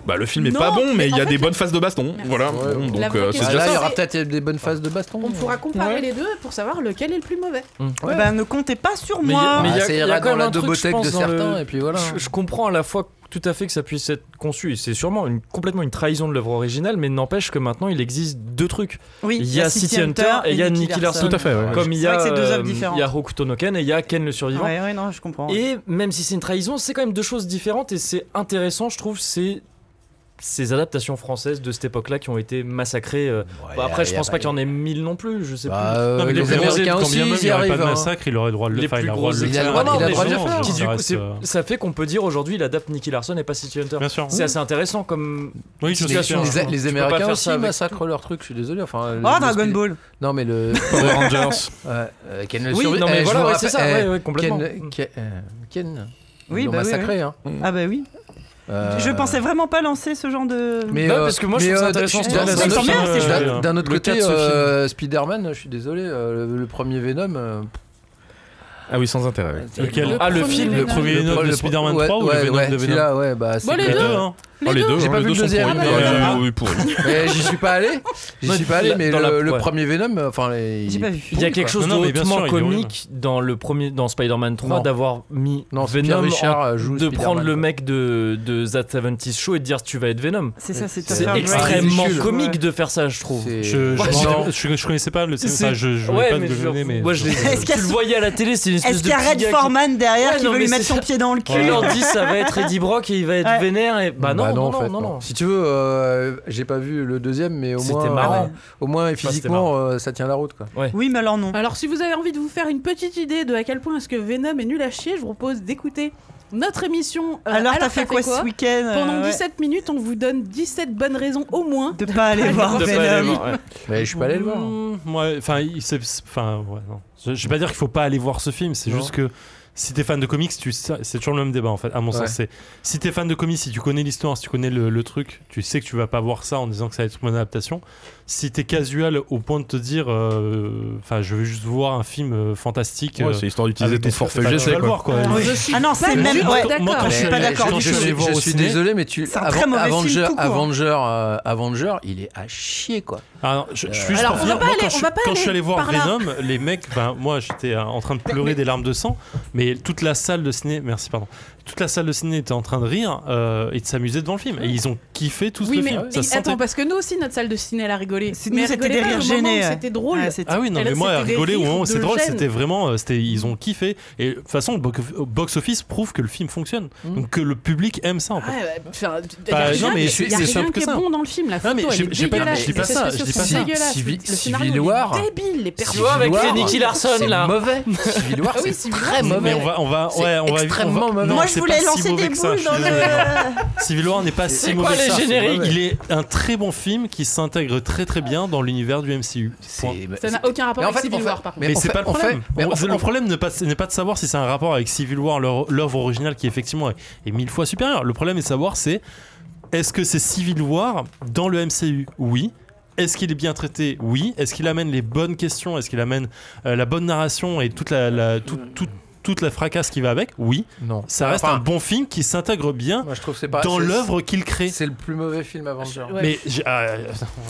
[SPEAKER 7] Bah, le film est
[SPEAKER 6] Non,
[SPEAKER 7] pas bon, mais il y
[SPEAKER 6] en
[SPEAKER 7] a
[SPEAKER 6] fait,
[SPEAKER 7] des
[SPEAKER 6] la-
[SPEAKER 7] bonnes phases de baston.
[SPEAKER 6] Merci.
[SPEAKER 7] Voilà,
[SPEAKER 5] Ouais,
[SPEAKER 7] Bon,
[SPEAKER 6] la
[SPEAKER 7] donc
[SPEAKER 6] vraie
[SPEAKER 7] euh,
[SPEAKER 5] Ah,
[SPEAKER 7] c'est
[SPEAKER 6] question-
[SPEAKER 7] déjà
[SPEAKER 5] là, il y
[SPEAKER 7] ça.
[SPEAKER 5] aura peut-être des bonnes phases de baston.
[SPEAKER 6] On pourra comparer
[SPEAKER 7] Ouais.
[SPEAKER 6] les deux pour savoir lequel est le plus mauvais.
[SPEAKER 5] Ouais.
[SPEAKER 1] Bah, ne comptez pas sur
[SPEAKER 4] Mais
[SPEAKER 1] moi.
[SPEAKER 5] Bah,
[SPEAKER 4] Mais il y a-
[SPEAKER 5] ça
[SPEAKER 4] il y a
[SPEAKER 5] ira
[SPEAKER 4] quand
[SPEAKER 5] dans
[SPEAKER 4] même
[SPEAKER 5] la
[SPEAKER 4] un truc, je
[SPEAKER 5] dobothèque
[SPEAKER 4] pense,
[SPEAKER 5] de
[SPEAKER 4] dans
[SPEAKER 5] certains,
[SPEAKER 4] le-
[SPEAKER 5] et puis voilà.
[SPEAKER 4] Je, je comprends à la fois tout à fait que ça puisse être conçu, et c'est sûrement une, complètement une trahison de l'œuvre originale, mais n'empêche que maintenant il existe deux trucs.
[SPEAKER 1] Oui,
[SPEAKER 4] Il y a City Hunter et il y a Nicky Larson.
[SPEAKER 7] Tout à fait, ouais.
[SPEAKER 4] Comme il y
[SPEAKER 1] C'est vrai
[SPEAKER 4] a,
[SPEAKER 1] que c'est deux
[SPEAKER 4] euh,
[SPEAKER 1] œuvres différentes.
[SPEAKER 4] il y a Hokuto no Ken et il y a Ken le survivant.
[SPEAKER 1] Ouais, ouais, non, je comprends.
[SPEAKER 4] Et même si c'est une trahison, c'est quand même deux choses différentes et c'est intéressant, je trouve, c'est ces adaptations françaises de cette époque-là qui ont été massacrées. euh. Bah, après, je pense pas qu'il y en ait mille non plus, je sais
[SPEAKER 5] Bah,
[SPEAKER 4] plus.
[SPEAKER 5] euh,
[SPEAKER 3] Non, mais
[SPEAKER 5] les
[SPEAKER 3] plus gros-
[SPEAKER 5] Américains
[SPEAKER 3] quand
[SPEAKER 5] aussi,
[SPEAKER 3] bien même,
[SPEAKER 5] ils
[SPEAKER 3] il
[SPEAKER 5] y
[SPEAKER 3] n'y aurait
[SPEAKER 5] arrive,
[SPEAKER 3] pas de
[SPEAKER 5] hein.
[SPEAKER 3] massacre, il aurait le droit de le
[SPEAKER 4] Les
[SPEAKER 3] faire.
[SPEAKER 4] plus
[SPEAKER 3] Il a le droit de
[SPEAKER 4] gros
[SPEAKER 3] le
[SPEAKER 5] Il a le
[SPEAKER 3] faire.
[SPEAKER 5] droit- il a le
[SPEAKER 3] mais
[SPEAKER 5] droit de le
[SPEAKER 3] non,
[SPEAKER 5] faire.
[SPEAKER 3] je
[SPEAKER 4] Qui, du coup,
[SPEAKER 3] reste,
[SPEAKER 4] c'est-
[SPEAKER 3] euh,
[SPEAKER 4] ça fait qu'on peut dire aujourd'hui il adapte Nicky Larson et pas City Hunter.
[SPEAKER 3] Bien sûr.
[SPEAKER 4] C'est assez intéressant comme.
[SPEAKER 3] Oui, je
[SPEAKER 4] Situation,
[SPEAKER 3] suis sûr.
[SPEAKER 5] Les,
[SPEAKER 4] hein.
[SPEAKER 5] les
[SPEAKER 4] Tu peux pas
[SPEAKER 5] Américains
[SPEAKER 4] faire
[SPEAKER 5] aussi
[SPEAKER 4] ça avec
[SPEAKER 5] massacrent leur truc, je suis désolé. Enfin, le-
[SPEAKER 1] Oh,
[SPEAKER 5] le
[SPEAKER 1] Dragon
[SPEAKER 5] speed-
[SPEAKER 1] Ball.
[SPEAKER 5] Non, mais
[SPEAKER 4] (laughs)
[SPEAKER 5] le.
[SPEAKER 7] Power Rangers.
[SPEAKER 5] Ouais, euh, Ken le
[SPEAKER 4] Oui,
[SPEAKER 5] survi-
[SPEAKER 4] non, mais
[SPEAKER 5] eh, je
[SPEAKER 4] voilà,
[SPEAKER 5] vous
[SPEAKER 4] ouais, c'est ça,
[SPEAKER 5] rappelle-
[SPEAKER 4] ouais, ouais,
[SPEAKER 5] eh,
[SPEAKER 4] complètement.
[SPEAKER 5] Ken. Ken, euh, Ken,
[SPEAKER 1] Oui,
[SPEAKER 5] ils l'ont
[SPEAKER 1] bah oui,
[SPEAKER 5] massacré, hein.
[SPEAKER 1] Ah bah oui.
[SPEAKER 5] Euh,
[SPEAKER 1] Je pensais vraiment pas lancer ce genre de.
[SPEAKER 5] Mais,
[SPEAKER 4] Non,
[SPEAKER 5] euh,
[SPEAKER 4] parce que moi, je
[SPEAKER 5] mais,
[SPEAKER 4] trouve ça
[SPEAKER 5] euh,
[SPEAKER 4] intéressant,
[SPEAKER 5] d'un-
[SPEAKER 4] ce genre
[SPEAKER 5] d'un-
[SPEAKER 1] d'adaptation,
[SPEAKER 5] d'un-
[SPEAKER 1] euh,
[SPEAKER 5] d'un-
[SPEAKER 3] euh,
[SPEAKER 5] D'un autre
[SPEAKER 4] le
[SPEAKER 5] côté,
[SPEAKER 4] cas de ce
[SPEAKER 5] euh, Spider-Man, je suis désolé, euh, le, le premier Venom. euh,
[SPEAKER 7] Ah oui, sans intérêt. ouais.
[SPEAKER 3] Lequel
[SPEAKER 4] Ah, le
[SPEAKER 6] premier
[SPEAKER 4] film,
[SPEAKER 6] Venom.
[SPEAKER 3] Le premier Venom
[SPEAKER 5] pro-
[SPEAKER 3] de
[SPEAKER 5] pro-
[SPEAKER 3] Spider-Man
[SPEAKER 5] ouais,
[SPEAKER 3] 3 ou le
[SPEAKER 5] ouais,
[SPEAKER 3] Venom
[SPEAKER 5] ouais,
[SPEAKER 3] de Venom
[SPEAKER 5] celui-là, ouais, bah,
[SPEAKER 6] Bon,
[SPEAKER 5] c'est
[SPEAKER 6] les
[SPEAKER 5] que-
[SPEAKER 3] Les
[SPEAKER 6] deux.
[SPEAKER 3] deux, hein.
[SPEAKER 7] Oh, les deux,
[SPEAKER 5] J'ai
[SPEAKER 7] hein,
[SPEAKER 5] pas
[SPEAKER 7] les
[SPEAKER 5] vu
[SPEAKER 7] deux
[SPEAKER 5] le
[SPEAKER 7] sont
[SPEAKER 5] deuxième.
[SPEAKER 7] pourris.
[SPEAKER 5] Ah,
[SPEAKER 7] Non,
[SPEAKER 5] bah,
[SPEAKER 7] mais,
[SPEAKER 5] ah.
[SPEAKER 7] oui, pourris.
[SPEAKER 5] Mais j'y suis pas allé. J'y
[SPEAKER 4] Non,
[SPEAKER 5] suis pas allé,
[SPEAKER 4] la-
[SPEAKER 5] mais
[SPEAKER 4] dans
[SPEAKER 5] le,
[SPEAKER 4] la-
[SPEAKER 5] le
[SPEAKER 4] ouais.
[SPEAKER 5] premier Venom, enfin les.
[SPEAKER 1] J'ai pas vu.
[SPEAKER 4] Il y a quelque chose
[SPEAKER 3] Non, non, mais bien
[SPEAKER 4] d'autrement
[SPEAKER 3] sûr, il est
[SPEAKER 4] comique dans le premier, dans Spider-Man 3,
[SPEAKER 5] Non.
[SPEAKER 4] d'avoir mis
[SPEAKER 5] Non, c'est Pierre
[SPEAKER 4] Venom,
[SPEAKER 5] Richard,
[SPEAKER 4] en-
[SPEAKER 5] euh, joue
[SPEAKER 4] de
[SPEAKER 5] Spider-Man,
[SPEAKER 4] prendre le
[SPEAKER 5] quoi.
[SPEAKER 4] mec de, de That 70 Show et de dire tu vas être Venom.
[SPEAKER 1] C'est ça, c'est
[SPEAKER 4] C'est
[SPEAKER 1] Dr. Dre.
[SPEAKER 4] extrêmement
[SPEAKER 5] ridicule.
[SPEAKER 4] comique de faire ça, je trouve.
[SPEAKER 5] C'est-
[SPEAKER 3] Je, je,
[SPEAKER 5] Ouais,
[SPEAKER 3] m'en-
[SPEAKER 5] non.
[SPEAKER 3] je, je connaissais pas le.
[SPEAKER 4] C'est-
[SPEAKER 3] Enfin, je, je voulais
[SPEAKER 4] ouais,
[SPEAKER 3] pas
[SPEAKER 4] mais
[SPEAKER 3] le
[SPEAKER 4] je-
[SPEAKER 3] donner, mais. (laughs)
[SPEAKER 4] moi je l'ai.
[SPEAKER 1] Est-ce qu'il y
[SPEAKER 4] Tu
[SPEAKER 1] a-
[SPEAKER 4] le voyais à la télé, c'est une espèce
[SPEAKER 1] Est-ce
[SPEAKER 4] de
[SPEAKER 1] qu'il y a
[SPEAKER 4] petit gars
[SPEAKER 1] Red
[SPEAKER 4] qui-
[SPEAKER 1] Foreman derrière
[SPEAKER 4] Ouais,
[SPEAKER 1] qui
[SPEAKER 4] non,
[SPEAKER 1] veut
[SPEAKER 4] mais
[SPEAKER 1] lui mettre
[SPEAKER 4] c'est
[SPEAKER 1] son
[SPEAKER 4] ça.
[SPEAKER 1] pied dans le
[SPEAKER 4] qui
[SPEAKER 1] cul
[SPEAKER 4] leur dit ça va être Eddie Brock et il va être
[SPEAKER 1] Ouais.
[SPEAKER 4] vénère et bah non non
[SPEAKER 5] en fait,
[SPEAKER 4] non, non, non.
[SPEAKER 5] Si tu veux, euh, j'ai pas vu le deuxième, mais au
[SPEAKER 4] C'était
[SPEAKER 5] moins,
[SPEAKER 4] marrant.
[SPEAKER 5] euh, au moins
[SPEAKER 4] c'était
[SPEAKER 5] physiquement, euh, ça tient la route, quoi.
[SPEAKER 1] Oui, mais alors non.
[SPEAKER 6] Alors, si vous avez envie de vous faire une petite idée de à quel point est-ce que Venom est nul à chier, je vous propose d'écouter Notre émission. euh,
[SPEAKER 1] Alors, t'as fait quoi, ce week-end euh,
[SPEAKER 6] Pendant
[SPEAKER 1] ouais,
[SPEAKER 6] 17 minutes, on vous donne 17 bonnes raisons au moins.
[SPEAKER 1] De pas aller voir
[SPEAKER 4] De pas aller
[SPEAKER 1] Venom.
[SPEAKER 4] voir, ouais.
[SPEAKER 5] Mais je suis pas allé le voir.
[SPEAKER 3] Mmh, ouais, Enfin, il- c'est- c'est- enfin, ouais, non. Je, je vais pas dire qu'il faut pas aller voir ce film. C'est
[SPEAKER 5] Non.
[SPEAKER 3] juste que si t'es fan de comics, tu sais- c'est toujours le même débat en fait. À mon
[SPEAKER 5] Ouais.
[SPEAKER 3] sens, c'est si t'es fan de comics, si tu connais l'histoire, si tu connais le, le truc, tu sais que tu vas pas voir ça en disant que ça va être une bonne adaptation. Si t'es casual au point de te dire, euh, enfin, je veux juste voir un film euh, fantastique. euh,
[SPEAKER 7] Ouais, c'est histoire d'utiliser
[SPEAKER 3] avec
[SPEAKER 7] ton
[SPEAKER 3] des-
[SPEAKER 7] forfait
[SPEAKER 3] enfin, tu
[SPEAKER 7] GC.
[SPEAKER 3] vas le
[SPEAKER 7] quoi.
[SPEAKER 3] voir, quoi.
[SPEAKER 6] Alors,
[SPEAKER 1] Oui.
[SPEAKER 6] je suis
[SPEAKER 1] Ah non, c'est
[SPEAKER 6] pas
[SPEAKER 1] même-
[SPEAKER 6] du tout
[SPEAKER 1] ouais,
[SPEAKER 3] moi,
[SPEAKER 6] d'accord.
[SPEAKER 3] quand je suis
[SPEAKER 5] Mais
[SPEAKER 1] pas
[SPEAKER 5] là,
[SPEAKER 1] d'accord
[SPEAKER 5] je-
[SPEAKER 1] du
[SPEAKER 5] Je
[SPEAKER 1] tout.
[SPEAKER 5] suis,
[SPEAKER 3] Voir
[SPEAKER 5] je
[SPEAKER 3] au
[SPEAKER 5] suis
[SPEAKER 3] ciné.
[SPEAKER 5] désolé, mais tu.
[SPEAKER 1] C'est un très mauvais film,
[SPEAKER 5] Avenger,
[SPEAKER 1] tout court.
[SPEAKER 5] Avenger, euh, Avenger, il est à chier, quoi.
[SPEAKER 3] Ah non, je, je suis
[SPEAKER 5] Euh,
[SPEAKER 3] juste
[SPEAKER 5] alors, on
[SPEAKER 3] pour finir,
[SPEAKER 6] va pas
[SPEAKER 3] moi,
[SPEAKER 6] aller-
[SPEAKER 3] quand,
[SPEAKER 6] on
[SPEAKER 3] je,
[SPEAKER 6] va pas
[SPEAKER 3] quand je suis
[SPEAKER 6] aller
[SPEAKER 3] allé voir
[SPEAKER 6] par là.
[SPEAKER 3] Venom, les mecs, ben, moi j'étais euh, en train de pleurer des larmes de sang, mais toute la salle de ciné, merci pardon, toute la salle de ciné était en train de rire euh, et de s'amuser devant le film, et ils ont kiffé tout ce
[SPEAKER 6] Oui, mais
[SPEAKER 3] film. Ça se sentait.
[SPEAKER 6] attends, bah, parce que nous aussi, notre salle de ciné, elle a rigolé.
[SPEAKER 1] C'est-
[SPEAKER 6] Mais
[SPEAKER 1] nous,
[SPEAKER 6] elle
[SPEAKER 1] c'était
[SPEAKER 6] rigolait
[SPEAKER 1] des
[SPEAKER 6] pas
[SPEAKER 1] rires
[SPEAKER 6] au moment où
[SPEAKER 1] gênés, ouais.
[SPEAKER 6] C'était drôle.
[SPEAKER 1] Ouais, c'est-
[SPEAKER 3] Ah oui, non,
[SPEAKER 6] Elle-
[SPEAKER 3] mais moi, à
[SPEAKER 6] c'était des
[SPEAKER 3] rigoler, au
[SPEAKER 6] rires
[SPEAKER 3] moment où
[SPEAKER 6] de
[SPEAKER 3] c'est drôle,
[SPEAKER 6] gêne.
[SPEAKER 3] c'était vraiment. euh, c'était- Ils ont kiffé. Et de toute façon, le box office prouve que le film fonctionne. Donc que le public aime ça, en fait.
[SPEAKER 6] Mm. Ouais, bah, enfin, y a
[SPEAKER 3] Bah,
[SPEAKER 6] rien
[SPEAKER 3] non, mais
[SPEAKER 6] qui-
[SPEAKER 3] c'est-
[SPEAKER 6] y a
[SPEAKER 3] c'est
[SPEAKER 6] rien
[SPEAKER 3] simple
[SPEAKER 6] qui
[SPEAKER 3] que
[SPEAKER 6] est
[SPEAKER 3] ça.
[SPEAKER 6] bon dans le film. La
[SPEAKER 3] Non, mais
[SPEAKER 6] photo,
[SPEAKER 3] j'ai-
[SPEAKER 6] elle est
[SPEAKER 3] j'ai pas-
[SPEAKER 6] dégueulasse.
[SPEAKER 3] je dis pas
[SPEAKER 6] Les
[SPEAKER 3] ça, je
[SPEAKER 6] effets
[SPEAKER 3] dis
[SPEAKER 6] spéciaux
[SPEAKER 3] pas
[SPEAKER 6] sont
[SPEAKER 3] ça.
[SPEAKER 6] dégueulasses.
[SPEAKER 5] Civi-
[SPEAKER 6] Le scénario,
[SPEAKER 5] Civil
[SPEAKER 6] il est
[SPEAKER 5] War.
[SPEAKER 6] débile.
[SPEAKER 4] Tu vois,
[SPEAKER 6] Les personnages.
[SPEAKER 4] avec
[SPEAKER 5] Civil
[SPEAKER 4] les
[SPEAKER 5] War,
[SPEAKER 4] Nicky Larson
[SPEAKER 5] c'est
[SPEAKER 4] là.
[SPEAKER 5] mauvais. Civil War,
[SPEAKER 6] Ah oui,
[SPEAKER 5] c'est
[SPEAKER 6] Civil War,
[SPEAKER 5] très
[SPEAKER 3] Mais- Mais
[SPEAKER 5] mauvais.
[SPEAKER 3] on va, on va,
[SPEAKER 5] C'est
[SPEAKER 3] ouais, on va
[SPEAKER 5] extrêmement
[SPEAKER 3] on va-
[SPEAKER 5] mauvais.
[SPEAKER 3] non,
[SPEAKER 1] Moi, je
[SPEAKER 3] c'est
[SPEAKER 1] voulais
[SPEAKER 3] pas si
[SPEAKER 1] lancer
[SPEAKER 3] mauvais
[SPEAKER 1] des
[SPEAKER 3] que ça, je
[SPEAKER 1] boules
[SPEAKER 3] suis
[SPEAKER 1] dans
[SPEAKER 3] désolé.
[SPEAKER 6] (laughs)
[SPEAKER 3] (laughs)
[SPEAKER 1] le.
[SPEAKER 3] Civil War n'est pas si
[SPEAKER 4] C'est
[SPEAKER 3] mauvais
[SPEAKER 4] quoi
[SPEAKER 3] que
[SPEAKER 4] les
[SPEAKER 3] ça.
[SPEAKER 4] génériques
[SPEAKER 3] Il est un très bon film qui s'intègre très très bien dans l'univers du MCU. Point.
[SPEAKER 5] C'est-
[SPEAKER 6] Ça n'a aucun rapport
[SPEAKER 5] Mais en
[SPEAKER 6] avec
[SPEAKER 5] fait, on
[SPEAKER 6] Civil
[SPEAKER 5] fait-
[SPEAKER 6] War, par contre.
[SPEAKER 5] mais
[SPEAKER 3] Mais
[SPEAKER 5] on
[SPEAKER 3] c'est
[SPEAKER 5] fait-
[SPEAKER 3] pas le
[SPEAKER 5] on fait-
[SPEAKER 3] problème.
[SPEAKER 5] mais on
[SPEAKER 3] On-
[SPEAKER 5] fait-
[SPEAKER 3] le problème n'est pas, n'est pas de savoir si c'est un rapport avec Civil War, leur- l'œuvre originale qui effectivement est, est mille fois supérieure. Le problème est de savoir c'est est-ce que c'est Civil War dans le MCU Oui. Est-ce qu'il est bien traité Oui. Est-ce qu'il amène les bonnes questions Est-ce qu'il amène euh, la bonne narration et toute la, la- tout- tout- toute la fracasse qui va avec Oui.
[SPEAKER 5] Non.
[SPEAKER 3] Ça reste
[SPEAKER 5] Enfin,
[SPEAKER 3] un bon film qui s'intègre bien
[SPEAKER 5] Moi, je trouve que c'est pas.
[SPEAKER 3] dans
[SPEAKER 5] c'est-
[SPEAKER 3] l'œuvre qu'il crée.
[SPEAKER 5] C'est le plus mauvais film Avenger.
[SPEAKER 6] Ouais.
[SPEAKER 3] Mais j'ai- ah,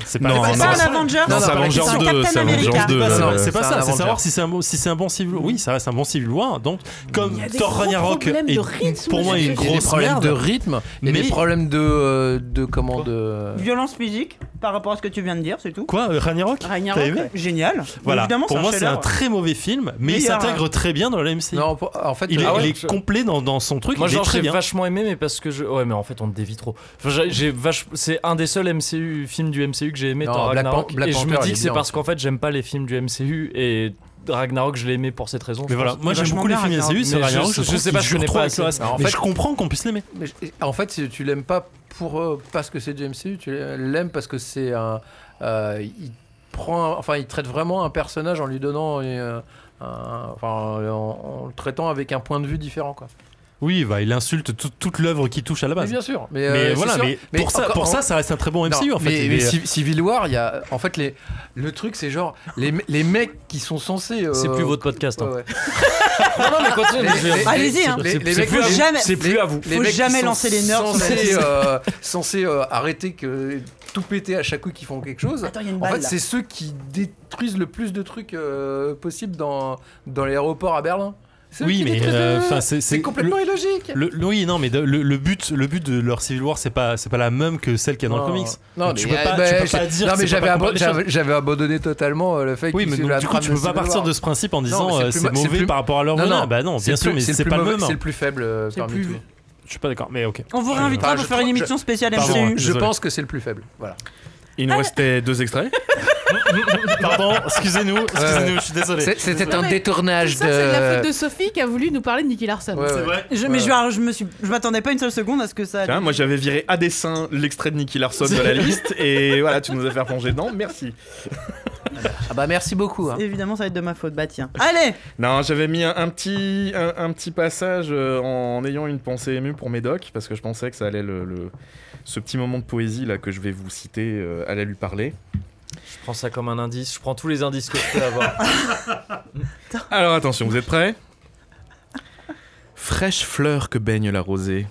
[SPEAKER 3] c'est pas
[SPEAKER 7] Non,
[SPEAKER 1] C'est
[SPEAKER 7] non,
[SPEAKER 1] pas
[SPEAKER 7] c'est-
[SPEAKER 1] un Avenger,
[SPEAKER 5] non,
[SPEAKER 1] c'est
[SPEAKER 5] c'est
[SPEAKER 1] pas la
[SPEAKER 5] Avengers
[SPEAKER 1] question.
[SPEAKER 7] 2, c'est
[SPEAKER 1] Captain
[SPEAKER 7] Avengers
[SPEAKER 1] America.
[SPEAKER 7] 2.
[SPEAKER 3] Bah, c'est-
[SPEAKER 5] euh,
[SPEAKER 3] c'est pas
[SPEAKER 5] c'est un
[SPEAKER 3] ça, c'est
[SPEAKER 5] Avenger.
[SPEAKER 3] savoir si c'est un, bon- si c'est un bon Civil War. Oui, ça reste un bon Civil War. Donc, comme
[SPEAKER 6] Il y a des
[SPEAKER 3] Thor
[SPEAKER 6] gros
[SPEAKER 3] Ragnarok
[SPEAKER 6] problèmes
[SPEAKER 3] est
[SPEAKER 6] de rythme,
[SPEAKER 3] pour moi
[SPEAKER 6] je-
[SPEAKER 3] une
[SPEAKER 5] Il y a des
[SPEAKER 3] grosse
[SPEAKER 5] problèmes
[SPEAKER 3] merde.
[SPEAKER 5] de rythme, mais
[SPEAKER 3] Mais-
[SPEAKER 5] des problèmes de. euh, de comment de.
[SPEAKER 1] Violence physique par rapport à ce que tu viens de dire, c'est tout.
[SPEAKER 3] Quoi, euh, Ragnarok
[SPEAKER 6] Ragnarok,
[SPEAKER 3] T'as aimé
[SPEAKER 6] ouais.
[SPEAKER 1] Génial.
[SPEAKER 3] Voilà.
[SPEAKER 1] Évidemment,
[SPEAKER 3] Pour moi, c'est un
[SPEAKER 1] chef-d'œuvre.
[SPEAKER 3] très mauvais film, mais il
[SPEAKER 1] Meilleur,
[SPEAKER 3] s'intègre très bien dans la MCU.
[SPEAKER 5] Non, pour- en fait,
[SPEAKER 3] Il est,
[SPEAKER 5] euh,
[SPEAKER 3] il est complet dans, dans son truc.
[SPEAKER 4] Moi,
[SPEAKER 3] il est
[SPEAKER 4] genre,
[SPEAKER 3] très
[SPEAKER 4] j'ai
[SPEAKER 3] bien.
[SPEAKER 4] vachement aimé, mais parce que je. Ouais, mais en fait, on te dévie trop. Enfin, j'ai- j'ai vache... C'est un des seuls MCU, films du MCU que j'ai aimé,
[SPEAKER 5] Non,
[SPEAKER 4] Thor
[SPEAKER 5] Black
[SPEAKER 4] Ragnarok.
[SPEAKER 5] Pan- Black
[SPEAKER 4] et je
[SPEAKER 5] Panther,
[SPEAKER 4] me
[SPEAKER 5] il
[SPEAKER 4] dis
[SPEAKER 5] est
[SPEAKER 4] que c'est
[SPEAKER 5] bien.
[SPEAKER 4] parce qu'en fait, j'aime pas les films du MCU et Ragnarok, je l'ai aimé pour cette raison. je
[SPEAKER 3] Mais voilà,
[SPEAKER 4] pense.
[SPEAKER 3] moi
[SPEAKER 1] Il est
[SPEAKER 3] j'aime beaucoup les
[SPEAKER 1] vachement
[SPEAKER 3] films
[SPEAKER 1] bien,
[SPEAKER 3] MCU.
[SPEAKER 1] Ragnarok.
[SPEAKER 3] c'est
[SPEAKER 4] Mais je-
[SPEAKER 3] Ragnarok,
[SPEAKER 4] je
[SPEAKER 3] trouve
[SPEAKER 4] sais
[SPEAKER 3] qu'il
[SPEAKER 4] pas, je
[SPEAKER 3] jure
[SPEAKER 4] connais
[SPEAKER 3] trop
[SPEAKER 4] pas
[SPEAKER 3] avec le
[SPEAKER 4] assez.
[SPEAKER 3] reste.
[SPEAKER 5] Alors, en
[SPEAKER 3] Mais
[SPEAKER 5] fait-
[SPEAKER 3] je comprends qu'on puisse l'aimer.
[SPEAKER 5] mais je- en fait, si tu l'aimes pas pour euh, parce que c'est du MCU, tu l'aimes parce que c'est un. euh, il prend, enfin, il traite vraiment un personnage en lui donnant. euh, un- enfin, en, en le traitant avec un point de vue différent, quoi.
[SPEAKER 3] Oui, bah, il insulte tout- toute l'œuvre qui touche à la
[SPEAKER 5] Mais
[SPEAKER 3] base.
[SPEAKER 5] bien sûr. Mais, euh,
[SPEAKER 3] Mais
[SPEAKER 5] c'est
[SPEAKER 3] voilà,
[SPEAKER 5] sûr.
[SPEAKER 3] mais pour ça,
[SPEAKER 5] encore-
[SPEAKER 3] pour ça,
[SPEAKER 5] en-
[SPEAKER 3] ça reste un très bon MCU
[SPEAKER 5] Non,
[SPEAKER 3] en fait.
[SPEAKER 5] Mais,
[SPEAKER 3] Il
[SPEAKER 5] mais
[SPEAKER 3] est- euh,
[SPEAKER 5] Civ- Civil War, il y a. En fait, les, le truc, c'est genre. Les, me- les mecs qui sont censés. euh,
[SPEAKER 4] C'est plus votre podcast.
[SPEAKER 5] ouais,
[SPEAKER 4] hein.
[SPEAKER 5] ouais.
[SPEAKER 4] Non, non,
[SPEAKER 5] (laughs)
[SPEAKER 4] mais continue.
[SPEAKER 5] Les-
[SPEAKER 4] je vais-
[SPEAKER 5] les-
[SPEAKER 1] Allez-y,
[SPEAKER 5] les-
[SPEAKER 1] hein.
[SPEAKER 5] les- les
[SPEAKER 4] C'est
[SPEAKER 5] mecs-
[SPEAKER 4] plus, à vous,
[SPEAKER 1] jamais-
[SPEAKER 4] c'est plus
[SPEAKER 5] les-
[SPEAKER 4] à vous.
[SPEAKER 5] les
[SPEAKER 1] Faut
[SPEAKER 5] mecs qui
[SPEAKER 1] jamais
[SPEAKER 5] sont
[SPEAKER 1] lancer les nerfs sur la
[SPEAKER 5] Censés,
[SPEAKER 1] liste.
[SPEAKER 5] euh, censés, euh, arrêter que tout péter à chaque coup qu'ils font quelque chose.
[SPEAKER 1] Attends, il y a une
[SPEAKER 5] En
[SPEAKER 1] balle.
[SPEAKER 5] fait,
[SPEAKER 1] là.
[SPEAKER 5] c'est ceux qui détruisent le plus de trucs euh, possible dans, dans l'aéroport à Berlin. C'est eux
[SPEAKER 3] Oui,
[SPEAKER 5] qui
[SPEAKER 3] mais,
[SPEAKER 5] détruisent,
[SPEAKER 3] euh,
[SPEAKER 5] euh,
[SPEAKER 3] 'fin, c'est- c'est-
[SPEAKER 5] c'est complètement illogique.
[SPEAKER 3] Le, le- oui, non, mais de- le, le but, le but de leur Civil War, c'est pas, c'est pas la même que celle qu'il y a dans le comics.
[SPEAKER 5] Non,
[SPEAKER 3] Donc tu
[SPEAKER 5] mais,
[SPEAKER 3] peux pas-
[SPEAKER 5] eh ben,
[SPEAKER 3] tu peux pas
[SPEAKER 5] j'ai-
[SPEAKER 3] dire
[SPEAKER 5] non,
[SPEAKER 3] que
[SPEAKER 5] mais
[SPEAKER 3] c'est
[SPEAKER 5] j'avais
[SPEAKER 3] pas comparé
[SPEAKER 5] abo-
[SPEAKER 3] les choses.
[SPEAKER 5] j'avais- j'avais abandonné totalement euh, le fait
[SPEAKER 3] Oui,
[SPEAKER 5] qu'ils
[SPEAKER 3] mais
[SPEAKER 5] suivent
[SPEAKER 3] donc,
[SPEAKER 5] la
[SPEAKER 3] du coup,
[SPEAKER 5] trame
[SPEAKER 3] tu peux
[SPEAKER 5] Civil
[SPEAKER 3] pas partir
[SPEAKER 5] War.
[SPEAKER 3] de ce principe en
[SPEAKER 5] mais
[SPEAKER 3] disant
[SPEAKER 5] c'est
[SPEAKER 3] euh,
[SPEAKER 5] plus
[SPEAKER 3] c'est
[SPEAKER 5] ma- c'est
[SPEAKER 3] mauvais
[SPEAKER 5] plus-
[SPEAKER 3] par rapport à leur
[SPEAKER 5] Non,
[SPEAKER 3] original.
[SPEAKER 5] non,
[SPEAKER 3] Bah non,
[SPEAKER 5] C'est
[SPEAKER 3] bien sûr,
[SPEAKER 5] plus-
[SPEAKER 3] mais
[SPEAKER 5] c'est le
[SPEAKER 3] c'est
[SPEAKER 5] plus
[SPEAKER 3] pas le
[SPEAKER 5] mauvais-
[SPEAKER 3] même. hein.
[SPEAKER 5] C'est le plus faible euh,
[SPEAKER 6] C'est
[SPEAKER 5] parmi
[SPEAKER 6] plus-
[SPEAKER 5] tous.
[SPEAKER 3] Je suis pas d'accord, mais ok.
[SPEAKER 1] On vous réinvitera
[SPEAKER 5] Enfin,
[SPEAKER 1] pour
[SPEAKER 5] je-
[SPEAKER 1] faire une
[SPEAKER 5] je-
[SPEAKER 1] émission spéciale
[SPEAKER 3] Pardon,
[SPEAKER 1] MCU.
[SPEAKER 3] hein,
[SPEAKER 5] Je
[SPEAKER 3] Désolé.
[SPEAKER 5] pense que c'est le plus faible. Voilà.
[SPEAKER 7] Il nous restait deux extraits.
[SPEAKER 3] (laughs) Pardon, excusez-nous, excusez-nous,
[SPEAKER 5] Ouais.
[SPEAKER 3] je suis désolé.
[SPEAKER 5] C'est- C'était
[SPEAKER 6] Non,
[SPEAKER 5] un
[SPEAKER 6] mais
[SPEAKER 5] détournage
[SPEAKER 6] Ça, c'est de la faute
[SPEAKER 5] de.
[SPEAKER 6] de Sophie qui a voulu nous parler de Nicky Larson.
[SPEAKER 5] Ouais, ouais.
[SPEAKER 1] Je- mais je, alors, je me suis, je m'attendais pas une seule seconde à ce que ça.
[SPEAKER 7] Tiens, moi j'avais viré à dessin l'extrait de Nicky Larson de
[SPEAKER 5] (laughs)
[SPEAKER 7] la liste et voilà, tu nous as fait plonger dedans, merci.
[SPEAKER 5] Ah bah merci beaucoup. hein.
[SPEAKER 1] Évidemment, ça va être de ma faute. Bah tiens. Allez,
[SPEAKER 7] Non, j'avais mis un, un petit, un, un petit passage euh, en ayant une pensée émue pour Médoc parce que je pensais que ça allait le, le- ce petit moment de poésie là que je vais vous citer euh, allait lui parler.
[SPEAKER 4] Je prends ça comme un indice. Je prends tous les indices que je peux avoir.
[SPEAKER 7] Alors attention, vous êtes prêts Fraîche fleur que baigne la rosée,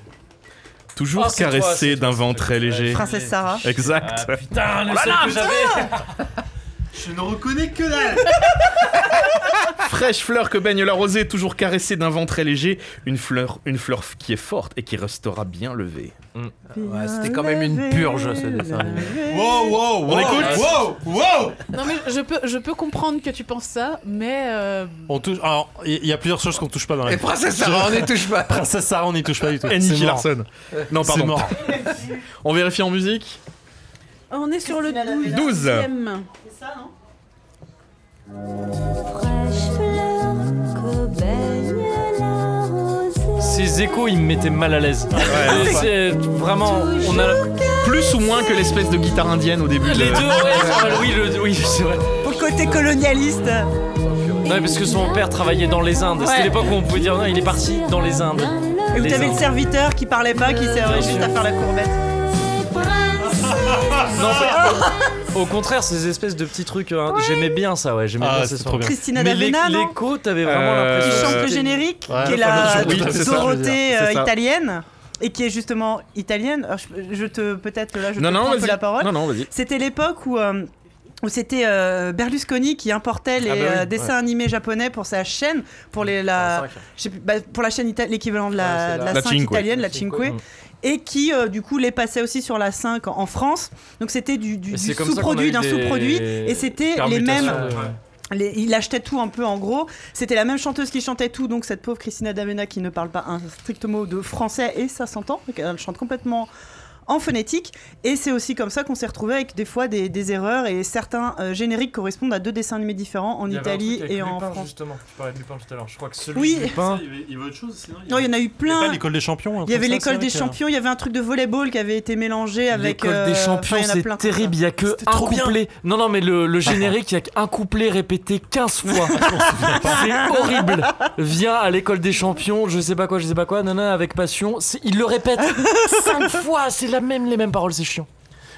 [SPEAKER 7] toujours
[SPEAKER 4] Oh, c'est toi,
[SPEAKER 7] caressée
[SPEAKER 4] c'est toi,
[SPEAKER 7] d'un
[SPEAKER 4] c'est
[SPEAKER 7] vent
[SPEAKER 4] toi.
[SPEAKER 7] très léger.
[SPEAKER 1] princesse Sarah.
[SPEAKER 7] Exact.
[SPEAKER 4] Ah, Putain, le seul que j'avais.
[SPEAKER 2] Je ne reconnais que dalle
[SPEAKER 7] Fraîche fleur que baigne la rosée, toujours caressée d'un vent très léger, une fleur, une fleur qui est forte et qui restera bien levée.
[SPEAKER 5] Ouais, c'était quand même une purge, ce dessin animé.
[SPEAKER 2] Wow, wow,
[SPEAKER 4] Oh,
[SPEAKER 7] On écoute
[SPEAKER 2] Wow, wow
[SPEAKER 6] Non, mais je peux, je peux comprendre que tu penses ça, mais. euh,
[SPEAKER 3] On touche. Alors, il y, y a plusieurs choses qu'on touche pas dans la.
[SPEAKER 5] Et princesse Sarah, on n'y touche pas.
[SPEAKER 3] Princesse Sarah, on n'y touche pas du tout.
[SPEAKER 7] Et
[SPEAKER 3] C'est
[SPEAKER 7] Nicky
[SPEAKER 3] mort.
[SPEAKER 7] Larson. Non,
[SPEAKER 3] C'est
[SPEAKER 7] pardon.
[SPEAKER 3] mort.
[SPEAKER 7] On vérifie en musique
[SPEAKER 6] On est sur le
[SPEAKER 1] Christina
[SPEAKER 7] 12.
[SPEAKER 6] 12e.
[SPEAKER 9] Fraîche fleur que baigne la rosée.
[SPEAKER 4] Ces les échos, ils me mettaient mal à l'aise. C'est vraiment, on a
[SPEAKER 2] Plus ou moins que l'espèce de guitare indienne au début. de-
[SPEAKER 4] les deux. ouais, ah, oui, le- oui, c'est vrai.
[SPEAKER 1] Au côté colonialiste.
[SPEAKER 4] Non, mais parce que son père travaillait dans les Indes. C'était
[SPEAKER 1] Ouais.
[SPEAKER 4] l'époque où on pouvait dire non, il est parti dans les Indes.
[SPEAKER 1] Et où
[SPEAKER 4] Les
[SPEAKER 1] t'avais
[SPEAKER 4] Indes.
[SPEAKER 1] le serviteur qui parlait pas, qui servait juste à faire la courbette.
[SPEAKER 4] Non, mais- au contraire, ces espèces de petits trucs, hein, j'aimais bien ça, ouais, j'aimais
[SPEAKER 3] Ah,
[SPEAKER 4] bien ces
[SPEAKER 3] c'est
[SPEAKER 4] sons.
[SPEAKER 3] trop bien.
[SPEAKER 1] Christina
[SPEAKER 4] Mais les-
[SPEAKER 1] D'Avena, non
[SPEAKER 4] l'écho, t'avais vraiment
[SPEAKER 2] Euh,
[SPEAKER 1] Qui
[SPEAKER 4] l'impression. que
[SPEAKER 1] chante le
[SPEAKER 4] c'était-
[SPEAKER 1] générique,
[SPEAKER 3] Ouais,
[SPEAKER 1] qui est
[SPEAKER 2] enfin,
[SPEAKER 1] la
[SPEAKER 2] oui, c'est ça, je veux
[SPEAKER 1] Dorothée
[SPEAKER 2] dire, c'est
[SPEAKER 1] euh,
[SPEAKER 2] ça.
[SPEAKER 1] italienne, et qui est justement italienne. Alors, je, je te, peut-être, là, je te
[SPEAKER 2] Non, non,
[SPEAKER 1] prends un peu
[SPEAKER 2] vas-y.
[SPEAKER 1] la parole.
[SPEAKER 2] Non, non, vas-y.
[SPEAKER 1] C'était l'époque où, euh, où c'était euh, Berlusconi qui importait les
[SPEAKER 2] Ah bah oui,
[SPEAKER 1] euh, dessins animés japonais pour sa chaîne, pour les,
[SPEAKER 4] Ah,
[SPEAKER 1] la, je sais plus, bah, pour la chaîne ita- l'équivalent de
[SPEAKER 5] Ouais,
[SPEAKER 1] la,
[SPEAKER 5] c'est
[SPEAKER 1] de
[SPEAKER 5] la-
[SPEAKER 1] la
[SPEAKER 2] La
[SPEAKER 1] 5
[SPEAKER 2] Cinque.
[SPEAKER 1] italienne, la
[SPEAKER 5] La Cinque,
[SPEAKER 1] Cinque, et qui euh, du coup les passait aussi sur la 5 en, en France. Donc c'était du, du-
[SPEAKER 4] Et
[SPEAKER 1] du
[SPEAKER 4] c'est comme ça qu'on a
[SPEAKER 1] sous-produit
[SPEAKER 4] eu
[SPEAKER 1] d'un
[SPEAKER 4] des
[SPEAKER 1] sous-produit, et c'était les mêmes.
[SPEAKER 4] permutations de-
[SPEAKER 1] Les- il achetait tout un peu en gros. C'était la même chanteuse qui chantait tout, donc cette pauvre Christina D'Avena qui ne parle pas un strict mot de français et ça s'entend. donc Elle chante complètement en phonétique. Et c'est aussi comme ça qu'on s'est retrouvé avec des fois des, des erreurs et certains euh, génériques correspondent à deux dessins animés différents en
[SPEAKER 4] Il y avait un
[SPEAKER 1] Italie
[SPEAKER 4] truc avec
[SPEAKER 1] et en
[SPEAKER 4] Lupin,
[SPEAKER 1] France.
[SPEAKER 4] Justement, tu parlais de Lupin tout à l'heure. Je crois que celui
[SPEAKER 1] Oui.
[SPEAKER 4] de Lupin.
[SPEAKER 3] Il y avait autre chose sinon
[SPEAKER 1] Non, il y en a eu
[SPEAKER 3] Il y avait pas
[SPEAKER 1] plein.
[SPEAKER 3] l'école des champions.
[SPEAKER 1] Il y
[SPEAKER 3] un truc
[SPEAKER 1] avait
[SPEAKER 3] ça, c'est
[SPEAKER 1] l'école
[SPEAKER 3] vrai
[SPEAKER 1] des
[SPEAKER 3] que-
[SPEAKER 1] champions, il y avait un truc de volleyball qui avait été mélangé avec.
[SPEAKER 4] L'école
[SPEAKER 1] euh,
[SPEAKER 4] des
[SPEAKER 1] enfin, il
[SPEAKER 4] champions,
[SPEAKER 1] y en a
[SPEAKER 4] c'est
[SPEAKER 1] plein comme ça.
[SPEAKER 4] terrible. Il y a que un couplet. Non, non, mais le, le générique, il y a qu'un couplet répété 15
[SPEAKER 1] (laughs)
[SPEAKER 4] fois. c'est horrible. Viens à l'école des champions, je sais pas quoi, je sais pas quoi, nana, avec passion. C'est- Il le répète
[SPEAKER 1] (laughs)
[SPEAKER 4] 5 fois. C'est la même, les mêmes paroles, c'est chiant.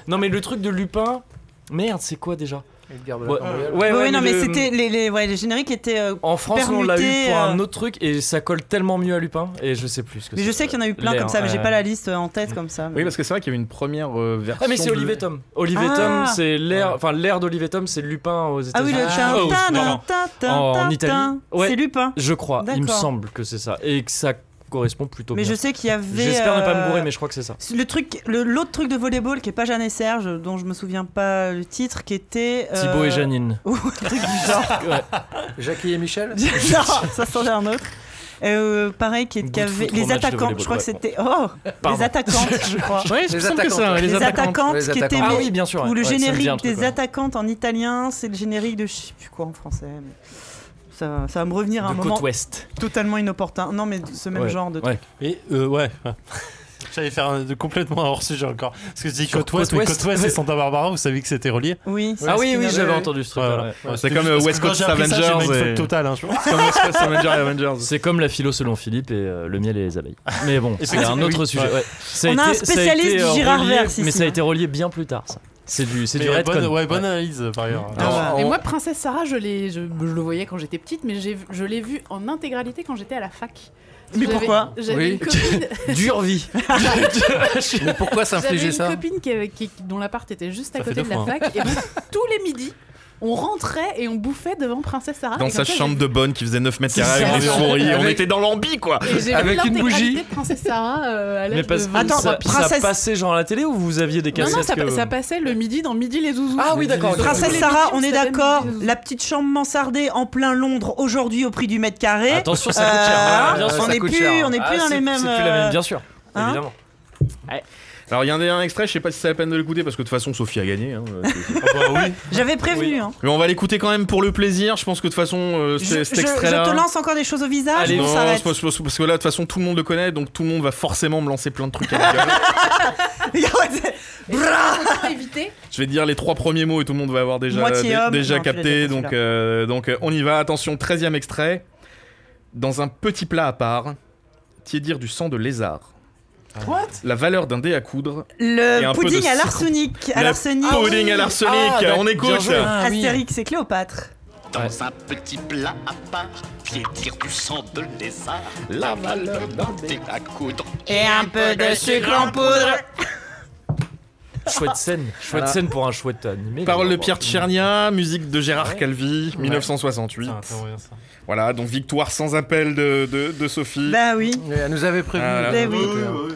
[SPEAKER 4] Non, mais le truc de Lupin. Merde, c'est quoi déjà
[SPEAKER 5] Edgar de la
[SPEAKER 4] Ouais,
[SPEAKER 5] Cambriole.
[SPEAKER 1] Ouais, ouais, non, mais
[SPEAKER 4] le-
[SPEAKER 1] c'était les, les- ouais, les génériques étaient. euh,
[SPEAKER 4] En France, on l'a eu
[SPEAKER 1] permuté,
[SPEAKER 4] pour
[SPEAKER 1] euh,
[SPEAKER 4] un autre truc et ça colle tellement mieux à Lupin. Et je sais plus ce que
[SPEAKER 1] mais je sais qu'il y en a eu plein comme ça, mais j'ai pas la liste euh, en tête comme ça.
[SPEAKER 2] Oui, parce que c'est vrai qu'il y avait une première euh, version.
[SPEAKER 4] Ah mais c'est
[SPEAKER 2] de-
[SPEAKER 4] Olivier Tom. Olivier
[SPEAKER 1] Ah.
[SPEAKER 4] Tom, c'est l'air, enfin l'air d'Olivier Tom, c'est Lupin aux
[SPEAKER 1] Ah oui,
[SPEAKER 4] États-Unis.
[SPEAKER 1] le tin,
[SPEAKER 3] oh,
[SPEAKER 1] tin,
[SPEAKER 3] pardon.
[SPEAKER 1] tin, tin,
[SPEAKER 4] En
[SPEAKER 1] tin,
[SPEAKER 4] Italie.
[SPEAKER 1] tin.
[SPEAKER 4] Ouais.
[SPEAKER 1] C'est Lupin.
[SPEAKER 4] Je crois. Il me
[SPEAKER 1] D'accord.
[SPEAKER 4] semble que c'est ça et que ça correspond plutôt
[SPEAKER 1] Mais
[SPEAKER 4] bien.
[SPEAKER 1] je sais qu'il y avait.
[SPEAKER 4] J'espère ne pas me
[SPEAKER 1] euh,
[SPEAKER 4] bourrer, mais je crois que c'est ça.
[SPEAKER 1] Le truc, le- l'autre truc de volleyball qui est pas Jeanne et Serge, dont je me souviens pas le titre, qui était. euh,
[SPEAKER 4] Thibaut
[SPEAKER 1] (laughs)
[SPEAKER 4] et Janine.
[SPEAKER 1] ou un truc du genre.
[SPEAKER 5] Jackie et Michel
[SPEAKER 1] genre, ça s'en est un autre. Euh, pareil, qui, est-
[SPEAKER 4] Good
[SPEAKER 1] qui avait-
[SPEAKER 4] foot,
[SPEAKER 1] les
[SPEAKER 4] match de
[SPEAKER 1] attaquants, je crois que
[SPEAKER 4] volleyball,
[SPEAKER 1] c'était. Oh Les attaquants,
[SPEAKER 4] (laughs)
[SPEAKER 1] je crois.
[SPEAKER 2] Ouais, il me
[SPEAKER 5] Les
[SPEAKER 2] semble que
[SPEAKER 5] attaquantes.
[SPEAKER 2] ça, les
[SPEAKER 1] Les
[SPEAKER 2] attaquantes.
[SPEAKER 1] attaquantes,
[SPEAKER 5] Les
[SPEAKER 1] qui étaient.
[SPEAKER 5] attaquantes.
[SPEAKER 4] Ah
[SPEAKER 1] mais-
[SPEAKER 4] oui, bien sûr.
[SPEAKER 1] Ou le
[SPEAKER 4] ouais. Ouais, ça me dit un
[SPEAKER 1] générique
[SPEAKER 4] truc,
[SPEAKER 1] des
[SPEAKER 4] ouais.
[SPEAKER 1] attaquantes en italien, c'est le générique de je sais plus quoi en français. mais Ça, va- ça va me revenir à un
[SPEAKER 4] de
[SPEAKER 1] moment
[SPEAKER 4] côte ouest.
[SPEAKER 1] totalement inopportun. Non, mais ce même
[SPEAKER 4] Ouais.
[SPEAKER 1] genre de
[SPEAKER 4] Ouais.
[SPEAKER 3] Et euh, ouais. ouais. (laughs) J'allais faire un- de complètement un hors sujet encore. Parce que je dis
[SPEAKER 4] Sur
[SPEAKER 3] Côte Ouest, mais
[SPEAKER 4] Côte-Ouest.
[SPEAKER 3] Côte Ouest et Santa Barbara, vous saviez que c'était relié.
[SPEAKER 1] Oui.
[SPEAKER 4] Ah oui, oui,
[SPEAKER 1] Spinner.
[SPEAKER 4] j'avais entendu ce truc.
[SPEAKER 3] Voilà.
[SPEAKER 7] Ouais,
[SPEAKER 3] C'était
[SPEAKER 7] c'est comme,
[SPEAKER 3] juste-
[SPEAKER 7] euh,
[SPEAKER 3] parce que
[SPEAKER 7] West
[SPEAKER 3] quand
[SPEAKER 7] Coast
[SPEAKER 3] j'ai appris ça, j'ai
[SPEAKER 7] Avengers
[SPEAKER 3] mis une
[SPEAKER 7] et-
[SPEAKER 3] fuck totale. hein, je pense.
[SPEAKER 7] Comme West Coast Avenger (laughs) et Avengers.
[SPEAKER 4] C'est comme la philo selon Philippe et euh, le miel et
[SPEAKER 3] (laughs)
[SPEAKER 4] les abeilles. Mais bon,
[SPEAKER 3] Et
[SPEAKER 4] c'est
[SPEAKER 3] c'est-
[SPEAKER 4] un
[SPEAKER 3] oui,
[SPEAKER 4] autre
[SPEAKER 3] ouais.
[SPEAKER 4] sujet. ouais. Ça
[SPEAKER 1] On a un
[SPEAKER 4] été- ça
[SPEAKER 1] spécialiste
[SPEAKER 4] été,
[SPEAKER 1] du
[SPEAKER 4] euh,
[SPEAKER 1] Girard
[SPEAKER 4] relié,
[SPEAKER 1] vert, si,
[SPEAKER 4] Mais
[SPEAKER 1] si,
[SPEAKER 4] ça a
[SPEAKER 1] hein.
[SPEAKER 4] été relié bien plus tard, ça. C'est du, c'est
[SPEAKER 3] Mais,
[SPEAKER 4] du
[SPEAKER 3] euh,
[SPEAKER 4] Redcon.
[SPEAKER 3] bonne, ouais, bonne analyse par ailleurs.
[SPEAKER 1] Ah ouais.
[SPEAKER 6] Et moi, Princesse Sarah, je, l'ai- je, je le voyais quand j'étais petite, mais j'ai- je l'ai vu en intégralité quand j'étais à la fac.
[SPEAKER 1] Mais
[SPEAKER 6] J'avais-
[SPEAKER 1] pourquoi
[SPEAKER 6] J'avais
[SPEAKER 5] Oui.
[SPEAKER 6] une copine,
[SPEAKER 4] Dure vie.
[SPEAKER 5] Mais pourquoi
[SPEAKER 6] j'avais
[SPEAKER 5] s'infliger
[SPEAKER 6] une
[SPEAKER 5] ça
[SPEAKER 6] copine qui, avait- qui- dont l'appart était juste à
[SPEAKER 3] Ça fait
[SPEAKER 6] côté
[SPEAKER 3] deux
[SPEAKER 6] de la
[SPEAKER 3] fois,
[SPEAKER 6] fac, et donc (laughs) tous les midis, on rentrait et on bouffait devant Princesse Sarah.
[SPEAKER 7] Dans
[SPEAKER 6] et
[SPEAKER 7] sa
[SPEAKER 6] comme ça,
[SPEAKER 7] chambre de bonne qui faisait 9 mètres carrés
[SPEAKER 6] C'est
[SPEAKER 7] avec des
[SPEAKER 6] ça.
[SPEAKER 7] souris. On
[SPEAKER 5] Avec-
[SPEAKER 7] était dans l'ambi, quoi.
[SPEAKER 6] j'ai- et j'ai vu
[SPEAKER 5] Avec une
[SPEAKER 6] l'intégralité
[SPEAKER 5] bougie.
[SPEAKER 6] de Princesse Sarah euh, à l'âge
[SPEAKER 4] Mais parce
[SPEAKER 6] de
[SPEAKER 4] que
[SPEAKER 6] 20
[SPEAKER 1] Attends,
[SPEAKER 4] ça, ça
[SPEAKER 1] princesse-
[SPEAKER 4] passait genre à la télé ou vous aviez des
[SPEAKER 6] Non,
[SPEAKER 4] cassettes
[SPEAKER 6] non, ça,
[SPEAKER 4] que-
[SPEAKER 6] ça passait le midi dans Midi les Zouzous.
[SPEAKER 4] Ah oui, d'accord. ok.
[SPEAKER 1] Princesse
[SPEAKER 6] Les
[SPEAKER 1] Sarah,
[SPEAKER 6] bisous,
[SPEAKER 1] on est
[SPEAKER 6] ça donne
[SPEAKER 1] d'accord.
[SPEAKER 6] des bisous.
[SPEAKER 1] La petite chambre mansardée en plein Londres aujourd'hui au prix du mètre carré.
[SPEAKER 4] Attention, ça
[SPEAKER 1] Euh,
[SPEAKER 4] coûte cher.
[SPEAKER 5] bien sûr,
[SPEAKER 1] on
[SPEAKER 5] ça
[SPEAKER 1] n'est
[SPEAKER 5] coûte
[SPEAKER 1] plus,
[SPEAKER 5] cher.
[SPEAKER 1] on est plus
[SPEAKER 4] Ah,
[SPEAKER 1] dans
[SPEAKER 4] c'est-
[SPEAKER 1] les mêmes.
[SPEAKER 4] C'est plus la même,
[SPEAKER 1] euh,
[SPEAKER 4] bien sûr.
[SPEAKER 1] hein
[SPEAKER 4] évidemment.
[SPEAKER 7] Alors, il y en a un extrait, je sais pas si c'est la peine de l'écouter parce que de toute façon, Sophie a gagné. hein.
[SPEAKER 4] Oh, bah
[SPEAKER 1] (laughs) J'avais prévenu. hein.
[SPEAKER 7] Mais on va l'écouter quand même pour le plaisir. Je pense que de toute façon, euh,
[SPEAKER 1] Je,
[SPEAKER 7] c'est- cet
[SPEAKER 1] je- je
[SPEAKER 7] extrait-là.
[SPEAKER 1] te lance encore des choses au visage.
[SPEAKER 7] non,
[SPEAKER 1] on
[SPEAKER 7] c'est
[SPEAKER 1] s'arrête. (laughs)
[SPEAKER 7] parce, parce- parce que là, de toute façon, tout le monde le connaît, donc tout le monde va forcément me lancer plein de trucs à la gueule.
[SPEAKER 6] Faut éviter.
[SPEAKER 7] Je vais te dire les trois premiers mots et tout le monde va avoir déjà,
[SPEAKER 1] Moitié
[SPEAKER 7] dé-
[SPEAKER 1] homme.
[SPEAKER 7] déjà
[SPEAKER 1] Non, tu l'as
[SPEAKER 7] capté.
[SPEAKER 1] déjà,
[SPEAKER 7] Donc,
[SPEAKER 1] celui-là.
[SPEAKER 7] euh, donc euh, on y va. Attention, 13 e extrait. Dans un petit plat à part, tiédir du sang de lézard. Ah.
[SPEAKER 4] What
[SPEAKER 7] La valeur d'un dé à coudre. Et un
[SPEAKER 1] Le
[SPEAKER 7] peu de
[SPEAKER 1] pudding à
[SPEAKER 7] citron.
[SPEAKER 1] l'arsenic. À
[SPEAKER 7] Le
[SPEAKER 1] l'arsenic.
[SPEAKER 7] pudding à l'arsenic.
[SPEAKER 4] Ah,
[SPEAKER 7] on
[SPEAKER 4] bien
[SPEAKER 7] écoute.
[SPEAKER 4] joué.
[SPEAKER 1] Astérix et Cléopâtre.
[SPEAKER 10] Dans un petit plat à part, piétir du sang de lézard, la valeur d'un thé à coudre.
[SPEAKER 1] Et un peu de sucre en poudre.
[SPEAKER 4] Chouette scène. Chouette scène pour un chouette euh, animé.
[SPEAKER 7] Parole de
[SPEAKER 4] Bon.
[SPEAKER 7] Pierre Tchernia, musique de Gérard Calvi, 1968.
[SPEAKER 3] Putain, c'est vrai, ça.
[SPEAKER 7] Voilà, donc victoire sans appel de, de, de Sophie.
[SPEAKER 1] Bah oui.
[SPEAKER 5] Elle nous avait prévu.
[SPEAKER 7] Ah,
[SPEAKER 1] là, là.
[SPEAKER 5] Donc, euh,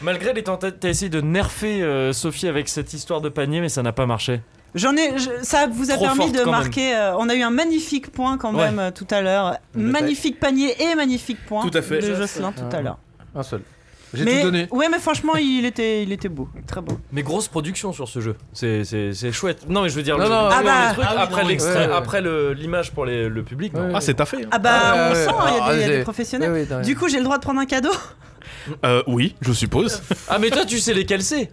[SPEAKER 4] Malgré les tentatives, t'as essayé de nerfer euh, Sophie avec cette histoire de panier, mais ça n'a pas marché.
[SPEAKER 1] J'en ai. je- ça vous a
[SPEAKER 4] Trop
[SPEAKER 1] permis
[SPEAKER 4] forte,
[SPEAKER 1] de
[SPEAKER 4] quand même.
[SPEAKER 1] marquer. euh, on a eu un magnifique point quand
[SPEAKER 4] Ouais.
[SPEAKER 1] même euh, tout à l'heure. Magnifique panier et magnifique point.
[SPEAKER 7] Tout à fait.
[SPEAKER 1] De Jocelyn tout à l'heure.
[SPEAKER 5] Un seul. J'ai
[SPEAKER 1] Mais-
[SPEAKER 5] tout donné.
[SPEAKER 1] Ouais, mais franchement, il était, il était beau. Très beau.
[SPEAKER 4] Mais grosse production sur ce jeu. C'est- C'est c'est chouette. Non, mais je veux dire,
[SPEAKER 5] Non,
[SPEAKER 4] le-
[SPEAKER 5] non,
[SPEAKER 4] le-
[SPEAKER 1] ah
[SPEAKER 4] le
[SPEAKER 1] bah.
[SPEAKER 4] truc,
[SPEAKER 2] Ah oui,
[SPEAKER 4] après
[SPEAKER 2] non,
[SPEAKER 4] l'extrait,
[SPEAKER 5] ouais, ouais.
[SPEAKER 4] après le- l'image pour les- le public, non.
[SPEAKER 7] Ah, c'est taffé. hein.
[SPEAKER 1] Ah bah,
[SPEAKER 5] Ah,
[SPEAKER 1] on
[SPEAKER 5] ouais,
[SPEAKER 1] sent, il y a des- il
[SPEAKER 5] ah,
[SPEAKER 1] y a des
[SPEAKER 5] j'ai-
[SPEAKER 1] professionnels.
[SPEAKER 5] Ouais, ouais, t'as
[SPEAKER 1] Du
[SPEAKER 5] raison.
[SPEAKER 1] coup, j'ai le droit de prendre un cadeau (laughs)
[SPEAKER 7] Euh, oui, je suppose.
[SPEAKER 4] Ah, mais toi, tu sais lesquels c'est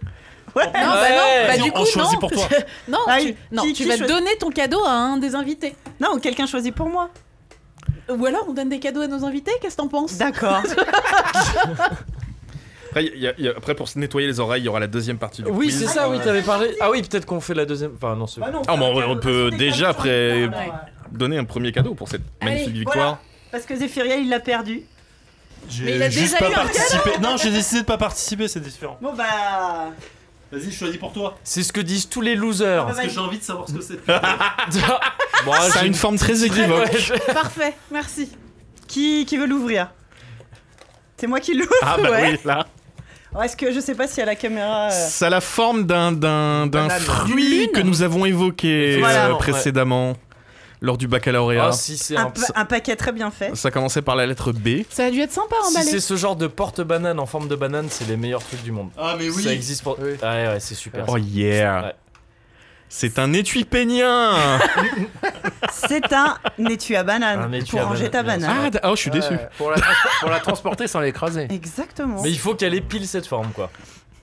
[SPEAKER 1] Ouais.
[SPEAKER 4] Ouais.
[SPEAKER 11] Non, bah non, bah
[SPEAKER 2] Vas-y,
[SPEAKER 11] du
[SPEAKER 2] on
[SPEAKER 11] coup,
[SPEAKER 2] choisit
[SPEAKER 11] non.
[SPEAKER 2] pour toi.
[SPEAKER 11] non,
[SPEAKER 1] Ah,
[SPEAKER 11] tu, non,
[SPEAKER 1] qui-
[SPEAKER 11] tu
[SPEAKER 1] qui
[SPEAKER 11] vas
[SPEAKER 1] choisit-
[SPEAKER 11] donner ton cadeau à un des invités.
[SPEAKER 1] Non, quelqu'un choisit pour moi.
[SPEAKER 11] Ou alors, on donne des cadeaux à nos invités, qu'est-ce que t'en penses
[SPEAKER 6] Bah,
[SPEAKER 1] D'accord.
[SPEAKER 7] (laughs) Après, il y a- il y a- après, pour se nettoyer les oreilles, il y aura la deuxième partie du
[SPEAKER 4] Oui,
[SPEAKER 7] quiz.
[SPEAKER 4] c'est ça, oui, t'avais parlé. Ah oui, peut-être qu'on fait la deuxième. Enfin, non, c'est.
[SPEAKER 1] Bah
[SPEAKER 7] Ah, mais on, on peut déjà, après, donner un premier cadeau pour cette magnifique
[SPEAKER 1] Allez,
[SPEAKER 7] victoire.
[SPEAKER 1] Parce que Zephyria, il l'a perdu.
[SPEAKER 11] Mais il a déjà
[SPEAKER 3] J'ai juste
[SPEAKER 11] eu
[SPEAKER 3] pas
[SPEAKER 11] un
[SPEAKER 3] participé. Non, j'ai décidé de pas participer, c'est différent.
[SPEAKER 1] Bon (laughs) bah.
[SPEAKER 2] Vas-y, je choisis pour toi.
[SPEAKER 4] C'est ce que disent tous les losers.
[SPEAKER 1] Parce que j'ai
[SPEAKER 2] envie de savoir ce que
[SPEAKER 3] (laughs)
[SPEAKER 2] c'est.
[SPEAKER 3] Ah,
[SPEAKER 4] bon,
[SPEAKER 7] Ça a
[SPEAKER 4] j'ai-
[SPEAKER 7] une forme très équivoque.
[SPEAKER 4] Ouais, je-
[SPEAKER 11] Parfait, merci.
[SPEAKER 1] Qui, qui veut l'ouvrir C'est moi qui l'ouvre
[SPEAKER 7] Ah bah
[SPEAKER 1] ouais.
[SPEAKER 7] oui, là.
[SPEAKER 1] Oh, Est-ce que je sais pas si à la caméra. euh,
[SPEAKER 7] Ça a la forme d'un d'un- d'un
[SPEAKER 4] Banane.
[SPEAKER 7] fruit que nous avons évoqué
[SPEAKER 4] Voilà.
[SPEAKER 7] euh,
[SPEAKER 4] Ouais.
[SPEAKER 7] précédemment lors du baccalauréat.
[SPEAKER 4] Ah, si c'est
[SPEAKER 1] un,
[SPEAKER 4] un.
[SPEAKER 1] pa- un paquet très bien
[SPEAKER 7] (laughs)
[SPEAKER 1] fait.
[SPEAKER 7] Ça commençait par la lettre B.
[SPEAKER 11] Ça a dû être sympa à
[SPEAKER 4] Si
[SPEAKER 11] emballer.
[SPEAKER 4] c'est ce genre de porte-banane en forme de banane, c'est les meilleurs trucs du monde.
[SPEAKER 2] Ah, mais
[SPEAKER 4] Ça existe pour. Ah,
[SPEAKER 5] Oui.
[SPEAKER 4] Ouais, ouais, c'est super.
[SPEAKER 7] Oh yeah.
[SPEAKER 4] Ouais.
[SPEAKER 7] C'est un étui peignien.
[SPEAKER 1] C'est un étui à banane
[SPEAKER 4] Un étui
[SPEAKER 1] pour
[SPEAKER 4] à
[SPEAKER 1] ranger
[SPEAKER 4] banane,
[SPEAKER 1] ta
[SPEAKER 4] bien
[SPEAKER 1] banane.
[SPEAKER 7] (laughs) ah, d- oh, je suis déçu.
[SPEAKER 5] Ouais, Pour la, trans- pour la transporter sans
[SPEAKER 7] Ah
[SPEAKER 5] l'écraser.
[SPEAKER 1] Exactement.
[SPEAKER 4] Mais il faut qu'elle ait pile cette forme, quoi.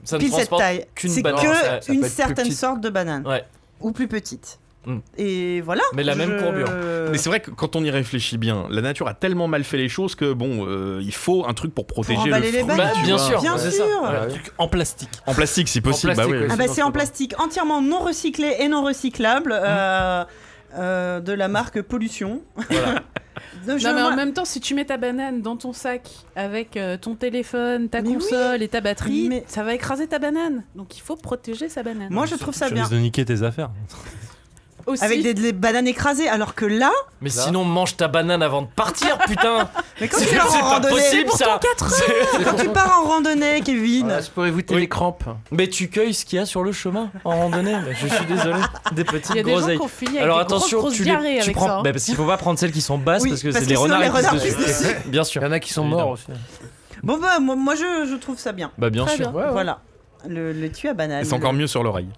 [SPEAKER 4] Ça ne
[SPEAKER 1] Pile cette
[SPEAKER 4] transporte
[SPEAKER 1] taille.
[SPEAKER 4] qu'une
[SPEAKER 1] C'est
[SPEAKER 4] banane. Ouais,
[SPEAKER 1] que
[SPEAKER 4] ça
[SPEAKER 1] une
[SPEAKER 5] peut être plus
[SPEAKER 1] certaine
[SPEAKER 5] petite.
[SPEAKER 1] sorte de banane.
[SPEAKER 4] Ouais.
[SPEAKER 1] Ou plus petite.
[SPEAKER 4] Hmm.
[SPEAKER 1] Et voilà.
[SPEAKER 4] Mais la même
[SPEAKER 7] Mais
[SPEAKER 4] courbure.
[SPEAKER 7] c'est vrai que quand on y réfléchit bien, la nature a tellement mal fait les choses que bon, euh, il faut un truc pour protéger le
[SPEAKER 1] emballer les
[SPEAKER 7] fruit,
[SPEAKER 1] bagues.
[SPEAKER 4] Bah,
[SPEAKER 7] tu
[SPEAKER 4] bien
[SPEAKER 7] vois.
[SPEAKER 4] sûr.
[SPEAKER 1] Bien
[SPEAKER 4] c'est
[SPEAKER 1] sûr.
[SPEAKER 4] Ça.
[SPEAKER 5] Ouais.
[SPEAKER 3] En plastique.
[SPEAKER 7] En plastique si possible.
[SPEAKER 5] plastique,
[SPEAKER 7] bah oui.
[SPEAKER 5] oui.
[SPEAKER 1] Ah bah c'est en
[SPEAKER 5] Sinon, c'est
[SPEAKER 1] plastique entièrement non recyclé et non recyclable
[SPEAKER 4] Mhm.
[SPEAKER 1] euh, euh, de la marque Pollution. (laughs)
[SPEAKER 4] Voilà.
[SPEAKER 1] De- je-
[SPEAKER 6] Non, mais en
[SPEAKER 1] moi-
[SPEAKER 6] même temps, si tu mets ta banane dans ton sac avec euh, ton téléphone, ta
[SPEAKER 1] Mais
[SPEAKER 6] console et ta batterie,
[SPEAKER 1] Mais-
[SPEAKER 6] ça va écraser ta banane. Donc il faut protéger sa banane.
[SPEAKER 1] moi je trouve ça
[SPEAKER 3] Tu
[SPEAKER 1] bien.
[SPEAKER 3] risques de niquer tes affaires.
[SPEAKER 6] Aussi,
[SPEAKER 1] Avec des, des bananes écrasées alors que là,
[SPEAKER 4] Mais
[SPEAKER 5] Là.
[SPEAKER 4] sinon, mange ta banane avant de partir,
[SPEAKER 1] (laughs)
[SPEAKER 4] putain.
[SPEAKER 1] mais quand
[SPEAKER 4] C'est
[SPEAKER 1] tu
[SPEAKER 4] c'est
[SPEAKER 1] pars en
[SPEAKER 4] pas
[SPEAKER 1] randonnée,
[SPEAKER 4] possible ça. C'est-
[SPEAKER 1] quand tu pars en randonnée Kevin,
[SPEAKER 5] Voilà, c'est pour éviter
[SPEAKER 4] Oui.
[SPEAKER 5] les crampes.
[SPEAKER 4] Mais tu cueilles ce qu'il y a sur le chemin en randonnée. mais Je suis désolé. Des petites
[SPEAKER 6] il y a des gens
[SPEAKER 4] groseilles.
[SPEAKER 6] qui ont fini avec
[SPEAKER 4] Alors
[SPEAKER 6] des
[SPEAKER 4] attention,
[SPEAKER 6] grosses, grosses
[SPEAKER 4] tu, les-
[SPEAKER 6] diarrhées
[SPEAKER 4] tu
[SPEAKER 6] avec
[SPEAKER 4] prends.
[SPEAKER 6] ça. hein.
[SPEAKER 4] bah, parce qu'il faut pas prendre celles qui sont basses
[SPEAKER 1] Oui,
[SPEAKER 4] parce que
[SPEAKER 1] parce
[SPEAKER 4] c'est
[SPEAKER 1] que
[SPEAKER 4] des
[SPEAKER 1] sinon, les
[SPEAKER 4] renards
[SPEAKER 1] renards
[SPEAKER 4] qui
[SPEAKER 5] (laughs)
[SPEAKER 4] pissent dessus. Bien
[SPEAKER 5] Il
[SPEAKER 4] sûr.
[SPEAKER 5] y en a qui sont
[SPEAKER 4] Évidemment.
[SPEAKER 5] morts aussi.
[SPEAKER 1] bon bah moi, moi, je, je trouve ça bien.
[SPEAKER 4] Bah bien
[SPEAKER 6] Très
[SPEAKER 4] sûr.
[SPEAKER 6] bien.
[SPEAKER 1] Voilà. Le, Ah, le tu à banane.
[SPEAKER 7] Et c'est encore mieux sur l'oreille.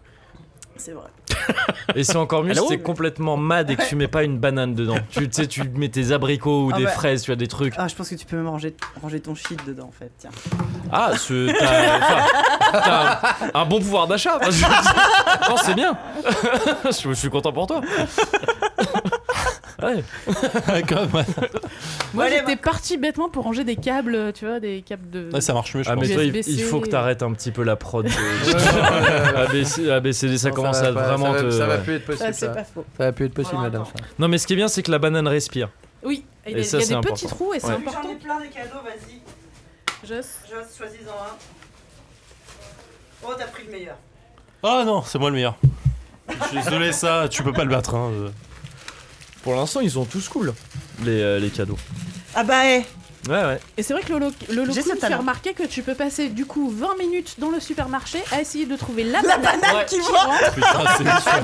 [SPEAKER 1] C'est vrai.
[SPEAKER 4] Et c'est encore mieux si
[SPEAKER 7] Allô
[SPEAKER 4] t'es complètement mad et que tu mets pas une banane dedans. Tu tu sais, tu mets tes abricots ou
[SPEAKER 1] Ah
[SPEAKER 4] des
[SPEAKER 1] bah.
[SPEAKER 4] fraises, tu as des trucs.
[SPEAKER 1] Ah, je pense que tu peux même ranger, ranger ton shit dedans en fait. Tiens.
[SPEAKER 4] Ah, ce. T'as, enfin, t'as un, un bon pouvoir d'achat. Enfin, je veux dire, (laughs) non, c'est bien. je, je suis content pour toi. Ouais.
[SPEAKER 6] Moi
[SPEAKER 1] Allez,
[SPEAKER 11] bah.
[SPEAKER 6] j'étais partie bêtement pour ranger des câbles, tu vois, des câbles de.
[SPEAKER 3] Ouais, ça marche mieux, je
[SPEAKER 4] Ah, mais
[SPEAKER 3] pense.
[SPEAKER 4] toi, il,
[SPEAKER 6] USB-C.
[SPEAKER 4] il faut que t'arrêtes un petit peu la (laughs) prod. Ah, ABCD, ça
[SPEAKER 5] Non,
[SPEAKER 4] commence
[SPEAKER 5] va
[SPEAKER 4] à
[SPEAKER 5] pas-
[SPEAKER 4] vraiment
[SPEAKER 5] ça va,
[SPEAKER 4] te.
[SPEAKER 5] ça va plus être possible.
[SPEAKER 6] Ça, c'est
[SPEAKER 5] Ça,
[SPEAKER 6] pas faux.
[SPEAKER 5] Ça va plus être possible, madame. Ça.
[SPEAKER 4] Non, mais ce qui est bien, c'est que la banane respire.
[SPEAKER 6] Oui, il y a,
[SPEAKER 4] Et ça,
[SPEAKER 6] il y a
[SPEAKER 4] c'est
[SPEAKER 6] des
[SPEAKER 4] important.
[SPEAKER 6] petits trous et c'est
[SPEAKER 4] Ouais.
[SPEAKER 6] important.
[SPEAKER 1] plein des cadeaux, vas-y.
[SPEAKER 6] Joss.
[SPEAKER 1] Joss, choisis-en un. Oh, t'as pris le meilleur.
[SPEAKER 3] Ah non, c'est moi le meilleur. Je suis désolé, ça, tu peux pas le battre. Hein. je-
[SPEAKER 4] Pour l'instant, ils sont tous cool, les, euh, les cadeaux.
[SPEAKER 1] Ah bah, eh,
[SPEAKER 4] Ouais, ouais.
[SPEAKER 6] Et c'est vrai que Lolo, Lolo
[SPEAKER 1] J'ai ce
[SPEAKER 6] Coon fait
[SPEAKER 1] talent.
[SPEAKER 6] remarquer que tu peux passer du coup 20 minutes dans le supermarché à essayer de trouver la,
[SPEAKER 1] la
[SPEAKER 6] banane.
[SPEAKER 1] banane
[SPEAKER 4] Ouais.
[SPEAKER 1] qui voit.
[SPEAKER 3] Putain, c'est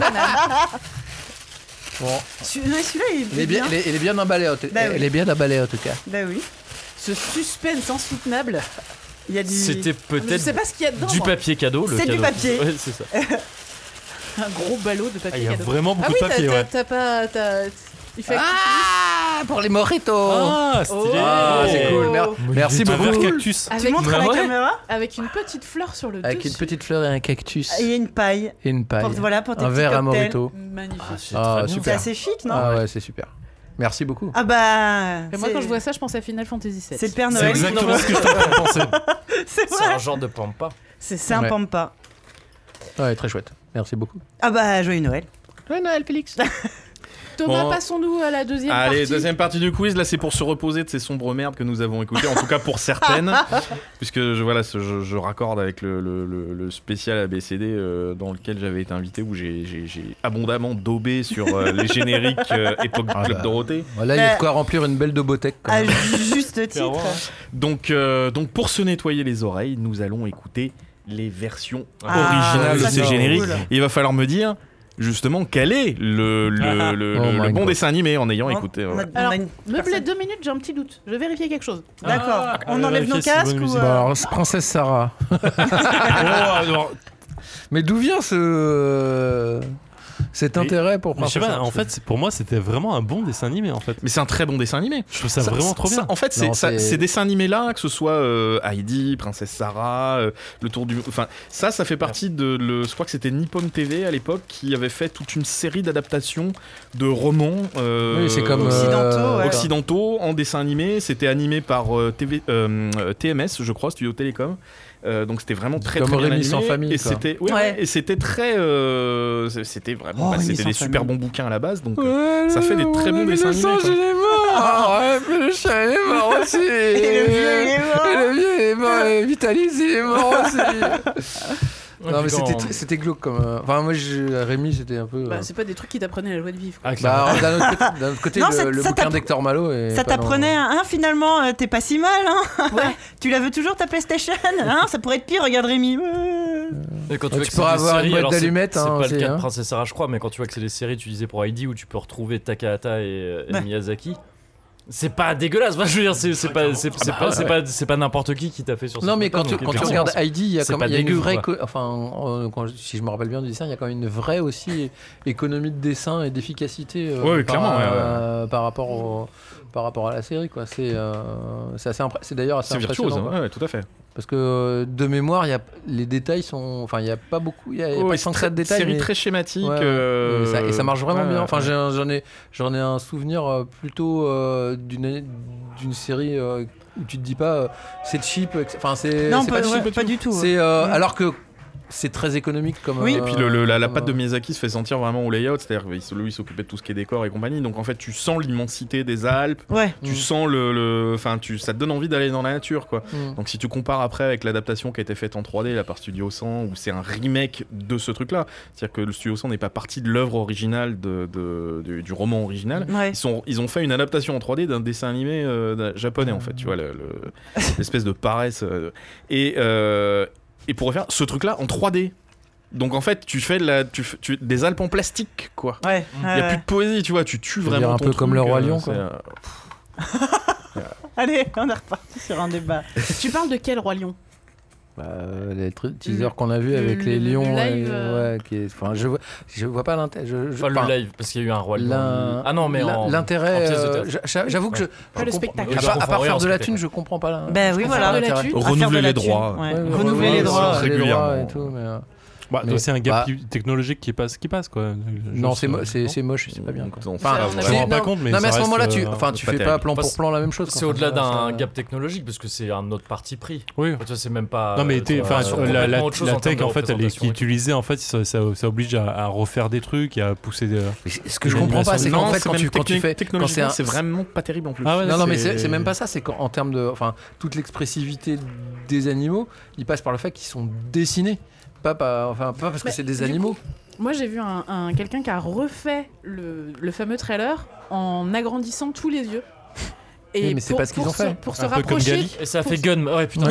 [SPEAKER 1] Celui- non, Celui-là, il
[SPEAKER 5] Il est bien, il est, il est bien emballé, en tout-
[SPEAKER 1] Bah oui.
[SPEAKER 5] il est bien emballé en tout cas.
[SPEAKER 1] Bah oui.
[SPEAKER 6] Ce suspense insoutenable.
[SPEAKER 1] Il y a du.
[SPEAKER 4] C'était
[SPEAKER 6] Ah, mais Je sais
[SPEAKER 4] peut-être
[SPEAKER 6] pas ce qu'il y a dedans.
[SPEAKER 4] du
[SPEAKER 6] moi.
[SPEAKER 4] papier cadeau. le
[SPEAKER 1] C'est du
[SPEAKER 4] cadeau.
[SPEAKER 1] papier.
[SPEAKER 4] Ouais, c'est ça.
[SPEAKER 6] Un gros ballot de
[SPEAKER 3] Ah, il y
[SPEAKER 6] papier
[SPEAKER 3] a
[SPEAKER 6] cadeau.
[SPEAKER 3] vraiment beaucoup
[SPEAKER 6] Ah oui,
[SPEAKER 3] de papier,
[SPEAKER 6] t'as- t'as
[SPEAKER 3] ouais.
[SPEAKER 6] t'as pas. t'as- Il fait.
[SPEAKER 5] Ah, pour les mojitos
[SPEAKER 3] Ah,
[SPEAKER 6] Oh.
[SPEAKER 3] stylé.
[SPEAKER 5] Ah, c'est cool. Mer-
[SPEAKER 1] Oh.
[SPEAKER 5] Merci
[SPEAKER 3] Un verre
[SPEAKER 5] beaucoup.
[SPEAKER 3] cactus.
[SPEAKER 1] Tu
[SPEAKER 6] Avec,
[SPEAKER 1] montres à la
[SPEAKER 4] Bah ouais.
[SPEAKER 1] caméra
[SPEAKER 6] avec une petite fleur sur le
[SPEAKER 5] Avec
[SPEAKER 6] dessus.
[SPEAKER 5] une petite fleur et un cactus.
[SPEAKER 1] et Ah, il y a une paille.
[SPEAKER 5] Et une paille.
[SPEAKER 1] Porte- voilà, pour tes
[SPEAKER 5] un
[SPEAKER 1] petits
[SPEAKER 5] verre à
[SPEAKER 1] cocktails.
[SPEAKER 5] morito.
[SPEAKER 6] Magnifique.
[SPEAKER 4] c'est
[SPEAKER 5] Ah,
[SPEAKER 4] très bien.
[SPEAKER 1] C'est
[SPEAKER 5] super.
[SPEAKER 1] assez chic, non
[SPEAKER 5] Ah ouais, c'est super. Merci beaucoup.
[SPEAKER 1] Ah bah.
[SPEAKER 6] Et moi,
[SPEAKER 1] c'est-
[SPEAKER 6] quand je vois ça, je pense à Final Fantasy VII.
[SPEAKER 1] C'est le Père
[SPEAKER 3] C'est
[SPEAKER 1] Noël. qui
[SPEAKER 3] exactement
[SPEAKER 1] l'envoie.
[SPEAKER 3] ce que je t'en pensais.
[SPEAKER 1] (laughs) C'est
[SPEAKER 4] C'est
[SPEAKER 1] vrai.
[SPEAKER 4] un genre de pampa.
[SPEAKER 1] C'est c'est un
[SPEAKER 5] Ouais.
[SPEAKER 1] pampa.
[SPEAKER 5] Ouais, très chouette. Merci beaucoup.
[SPEAKER 1] Ah bah, joyeux Noël.
[SPEAKER 6] Joyeux Noël, Félix. Thomas,
[SPEAKER 7] Bon.
[SPEAKER 6] passons-nous à la deuxième
[SPEAKER 7] Allez,
[SPEAKER 6] partie.
[SPEAKER 7] deuxième partie du quiz. Là, c'est pour se reposer de ces sombres merdes que nous avons écoutées, en tout cas
[SPEAKER 1] (laughs)
[SPEAKER 7] pour certaines, puisque je, voilà, ce- je, je raccorde avec le, le- le- le spécial ABCD euh, dans lequel j'avais été invité, où j'ai- j'ai j'ai abondamment daubé sur euh, les génériques euh, époque du
[SPEAKER 5] Ah
[SPEAKER 7] Club
[SPEAKER 5] bah.
[SPEAKER 7] Dorothée.
[SPEAKER 5] Voilà, il y a
[SPEAKER 1] Euh,
[SPEAKER 5] de quoi remplir une belle dobothèque. quand
[SPEAKER 1] À
[SPEAKER 5] même.
[SPEAKER 1] Ah, juste
[SPEAKER 4] (laughs)
[SPEAKER 1] titre.
[SPEAKER 7] Donc, euh, donc, pour se nettoyer les oreilles, nous allons écouter les versions
[SPEAKER 1] Ah,
[SPEAKER 7] originales de
[SPEAKER 1] ça,
[SPEAKER 7] ces
[SPEAKER 1] c'est
[SPEAKER 7] génériques.
[SPEAKER 1] cool.
[SPEAKER 7] Et il va falloir me dire justement quel est le, le, le-
[SPEAKER 5] Oh
[SPEAKER 7] le- le
[SPEAKER 5] my
[SPEAKER 7] bon
[SPEAKER 5] God.
[SPEAKER 7] dessin animé en ayant écouté.
[SPEAKER 1] Ah. On a-
[SPEAKER 7] voilà.
[SPEAKER 1] on a
[SPEAKER 6] Alors, euh,
[SPEAKER 1] une
[SPEAKER 6] me plaît
[SPEAKER 1] personne.
[SPEAKER 6] deux minutes, j'ai un petit doute. Je vais vérifier quelque chose.
[SPEAKER 1] D'accord. on
[SPEAKER 3] euh,
[SPEAKER 1] enlève nos
[SPEAKER 3] vérifier si
[SPEAKER 1] casques
[SPEAKER 3] bonne
[SPEAKER 1] ou.
[SPEAKER 3] musique.
[SPEAKER 1] euh,
[SPEAKER 5] Bon, alors, Princesse Sarah.
[SPEAKER 3] Oh, alors,
[SPEAKER 5] Mais d'où vient ce. euh, cet
[SPEAKER 3] Mais-
[SPEAKER 5] intérêt pour
[SPEAKER 3] mais je sais
[SPEAKER 5] Princesse
[SPEAKER 3] pas,
[SPEAKER 5] Sarah
[SPEAKER 3] en fait, c'est- pour moi, c'était vraiment un bon dessin animé, en fait.
[SPEAKER 7] Mais c'est un très bon dessin animé.
[SPEAKER 3] Je trouve ça, vraiment trop bien.
[SPEAKER 7] en fait, c'est-
[SPEAKER 5] Non,
[SPEAKER 7] ça-
[SPEAKER 5] c'est-
[SPEAKER 7] ces dessins animés-là, que ce soit euh, Heidi, Princesse Sarah, euh, le tour du, enfin ça, ça fait partie de, le, je crois que c'était Nippon TV à l'époque qui avait fait toute une série d'adaptations de romans. euh,
[SPEAKER 5] Oui, c'est comme. euh,
[SPEAKER 1] Occidentaux, ouais.
[SPEAKER 7] occidentaux en dessin animé. C'était animé par euh, TV, euh, euh, TMS, je crois, Studio Télécom. Euh, donc c'était vraiment très
[SPEAKER 5] Comme
[SPEAKER 7] très bien
[SPEAKER 5] Rémi
[SPEAKER 7] animé.
[SPEAKER 5] sans famille,
[SPEAKER 7] et
[SPEAKER 5] quoi.
[SPEAKER 7] c'était ouais,
[SPEAKER 1] Ouais.
[SPEAKER 7] ouais, et c'était très euh, c'est- c'était vraiment
[SPEAKER 5] Oh,
[SPEAKER 7] bah,
[SPEAKER 5] Rémi
[SPEAKER 7] c'était
[SPEAKER 5] sans
[SPEAKER 7] des super
[SPEAKER 5] famille.
[SPEAKER 7] bons bouquins à la base donc euh,
[SPEAKER 5] Ouais,
[SPEAKER 7] ça fait des
[SPEAKER 5] le-
[SPEAKER 7] très bons
[SPEAKER 5] le
[SPEAKER 7] dessins
[SPEAKER 5] singe,
[SPEAKER 7] animés, quoi.
[SPEAKER 5] il est mort Ah ouais, puis le chat il est
[SPEAKER 7] (laughs)
[SPEAKER 5] mort aussi Et
[SPEAKER 1] (laughs) le vieux, il est mort.
[SPEAKER 5] Et le vieux, il est mort Et Vitalis, il est
[SPEAKER 7] (laughs)
[SPEAKER 5] mort aussi Non,
[SPEAKER 3] Ah,
[SPEAKER 2] puis
[SPEAKER 5] mais
[SPEAKER 2] quand-
[SPEAKER 5] c'était tr- c'était glauque comme. euh, Enfin, moi, je- Rémi, c'était un peu. euh,
[SPEAKER 6] Bah, c'est pas des trucs qui t'apprenaient la loi de vivre.
[SPEAKER 3] Ah, clairement.
[SPEAKER 5] Bah, alors, d'un autre côté, d'un autre côté,
[SPEAKER 1] Non,
[SPEAKER 5] le,
[SPEAKER 1] ça-
[SPEAKER 5] le
[SPEAKER 1] ça
[SPEAKER 5] bouquin
[SPEAKER 1] t'app-
[SPEAKER 5] d'Hector Malo. est
[SPEAKER 1] Ça
[SPEAKER 5] pas dans-
[SPEAKER 1] t'apprenait, un hein, finalement, euh, t'es pas si mal, hein (laughs) Tu la veux toujours ta PlayStation, hein Ça pourrait être pire, regarde Rémi. Euh. Ouais.
[SPEAKER 4] Et quand
[SPEAKER 5] Ah, tu
[SPEAKER 4] vois que c'est
[SPEAKER 5] pourras
[SPEAKER 4] des
[SPEAKER 5] avoir une
[SPEAKER 4] séries,
[SPEAKER 5] boîte
[SPEAKER 4] alors c'est-
[SPEAKER 5] d'allumettes,
[SPEAKER 4] C'est
[SPEAKER 5] hein,
[SPEAKER 4] pas
[SPEAKER 5] aussi,
[SPEAKER 4] le cas
[SPEAKER 5] hein.
[SPEAKER 4] de Princesse Sarah, je crois, mais quand tu vois que c'est des séries, tu disais pour Heidi où tu peux retrouver Takahata et, euh, et
[SPEAKER 1] Ouais.
[SPEAKER 4] Miyazaki. C'est pas dégueulasse, enfin, je veux dire, c'est c'est
[SPEAKER 3] Ah,
[SPEAKER 4] pas,
[SPEAKER 3] bah,
[SPEAKER 4] c'est c'est pas, c'est pas, c'est pas n'importe qui qui t'a fait sur.
[SPEAKER 5] Non,
[SPEAKER 4] cette
[SPEAKER 5] mais quand
[SPEAKER 4] plateforme,
[SPEAKER 5] tu,
[SPEAKER 4] donc,
[SPEAKER 5] quand tu
[SPEAKER 4] effectivement,
[SPEAKER 5] regardes Heidi, il y a,
[SPEAKER 4] c'est
[SPEAKER 5] comme,
[SPEAKER 4] pas
[SPEAKER 5] il y a une
[SPEAKER 4] dégueu,
[SPEAKER 5] vraie.
[SPEAKER 4] quoi.
[SPEAKER 5] co- Enfin, euh, quand je- si je me rappelle bien du dessin, il y a quand même une vraie aussi économie de dessin et d'efficacité euh,
[SPEAKER 7] Ouais, ouais,
[SPEAKER 5] par,
[SPEAKER 7] clairement, ouais, ouais.
[SPEAKER 5] euh, par rapport au- par rapport à la série. quoi. C'est euh, c'est assez impré- c'est d'ailleurs assez
[SPEAKER 7] c'est virtuose
[SPEAKER 5] impressionnant.
[SPEAKER 7] hein,
[SPEAKER 5] quoi.
[SPEAKER 7] ouais, tout à fait
[SPEAKER 5] Parce que euh, de mémoire, il y a, les détails sont. Enfin, il n'y a pas beaucoup. Il y a, il y a
[SPEAKER 7] Ouais,
[SPEAKER 5] pas
[SPEAKER 7] Oh, c'est
[SPEAKER 5] tant que
[SPEAKER 7] très-
[SPEAKER 5] ça de détails.
[SPEAKER 7] Série
[SPEAKER 5] mais-
[SPEAKER 7] très schématique.
[SPEAKER 5] Ouais, ouais.
[SPEAKER 7] euh,
[SPEAKER 5] Et, ça, et ça marche vraiment
[SPEAKER 7] ouais,
[SPEAKER 5] bien.
[SPEAKER 7] ouais.
[SPEAKER 5] Enfin, j'ai un- j'en ai, j'en ai un souvenir euh, plutôt euh, d'une d'une série euh, où tu te dis pas euh, c'est cheap. etc. Enfin, c'est
[SPEAKER 1] Non,
[SPEAKER 5] c'est
[SPEAKER 1] pas,
[SPEAKER 5] pas
[SPEAKER 1] ouais,
[SPEAKER 5] cheap.
[SPEAKER 1] pas du tout.
[SPEAKER 5] C'est euh,
[SPEAKER 1] Mm.
[SPEAKER 5] alors que c'est très économique comme.
[SPEAKER 1] Oui.
[SPEAKER 5] euh,
[SPEAKER 7] Et puis le- le- la, la
[SPEAKER 5] comme,
[SPEAKER 7] patte de
[SPEAKER 5] euh,
[SPEAKER 7] Miyazaki se fait sentir vraiment au layout, c'est-à-dire que lui il s'occupait de tout ce qui est décor et compagnie, donc en fait tu sens l'immensité des Alpes,
[SPEAKER 1] Ouais.
[SPEAKER 5] Mm.
[SPEAKER 7] tu sens le, le- enfin tu, ça te donne envie d'aller dans la nature quoi.
[SPEAKER 5] Mm.
[SPEAKER 7] Donc si tu compares après avec l'adaptation qui a été faite en 3D là par Studio 100 où c'est un remake de ce truc-là, c'est-à-dire que le Studio 100 n'est pas parti de l'œuvre originale de, de- du, du roman original.
[SPEAKER 1] Ouais.
[SPEAKER 7] Ils, sont, ils ont fait une adaptation en 3D d'un dessin animé euh, d'un- japonais en fait, tu vois, le- le- l'espèce de paresse. euh, et, euh, et pour refaire ce truc-là en 3D. Donc en fait, tu fais, de la, tu, f- tu- des Alpes en plastique, quoi.
[SPEAKER 1] Ouais.
[SPEAKER 7] Il n'y a
[SPEAKER 1] ouais.
[SPEAKER 7] plus de poésie, tu vois, tu tues
[SPEAKER 5] C'est-à-dire
[SPEAKER 7] vraiment.
[SPEAKER 5] un
[SPEAKER 7] ton
[SPEAKER 5] peu comme
[SPEAKER 7] truc,
[SPEAKER 5] le Roi
[SPEAKER 7] euh,
[SPEAKER 5] Lion,
[SPEAKER 7] c'est,
[SPEAKER 5] quoi.
[SPEAKER 7] euh,
[SPEAKER 1] Allez, on est reparti (laughs) sur un débat.
[SPEAKER 6] tu parles de quel roi lion
[SPEAKER 5] bah, euh, les tru- teasers qu'on a vu
[SPEAKER 6] le-
[SPEAKER 5] avec les
[SPEAKER 6] le- le
[SPEAKER 5] lions.
[SPEAKER 6] live,
[SPEAKER 5] et-
[SPEAKER 6] euh,
[SPEAKER 5] ouais, qui est- enfin, je vois, je vois pas l'intérêt. je- je-
[SPEAKER 4] Enfin,
[SPEAKER 5] enfin,
[SPEAKER 4] le live, parce qu'il y a eu un roi. lion.
[SPEAKER 5] l'in-
[SPEAKER 4] Ah non, mais
[SPEAKER 5] l'in-
[SPEAKER 4] en- en
[SPEAKER 5] L'intérêt,
[SPEAKER 4] pièce de
[SPEAKER 5] euh,
[SPEAKER 4] théâtre.
[SPEAKER 5] j'a- j'a- j'avoue que je.
[SPEAKER 6] Pas le
[SPEAKER 5] je comprends-
[SPEAKER 6] spectacle.
[SPEAKER 5] À part, à part
[SPEAKER 4] Oui,
[SPEAKER 5] faire
[SPEAKER 4] je
[SPEAKER 5] de la
[SPEAKER 4] comprends
[SPEAKER 5] thune, je comprends pas. la-
[SPEAKER 1] Ben oui,
[SPEAKER 5] je comprends
[SPEAKER 1] voilà.
[SPEAKER 5] pas
[SPEAKER 6] Faire de la
[SPEAKER 5] l'intérêt.
[SPEAKER 6] thune.
[SPEAKER 1] Affaire de
[SPEAKER 7] Renouveler
[SPEAKER 1] la
[SPEAKER 7] les
[SPEAKER 1] thune,
[SPEAKER 7] droits.
[SPEAKER 1] ouais.
[SPEAKER 5] Ouais, ouais,
[SPEAKER 1] Renouveler
[SPEAKER 5] ouais,
[SPEAKER 1] les droits.
[SPEAKER 5] renouveler les
[SPEAKER 7] régulièrement.
[SPEAKER 5] et tout, mais, euh,
[SPEAKER 3] Bah,
[SPEAKER 5] Mais-
[SPEAKER 3] c'est un gap
[SPEAKER 5] bah-
[SPEAKER 3] technologique qui passe, qui passe quoi. euh, Je-
[SPEAKER 5] Non,
[SPEAKER 3] je-
[SPEAKER 5] c'est mo- c'est
[SPEAKER 3] je-
[SPEAKER 5] c'est moche, c'est pas bien. quoi.
[SPEAKER 7] Ils ont-
[SPEAKER 5] Enfin,
[SPEAKER 7] Ça,
[SPEAKER 6] on a
[SPEAKER 3] Je me
[SPEAKER 5] c'est-
[SPEAKER 3] rends pas
[SPEAKER 5] non,
[SPEAKER 3] compte, mais.
[SPEAKER 5] non, mais à
[SPEAKER 3] ça
[SPEAKER 5] ce
[SPEAKER 3] reste,
[SPEAKER 5] moment-là, tu,
[SPEAKER 3] euh,
[SPEAKER 5] enfin, tu
[SPEAKER 7] pas
[SPEAKER 5] fais pas
[SPEAKER 7] terrible.
[SPEAKER 5] plan pour
[SPEAKER 4] Parce-
[SPEAKER 5] plan la même chose.
[SPEAKER 4] C'est
[SPEAKER 5] quoi.
[SPEAKER 4] au-delà
[SPEAKER 5] Ça-
[SPEAKER 4] d'un
[SPEAKER 5] ça- euh.
[SPEAKER 4] gap technologique, parce que c'est un autre parti pris.
[SPEAKER 3] Oui.
[SPEAKER 4] Tu vois, c'est même pas.
[SPEAKER 3] Non mais
[SPEAKER 4] euh,
[SPEAKER 3] t'es-
[SPEAKER 4] on
[SPEAKER 3] enfin,
[SPEAKER 4] est sur
[SPEAKER 3] la, la-
[SPEAKER 4] complètement autre chose
[SPEAKER 3] la
[SPEAKER 4] en termes
[SPEAKER 3] tech
[SPEAKER 4] de
[SPEAKER 3] en fait elle est qui est
[SPEAKER 4] représentation.
[SPEAKER 3] utilisée en fait ça, ça- ça oblige à, à refaire des trucs et à pousser des...
[SPEAKER 5] Mais c'est- Ce que je comprends pas, c'est
[SPEAKER 7] Non,
[SPEAKER 5] qu'en fait,
[SPEAKER 7] c'est
[SPEAKER 5] quand
[SPEAKER 7] même
[SPEAKER 5] tu, quand tu
[SPEAKER 7] technique-
[SPEAKER 5] fais. Quand c'est
[SPEAKER 7] technologiquement,
[SPEAKER 5] un-
[SPEAKER 7] c'est vraiment pas terrible en plus.
[SPEAKER 3] Ah ouais,
[SPEAKER 5] Non, non, mais c'est c'est même pas ça. C'est qu'en en termes de. Enfin, toute l'expressivité des animaux, ils passent par le fait qu'ils sont dessinés. Pas, par- enfin, pas parce que
[SPEAKER 6] Mais
[SPEAKER 5] c'est des
[SPEAKER 6] du
[SPEAKER 5] animaux.
[SPEAKER 6] Moi, j'ai vu un, un- quelqu'un qui a refait le, le fameux trailer en agrandissant tous les yeux.
[SPEAKER 5] Oui, mais c'est
[SPEAKER 6] pour-
[SPEAKER 5] pas ce qu'ils
[SPEAKER 6] pour
[SPEAKER 5] ont fait.
[SPEAKER 6] se- Pour se
[SPEAKER 3] Un peu comme
[SPEAKER 6] rapprocher.
[SPEAKER 3] Gali.
[SPEAKER 4] Et ça fait gun. Ouais, putain.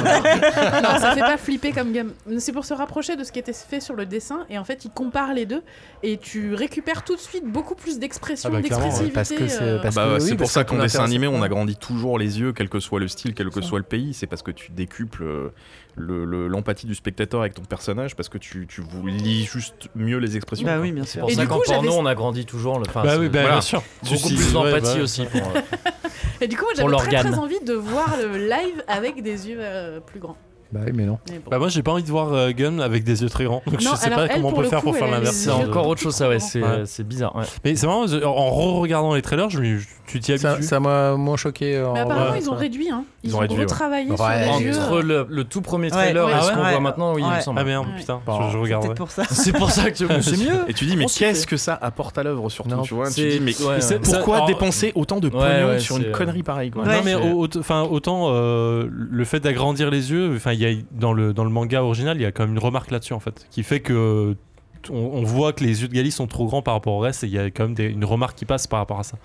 [SPEAKER 6] Non, ça fait pas flipper comme gamme. C'est pour se rapprocher de ce qui était fait sur le dessin et en fait, il compare les deux et tu récupères tout de suite beaucoup plus d'expression,
[SPEAKER 3] Ah bah, clairement, ouais,
[SPEAKER 6] d'expressivité.
[SPEAKER 5] parce que c'est-
[SPEAKER 6] euh,
[SPEAKER 5] parce-
[SPEAKER 7] Bah ouais,
[SPEAKER 5] oui,
[SPEAKER 7] c'est pour ça
[SPEAKER 5] que
[SPEAKER 7] qu'en
[SPEAKER 5] tout
[SPEAKER 7] dessin
[SPEAKER 5] l'intérêt,
[SPEAKER 7] animé,
[SPEAKER 5] c'est-
[SPEAKER 7] on agrandit toujours les yeux, quel que soit le style, quel que
[SPEAKER 5] Ça.
[SPEAKER 7] soit le pays. C'est parce que tu décuples euh, le- le- l'empathie du spectateur avec ton personnage, parce que tu, tu vous lis juste mieux les expressions. (laughs)
[SPEAKER 1] Bah oui, bien
[SPEAKER 4] C'est
[SPEAKER 1] sûr.
[SPEAKER 4] pour
[SPEAKER 6] Et
[SPEAKER 4] ça
[SPEAKER 6] du
[SPEAKER 4] qu'en
[SPEAKER 6] coup, j'avais-
[SPEAKER 4] porno, on agrandit toujours. le- enfin,
[SPEAKER 3] Bah
[SPEAKER 4] c'est-
[SPEAKER 3] oui, bah,
[SPEAKER 7] voilà.
[SPEAKER 3] bien sûr.
[SPEAKER 4] Beaucoup
[SPEAKER 3] Tu-
[SPEAKER 4] plus
[SPEAKER 3] ouais,
[SPEAKER 4] d'empathie
[SPEAKER 3] bah,
[SPEAKER 4] aussi.
[SPEAKER 5] (laughs)
[SPEAKER 4] pour, euh,
[SPEAKER 6] Et du coup, moi, j'avais
[SPEAKER 4] Pour
[SPEAKER 6] très, très
[SPEAKER 4] l'organe.
[SPEAKER 6] envie de voir le live avec des yeux euh, plus grands.
[SPEAKER 5] Bah oui, mais non.
[SPEAKER 6] Mais bon.
[SPEAKER 3] Bah moi j'ai pas envie de voir euh, Gun avec des yeux très grands. Donc
[SPEAKER 6] Non,
[SPEAKER 3] je sais
[SPEAKER 6] alors,
[SPEAKER 3] pas
[SPEAKER 6] elle,
[SPEAKER 3] comment on
[SPEAKER 6] pour
[SPEAKER 3] peut
[SPEAKER 6] le
[SPEAKER 3] faire
[SPEAKER 6] coup,
[SPEAKER 3] pour faire
[SPEAKER 6] elle a les
[SPEAKER 3] l'inverse.
[SPEAKER 4] C'est
[SPEAKER 6] yeux
[SPEAKER 3] de-
[SPEAKER 4] encore autre chose, ça, ouais. C'est
[SPEAKER 3] Ouais.
[SPEAKER 4] c'est bizarre. ouais.
[SPEAKER 3] Mais c'est marrant, je- en- en re-regardant les trailers, je me- je- tu t'y
[SPEAKER 5] Ça
[SPEAKER 3] habitues.
[SPEAKER 5] ça m'a moins choqué. en
[SPEAKER 6] Mais apparemment,
[SPEAKER 5] vrai.
[SPEAKER 6] ils ont réduit. Hein. Ils,
[SPEAKER 7] Ils ont
[SPEAKER 6] ont,
[SPEAKER 7] réduit, ouais.
[SPEAKER 6] retravaillé
[SPEAKER 5] Ouais.
[SPEAKER 6] sur les yeux.
[SPEAKER 4] Entre le, le tout premier trailer
[SPEAKER 1] Ouais,
[SPEAKER 4] et
[SPEAKER 1] ouais,
[SPEAKER 4] ce qu'on
[SPEAKER 1] ouais.
[SPEAKER 4] voit maintenant, oui, il
[SPEAKER 1] Ouais.
[SPEAKER 4] me semble.
[SPEAKER 3] Ah merde,
[SPEAKER 6] Ouais.
[SPEAKER 3] putain,
[SPEAKER 5] Bon,
[SPEAKER 3] je, je
[SPEAKER 1] C'est
[SPEAKER 3] regarde.
[SPEAKER 1] peut-être pour ça.
[SPEAKER 4] C'est pour ça que c'est mieux.
[SPEAKER 7] Et tu dis, mais
[SPEAKER 4] On s'y
[SPEAKER 7] qu'est-ce
[SPEAKER 4] fait.
[SPEAKER 7] que ça apporte à l'œuvre, surtout
[SPEAKER 5] Non,
[SPEAKER 7] tu vois, tu
[SPEAKER 4] C'est-
[SPEAKER 7] dis, mais
[SPEAKER 4] ouais,
[SPEAKER 7] c'est-
[SPEAKER 4] ouais.
[SPEAKER 7] pourquoi
[SPEAKER 3] Ça-
[SPEAKER 7] dépenser autant de
[SPEAKER 4] Ouais,
[SPEAKER 7] pognon
[SPEAKER 4] ouais,
[SPEAKER 7] sur une
[SPEAKER 4] c'est, euh,
[SPEAKER 7] connerie pareille quoi.
[SPEAKER 1] Ouais.
[SPEAKER 3] Ah, Non mais
[SPEAKER 7] C'est-
[SPEAKER 3] au- au- enfin, autant euh, le fait d'agrandir les yeux, enfin il y a dans le dans le manga original, il y a quand même une remarque là-dessus en fait, qui fait que t- on, on voit que les yeux de Gali sont trop grands par rapport au reste, et il y a quand même des- une remarque qui passe par rapport à ça.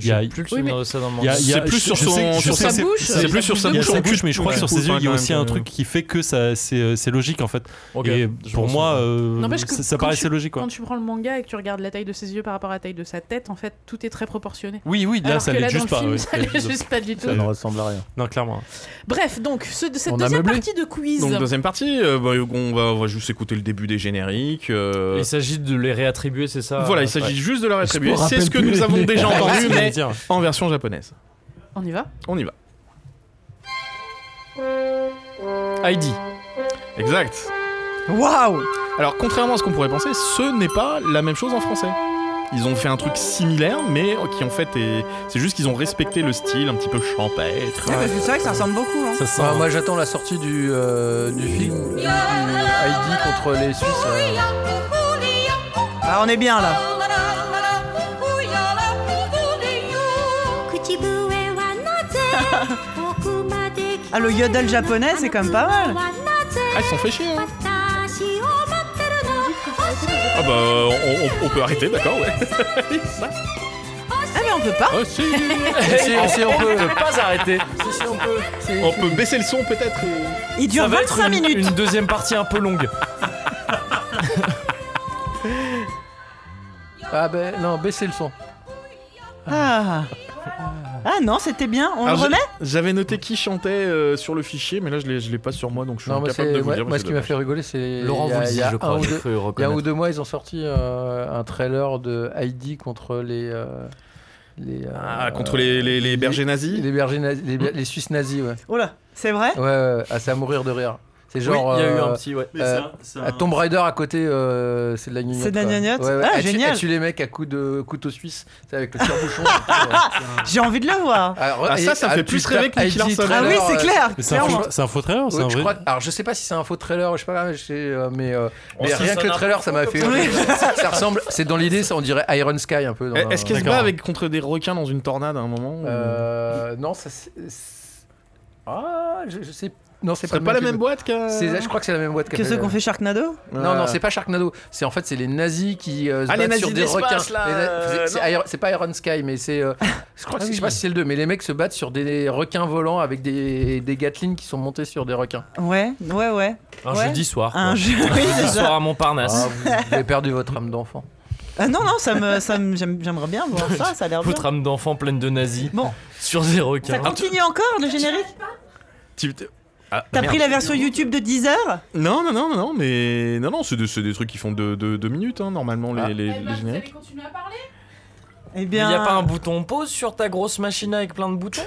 [SPEAKER 3] Il y a-
[SPEAKER 4] J'ai plus le souvenir de ça dans mon
[SPEAKER 3] il y a- il y a-
[SPEAKER 7] C'est plus
[SPEAKER 3] je-
[SPEAKER 7] sur
[SPEAKER 3] je
[SPEAKER 7] son-
[SPEAKER 3] sais- je
[SPEAKER 7] sur
[SPEAKER 3] sais-
[SPEAKER 7] sa
[SPEAKER 3] c'est-
[SPEAKER 7] bouche,
[SPEAKER 3] c'est-
[SPEAKER 7] c'est plus sur sa
[SPEAKER 3] il y a
[SPEAKER 7] bouche, on coupe,
[SPEAKER 3] mais je crois
[SPEAKER 7] ouais.
[SPEAKER 3] que sur ses yeux, il y a
[SPEAKER 7] Ouais,
[SPEAKER 3] aussi
[SPEAKER 7] quand
[SPEAKER 3] un
[SPEAKER 7] même,
[SPEAKER 3] truc qui fait que ça, c'est euh, c'est logique en fait.
[SPEAKER 4] Ok,
[SPEAKER 3] Et
[SPEAKER 4] je
[SPEAKER 3] pour
[SPEAKER 4] pense
[SPEAKER 3] moi,
[SPEAKER 4] que-
[SPEAKER 3] euh,
[SPEAKER 6] N'empêche que
[SPEAKER 3] ça ça
[SPEAKER 6] quand
[SPEAKER 3] paraissait
[SPEAKER 6] tu-
[SPEAKER 3] logique quoi.
[SPEAKER 6] Quand tu prends le manga et que tu regardes la taille de ses yeux par rapport à la taille de sa tête, en fait, tout est très proportionné.
[SPEAKER 3] Oui, oui, là,
[SPEAKER 6] Alors
[SPEAKER 3] ça
[SPEAKER 6] que
[SPEAKER 3] l'est
[SPEAKER 6] là, dans
[SPEAKER 3] juste
[SPEAKER 6] le
[SPEAKER 3] pas.
[SPEAKER 6] film,
[SPEAKER 3] ouais,
[SPEAKER 6] ça l'est juste pas du tout.
[SPEAKER 5] Ça ne ressemble à rien.
[SPEAKER 3] Non, clairement.
[SPEAKER 6] Bref, donc, ce- cette
[SPEAKER 5] On a
[SPEAKER 6] deuxième
[SPEAKER 5] meublé.
[SPEAKER 6] partie de quiz.
[SPEAKER 7] Donc deuxième partie, euh, bah, on, va, on va juste écouter le début des génériques. euh,
[SPEAKER 4] Il s'agit de les réattribuer, c'est ça
[SPEAKER 7] voilà, il
[SPEAKER 4] Ouais.
[SPEAKER 7] s'agit juste de la rétribuer.
[SPEAKER 5] Je me
[SPEAKER 7] C'est ce que
[SPEAKER 5] rappelle
[SPEAKER 7] nous
[SPEAKER 5] plus
[SPEAKER 7] avons
[SPEAKER 5] les-
[SPEAKER 7] déjà entendu, mais
[SPEAKER 3] dire.
[SPEAKER 7] en version japonaise.
[SPEAKER 6] On y va
[SPEAKER 7] On y va.
[SPEAKER 4] Heidi.
[SPEAKER 7] Exact.
[SPEAKER 1] Waouh
[SPEAKER 7] Alors contrairement à ce qu'on pourrait penser, ce n'est pas la même chose en français. Ils ont fait un truc similaire, mais qui en fait est. C'est juste qu'ils ont respecté le style un petit peu champêtre.
[SPEAKER 1] Eh
[SPEAKER 12] Ouais,
[SPEAKER 1] ben,
[SPEAKER 12] parce que c'est vrai que ça ressemble beaucoup. Hein.
[SPEAKER 4] Ça sent.
[SPEAKER 5] Ah, moi j'attends la sortie du, euh, du film du Heidi contre les Suisses. euh.
[SPEAKER 1] Bah,
[SPEAKER 12] Ah, on est bien là.
[SPEAKER 1] Ah, le yodel japonais, c'est quand même pas mal.
[SPEAKER 7] Ah, ils sont fait chier, hein. Ah bah, on, on- on peut arrêter, d'accord, (laughs) ouais.
[SPEAKER 6] Ah, mais on peut pas
[SPEAKER 7] Ah, si,
[SPEAKER 5] Si, si, on peut.
[SPEAKER 4] peut pas arrêter.
[SPEAKER 7] on peut baisser le son peut-être. et-
[SPEAKER 1] Il dure
[SPEAKER 4] Ça va être
[SPEAKER 1] 25
[SPEAKER 4] une,
[SPEAKER 1] minutes.
[SPEAKER 4] une deuxième partie un peu longue.
[SPEAKER 5] Ah ben non, baissez le son.
[SPEAKER 1] Ah. Ah non, c'était bien. On
[SPEAKER 7] Alors,
[SPEAKER 1] le remet
[SPEAKER 7] j'ai- J'avais noté qui chantait euh, sur le fichier, mais là je l'ai, je l'ai pas sur moi, donc je suis
[SPEAKER 5] Non, moi,
[SPEAKER 7] incapable de
[SPEAKER 5] c'est-
[SPEAKER 7] vous
[SPEAKER 5] ouais,
[SPEAKER 7] dire. mais
[SPEAKER 5] moi
[SPEAKER 7] c'est
[SPEAKER 5] ce qui m'a
[SPEAKER 7] dommage.
[SPEAKER 5] fait rigoler, c'est.
[SPEAKER 4] Laurent
[SPEAKER 5] il y a-
[SPEAKER 4] vous le dit,
[SPEAKER 5] il y a
[SPEAKER 4] je
[SPEAKER 5] un
[SPEAKER 4] crois.
[SPEAKER 5] ou
[SPEAKER 4] J'ai
[SPEAKER 5] deux-
[SPEAKER 4] cru
[SPEAKER 5] Il y a un
[SPEAKER 4] reconnaître.
[SPEAKER 5] ou deux mois, ils ont sorti euh, un trailer de Heidi contre les. euh, les euh,
[SPEAKER 7] Ah, contre les, les, les bergers nazis.
[SPEAKER 5] Les, bergers nazis- les, ber- les Suisses nazis, ouais.
[SPEAKER 1] Oh là, c'est vrai
[SPEAKER 5] Ouais, ouais, ouais. Ah, c'est à mourir de rire. C'est genre.
[SPEAKER 4] Oui, il y a eu
[SPEAKER 5] euh,
[SPEAKER 4] un petit, ouais.
[SPEAKER 5] Mais euh, à Tomb Raider à côté, euh, c'est de la gnognotte.
[SPEAKER 1] C'est de la
[SPEAKER 5] quoi.
[SPEAKER 1] gnognotte Ah,
[SPEAKER 5] Elle tue-
[SPEAKER 1] génial.
[SPEAKER 5] elle tue les mecs à coups de couteau suisse, c'est avec le
[SPEAKER 7] (laughs)
[SPEAKER 5] tire-bouchon.
[SPEAKER 1] J'ai envie de le voir.
[SPEAKER 5] Alors,
[SPEAKER 7] Ah, ça,
[SPEAKER 5] et-
[SPEAKER 7] ça me fait
[SPEAKER 5] ah,
[SPEAKER 7] plus
[SPEAKER 5] tu
[SPEAKER 7] rêver que
[SPEAKER 5] tapes
[SPEAKER 7] Nicky
[SPEAKER 5] Heidi
[SPEAKER 7] Larson.
[SPEAKER 1] Ah oui,
[SPEAKER 5] trailer,
[SPEAKER 1] c'est
[SPEAKER 5] euh,
[SPEAKER 1] clair.
[SPEAKER 3] Mais C'est un
[SPEAKER 1] clairement.
[SPEAKER 3] faux- c'est un faux trailer ou c'est
[SPEAKER 5] ouais,
[SPEAKER 3] un
[SPEAKER 5] je
[SPEAKER 3] vrai
[SPEAKER 5] crois- alors je sais pas si c'est un faux trailer, je sais pas, je sais, euh, mais, euh,
[SPEAKER 4] On
[SPEAKER 5] mais
[SPEAKER 4] sait
[SPEAKER 5] rien
[SPEAKER 4] ça
[SPEAKER 5] que le
[SPEAKER 4] n'a-
[SPEAKER 5] trailer ça m'a fait.
[SPEAKER 1] Oui.
[SPEAKER 5] (laughs) ça ressemble, c'est dans l'idée, ça on dirait Iron Sky un peu. dans la-
[SPEAKER 7] Eh, Est-ce qu'elle se
[SPEAKER 3] D'accord.
[SPEAKER 7] bat avec, contre des requins dans une tornade à un moment ou-
[SPEAKER 5] Euh, non, ça c'est. c'est- Ah, je, je sais. Non, c'est
[SPEAKER 7] C'est
[SPEAKER 5] pas,
[SPEAKER 7] pas,
[SPEAKER 5] le
[SPEAKER 7] la
[SPEAKER 5] film.
[SPEAKER 7] même boîte euh, qu'à.
[SPEAKER 5] C'est- Je crois que c'est la même boîte
[SPEAKER 1] Que ce qu'on fait Sharknado
[SPEAKER 5] Non, non, c'est pas Sharknado. C'est en fait, c'est les nazis qui euh, se
[SPEAKER 7] Ah, les
[SPEAKER 5] battent
[SPEAKER 7] nazis
[SPEAKER 5] sur
[SPEAKER 7] de
[SPEAKER 5] des
[SPEAKER 7] l'espace,
[SPEAKER 5] requins.
[SPEAKER 7] là,
[SPEAKER 5] Les na-
[SPEAKER 7] euh, Ah
[SPEAKER 5] c'est- c'est Iron- C'est pas Iron Sky, mais c'est. euh, je crois que c'est- je sais pas si c'est le 2, mais les mecs se battent sur des requins volants avec des, des Gatling qui sont montés sur des requins.
[SPEAKER 1] Ouais, ouais, ouais.
[SPEAKER 4] Un
[SPEAKER 1] Ouais.
[SPEAKER 4] jeudi soir. quoi.
[SPEAKER 1] Un jeu. Oui,
[SPEAKER 4] Un
[SPEAKER 1] c'est
[SPEAKER 4] jeudi (laughs)
[SPEAKER 1] ça.
[SPEAKER 4] soir à
[SPEAKER 5] Ah,
[SPEAKER 4] Montparnasse.
[SPEAKER 5] vous avez perdu votre âme d'enfant.
[SPEAKER 1] Ah non, non, ça me, ça me- j'aime- j'aimerais bien voir ça, ça a l'air bien.
[SPEAKER 4] Votre âme d'enfant pleine de nazis.
[SPEAKER 1] Bon.
[SPEAKER 4] Sur des
[SPEAKER 1] Ça
[SPEAKER 4] requins.
[SPEAKER 1] continue encore le générique
[SPEAKER 7] Tu-
[SPEAKER 3] Ah,
[SPEAKER 1] T'as pris la version YouTube de 10 heures
[SPEAKER 7] Non, non, non, non, non, mais. Non, non, c'est des, c'est des trucs qui font deux, deux- deux minutes, hein, normalement, les,
[SPEAKER 5] Ah.
[SPEAKER 7] les-
[SPEAKER 1] ben,
[SPEAKER 7] les génériques.
[SPEAKER 11] continuer à parler
[SPEAKER 1] Eh
[SPEAKER 4] Il
[SPEAKER 1] bien.
[SPEAKER 4] n'y a pas un bouton pause sur ta grosse machine avec plein de boutons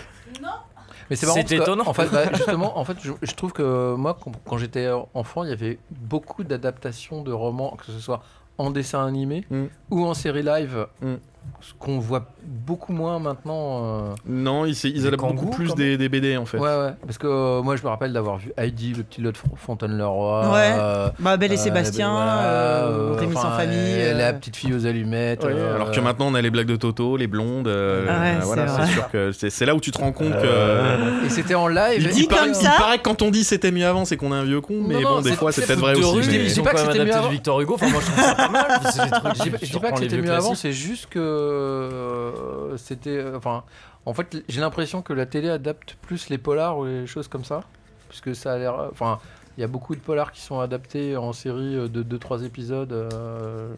[SPEAKER 5] Mais c'est marrant.
[SPEAKER 4] C'est
[SPEAKER 5] parce que,
[SPEAKER 4] étonnant.
[SPEAKER 5] En fait,
[SPEAKER 7] (laughs)
[SPEAKER 5] bah, justement, en fait, je, je trouve que moi, quand, quand j'étais enfant, il y avait beaucoup d'adaptations de romans, que ce soit en dessin animé
[SPEAKER 7] Mm.
[SPEAKER 5] ou en série live,
[SPEAKER 7] Mm.
[SPEAKER 5] ce qu'on voit beaucoup moins maintenant. euh,
[SPEAKER 7] Non, ils, c'est- ils
[SPEAKER 4] Les
[SPEAKER 7] adaptent beaucoup
[SPEAKER 4] kangourous,
[SPEAKER 7] plus
[SPEAKER 4] quand
[SPEAKER 7] des, des BD en fait.
[SPEAKER 5] Ouais, ouais. Parce que euh, moi, je me rappelle d'avoir vu Heidi, le petit lot de Fon- Fontaine-le-Roi.
[SPEAKER 1] Ouais.
[SPEAKER 5] euh,
[SPEAKER 1] Bah, Belle et
[SPEAKER 5] euh,
[SPEAKER 1] Sébastien,
[SPEAKER 5] voilà,
[SPEAKER 1] euh,
[SPEAKER 5] euh,
[SPEAKER 1] Rémi
[SPEAKER 5] enfin,
[SPEAKER 1] sans famille.
[SPEAKER 5] euh,
[SPEAKER 1] euh,
[SPEAKER 5] La petite fille aux allumettes.
[SPEAKER 7] Ouais,
[SPEAKER 5] euh,
[SPEAKER 7] alors que maintenant on a les blagues de Toto, les blondes. euh,
[SPEAKER 1] Ah ouais, c'est
[SPEAKER 7] voilà,
[SPEAKER 1] vrai. Euh,
[SPEAKER 7] c'est sûr que c'est c'est là où tu te rends compte que.
[SPEAKER 5] Et c'était en live.
[SPEAKER 7] Il,
[SPEAKER 5] et-
[SPEAKER 1] dit
[SPEAKER 7] il paraît,
[SPEAKER 1] comme
[SPEAKER 7] il
[SPEAKER 1] ça.
[SPEAKER 7] paraît que quand on dit c'était mieux avant, c'est qu'on est un vieux con, mais
[SPEAKER 5] Non, non,
[SPEAKER 7] bon, des
[SPEAKER 5] c'est-
[SPEAKER 7] fois c'est
[SPEAKER 5] c'est
[SPEAKER 7] peut-être vrai
[SPEAKER 4] de
[SPEAKER 7] aussi.
[SPEAKER 4] rue,
[SPEAKER 5] dis-
[SPEAKER 7] mais-
[SPEAKER 5] je
[SPEAKER 4] ils
[SPEAKER 5] dis
[SPEAKER 4] ont
[SPEAKER 5] pas
[SPEAKER 4] quand
[SPEAKER 5] que
[SPEAKER 4] même
[SPEAKER 5] c'était
[SPEAKER 4] adapté
[SPEAKER 5] mieux
[SPEAKER 4] de
[SPEAKER 5] avant.
[SPEAKER 4] Victor Hugo. Enfin, moi, je trouve ça pas mal. C'est des trucs.
[SPEAKER 5] Je dis pas- je dis pas que
[SPEAKER 4] les
[SPEAKER 5] c'était
[SPEAKER 4] vieux
[SPEAKER 5] mieux avant,
[SPEAKER 4] classiques.
[SPEAKER 5] c'est juste que euh, c'était. euh, Enfin, en fait, l- j'ai l'impression que la télé adapte plus les polars ou les choses comme ça, puisque ça a l'air. euh, Enfin, il y a beaucoup de polars qui sont adaptés en série euh, de 2-3 épisodes. euh,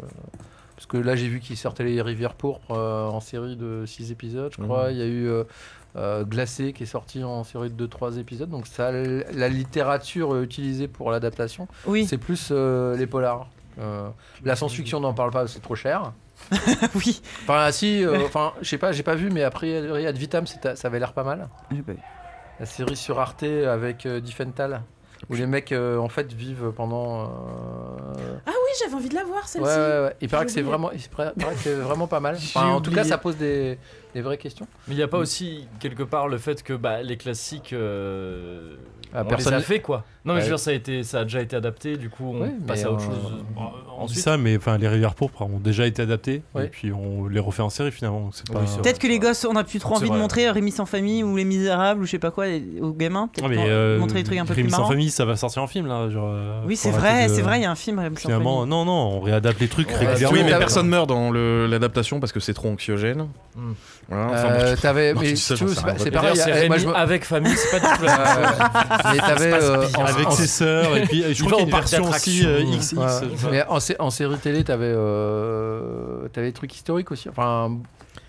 [SPEAKER 5] parce que là, j'ai vu qu'ils sortaient les Rivières pourpres euh, en série de 6 épisodes, je
[SPEAKER 4] Mmh.
[SPEAKER 5] crois. Il y a eu euh, euh, Glacé qui est sorti en série de 2-3 épisodes. Donc, ça, la littérature euh, utilisée pour l'adaptation,
[SPEAKER 1] Oui,
[SPEAKER 5] c'est plus euh, les polars. Euh, la science-fiction, on n'en parle pas, c'est trop cher.
[SPEAKER 1] (laughs) oui.
[SPEAKER 5] Enfin, si,
[SPEAKER 4] (laughs)
[SPEAKER 5] euh, enfin, je sais pas, j'ai pas vu, mais après Ad Vitam, c'était- ça avait l'air pas mal.
[SPEAKER 4] Eh ben.
[SPEAKER 5] La série sur Arte avec euh, Diffental, où les mecs euh, en fait vivent pendant. euh,
[SPEAKER 11] Ah oui, j'avais envie de la voir
[SPEAKER 5] Ouais,
[SPEAKER 11] celle-ci.
[SPEAKER 5] ouais, ouais. Il paraît que c'est
[SPEAKER 11] oublié.
[SPEAKER 5] vraiment, il paraît paraît que c'est vraiment pas mal.
[SPEAKER 4] (laughs) J'ai
[SPEAKER 5] Enfin, en tout cas,
[SPEAKER 4] oublié.
[SPEAKER 5] ça pose des, des vraies questions.
[SPEAKER 4] Mais il n'y a pas aussi, quelque part, le fait que bah, les classiques. euh,
[SPEAKER 5] Ah,
[SPEAKER 4] on
[SPEAKER 5] personne-
[SPEAKER 4] les a fait, quoi. Non, mais je
[SPEAKER 5] Ouais.
[SPEAKER 4] veux dire, ça a, été, ça a déjà été adapté. Du coup, on
[SPEAKER 5] Ouais,
[SPEAKER 4] passe
[SPEAKER 5] mais
[SPEAKER 4] à autre
[SPEAKER 5] on-
[SPEAKER 4] chose. euh,
[SPEAKER 3] On dit
[SPEAKER 4] Ensuite.
[SPEAKER 3] ça, mais enfin, les rivières pourpres ont déjà été adaptées
[SPEAKER 5] Ouais.
[SPEAKER 3] et puis on les refait en série finalement. donc c'est
[SPEAKER 4] Oui,
[SPEAKER 3] pas.
[SPEAKER 4] c'est vrai.
[SPEAKER 1] Peut-être que les gosses, on a plus trop
[SPEAKER 3] C'est
[SPEAKER 1] envie de
[SPEAKER 3] vrai.
[SPEAKER 1] montrer Rémi sans famille ou Les Misérables ou je sais pas quoi les- aux gamins. Peut-être
[SPEAKER 3] Ah, mais,
[SPEAKER 1] pour
[SPEAKER 3] euh,
[SPEAKER 1] montrer des trucs un peu
[SPEAKER 3] Crime
[SPEAKER 1] plus
[SPEAKER 3] sans
[SPEAKER 1] marrants.
[SPEAKER 3] famille, ça va sortir en film là. genre, euh,
[SPEAKER 1] Oui, c'est
[SPEAKER 3] faut
[SPEAKER 1] vrai,
[SPEAKER 3] arrêter de-
[SPEAKER 1] c'est vrai, il y a un film Rémi sans
[SPEAKER 3] Finalement,
[SPEAKER 1] famille.
[SPEAKER 3] non, non, on réadapte les trucs
[SPEAKER 5] Ouais,
[SPEAKER 3] régulièrement.
[SPEAKER 7] Oui, mais
[SPEAKER 5] Clairement.
[SPEAKER 7] personne meurt dans le- l'adaptation parce que c'est trop anxiogène.
[SPEAKER 4] Hmm.
[SPEAKER 7] Voilà, Ah, enfin, bon,
[SPEAKER 5] Mm. Euh,
[SPEAKER 7] je-
[SPEAKER 5] t'avais-
[SPEAKER 7] non, je
[SPEAKER 5] mais
[SPEAKER 7] dis ça,
[SPEAKER 5] tu
[SPEAKER 7] j'en
[SPEAKER 5] veux,
[SPEAKER 7] sais
[SPEAKER 5] c'est
[SPEAKER 7] rien.
[SPEAKER 5] pas- c'est
[SPEAKER 7] Et
[SPEAKER 5] pareil.
[SPEAKER 7] d'ailleurs,
[SPEAKER 5] eh, moi, je
[SPEAKER 4] Rémi
[SPEAKER 5] me-
[SPEAKER 4] avec famille, c'est pas du tout la même chose. (laughs)
[SPEAKER 5] Mais
[SPEAKER 4] Ça
[SPEAKER 5] t'avais,
[SPEAKER 4] se passe
[SPEAKER 5] euh,
[SPEAKER 4] bien.
[SPEAKER 5] en- en-
[SPEAKER 3] euh,
[SPEAKER 4] Il va au parc d'attractions.
[SPEAKER 5] Ouais.
[SPEAKER 4] Ouais.
[SPEAKER 5] Mais en, sé- en série télé, t'avais euh, t'avais des trucs historiques aussi. Enfin,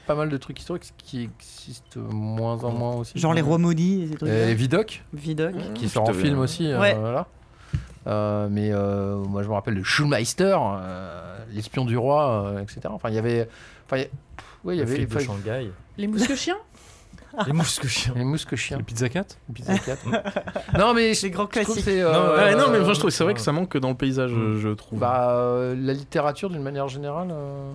[SPEAKER 5] pas mal de trucs historiques qui existent de moins en moins aussi.
[SPEAKER 1] Genre les Romaudy et ces trucs-là.
[SPEAKER 5] Et les Vidoc.
[SPEAKER 1] Vidoc.
[SPEAKER 7] Ah,
[SPEAKER 5] Qui sort en
[SPEAKER 1] Putain,
[SPEAKER 5] film
[SPEAKER 1] ouais.
[SPEAKER 5] aussi. euh,
[SPEAKER 1] Ouais.
[SPEAKER 5] voilà. Euh, mais euh, moi, je me rappelle de Schulmeister, euh, l'espion du roi, euh, etc. Enfin, il y avait. Enfin, il y a- pff, ouais, (laughs) il y
[SPEAKER 4] Le
[SPEAKER 5] avait.
[SPEAKER 4] flic de
[SPEAKER 5] enfin,
[SPEAKER 4] Shanghai.
[SPEAKER 6] Les mousques chiens
[SPEAKER 4] Les mousques chiens.
[SPEAKER 5] Les mousques chiens. Le
[SPEAKER 3] Pizza Cat
[SPEAKER 5] Pizza Cat.
[SPEAKER 1] (laughs)
[SPEAKER 5] non, mais.
[SPEAKER 1] Les grands classiques.
[SPEAKER 5] euh,
[SPEAKER 7] Non, Ah, ouais, non, mais enfin, je trouve c'est vrai que ça manque dans le paysage, je- je trouve.
[SPEAKER 5] Bah, euh, la littérature d'une manière générale. euh,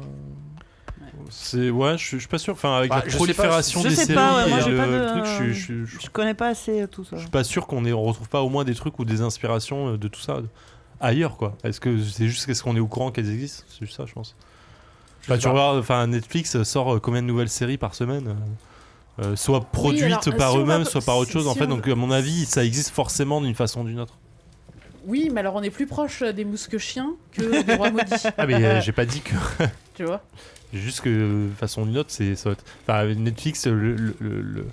[SPEAKER 3] C'est ouais, je suis- je suis pas sûr. Enfin, avec
[SPEAKER 5] Bah,
[SPEAKER 3] la
[SPEAKER 5] je sais pas,
[SPEAKER 3] prolifération
[SPEAKER 1] je
[SPEAKER 3] des
[SPEAKER 1] sais
[SPEAKER 3] séries
[SPEAKER 1] pas, ouais, moi,
[SPEAKER 3] et
[SPEAKER 1] j'ai
[SPEAKER 3] le,
[SPEAKER 1] pas
[SPEAKER 3] le
[SPEAKER 1] de-
[SPEAKER 3] truc, je, suis- je suis- je suis
[SPEAKER 1] Je connais pas assez euh, tout ça.
[SPEAKER 3] pas sûr qu'on ne retrouve pas au moins des trucs ou des inspirations euh, de tout ça ailleurs, quoi. Est-ce que c'est juste qu'est-ce qu'on est au courant qu'elles existent C'est juste ça, je pense. Bah, tu regardes, enfin, Netflix sort euh, combien de nouvelles séries par semaine Euh, euh, soit produites
[SPEAKER 6] alors, si
[SPEAKER 3] par
[SPEAKER 6] on
[SPEAKER 3] eux-mêmes,
[SPEAKER 6] va-
[SPEAKER 3] soit par autre
[SPEAKER 6] si-
[SPEAKER 3] chose. en
[SPEAKER 6] si
[SPEAKER 3] fait,
[SPEAKER 6] on-
[SPEAKER 3] donc à mon avis, ça existe forcément d'une façon ou d'une autre.
[SPEAKER 6] Oui, mais alors on est plus proche des mousques chiens que des rois maudits.
[SPEAKER 3] Ah mais euh, j'ai pas dit que. (laughs)
[SPEAKER 6] Tu vois
[SPEAKER 3] Juste que euh, façon d'une autre, c'est ça va être- enfin, Netflix, le, le, le- le-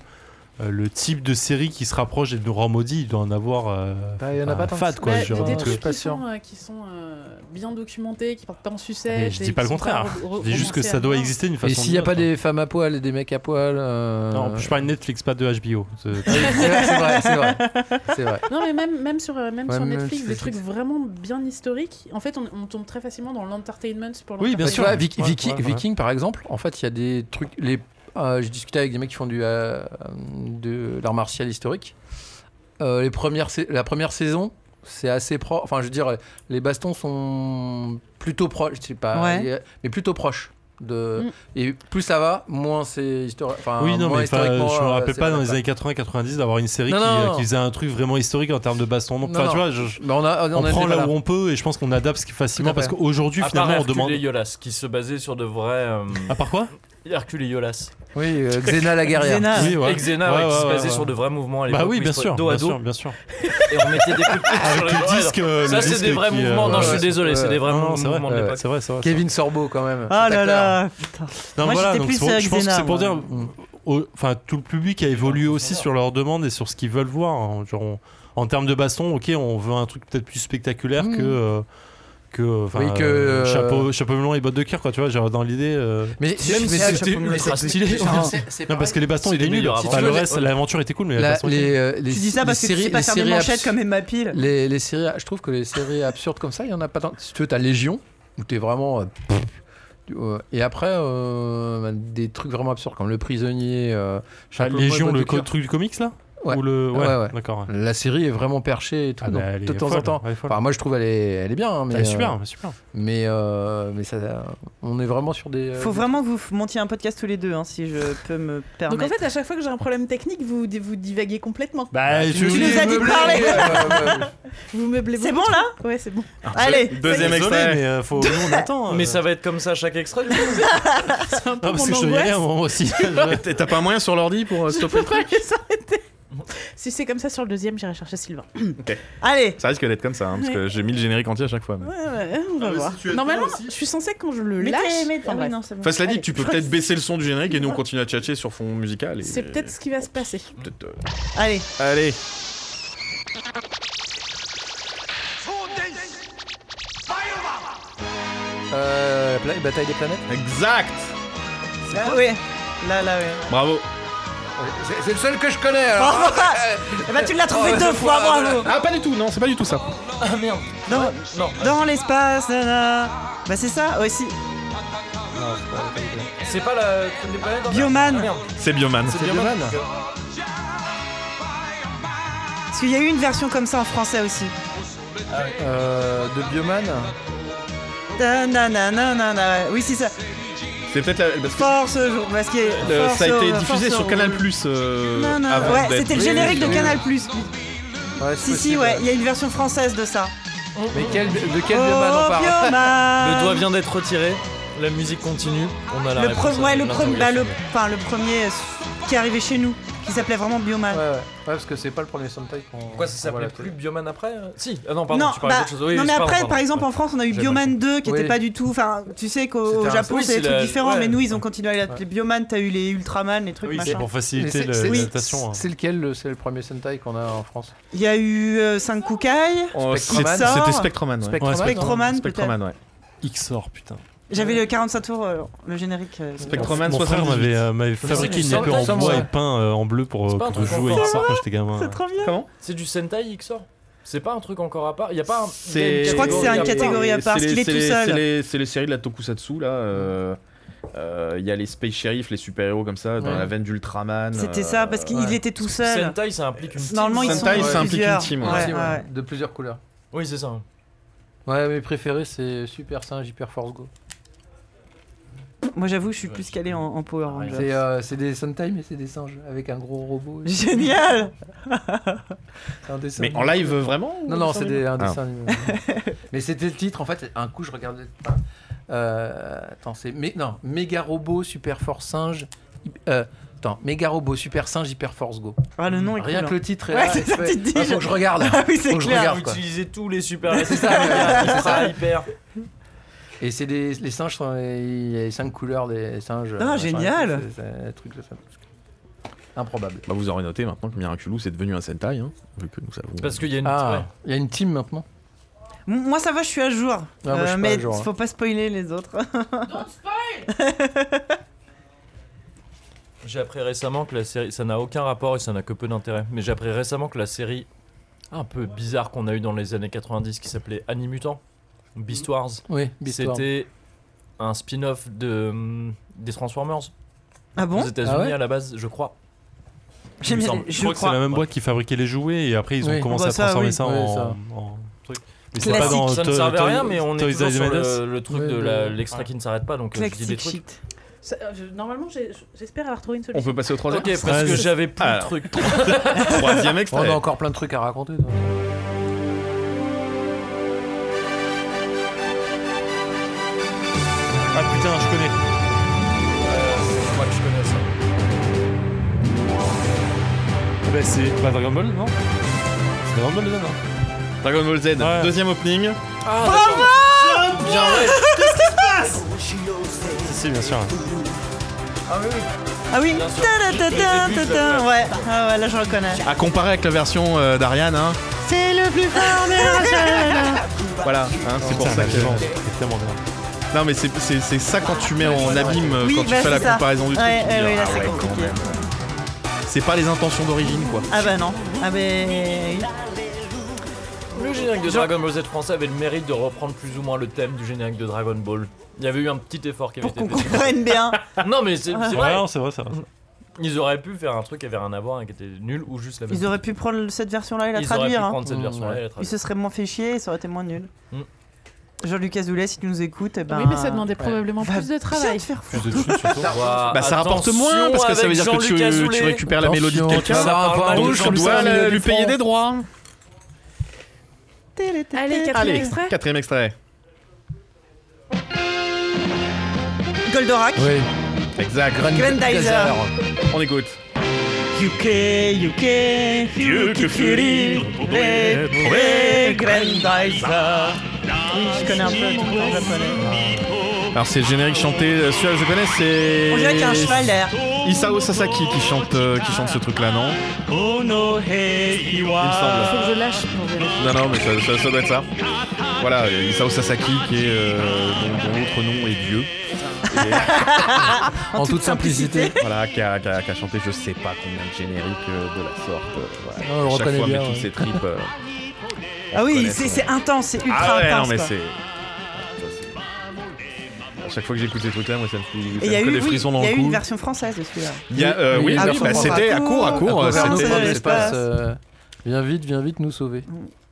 [SPEAKER 3] euh, le type de série qui se rapproche des Noirs maudits, il doit en avoir. euh,
[SPEAKER 5] Bah, il y en a
[SPEAKER 3] enfin,
[SPEAKER 5] pas tant que
[SPEAKER 3] fat,
[SPEAKER 5] ça.
[SPEAKER 3] quoi.
[SPEAKER 5] Ouais,
[SPEAKER 3] je
[SPEAKER 5] des
[SPEAKER 3] veux dire
[SPEAKER 5] trucs
[SPEAKER 3] que-
[SPEAKER 5] pas
[SPEAKER 6] Qui
[SPEAKER 5] sûr.
[SPEAKER 6] sont, euh, qui sont euh, bien documentés, qui partent pas
[SPEAKER 3] Ah,
[SPEAKER 6] en
[SPEAKER 3] Mais
[SPEAKER 6] sucette.
[SPEAKER 3] je
[SPEAKER 6] et
[SPEAKER 3] dis pas
[SPEAKER 6] qui
[SPEAKER 3] le
[SPEAKER 6] sont
[SPEAKER 3] contraire. Je
[SPEAKER 6] re-
[SPEAKER 3] dis juste que
[SPEAKER 6] romancés
[SPEAKER 3] ça
[SPEAKER 6] à
[SPEAKER 3] doit
[SPEAKER 6] mort.
[SPEAKER 3] exister d'une
[SPEAKER 5] Et
[SPEAKER 3] façon.
[SPEAKER 5] s'il n'y a
[SPEAKER 3] ou d'une
[SPEAKER 5] pas
[SPEAKER 3] autre.
[SPEAKER 5] des femmes à poil et des mecs à poil. euh,
[SPEAKER 3] Non, je parle de Netflix, pas de HBO. C'est-
[SPEAKER 5] c'est vrai, c'est vrai. C'est (laughs) vrai.
[SPEAKER 6] Non, mais même, même sur, euh, même
[SPEAKER 5] Ouais,
[SPEAKER 6] sur
[SPEAKER 5] même
[SPEAKER 6] Netflix,
[SPEAKER 5] sur
[SPEAKER 6] des trucs
[SPEAKER 5] Netflix.
[SPEAKER 6] vraiment bien historiques, en fait, on, on tombe très facilement dans l'entertainment pour
[SPEAKER 3] Oui, bien
[SPEAKER 5] Bah,
[SPEAKER 6] l'entertainment.
[SPEAKER 5] tu
[SPEAKER 3] sûr.
[SPEAKER 5] vois, Vik-
[SPEAKER 3] Ouais,
[SPEAKER 5] Viki-
[SPEAKER 3] ouais, ouais.
[SPEAKER 5] Viking, par exemple, en fait, il y a des trucs. Les, euh, J'ai discuté avec des mecs qui font du, euh, de l'art martial historique. Euh, les premières, sais- la première saison, c'est assez proche. Enfin, je veux dire, les bastons sont plutôt proches. Je sais pas,
[SPEAKER 1] Ouais.
[SPEAKER 5] il y a- mais plutôt proches. De...
[SPEAKER 6] Mm.
[SPEAKER 5] Et plus ça va, moins c'est historique. Enfin,
[SPEAKER 3] Oui, non,
[SPEAKER 5] moins
[SPEAKER 3] mais enfin, je
[SPEAKER 5] Ah, historiquement,
[SPEAKER 3] me
[SPEAKER 5] euh,
[SPEAKER 3] rappelle
[SPEAKER 5] c'est
[SPEAKER 3] pas dans les
[SPEAKER 5] adaptable.
[SPEAKER 3] années 80-90 d'avoir une série
[SPEAKER 5] Non,
[SPEAKER 3] qui,
[SPEAKER 5] non,
[SPEAKER 3] euh,
[SPEAKER 5] non.
[SPEAKER 3] qui faisait un truc vraiment historique en termes de baston. Donc,
[SPEAKER 5] Non,
[SPEAKER 3] enfin,
[SPEAKER 5] non.
[SPEAKER 3] tu vois, je- je-
[SPEAKER 5] Mais Bah, on, a-
[SPEAKER 3] on
[SPEAKER 5] en est
[SPEAKER 3] prend
[SPEAKER 5] déjà
[SPEAKER 3] là
[SPEAKER 5] là.
[SPEAKER 3] où on peut et je pense qu'on adapte ce qui
[SPEAKER 5] Tout
[SPEAKER 3] facilement
[SPEAKER 5] à
[SPEAKER 3] parce
[SPEAKER 5] fait.
[SPEAKER 3] qu'aujourd'hui,
[SPEAKER 4] À part
[SPEAKER 3] finalement, on
[SPEAKER 4] Hercule
[SPEAKER 3] demande.
[SPEAKER 4] et Yolas, qui se basait sur de vrais. euh,
[SPEAKER 3] À part quoi
[SPEAKER 4] (laughs) Hercule et Yolas.
[SPEAKER 5] Oui, euh, Xena la guerrière.
[SPEAKER 1] Xena.
[SPEAKER 3] Oui, ouais.
[SPEAKER 4] Et Xena, ouais,
[SPEAKER 3] Ouais,
[SPEAKER 4] qui
[SPEAKER 3] ouais,
[SPEAKER 4] se
[SPEAKER 3] ouais,
[SPEAKER 4] basait
[SPEAKER 3] ouais.
[SPEAKER 4] sur de vrais mouvements à l'époque.
[SPEAKER 3] Bah oui,
[SPEAKER 4] où ils
[SPEAKER 3] bien
[SPEAKER 4] se-
[SPEAKER 3] sûr,
[SPEAKER 4] Dos à
[SPEAKER 3] bien
[SPEAKER 4] dos.
[SPEAKER 3] sûr, bien sûr.
[SPEAKER 4] Et
[SPEAKER 3] (laughs)
[SPEAKER 4] on mettait des coups de pied sur
[SPEAKER 3] Avec
[SPEAKER 4] les oreilles.
[SPEAKER 3] le disque, euh,
[SPEAKER 4] Ça,
[SPEAKER 3] le
[SPEAKER 4] c'est
[SPEAKER 3] disque
[SPEAKER 4] des vrais
[SPEAKER 3] qui, euh,
[SPEAKER 4] mouvements. Non,
[SPEAKER 5] ouais,
[SPEAKER 4] je suis
[SPEAKER 5] ouais.
[SPEAKER 4] désolé, c'est des vrais
[SPEAKER 3] Non, non,
[SPEAKER 4] mou-
[SPEAKER 3] c'est vrai,
[SPEAKER 4] mouvements de
[SPEAKER 3] euh,
[SPEAKER 4] l'époque.
[SPEAKER 3] C'est vrai, c'est vrai.
[SPEAKER 5] Kevin Sorbo, quand même.
[SPEAKER 1] Ah
[SPEAKER 5] cet
[SPEAKER 1] là
[SPEAKER 5] acteur.
[SPEAKER 1] là putain.
[SPEAKER 3] Non,
[SPEAKER 1] Moi,
[SPEAKER 3] voilà,
[SPEAKER 1] j'étais
[SPEAKER 3] donc
[SPEAKER 1] plus,
[SPEAKER 3] c'est pour-
[SPEAKER 1] euh,
[SPEAKER 3] je pense que
[SPEAKER 1] Xena,
[SPEAKER 3] c'est
[SPEAKER 1] moi.
[SPEAKER 3] pour dire, au- enfin tout le public a évolué aussi sur leurs demandes et sur ce qu'ils veulent voir. hein. Genre, on- en termes de baston, ok, on veut un truc peut-être plus spectaculaire que euh, que, enfin,
[SPEAKER 5] Hmm. Oui, que,
[SPEAKER 3] euh,
[SPEAKER 5] euh,
[SPEAKER 3] chapeau chapeau melon et bottes de cuir quoi. Tu vois, genre dans l'idée. euh,
[SPEAKER 5] Mais
[SPEAKER 4] Même si c'était ultra stylé.
[SPEAKER 5] hein.
[SPEAKER 3] Non, parce que les bastons,
[SPEAKER 4] C'est
[SPEAKER 3] il est
[SPEAKER 4] les
[SPEAKER 3] nul.
[SPEAKER 4] meilleurs
[SPEAKER 3] Enfin,
[SPEAKER 4] avant.
[SPEAKER 3] le
[SPEAKER 5] Ouais.
[SPEAKER 3] reste, l'aventure était cool, mais la
[SPEAKER 5] La-
[SPEAKER 3] baston était nulle.
[SPEAKER 5] les, euh, les-
[SPEAKER 1] Tu dis ça
[SPEAKER 5] les
[SPEAKER 1] parce que tu sais
[SPEAKER 5] séries-
[SPEAKER 1] pas
[SPEAKER 5] les
[SPEAKER 1] faire des
[SPEAKER 5] séries
[SPEAKER 1] manchettes
[SPEAKER 5] abs-
[SPEAKER 1] comme Emma Peel.
[SPEAKER 5] les, les séries, je trouve que les séries absurdes comme ça, il y en a pas tant. Si tu veux, t'as Légion, où t'es vraiment. euh, pff, tu- euh, et après, euh, des trucs vraiment absurdes comme Le Prisonnier. euh,
[SPEAKER 3] Ah,
[SPEAKER 5] Chapeau melon et
[SPEAKER 3] Légion,
[SPEAKER 5] bottes de
[SPEAKER 3] le
[SPEAKER 5] cuir.
[SPEAKER 3] co- truc du comics là
[SPEAKER 5] Ouais.
[SPEAKER 3] Ou le...
[SPEAKER 5] Ouais, ouais.
[SPEAKER 3] D'accord. ouais.
[SPEAKER 5] La série est vraiment perchée et tout.
[SPEAKER 3] Ah,
[SPEAKER 5] donc,
[SPEAKER 3] bah, elle
[SPEAKER 5] de
[SPEAKER 3] est
[SPEAKER 5] temps en
[SPEAKER 3] folle,
[SPEAKER 5] temps.
[SPEAKER 3] elle est folle.
[SPEAKER 5] Enfin, moi, je trouve elle est, elle est bien. hein, mais,
[SPEAKER 3] Elle est
[SPEAKER 5] euh,
[SPEAKER 3] Ah, super, elle est super.
[SPEAKER 5] mais euh, mais ça, euh, on est vraiment sur des. euh,
[SPEAKER 1] Faut vraiment que vous f- montiez un podcast tous les deux, hein, si je peux me
[SPEAKER 6] Donc
[SPEAKER 1] permettre.
[SPEAKER 6] en fait, à chaque fois que j'ai un problème technique, vous, vous divaguez complètement.
[SPEAKER 3] Bah,
[SPEAKER 5] des-
[SPEAKER 3] tu
[SPEAKER 1] nous as dit de
[SPEAKER 5] meublés,
[SPEAKER 1] parler.
[SPEAKER 3] bah,
[SPEAKER 5] euh, ouais.
[SPEAKER 6] Vous meublez
[SPEAKER 1] C'est
[SPEAKER 6] beaucoup
[SPEAKER 1] bon, là
[SPEAKER 6] de trucs. Ouais, c'est bon.
[SPEAKER 1] Allez,
[SPEAKER 7] Deuxième
[SPEAKER 3] Désolé,
[SPEAKER 7] extrait.
[SPEAKER 3] mais euh, faut... nous, on attend.
[SPEAKER 4] Mais
[SPEAKER 3] euh.
[SPEAKER 4] ça va être comme ça à chaque extrait. du coup.
[SPEAKER 6] C'est un peu
[SPEAKER 3] Non, parce
[SPEAKER 6] mon
[SPEAKER 3] que je te
[SPEAKER 6] angoisse.
[SPEAKER 3] dirais à un moment (laughs) aussi.
[SPEAKER 7] (laughs) T'as t'as pas un moyen sur l'ordi pour euh, stopper le truc
[SPEAKER 6] Si c'est comme ça sur le deuxième, j'irai chercher Sylvain.
[SPEAKER 1] Allez
[SPEAKER 7] Ça risque d'être comme ça, hein, parce que j'ai mis le générique entier à chaque fois. mais-
[SPEAKER 6] Ouais, ouais, on va
[SPEAKER 7] Ah, mais
[SPEAKER 6] voir.
[SPEAKER 7] si tu es
[SPEAKER 6] Normalement,
[SPEAKER 7] dedans aussi.
[SPEAKER 6] je suis censé quand je le lâche.
[SPEAKER 1] Mettez- mettez- ah
[SPEAKER 6] Enfin,
[SPEAKER 1] oui,
[SPEAKER 6] bref.
[SPEAKER 1] non, c'est bon.
[SPEAKER 7] Enfin, cela dit,
[SPEAKER 6] Allez,
[SPEAKER 7] tu peux
[SPEAKER 6] je crois
[SPEAKER 7] peut-être
[SPEAKER 6] que-
[SPEAKER 7] baisser le son du générique et nous on continue à tchatcher sur fond musical. et-
[SPEAKER 6] C'est peut-être ce qui va se passer.
[SPEAKER 7] peut-être, euh,
[SPEAKER 1] Allez,
[SPEAKER 7] Allez,
[SPEAKER 5] Euh, la
[SPEAKER 3] bah,
[SPEAKER 5] pla- Bataille des planètes.
[SPEAKER 7] exact
[SPEAKER 1] Ah, oui. Là, là, oui.
[SPEAKER 7] Bravo
[SPEAKER 5] C'est- C'est le seul que je connais. alors.
[SPEAKER 3] Ah.
[SPEAKER 1] Eh ben, tu l'as trouvé deux fois, bravo
[SPEAKER 7] Ah, Oh, pas du tout, non, c'est pas du tout ça.
[SPEAKER 4] Ah merde.
[SPEAKER 1] Dans,
[SPEAKER 4] Non.
[SPEAKER 1] dans l'espace, nana. Bah, c'est ça, aussi.
[SPEAKER 4] C'est pas la truc des planètes. hein
[SPEAKER 1] Bioman.
[SPEAKER 4] Ah, merde.
[SPEAKER 7] C'est Bioman.
[SPEAKER 4] C'est Bioman.
[SPEAKER 1] Parce qu'il y a eu une version comme ça en français aussi.
[SPEAKER 5] Euh, de Bioman.
[SPEAKER 1] Da, na, na, na, na, na. Oui, c'est ça.
[SPEAKER 7] C'est peut-être la. parce que
[SPEAKER 1] Force, jour- parce que
[SPEAKER 7] le-
[SPEAKER 1] force
[SPEAKER 7] ça a été
[SPEAKER 1] au-
[SPEAKER 7] diffusé
[SPEAKER 1] force
[SPEAKER 7] sur
[SPEAKER 1] au-
[SPEAKER 7] Canal Plus. Euh,
[SPEAKER 1] Non, non,
[SPEAKER 7] avant
[SPEAKER 1] ouais,
[SPEAKER 7] d'être-
[SPEAKER 1] c'était le
[SPEAKER 5] Oui,
[SPEAKER 1] générique
[SPEAKER 5] oui,
[SPEAKER 1] de
[SPEAKER 5] oui.
[SPEAKER 1] Canal Plus.
[SPEAKER 5] Ouais, c'est
[SPEAKER 1] Si, si,
[SPEAKER 5] possible,
[SPEAKER 1] ouais, il y a une version française de ça.
[SPEAKER 5] Mais quel- de quel Bioman on
[SPEAKER 1] Oh,
[SPEAKER 5] parle
[SPEAKER 1] Bioman
[SPEAKER 4] Le doigt vient d'être retiré. La musique continue. On a la
[SPEAKER 1] Le,
[SPEAKER 4] réponse euh,
[SPEAKER 1] pre-
[SPEAKER 4] à
[SPEAKER 1] ouais, le, pre- bah,
[SPEAKER 4] l'interrogation.
[SPEAKER 1] le, enfin, le premier euh, qui est arrivé chez nous, qui s'appelait vraiment Bioman.
[SPEAKER 5] Ouais, parce que c'est pas le premier Sentai qu'on.
[SPEAKER 4] Pourquoi ça s'appelait plus Bioman après Si, ah non, pardon,
[SPEAKER 1] Non,
[SPEAKER 4] tu parlais
[SPEAKER 1] bah,
[SPEAKER 4] d'autre chose. Oui,
[SPEAKER 1] non, mais
[SPEAKER 4] pardon,
[SPEAKER 1] après,
[SPEAKER 4] pardon.
[SPEAKER 1] par exemple, en France, on a eu
[SPEAKER 4] J'ai
[SPEAKER 1] Bioman
[SPEAKER 4] mal
[SPEAKER 1] 2 qui
[SPEAKER 4] Oui.
[SPEAKER 1] n'était pas du tout. Enfin, tu sais
[SPEAKER 4] C'était
[SPEAKER 1] qu'au
[SPEAKER 4] un-
[SPEAKER 1] Japon,
[SPEAKER 4] oui,
[SPEAKER 1] c'est des
[SPEAKER 4] c'est
[SPEAKER 1] trucs
[SPEAKER 4] la-
[SPEAKER 1] différents,
[SPEAKER 4] ouais.
[SPEAKER 1] mais nous, ils ont continué à les appeler Bioman. T'as eu les Ultraman, les trucs machin.
[SPEAKER 5] Mais c'est- c'est-
[SPEAKER 3] hein.
[SPEAKER 1] Oui.
[SPEAKER 5] C'est lequel le, c'est le premier Sentai qu'on a en France
[SPEAKER 1] Il y a eu euh, Sankukai.
[SPEAKER 7] Oh,
[SPEAKER 1] Spectroman.
[SPEAKER 5] Spectroman,
[SPEAKER 1] Spectroman, peut-être.
[SPEAKER 3] XOR, putain.
[SPEAKER 1] J'avais le 45 tours, euh, le générique. euh, (laughs)
[SPEAKER 3] Mon frère m'avait, euh, m'avait fabriqué une
[SPEAKER 4] C'est
[SPEAKER 3] épée en
[SPEAKER 4] Sentai,
[SPEAKER 3] bois
[SPEAKER 4] ça.
[SPEAKER 3] et peint euh, en bleu pour, euh,
[SPEAKER 4] pas un
[SPEAKER 3] pour
[SPEAKER 4] truc
[SPEAKER 3] jouer à
[SPEAKER 4] encore.
[SPEAKER 3] XOR quand j'étais gamin.
[SPEAKER 1] bien.
[SPEAKER 7] Comment
[SPEAKER 4] C'est du Sentai XOR. C'est pas un truc encore à part. Il y a pas un.
[SPEAKER 7] C'est-
[SPEAKER 1] Je crois que c'est un catégorie à part,
[SPEAKER 7] c'est
[SPEAKER 1] parce
[SPEAKER 7] les-
[SPEAKER 1] qu'il est
[SPEAKER 7] c'est
[SPEAKER 1] tout
[SPEAKER 7] les-
[SPEAKER 1] seul.
[SPEAKER 7] C'est les, c'est les séries de la Tokusatsu, là. euh, euh, Il y a les Space Sheriff, les super-héros comme ça, dans
[SPEAKER 1] Ouais.
[SPEAKER 7] la veine d'Ultraman.
[SPEAKER 1] C'était
[SPEAKER 7] euh,
[SPEAKER 1] ça, parce qu'il
[SPEAKER 7] ouais.
[SPEAKER 1] était tout seul.
[SPEAKER 4] Sentai, ça implique une team.
[SPEAKER 1] Normalement, ils
[SPEAKER 7] Sentai,
[SPEAKER 1] sont
[SPEAKER 7] ça implique une
[SPEAKER 1] plusieurs.
[SPEAKER 7] team. ouais.
[SPEAKER 1] Ouais, ouais.
[SPEAKER 5] De plusieurs couleurs.
[SPEAKER 4] Oui, c'est ça.
[SPEAKER 5] Ouais, mes préférés c'est Super Singe, Hyper Force Go.
[SPEAKER 1] Moi, j'avoue, je suis plus calé en, en Power Rangers.
[SPEAKER 5] C'est euh, c'est des Sentai, mais c'est des singes avec un gros robot. et-
[SPEAKER 1] Génial
[SPEAKER 5] C'est un dessin
[SPEAKER 7] Mais en
[SPEAKER 5] animé.
[SPEAKER 7] live, euh, vraiment, ou
[SPEAKER 5] Non, non,
[SPEAKER 7] dessin
[SPEAKER 5] c'est
[SPEAKER 7] animé
[SPEAKER 5] des- un
[SPEAKER 7] Ah.
[SPEAKER 5] dessin animé.
[SPEAKER 1] (laughs)
[SPEAKER 5] mais c'était le titre, en fait. Un coup, je regardais. Euh, attends, c'est. Mais, non, Méga Robot, Super Force Singe. Hyp- euh, attends, Méga Robot, Super Singe, Hyper Force Go.
[SPEAKER 1] Ah, le nom est
[SPEAKER 5] Rien
[SPEAKER 1] cool,
[SPEAKER 5] que
[SPEAKER 1] hein.
[SPEAKER 5] le titre est
[SPEAKER 1] Ouais,
[SPEAKER 5] là.
[SPEAKER 1] c'est
[SPEAKER 5] et
[SPEAKER 1] ça,
[SPEAKER 5] je fais,
[SPEAKER 1] tu te dis,
[SPEAKER 5] ah, faut
[SPEAKER 1] je-
[SPEAKER 5] que je regarde. là.
[SPEAKER 1] Ah oui, c'est
[SPEAKER 5] Faut que je
[SPEAKER 1] clair.
[SPEAKER 5] regarde, quoi.
[SPEAKER 4] Utiliser tous les super (laughs)
[SPEAKER 5] C'est ça, c'est ça.
[SPEAKER 4] hyper.
[SPEAKER 5] Et c'est des. Les singes sont. Il y a les cinq couleurs des singes.
[SPEAKER 1] Ah,
[SPEAKER 5] machin,
[SPEAKER 1] génial.
[SPEAKER 5] c'est- c'est un truc de fou. Improbable.
[SPEAKER 7] Bah, vous aurez noté maintenant que Miraculous est devenu un Sentai, hein, vu que nous savons.
[SPEAKER 4] Parce qu'il y a une.
[SPEAKER 5] Ah,
[SPEAKER 4] ouais.
[SPEAKER 5] il y a une team maintenant.
[SPEAKER 1] M- Moi, ça va, je suis à jour. Euh,
[SPEAKER 5] moi, je suis pas
[SPEAKER 1] mais
[SPEAKER 5] à jour, hein.
[SPEAKER 1] faut pas spoiler les autres. (laughs)
[SPEAKER 4] J'ai appris récemment que la série, ça n'a aucun rapport et ça n'a que peu d'intérêt, mais j'ai appris récemment que la série un peu bizarre qu'on a eue dans les années 90 qui s'appelait Animutant, Beast Wars,
[SPEAKER 5] Oui, Beast Wars.
[SPEAKER 4] c'était un spin-off de, hum, des Transformers.
[SPEAKER 1] Ah bon
[SPEAKER 4] Aux États-Unis
[SPEAKER 1] Ah ouais
[SPEAKER 4] à la base, je crois.
[SPEAKER 1] J'ai
[SPEAKER 4] Il me
[SPEAKER 1] mis-
[SPEAKER 4] semble.
[SPEAKER 3] Je crois que c'est la même boîte qui fabriquait les jouets et après ils ont
[SPEAKER 4] Oui.
[SPEAKER 3] commencé
[SPEAKER 4] Bah,
[SPEAKER 3] à
[SPEAKER 4] ça,
[SPEAKER 3] transformer
[SPEAKER 4] oui.
[SPEAKER 3] ça,
[SPEAKER 4] Ouais,
[SPEAKER 3] en,
[SPEAKER 4] ça.
[SPEAKER 3] en truc.
[SPEAKER 4] Classique. ça ne
[SPEAKER 3] Toy-
[SPEAKER 4] servait à
[SPEAKER 3] Toy-
[SPEAKER 4] rien, mais on est
[SPEAKER 3] Toys
[SPEAKER 4] toujours
[SPEAKER 3] R Us.
[SPEAKER 4] sur le, le truc
[SPEAKER 3] Ouais,
[SPEAKER 4] de
[SPEAKER 3] de-
[SPEAKER 4] la- l'extrait qui ne s'arrête pas, donc euh, je dis des
[SPEAKER 6] Classic
[SPEAKER 4] trucs.
[SPEAKER 6] shit. Ça, euh, je- Normalement, j'ai- j'espère avoir trouvé une solution.
[SPEAKER 7] On peut passer au troisième
[SPEAKER 4] Ok, parce que j'avais plus de
[SPEAKER 7] Alors.
[SPEAKER 4] trucs.
[SPEAKER 7] Troisième
[SPEAKER 5] On
[SPEAKER 7] extrait.
[SPEAKER 5] a encore plein de trucs à raconter. toi.
[SPEAKER 3] Ah putain, je connais.
[SPEAKER 4] je crois que je connais ça.
[SPEAKER 3] Ah Bah, c'est pas Dragon Ball, non C'est Dragon Ball dedans, non
[SPEAKER 7] Dragon Ball Z,
[SPEAKER 3] Ouais.
[SPEAKER 7] deuxième opening.
[SPEAKER 9] Bravo
[SPEAKER 4] Bien ouais.
[SPEAKER 9] Qu'est-ce qui se passe
[SPEAKER 3] Si, si, bien sûr.
[SPEAKER 1] Ah oui
[SPEAKER 9] Bien sûr.
[SPEAKER 1] Ta-da-ta-ta,
[SPEAKER 9] Dès le début, je
[SPEAKER 1] ta-ta,
[SPEAKER 9] l'avais.
[SPEAKER 1] Ouais, ah ouais, là, je reconnais.
[SPEAKER 7] À comparer avec la version euh, d'Ariane, hein.
[SPEAKER 1] C'est le plus fort des Rangers.
[SPEAKER 7] Voilà, hein, c'est pour ça
[SPEAKER 3] Bah,
[SPEAKER 7] que. Non, mais c'est c'est- c'est ça quand tu mets en abîme, euh,
[SPEAKER 1] Oui,
[SPEAKER 7] quand tu
[SPEAKER 1] bah,
[SPEAKER 7] fais la
[SPEAKER 1] c'est ça.
[SPEAKER 7] comparaison du
[SPEAKER 1] Ouais,
[SPEAKER 7] truc. tu
[SPEAKER 1] ouais,
[SPEAKER 7] te dis,
[SPEAKER 1] oui, là,
[SPEAKER 7] ah
[SPEAKER 1] c'est
[SPEAKER 7] ouais,
[SPEAKER 1] compliqué.
[SPEAKER 7] quand même. C'est pas les intentions d'origine, quoi.
[SPEAKER 1] Ah bah non. Ah ben.
[SPEAKER 4] Le générique de Dragon Ball Z français avait le mérite de reprendre plus ou moins le thème du générique de Dragon Ball. Il y avait eu un petit effort qui avait été fait.
[SPEAKER 1] Prenne bien.
[SPEAKER 4] Non mais c'est c'est
[SPEAKER 3] Ouais,
[SPEAKER 4] vrai.
[SPEAKER 3] non, c'est vrai, c'est vrai.
[SPEAKER 4] Ils auraient pu faire un truc qui avait rien à voir et qui était nul ou juste la même.
[SPEAKER 1] Ils auraient pu prendre cette version-là et la
[SPEAKER 4] Ils auraient
[SPEAKER 1] traduire.
[SPEAKER 4] pu
[SPEAKER 1] hein.
[SPEAKER 4] prendre
[SPEAKER 7] Mmh,
[SPEAKER 4] cette version-là et la
[SPEAKER 1] Ils
[SPEAKER 4] traduire.
[SPEAKER 1] se seraient moins fait chier et ça aurait été moins nul.
[SPEAKER 4] Mm.
[SPEAKER 1] Jean-Luc Azoulay, si tu nous écoutes, eh ben.
[SPEAKER 6] Oui, mais ça demandait probablement
[SPEAKER 1] Va
[SPEAKER 6] plus de travail.
[SPEAKER 1] bien te faire foutre.
[SPEAKER 7] Bah, ça rapporte moins parce que ça veut dire que tu, tu récupères la mélodie de
[SPEAKER 5] Attention,
[SPEAKER 7] quelqu'un.
[SPEAKER 5] tu vas avoir un parent
[SPEAKER 7] Donc
[SPEAKER 5] rouge
[SPEAKER 7] tu
[SPEAKER 5] comme
[SPEAKER 7] dois
[SPEAKER 5] ça, au
[SPEAKER 7] la-
[SPEAKER 5] milieu du
[SPEAKER 7] lui payer
[SPEAKER 5] front.
[SPEAKER 7] des droits.
[SPEAKER 6] Allez, quatrième
[SPEAKER 7] Allez,
[SPEAKER 6] extrait.
[SPEAKER 7] quatrième extrait.
[SPEAKER 1] Goldorak.
[SPEAKER 5] Oui.
[SPEAKER 7] Exact.
[SPEAKER 1] Grandizer.
[SPEAKER 7] On écoute.
[SPEAKER 1] UK, UK, Yukikiri, Re, Re, Grandizer. Oui, je connais un peu le chanteur japonais.
[SPEAKER 7] Alors c'est le générique chanté, euh, celui-là je connais, c'est...
[SPEAKER 1] On dirait qu'il y a un cheval derrière.
[SPEAKER 7] Isao Sasaki qui chante, euh, qui chante ce truc-là, non
[SPEAKER 1] Oh no, hey,
[SPEAKER 7] Il
[SPEAKER 6] Faut que je lâche pour vérifier.
[SPEAKER 7] Non, non, mais ça, ça- ça doit être ça. Voilà, euh, Isao Sasaki qui est... euh, dont, dont l'autre nom
[SPEAKER 1] (laughs)
[SPEAKER 7] est Dieu.
[SPEAKER 5] En toute simplicité.
[SPEAKER 7] voilà, qui a, qui a- qui a chanté je sais pas combien de génériques euh, de la sorte. euh, voilà.
[SPEAKER 5] Ah, on le
[SPEAKER 7] Chaque
[SPEAKER 5] reconnaît
[SPEAKER 7] fois,
[SPEAKER 5] bien,
[SPEAKER 7] met
[SPEAKER 5] ouais.
[SPEAKER 7] toutes ses
[SPEAKER 1] (laughs)
[SPEAKER 7] tripes. euh, on
[SPEAKER 1] Ah oui,
[SPEAKER 7] reconnaît
[SPEAKER 1] c'est
[SPEAKER 7] son-
[SPEAKER 1] c'est intense, c'est ultra
[SPEAKER 7] Ah ouais, non
[SPEAKER 1] intense.
[SPEAKER 7] mais
[SPEAKER 1] quoi.
[SPEAKER 7] c'est... Ah, Ça, c'est- À chaque fois que j'écoute ces trucs-là, moi ça me fout
[SPEAKER 1] Et
[SPEAKER 7] ça
[SPEAKER 1] il y a
[SPEAKER 7] me
[SPEAKER 1] eu,
[SPEAKER 7] fait des
[SPEAKER 1] oui,
[SPEAKER 7] frissons dans
[SPEAKER 1] il y a
[SPEAKER 7] le
[SPEAKER 1] eu une Ah
[SPEAKER 7] cou.
[SPEAKER 1] version française de celui-là.
[SPEAKER 7] Il y a, euh, oui,
[SPEAKER 5] version
[SPEAKER 7] bah,
[SPEAKER 5] française.
[SPEAKER 7] c'était à court, à court,
[SPEAKER 5] À
[SPEAKER 7] euh,
[SPEAKER 5] court,
[SPEAKER 7] c'était- Mm.
[SPEAKER 5] vers
[SPEAKER 1] c'était-
[SPEAKER 5] l'espace, euh, Viens vite, viens vite nous sauver.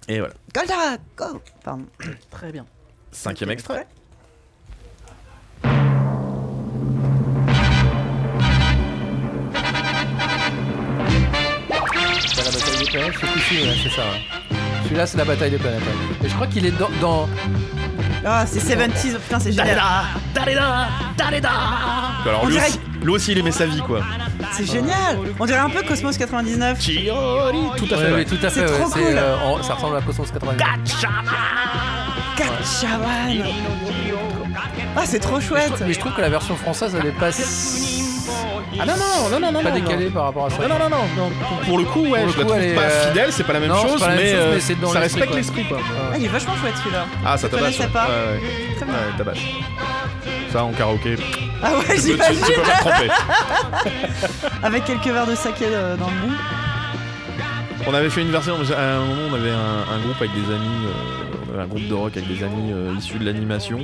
[SPEAKER 7] Et voilà.
[SPEAKER 1] Goldorak, go Pardon.
[SPEAKER 6] Ah, Très bien.
[SPEAKER 7] Cinquième extrait.
[SPEAKER 5] C'est pas la bataille des planètes, c'est celui-ci, ouais, c'est ça. ouais. Celui-là, c'est la bataille des planètes. ouais. Mais je crois qu'il est dans. dans-
[SPEAKER 1] Ah, c'est 70s, oh, putain, c'est génial.
[SPEAKER 9] Dalida, Dalida, Dalida.
[SPEAKER 7] Alors,
[SPEAKER 1] On
[SPEAKER 7] lui
[SPEAKER 1] dirait
[SPEAKER 7] aussi- Lui aussi, il aimait sa vie, quoi.
[SPEAKER 1] C'est génial On dirait un peu Cosmos 99.
[SPEAKER 7] tout à fait,
[SPEAKER 5] Ouais,
[SPEAKER 7] ouais.
[SPEAKER 5] oui, tout à fait.
[SPEAKER 1] C'est
[SPEAKER 5] ouais,
[SPEAKER 1] trop
[SPEAKER 5] c'est,
[SPEAKER 1] cool.
[SPEAKER 5] euh, en- ça ressemble à Cosmos 80.
[SPEAKER 1] Gatchaman Ah, c'est trop
[SPEAKER 5] chouette. Mais je, trouve que la version française, elle est pas. s-
[SPEAKER 7] Ah non, non, non, non, non,
[SPEAKER 5] Pas
[SPEAKER 7] non,
[SPEAKER 5] décalée
[SPEAKER 7] non.
[SPEAKER 5] par rapport à ça.
[SPEAKER 7] Non, non, non, non, non. Pour le coup, ouais,
[SPEAKER 5] Pour le
[SPEAKER 7] je la
[SPEAKER 5] coup,
[SPEAKER 7] trouve
[SPEAKER 5] elle est,
[SPEAKER 7] pas
[SPEAKER 5] euh,
[SPEAKER 7] fidèle, c'est pas la même
[SPEAKER 5] non, c'est
[SPEAKER 7] chose,
[SPEAKER 5] pas la même
[SPEAKER 7] mais,
[SPEAKER 5] chose,
[SPEAKER 7] euh,
[SPEAKER 5] mais c'est dans
[SPEAKER 7] ça
[SPEAKER 5] l'esprit,
[SPEAKER 7] respecte
[SPEAKER 5] quoi.
[SPEAKER 7] l'esprit, quoi.
[SPEAKER 1] Ah, il est vachement chouette celui-là.
[SPEAKER 7] Ah, ça
[SPEAKER 1] Je
[SPEAKER 7] tabasse.
[SPEAKER 1] connaissais
[SPEAKER 7] ouais.
[SPEAKER 1] pas.
[SPEAKER 7] Ouais, ouais. Ouais, tabasse. Ça, en karaoké.
[SPEAKER 1] Ah ouais,
[SPEAKER 7] Tu peux- tu-
[SPEAKER 1] j'imagine.
[SPEAKER 7] Tu peux pas te tromper.
[SPEAKER 1] Avec quelques verres de saké euh, dans le bout.
[SPEAKER 7] On avait fait une version, à un moment on avait un, un groupe avec des amis, euh, on avait un groupe de rock avec des amis euh, issus de l'animation.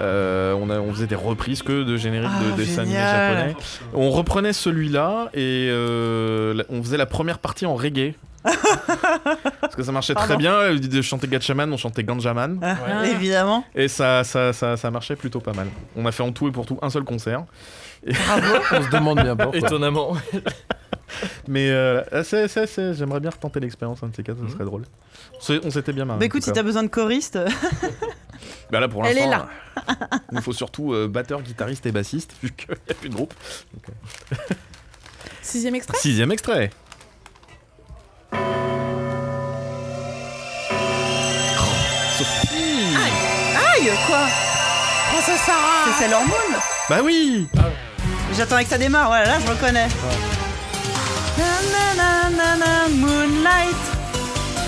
[SPEAKER 7] Euh, on, a- on faisait des reprises que de génériques de
[SPEAKER 1] Ah,
[SPEAKER 7] dessins animés
[SPEAKER 1] génial.
[SPEAKER 7] japonais. On reprenait celui-là et euh, la- on faisait la première partie
[SPEAKER 1] (laughs)
[SPEAKER 7] en reggae. Parce que ça marchait très
[SPEAKER 1] Pardon.
[SPEAKER 7] bien, euh, de chanter Gatchaman, on chantait Ganjaman.
[SPEAKER 1] Ah, Évidemment.
[SPEAKER 7] Et ça, ça, ça, ça marchait plutôt pas mal. On a fait en tout et pour tout un seul concert. Et-
[SPEAKER 5] Ah, On se demande bien pourquoi.
[SPEAKER 4] Étonnamment.
[SPEAKER 7] Mais euh, c'est- c'est- c'est- j'aimerais bien retenter l'expérience, un de ces quatre, ça serait drôle. On s'est- On s'était bien marré.
[SPEAKER 1] Bah Mhm.
[SPEAKER 7] Ah, en
[SPEAKER 1] écoute,
[SPEAKER 7] tout
[SPEAKER 1] si
[SPEAKER 7] cas.
[SPEAKER 1] t'as besoin de euh, choriste,
[SPEAKER 7] Bah là pour
[SPEAKER 1] Elle
[SPEAKER 7] l'instant.
[SPEAKER 1] est là.
[SPEAKER 7] euh, Il nous faut surtout euh, batteur, guitariste et bassiste, vu qu'il n'y a plus de groupe. Donc, euh,
[SPEAKER 11] Sixième extrait
[SPEAKER 7] Sixième extrait. Sophie
[SPEAKER 1] (laughs) Aïe Quoi Princesse Sarah C'est Sailor Moon
[SPEAKER 7] Bah oui
[SPEAKER 1] J'attendais que ça démarre, voilà, là je reconnais. Na, na, na, na, moonlight.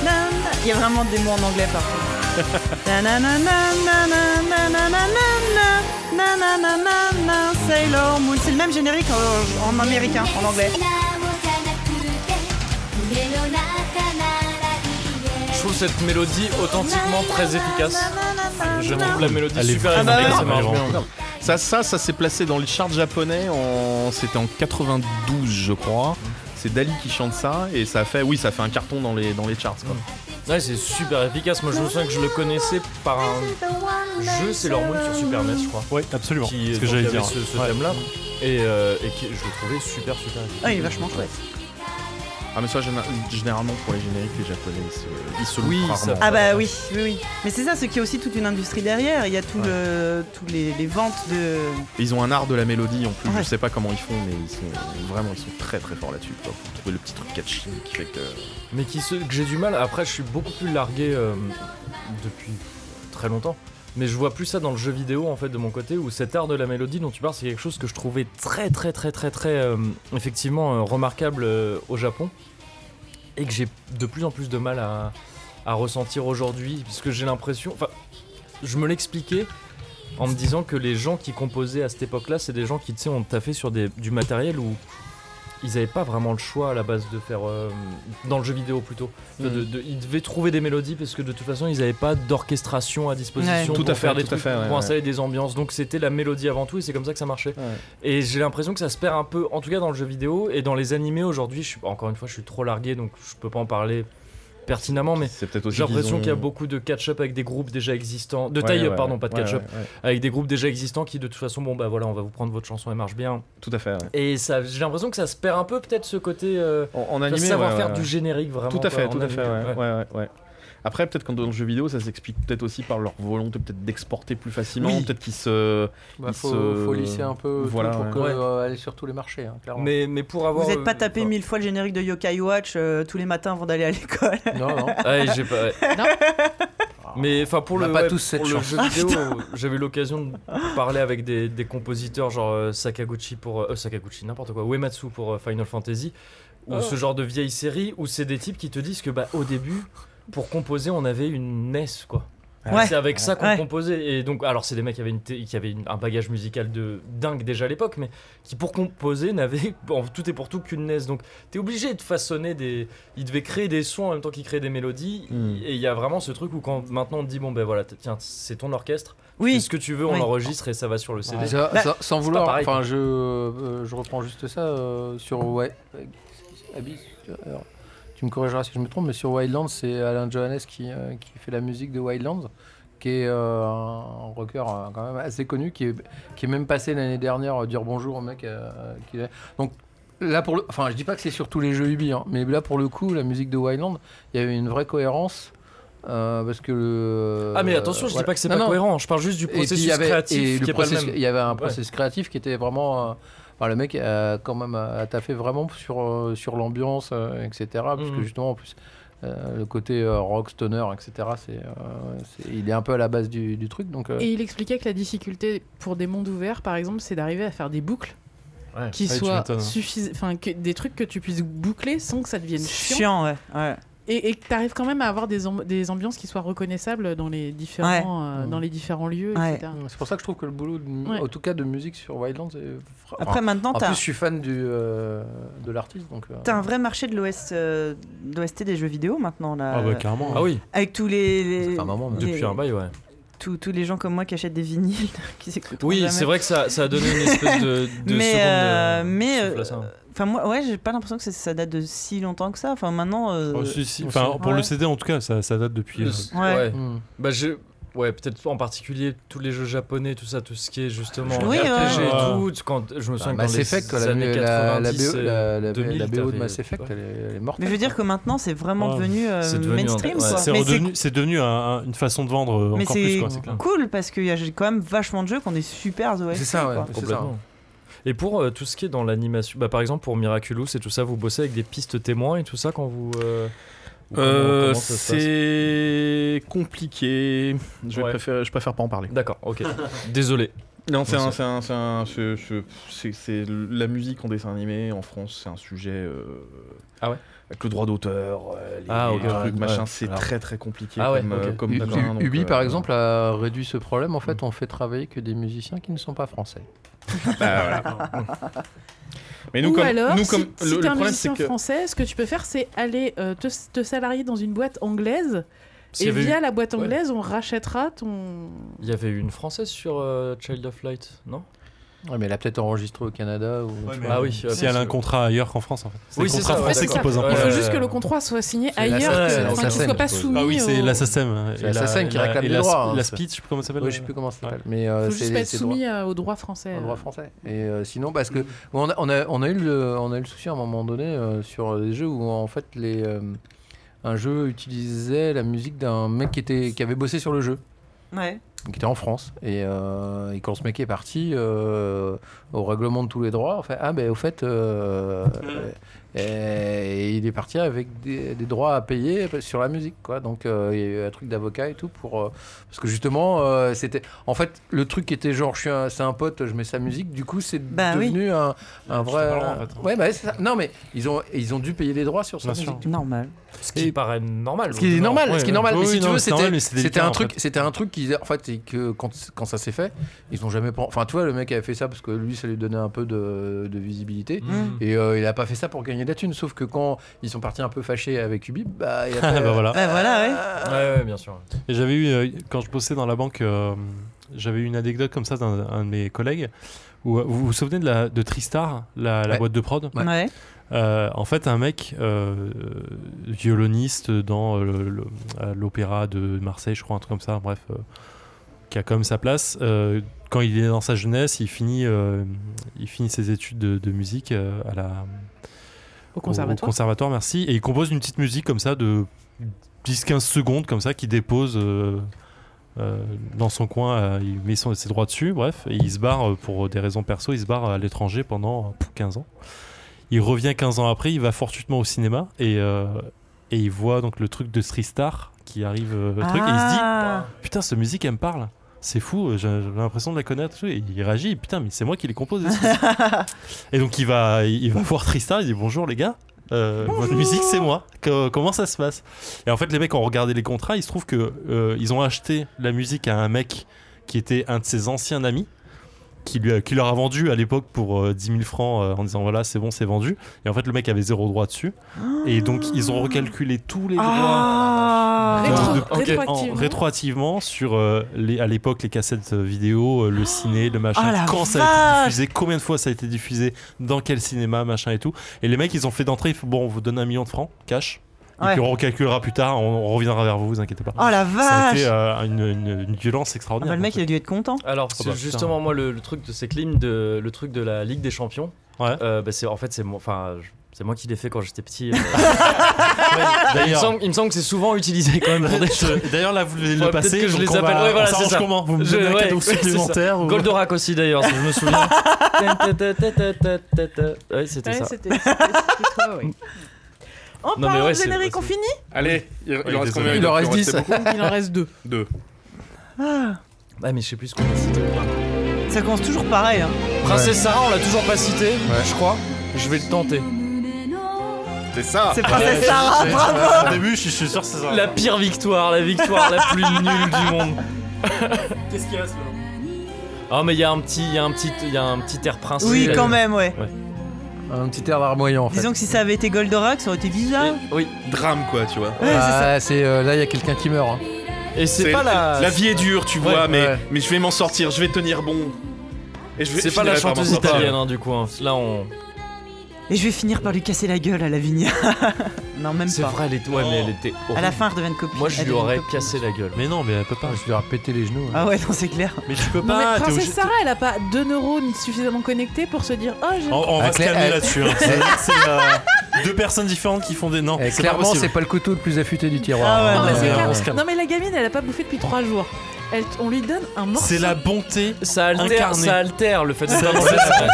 [SPEAKER 1] Na, na. Il y a vraiment des mots en anglais partout. (laughs) Na, na, na, na, na, na, na, na, na, na, na, na, na, na, na, Sailor Moon. C'est le même générique en, en américain, en anglais.
[SPEAKER 4] Je trouve cette mélodie authentiquement très efficace. Je trouve la mélodie
[SPEAKER 7] Elle est
[SPEAKER 4] super
[SPEAKER 7] vraiment
[SPEAKER 4] efficace. ça
[SPEAKER 7] bien, elle est
[SPEAKER 4] marche
[SPEAKER 7] vraiment
[SPEAKER 4] bien.
[SPEAKER 7] bien. Ça, ça, ça s'est placé dans le chart japonais en. C'était en 92, je crois. C'est Dali qui chante ça et ça a fait. Oui, ça a fait un carton dans les, dans les charts. Quoi.
[SPEAKER 4] Ouais, c'est super efficace. Moi, je me souviens que je le connaissais par un jeu, c'est l'hormone sur Super NES, je crois.
[SPEAKER 3] Ouais, absolument.
[SPEAKER 4] Qui,
[SPEAKER 3] ce que
[SPEAKER 4] donc,
[SPEAKER 3] j'allais
[SPEAKER 4] il y avait
[SPEAKER 3] dire.
[SPEAKER 4] Ce, ce
[SPEAKER 3] Ouais.
[SPEAKER 4] thème-là. Et, euh, et qui- je le trouvais super, super efficace.
[SPEAKER 1] Ah, il est vachement chouette.
[SPEAKER 7] Ah, mais ça, géné- généralement, pour les génériques, les japonais, ils se, ils se
[SPEAKER 4] Oui,
[SPEAKER 7] loupent
[SPEAKER 4] ça-
[SPEAKER 7] rarement.
[SPEAKER 1] Ah bah oui, oui, oui. Mais c'est ça, c'est qu'il y a aussi toute une industrie derrière. Il y a tout
[SPEAKER 7] Ouais.
[SPEAKER 1] le, tous les, les ventes de.
[SPEAKER 7] Ils ont un art de la mélodie en plus,
[SPEAKER 1] Ouais.
[SPEAKER 7] je sais pas comment ils font, mais ils sont vraiment ils sont très très forts là-dessus. quoi. Faut trouver le petit truc catchy qui fait que.
[SPEAKER 4] Mais qui se- que j'ai du mal. Après, je suis beaucoup plus largué euh, depuis très longtemps. Mais je vois plus ça dans le jeu vidéo en fait de mon côté où cet art de la mélodie dont tu parles c'est quelque chose que je trouvais très très très très très euh, effectivement euh, remarquable euh, au Japon et que j'ai de plus en plus de mal à, à ressentir aujourd'hui puisque j'ai l'impression enfin je me l'expliquais en me disant que les gens qui composaient à cette époque-là c'est des gens qui tu sais ont taffé sur des- du matériel où ils n'avaient pas vraiment le choix à la base de faire euh, dans le jeu vidéo plutôt. De- de- de- ils devaient trouver des mélodies parce que de toute façon ils n'avaient pas d'orchestration à disposition
[SPEAKER 7] Ouais. Tout
[SPEAKER 4] pour
[SPEAKER 7] à fait,
[SPEAKER 4] faire des
[SPEAKER 7] tout à
[SPEAKER 4] trucs,
[SPEAKER 7] fait, ouais,
[SPEAKER 4] pour
[SPEAKER 7] ouais.
[SPEAKER 4] installer des ambiances. Donc c'était la mélodie avant tout et c'est comme ça que ça marchait. Et j'ai l'impression que ça se perd un peu, en tout cas dans le jeu vidéo et dans les animés aujourd'hui. Je suis encore une fois, je suis trop largué donc je peux pas en parler pertinemment, mais
[SPEAKER 7] C'est peut-être aussi
[SPEAKER 4] j'ai l'impression
[SPEAKER 7] qu'ils ont-
[SPEAKER 4] qu'il y a beaucoup de catch-up avec des groupes déjà existants, de
[SPEAKER 7] Ouais,
[SPEAKER 4] taille-up
[SPEAKER 7] ouais,
[SPEAKER 4] pardon,
[SPEAKER 7] ouais.
[SPEAKER 4] pas de
[SPEAKER 7] Ouais,
[SPEAKER 4] catch-up,
[SPEAKER 7] ouais, ouais.
[SPEAKER 4] avec des groupes déjà existants qui de toute façon bon bah voilà on va vous prendre votre chanson elle marche bien.
[SPEAKER 7] Tout à fait. ouais.
[SPEAKER 4] Et ça, j'ai l'impression que ça se perd un peu peut-être ce côté euh,
[SPEAKER 7] En animé,
[SPEAKER 4] savoir-faire
[SPEAKER 7] ouais, ouais,
[SPEAKER 4] du
[SPEAKER 7] ouais.
[SPEAKER 4] générique vraiment.
[SPEAKER 7] Tout
[SPEAKER 4] quoi,
[SPEAKER 7] à fait,
[SPEAKER 4] en
[SPEAKER 7] tout à
[SPEAKER 4] animé.
[SPEAKER 7] fait. Ouais,
[SPEAKER 4] Ouais.
[SPEAKER 7] ouais, ouais, ouais. Après, peut-être que dans le jeu vidéo, ça s'explique peut-être aussi par leur volonté peut-être d'exporter plus facilement,
[SPEAKER 4] Oui.
[SPEAKER 7] peut-être qu'ils se.
[SPEAKER 5] Bah,
[SPEAKER 7] ils
[SPEAKER 5] faut,
[SPEAKER 7] se-
[SPEAKER 5] faut lisser un peu tout
[SPEAKER 7] Voilà,
[SPEAKER 5] pour
[SPEAKER 7] ouais.
[SPEAKER 5] que,
[SPEAKER 7] Ouais.
[SPEAKER 5] euh, aller sur tous les marchés, hein, clairement.
[SPEAKER 4] Mais, mais pour avoir. euh,
[SPEAKER 1] Vous n'êtes pas tapé mille fois le générique de Yokai Watch euh, tous les matins avant d'aller à l'école. (laughs)
[SPEAKER 5] Non, non.
[SPEAKER 4] Ouais, j'ai pas. ouais. Mais enfin pour
[SPEAKER 5] On
[SPEAKER 4] le,
[SPEAKER 5] n'a pas
[SPEAKER 4] ouais,
[SPEAKER 5] tous cette
[SPEAKER 4] pour le
[SPEAKER 5] chance.
[SPEAKER 4] jeu
[SPEAKER 5] Ah,
[SPEAKER 4] vidéo, j'avais eu l'occasion de parler avec des, des compositeurs genre euh, Sakaguchi pour euh, Sakaguchi n'importe quoi, Uematsu pour euh, Final Fantasy ou
[SPEAKER 5] Oh.
[SPEAKER 4] ce genre de vieille série où c'est des types qui te disent que bah au début pour composer on avait une NES quoi.
[SPEAKER 1] Ouais.
[SPEAKER 4] C'est avec ça qu'on
[SPEAKER 1] Ouais.
[SPEAKER 4] composait et donc alors c'est des mecs qui avaient, une thé- qui avaient une- un bagage musical de dingue déjà à l'époque mais qui pour composer n'avaient (laughs) en tout et pour tout qu'une NES donc t'es obligé de façonner des ils devaient créer des sons en même temps qu'ils créaient des mélodies
[SPEAKER 7] Hmm.
[SPEAKER 4] et il y a vraiment ce truc où quand maintenant on te dit bon ben voilà t- tiens c'est ton orchestre
[SPEAKER 1] oui.
[SPEAKER 4] ce que tu veux on
[SPEAKER 1] Oui.
[SPEAKER 4] l'enregistre et ça va sur le CD
[SPEAKER 5] Ouais. Ça- ça- sans
[SPEAKER 4] C'est
[SPEAKER 5] vouloir,
[SPEAKER 4] pas pareil,
[SPEAKER 5] enfin
[SPEAKER 4] quoi.
[SPEAKER 5] je, euh, je reprends juste ça euh, sur ouais, euh, Abby, euh, tu me corrigeras si je me trompe, mais sur Wildlands, c'est Alain Johannes qui, euh, qui fait la musique de Wildlands, qui est euh, un rocker euh, quand même assez connu, qui est, qui est même passé l'année dernière euh, dire bonjour au mec euh, qu'il est. Donc là pour le, enfin je dis pas que c'est sur tous les jeux Ubi, hein, mais là pour le coup, la musique de Wildlands, il y avait une vraie cohérence. euh, parce que le-
[SPEAKER 4] ah mais attention je
[SPEAKER 5] voilà.
[SPEAKER 4] dis pas que c'est
[SPEAKER 5] Euh, Non,
[SPEAKER 4] pas
[SPEAKER 5] non.
[SPEAKER 4] cohérent je parle juste du
[SPEAKER 5] Et puis,
[SPEAKER 4] processus
[SPEAKER 5] il y avait-
[SPEAKER 4] créatif
[SPEAKER 5] et
[SPEAKER 4] qui
[SPEAKER 5] le
[SPEAKER 4] est pas le
[SPEAKER 5] processus-
[SPEAKER 4] même.
[SPEAKER 5] Il y avait un
[SPEAKER 4] Ouais.
[SPEAKER 5] processus créatif qui était vraiment euh, Enfin, le mec a quand même euh, a taffé vraiment sur, euh, sur l'ambiance, euh, etc. Parce que
[SPEAKER 4] Mhm.
[SPEAKER 5] justement, en plus, euh, le côté euh, rock, stoner, etc., c'est, euh, c'est- il est un peu à la base du, du truc. Donc, euh,
[SPEAKER 6] Et il expliquait que la difficulté pour des mondes ouverts, par exemple, c'est d'arriver à faire des boucles
[SPEAKER 5] Ouais.
[SPEAKER 6] qui
[SPEAKER 5] Ouais, tu
[SPEAKER 6] soient
[SPEAKER 5] m'étonnes.
[SPEAKER 6] suffisantes, enfin que- des trucs que tu puisses boucler sans que ça devienne chiant.
[SPEAKER 1] Chiant, ouais. ouais.
[SPEAKER 6] Et, et que tu arrives quand même à avoir des, amb- des ambiances qui soient reconnaissables dans les différents, euh, dans les différents lieux, etc.
[SPEAKER 5] C'est pour ça que je trouve que le boulot, de mu-
[SPEAKER 6] Ouais.
[SPEAKER 5] en tout cas de musique sur Wildlands, est... fra-
[SPEAKER 1] Après,
[SPEAKER 5] enfin,
[SPEAKER 1] maintenant,
[SPEAKER 5] Ah. En
[SPEAKER 1] t'as-
[SPEAKER 5] plus, je suis fan du, euh, de l'artiste. Donc, euh,
[SPEAKER 1] T'as un vrai marché de l'OS, euh, d'OST des jeux vidéo maintenant là.
[SPEAKER 5] Ah bah, carrément. Ah oui.
[SPEAKER 1] Avec tous les. les-
[SPEAKER 5] fait un moment,
[SPEAKER 1] les-
[SPEAKER 4] Depuis un bail, ouais.
[SPEAKER 1] Tous, tous les gens comme moi qui achètent des vinyles, (laughs) qui s'écoutent.
[SPEAKER 4] Oui,
[SPEAKER 1] jamais.
[SPEAKER 4] c'est vrai que ça- ça a donné une espèce de- de
[SPEAKER 1] mais
[SPEAKER 4] seconde,
[SPEAKER 1] euh,
[SPEAKER 4] euh,
[SPEAKER 1] mais
[SPEAKER 4] souffle à ça.
[SPEAKER 1] euh, enfin moi, ouais, j'ai pas l'impression que ça, ça date de si longtemps que ça. Enfin maintenant. euh,
[SPEAKER 3] Oh, si, si. Enfin, pour le
[SPEAKER 1] ouais.
[SPEAKER 3] CD en tout cas, ça, ça date depuis. euh,
[SPEAKER 4] Le-
[SPEAKER 1] Ouais.
[SPEAKER 4] ouais.
[SPEAKER 5] hmm.
[SPEAKER 1] Mm.
[SPEAKER 4] Bah, je- ouais, peut-être en particulier tous les jeux japonais, tout ça, tout ce qui est justement
[SPEAKER 5] Oui,
[SPEAKER 4] RPG
[SPEAKER 5] ouais.
[SPEAKER 4] et tout. Quand, je me
[SPEAKER 5] Bah,
[SPEAKER 4] souviens quand
[SPEAKER 5] Mass
[SPEAKER 4] les
[SPEAKER 5] Effect, quoi, la-
[SPEAKER 4] années
[SPEAKER 5] la- la
[SPEAKER 4] 90,
[SPEAKER 5] BO
[SPEAKER 4] euh,
[SPEAKER 5] la- la-
[SPEAKER 4] 2000,
[SPEAKER 5] la BO de
[SPEAKER 4] t'avais-
[SPEAKER 5] Mass Effect, elle est- elle est mortelle.
[SPEAKER 1] Mais je veux dire que maintenant c'est vraiment devenu, euh,
[SPEAKER 4] C'est devenu un-
[SPEAKER 1] mainstream.
[SPEAKER 4] ouais.
[SPEAKER 1] quoi.
[SPEAKER 3] C'est
[SPEAKER 1] Mais
[SPEAKER 3] redevenu- c'est devenu un- un- une façon de vendre euh,
[SPEAKER 1] Mais
[SPEAKER 3] encore plus,
[SPEAKER 1] c'est
[SPEAKER 3] quoi. c'est clair.
[SPEAKER 1] cool parce qu'il y a quand même vachement de jeux qu'on est super OST. quoi.
[SPEAKER 4] Complètement. Et pour euh, tout ce qui est dans l'animation, bah, par exemple pour Miraculous et tout ça, vous bossez avec des pistes témoins et tout ça quand vous. euh, ou comment-
[SPEAKER 7] Euh,
[SPEAKER 4] comment ça se passe
[SPEAKER 7] c'est compliqué. Je, vais préférer- je préfère pas en parler.
[SPEAKER 4] D'accord, ok. Désolé.
[SPEAKER 7] Non, c'est
[SPEAKER 4] Non,
[SPEAKER 7] un-
[SPEAKER 4] c'est-
[SPEAKER 7] c'est un- c'est un- c'est- c'est- c'est- c'est la musique en dessin animé en France, c'est un sujet. euh, Avec le droit d'auteur, euh, les,
[SPEAKER 5] Ah, ok,
[SPEAKER 7] les trucs,
[SPEAKER 5] ouais,
[SPEAKER 7] machin,
[SPEAKER 5] ouais.
[SPEAKER 7] c'est
[SPEAKER 5] Alors.
[SPEAKER 7] très très compliqué
[SPEAKER 5] Ah ouais,
[SPEAKER 7] comme,
[SPEAKER 5] ok.
[SPEAKER 7] euh, comme
[SPEAKER 5] U-
[SPEAKER 7] bouquin,
[SPEAKER 5] U-
[SPEAKER 7] donc,
[SPEAKER 5] Ubi,
[SPEAKER 7] euh,
[SPEAKER 5] par exemple, a réduit ce problème. En fait, on fait travailler que des musiciens qui ne sont pas français.
[SPEAKER 7] Bah, voilà. Mais nous,
[SPEAKER 6] Ou
[SPEAKER 7] comme,
[SPEAKER 6] alors,
[SPEAKER 7] nous,
[SPEAKER 6] si-
[SPEAKER 7] comme
[SPEAKER 6] si,
[SPEAKER 7] le, le
[SPEAKER 6] t'es un
[SPEAKER 7] problème, c'est
[SPEAKER 6] musicien
[SPEAKER 7] que.
[SPEAKER 6] français, ce que tu peux faire, c'est aller euh, te, te salarier dans une boîte anglaise.
[SPEAKER 4] S'il y
[SPEAKER 6] Et
[SPEAKER 4] avait
[SPEAKER 6] via
[SPEAKER 4] eu-
[SPEAKER 6] la boîte
[SPEAKER 4] Ouais. Ah
[SPEAKER 6] anglaise, on rachètera ton.
[SPEAKER 4] Il y avait eu une française sur euh, Child of Light, non
[SPEAKER 5] Ouais, mais elle a peut-être enregistré au Canada. Ou...
[SPEAKER 4] mais Ah oui,
[SPEAKER 3] Si elle a un contrat ailleurs qu'en France, en fait. C'est le
[SPEAKER 4] Oui, c'est
[SPEAKER 3] contrat
[SPEAKER 4] ça, ouais,
[SPEAKER 3] français qui
[SPEAKER 4] d'accord.
[SPEAKER 3] pose un
[SPEAKER 4] Ouais,
[SPEAKER 3] problème.
[SPEAKER 6] Il faut juste que le contrat soit signé
[SPEAKER 3] C'est
[SPEAKER 6] ailleurs,
[SPEAKER 3] l'assassin,
[SPEAKER 6] que-
[SPEAKER 3] c'est
[SPEAKER 6] enfin, qu'il
[SPEAKER 3] l'assassin,
[SPEAKER 6] soit pas
[SPEAKER 3] je suppose.
[SPEAKER 6] soumis.
[SPEAKER 3] Ah oui, c'est
[SPEAKER 6] au-
[SPEAKER 3] l'assassin.
[SPEAKER 5] oh. C'est l'assassin qui réclame les droits. hein,
[SPEAKER 3] La
[SPEAKER 5] ça.
[SPEAKER 3] speech, je sais plus comment ça s'appelle.
[SPEAKER 5] Oui,
[SPEAKER 3] le-
[SPEAKER 5] je sais plus comment ça s'appelle.
[SPEAKER 3] Ouais.
[SPEAKER 5] Mais
[SPEAKER 6] Il
[SPEAKER 5] euh,
[SPEAKER 6] faut juste
[SPEAKER 5] c'est
[SPEAKER 6] pas être
[SPEAKER 5] c'est droit.
[SPEAKER 6] soumis euh, au droit français.
[SPEAKER 5] Un droit français. Et euh, sinon, parce que bon, on, a, on, a, on a eu le, on a eu le souci à un moment donné euh, sur des jeux où en fait les, euh, un jeu utilisait la musique d'un mec qui, était, qui avait bossé sur le jeu.
[SPEAKER 1] Ouais.
[SPEAKER 5] Qui était en France. Et, euh, et quand ce mec est parti, euh, au règlement de tous les droits, on fait Ah, ben au
[SPEAKER 1] (laughs)
[SPEAKER 5] fait, euh, et, et il est parti avec des, des droits à payer sur la musique. Quoi. Donc euh, il y a eu un truc d'avocat et tout. pour euh, Parce que justement, euh, c'était. En fait, le truc qui était genre, je suis un- c'est un pote, je mets sa musique. Du coup, c'est
[SPEAKER 1] Bah oui.
[SPEAKER 5] devenu un, un vrai.
[SPEAKER 1] pas le droit, en fait. hein.
[SPEAKER 5] Ouais, bah, c'est ça. Non, mais ils ont, ils ont dû payer les droits sur sa musique.
[SPEAKER 1] Normal.
[SPEAKER 4] Ce qui paraît normal.
[SPEAKER 5] Ce qui est normal, ce qui est normal. mais si tu veux, c'était, c'était un truc,
[SPEAKER 4] truc
[SPEAKER 5] c'était un truc qui, en fait, et que quand, quand ça s'est fait, ils ont jamais. pen- Enfin, tu vois, le mec avait fait ça parce que lui, ça lui donnait un peu de, de visibilité,
[SPEAKER 3] Mm.
[SPEAKER 5] et euh, il a pas fait ça pour gagner de la thune. Sauf que quand ils sont partis un peu fâchés avec Ubi, bah,
[SPEAKER 3] (laughs)
[SPEAKER 5] il a Euh,
[SPEAKER 3] Ah,
[SPEAKER 5] fait-
[SPEAKER 3] bah voilà.
[SPEAKER 1] Ouais, voilà, ouais.
[SPEAKER 4] Ouais, ouais, bien sûr.
[SPEAKER 3] Et j'avais eu, euh, quand je bossais dans la banque, euh, j'avais eu une anecdote comme ça d'un un de mes collègues. Où, euh, vous vous souvenez de, la, de Tristar, la, la
[SPEAKER 5] Ouais.
[SPEAKER 3] boîte de prod
[SPEAKER 5] Ouais. Ouais.
[SPEAKER 3] Euh, En fait, un mec euh, violoniste dans euh, le- le- à l'opéra de Marseille, je crois, un truc comme ça, bref, euh, qui a quand même sa place. euh, quand il est dans sa jeunesse, il finit, euh, il finit ses études de, de musique euh, à la,
[SPEAKER 6] Au conservatoire.
[SPEAKER 3] conservatoire, merci. Et il compose une petite musique comme ça de 10-15 secondes, comme ça, qu'il dépose euh, euh, dans son coin. euh, il met son- ses droits dessus, bref. Et il se barre euh, pour des raisons perso, il se barre à l'étranger pendant euh, pff, 15 ans. Il revient 15 ans après, il va fortuitement au cinéma et, euh, et il voit donc le truc de Three Star qui arrive, euh, le truc, et il se dit
[SPEAKER 1] Ah.
[SPEAKER 3] Putain, cette musique, elle me parle. C'est fou, euh, j'ai j'ai l'impression de la connaître. Et il réagit, putain, mais c'est moi qui l'ai composé. ce truc. et donc il va, il va voir Tristar, il dit bonjour les gars, euh, votre musique c'est moi. Co- comment ça se passe Et en fait, les mecs ont regardé les contrats. Il se trouve que euh, ils ont acheté la musique à un mec qui était un de ses anciens amis. Qui, lui a- qui leur a vendu à l'époque pour euh, 10 000 francs euh, en disant voilà c'est bon c'est vendu et en fait le mec avait zéro droit dessus et donc ils ont recalculé tous les
[SPEAKER 1] Ah.
[SPEAKER 3] droits
[SPEAKER 1] Rétro-
[SPEAKER 3] de- de- en-
[SPEAKER 1] rétroactivement.
[SPEAKER 3] rétroactivement sur euh, les, à l'époque les cassettes euh, vidéo, euh, le ciné, le machin,
[SPEAKER 1] Oh la
[SPEAKER 3] quand ça a été
[SPEAKER 1] vache
[SPEAKER 3] diffusé, combien de fois ça a été diffusé, dans quel cinéma, machin et tout. Et les mecs, ils ont fait d'entrée, ils font, bon, on vous donne un million de francs, cash. Et
[SPEAKER 1] Ouais.
[SPEAKER 3] puis on recalculera plus tard, on, on reviendra vers vous, vous inquiétez pas.
[SPEAKER 1] Oh la
[SPEAKER 3] Ça a été
[SPEAKER 1] vache
[SPEAKER 3] euh, une, une- une violence
[SPEAKER 1] Ah bah,
[SPEAKER 3] extraordinaire.
[SPEAKER 1] le mec il a dû être content.
[SPEAKER 4] Alors,
[SPEAKER 3] Ah
[SPEAKER 4] parce
[SPEAKER 3] bah,
[SPEAKER 4] que justement, moi, le, le truc de ces clims, de, le truc de la Ligue des Champions, euh,
[SPEAKER 3] ouais.
[SPEAKER 4] bah, c'est en fait, c'est mon. Enfin, je- C'est moi qui l'ai fait quand j'étais (laughs) petit. euh. Ouais, il, me
[SPEAKER 3] d'ailleurs.
[SPEAKER 4] semble, il me semble que c'est souvent utilisé quand même pour des
[SPEAKER 3] Je- euh, D'ailleurs, là, vous voulez le
[SPEAKER 4] Ouais,
[SPEAKER 3] passer,
[SPEAKER 4] peut-être que je
[SPEAKER 3] donc
[SPEAKER 4] les
[SPEAKER 3] on
[SPEAKER 4] appelle.
[SPEAKER 3] va-
[SPEAKER 4] Ouais, voilà,
[SPEAKER 3] on
[SPEAKER 4] c'est
[SPEAKER 3] s'arrange
[SPEAKER 4] ça.
[SPEAKER 3] comment Vous me
[SPEAKER 4] Je-
[SPEAKER 3] donnez un
[SPEAKER 4] ouais,
[SPEAKER 3] cadeau
[SPEAKER 4] ouais, c'est ça.
[SPEAKER 3] supplémentaire ou-
[SPEAKER 4] Goldorak aussi d'ailleurs, si je me (laughs) souviens. ouais, c'était ça.
[SPEAKER 6] Ouais, c'était c'était- c'était toi, oui. En
[SPEAKER 4] Non, mais
[SPEAKER 6] parlant
[SPEAKER 4] ouais,
[SPEAKER 6] de
[SPEAKER 4] c'est-
[SPEAKER 6] générique, on finit
[SPEAKER 7] Allez, il, il
[SPEAKER 4] Oui,
[SPEAKER 7] en
[SPEAKER 4] désolé.
[SPEAKER 7] reste combien
[SPEAKER 4] Il en reste
[SPEAKER 7] restait
[SPEAKER 4] 10.
[SPEAKER 7] beaucoup
[SPEAKER 6] Il en reste 2.
[SPEAKER 7] Deux.
[SPEAKER 4] Ah, mais je sais plus ce qu'on a cité.
[SPEAKER 1] Ça commence toujours pareil. Hein.
[SPEAKER 4] Princesse Sarah, on l'a toujours pas cité, je crois. Je vais le tenter.
[SPEAKER 7] C'est ça
[SPEAKER 1] C'est Princesse Sarah, bravo
[SPEAKER 3] Au début, je suis sûr que c'est ça.
[SPEAKER 4] La pire victoire, la victoire la
[SPEAKER 3] (laughs)
[SPEAKER 4] plus nulle du monde.
[SPEAKER 3] Qu'est-ce qu'il reste maintenant
[SPEAKER 4] Oh, mais il y a un petit, il y a un petit, il y a un petit air princier.
[SPEAKER 1] Oui,
[SPEAKER 4] là.
[SPEAKER 1] quand même, ouais.
[SPEAKER 5] Un petit air larmoyant en fait.
[SPEAKER 1] Disons que si ça avait été Goldorak, ça aurait été bizarre.
[SPEAKER 4] Oui.
[SPEAKER 7] Drame quoi, tu vois.
[SPEAKER 5] Ah, c'est euh, là il y a quelqu'un qui meurt. hein.
[SPEAKER 4] Et c'est pas la.
[SPEAKER 7] vie est dure, tu vois,
[SPEAKER 5] Ah, Ouais,
[SPEAKER 7] mais,
[SPEAKER 5] ouais.
[SPEAKER 7] mais je vais m'en sortir, je vais tenir bon. Et je vais-
[SPEAKER 4] C'est
[SPEAKER 7] je
[SPEAKER 4] pas la
[SPEAKER 7] finirai par m'en
[SPEAKER 4] chanteuse
[SPEAKER 7] sortir.
[SPEAKER 4] italienne, hein, du coup. hein. Là, on.
[SPEAKER 1] Et je vais finir par lui casser la gueule à Lavinia. (laughs) non, même
[SPEAKER 4] C'est
[SPEAKER 1] pas.
[SPEAKER 4] vrai, elle était. Ouais, mais elle était.
[SPEAKER 1] À la
[SPEAKER 4] horrible.
[SPEAKER 1] fin, elle redevient une copine.
[SPEAKER 4] Moi, je
[SPEAKER 1] Elle
[SPEAKER 4] lui
[SPEAKER 1] devient une
[SPEAKER 4] aurais
[SPEAKER 1] copine.
[SPEAKER 4] cassé la gueule.
[SPEAKER 3] Mais non, mais elle peut pas.
[SPEAKER 5] Ah, Je lui ai pété les genoux. hein.
[SPEAKER 1] Ah ouais, non, c'est clair.
[SPEAKER 3] Mais tu peux
[SPEAKER 6] Non, mais
[SPEAKER 3] pas. Ah, t'es
[SPEAKER 6] Princesse
[SPEAKER 3] obligé-
[SPEAKER 6] Sarah, elle a pas deux neurones suffisamment connectés pour se dire Oh, j'ai.
[SPEAKER 3] On, on va
[SPEAKER 5] Ah,
[SPEAKER 3] se
[SPEAKER 5] Claire,
[SPEAKER 3] calmer
[SPEAKER 5] elle-
[SPEAKER 3] là-dessus. hein.
[SPEAKER 4] (laughs)
[SPEAKER 3] C'est c'est, euh, deux personnes différentes qui font des. Non,
[SPEAKER 5] Eh,
[SPEAKER 3] c'est pas
[SPEAKER 5] clairement,
[SPEAKER 3] possible.
[SPEAKER 5] c'est pas le couteau le plus affûté du
[SPEAKER 1] Ah
[SPEAKER 5] tiroir.
[SPEAKER 1] ouais,
[SPEAKER 5] hein.
[SPEAKER 6] Non, mais
[SPEAKER 3] Ouais,
[SPEAKER 6] c'est
[SPEAKER 3] ouais,
[SPEAKER 6] clair.
[SPEAKER 3] on se calme.
[SPEAKER 6] Non, mais la gamine, elle a pas bouffé depuis trois jours. Elle- on lui donne un morceau.
[SPEAKER 3] C'est la bonté.
[SPEAKER 4] Ça altère,
[SPEAKER 3] Incarné.
[SPEAKER 4] ça altère le fait de ça.
[SPEAKER 3] C'est
[SPEAKER 4] ça-
[SPEAKER 3] ça,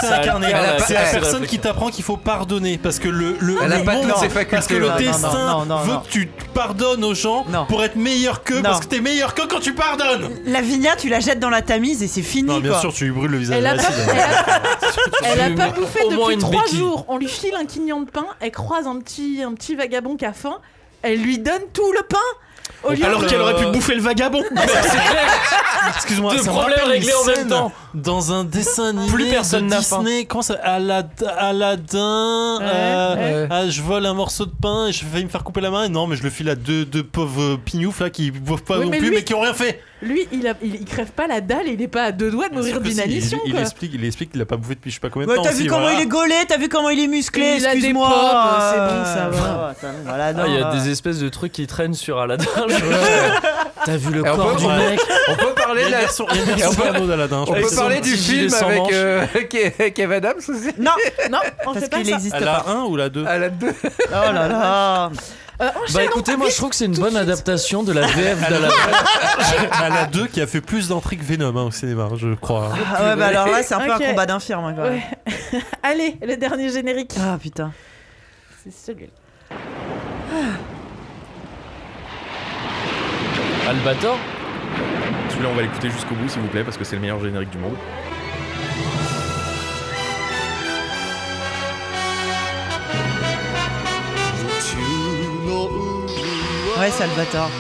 [SPEAKER 3] c'est
[SPEAKER 4] ça
[SPEAKER 3] incarné.
[SPEAKER 4] altère la-
[SPEAKER 3] C'est la
[SPEAKER 4] la-
[SPEAKER 3] personne qui t'apprend qu'il faut pardonner parce que le, le,
[SPEAKER 5] Elle a
[SPEAKER 3] le
[SPEAKER 5] pas
[SPEAKER 3] monde-
[SPEAKER 5] toutes ses facultés,
[SPEAKER 3] parce que le
[SPEAKER 5] ouais.
[SPEAKER 3] destin
[SPEAKER 1] Non, non, non, non,
[SPEAKER 3] veut
[SPEAKER 1] non.
[SPEAKER 3] que tu pardonnes aux gens
[SPEAKER 1] Non.
[SPEAKER 3] pour être meilleur qu'eux
[SPEAKER 1] Non.
[SPEAKER 3] parce que t'es meilleur qu'eux quand tu pardonnes.
[SPEAKER 1] Lavinia, tu la jettes dans la Tamise et c'est fini,
[SPEAKER 3] Non, bien
[SPEAKER 1] quoi.
[SPEAKER 3] sûr, tu lui brûles le visage.
[SPEAKER 6] Elle a
[SPEAKER 3] de
[SPEAKER 6] pas,
[SPEAKER 3] l'acide.
[SPEAKER 6] elle a- elle a
[SPEAKER 4] Tu
[SPEAKER 6] pas
[SPEAKER 4] mets
[SPEAKER 6] bouffé
[SPEAKER 4] au moins
[SPEAKER 6] depuis
[SPEAKER 4] une
[SPEAKER 6] trois
[SPEAKER 4] béquille. (laughs)
[SPEAKER 6] jours. On lui file un quignon de pain, elle croise un petit, un petit vagabond qui a faim, elle lui donne tout le pain. Au lieu
[SPEAKER 7] Alors
[SPEAKER 6] de-
[SPEAKER 7] qu'elle aurait pu bouffer le vagabond
[SPEAKER 3] Excuse-moi,
[SPEAKER 4] euh, Deux
[SPEAKER 3] ça me
[SPEAKER 4] problèmes
[SPEAKER 3] rappelle
[SPEAKER 4] réglés
[SPEAKER 3] une
[SPEAKER 4] en même
[SPEAKER 3] scène
[SPEAKER 4] temps.
[SPEAKER 3] Dans un dessin animé
[SPEAKER 4] Plus personne
[SPEAKER 3] de
[SPEAKER 4] n'a faim.
[SPEAKER 3] Disney, comment ça Alad- Aladdin, euh,
[SPEAKER 5] ouais.
[SPEAKER 3] ah, je vole un morceau de pain et je vais me faire couper la main. Et non, mais je le file à deux, deux pauvres euh, pignoufs là qui boivent pas
[SPEAKER 6] Oui,
[SPEAKER 3] non
[SPEAKER 6] mais
[SPEAKER 3] plus,
[SPEAKER 6] lui-
[SPEAKER 3] mais qui ont rien fait.
[SPEAKER 6] Lui, il, a- il, il crève pas la dalle, il est pas à deux doigts de mourir
[SPEAKER 3] Parce que si,
[SPEAKER 6] d'inanition.
[SPEAKER 3] Ah, il, il
[SPEAKER 6] quoi.
[SPEAKER 3] explique, il explique qu'il a pas bouffé depuis je sais pas hein. combien de
[SPEAKER 1] Ouais,
[SPEAKER 3] temps.
[SPEAKER 1] t'as vu
[SPEAKER 3] aussi,
[SPEAKER 1] comment
[SPEAKER 3] voilà.
[SPEAKER 1] il est gaulé, t'as vu comment il est musclé,
[SPEAKER 6] Il a des
[SPEAKER 1] excuse-moi.
[SPEAKER 6] pommes, c'est
[SPEAKER 1] euh,
[SPEAKER 6] bon, ça va.
[SPEAKER 1] ça va, voilà,
[SPEAKER 4] Ah,
[SPEAKER 1] non,
[SPEAKER 4] Il y a
[SPEAKER 1] euh,
[SPEAKER 4] des espèces de trucs qui traînent sur Aladdin. T'as vu le
[SPEAKER 5] Eh, on,
[SPEAKER 4] corps
[SPEAKER 5] peut,
[SPEAKER 4] du
[SPEAKER 5] on-
[SPEAKER 4] mec
[SPEAKER 5] on peut
[SPEAKER 3] Il y a
[SPEAKER 5] parler
[SPEAKER 3] une
[SPEAKER 5] là-
[SPEAKER 3] version, il y a une version
[SPEAKER 5] (laughs) on peut-
[SPEAKER 3] porno d'Aladin, je
[SPEAKER 5] on
[SPEAKER 3] crois.
[SPEAKER 5] peut
[SPEAKER 4] Avec son
[SPEAKER 5] parler du
[SPEAKER 4] petit gilet
[SPEAKER 5] film
[SPEAKER 4] sans
[SPEAKER 5] avec
[SPEAKER 4] manches.
[SPEAKER 5] euh, (laughs) Ke- Kev Adams aussi.
[SPEAKER 1] Non,
[SPEAKER 6] Non, on
[SPEAKER 1] parce
[SPEAKER 6] fait pas
[SPEAKER 1] qu'il
[SPEAKER 6] ça.
[SPEAKER 1] existe
[SPEAKER 3] Elle
[SPEAKER 1] pas.
[SPEAKER 3] a un ou la deux
[SPEAKER 5] À la deux.
[SPEAKER 1] Oh là là.
[SPEAKER 6] Euh,
[SPEAKER 4] Bah
[SPEAKER 6] enchaînons.
[SPEAKER 4] écoutez, moi je trouve que c'est une bonne adaptation de la
[SPEAKER 5] (laughs)
[SPEAKER 4] VF d'Aladdin.
[SPEAKER 3] À la 2 qui a fait plus d'entrées que Venom hein, au cinéma, je crois.
[SPEAKER 1] Ah ouais, bah alors là, c'est un peu
[SPEAKER 6] Ok.
[SPEAKER 1] un combat d'infirme. hein, quand même.
[SPEAKER 6] Ouais. Allez, le dernier générique.
[SPEAKER 1] Ah putain.
[SPEAKER 6] C'est celui-là.
[SPEAKER 4] Albator
[SPEAKER 5] hein.
[SPEAKER 7] Celui-là, on va l'écouter jusqu'au bout, s'il vous plaît, parce que c'est le meilleur générique du monde.
[SPEAKER 1] Ouais, Salvatore.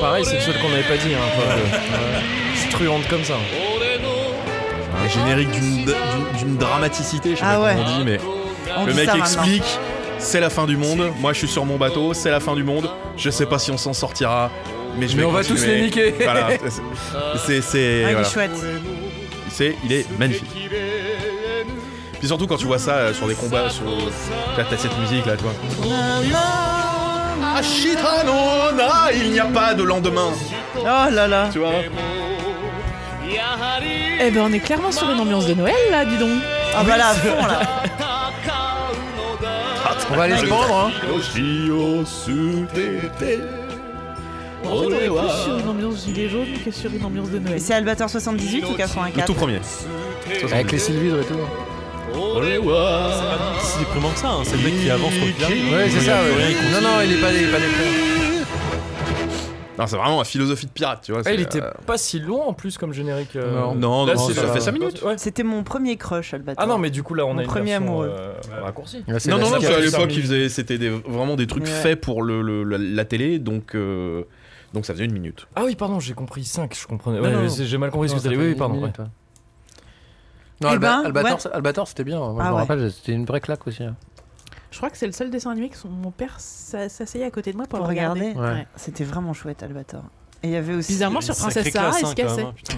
[SPEAKER 4] Pareil, c'est le seul qu'on n'avait pas dit. Hein, Struante comme ça.
[SPEAKER 7] Un générique d'une d'une- d'une dramaticité, je sais
[SPEAKER 1] Ah
[SPEAKER 7] pas
[SPEAKER 1] ouais.
[SPEAKER 7] comment on dit, mais
[SPEAKER 1] On
[SPEAKER 7] le
[SPEAKER 1] dit
[SPEAKER 7] mec
[SPEAKER 1] ça maintenant.
[SPEAKER 7] explique. C'est la fin du monde. Moi, je suis sur mon bateau. C'est la fin du monde. Je sais pas si on s'en sortira, mais je
[SPEAKER 5] Mais
[SPEAKER 7] vais
[SPEAKER 5] on va
[SPEAKER 7] continuer.
[SPEAKER 5] tous les niquer. (laughs)
[SPEAKER 7] Voilà. C'est
[SPEAKER 1] Ouais, Ah, il
[SPEAKER 7] c'est
[SPEAKER 1] est
[SPEAKER 7] voilà.
[SPEAKER 1] chouette.
[SPEAKER 7] C'est il est magnifique. Puis surtout quand tu vois ça euh, sur des combats, sur là t'as cette musique là, tu vois. Ah, Shitanona, il n'y a pas de lendemain,
[SPEAKER 1] Oh là là.
[SPEAKER 7] tu vois.
[SPEAKER 6] Eh ben, on est clairement sur une ambiance de Noël là, dis donc.
[SPEAKER 1] Ah bah là, à fond là.
[SPEAKER 5] On va aller se prendre. Hein.
[SPEAKER 3] Oh,
[SPEAKER 6] En fait, on est plus sur une ambiance gilet jaune que sur une ambiance de
[SPEAKER 1] Et
[SPEAKER 6] Noël.
[SPEAKER 1] c'est Albator 78 ou
[SPEAKER 7] Le
[SPEAKER 1] 84
[SPEAKER 7] tout premier.
[SPEAKER 5] Avec les sylvidres et tout.
[SPEAKER 3] C'est déprimant que ça, hein, c'est le mec qui avance contre Hitler.
[SPEAKER 5] Ouais, c'est
[SPEAKER 3] Il y a
[SPEAKER 5] ça.
[SPEAKER 3] plus
[SPEAKER 5] ouais.
[SPEAKER 3] rien, il
[SPEAKER 5] Non,
[SPEAKER 3] continue.
[SPEAKER 5] non, il est pas, il est pas déprimé.
[SPEAKER 7] Non, c'est vraiment la philosophie de pirate, tu vois.
[SPEAKER 4] il
[SPEAKER 5] Ah,
[SPEAKER 7] c'est,
[SPEAKER 4] était
[SPEAKER 7] euh,
[SPEAKER 4] pas si long en plus comme générique. euh.
[SPEAKER 5] Non.
[SPEAKER 7] Non,
[SPEAKER 4] Là,
[SPEAKER 7] non,
[SPEAKER 4] c'est-
[SPEAKER 7] ça
[SPEAKER 5] ça
[SPEAKER 7] fait
[SPEAKER 5] va.
[SPEAKER 7] 5 minutes.
[SPEAKER 1] C'était mon premier crush, Albator.
[SPEAKER 4] Ah non, mais du coup là on
[SPEAKER 1] Mon
[SPEAKER 4] a une
[SPEAKER 1] premier
[SPEAKER 4] version,
[SPEAKER 1] amoureux.
[SPEAKER 4] euh, raccourcie.
[SPEAKER 5] Là, c'est
[SPEAKER 7] Non,
[SPEAKER 5] la
[SPEAKER 7] non, non, parce
[SPEAKER 5] cicatrice.
[SPEAKER 7] qu'à
[SPEAKER 4] cicatrice
[SPEAKER 7] l'époque,
[SPEAKER 4] armée.
[SPEAKER 7] ils faisaient- c'était des- vraiment des trucs
[SPEAKER 1] Ouais.
[SPEAKER 7] faits pour le, le- la, la télé, donc, euh, donc ça faisait une minute.
[SPEAKER 4] Ah oui, pardon, j'ai compris 5, je comprenais.
[SPEAKER 5] Non,
[SPEAKER 4] Ouais,
[SPEAKER 5] non, non.
[SPEAKER 4] c'est- J'ai mal compris ce que
[SPEAKER 5] Non,
[SPEAKER 4] t'as dit.
[SPEAKER 5] ça fait
[SPEAKER 4] Oui, oui,
[SPEAKER 5] dix
[SPEAKER 4] pardon.
[SPEAKER 5] minutes,
[SPEAKER 4] ouais.
[SPEAKER 5] ouais. Non,
[SPEAKER 1] Eh
[SPEAKER 5] Alba-
[SPEAKER 1] ben,
[SPEAKER 5] Albator,
[SPEAKER 1] ouais.
[SPEAKER 5] c'est- Albator, c'était bien. Moi,
[SPEAKER 1] Ah
[SPEAKER 5] je me
[SPEAKER 1] ouais.
[SPEAKER 5] rappelle, c'était une vraie claque aussi. hein.
[SPEAKER 6] Je crois que c'est le seul dessin animé que son- mon père s'a- s'asseyait à côté de moi pour,
[SPEAKER 1] Pour
[SPEAKER 6] le regarder.
[SPEAKER 1] regarder.
[SPEAKER 5] Ouais.
[SPEAKER 1] C'était vraiment chouette, Albator. Et il y avait aussi.
[SPEAKER 6] Bizarrement, sur
[SPEAKER 3] Sacrée
[SPEAKER 6] Princesse Sarah,
[SPEAKER 3] classe,
[SPEAKER 6] il
[SPEAKER 3] hein,
[SPEAKER 6] se
[SPEAKER 3] quand même,
[SPEAKER 6] cassait.
[SPEAKER 3] hein, putain.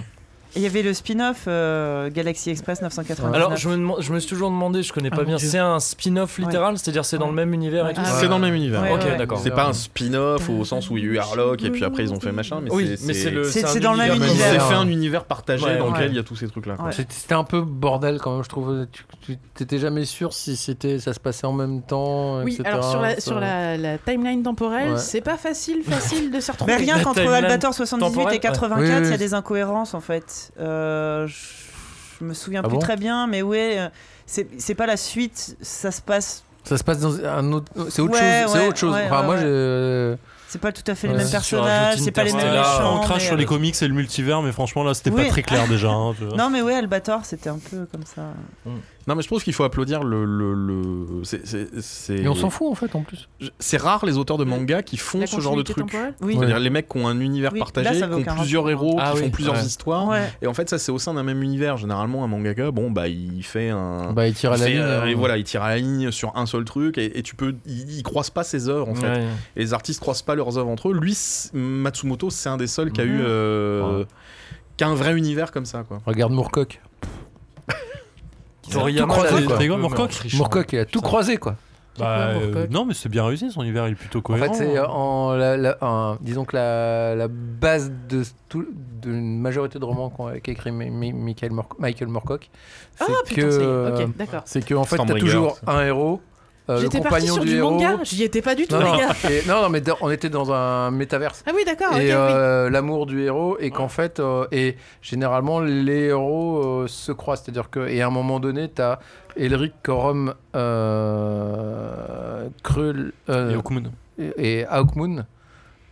[SPEAKER 1] Il y avait le spin-off euh, Galaxy Express 999.
[SPEAKER 4] Alors, je me, demande- je me suis toujours demandé, je connais
[SPEAKER 1] Ah,
[SPEAKER 4] pas
[SPEAKER 1] mon
[SPEAKER 4] bien.
[SPEAKER 1] Dieu.
[SPEAKER 4] C'est un spin-off littéral, c'est-à-dire c'est dans le même univers et tout
[SPEAKER 2] C'est dans le même univers.
[SPEAKER 4] Ok, d'accord.
[SPEAKER 2] C'est pas un spin-off au sens où il y a eu Harlock et puis après ils ont fait machin, mais
[SPEAKER 4] Oui,
[SPEAKER 2] c'est
[SPEAKER 4] mais c'est le-
[SPEAKER 5] C'est- c'est un c'est dans le même univers.
[SPEAKER 2] Il
[SPEAKER 5] univers.
[SPEAKER 2] s'est fait un univers partagé
[SPEAKER 5] Ouais,
[SPEAKER 2] dans
[SPEAKER 5] ouais.
[SPEAKER 2] lequel il y a tous ces trucs-là. quoi.
[SPEAKER 5] C'était c'était un peu bordel quand même, je trouve. Tu- Tu t'étais jamais sûr si c'était, ça se passait en même temps.
[SPEAKER 6] Oui,
[SPEAKER 5] etc.,
[SPEAKER 6] alors sur la,
[SPEAKER 5] ça-
[SPEAKER 6] sur la, la timeline temporelle,
[SPEAKER 5] Ouais.
[SPEAKER 6] c'est pas
[SPEAKER 5] (laughs)
[SPEAKER 6] facile, facile de se
[SPEAKER 1] Mais
[SPEAKER 6] retrouver.
[SPEAKER 1] rien qu'entre Albator 78 et
[SPEAKER 6] temporelle,
[SPEAKER 1] 84,
[SPEAKER 5] ouais. Oui,
[SPEAKER 1] il
[SPEAKER 5] oui,
[SPEAKER 1] y a
[SPEAKER 5] oui.
[SPEAKER 1] des incohérences en fait. Euh, je je me souviens
[SPEAKER 5] Ah
[SPEAKER 1] plus
[SPEAKER 5] bon
[SPEAKER 1] très bien, mais ouais, euh, c'est c'est pas la suite, ça se passe.
[SPEAKER 5] Ça se passe dans un autre. C'est autre
[SPEAKER 1] Ouais,
[SPEAKER 5] chose. c'est
[SPEAKER 1] ouais,
[SPEAKER 5] autre chose.
[SPEAKER 1] ouais,
[SPEAKER 5] Enfin,
[SPEAKER 1] ouais,
[SPEAKER 5] moi, euh,
[SPEAKER 1] ouais.
[SPEAKER 5] je.
[SPEAKER 1] C'est pas tout à fait les
[SPEAKER 5] Ouais.
[SPEAKER 1] mêmes
[SPEAKER 5] Si tu
[SPEAKER 1] personnages,
[SPEAKER 5] rajoutes
[SPEAKER 1] c'est pas les mêmes
[SPEAKER 3] Interstellar,
[SPEAKER 1] méchants.
[SPEAKER 3] On crache
[SPEAKER 1] mais,
[SPEAKER 3] sur
[SPEAKER 1] euh,
[SPEAKER 3] les comics et le multivers, mais franchement là, c'était
[SPEAKER 1] Oui.
[SPEAKER 3] pas très clair déjà. hein, tu vois.
[SPEAKER 1] Non mais ouais, Albator, c'était un peu comme ça.
[SPEAKER 2] Non, mais je pense qu'il faut applaudir le. le, le- c'est- c'est- c'est-
[SPEAKER 5] Et on s'en fout en fait en plus.
[SPEAKER 2] Je- C'est rare les auteurs de manga qui font
[SPEAKER 5] La
[SPEAKER 2] ce genre de
[SPEAKER 5] continuité
[SPEAKER 2] truc.
[SPEAKER 5] temporelle Oui.
[SPEAKER 2] C'est-à-dire
[SPEAKER 5] Ouais.
[SPEAKER 2] les mecs qui ont un univers
[SPEAKER 5] Oui,
[SPEAKER 2] partagé,
[SPEAKER 5] là, ça
[SPEAKER 2] qui
[SPEAKER 5] veut
[SPEAKER 2] ont
[SPEAKER 5] aucun
[SPEAKER 2] plusieurs
[SPEAKER 5] rapport.
[SPEAKER 2] héros,
[SPEAKER 5] Ah
[SPEAKER 2] qui
[SPEAKER 5] oui.
[SPEAKER 2] font plusieurs
[SPEAKER 5] Ouais.
[SPEAKER 2] histoires.
[SPEAKER 5] Ouais.
[SPEAKER 2] Et en fait, ça c'est au sein d'un même univers. Généralement, un mangaka, bon bah il fait un.
[SPEAKER 5] Bah, il tire à la
[SPEAKER 2] fait,
[SPEAKER 5] ligne,
[SPEAKER 2] euh,
[SPEAKER 5] hein.
[SPEAKER 2] et voilà, il tire à la ligne sur un seul truc et, et tu peux. Il, il croise pas ses œuvres en fait.
[SPEAKER 5] Ouais.
[SPEAKER 2] Et les artistes croisent pas leurs œuvres entre eux. Lui, c- Matsumoto, c'est un des seuls qui a
[SPEAKER 5] Mmh.
[SPEAKER 2] eu. euh, qui a un vrai univers comme ça quoi.
[SPEAKER 5] Regarde Moorcock. Il a
[SPEAKER 3] Toriyama,
[SPEAKER 5] tout
[SPEAKER 3] là,
[SPEAKER 5] croisé,
[SPEAKER 3] il-
[SPEAKER 5] quoi.
[SPEAKER 3] t'as vu, Moorcock
[SPEAKER 5] Moorcock, il a tout
[SPEAKER 3] Putain.
[SPEAKER 5] croisé quoi.
[SPEAKER 3] Bah, euh, non, mais c'est bien réussi, son univers il est plutôt
[SPEAKER 5] En
[SPEAKER 3] cohérent. hein.
[SPEAKER 5] fait, c'est euh, en la, la- en- disons que la, la base de tout- d'une majorité de romans qu'a qu'a écrit Mi- Mi- Michael, Moor- Michael Moorcock, c'est
[SPEAKER 6] Ah, putain,
[SPEAKER 5] que
[SPEAKER 6] c'est- ok,
[SPEAKER 5] euh,
[SPEAKER 6] d'accord.
[SPEAKER 5] c'est que en fait, t'as
[SPEAKER 2] Stormbringer.
[SPEAKER 5] toujours un héros. euh, le
[SPEAKER 6] J'étais parti
[SPEAKER 5] compagnon
[SPEAKER 6] sur
[SPEAKER 5] du,
[SPEAKER 6] du
[SPEAKER 5] héros.
[SPEAKER 6] manga, j'y étais pas du tout,
[SPEAKER 5] non,
[SPEAKER 6] les
[SPEAKER 5] non,
[SPEAKER 6] gars.
[SPEAKER 5] et- non, non, mais dans- on était dans un métaverse.
[SPEAKER 6] Ah oui, d'accord, ok,
[SPEAKER 5] Et
[SPEAKER 6] oui.
[SPEAKER 5] euh, l'amour du héros, et qu'en fait, euh, et généralement, les héros euh, se croisent. C'est-à-dire que, et à un moment donné, t'as Elric, Corum, euh, Krull. euh,
[SPEAKER 3] Et Hawkmoon.
[SPEAKER 5] Et, et Hawkmoon,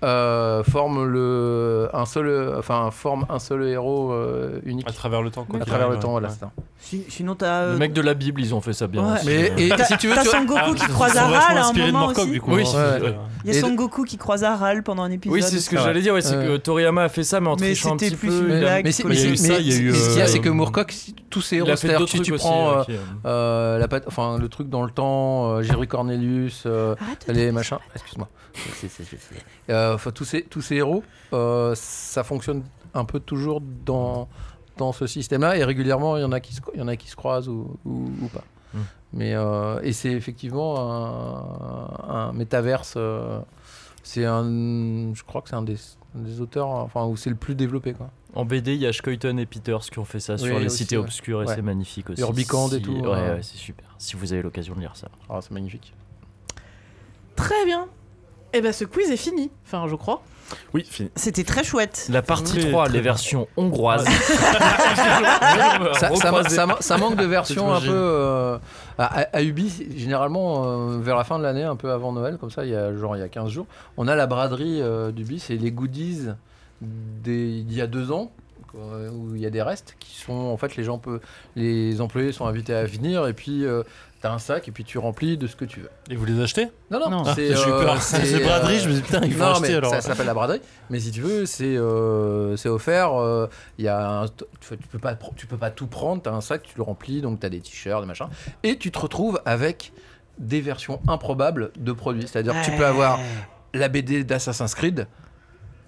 [SPEAKER 5] euh, forment le, un seul, enfin, forment un seul héros euh, unique. À
[SPEAKER 3] travers le temps,
[SPEAKER 5] À travers le temps, voilà. c'est ça.
[SPEAKER 1] Si- Sinon t'as. euh,
[SPEAKER 4] Les mecs de la Bible, ils ont fait ça bien.
[SPEAKER 1] Ouais.
[SPEAKER 4] aussi.
[SPEAKER 5] Mais- et-
[SPEAKER 1] T'as-
[SPEAKER 5] si tu veux,
[SPEAKER 1] t'as
[SPEAKER 5] tu-
[SPEAKER 1] Son Goku
[SPEAKER 5] Ah,
[SPEAKER 1] qui
[SPEAKER 5] ils
[SPEAKER 1] croise
[SPEAKER 5] sont
[SPEAKER 1] Aral
[SPEAKER 5] vachement
[SPEAKER 1] à un
[SPEAKER 5] inspirés de
[SPEAKER 1] moment
[SPEAKER 5] Morcock,
[SPEAKER 1] aussi.
[SPEAKER 5] du coup, Oui, hein, c'est- ouais.
[SPEAKER 1] Il y a
[SPEAKER 5] Et
[SPEAKER 1] Son
[SPEAKER 5] de-
[SPEAKER 1] Goku qui croise Aral pendant un épisode.
[SPEAKER 4] Oui, c'est ce que
[SPEAKER 5] Ah ouais.
[SPEAKER 4] j'allais dire. Ouais, c'est
[SPEAKER 5] Ouais.
[SPEAKER 4] que Toriyama a fait ça, mais en
[SPEAKER 1] Mais
[SPEAKER 4] trichant un
[SPEAKER 1] c'était
[SPEAKER 4] petit
[SPEAKER 1] plus
[SPEAKER 4] peu.
[SPEAKER 1] une
[SPEAKER 4] il a-
[SPEAKER 1] blague,
[SPEAKER 5] Mais, c'est-
[SPEAKER 4] quoi.
[SPEAKER 5] mais
[SPEAKER 4] Il y a
[SPEAKER 5] c'est-
[SPEAKER 4] eu ça,
[SPEAKER 5] mais
[SPEAKER 4] il y a eu,
[SPEAKER 5] ce qu'il y a,
[SPEAKER 4] euh,
[SPEAKER 5] c'est que Moorcock, si- tous ces
[SPEAKER 4] il a
[SPEAKER 5] héros,
[SPEAKER 4] fait
[SPEAKER 5] c'est-à-dire
[SPEAKER 4] d'autres
[SPEAKER 5] tu, tu
[SPEAKER 4] trucs
[SPEAKER 5] prends
[SPEAKER 4] aussi,
[SPEAKER 5] euh,
[SPEAKER 4] ok.
[SPEAKER 5] euh, la pat- enfin, le truc dans le temps, euh, Jerry Cornelius, euh, les machins, excuse-moi. C'est- c'est- c'est- c'est- Euh, enfin, tous, ces, tous ces héros, euh, ça fonctionne un peu toujours dans, dans ce système-là, et régulièrement, il y, en a qui se, il y en a qui se croisent ou, ou- ou pas.
[SPEAKER 4] Hmm.
[SPEAKER 5] Mais, euh, et c'est effectivement un, un métaverse. euh, c'est un, je crois que c'est un des, un des auteurs, enfin où c'est le plus développé quoi.
[SPEAKER 4] En BD, il y a Schuyten et Peters qui ont fait ça
[SPEAKER 5] Oui,
[SPEAKER 4] sur les
[SPEAKER 5] aussi,
[SPEAKER 4] cités
[SPEAKER 5] ouais.
[SPEAKER 4] obscures et
[SPEAKER 5] Ouais.
[SPEAKER 4] c'est magnifique aussi.
[SPEAKER 5] Urbicand et
[SPEAKER 4] Si-
[SPEAKER 5] tout,
[SPEAKER 4] Ouais,
[SPEAKER 5] ouais.
[SPEAKER 4] ouais, c'est super. Si vous avez l'occasion de lire ça.
[SPEAKER 5] Ah, c'est magnifique.
[SPEAKER 6] Très bien. Et ben ce quiz est fini. Enfin, je crois.
[SPEAKER 2] Oui, fini.
[SPEAKER 1] C'était très chouette.
[SPEAKER 4] La partie 3, les versions hongroises.
[SPEAKER 5] ça, ça-
[SPEAKER 4] Recroisé.
[SPEAKER 5] ça ma- ça
[SPEAKER 3] (laughs)
[SPEAKER 5] manque de versions un peu
[SPEAKER 4] J'imagine.
[SPEAKER 5] euh, à, à- à Ubi c'est- généralement euh, vers la fin de l'année un peu avant Noël comme ça il y a genre il y a 15 jours on a la braderie euh, d'Ubi c'est les goodies des- d'il y a deux ans euh, où il y a des restes qui sont en fait les gens peuvent les employés sont invités à venir et puis tu t'as un sac et puis tu remplis de ce que tu veux
[SPEAKER 3] Et vous les achetez
[SPEAKER 5] non, non,
[SPEAKER 3] Ah,
[SPEAKER 5] c'est.
[SPEAKER 3] j'ai eu
[SPEAKER 5] euh,
[SPEAKER 3] peur. (laughs) C'est braderie, je me suis dit, putain, il faut
[SPEAKER 5] Non,
[SPEAKER 3] acheter
[SPEAKER 5] mais
[SPEAKER 3] alors.
[SPEAKER 5] Ça s'appelle la braderie. Mais si tu veux, c'est euh, c'est offert. euh, Il y a un- tu, peux pas, pr- tu peux pas tout prendre. Tu as un sac, tu le remplis, donc tu as des t-shirts, des machins. Et tu te retrouves avec des versions improbables de produits. C'est-à-dire que tu peux avoir la BD d'Assassin's Creed.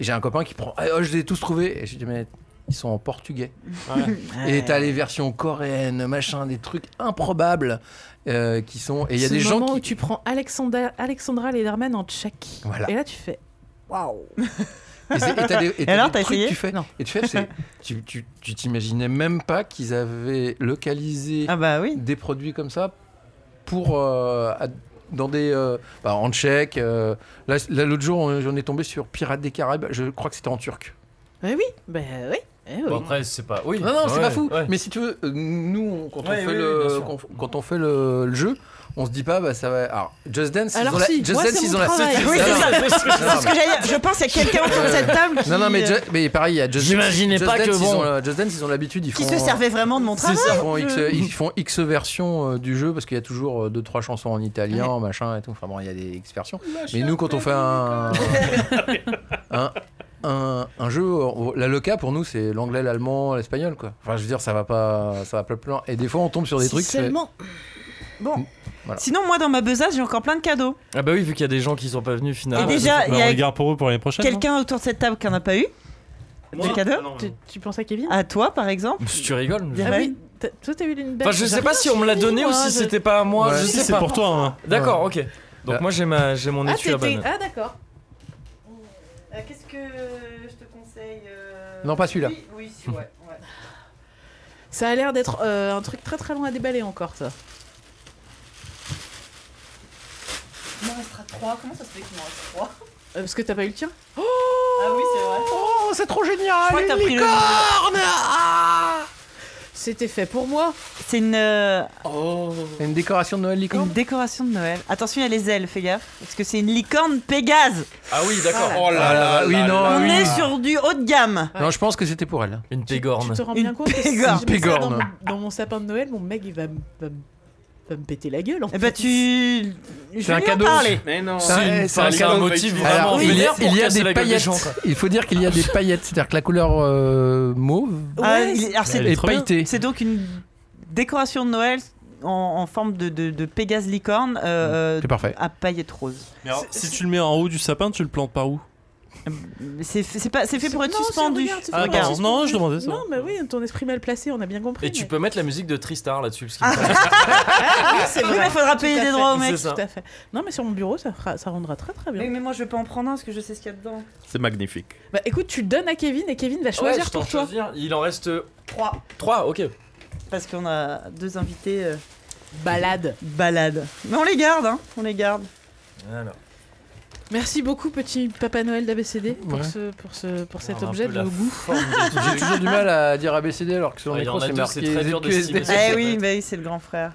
[SPEAKER 5] Et J'ai un copain qui prend. Ah, oh, je les ai tous trouvés. Et je dis, mais. Ils sont en portugais.
[SPEAKER 4] Ouais.
[SPEAKER 5] Et t'as les versions coréennes, machin, des trucs improbables euh, qui sont. Et il y a
[SPEAKER 6] Ce
[SPEAKER 5] des gens
[SPEAKER 6] moment
[SPEAKER 5] qui.
[SPEAKER 6] où tu prends Alexandra, Alexandra Lederman en tchèque.
[SPEAKER 5] Voilà.
[SPEAKER 6] Et là, tu fais. Waouh.
[SPEAKER 5] Et, c'est- et t'as des,
[SPEAKER 1] (laughs)
[SPEAKER 5] et t'as
[SPEAKER 1] alors,
[SPEAKER 5] des
[SPEAKER 1] t'as
[SPEAKER 5] trucs
[SPEAKER 1] essayé
[SPEAKER 5] que tu fais. Et tu
[SPEAKER 1] (laughs)
[SPEAKER 5] fais, c'est- tu, tu- tu t'imaginais même pas qu'ils avaient localisé
[SPEAKER 1] Ah, bah
[SPEAKER 5] des produits comme ça pour euh, à- dans des euh, bah, en Tchèque. euh, là, là, l'autre jour, on- j'en ai tombé sur Pirates des Caraïbes. Je crois que c'était en turc.
[SPEAKER 6] Eh oui. Ben oui. Eh oui.
[SPEAKER 4] Bon, après, c'est pas. Oui.
[SPEAKER 5] Non, non, c'est
[SPEAKER 4] Ouais,
[SPEAKER 5] pas fou.
[SPEAKER 4] ouais.
[SPEAKER 5] Mais si tu veux, euh, nous, on- quand,
[SPEAKER 4] Ouais,
[SPEAKER 5] on fait
[SPEAKER 4] oui,
[SPEAKER 5] le,
[SPEAKER 4] oui, bien sûr.
[SPEAKER 5] qu'on- quand on fait le, le jeu, on se dit pas, bah ça va. Alors, Just Dance,
[SPEAKER 1] Alors
[SPEAKER 5] ils ont la-
[SPEAKER 1] si,
[SPEAKER 5] Just
[SPEAKER 1] moi,
[SPEAKER 5] Dance,
[SPEAKER 1] c'est
[SPEAKER 5] ils
[SPEAKER 1] mon
[SPEAKER 5] ont la
[SPEAKER 1] travail.
[SPEAKER 5] seule-
[SPEAKER 1] Oui, c'est
[SPEAKER 5] Non,
[SPEAKER 1] ça,
[SPEAKER 5] non, mais-
[SPEAKER 1] c'est ce que
[SPEAKER 5] non, mais-
[SPEAKER 1] j'allais dire. Je pense, il y a quelqu'un autour de cette table qui- euh,
[SPEAKER 5] Non, non, mais, Ju- mais pareil, il y a Just
[SPEAKER 1] J'imaginais
[SPEAKER 5] Just
[SPEAKER 1] pas
[SPEAKER 5] Dance,
[SPEAKER 1] que
[SPEAKER 5] ils
[SPEAKER 1] bon.
[SPEAKER 5] ont, euh, Just Dance, ils ont l'habitude. ils
[SPEAKER 1] qui
[SPEAKER 5] font-
[SPEAKER 1] se servait vraiment de mon
[SPEAKER 5] C'est
[SPEAKER 1] travail. euh,
[SPEAKER 5] ça, ils font X,
[SPEAKER 1] Je-
[SPEAKER 5] ils font X versions euh, du jeu parce qu'il y a toujours 2 deux trois chansons en italien, machin et tout. Enfin bon, il y a des X versions. Mais nous, quand on fait un (laughs) un, un- un jeu, on- la loca pour nous c'est l'anglais, l'allemand, l'espagnol quoi. Enfin, je veux dire, ça va pas, ça va pas plus loin. Et des fois, on tombe sur des
[SPEAKER 1] Si
[SPEAKER 5] trucs. c'est-
[SPEAKER 1] seulement. Bon.
[SPEAKER 5] Voilà.
[SPEAKER 1] Sinon, moi, dans ma besace, j'ai encore plein de cadeaux.
[SPEAKER 4] (laughs) Ah bah oui, vu qu'il y a des gens qui sont pas venus finalement.
[SPEAKER 1] Et déjà, il y a
[SPEAKER 4] pour eux pour l'année prochaine.
[SPEAKER 1] quelqu'un autour de cette table qui n'en a pas eu. Des cadeaux
[SPEAKER 6] tu, tu penses à
[SPEAKER 5] Ah,
[SPEAKER 6] Kevin
[SPEAKER 1] À toi, par exemple
[SPEAKER 4] Si tu rigoles.
[SPEAKER 6] Ah oui, t'as- toi t'as eu une belle.
[SPEAKER 4] Enfin, je sais pas si on me l'a donné ou si c'était pas à moi.
[SPEAKER 6] Ouais.
[SPEAKER 4] Je
[SPEAKER 6] Si,
[SPEAKER 4] sais
[SPEAKER 6] c'est
[SPEAKER 4] pas.
[SPEAKER 6] pour toi, hein.
[SPEAKER 4] D'accord, ok. Donc moi j'ai ma, j'ai mon
[SPEAKER 6] Ah,
[SPEAKER 4] étui à
[SPEAKER 6] t'étais-
[SPEAKER 4] banane.
[SPEAKER 6] ah d'accord.
[SPEAKER 1] Euh, Qu'est-ce que je te conseille euh,
[SPEAKER 5] Non, pas celui-là.
[SPEAKER 1] Oui, oui, si, ouais.
[SPEAKER 5] (laughs)
[SPEAKER 1] ouais.
[SPEAKER 6] Ça a l'air d'être euh, un truc très très long à déballer encore, ça.
[SPEAKER 1] Il m'en restera 3. Comment ça se fait qu'il m'en reste 3
[SPEAKER 6] Euh, parce que t'as pas eu le tien
[SPEAKER 1] Ah oui, c'est vrai.
[SPEAKER 6] Oh, c'est trop génial
[SPEAKER 1] crois que t'as pris le-
[SPEAKER 6] C'était fait pour moi.
[SPEAKER 1] C'est une. euh,
[SPEAKER 5] Une décoration de Noël licorne
[SPEAKER 1] Une décoration de Noël. Attention, il y a les ailes, fais gaffe. Parce que c'est une licorne Pégase.
[SPEAKER 4] Ah oui, d'accord.
[SPEAKER 5] Oh là là, oui, non,
[SPEAKER 1] On
[SPEAKER 5] oui.
[SPEAKER 1] est sur du haut de gamme.
[SPEAKER 5] Non, je pense que c'était pour elle.
[SPEAKER 4] Une pégorne.
[SPEAKER 6] Ah, Tu te rends
[SPEAKER 1] Une
[SPEAKER 6] bien compte que si
[SPEAKER 1] pégorne.
[SPEAKER 6] je mets ça dans,
[SPEAKER 5] Pégorne.
[SPEAKER 6] mon- dans mon sapin de Noël, mon mec il va, me- va, me- va me péter la gueule. En
[SPEAKER 1] Eh
[SPEAKER 6] fait.
[SPEAKER 1] bah, tu. Je
[SPEAKER 5] C'est
[SPEAKER 1] vais
[SPEAKER 5] un
[SPEAKER 1] lui en
[SPEAKER 5] cadeau.
[SPEAKER 1] parler.
[SPEAKER 4] Mais non.
[SPEAKER 5] C'est un-
[SPEAKER 4] C'est
[SPEAKER 5] c'est
[SPEAKER 4] un,
[SPEAKER 5] un
[SPEAKER 4] c'est un
[SPEAKER 5] cadeau
[SPEAKER 4] motif
[SPEAKER 5] de
[SPEAKER 4] vraiment
[SPEAKER 5] il y a,
[SPEAKER 4] vénère pour
[SPEAKER 5] il y a
[SPEAKER 4] casser
[SPEAKER 5] des
[SPEAKER 4] la gueule des
[SPEAKER 5] paillettes.
[SPEAKER 4] gens. quoi.
[SPEAKER 5] Il faut dire qu'il y a des paillettes, c'est-à-dire que la couleur euh, mauve
[SPEAKER 1] Ah,
[SPEAKER 6] Ouais,
[SPEAKER 1] il- alors, c'est-
[SPEAKER 5] est pailletée.
[SPEAKER 1] C'est donc une décoration de Noël en, en forme de, de, de Pégase licorne euh,
[SPEAKER 5] C'est parfait.
[SPEAKER 1] à paillettes roses.
[SPEAKER 3] Mais alors, si tu le mets en haut du sapin, tu le plantes par où
[SPEAKER 1] C'est c'est pas- c'est fait pour être
[SPEAKER 6] Non, c'est-
[SPEAKER 1] suspendu.
[SPEAKER 6] regarde, c'est
[SPEAKER 3] Ah,
[SPEAKER 6] vraiment
[SPEAKER 3] d'accord.
[SPEAKER 6] suspendu.
[SPEAKER 3] Non, je demandais ça.
[SPEAKER 6] Non, mais oui, ton esprit mal placé, on a bien compris.
[SPEAKER 4] Et tu
[SPEAKER 6] mais-
[SPEAKER 4] peux mettre la musique de Tristar là-dessus. parce qu'il me paraît-
[SPEAKER 6] Ah, c'est
[SPEAKER 1] Oui, mais
[SPEAKER 6] vrai.
[SPEAKER 1] faudra
[SPEAKER 6] Tout
[SPEAKER 1] payer
[SPEAKER 6] à
[SPEAKER 1] des
[SPEAKER 6] fait,
[SPEAKER 1] droits au
[SPEAKER 4] mec.
[SPEAKER 6] c'est
[SPEAKER 4] C'est ça.
[SPEAKER 6] Tout à fait. Non, mais sur mon bureau, ça, fera- ça rendra très très bien.
[SPEAKER 1] Oui, mais moi je vais pas en prendre un parce que je sais ce qu'il y a dedans.
[SPEAKER 7] C'est magnifique.
[SPEAKER 6] Bah écoute, tu le donnes à Kevin et Kevin va choisir
[SPEAKER 4] Ouais, je t'en
[SPEAKER 6] pour toi.
[SPEAKER 4] choisis. Il en reste
[SPEAKER 1] 3.
[SPEAKER 4] 3, ok.
[SPEAKER 1] Parce qu'on a deux invités euh,
[SPEAKER 6] Balade.
[SPEAKER 1] balade. Mais on les garde, hein. On les garde.
[SPEAKER 4] Alors.
[SPEAKER 6] Merci beaucoup, petit Papa Noël d'ABCD, pour,
[SPEAKER 5] Ouais.
[SPEAKER 6] ce, pour, ce, pour cet
[SPEAKER 4] On a un
[SPEAKER 6] objet
[SPEAKER 4] peu
[SPEAKER 6] de
[SPEAKER 4] la
[SPEAKER 6] goût.
[SPEAKER 4] forme des trucs.
[SPEAKER 5] J'ai toujours du mal à dire ABCD alors que sur
[SPEAKER 4] Ouais,
[SPEAKER 5] le
[SPEAKER 4] il y
[SPEAKER 5] micro
[SPEAKER 4] en a
[SPEAKER 5] c'est
[SPEAKER 4] deux,
[SPEAKER 5] marqué
[SPEAKER 4] c'est très dur de
[SPEAKER 5] ZQSD.
[SPEAKER 4] estimer.
[SPEAKER 1] Eh
[SPEAKER 4] ça
[SPEAKER 1] oui,
[SPEAKER 4] peut
[SPEAKER 1] bah oui, c'est le grand frère.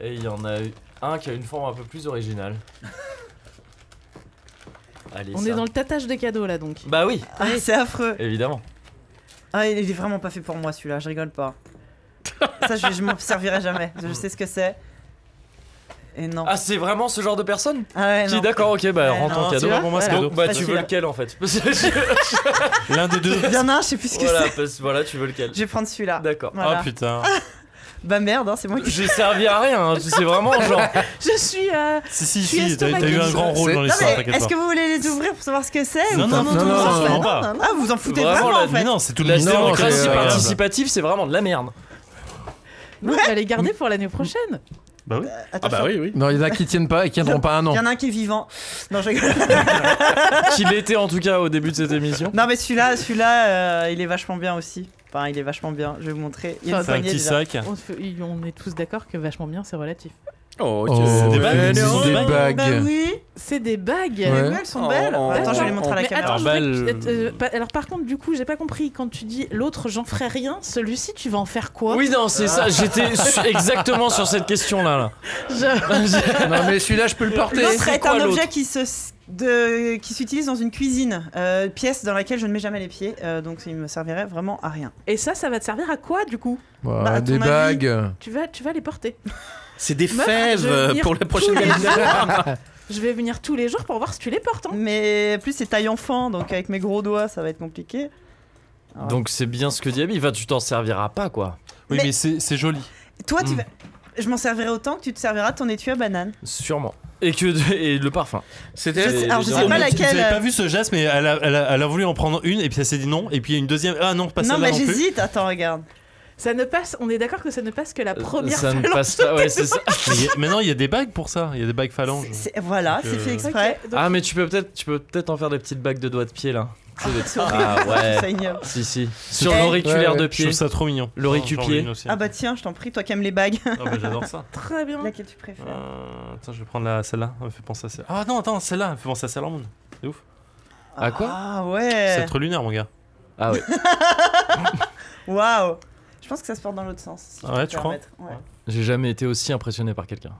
[SPEAKER 4] Et il y en a eu un qui a une forme un peu plus originale. (laughs) Allez,
[SPEAKER 6] On
[SPEAKER 4] ça.
[SPEAKER 6] est dans le tatage des cadeaux là donc.
[SPEAKER 4] Bah oui,
[SPEAKER 1] Ah, c'est affreux.
[SPEAKER 4] évidemment.
[SPEAKER 1] Ah, il est vraiment pas fait pour moi celui-là, je rigole pas. Ça, je, je m'en servirai jamais. Je sais ce que c'est. Et non.
[SPEAKER 4] Ah, c'est vraiment ce genre de personne
[SPEAKER 1] Ah
[SPEAKER 6] Eh
[SPEAKER 1] ouais,
[SPEAKER 4] Qui
[SPEAKER 1] non.
[SPEAKER 4] d'accord, ok, bah
[SPEAKER 1] Ouais,
[SPEAKER 4] rends
[SPEAKER 1] non,
[SPEAKER 4] ton
[SPEAKER 1] tu
[SPEAKER 4] cadeau.
[SPEAKER 1] vois,
[SPEAKER 3] Pour moi, c'est
[SPEAKER 1] voilà.
[SPEAKER 3] cadeau.
[SPEAKER 4] Donc, bah tu
[SPEAKER 1] Facile.
[SPEAKER 4] veux lequel en
[SPEAKER 6] (laughs)
[SPEAKER 4] fait
[SPEAKER 3] L'un des deux.
[SPEAKER 1] Il y en a un, je sais plus ce que
[SPEAKER 4] voilà,
[SPEAKER 1] c'est.
[SPEAKER 4] parce- voilà, tu veux lequel
[SPEAKER 1] Je vais prendre celui-là.
[SPEAKER 4] D'accord.
[SPEAKER 1] Voilà.
[SPEAKER 3] Ah putain.
[SPEAKER 1] Bah merde, hein, c'est moi qui.
[SPEAKER 4] J'ai servi à rien, hein, c'est vraiment genre.
[SPEAKER 6] Je suis euh,
[SPEAKER 3] Si, si,
[SPEAKER 6] Je suis
[SPEAKER 3] si, t'as t'as eu
[SPEAKER 6] estomaquée.
[SPEAKER 3] un grand rôle dans
[SPEAKER 5] C'est-
[SPEAKER 1] Non,
[SPEAKER 3] l'histoire,
[SPEAKER 1] mais
[SPEAKER 3] t'inquiète
[SPEAKER 1] est-ce que
[SPEAKER 3] pas.
[SPEAKER 1] vous voulez les ouvrir pour savoir ce que c'est
[SPEAKER 3] Non,
[SPEAKER 1] ou
[SPEAKER 3] non,
[SPEAKER 1] pas
[SPEAKER 3] non, non, non,
[SPEAKER 1] Ah,
[SPEAKER 3] non,
[SPEAKER 1] bah,
[SPEAKER 3] pas.
[SPEAKER 1] Ah, vous en foutez
[SPEAKER 4] Vraiment,
[SPEAKER 1] vraiment,
[SPEAKER 4] la-
[SPEAKER 1] en fait.
[SPEAKER 3] Non, c'est tout
[SPEAKER 4] La
[SPEAKER 3] le
[SPEAKER 4] démocratie
[SPEAKER 5] agréable.
[SPEAKER 4] participative, c'est vraiment de
[SPEAKER 3] (laughs)
[SPEAKER 4] la merde.
[SPEAKER 6] non, on va les garder pour l'année prochaine.
[SPEAKER 7] Ah bah oui, oui.
[SPEAKER 5] Non, il y en a qui tiennent pas et qui tiendront pas un
[SPEAKER 1] Il
[SPEAKER 5] an.
[SPEAKER 1] y en a un qui est vivant. Non, je rigole.
[SPEAKER 4] Qu'il était en tout cas au début de cette émission.
[SPEAKER 1] Non, mais celui-là, celui-là, euh, il est vachement bien aussi. Enfin, il est vachement bien. Je vais vous montrer. Il y a une
[SPEAKER 3] C'est un
[SPEAKER 1] poignée
[SPEAKER 3] petit
[SPEAKER 1] déjà.
[SPEAKER 3] sac.
[SPEAKER 6] On, se fait- on est tous d'accord que vachement bien c'est relatif.
[SPEAKER 7] Oh,
[SPEAKER 5] Oh,
[SPEAKER 7] c'est des
[SPEAKER 5] ouais,
[SPEAKER 7] bagues.
[SPEAKER 5] des
[SPEAKER 7] C'est des
[SPEAKER 5] bagues.
[SPEAKER 1] Bah
[SPEAKER 5] Bague.
[SPEAKER 1] oui.
[SPEAKER 6] C'est des bagues.
[SPEAKER 1] Les
[SPEAKER 5] Ouais.
[SPEAKER 1] nouvelles sont belles. Attends, je vais les montrer à la
[SPEAKER 6] Mais
[SPEAKER 1] caméra.
[SPEAKER 6] attends, je voudrais que
[SPEAKER 3] Arballes,
[SPEAKER 6] tu- euh, pas- alors par contre du coup j'ai pas compris quand tu dis l'autre j'en ferai rien, celui-ci tu vas en faire quoi
[SPEAKER 4] Oui, non, c'est ça,
[SPEAKER 3] Ah.
[SPEAKER 4] j'étais su- exactement sur cette question-là. Là.
[SPEAKER 6] Je-
[SPEAKER 5] Non, mais celui-là, je peux le porter.
[SPEAKER 1] L'autre
[SPEAKER 4] c'est
[SPEAKER 1] est
[SPEAKER 4] quoi,
[SPEAKER 1] un
[SPEAKER 4] l'autre
[SPEAKER 1] objet qui se de- qui s'utilise dans une cuisine, euh, pièce dans laquelle je ne mets jamais les pieds, euh, donc il me servirait vraiment à rien.
[SPEAKER 6] Et ça ça va te servir à quoi du coup
[SPEAKER 5] Bah,
[SPEAKER 1] Bah, à
[SPEAKER 5] des
[SPEAKER 1] ton avis.
[SPEAKER 5] bagues.
[SPEAKER 6] Tu vas tu vas les porter.
[SPEAKER 7] C'est des
[SPEAKER 6] Meuf, je vais
[SPEAKER 7] fèves
[SPEAKER 6] venir
[SPEAKER 7] pour la prochaine
[SPEAKER 6] tous les
[SPEAKER 7] émission.
[SPEAKER 6] jours. Je vais venir tous les jours pour voir si tu les portes. hein.
[SPEAKER 1] Mais en plus c'est taille enfant, donc avec mes gros doigts ça va être compliqué. Ah.
[SPEAKER 4] Donc c'est bien ce que dit Abby, enfin, tu t'en serviras pas quoi.
[SPEAKER 3] Oui,
[SPEAKER 1] Mais-
[SPEAKER 3] mais c'est c'est joli.
[SPEAKER 1] Toi tu
[SPEAKER 4] Mm.
[SPEAKER 1] vas... Je m'en servirai autant que tu te serviras de ton étui à banane.
[SPEAKER 4] Sûrement. Et que et le parfum.
[SPEAKER 1] Je sais- alors, je sais
[SPEAKER 4] Au
[SPEAKER 1] pas
[SPEAKER 4] milieu-
[SPEAKER 1] laquelle.
[SPEAKER 3] J'avais pas vu ce geste, mais elle a, elle a- elle a voulu en prendre une, et puis elle s'est dit non, et puis une deuxième. Ah non, pas
[SPEAKER 1] non
[SPEAKER 3] celle-là
[SPEAKER 1] mais
[SPEAKER 3] non plus.
[SPEAKER 1] j'hésite, attends regarde.
[SPEAKER 6] Ça ne passe, on est d'accord que ça ne passe que la première
[SPEAKER 4] Euh, ça ne
[SPEAKER 6] phalange.
[SPEAKER 4] passe pas, ouais, c'est ça.
[SPEAKER 3] Mais il y a- Maintenant, il y a des bagues pour ça. Il y a des bagues phalanges.
[SPEAKER 1] C'est- Voilà,
[SPEAKER 3] Donc,
[SPEAKER 1] c'est
[SPEAKER 3] euh,
[SPEAKER 1] fait
[SPEAKER 6] Ok,
[SPEAKER 1] exprès.
[SPEAKER 6] donc-
[SPEAKER 4] Ah mais tu peux peut-être tu peux peut-être en faire des petites bagues de doigts de pied là. Tu sais, des-
[SPEAKER 1] C'est horrible.
[SPEAKER 4] Ah
[SPEAKER 1] Je
[SPEAKER 4] ouais.
[SPEAKER 1] trouve ça ignoble.
[SPEAKER 4] Si si. Sur
[SPEAKER 1] Eh.
[SPEAKER 4] l'auriculaire
[SPEAKER 5] Ouais, ouais.
[SPEAKER 4] de
[SPEAKER 3] Je
[SPEAKER 4] pied.
[SPEAKER 3] trouve ça trop mignon.
[SPEAKER 4] L'auricupier.
[SPEAKER 3] J'en ai une aussi.
[SPEAKER 1] Ah bah tiens, je t'en prie, toi qui aimes les bagues.
[SPEAKER 3] Ah bah, j'adore ça.
[SPEAKER 6] Très bien.
[SPEAKER 1] Laquelle tu préfères
[SPEAKER 3] Euh, attends, je vais prendre la, celle-là. Elle me fait penser à celle. Ah non, attends, celle-là. Elle me fait penser à celle en
[SPEAKER 4] À quoi
[SPEAKER 1] Ah
[SPEAKER 3] C'est
[SPEAKER 1] ouais.
[SPEAKER 3] trop lunaire, mon gars.
[SPEAKER 4] Ah ouais.
[SPEAKER 1] Waouh. Je pense que ça se porte dans l'autre sens. si je
[SPEAKER 3] Ah
[SPEAKER 1] peux
[SPEAKER 3] ouais,
[SPEAKER 1] me
[SPEAKER 3] tu crois
[SPEAKER 1] permettre. Ouais.
[SPEAKER 4] J'ai jamais été aussi impressionné par quelqu'un.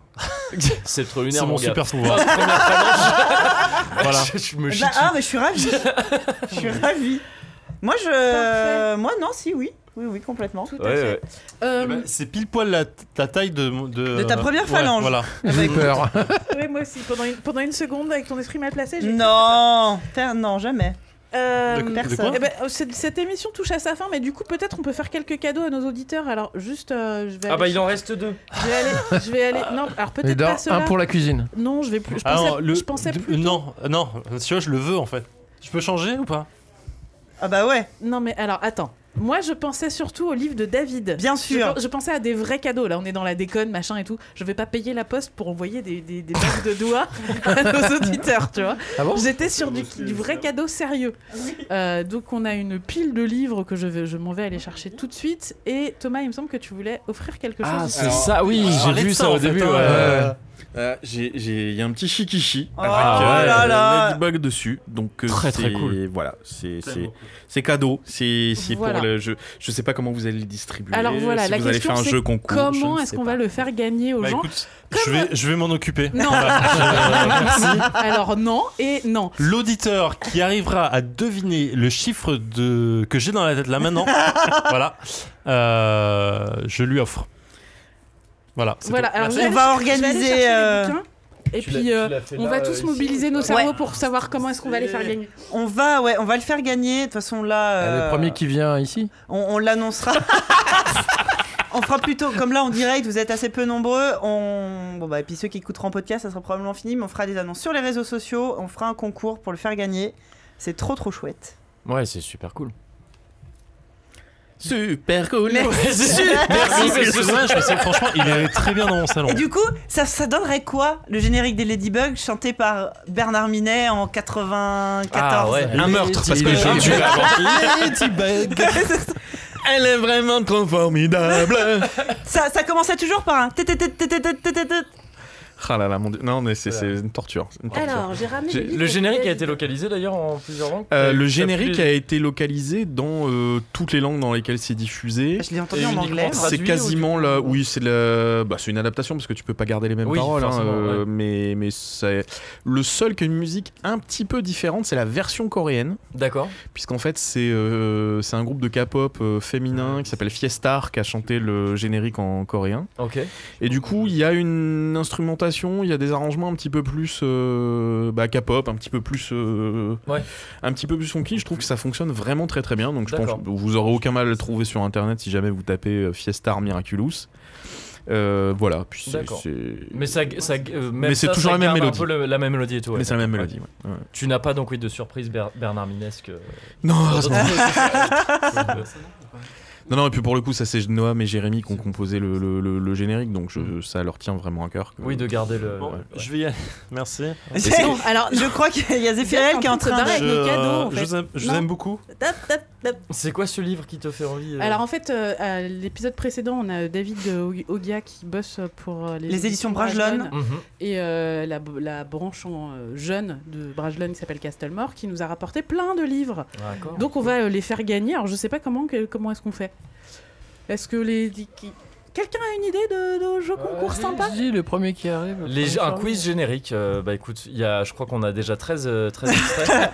[SPEAKER 4] c'est trop lunaire
[SPEAKER 3] C'est mon
[SPEAKER 4] gars.
[SPEAKER 3] super (laughs)
[SPEAKER 4] Oh,
[SPEAKER 3] pouvoir.
[SPEAKER 4] première phalange.
[SPEAKER 3] (laughs) Voilà.
[SPEAKER 4] Je, je me
[SPEAKER 1] Eh
[SPEAKER 4] chie
[SPEAKER 1] ben,
[SPEAKER 4] dessus.
[SPEAKER 1] ah, mais je suis ravie. je suis ravie. Moi, je.
[SPEAKER 6] Parfait.
[SPEAKER 1] Moi, non, si, oui. Oui, oui, complètement.
[SPEAKER 6] Tout à
[SPEAKER 4] Ouais,
[SPEAKER 6] fait.
[SPEAKER 4] ouais.
[SPEAKER 6] Euh,
[SPEAKER 3] Eh ben, C'est pile poil la, ta taille de de. euh,
[SPEAKER 1] De ta première
[SPEAKER 3] Ouais,
[SPEAKER 1] phalange.
[SPEAKER 3] Voilà.
[SPEAKER 6] Ah bah,
[SPEAKER 5] J'ai peur.
[SPEAKER 3] ben.
[SPEAKER 6] ouais, moi aussi, pendant une, pendant une seconde, avec ton esprit mal placé, j'ai.
[SPEAKER 1] Non, faire- non, jamais.
[SPEAKER 6] Euh,
[SPEAKER 3] De- de
[SPEAKER 1] personne.
[SPEAKER 3] quoi
[SPEAKER 6] eh ben, euh, cette, cette émission touche à sa fin, mais du coup, peut-être on peut faire quelques cadeaux à nos auditeurs. Alors, juste, euh, je vais.
[SPEAKER 4] Ah bah
[SPEAKER 6] aller-
[SPEAKER 4] il en reste deux.
[SPEAKER 6] Je
[SPEAKER 4] (laughs)
[SPEAKER 6] vais aller. Je vais aller. Non, alors
[SPEAKER 5] Et
[SPEAKER 6] peut-être
[SPEAKER 5] d'un-
[SPEAKER 6] pas cela.
[SPEAKER 5] un pour la cuisine.
[SPEAKER 6] Non, je vais plus. Je
[SPEAKER 3] Ah
[SPEAKER 6] pensais,
[SPEAKER 3] non, le-
[SPEAKER 6] je pensais
[SPEAKER 3] de-
[SPEAKER 6] plus.
[SPEAKER 3] Non, non, tu vois, je le veux en fait. Je peux changer ou pas
[SPEAKER 1] Ah bah ouais.
[SPEAKER 6] Non mais alors attends. Moi, je pensais surtout au livre de David.
[SPEAKER 1] Bien sûr.
[SPEAKER 6] Je, je pensais à des vrais cadeaux. Là, on est dans la déconne, machin et tout. Je vais pas payer la poste pour envoyer des, des, des bagues de doigts (laughs) à nos auditeurs, tu vois.
[SPEAKER 1] Ah bon
[SPEAKER 6] J'étais sur du, du vrai cadeau sérieux. Euh, donc, on a une pile de livres que je, vais, je m'en vais aller chercher tout de suite. Et Thomas, il me semble que tu voulais offrir quelque chose.
[SPEAKER 4] Ah, c'est
[SPEAKER 7] Alors,
[SPEAKER 4] ça, oui,
[SPEAKER 7] on
[SPEAKER 4] j'ai
[SPEAKER 7] parlait
[SPEAKER 4] vu
[SPEAKER 7] de
[SPEAKER 4] ça au
[SPEAKER 7] en fait,
[SPEAKER 4] début,
[SPEAKER 7] hein,
[SPEAKER 4] ouais.
[SPEAKER 7] euh, euh, j'ai- j'ai- Il y a un petit chikichi
[SPEAKER 1] Oh
[SPEAKER 7] avec
[SPEAKER 4] là
[SPEAKER 6] Ah,
[SPEAKER 7] euh,
[SPEAKER 4] là là.
[SPEAKER 7] Ladybug dessus. Donc, euh,
[SPEAKER 4] Très, très
[SPEAKER 7] c'est-
[SPEAKER 4] cool.
[SPEAKER 7] Voilà, c'est
[SPEAKER 4] Très
[SPEAKER 7] c'est-
[SPEAKER 4] beau.
[SPEAKER 7] c'est cadeau. C'est c'est
[SPEAKER 6] Voilà.
[SPEAKER 7] pour le jeu. Je sais pas comment vous allez le distribuer.
[SPEAKER 6] Alors voilà,
[SPEAKER 7] si
[SPEAKER 6] la
[SPEAKER 7] vous allez
[SPEAKER 6] question
[SPEAKER 7] faire un
[SPEAKER 6] c'est
[SPEAKER 7] jeu concours. je
[SPEAKER 6] comment
[SPEAKER 7] ne
[SPEAKER 6] est-ce
[SPEAKER 7] sais
[SPEAKER 6] qu'on
[SPEAKER 7] pas.
[SPEAKER 6] va le faire gagner aux
[SPEAKER 3] Bah
[SPEAKER 6] gens
[SPEAKER 3] écoute, je vais, je vais m'en occuper.
[SPEAKER 1] (laughs)
[SPEAKER 6] Non.
[SPEAKER 3] Voilà, je-
[SPEAKER 6] Alors non et non.
[SPEAKER 3] L'auditeur qui arrivera à deviner le chiffre de... que j'ai dans la tête là maintenant, voilà, euh, je lui offre. Voilà. c'est
[SPEAKER 6] Voilà,
[SPEAKER 3] tout.
[SPEAKER 6] alors
[SPEAKER 1] Merci.
[SPEAKER 6] je vais
[SPEAKER 1] On va
[SPEAKER 6] aller chercher- je vais aller
[SPEAKER 1] organiser,
[SPEAKER 6] chercher
[SPEAKER 1] euh,
[SPEAKER 6] les bouquins, Et
[SPEAKER 1] Tu
[SPEAKER 6] puis,
[SPEAKER 1] l'as-
[SPEAKER 6] euh,
[SPEAKER 1] tu l'as fait
[SPEAKER 6] on
[SPEAKER 1] là,
[SPEAKER 6] va
[SPEAKER 1] euh,
[SPEAKER 6] tous
[SPEAKER 1] ici.
[SPEAKER 6] mobiliser nos cerveaux
[SPEAKER 1] Ouais.
[SPEAKER 6] pour savoir comment est-ce qu'on va les faire gagner.
[SPEAKER 1] On va, ouais, on va le faire gagner. De toute façon, là.
[SPEAKER 5] Ah, Le
[SPEAKER 1] euh,
[SPEAKER 5] premier qui vient ici
[SPEAKER 1] On, on l'annoncera. (laughs) on fera plutôt, comme là en direct, vous êtes assez peu nombreux. On... Bon, bah, et puis ceux qui écouteront en podcast, ça sera probablement fini, mais on fera des annonces sur les réseaux sociaux, on fera un concours pour le faire gagner. C'est trop trop chouette.
[SPEAKER 4] Ouais, c'est super cool.
[SPEAKER 7] Super cool. (laughs)
[SPEAKER 3] Merci, parce que ouais, je pensais, franchement, il est très bien dans mon salon.
[SPEAKER 1] Et du coup, ça, ça donnerait quoi le générique des Ladybugs chanté par Bernard Minet en 94
[SPEAKER 7] Ah,
[SPEAKER 4] un meurtre, parce que j'ai
[SPEAKER 7] tu l'as
[SPEAKER 1] (laughs)
[SPEAKER 6] (laughs)
[SPEAKER 4] Elle est vraiment trop formidable.
[SPEAKER 1] (laughs) ça, ça commençait toujours par un tétététététététét.
[SPEAKER 7] Ah là là, mon dieu. Non, mais c'est c'est une torture. c'est une torture.
[SPEAKER 6] j'ai ramené.
[SPEAKER 7] J'ai-
[SPEAKER 4] Le générique a été localisé d'ailleurs en plusieurs
[SPEAKER 6] Ah.
[SPEAKER 4] langues.
[SPEAKER 7] Euh,
[SPEAKER 4] T'as-
[SPEAKER 7] le
[SPEAKER 4] t'as
[SPEAKER 7] générique
[SPEAKER 4] pris-
[SPEAKER 7] a été localisé dans euh, toutes les langues dans lesquelles c'est diffusé.
[SPEAKER 1] Je l'ai entendu
[SPEAKER 4] Et
[SPEAKER 1] en
[SPEAKER 4] uniquement
[SPEAKER 1] anglais. (laughs)
[SPEAKER 4] traduit
[SPEAKER 7] C'est
[SPEAKER 4] ou
[SPEAKER 7] quasiment là. Oui, c'est la... bah, c'est une adaptation parce que tu peux pas garder les mêmes
[SPEAKER 4] Oui,
[SPEAKER 7] paroles. hein,
[SPEAKER 4] forcément,
[SPEAKER 7] euh,
[SPEAKER 4] ouais.
[SPEAKER 7] Mais, mais c'est le seul qui a une musique un petit peu différente, c'est la version coréenne,
[SPEAKER 4] D'accord.
[SPEAKER 7] puisqu'en fait c'est euh, c'est un groupe de K-pop euh, féminin qui s'appelle Fiestar qui a chanté le générique en coréen.
[SPEAKER 4] Ok.
[SPEAKER 7] Et du coup, il y a une instrumentation, il y a des arrangements un petit peu plus euh, bah, K-pop, un petit peu plus euh,
[SPEAKER 4] Ouais.
[SPEAKER 7] un petit peu plus funky. Je trouve que ça fonctionne vraiment très très bien. Donc je pense
[SPEAKER 4] D'accord.
[SPEAKER 7] que vous aurez aucun mal à le trouver sur internet si jamais vous tapez euh, Fiestar Miraculous. Euh, voilà. Puis c'est-
[SPEAKER 4] D'accord.
[SPEAKER 7] c'est-
[SPEAKER 4] Mais ça, ça- euh, même
[SPEAKER 7] Mais c'est
[SPEAKER 4] ça,
[SPEAKER 7] toujours
[SPEAKER 4] ça
[SPEAKER 7] la même
[SPEAKER 4] garde
[SPEAKER 7] mélodie.
[SPEAKER 4] Un peu le- la même mélodie et tout. ouais.
[SPEAKER 7] Mais c'est la même
[SPEAKER 4] Ouais.
[SPEAKER 7] mélodie. ouais. Ouais.
[SPEAKER 4] Tu n'as pas donc oui de surprise Ber- Bernard Minesque.
[SPEAKER 7] (laughs)
[SPEAKER 4] euh, (laughs)
[SPEAKER 7] Non,
[SPEAKER 4] dans
[SPEAKER 7] heureusement.
[SPEAKER 4] (laughs) d'autres-
[SPEAKER 7] Non, non, et puis pour le coup, ça c'est Noam et Jérémy qui ont composé le, le- le- le générique, donc je- ça leur tient vraiment à cœur. que-
[SPEAKER 4] Mhm. oui, de garder le.
[SPEAKER 3] Bon,
[SPEAKER 4] ouais.
[SPEAKER 3] Je vais y aller. Merci.
[SPEAKER 6] Non, alors
[SPEAKER 1] Je crois qu'il y a Zéphirel qui est en train de.
[SPEAKER 6] Avec
[SPEAKER 3] Je,
[SPEAKER 6] nos cadeaux,
[SPEAKER 3] euh,
[SPEAKER 6] en
[SPEAKER 3] je
[SPEAKER 6] fait.
[SPEAKER 3] vous aime- je vous
[SPEAKER 6] Non.
[SPEAKER 3] aime beaucoup.
[SPEAKER 6] Tap, tap, tap.
[SPEAKER 4] C'est quoi ce livre qui te fait envie euh
[SPEAKER 6] Alors en fait, euh, à l'épisode précédent, on a David euh, Og- Ogia qui bosse pour euh, les,
[SPEAKER 1] Les éditions Bragelonne.
[SPEAKER 4] Mhm.
[SPEAKER 6] et euh, la, la branche en, euh, jeune de Bragelonne qui s'appelle Castlemore qui nous a rapporté plein de livres.
[SPEAKER 4] D'accord.
[SPEAKER 6] Donc on va euh, les faire gagner. Alors je sais pas comment, que- comment est-ce qu'on fait Est-ce que les qui- quelqu'un a une idée de, de jeu concours sympa
[SPEAKER 5] Vas-y, le premier qui arrive. le
[SPEAKER 4] Les-
[SPEAKER 5] premier
[SPEAKER 4] un
[SPEAKER 5] qui
[SPEAKER 4] quiz générique, euh, bah écoute, il y a, je crois qu'on a déjà 13, euh,
[SPEAKER 7] (laughs)
[SPEAKER 4] 13 extraits.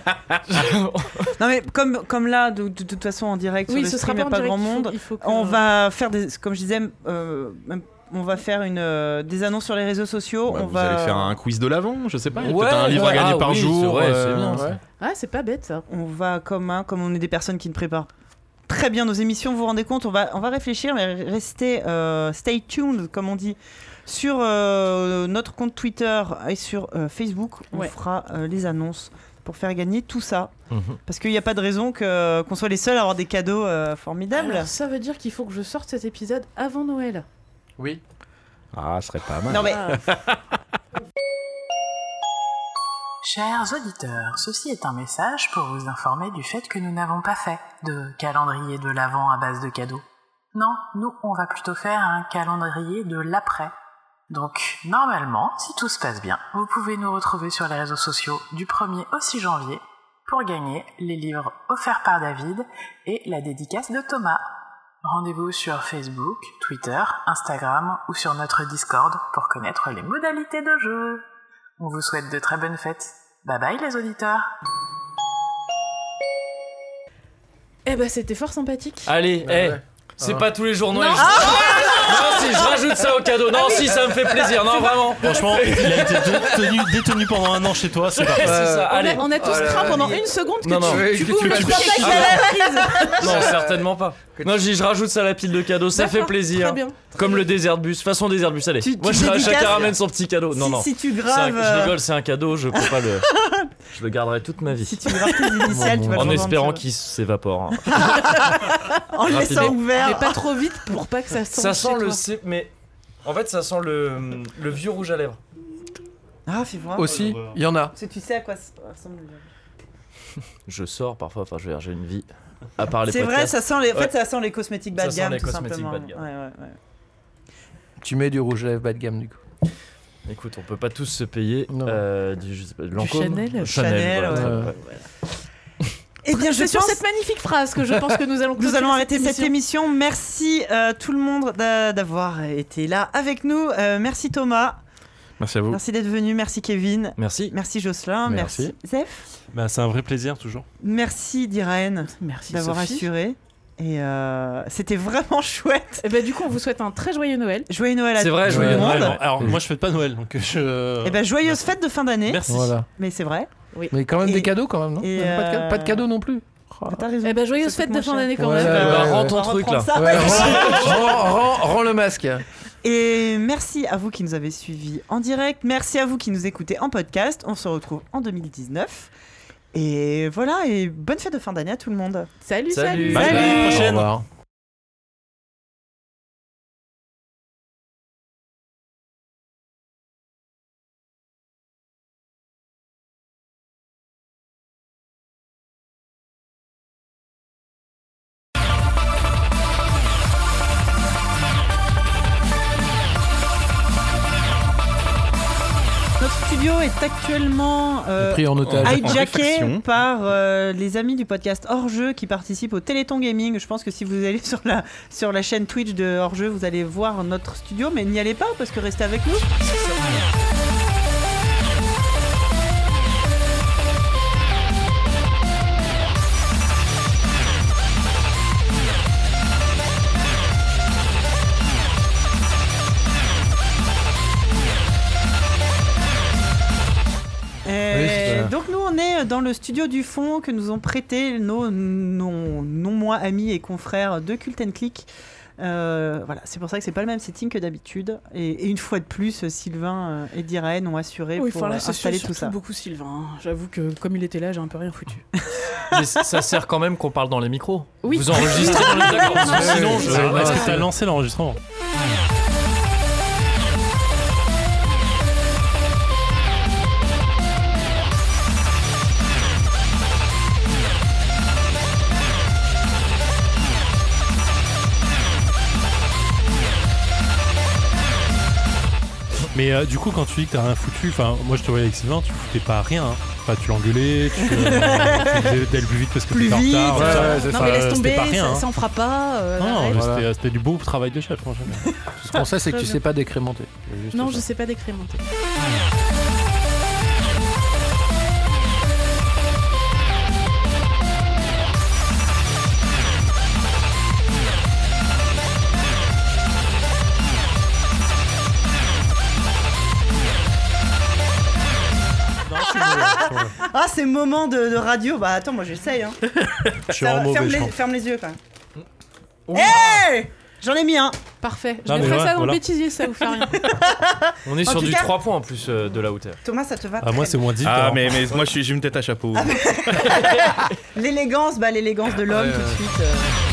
[SPEAKER 1] Non mais comme, comme là, de, de- de toute façon en direct,
[SPEAKER 6] Oui,
[SPEAKER 1] sur le
[SPEAKER 6] ce sera
[SPEAKER 1] stream, il
[SPEAKER 6] pas
[SPEAKER 1] n'y a
[SPEAKER 6] en
[SPEAKER 1] pas grand
[SPEAKER 6] direct, il
[SPEAKER 1] monde.
[SPEAKER 6] faut- il faut que-
[SPEAKER 1] On va faire des, comme je disais, euh, même- on va faire une, euh, des annonces sur les réseaux sociaux.
[SPEAKER 7] Ouais,
[SPEAKER 1] on
[SPEAKER 7] vous
[SPEAKER 1] va
[SPEAKER 7] allez faire un quiz de l'avant, je sais pas. il y a
[SPEAKER 4] Ouais,
[SPEAKER 7] peut-être un livre à
[SPEAKER 4] ouais,
[SPEAKER 7] gagner
[SPEAKER 4] ah
[SPEAKER 7] par
[SPEAKER 4] oui,
[SPEAKER 7] jour.
[SPEAKER 4] c'est vrai, c'est
[SPEAKER 7] euh,
[SPEAKER 4] bien,
[SPEAKER 7] ouais.
[SPEAKER 4] ça.
[SPEAKER 6] Ah c'est pas bête ça.
[SPEAKER 1] On va comme hein, comme on est des personnes qui ne préparent très bien nos émissions. Vous vous rendez compte On va on va réfléchir, mais restez euh, stay tuned comme on dit sur euh, notre compte Twitter et sur euh, Facebook. On
[SPEAKER 6] Ouais.
[SPEAKER 1] fera euh, les annonces pour faire gagner tout ça.
[SPEAKER 4] Mhm.
[SPEAKER 1] Parce qu'il n'y a pas de raison que euh, qu'on soit les seuls à avoir des cadeaux euh, formidables.
[SPEAKER 4] Ah,
[SPEAKER 6] Alors, ça veut dire qu'il faut que je sorte cet épisode avant Noël.
[SPEAKER 5] arrive. Oui.
[SPEAKER 7] Ah, ce serait pas mal.
[SPEAKER 1] non mais
[SPEAKER 6] Ah.
[SPEAKER 13] Chers auditeurs, ceci est un message pour vous informer du fait que nous n'avons pas fait de calendrier de l'avant à base de cadeaux. Non, nous, on va plutôt faire un calendrier de l'après. Donc, normalement, si tout se passe bien, vous pouvez nous retrouver sur les réseaux sociaux du 1er au 6 janvier pour gagner les livres offerts par David et la dédicace de Thomas. Rendez-vous sur Facebook, Twitter, Instagram ou sur notre Discord pour connaître les modalités de jeu. On vous souhaite de très bonnes fêtes. Bye bye les auditeurs
[SPEAKER 6] Eh ben c'était fort sympathique.
[SPEAKER 4] Allez,
[SPEAKER 5] Ah
[SPEAKER 4] eh,
[SPEAKER 5] ouais.
[SPEAKER 4] c'est
[SPEAKER 5] Ah.
[SPEAKER 4] pas tous les jours Noël. je- Non, si, je rajoute ça au cadeau. Non, si, ça me fait plaisir. Non, vraiment.
[SPEAKER 3] Franchement, il a été de- tenu, détenu pendant un an chez toi, (laughs) c'est
[SPEAKER 4] (laughs) C'est
[SPEAKER 3] parfait.
[SPEAKER 4] ça,
[SPEAKER 6] On
[SPEAKER 4] allez.
[SPEAKER 6] a, on a tous craint pendant une seconde que
[SPEAKER 4] Non,
[SPEAKER 6] tu,
[SPEAKER 4] non.
[SPEAKER 6] tu ouvres le sac à la prise.
[SPEAKER 4] Ah Non, certainement pas. Non, je dis, je rajoute ça à la pile de cadeaux, ça fait
[SPEAKER 6] D'accord,
[SPEAKER 4] plaisir.
[SPEAKER 6] Très bien.
[SPEAKER 4] Comme le désert de bus, façon désert de bus, allez.
[SPEAKER 1] Tu- tu
[SPEAKER 4] Moi, je-
[SPEAKER 1] dédicaces
[SPEAKER 4] chacun ramène son petit cadeau. Non,
[SPEAKER 1] si,
[SPEAKER 4] non.
[SPEAKER 1] si tu
[SPEAKER 4] C'est un-
[SPEAKER 1] graves.
[SPEAKER 4] je
[SPEAKER 1] euh,
[SPEAKER 6] (laughs)
[SPEAKER 4] rigole, c'est un cadeau, je peux pas le. Je le garderai toute ma vie.
[SPEAKER 1] Si tu gardes tes initiales, tu vas le
[SPEAKER 4] En
[SPEAKER 1] revendre,
[SPEAKER 4] espérant
[SPEAKER 1] ça va.
[SPEAKER 4] qu'il s'évapore. hein.
[SPEAKER 1] En le laissant
[SPEAKER 4] Rapidement.
[SPEAKER 1] ouvert.
[SPEAKER 6] Mais pas trop vite pour pas que ça sente.
[SPEAKER 4] Ça sent
[SPEAKER 6] chez
[SPEAKER 4] le
[SPEAKER 6] toi.
[SPEAKER 4] cé- mais en fait ça sent le, le vieux rouge à lèvres.
[SPEAKER 1] Ah, fais voir.
[SPEAKER 5] Aussi, il y en a.
[SPEAKER 1] Parce que tu sais à quoi ça ressemble. le viol.
[SPEAKER 4] Je sors parfois, enfin je veux dire, j'ai une vie à part les
[SPEAKER 1] C'est vrai,
[SPEAKER 4] podcasts.
[SPEAKER 1] ça sent les, en
[SPEAKER 4] Ouais.
[SPEAKER 1] fait, ça sent les cosmétiques bas
[SPEAKER 4] Ça
[SPEAKER 1] de
[SPEAKER 4] sent
[SPEAKER 1] gamme,
[SPEAKER 4] les
[SPEAKER 1] tout
[SPEAKER 4] cosmétiques
[SPEAKER 1] simplement.
[SPEAKER 4] bas de gamme.
[SPEAKER 1] Ouais, ouais, ouais.
[SPEAKER 5] Tu mets du rouge à lèvres bas de gamme du coup.
[SPEAKER 4] Écoute, on peut pas tous se payer euh, du, je sais pas, de Lancôme.
[SPEAKER 6] Chanel.
[SPEAKER 1] Chanel,
[SPEAKER 4] voilà,
[SPEAKER 1] ouais.
[SPEAKER 5] Euh,
[SPEAKER 4] très-
[SPEAKER 1] Ouais. Eh bien, je
[SPEAKER 6] C'est sur
[SPEAKER 1] pense-
[SPEAKER 6] cette magnifique phrase que je pense que nous
[SPEAKER 1] (laughs)
[SPEAKER 6] allons
[SPEAKER 1] Nous
[SPEAKER 6] clôturer
[SPEAKER 1] allons arrêter cette émission. Merci euh, tout le monde d'a- d'avoir été là avec nous. Euh, merci Thomas.
[SPEAKER 7] Merci
[SPEAKER 4] Oh.
[SPEAKER 7] à vous.
[SPEAKER 1] Merci d'être venu. Merci Kevin.
[SPEAKER 4] Merci.
[SPEAKER 1] Merci Jocelyn. Merci,
[SPEAKER 3] Merci.
[SPEAKER 1] Zef.
[SPEAKER 3] Bah, c'est un vrai plaisir toujours.
[SPEAKER 1] Merci Diraen d'avoir
[SPEAKER 6] Sophie.
[SPEAKER 1] assuré. Et euh, c'était vraiment (laughs) chouette.
[SPEAKER 6] Et ben du coup, on vous souhaite un très joyeux Noël.
[SPEAKER 1] Joyeux Noël à
[SPEAKER 3] C'est vrai,
[SPEAKER 1] tout
[SPEAKER 3] joyeux
[SPEAKER 1] le monde.
[SPEAKER 3] Noël. Alors moi je fête pas Noël donc je.
[SPEAKER 6] Eh
[SPEAKER 1] Et ben joyeuses fêtes de fin d'année.
[SPEAKER 3] Merci.
[SPEAKER 5] Voilà.
[SPEAKER 1] Mais c'est vrai.
[SPEAKER 5] Mais quand même
[SPEAKER 1] Et-
[SPEAKER 5] des cadeaux quand même, non
[SPEAKER 1] et,
[SPEAKER 5] Pas de ca-
[SPEAKER 1] euh,
[SPEAKER 5] pas de cadeaux non plus. Oh.
[SPEAKER 4] Ah.
[SPEAKER 1] T'as raison.
[SPEAKER 6] Eh ben joyeuse fête de fin d'année quand
[SPEAKER 5] Ouais,
[SPEAKER 6] même.
[SPEAKER 1] Euh,
[SPEAKER 5] ouais, ouais.
[SPEAKER 4] rends Bah, ton On va truc, là. reprendre ça.
[SPEAKER 5] Ouais, rends, rends- rends- rends le masque.
[SPEAKER 1] Et merci à vous qui nous avez suivis en direct. Merci à vous qui nous écoutez en podcast. On se retrouve en 2019. Et voilà, et bonne fête de fin d'année à tout le monde.
[SPEAKER 6] Salut,
[SPEAKER 4] Salut. Bye, bye. À la prochaine. Au revoir.
[SPEAKER 1] Notre studio est actuellement euh,
[SPEAKER 5] Pris en otage. En
[SPEAKER 1] hijacké
[SPEAKER 5] réflexion.
[SPEAKER 1] par euh, les amis du podcast Hors-jeu qui participent au Téléthon Gaming. Je pense que si vous allez (laughs) sur la, sur la chaîne Twitch de Hors-jeu, vous allez voir notre studio, mais n'y allez pas parce que restez avec nous. Euh,
[SPEAKER 5] Oui, c'est ça.
[SPEAKER 1] Euh, donc nous on est dans le studio du fond que nous ont prêté nos non, non moins amis et confrères de Cult and Click. Euh, voilà, c'est pour ça que c'est pas le même setting que d'habitude. Et, et une fois de plus, Sylvain euh, et Diraen ont assuré
[SPEAKER 6] Oui,
[SPEAKER 1] pour
[SPEAKER 6] enfin là,
[SPEAKER 1] euh,
[SPEAKER 6] ça
[SPEAKER 1] installer
[SPEAKER 6] suit
[SPEAKER 1] tout ça.
[SPEAKER 6] surtout beaucoup Sylvain. hein. J'avoue que comme il était là, j'ai un peu rien foutu.
[SPEAKER 4] Mais c- ça sert quand même qu'on parle dans les micros.
[SPEAKER 6] Oui.
[SPEAKER 4] Vous enregistrez dans les micros, parce que sinon je.
[SPEAKER 3] Ah, Est-ce que t'as lancé l'enregistrement Mais euh, du coup, quand tu dis que t'as rien foutu, enfin, moi je te voyais avec Sylvain, tu foutais pas rien. hein. Enfin, tu l'engueulais, tu, euh, (laughs) tu disais d'aller plus vite parce que
[SPEAKER 1] Plus
[SPEAKER 3] t'étais en
[SPEAKER 1] vite,
[SPEAKER 3] retard.
[SPEAKER 1] euh, ouais, c'est
[SPEAKER 3] tout ça.
[SPEAKER 6] non
[SPEAKER 3] Enfin,
[SPEAKER 6] mais laisse
[SPEAKER 3] c'était
[SPEAKER 6] tomber,
[SPEAKER 3] pas rien,
[SPEAKER 6] ça,
[SPEAKER 3] hein.
[SPEAKER 6] ça en fera pas. euh,
[SPEAKER 3] Non,
[SPEAKER 6] arrête.
[SPEAKER 3] mais c'était- c'était du beau travail de chef, franchement.
[SPEAKER 5] Ce qu'on sait, c'est que tu
[SPEAKER 6] Très
[SPEAKER 5] sais pas décrémenter. Juste
[SPEAKER 6] Non,
[SPEAKER 5] ça.
[SPEAKER 6] je sais pas décrémenter.
[SPEAKER 1] Ah ces moments de, de radio, bah attends moi j'essaye. hein.
[SPEAKER 3] (laughs) Je suis
[SPEAKER 1] Ça
[SPEAKER 3] en
[SPEAKER 1] va, ferme,
[SPEAKER 3] mauvais, je
[SPEAKER 1] les,
[SPEAKER 3] pense.
[SPEAKER 1] ferme les yeux quand même. Hey J'en ai mis un.
[SPEAKER 6] Parfait. Je
[SPEAKER 4] Non, mais
[SPEAKER 6] mettrai
[SPEAKER 4] ouais,
[SPEAKER 6] ça dans
[SPEAKER 4] voilà.
[SPEAKER 6] le bêtisier, ça vous fait rien.
[SPEAKER 4] On est
[SPEAKER 1] En
[SPEAKER 4] sur
[SPEAKER 1] tout
[SPEAKER 4] du
[SPEAKER 1] cas-
[SPEAKER 4] 3 points en plus euh, de la hauteur.
[SPEAKER 1] Thomas ça te va
[SPEAKER 7] Ah, moi,
[SPEAKER 1] très
[SPEAKER 7] c'est
[SPEAKER 3] moins
[SPEAKER 7] Ah, mais, mais moi, je suis- j'ai une tête à chapeau.
[SPEAKER 1] L'élégance, bah l'élégance de l'homme tout de suite. euh.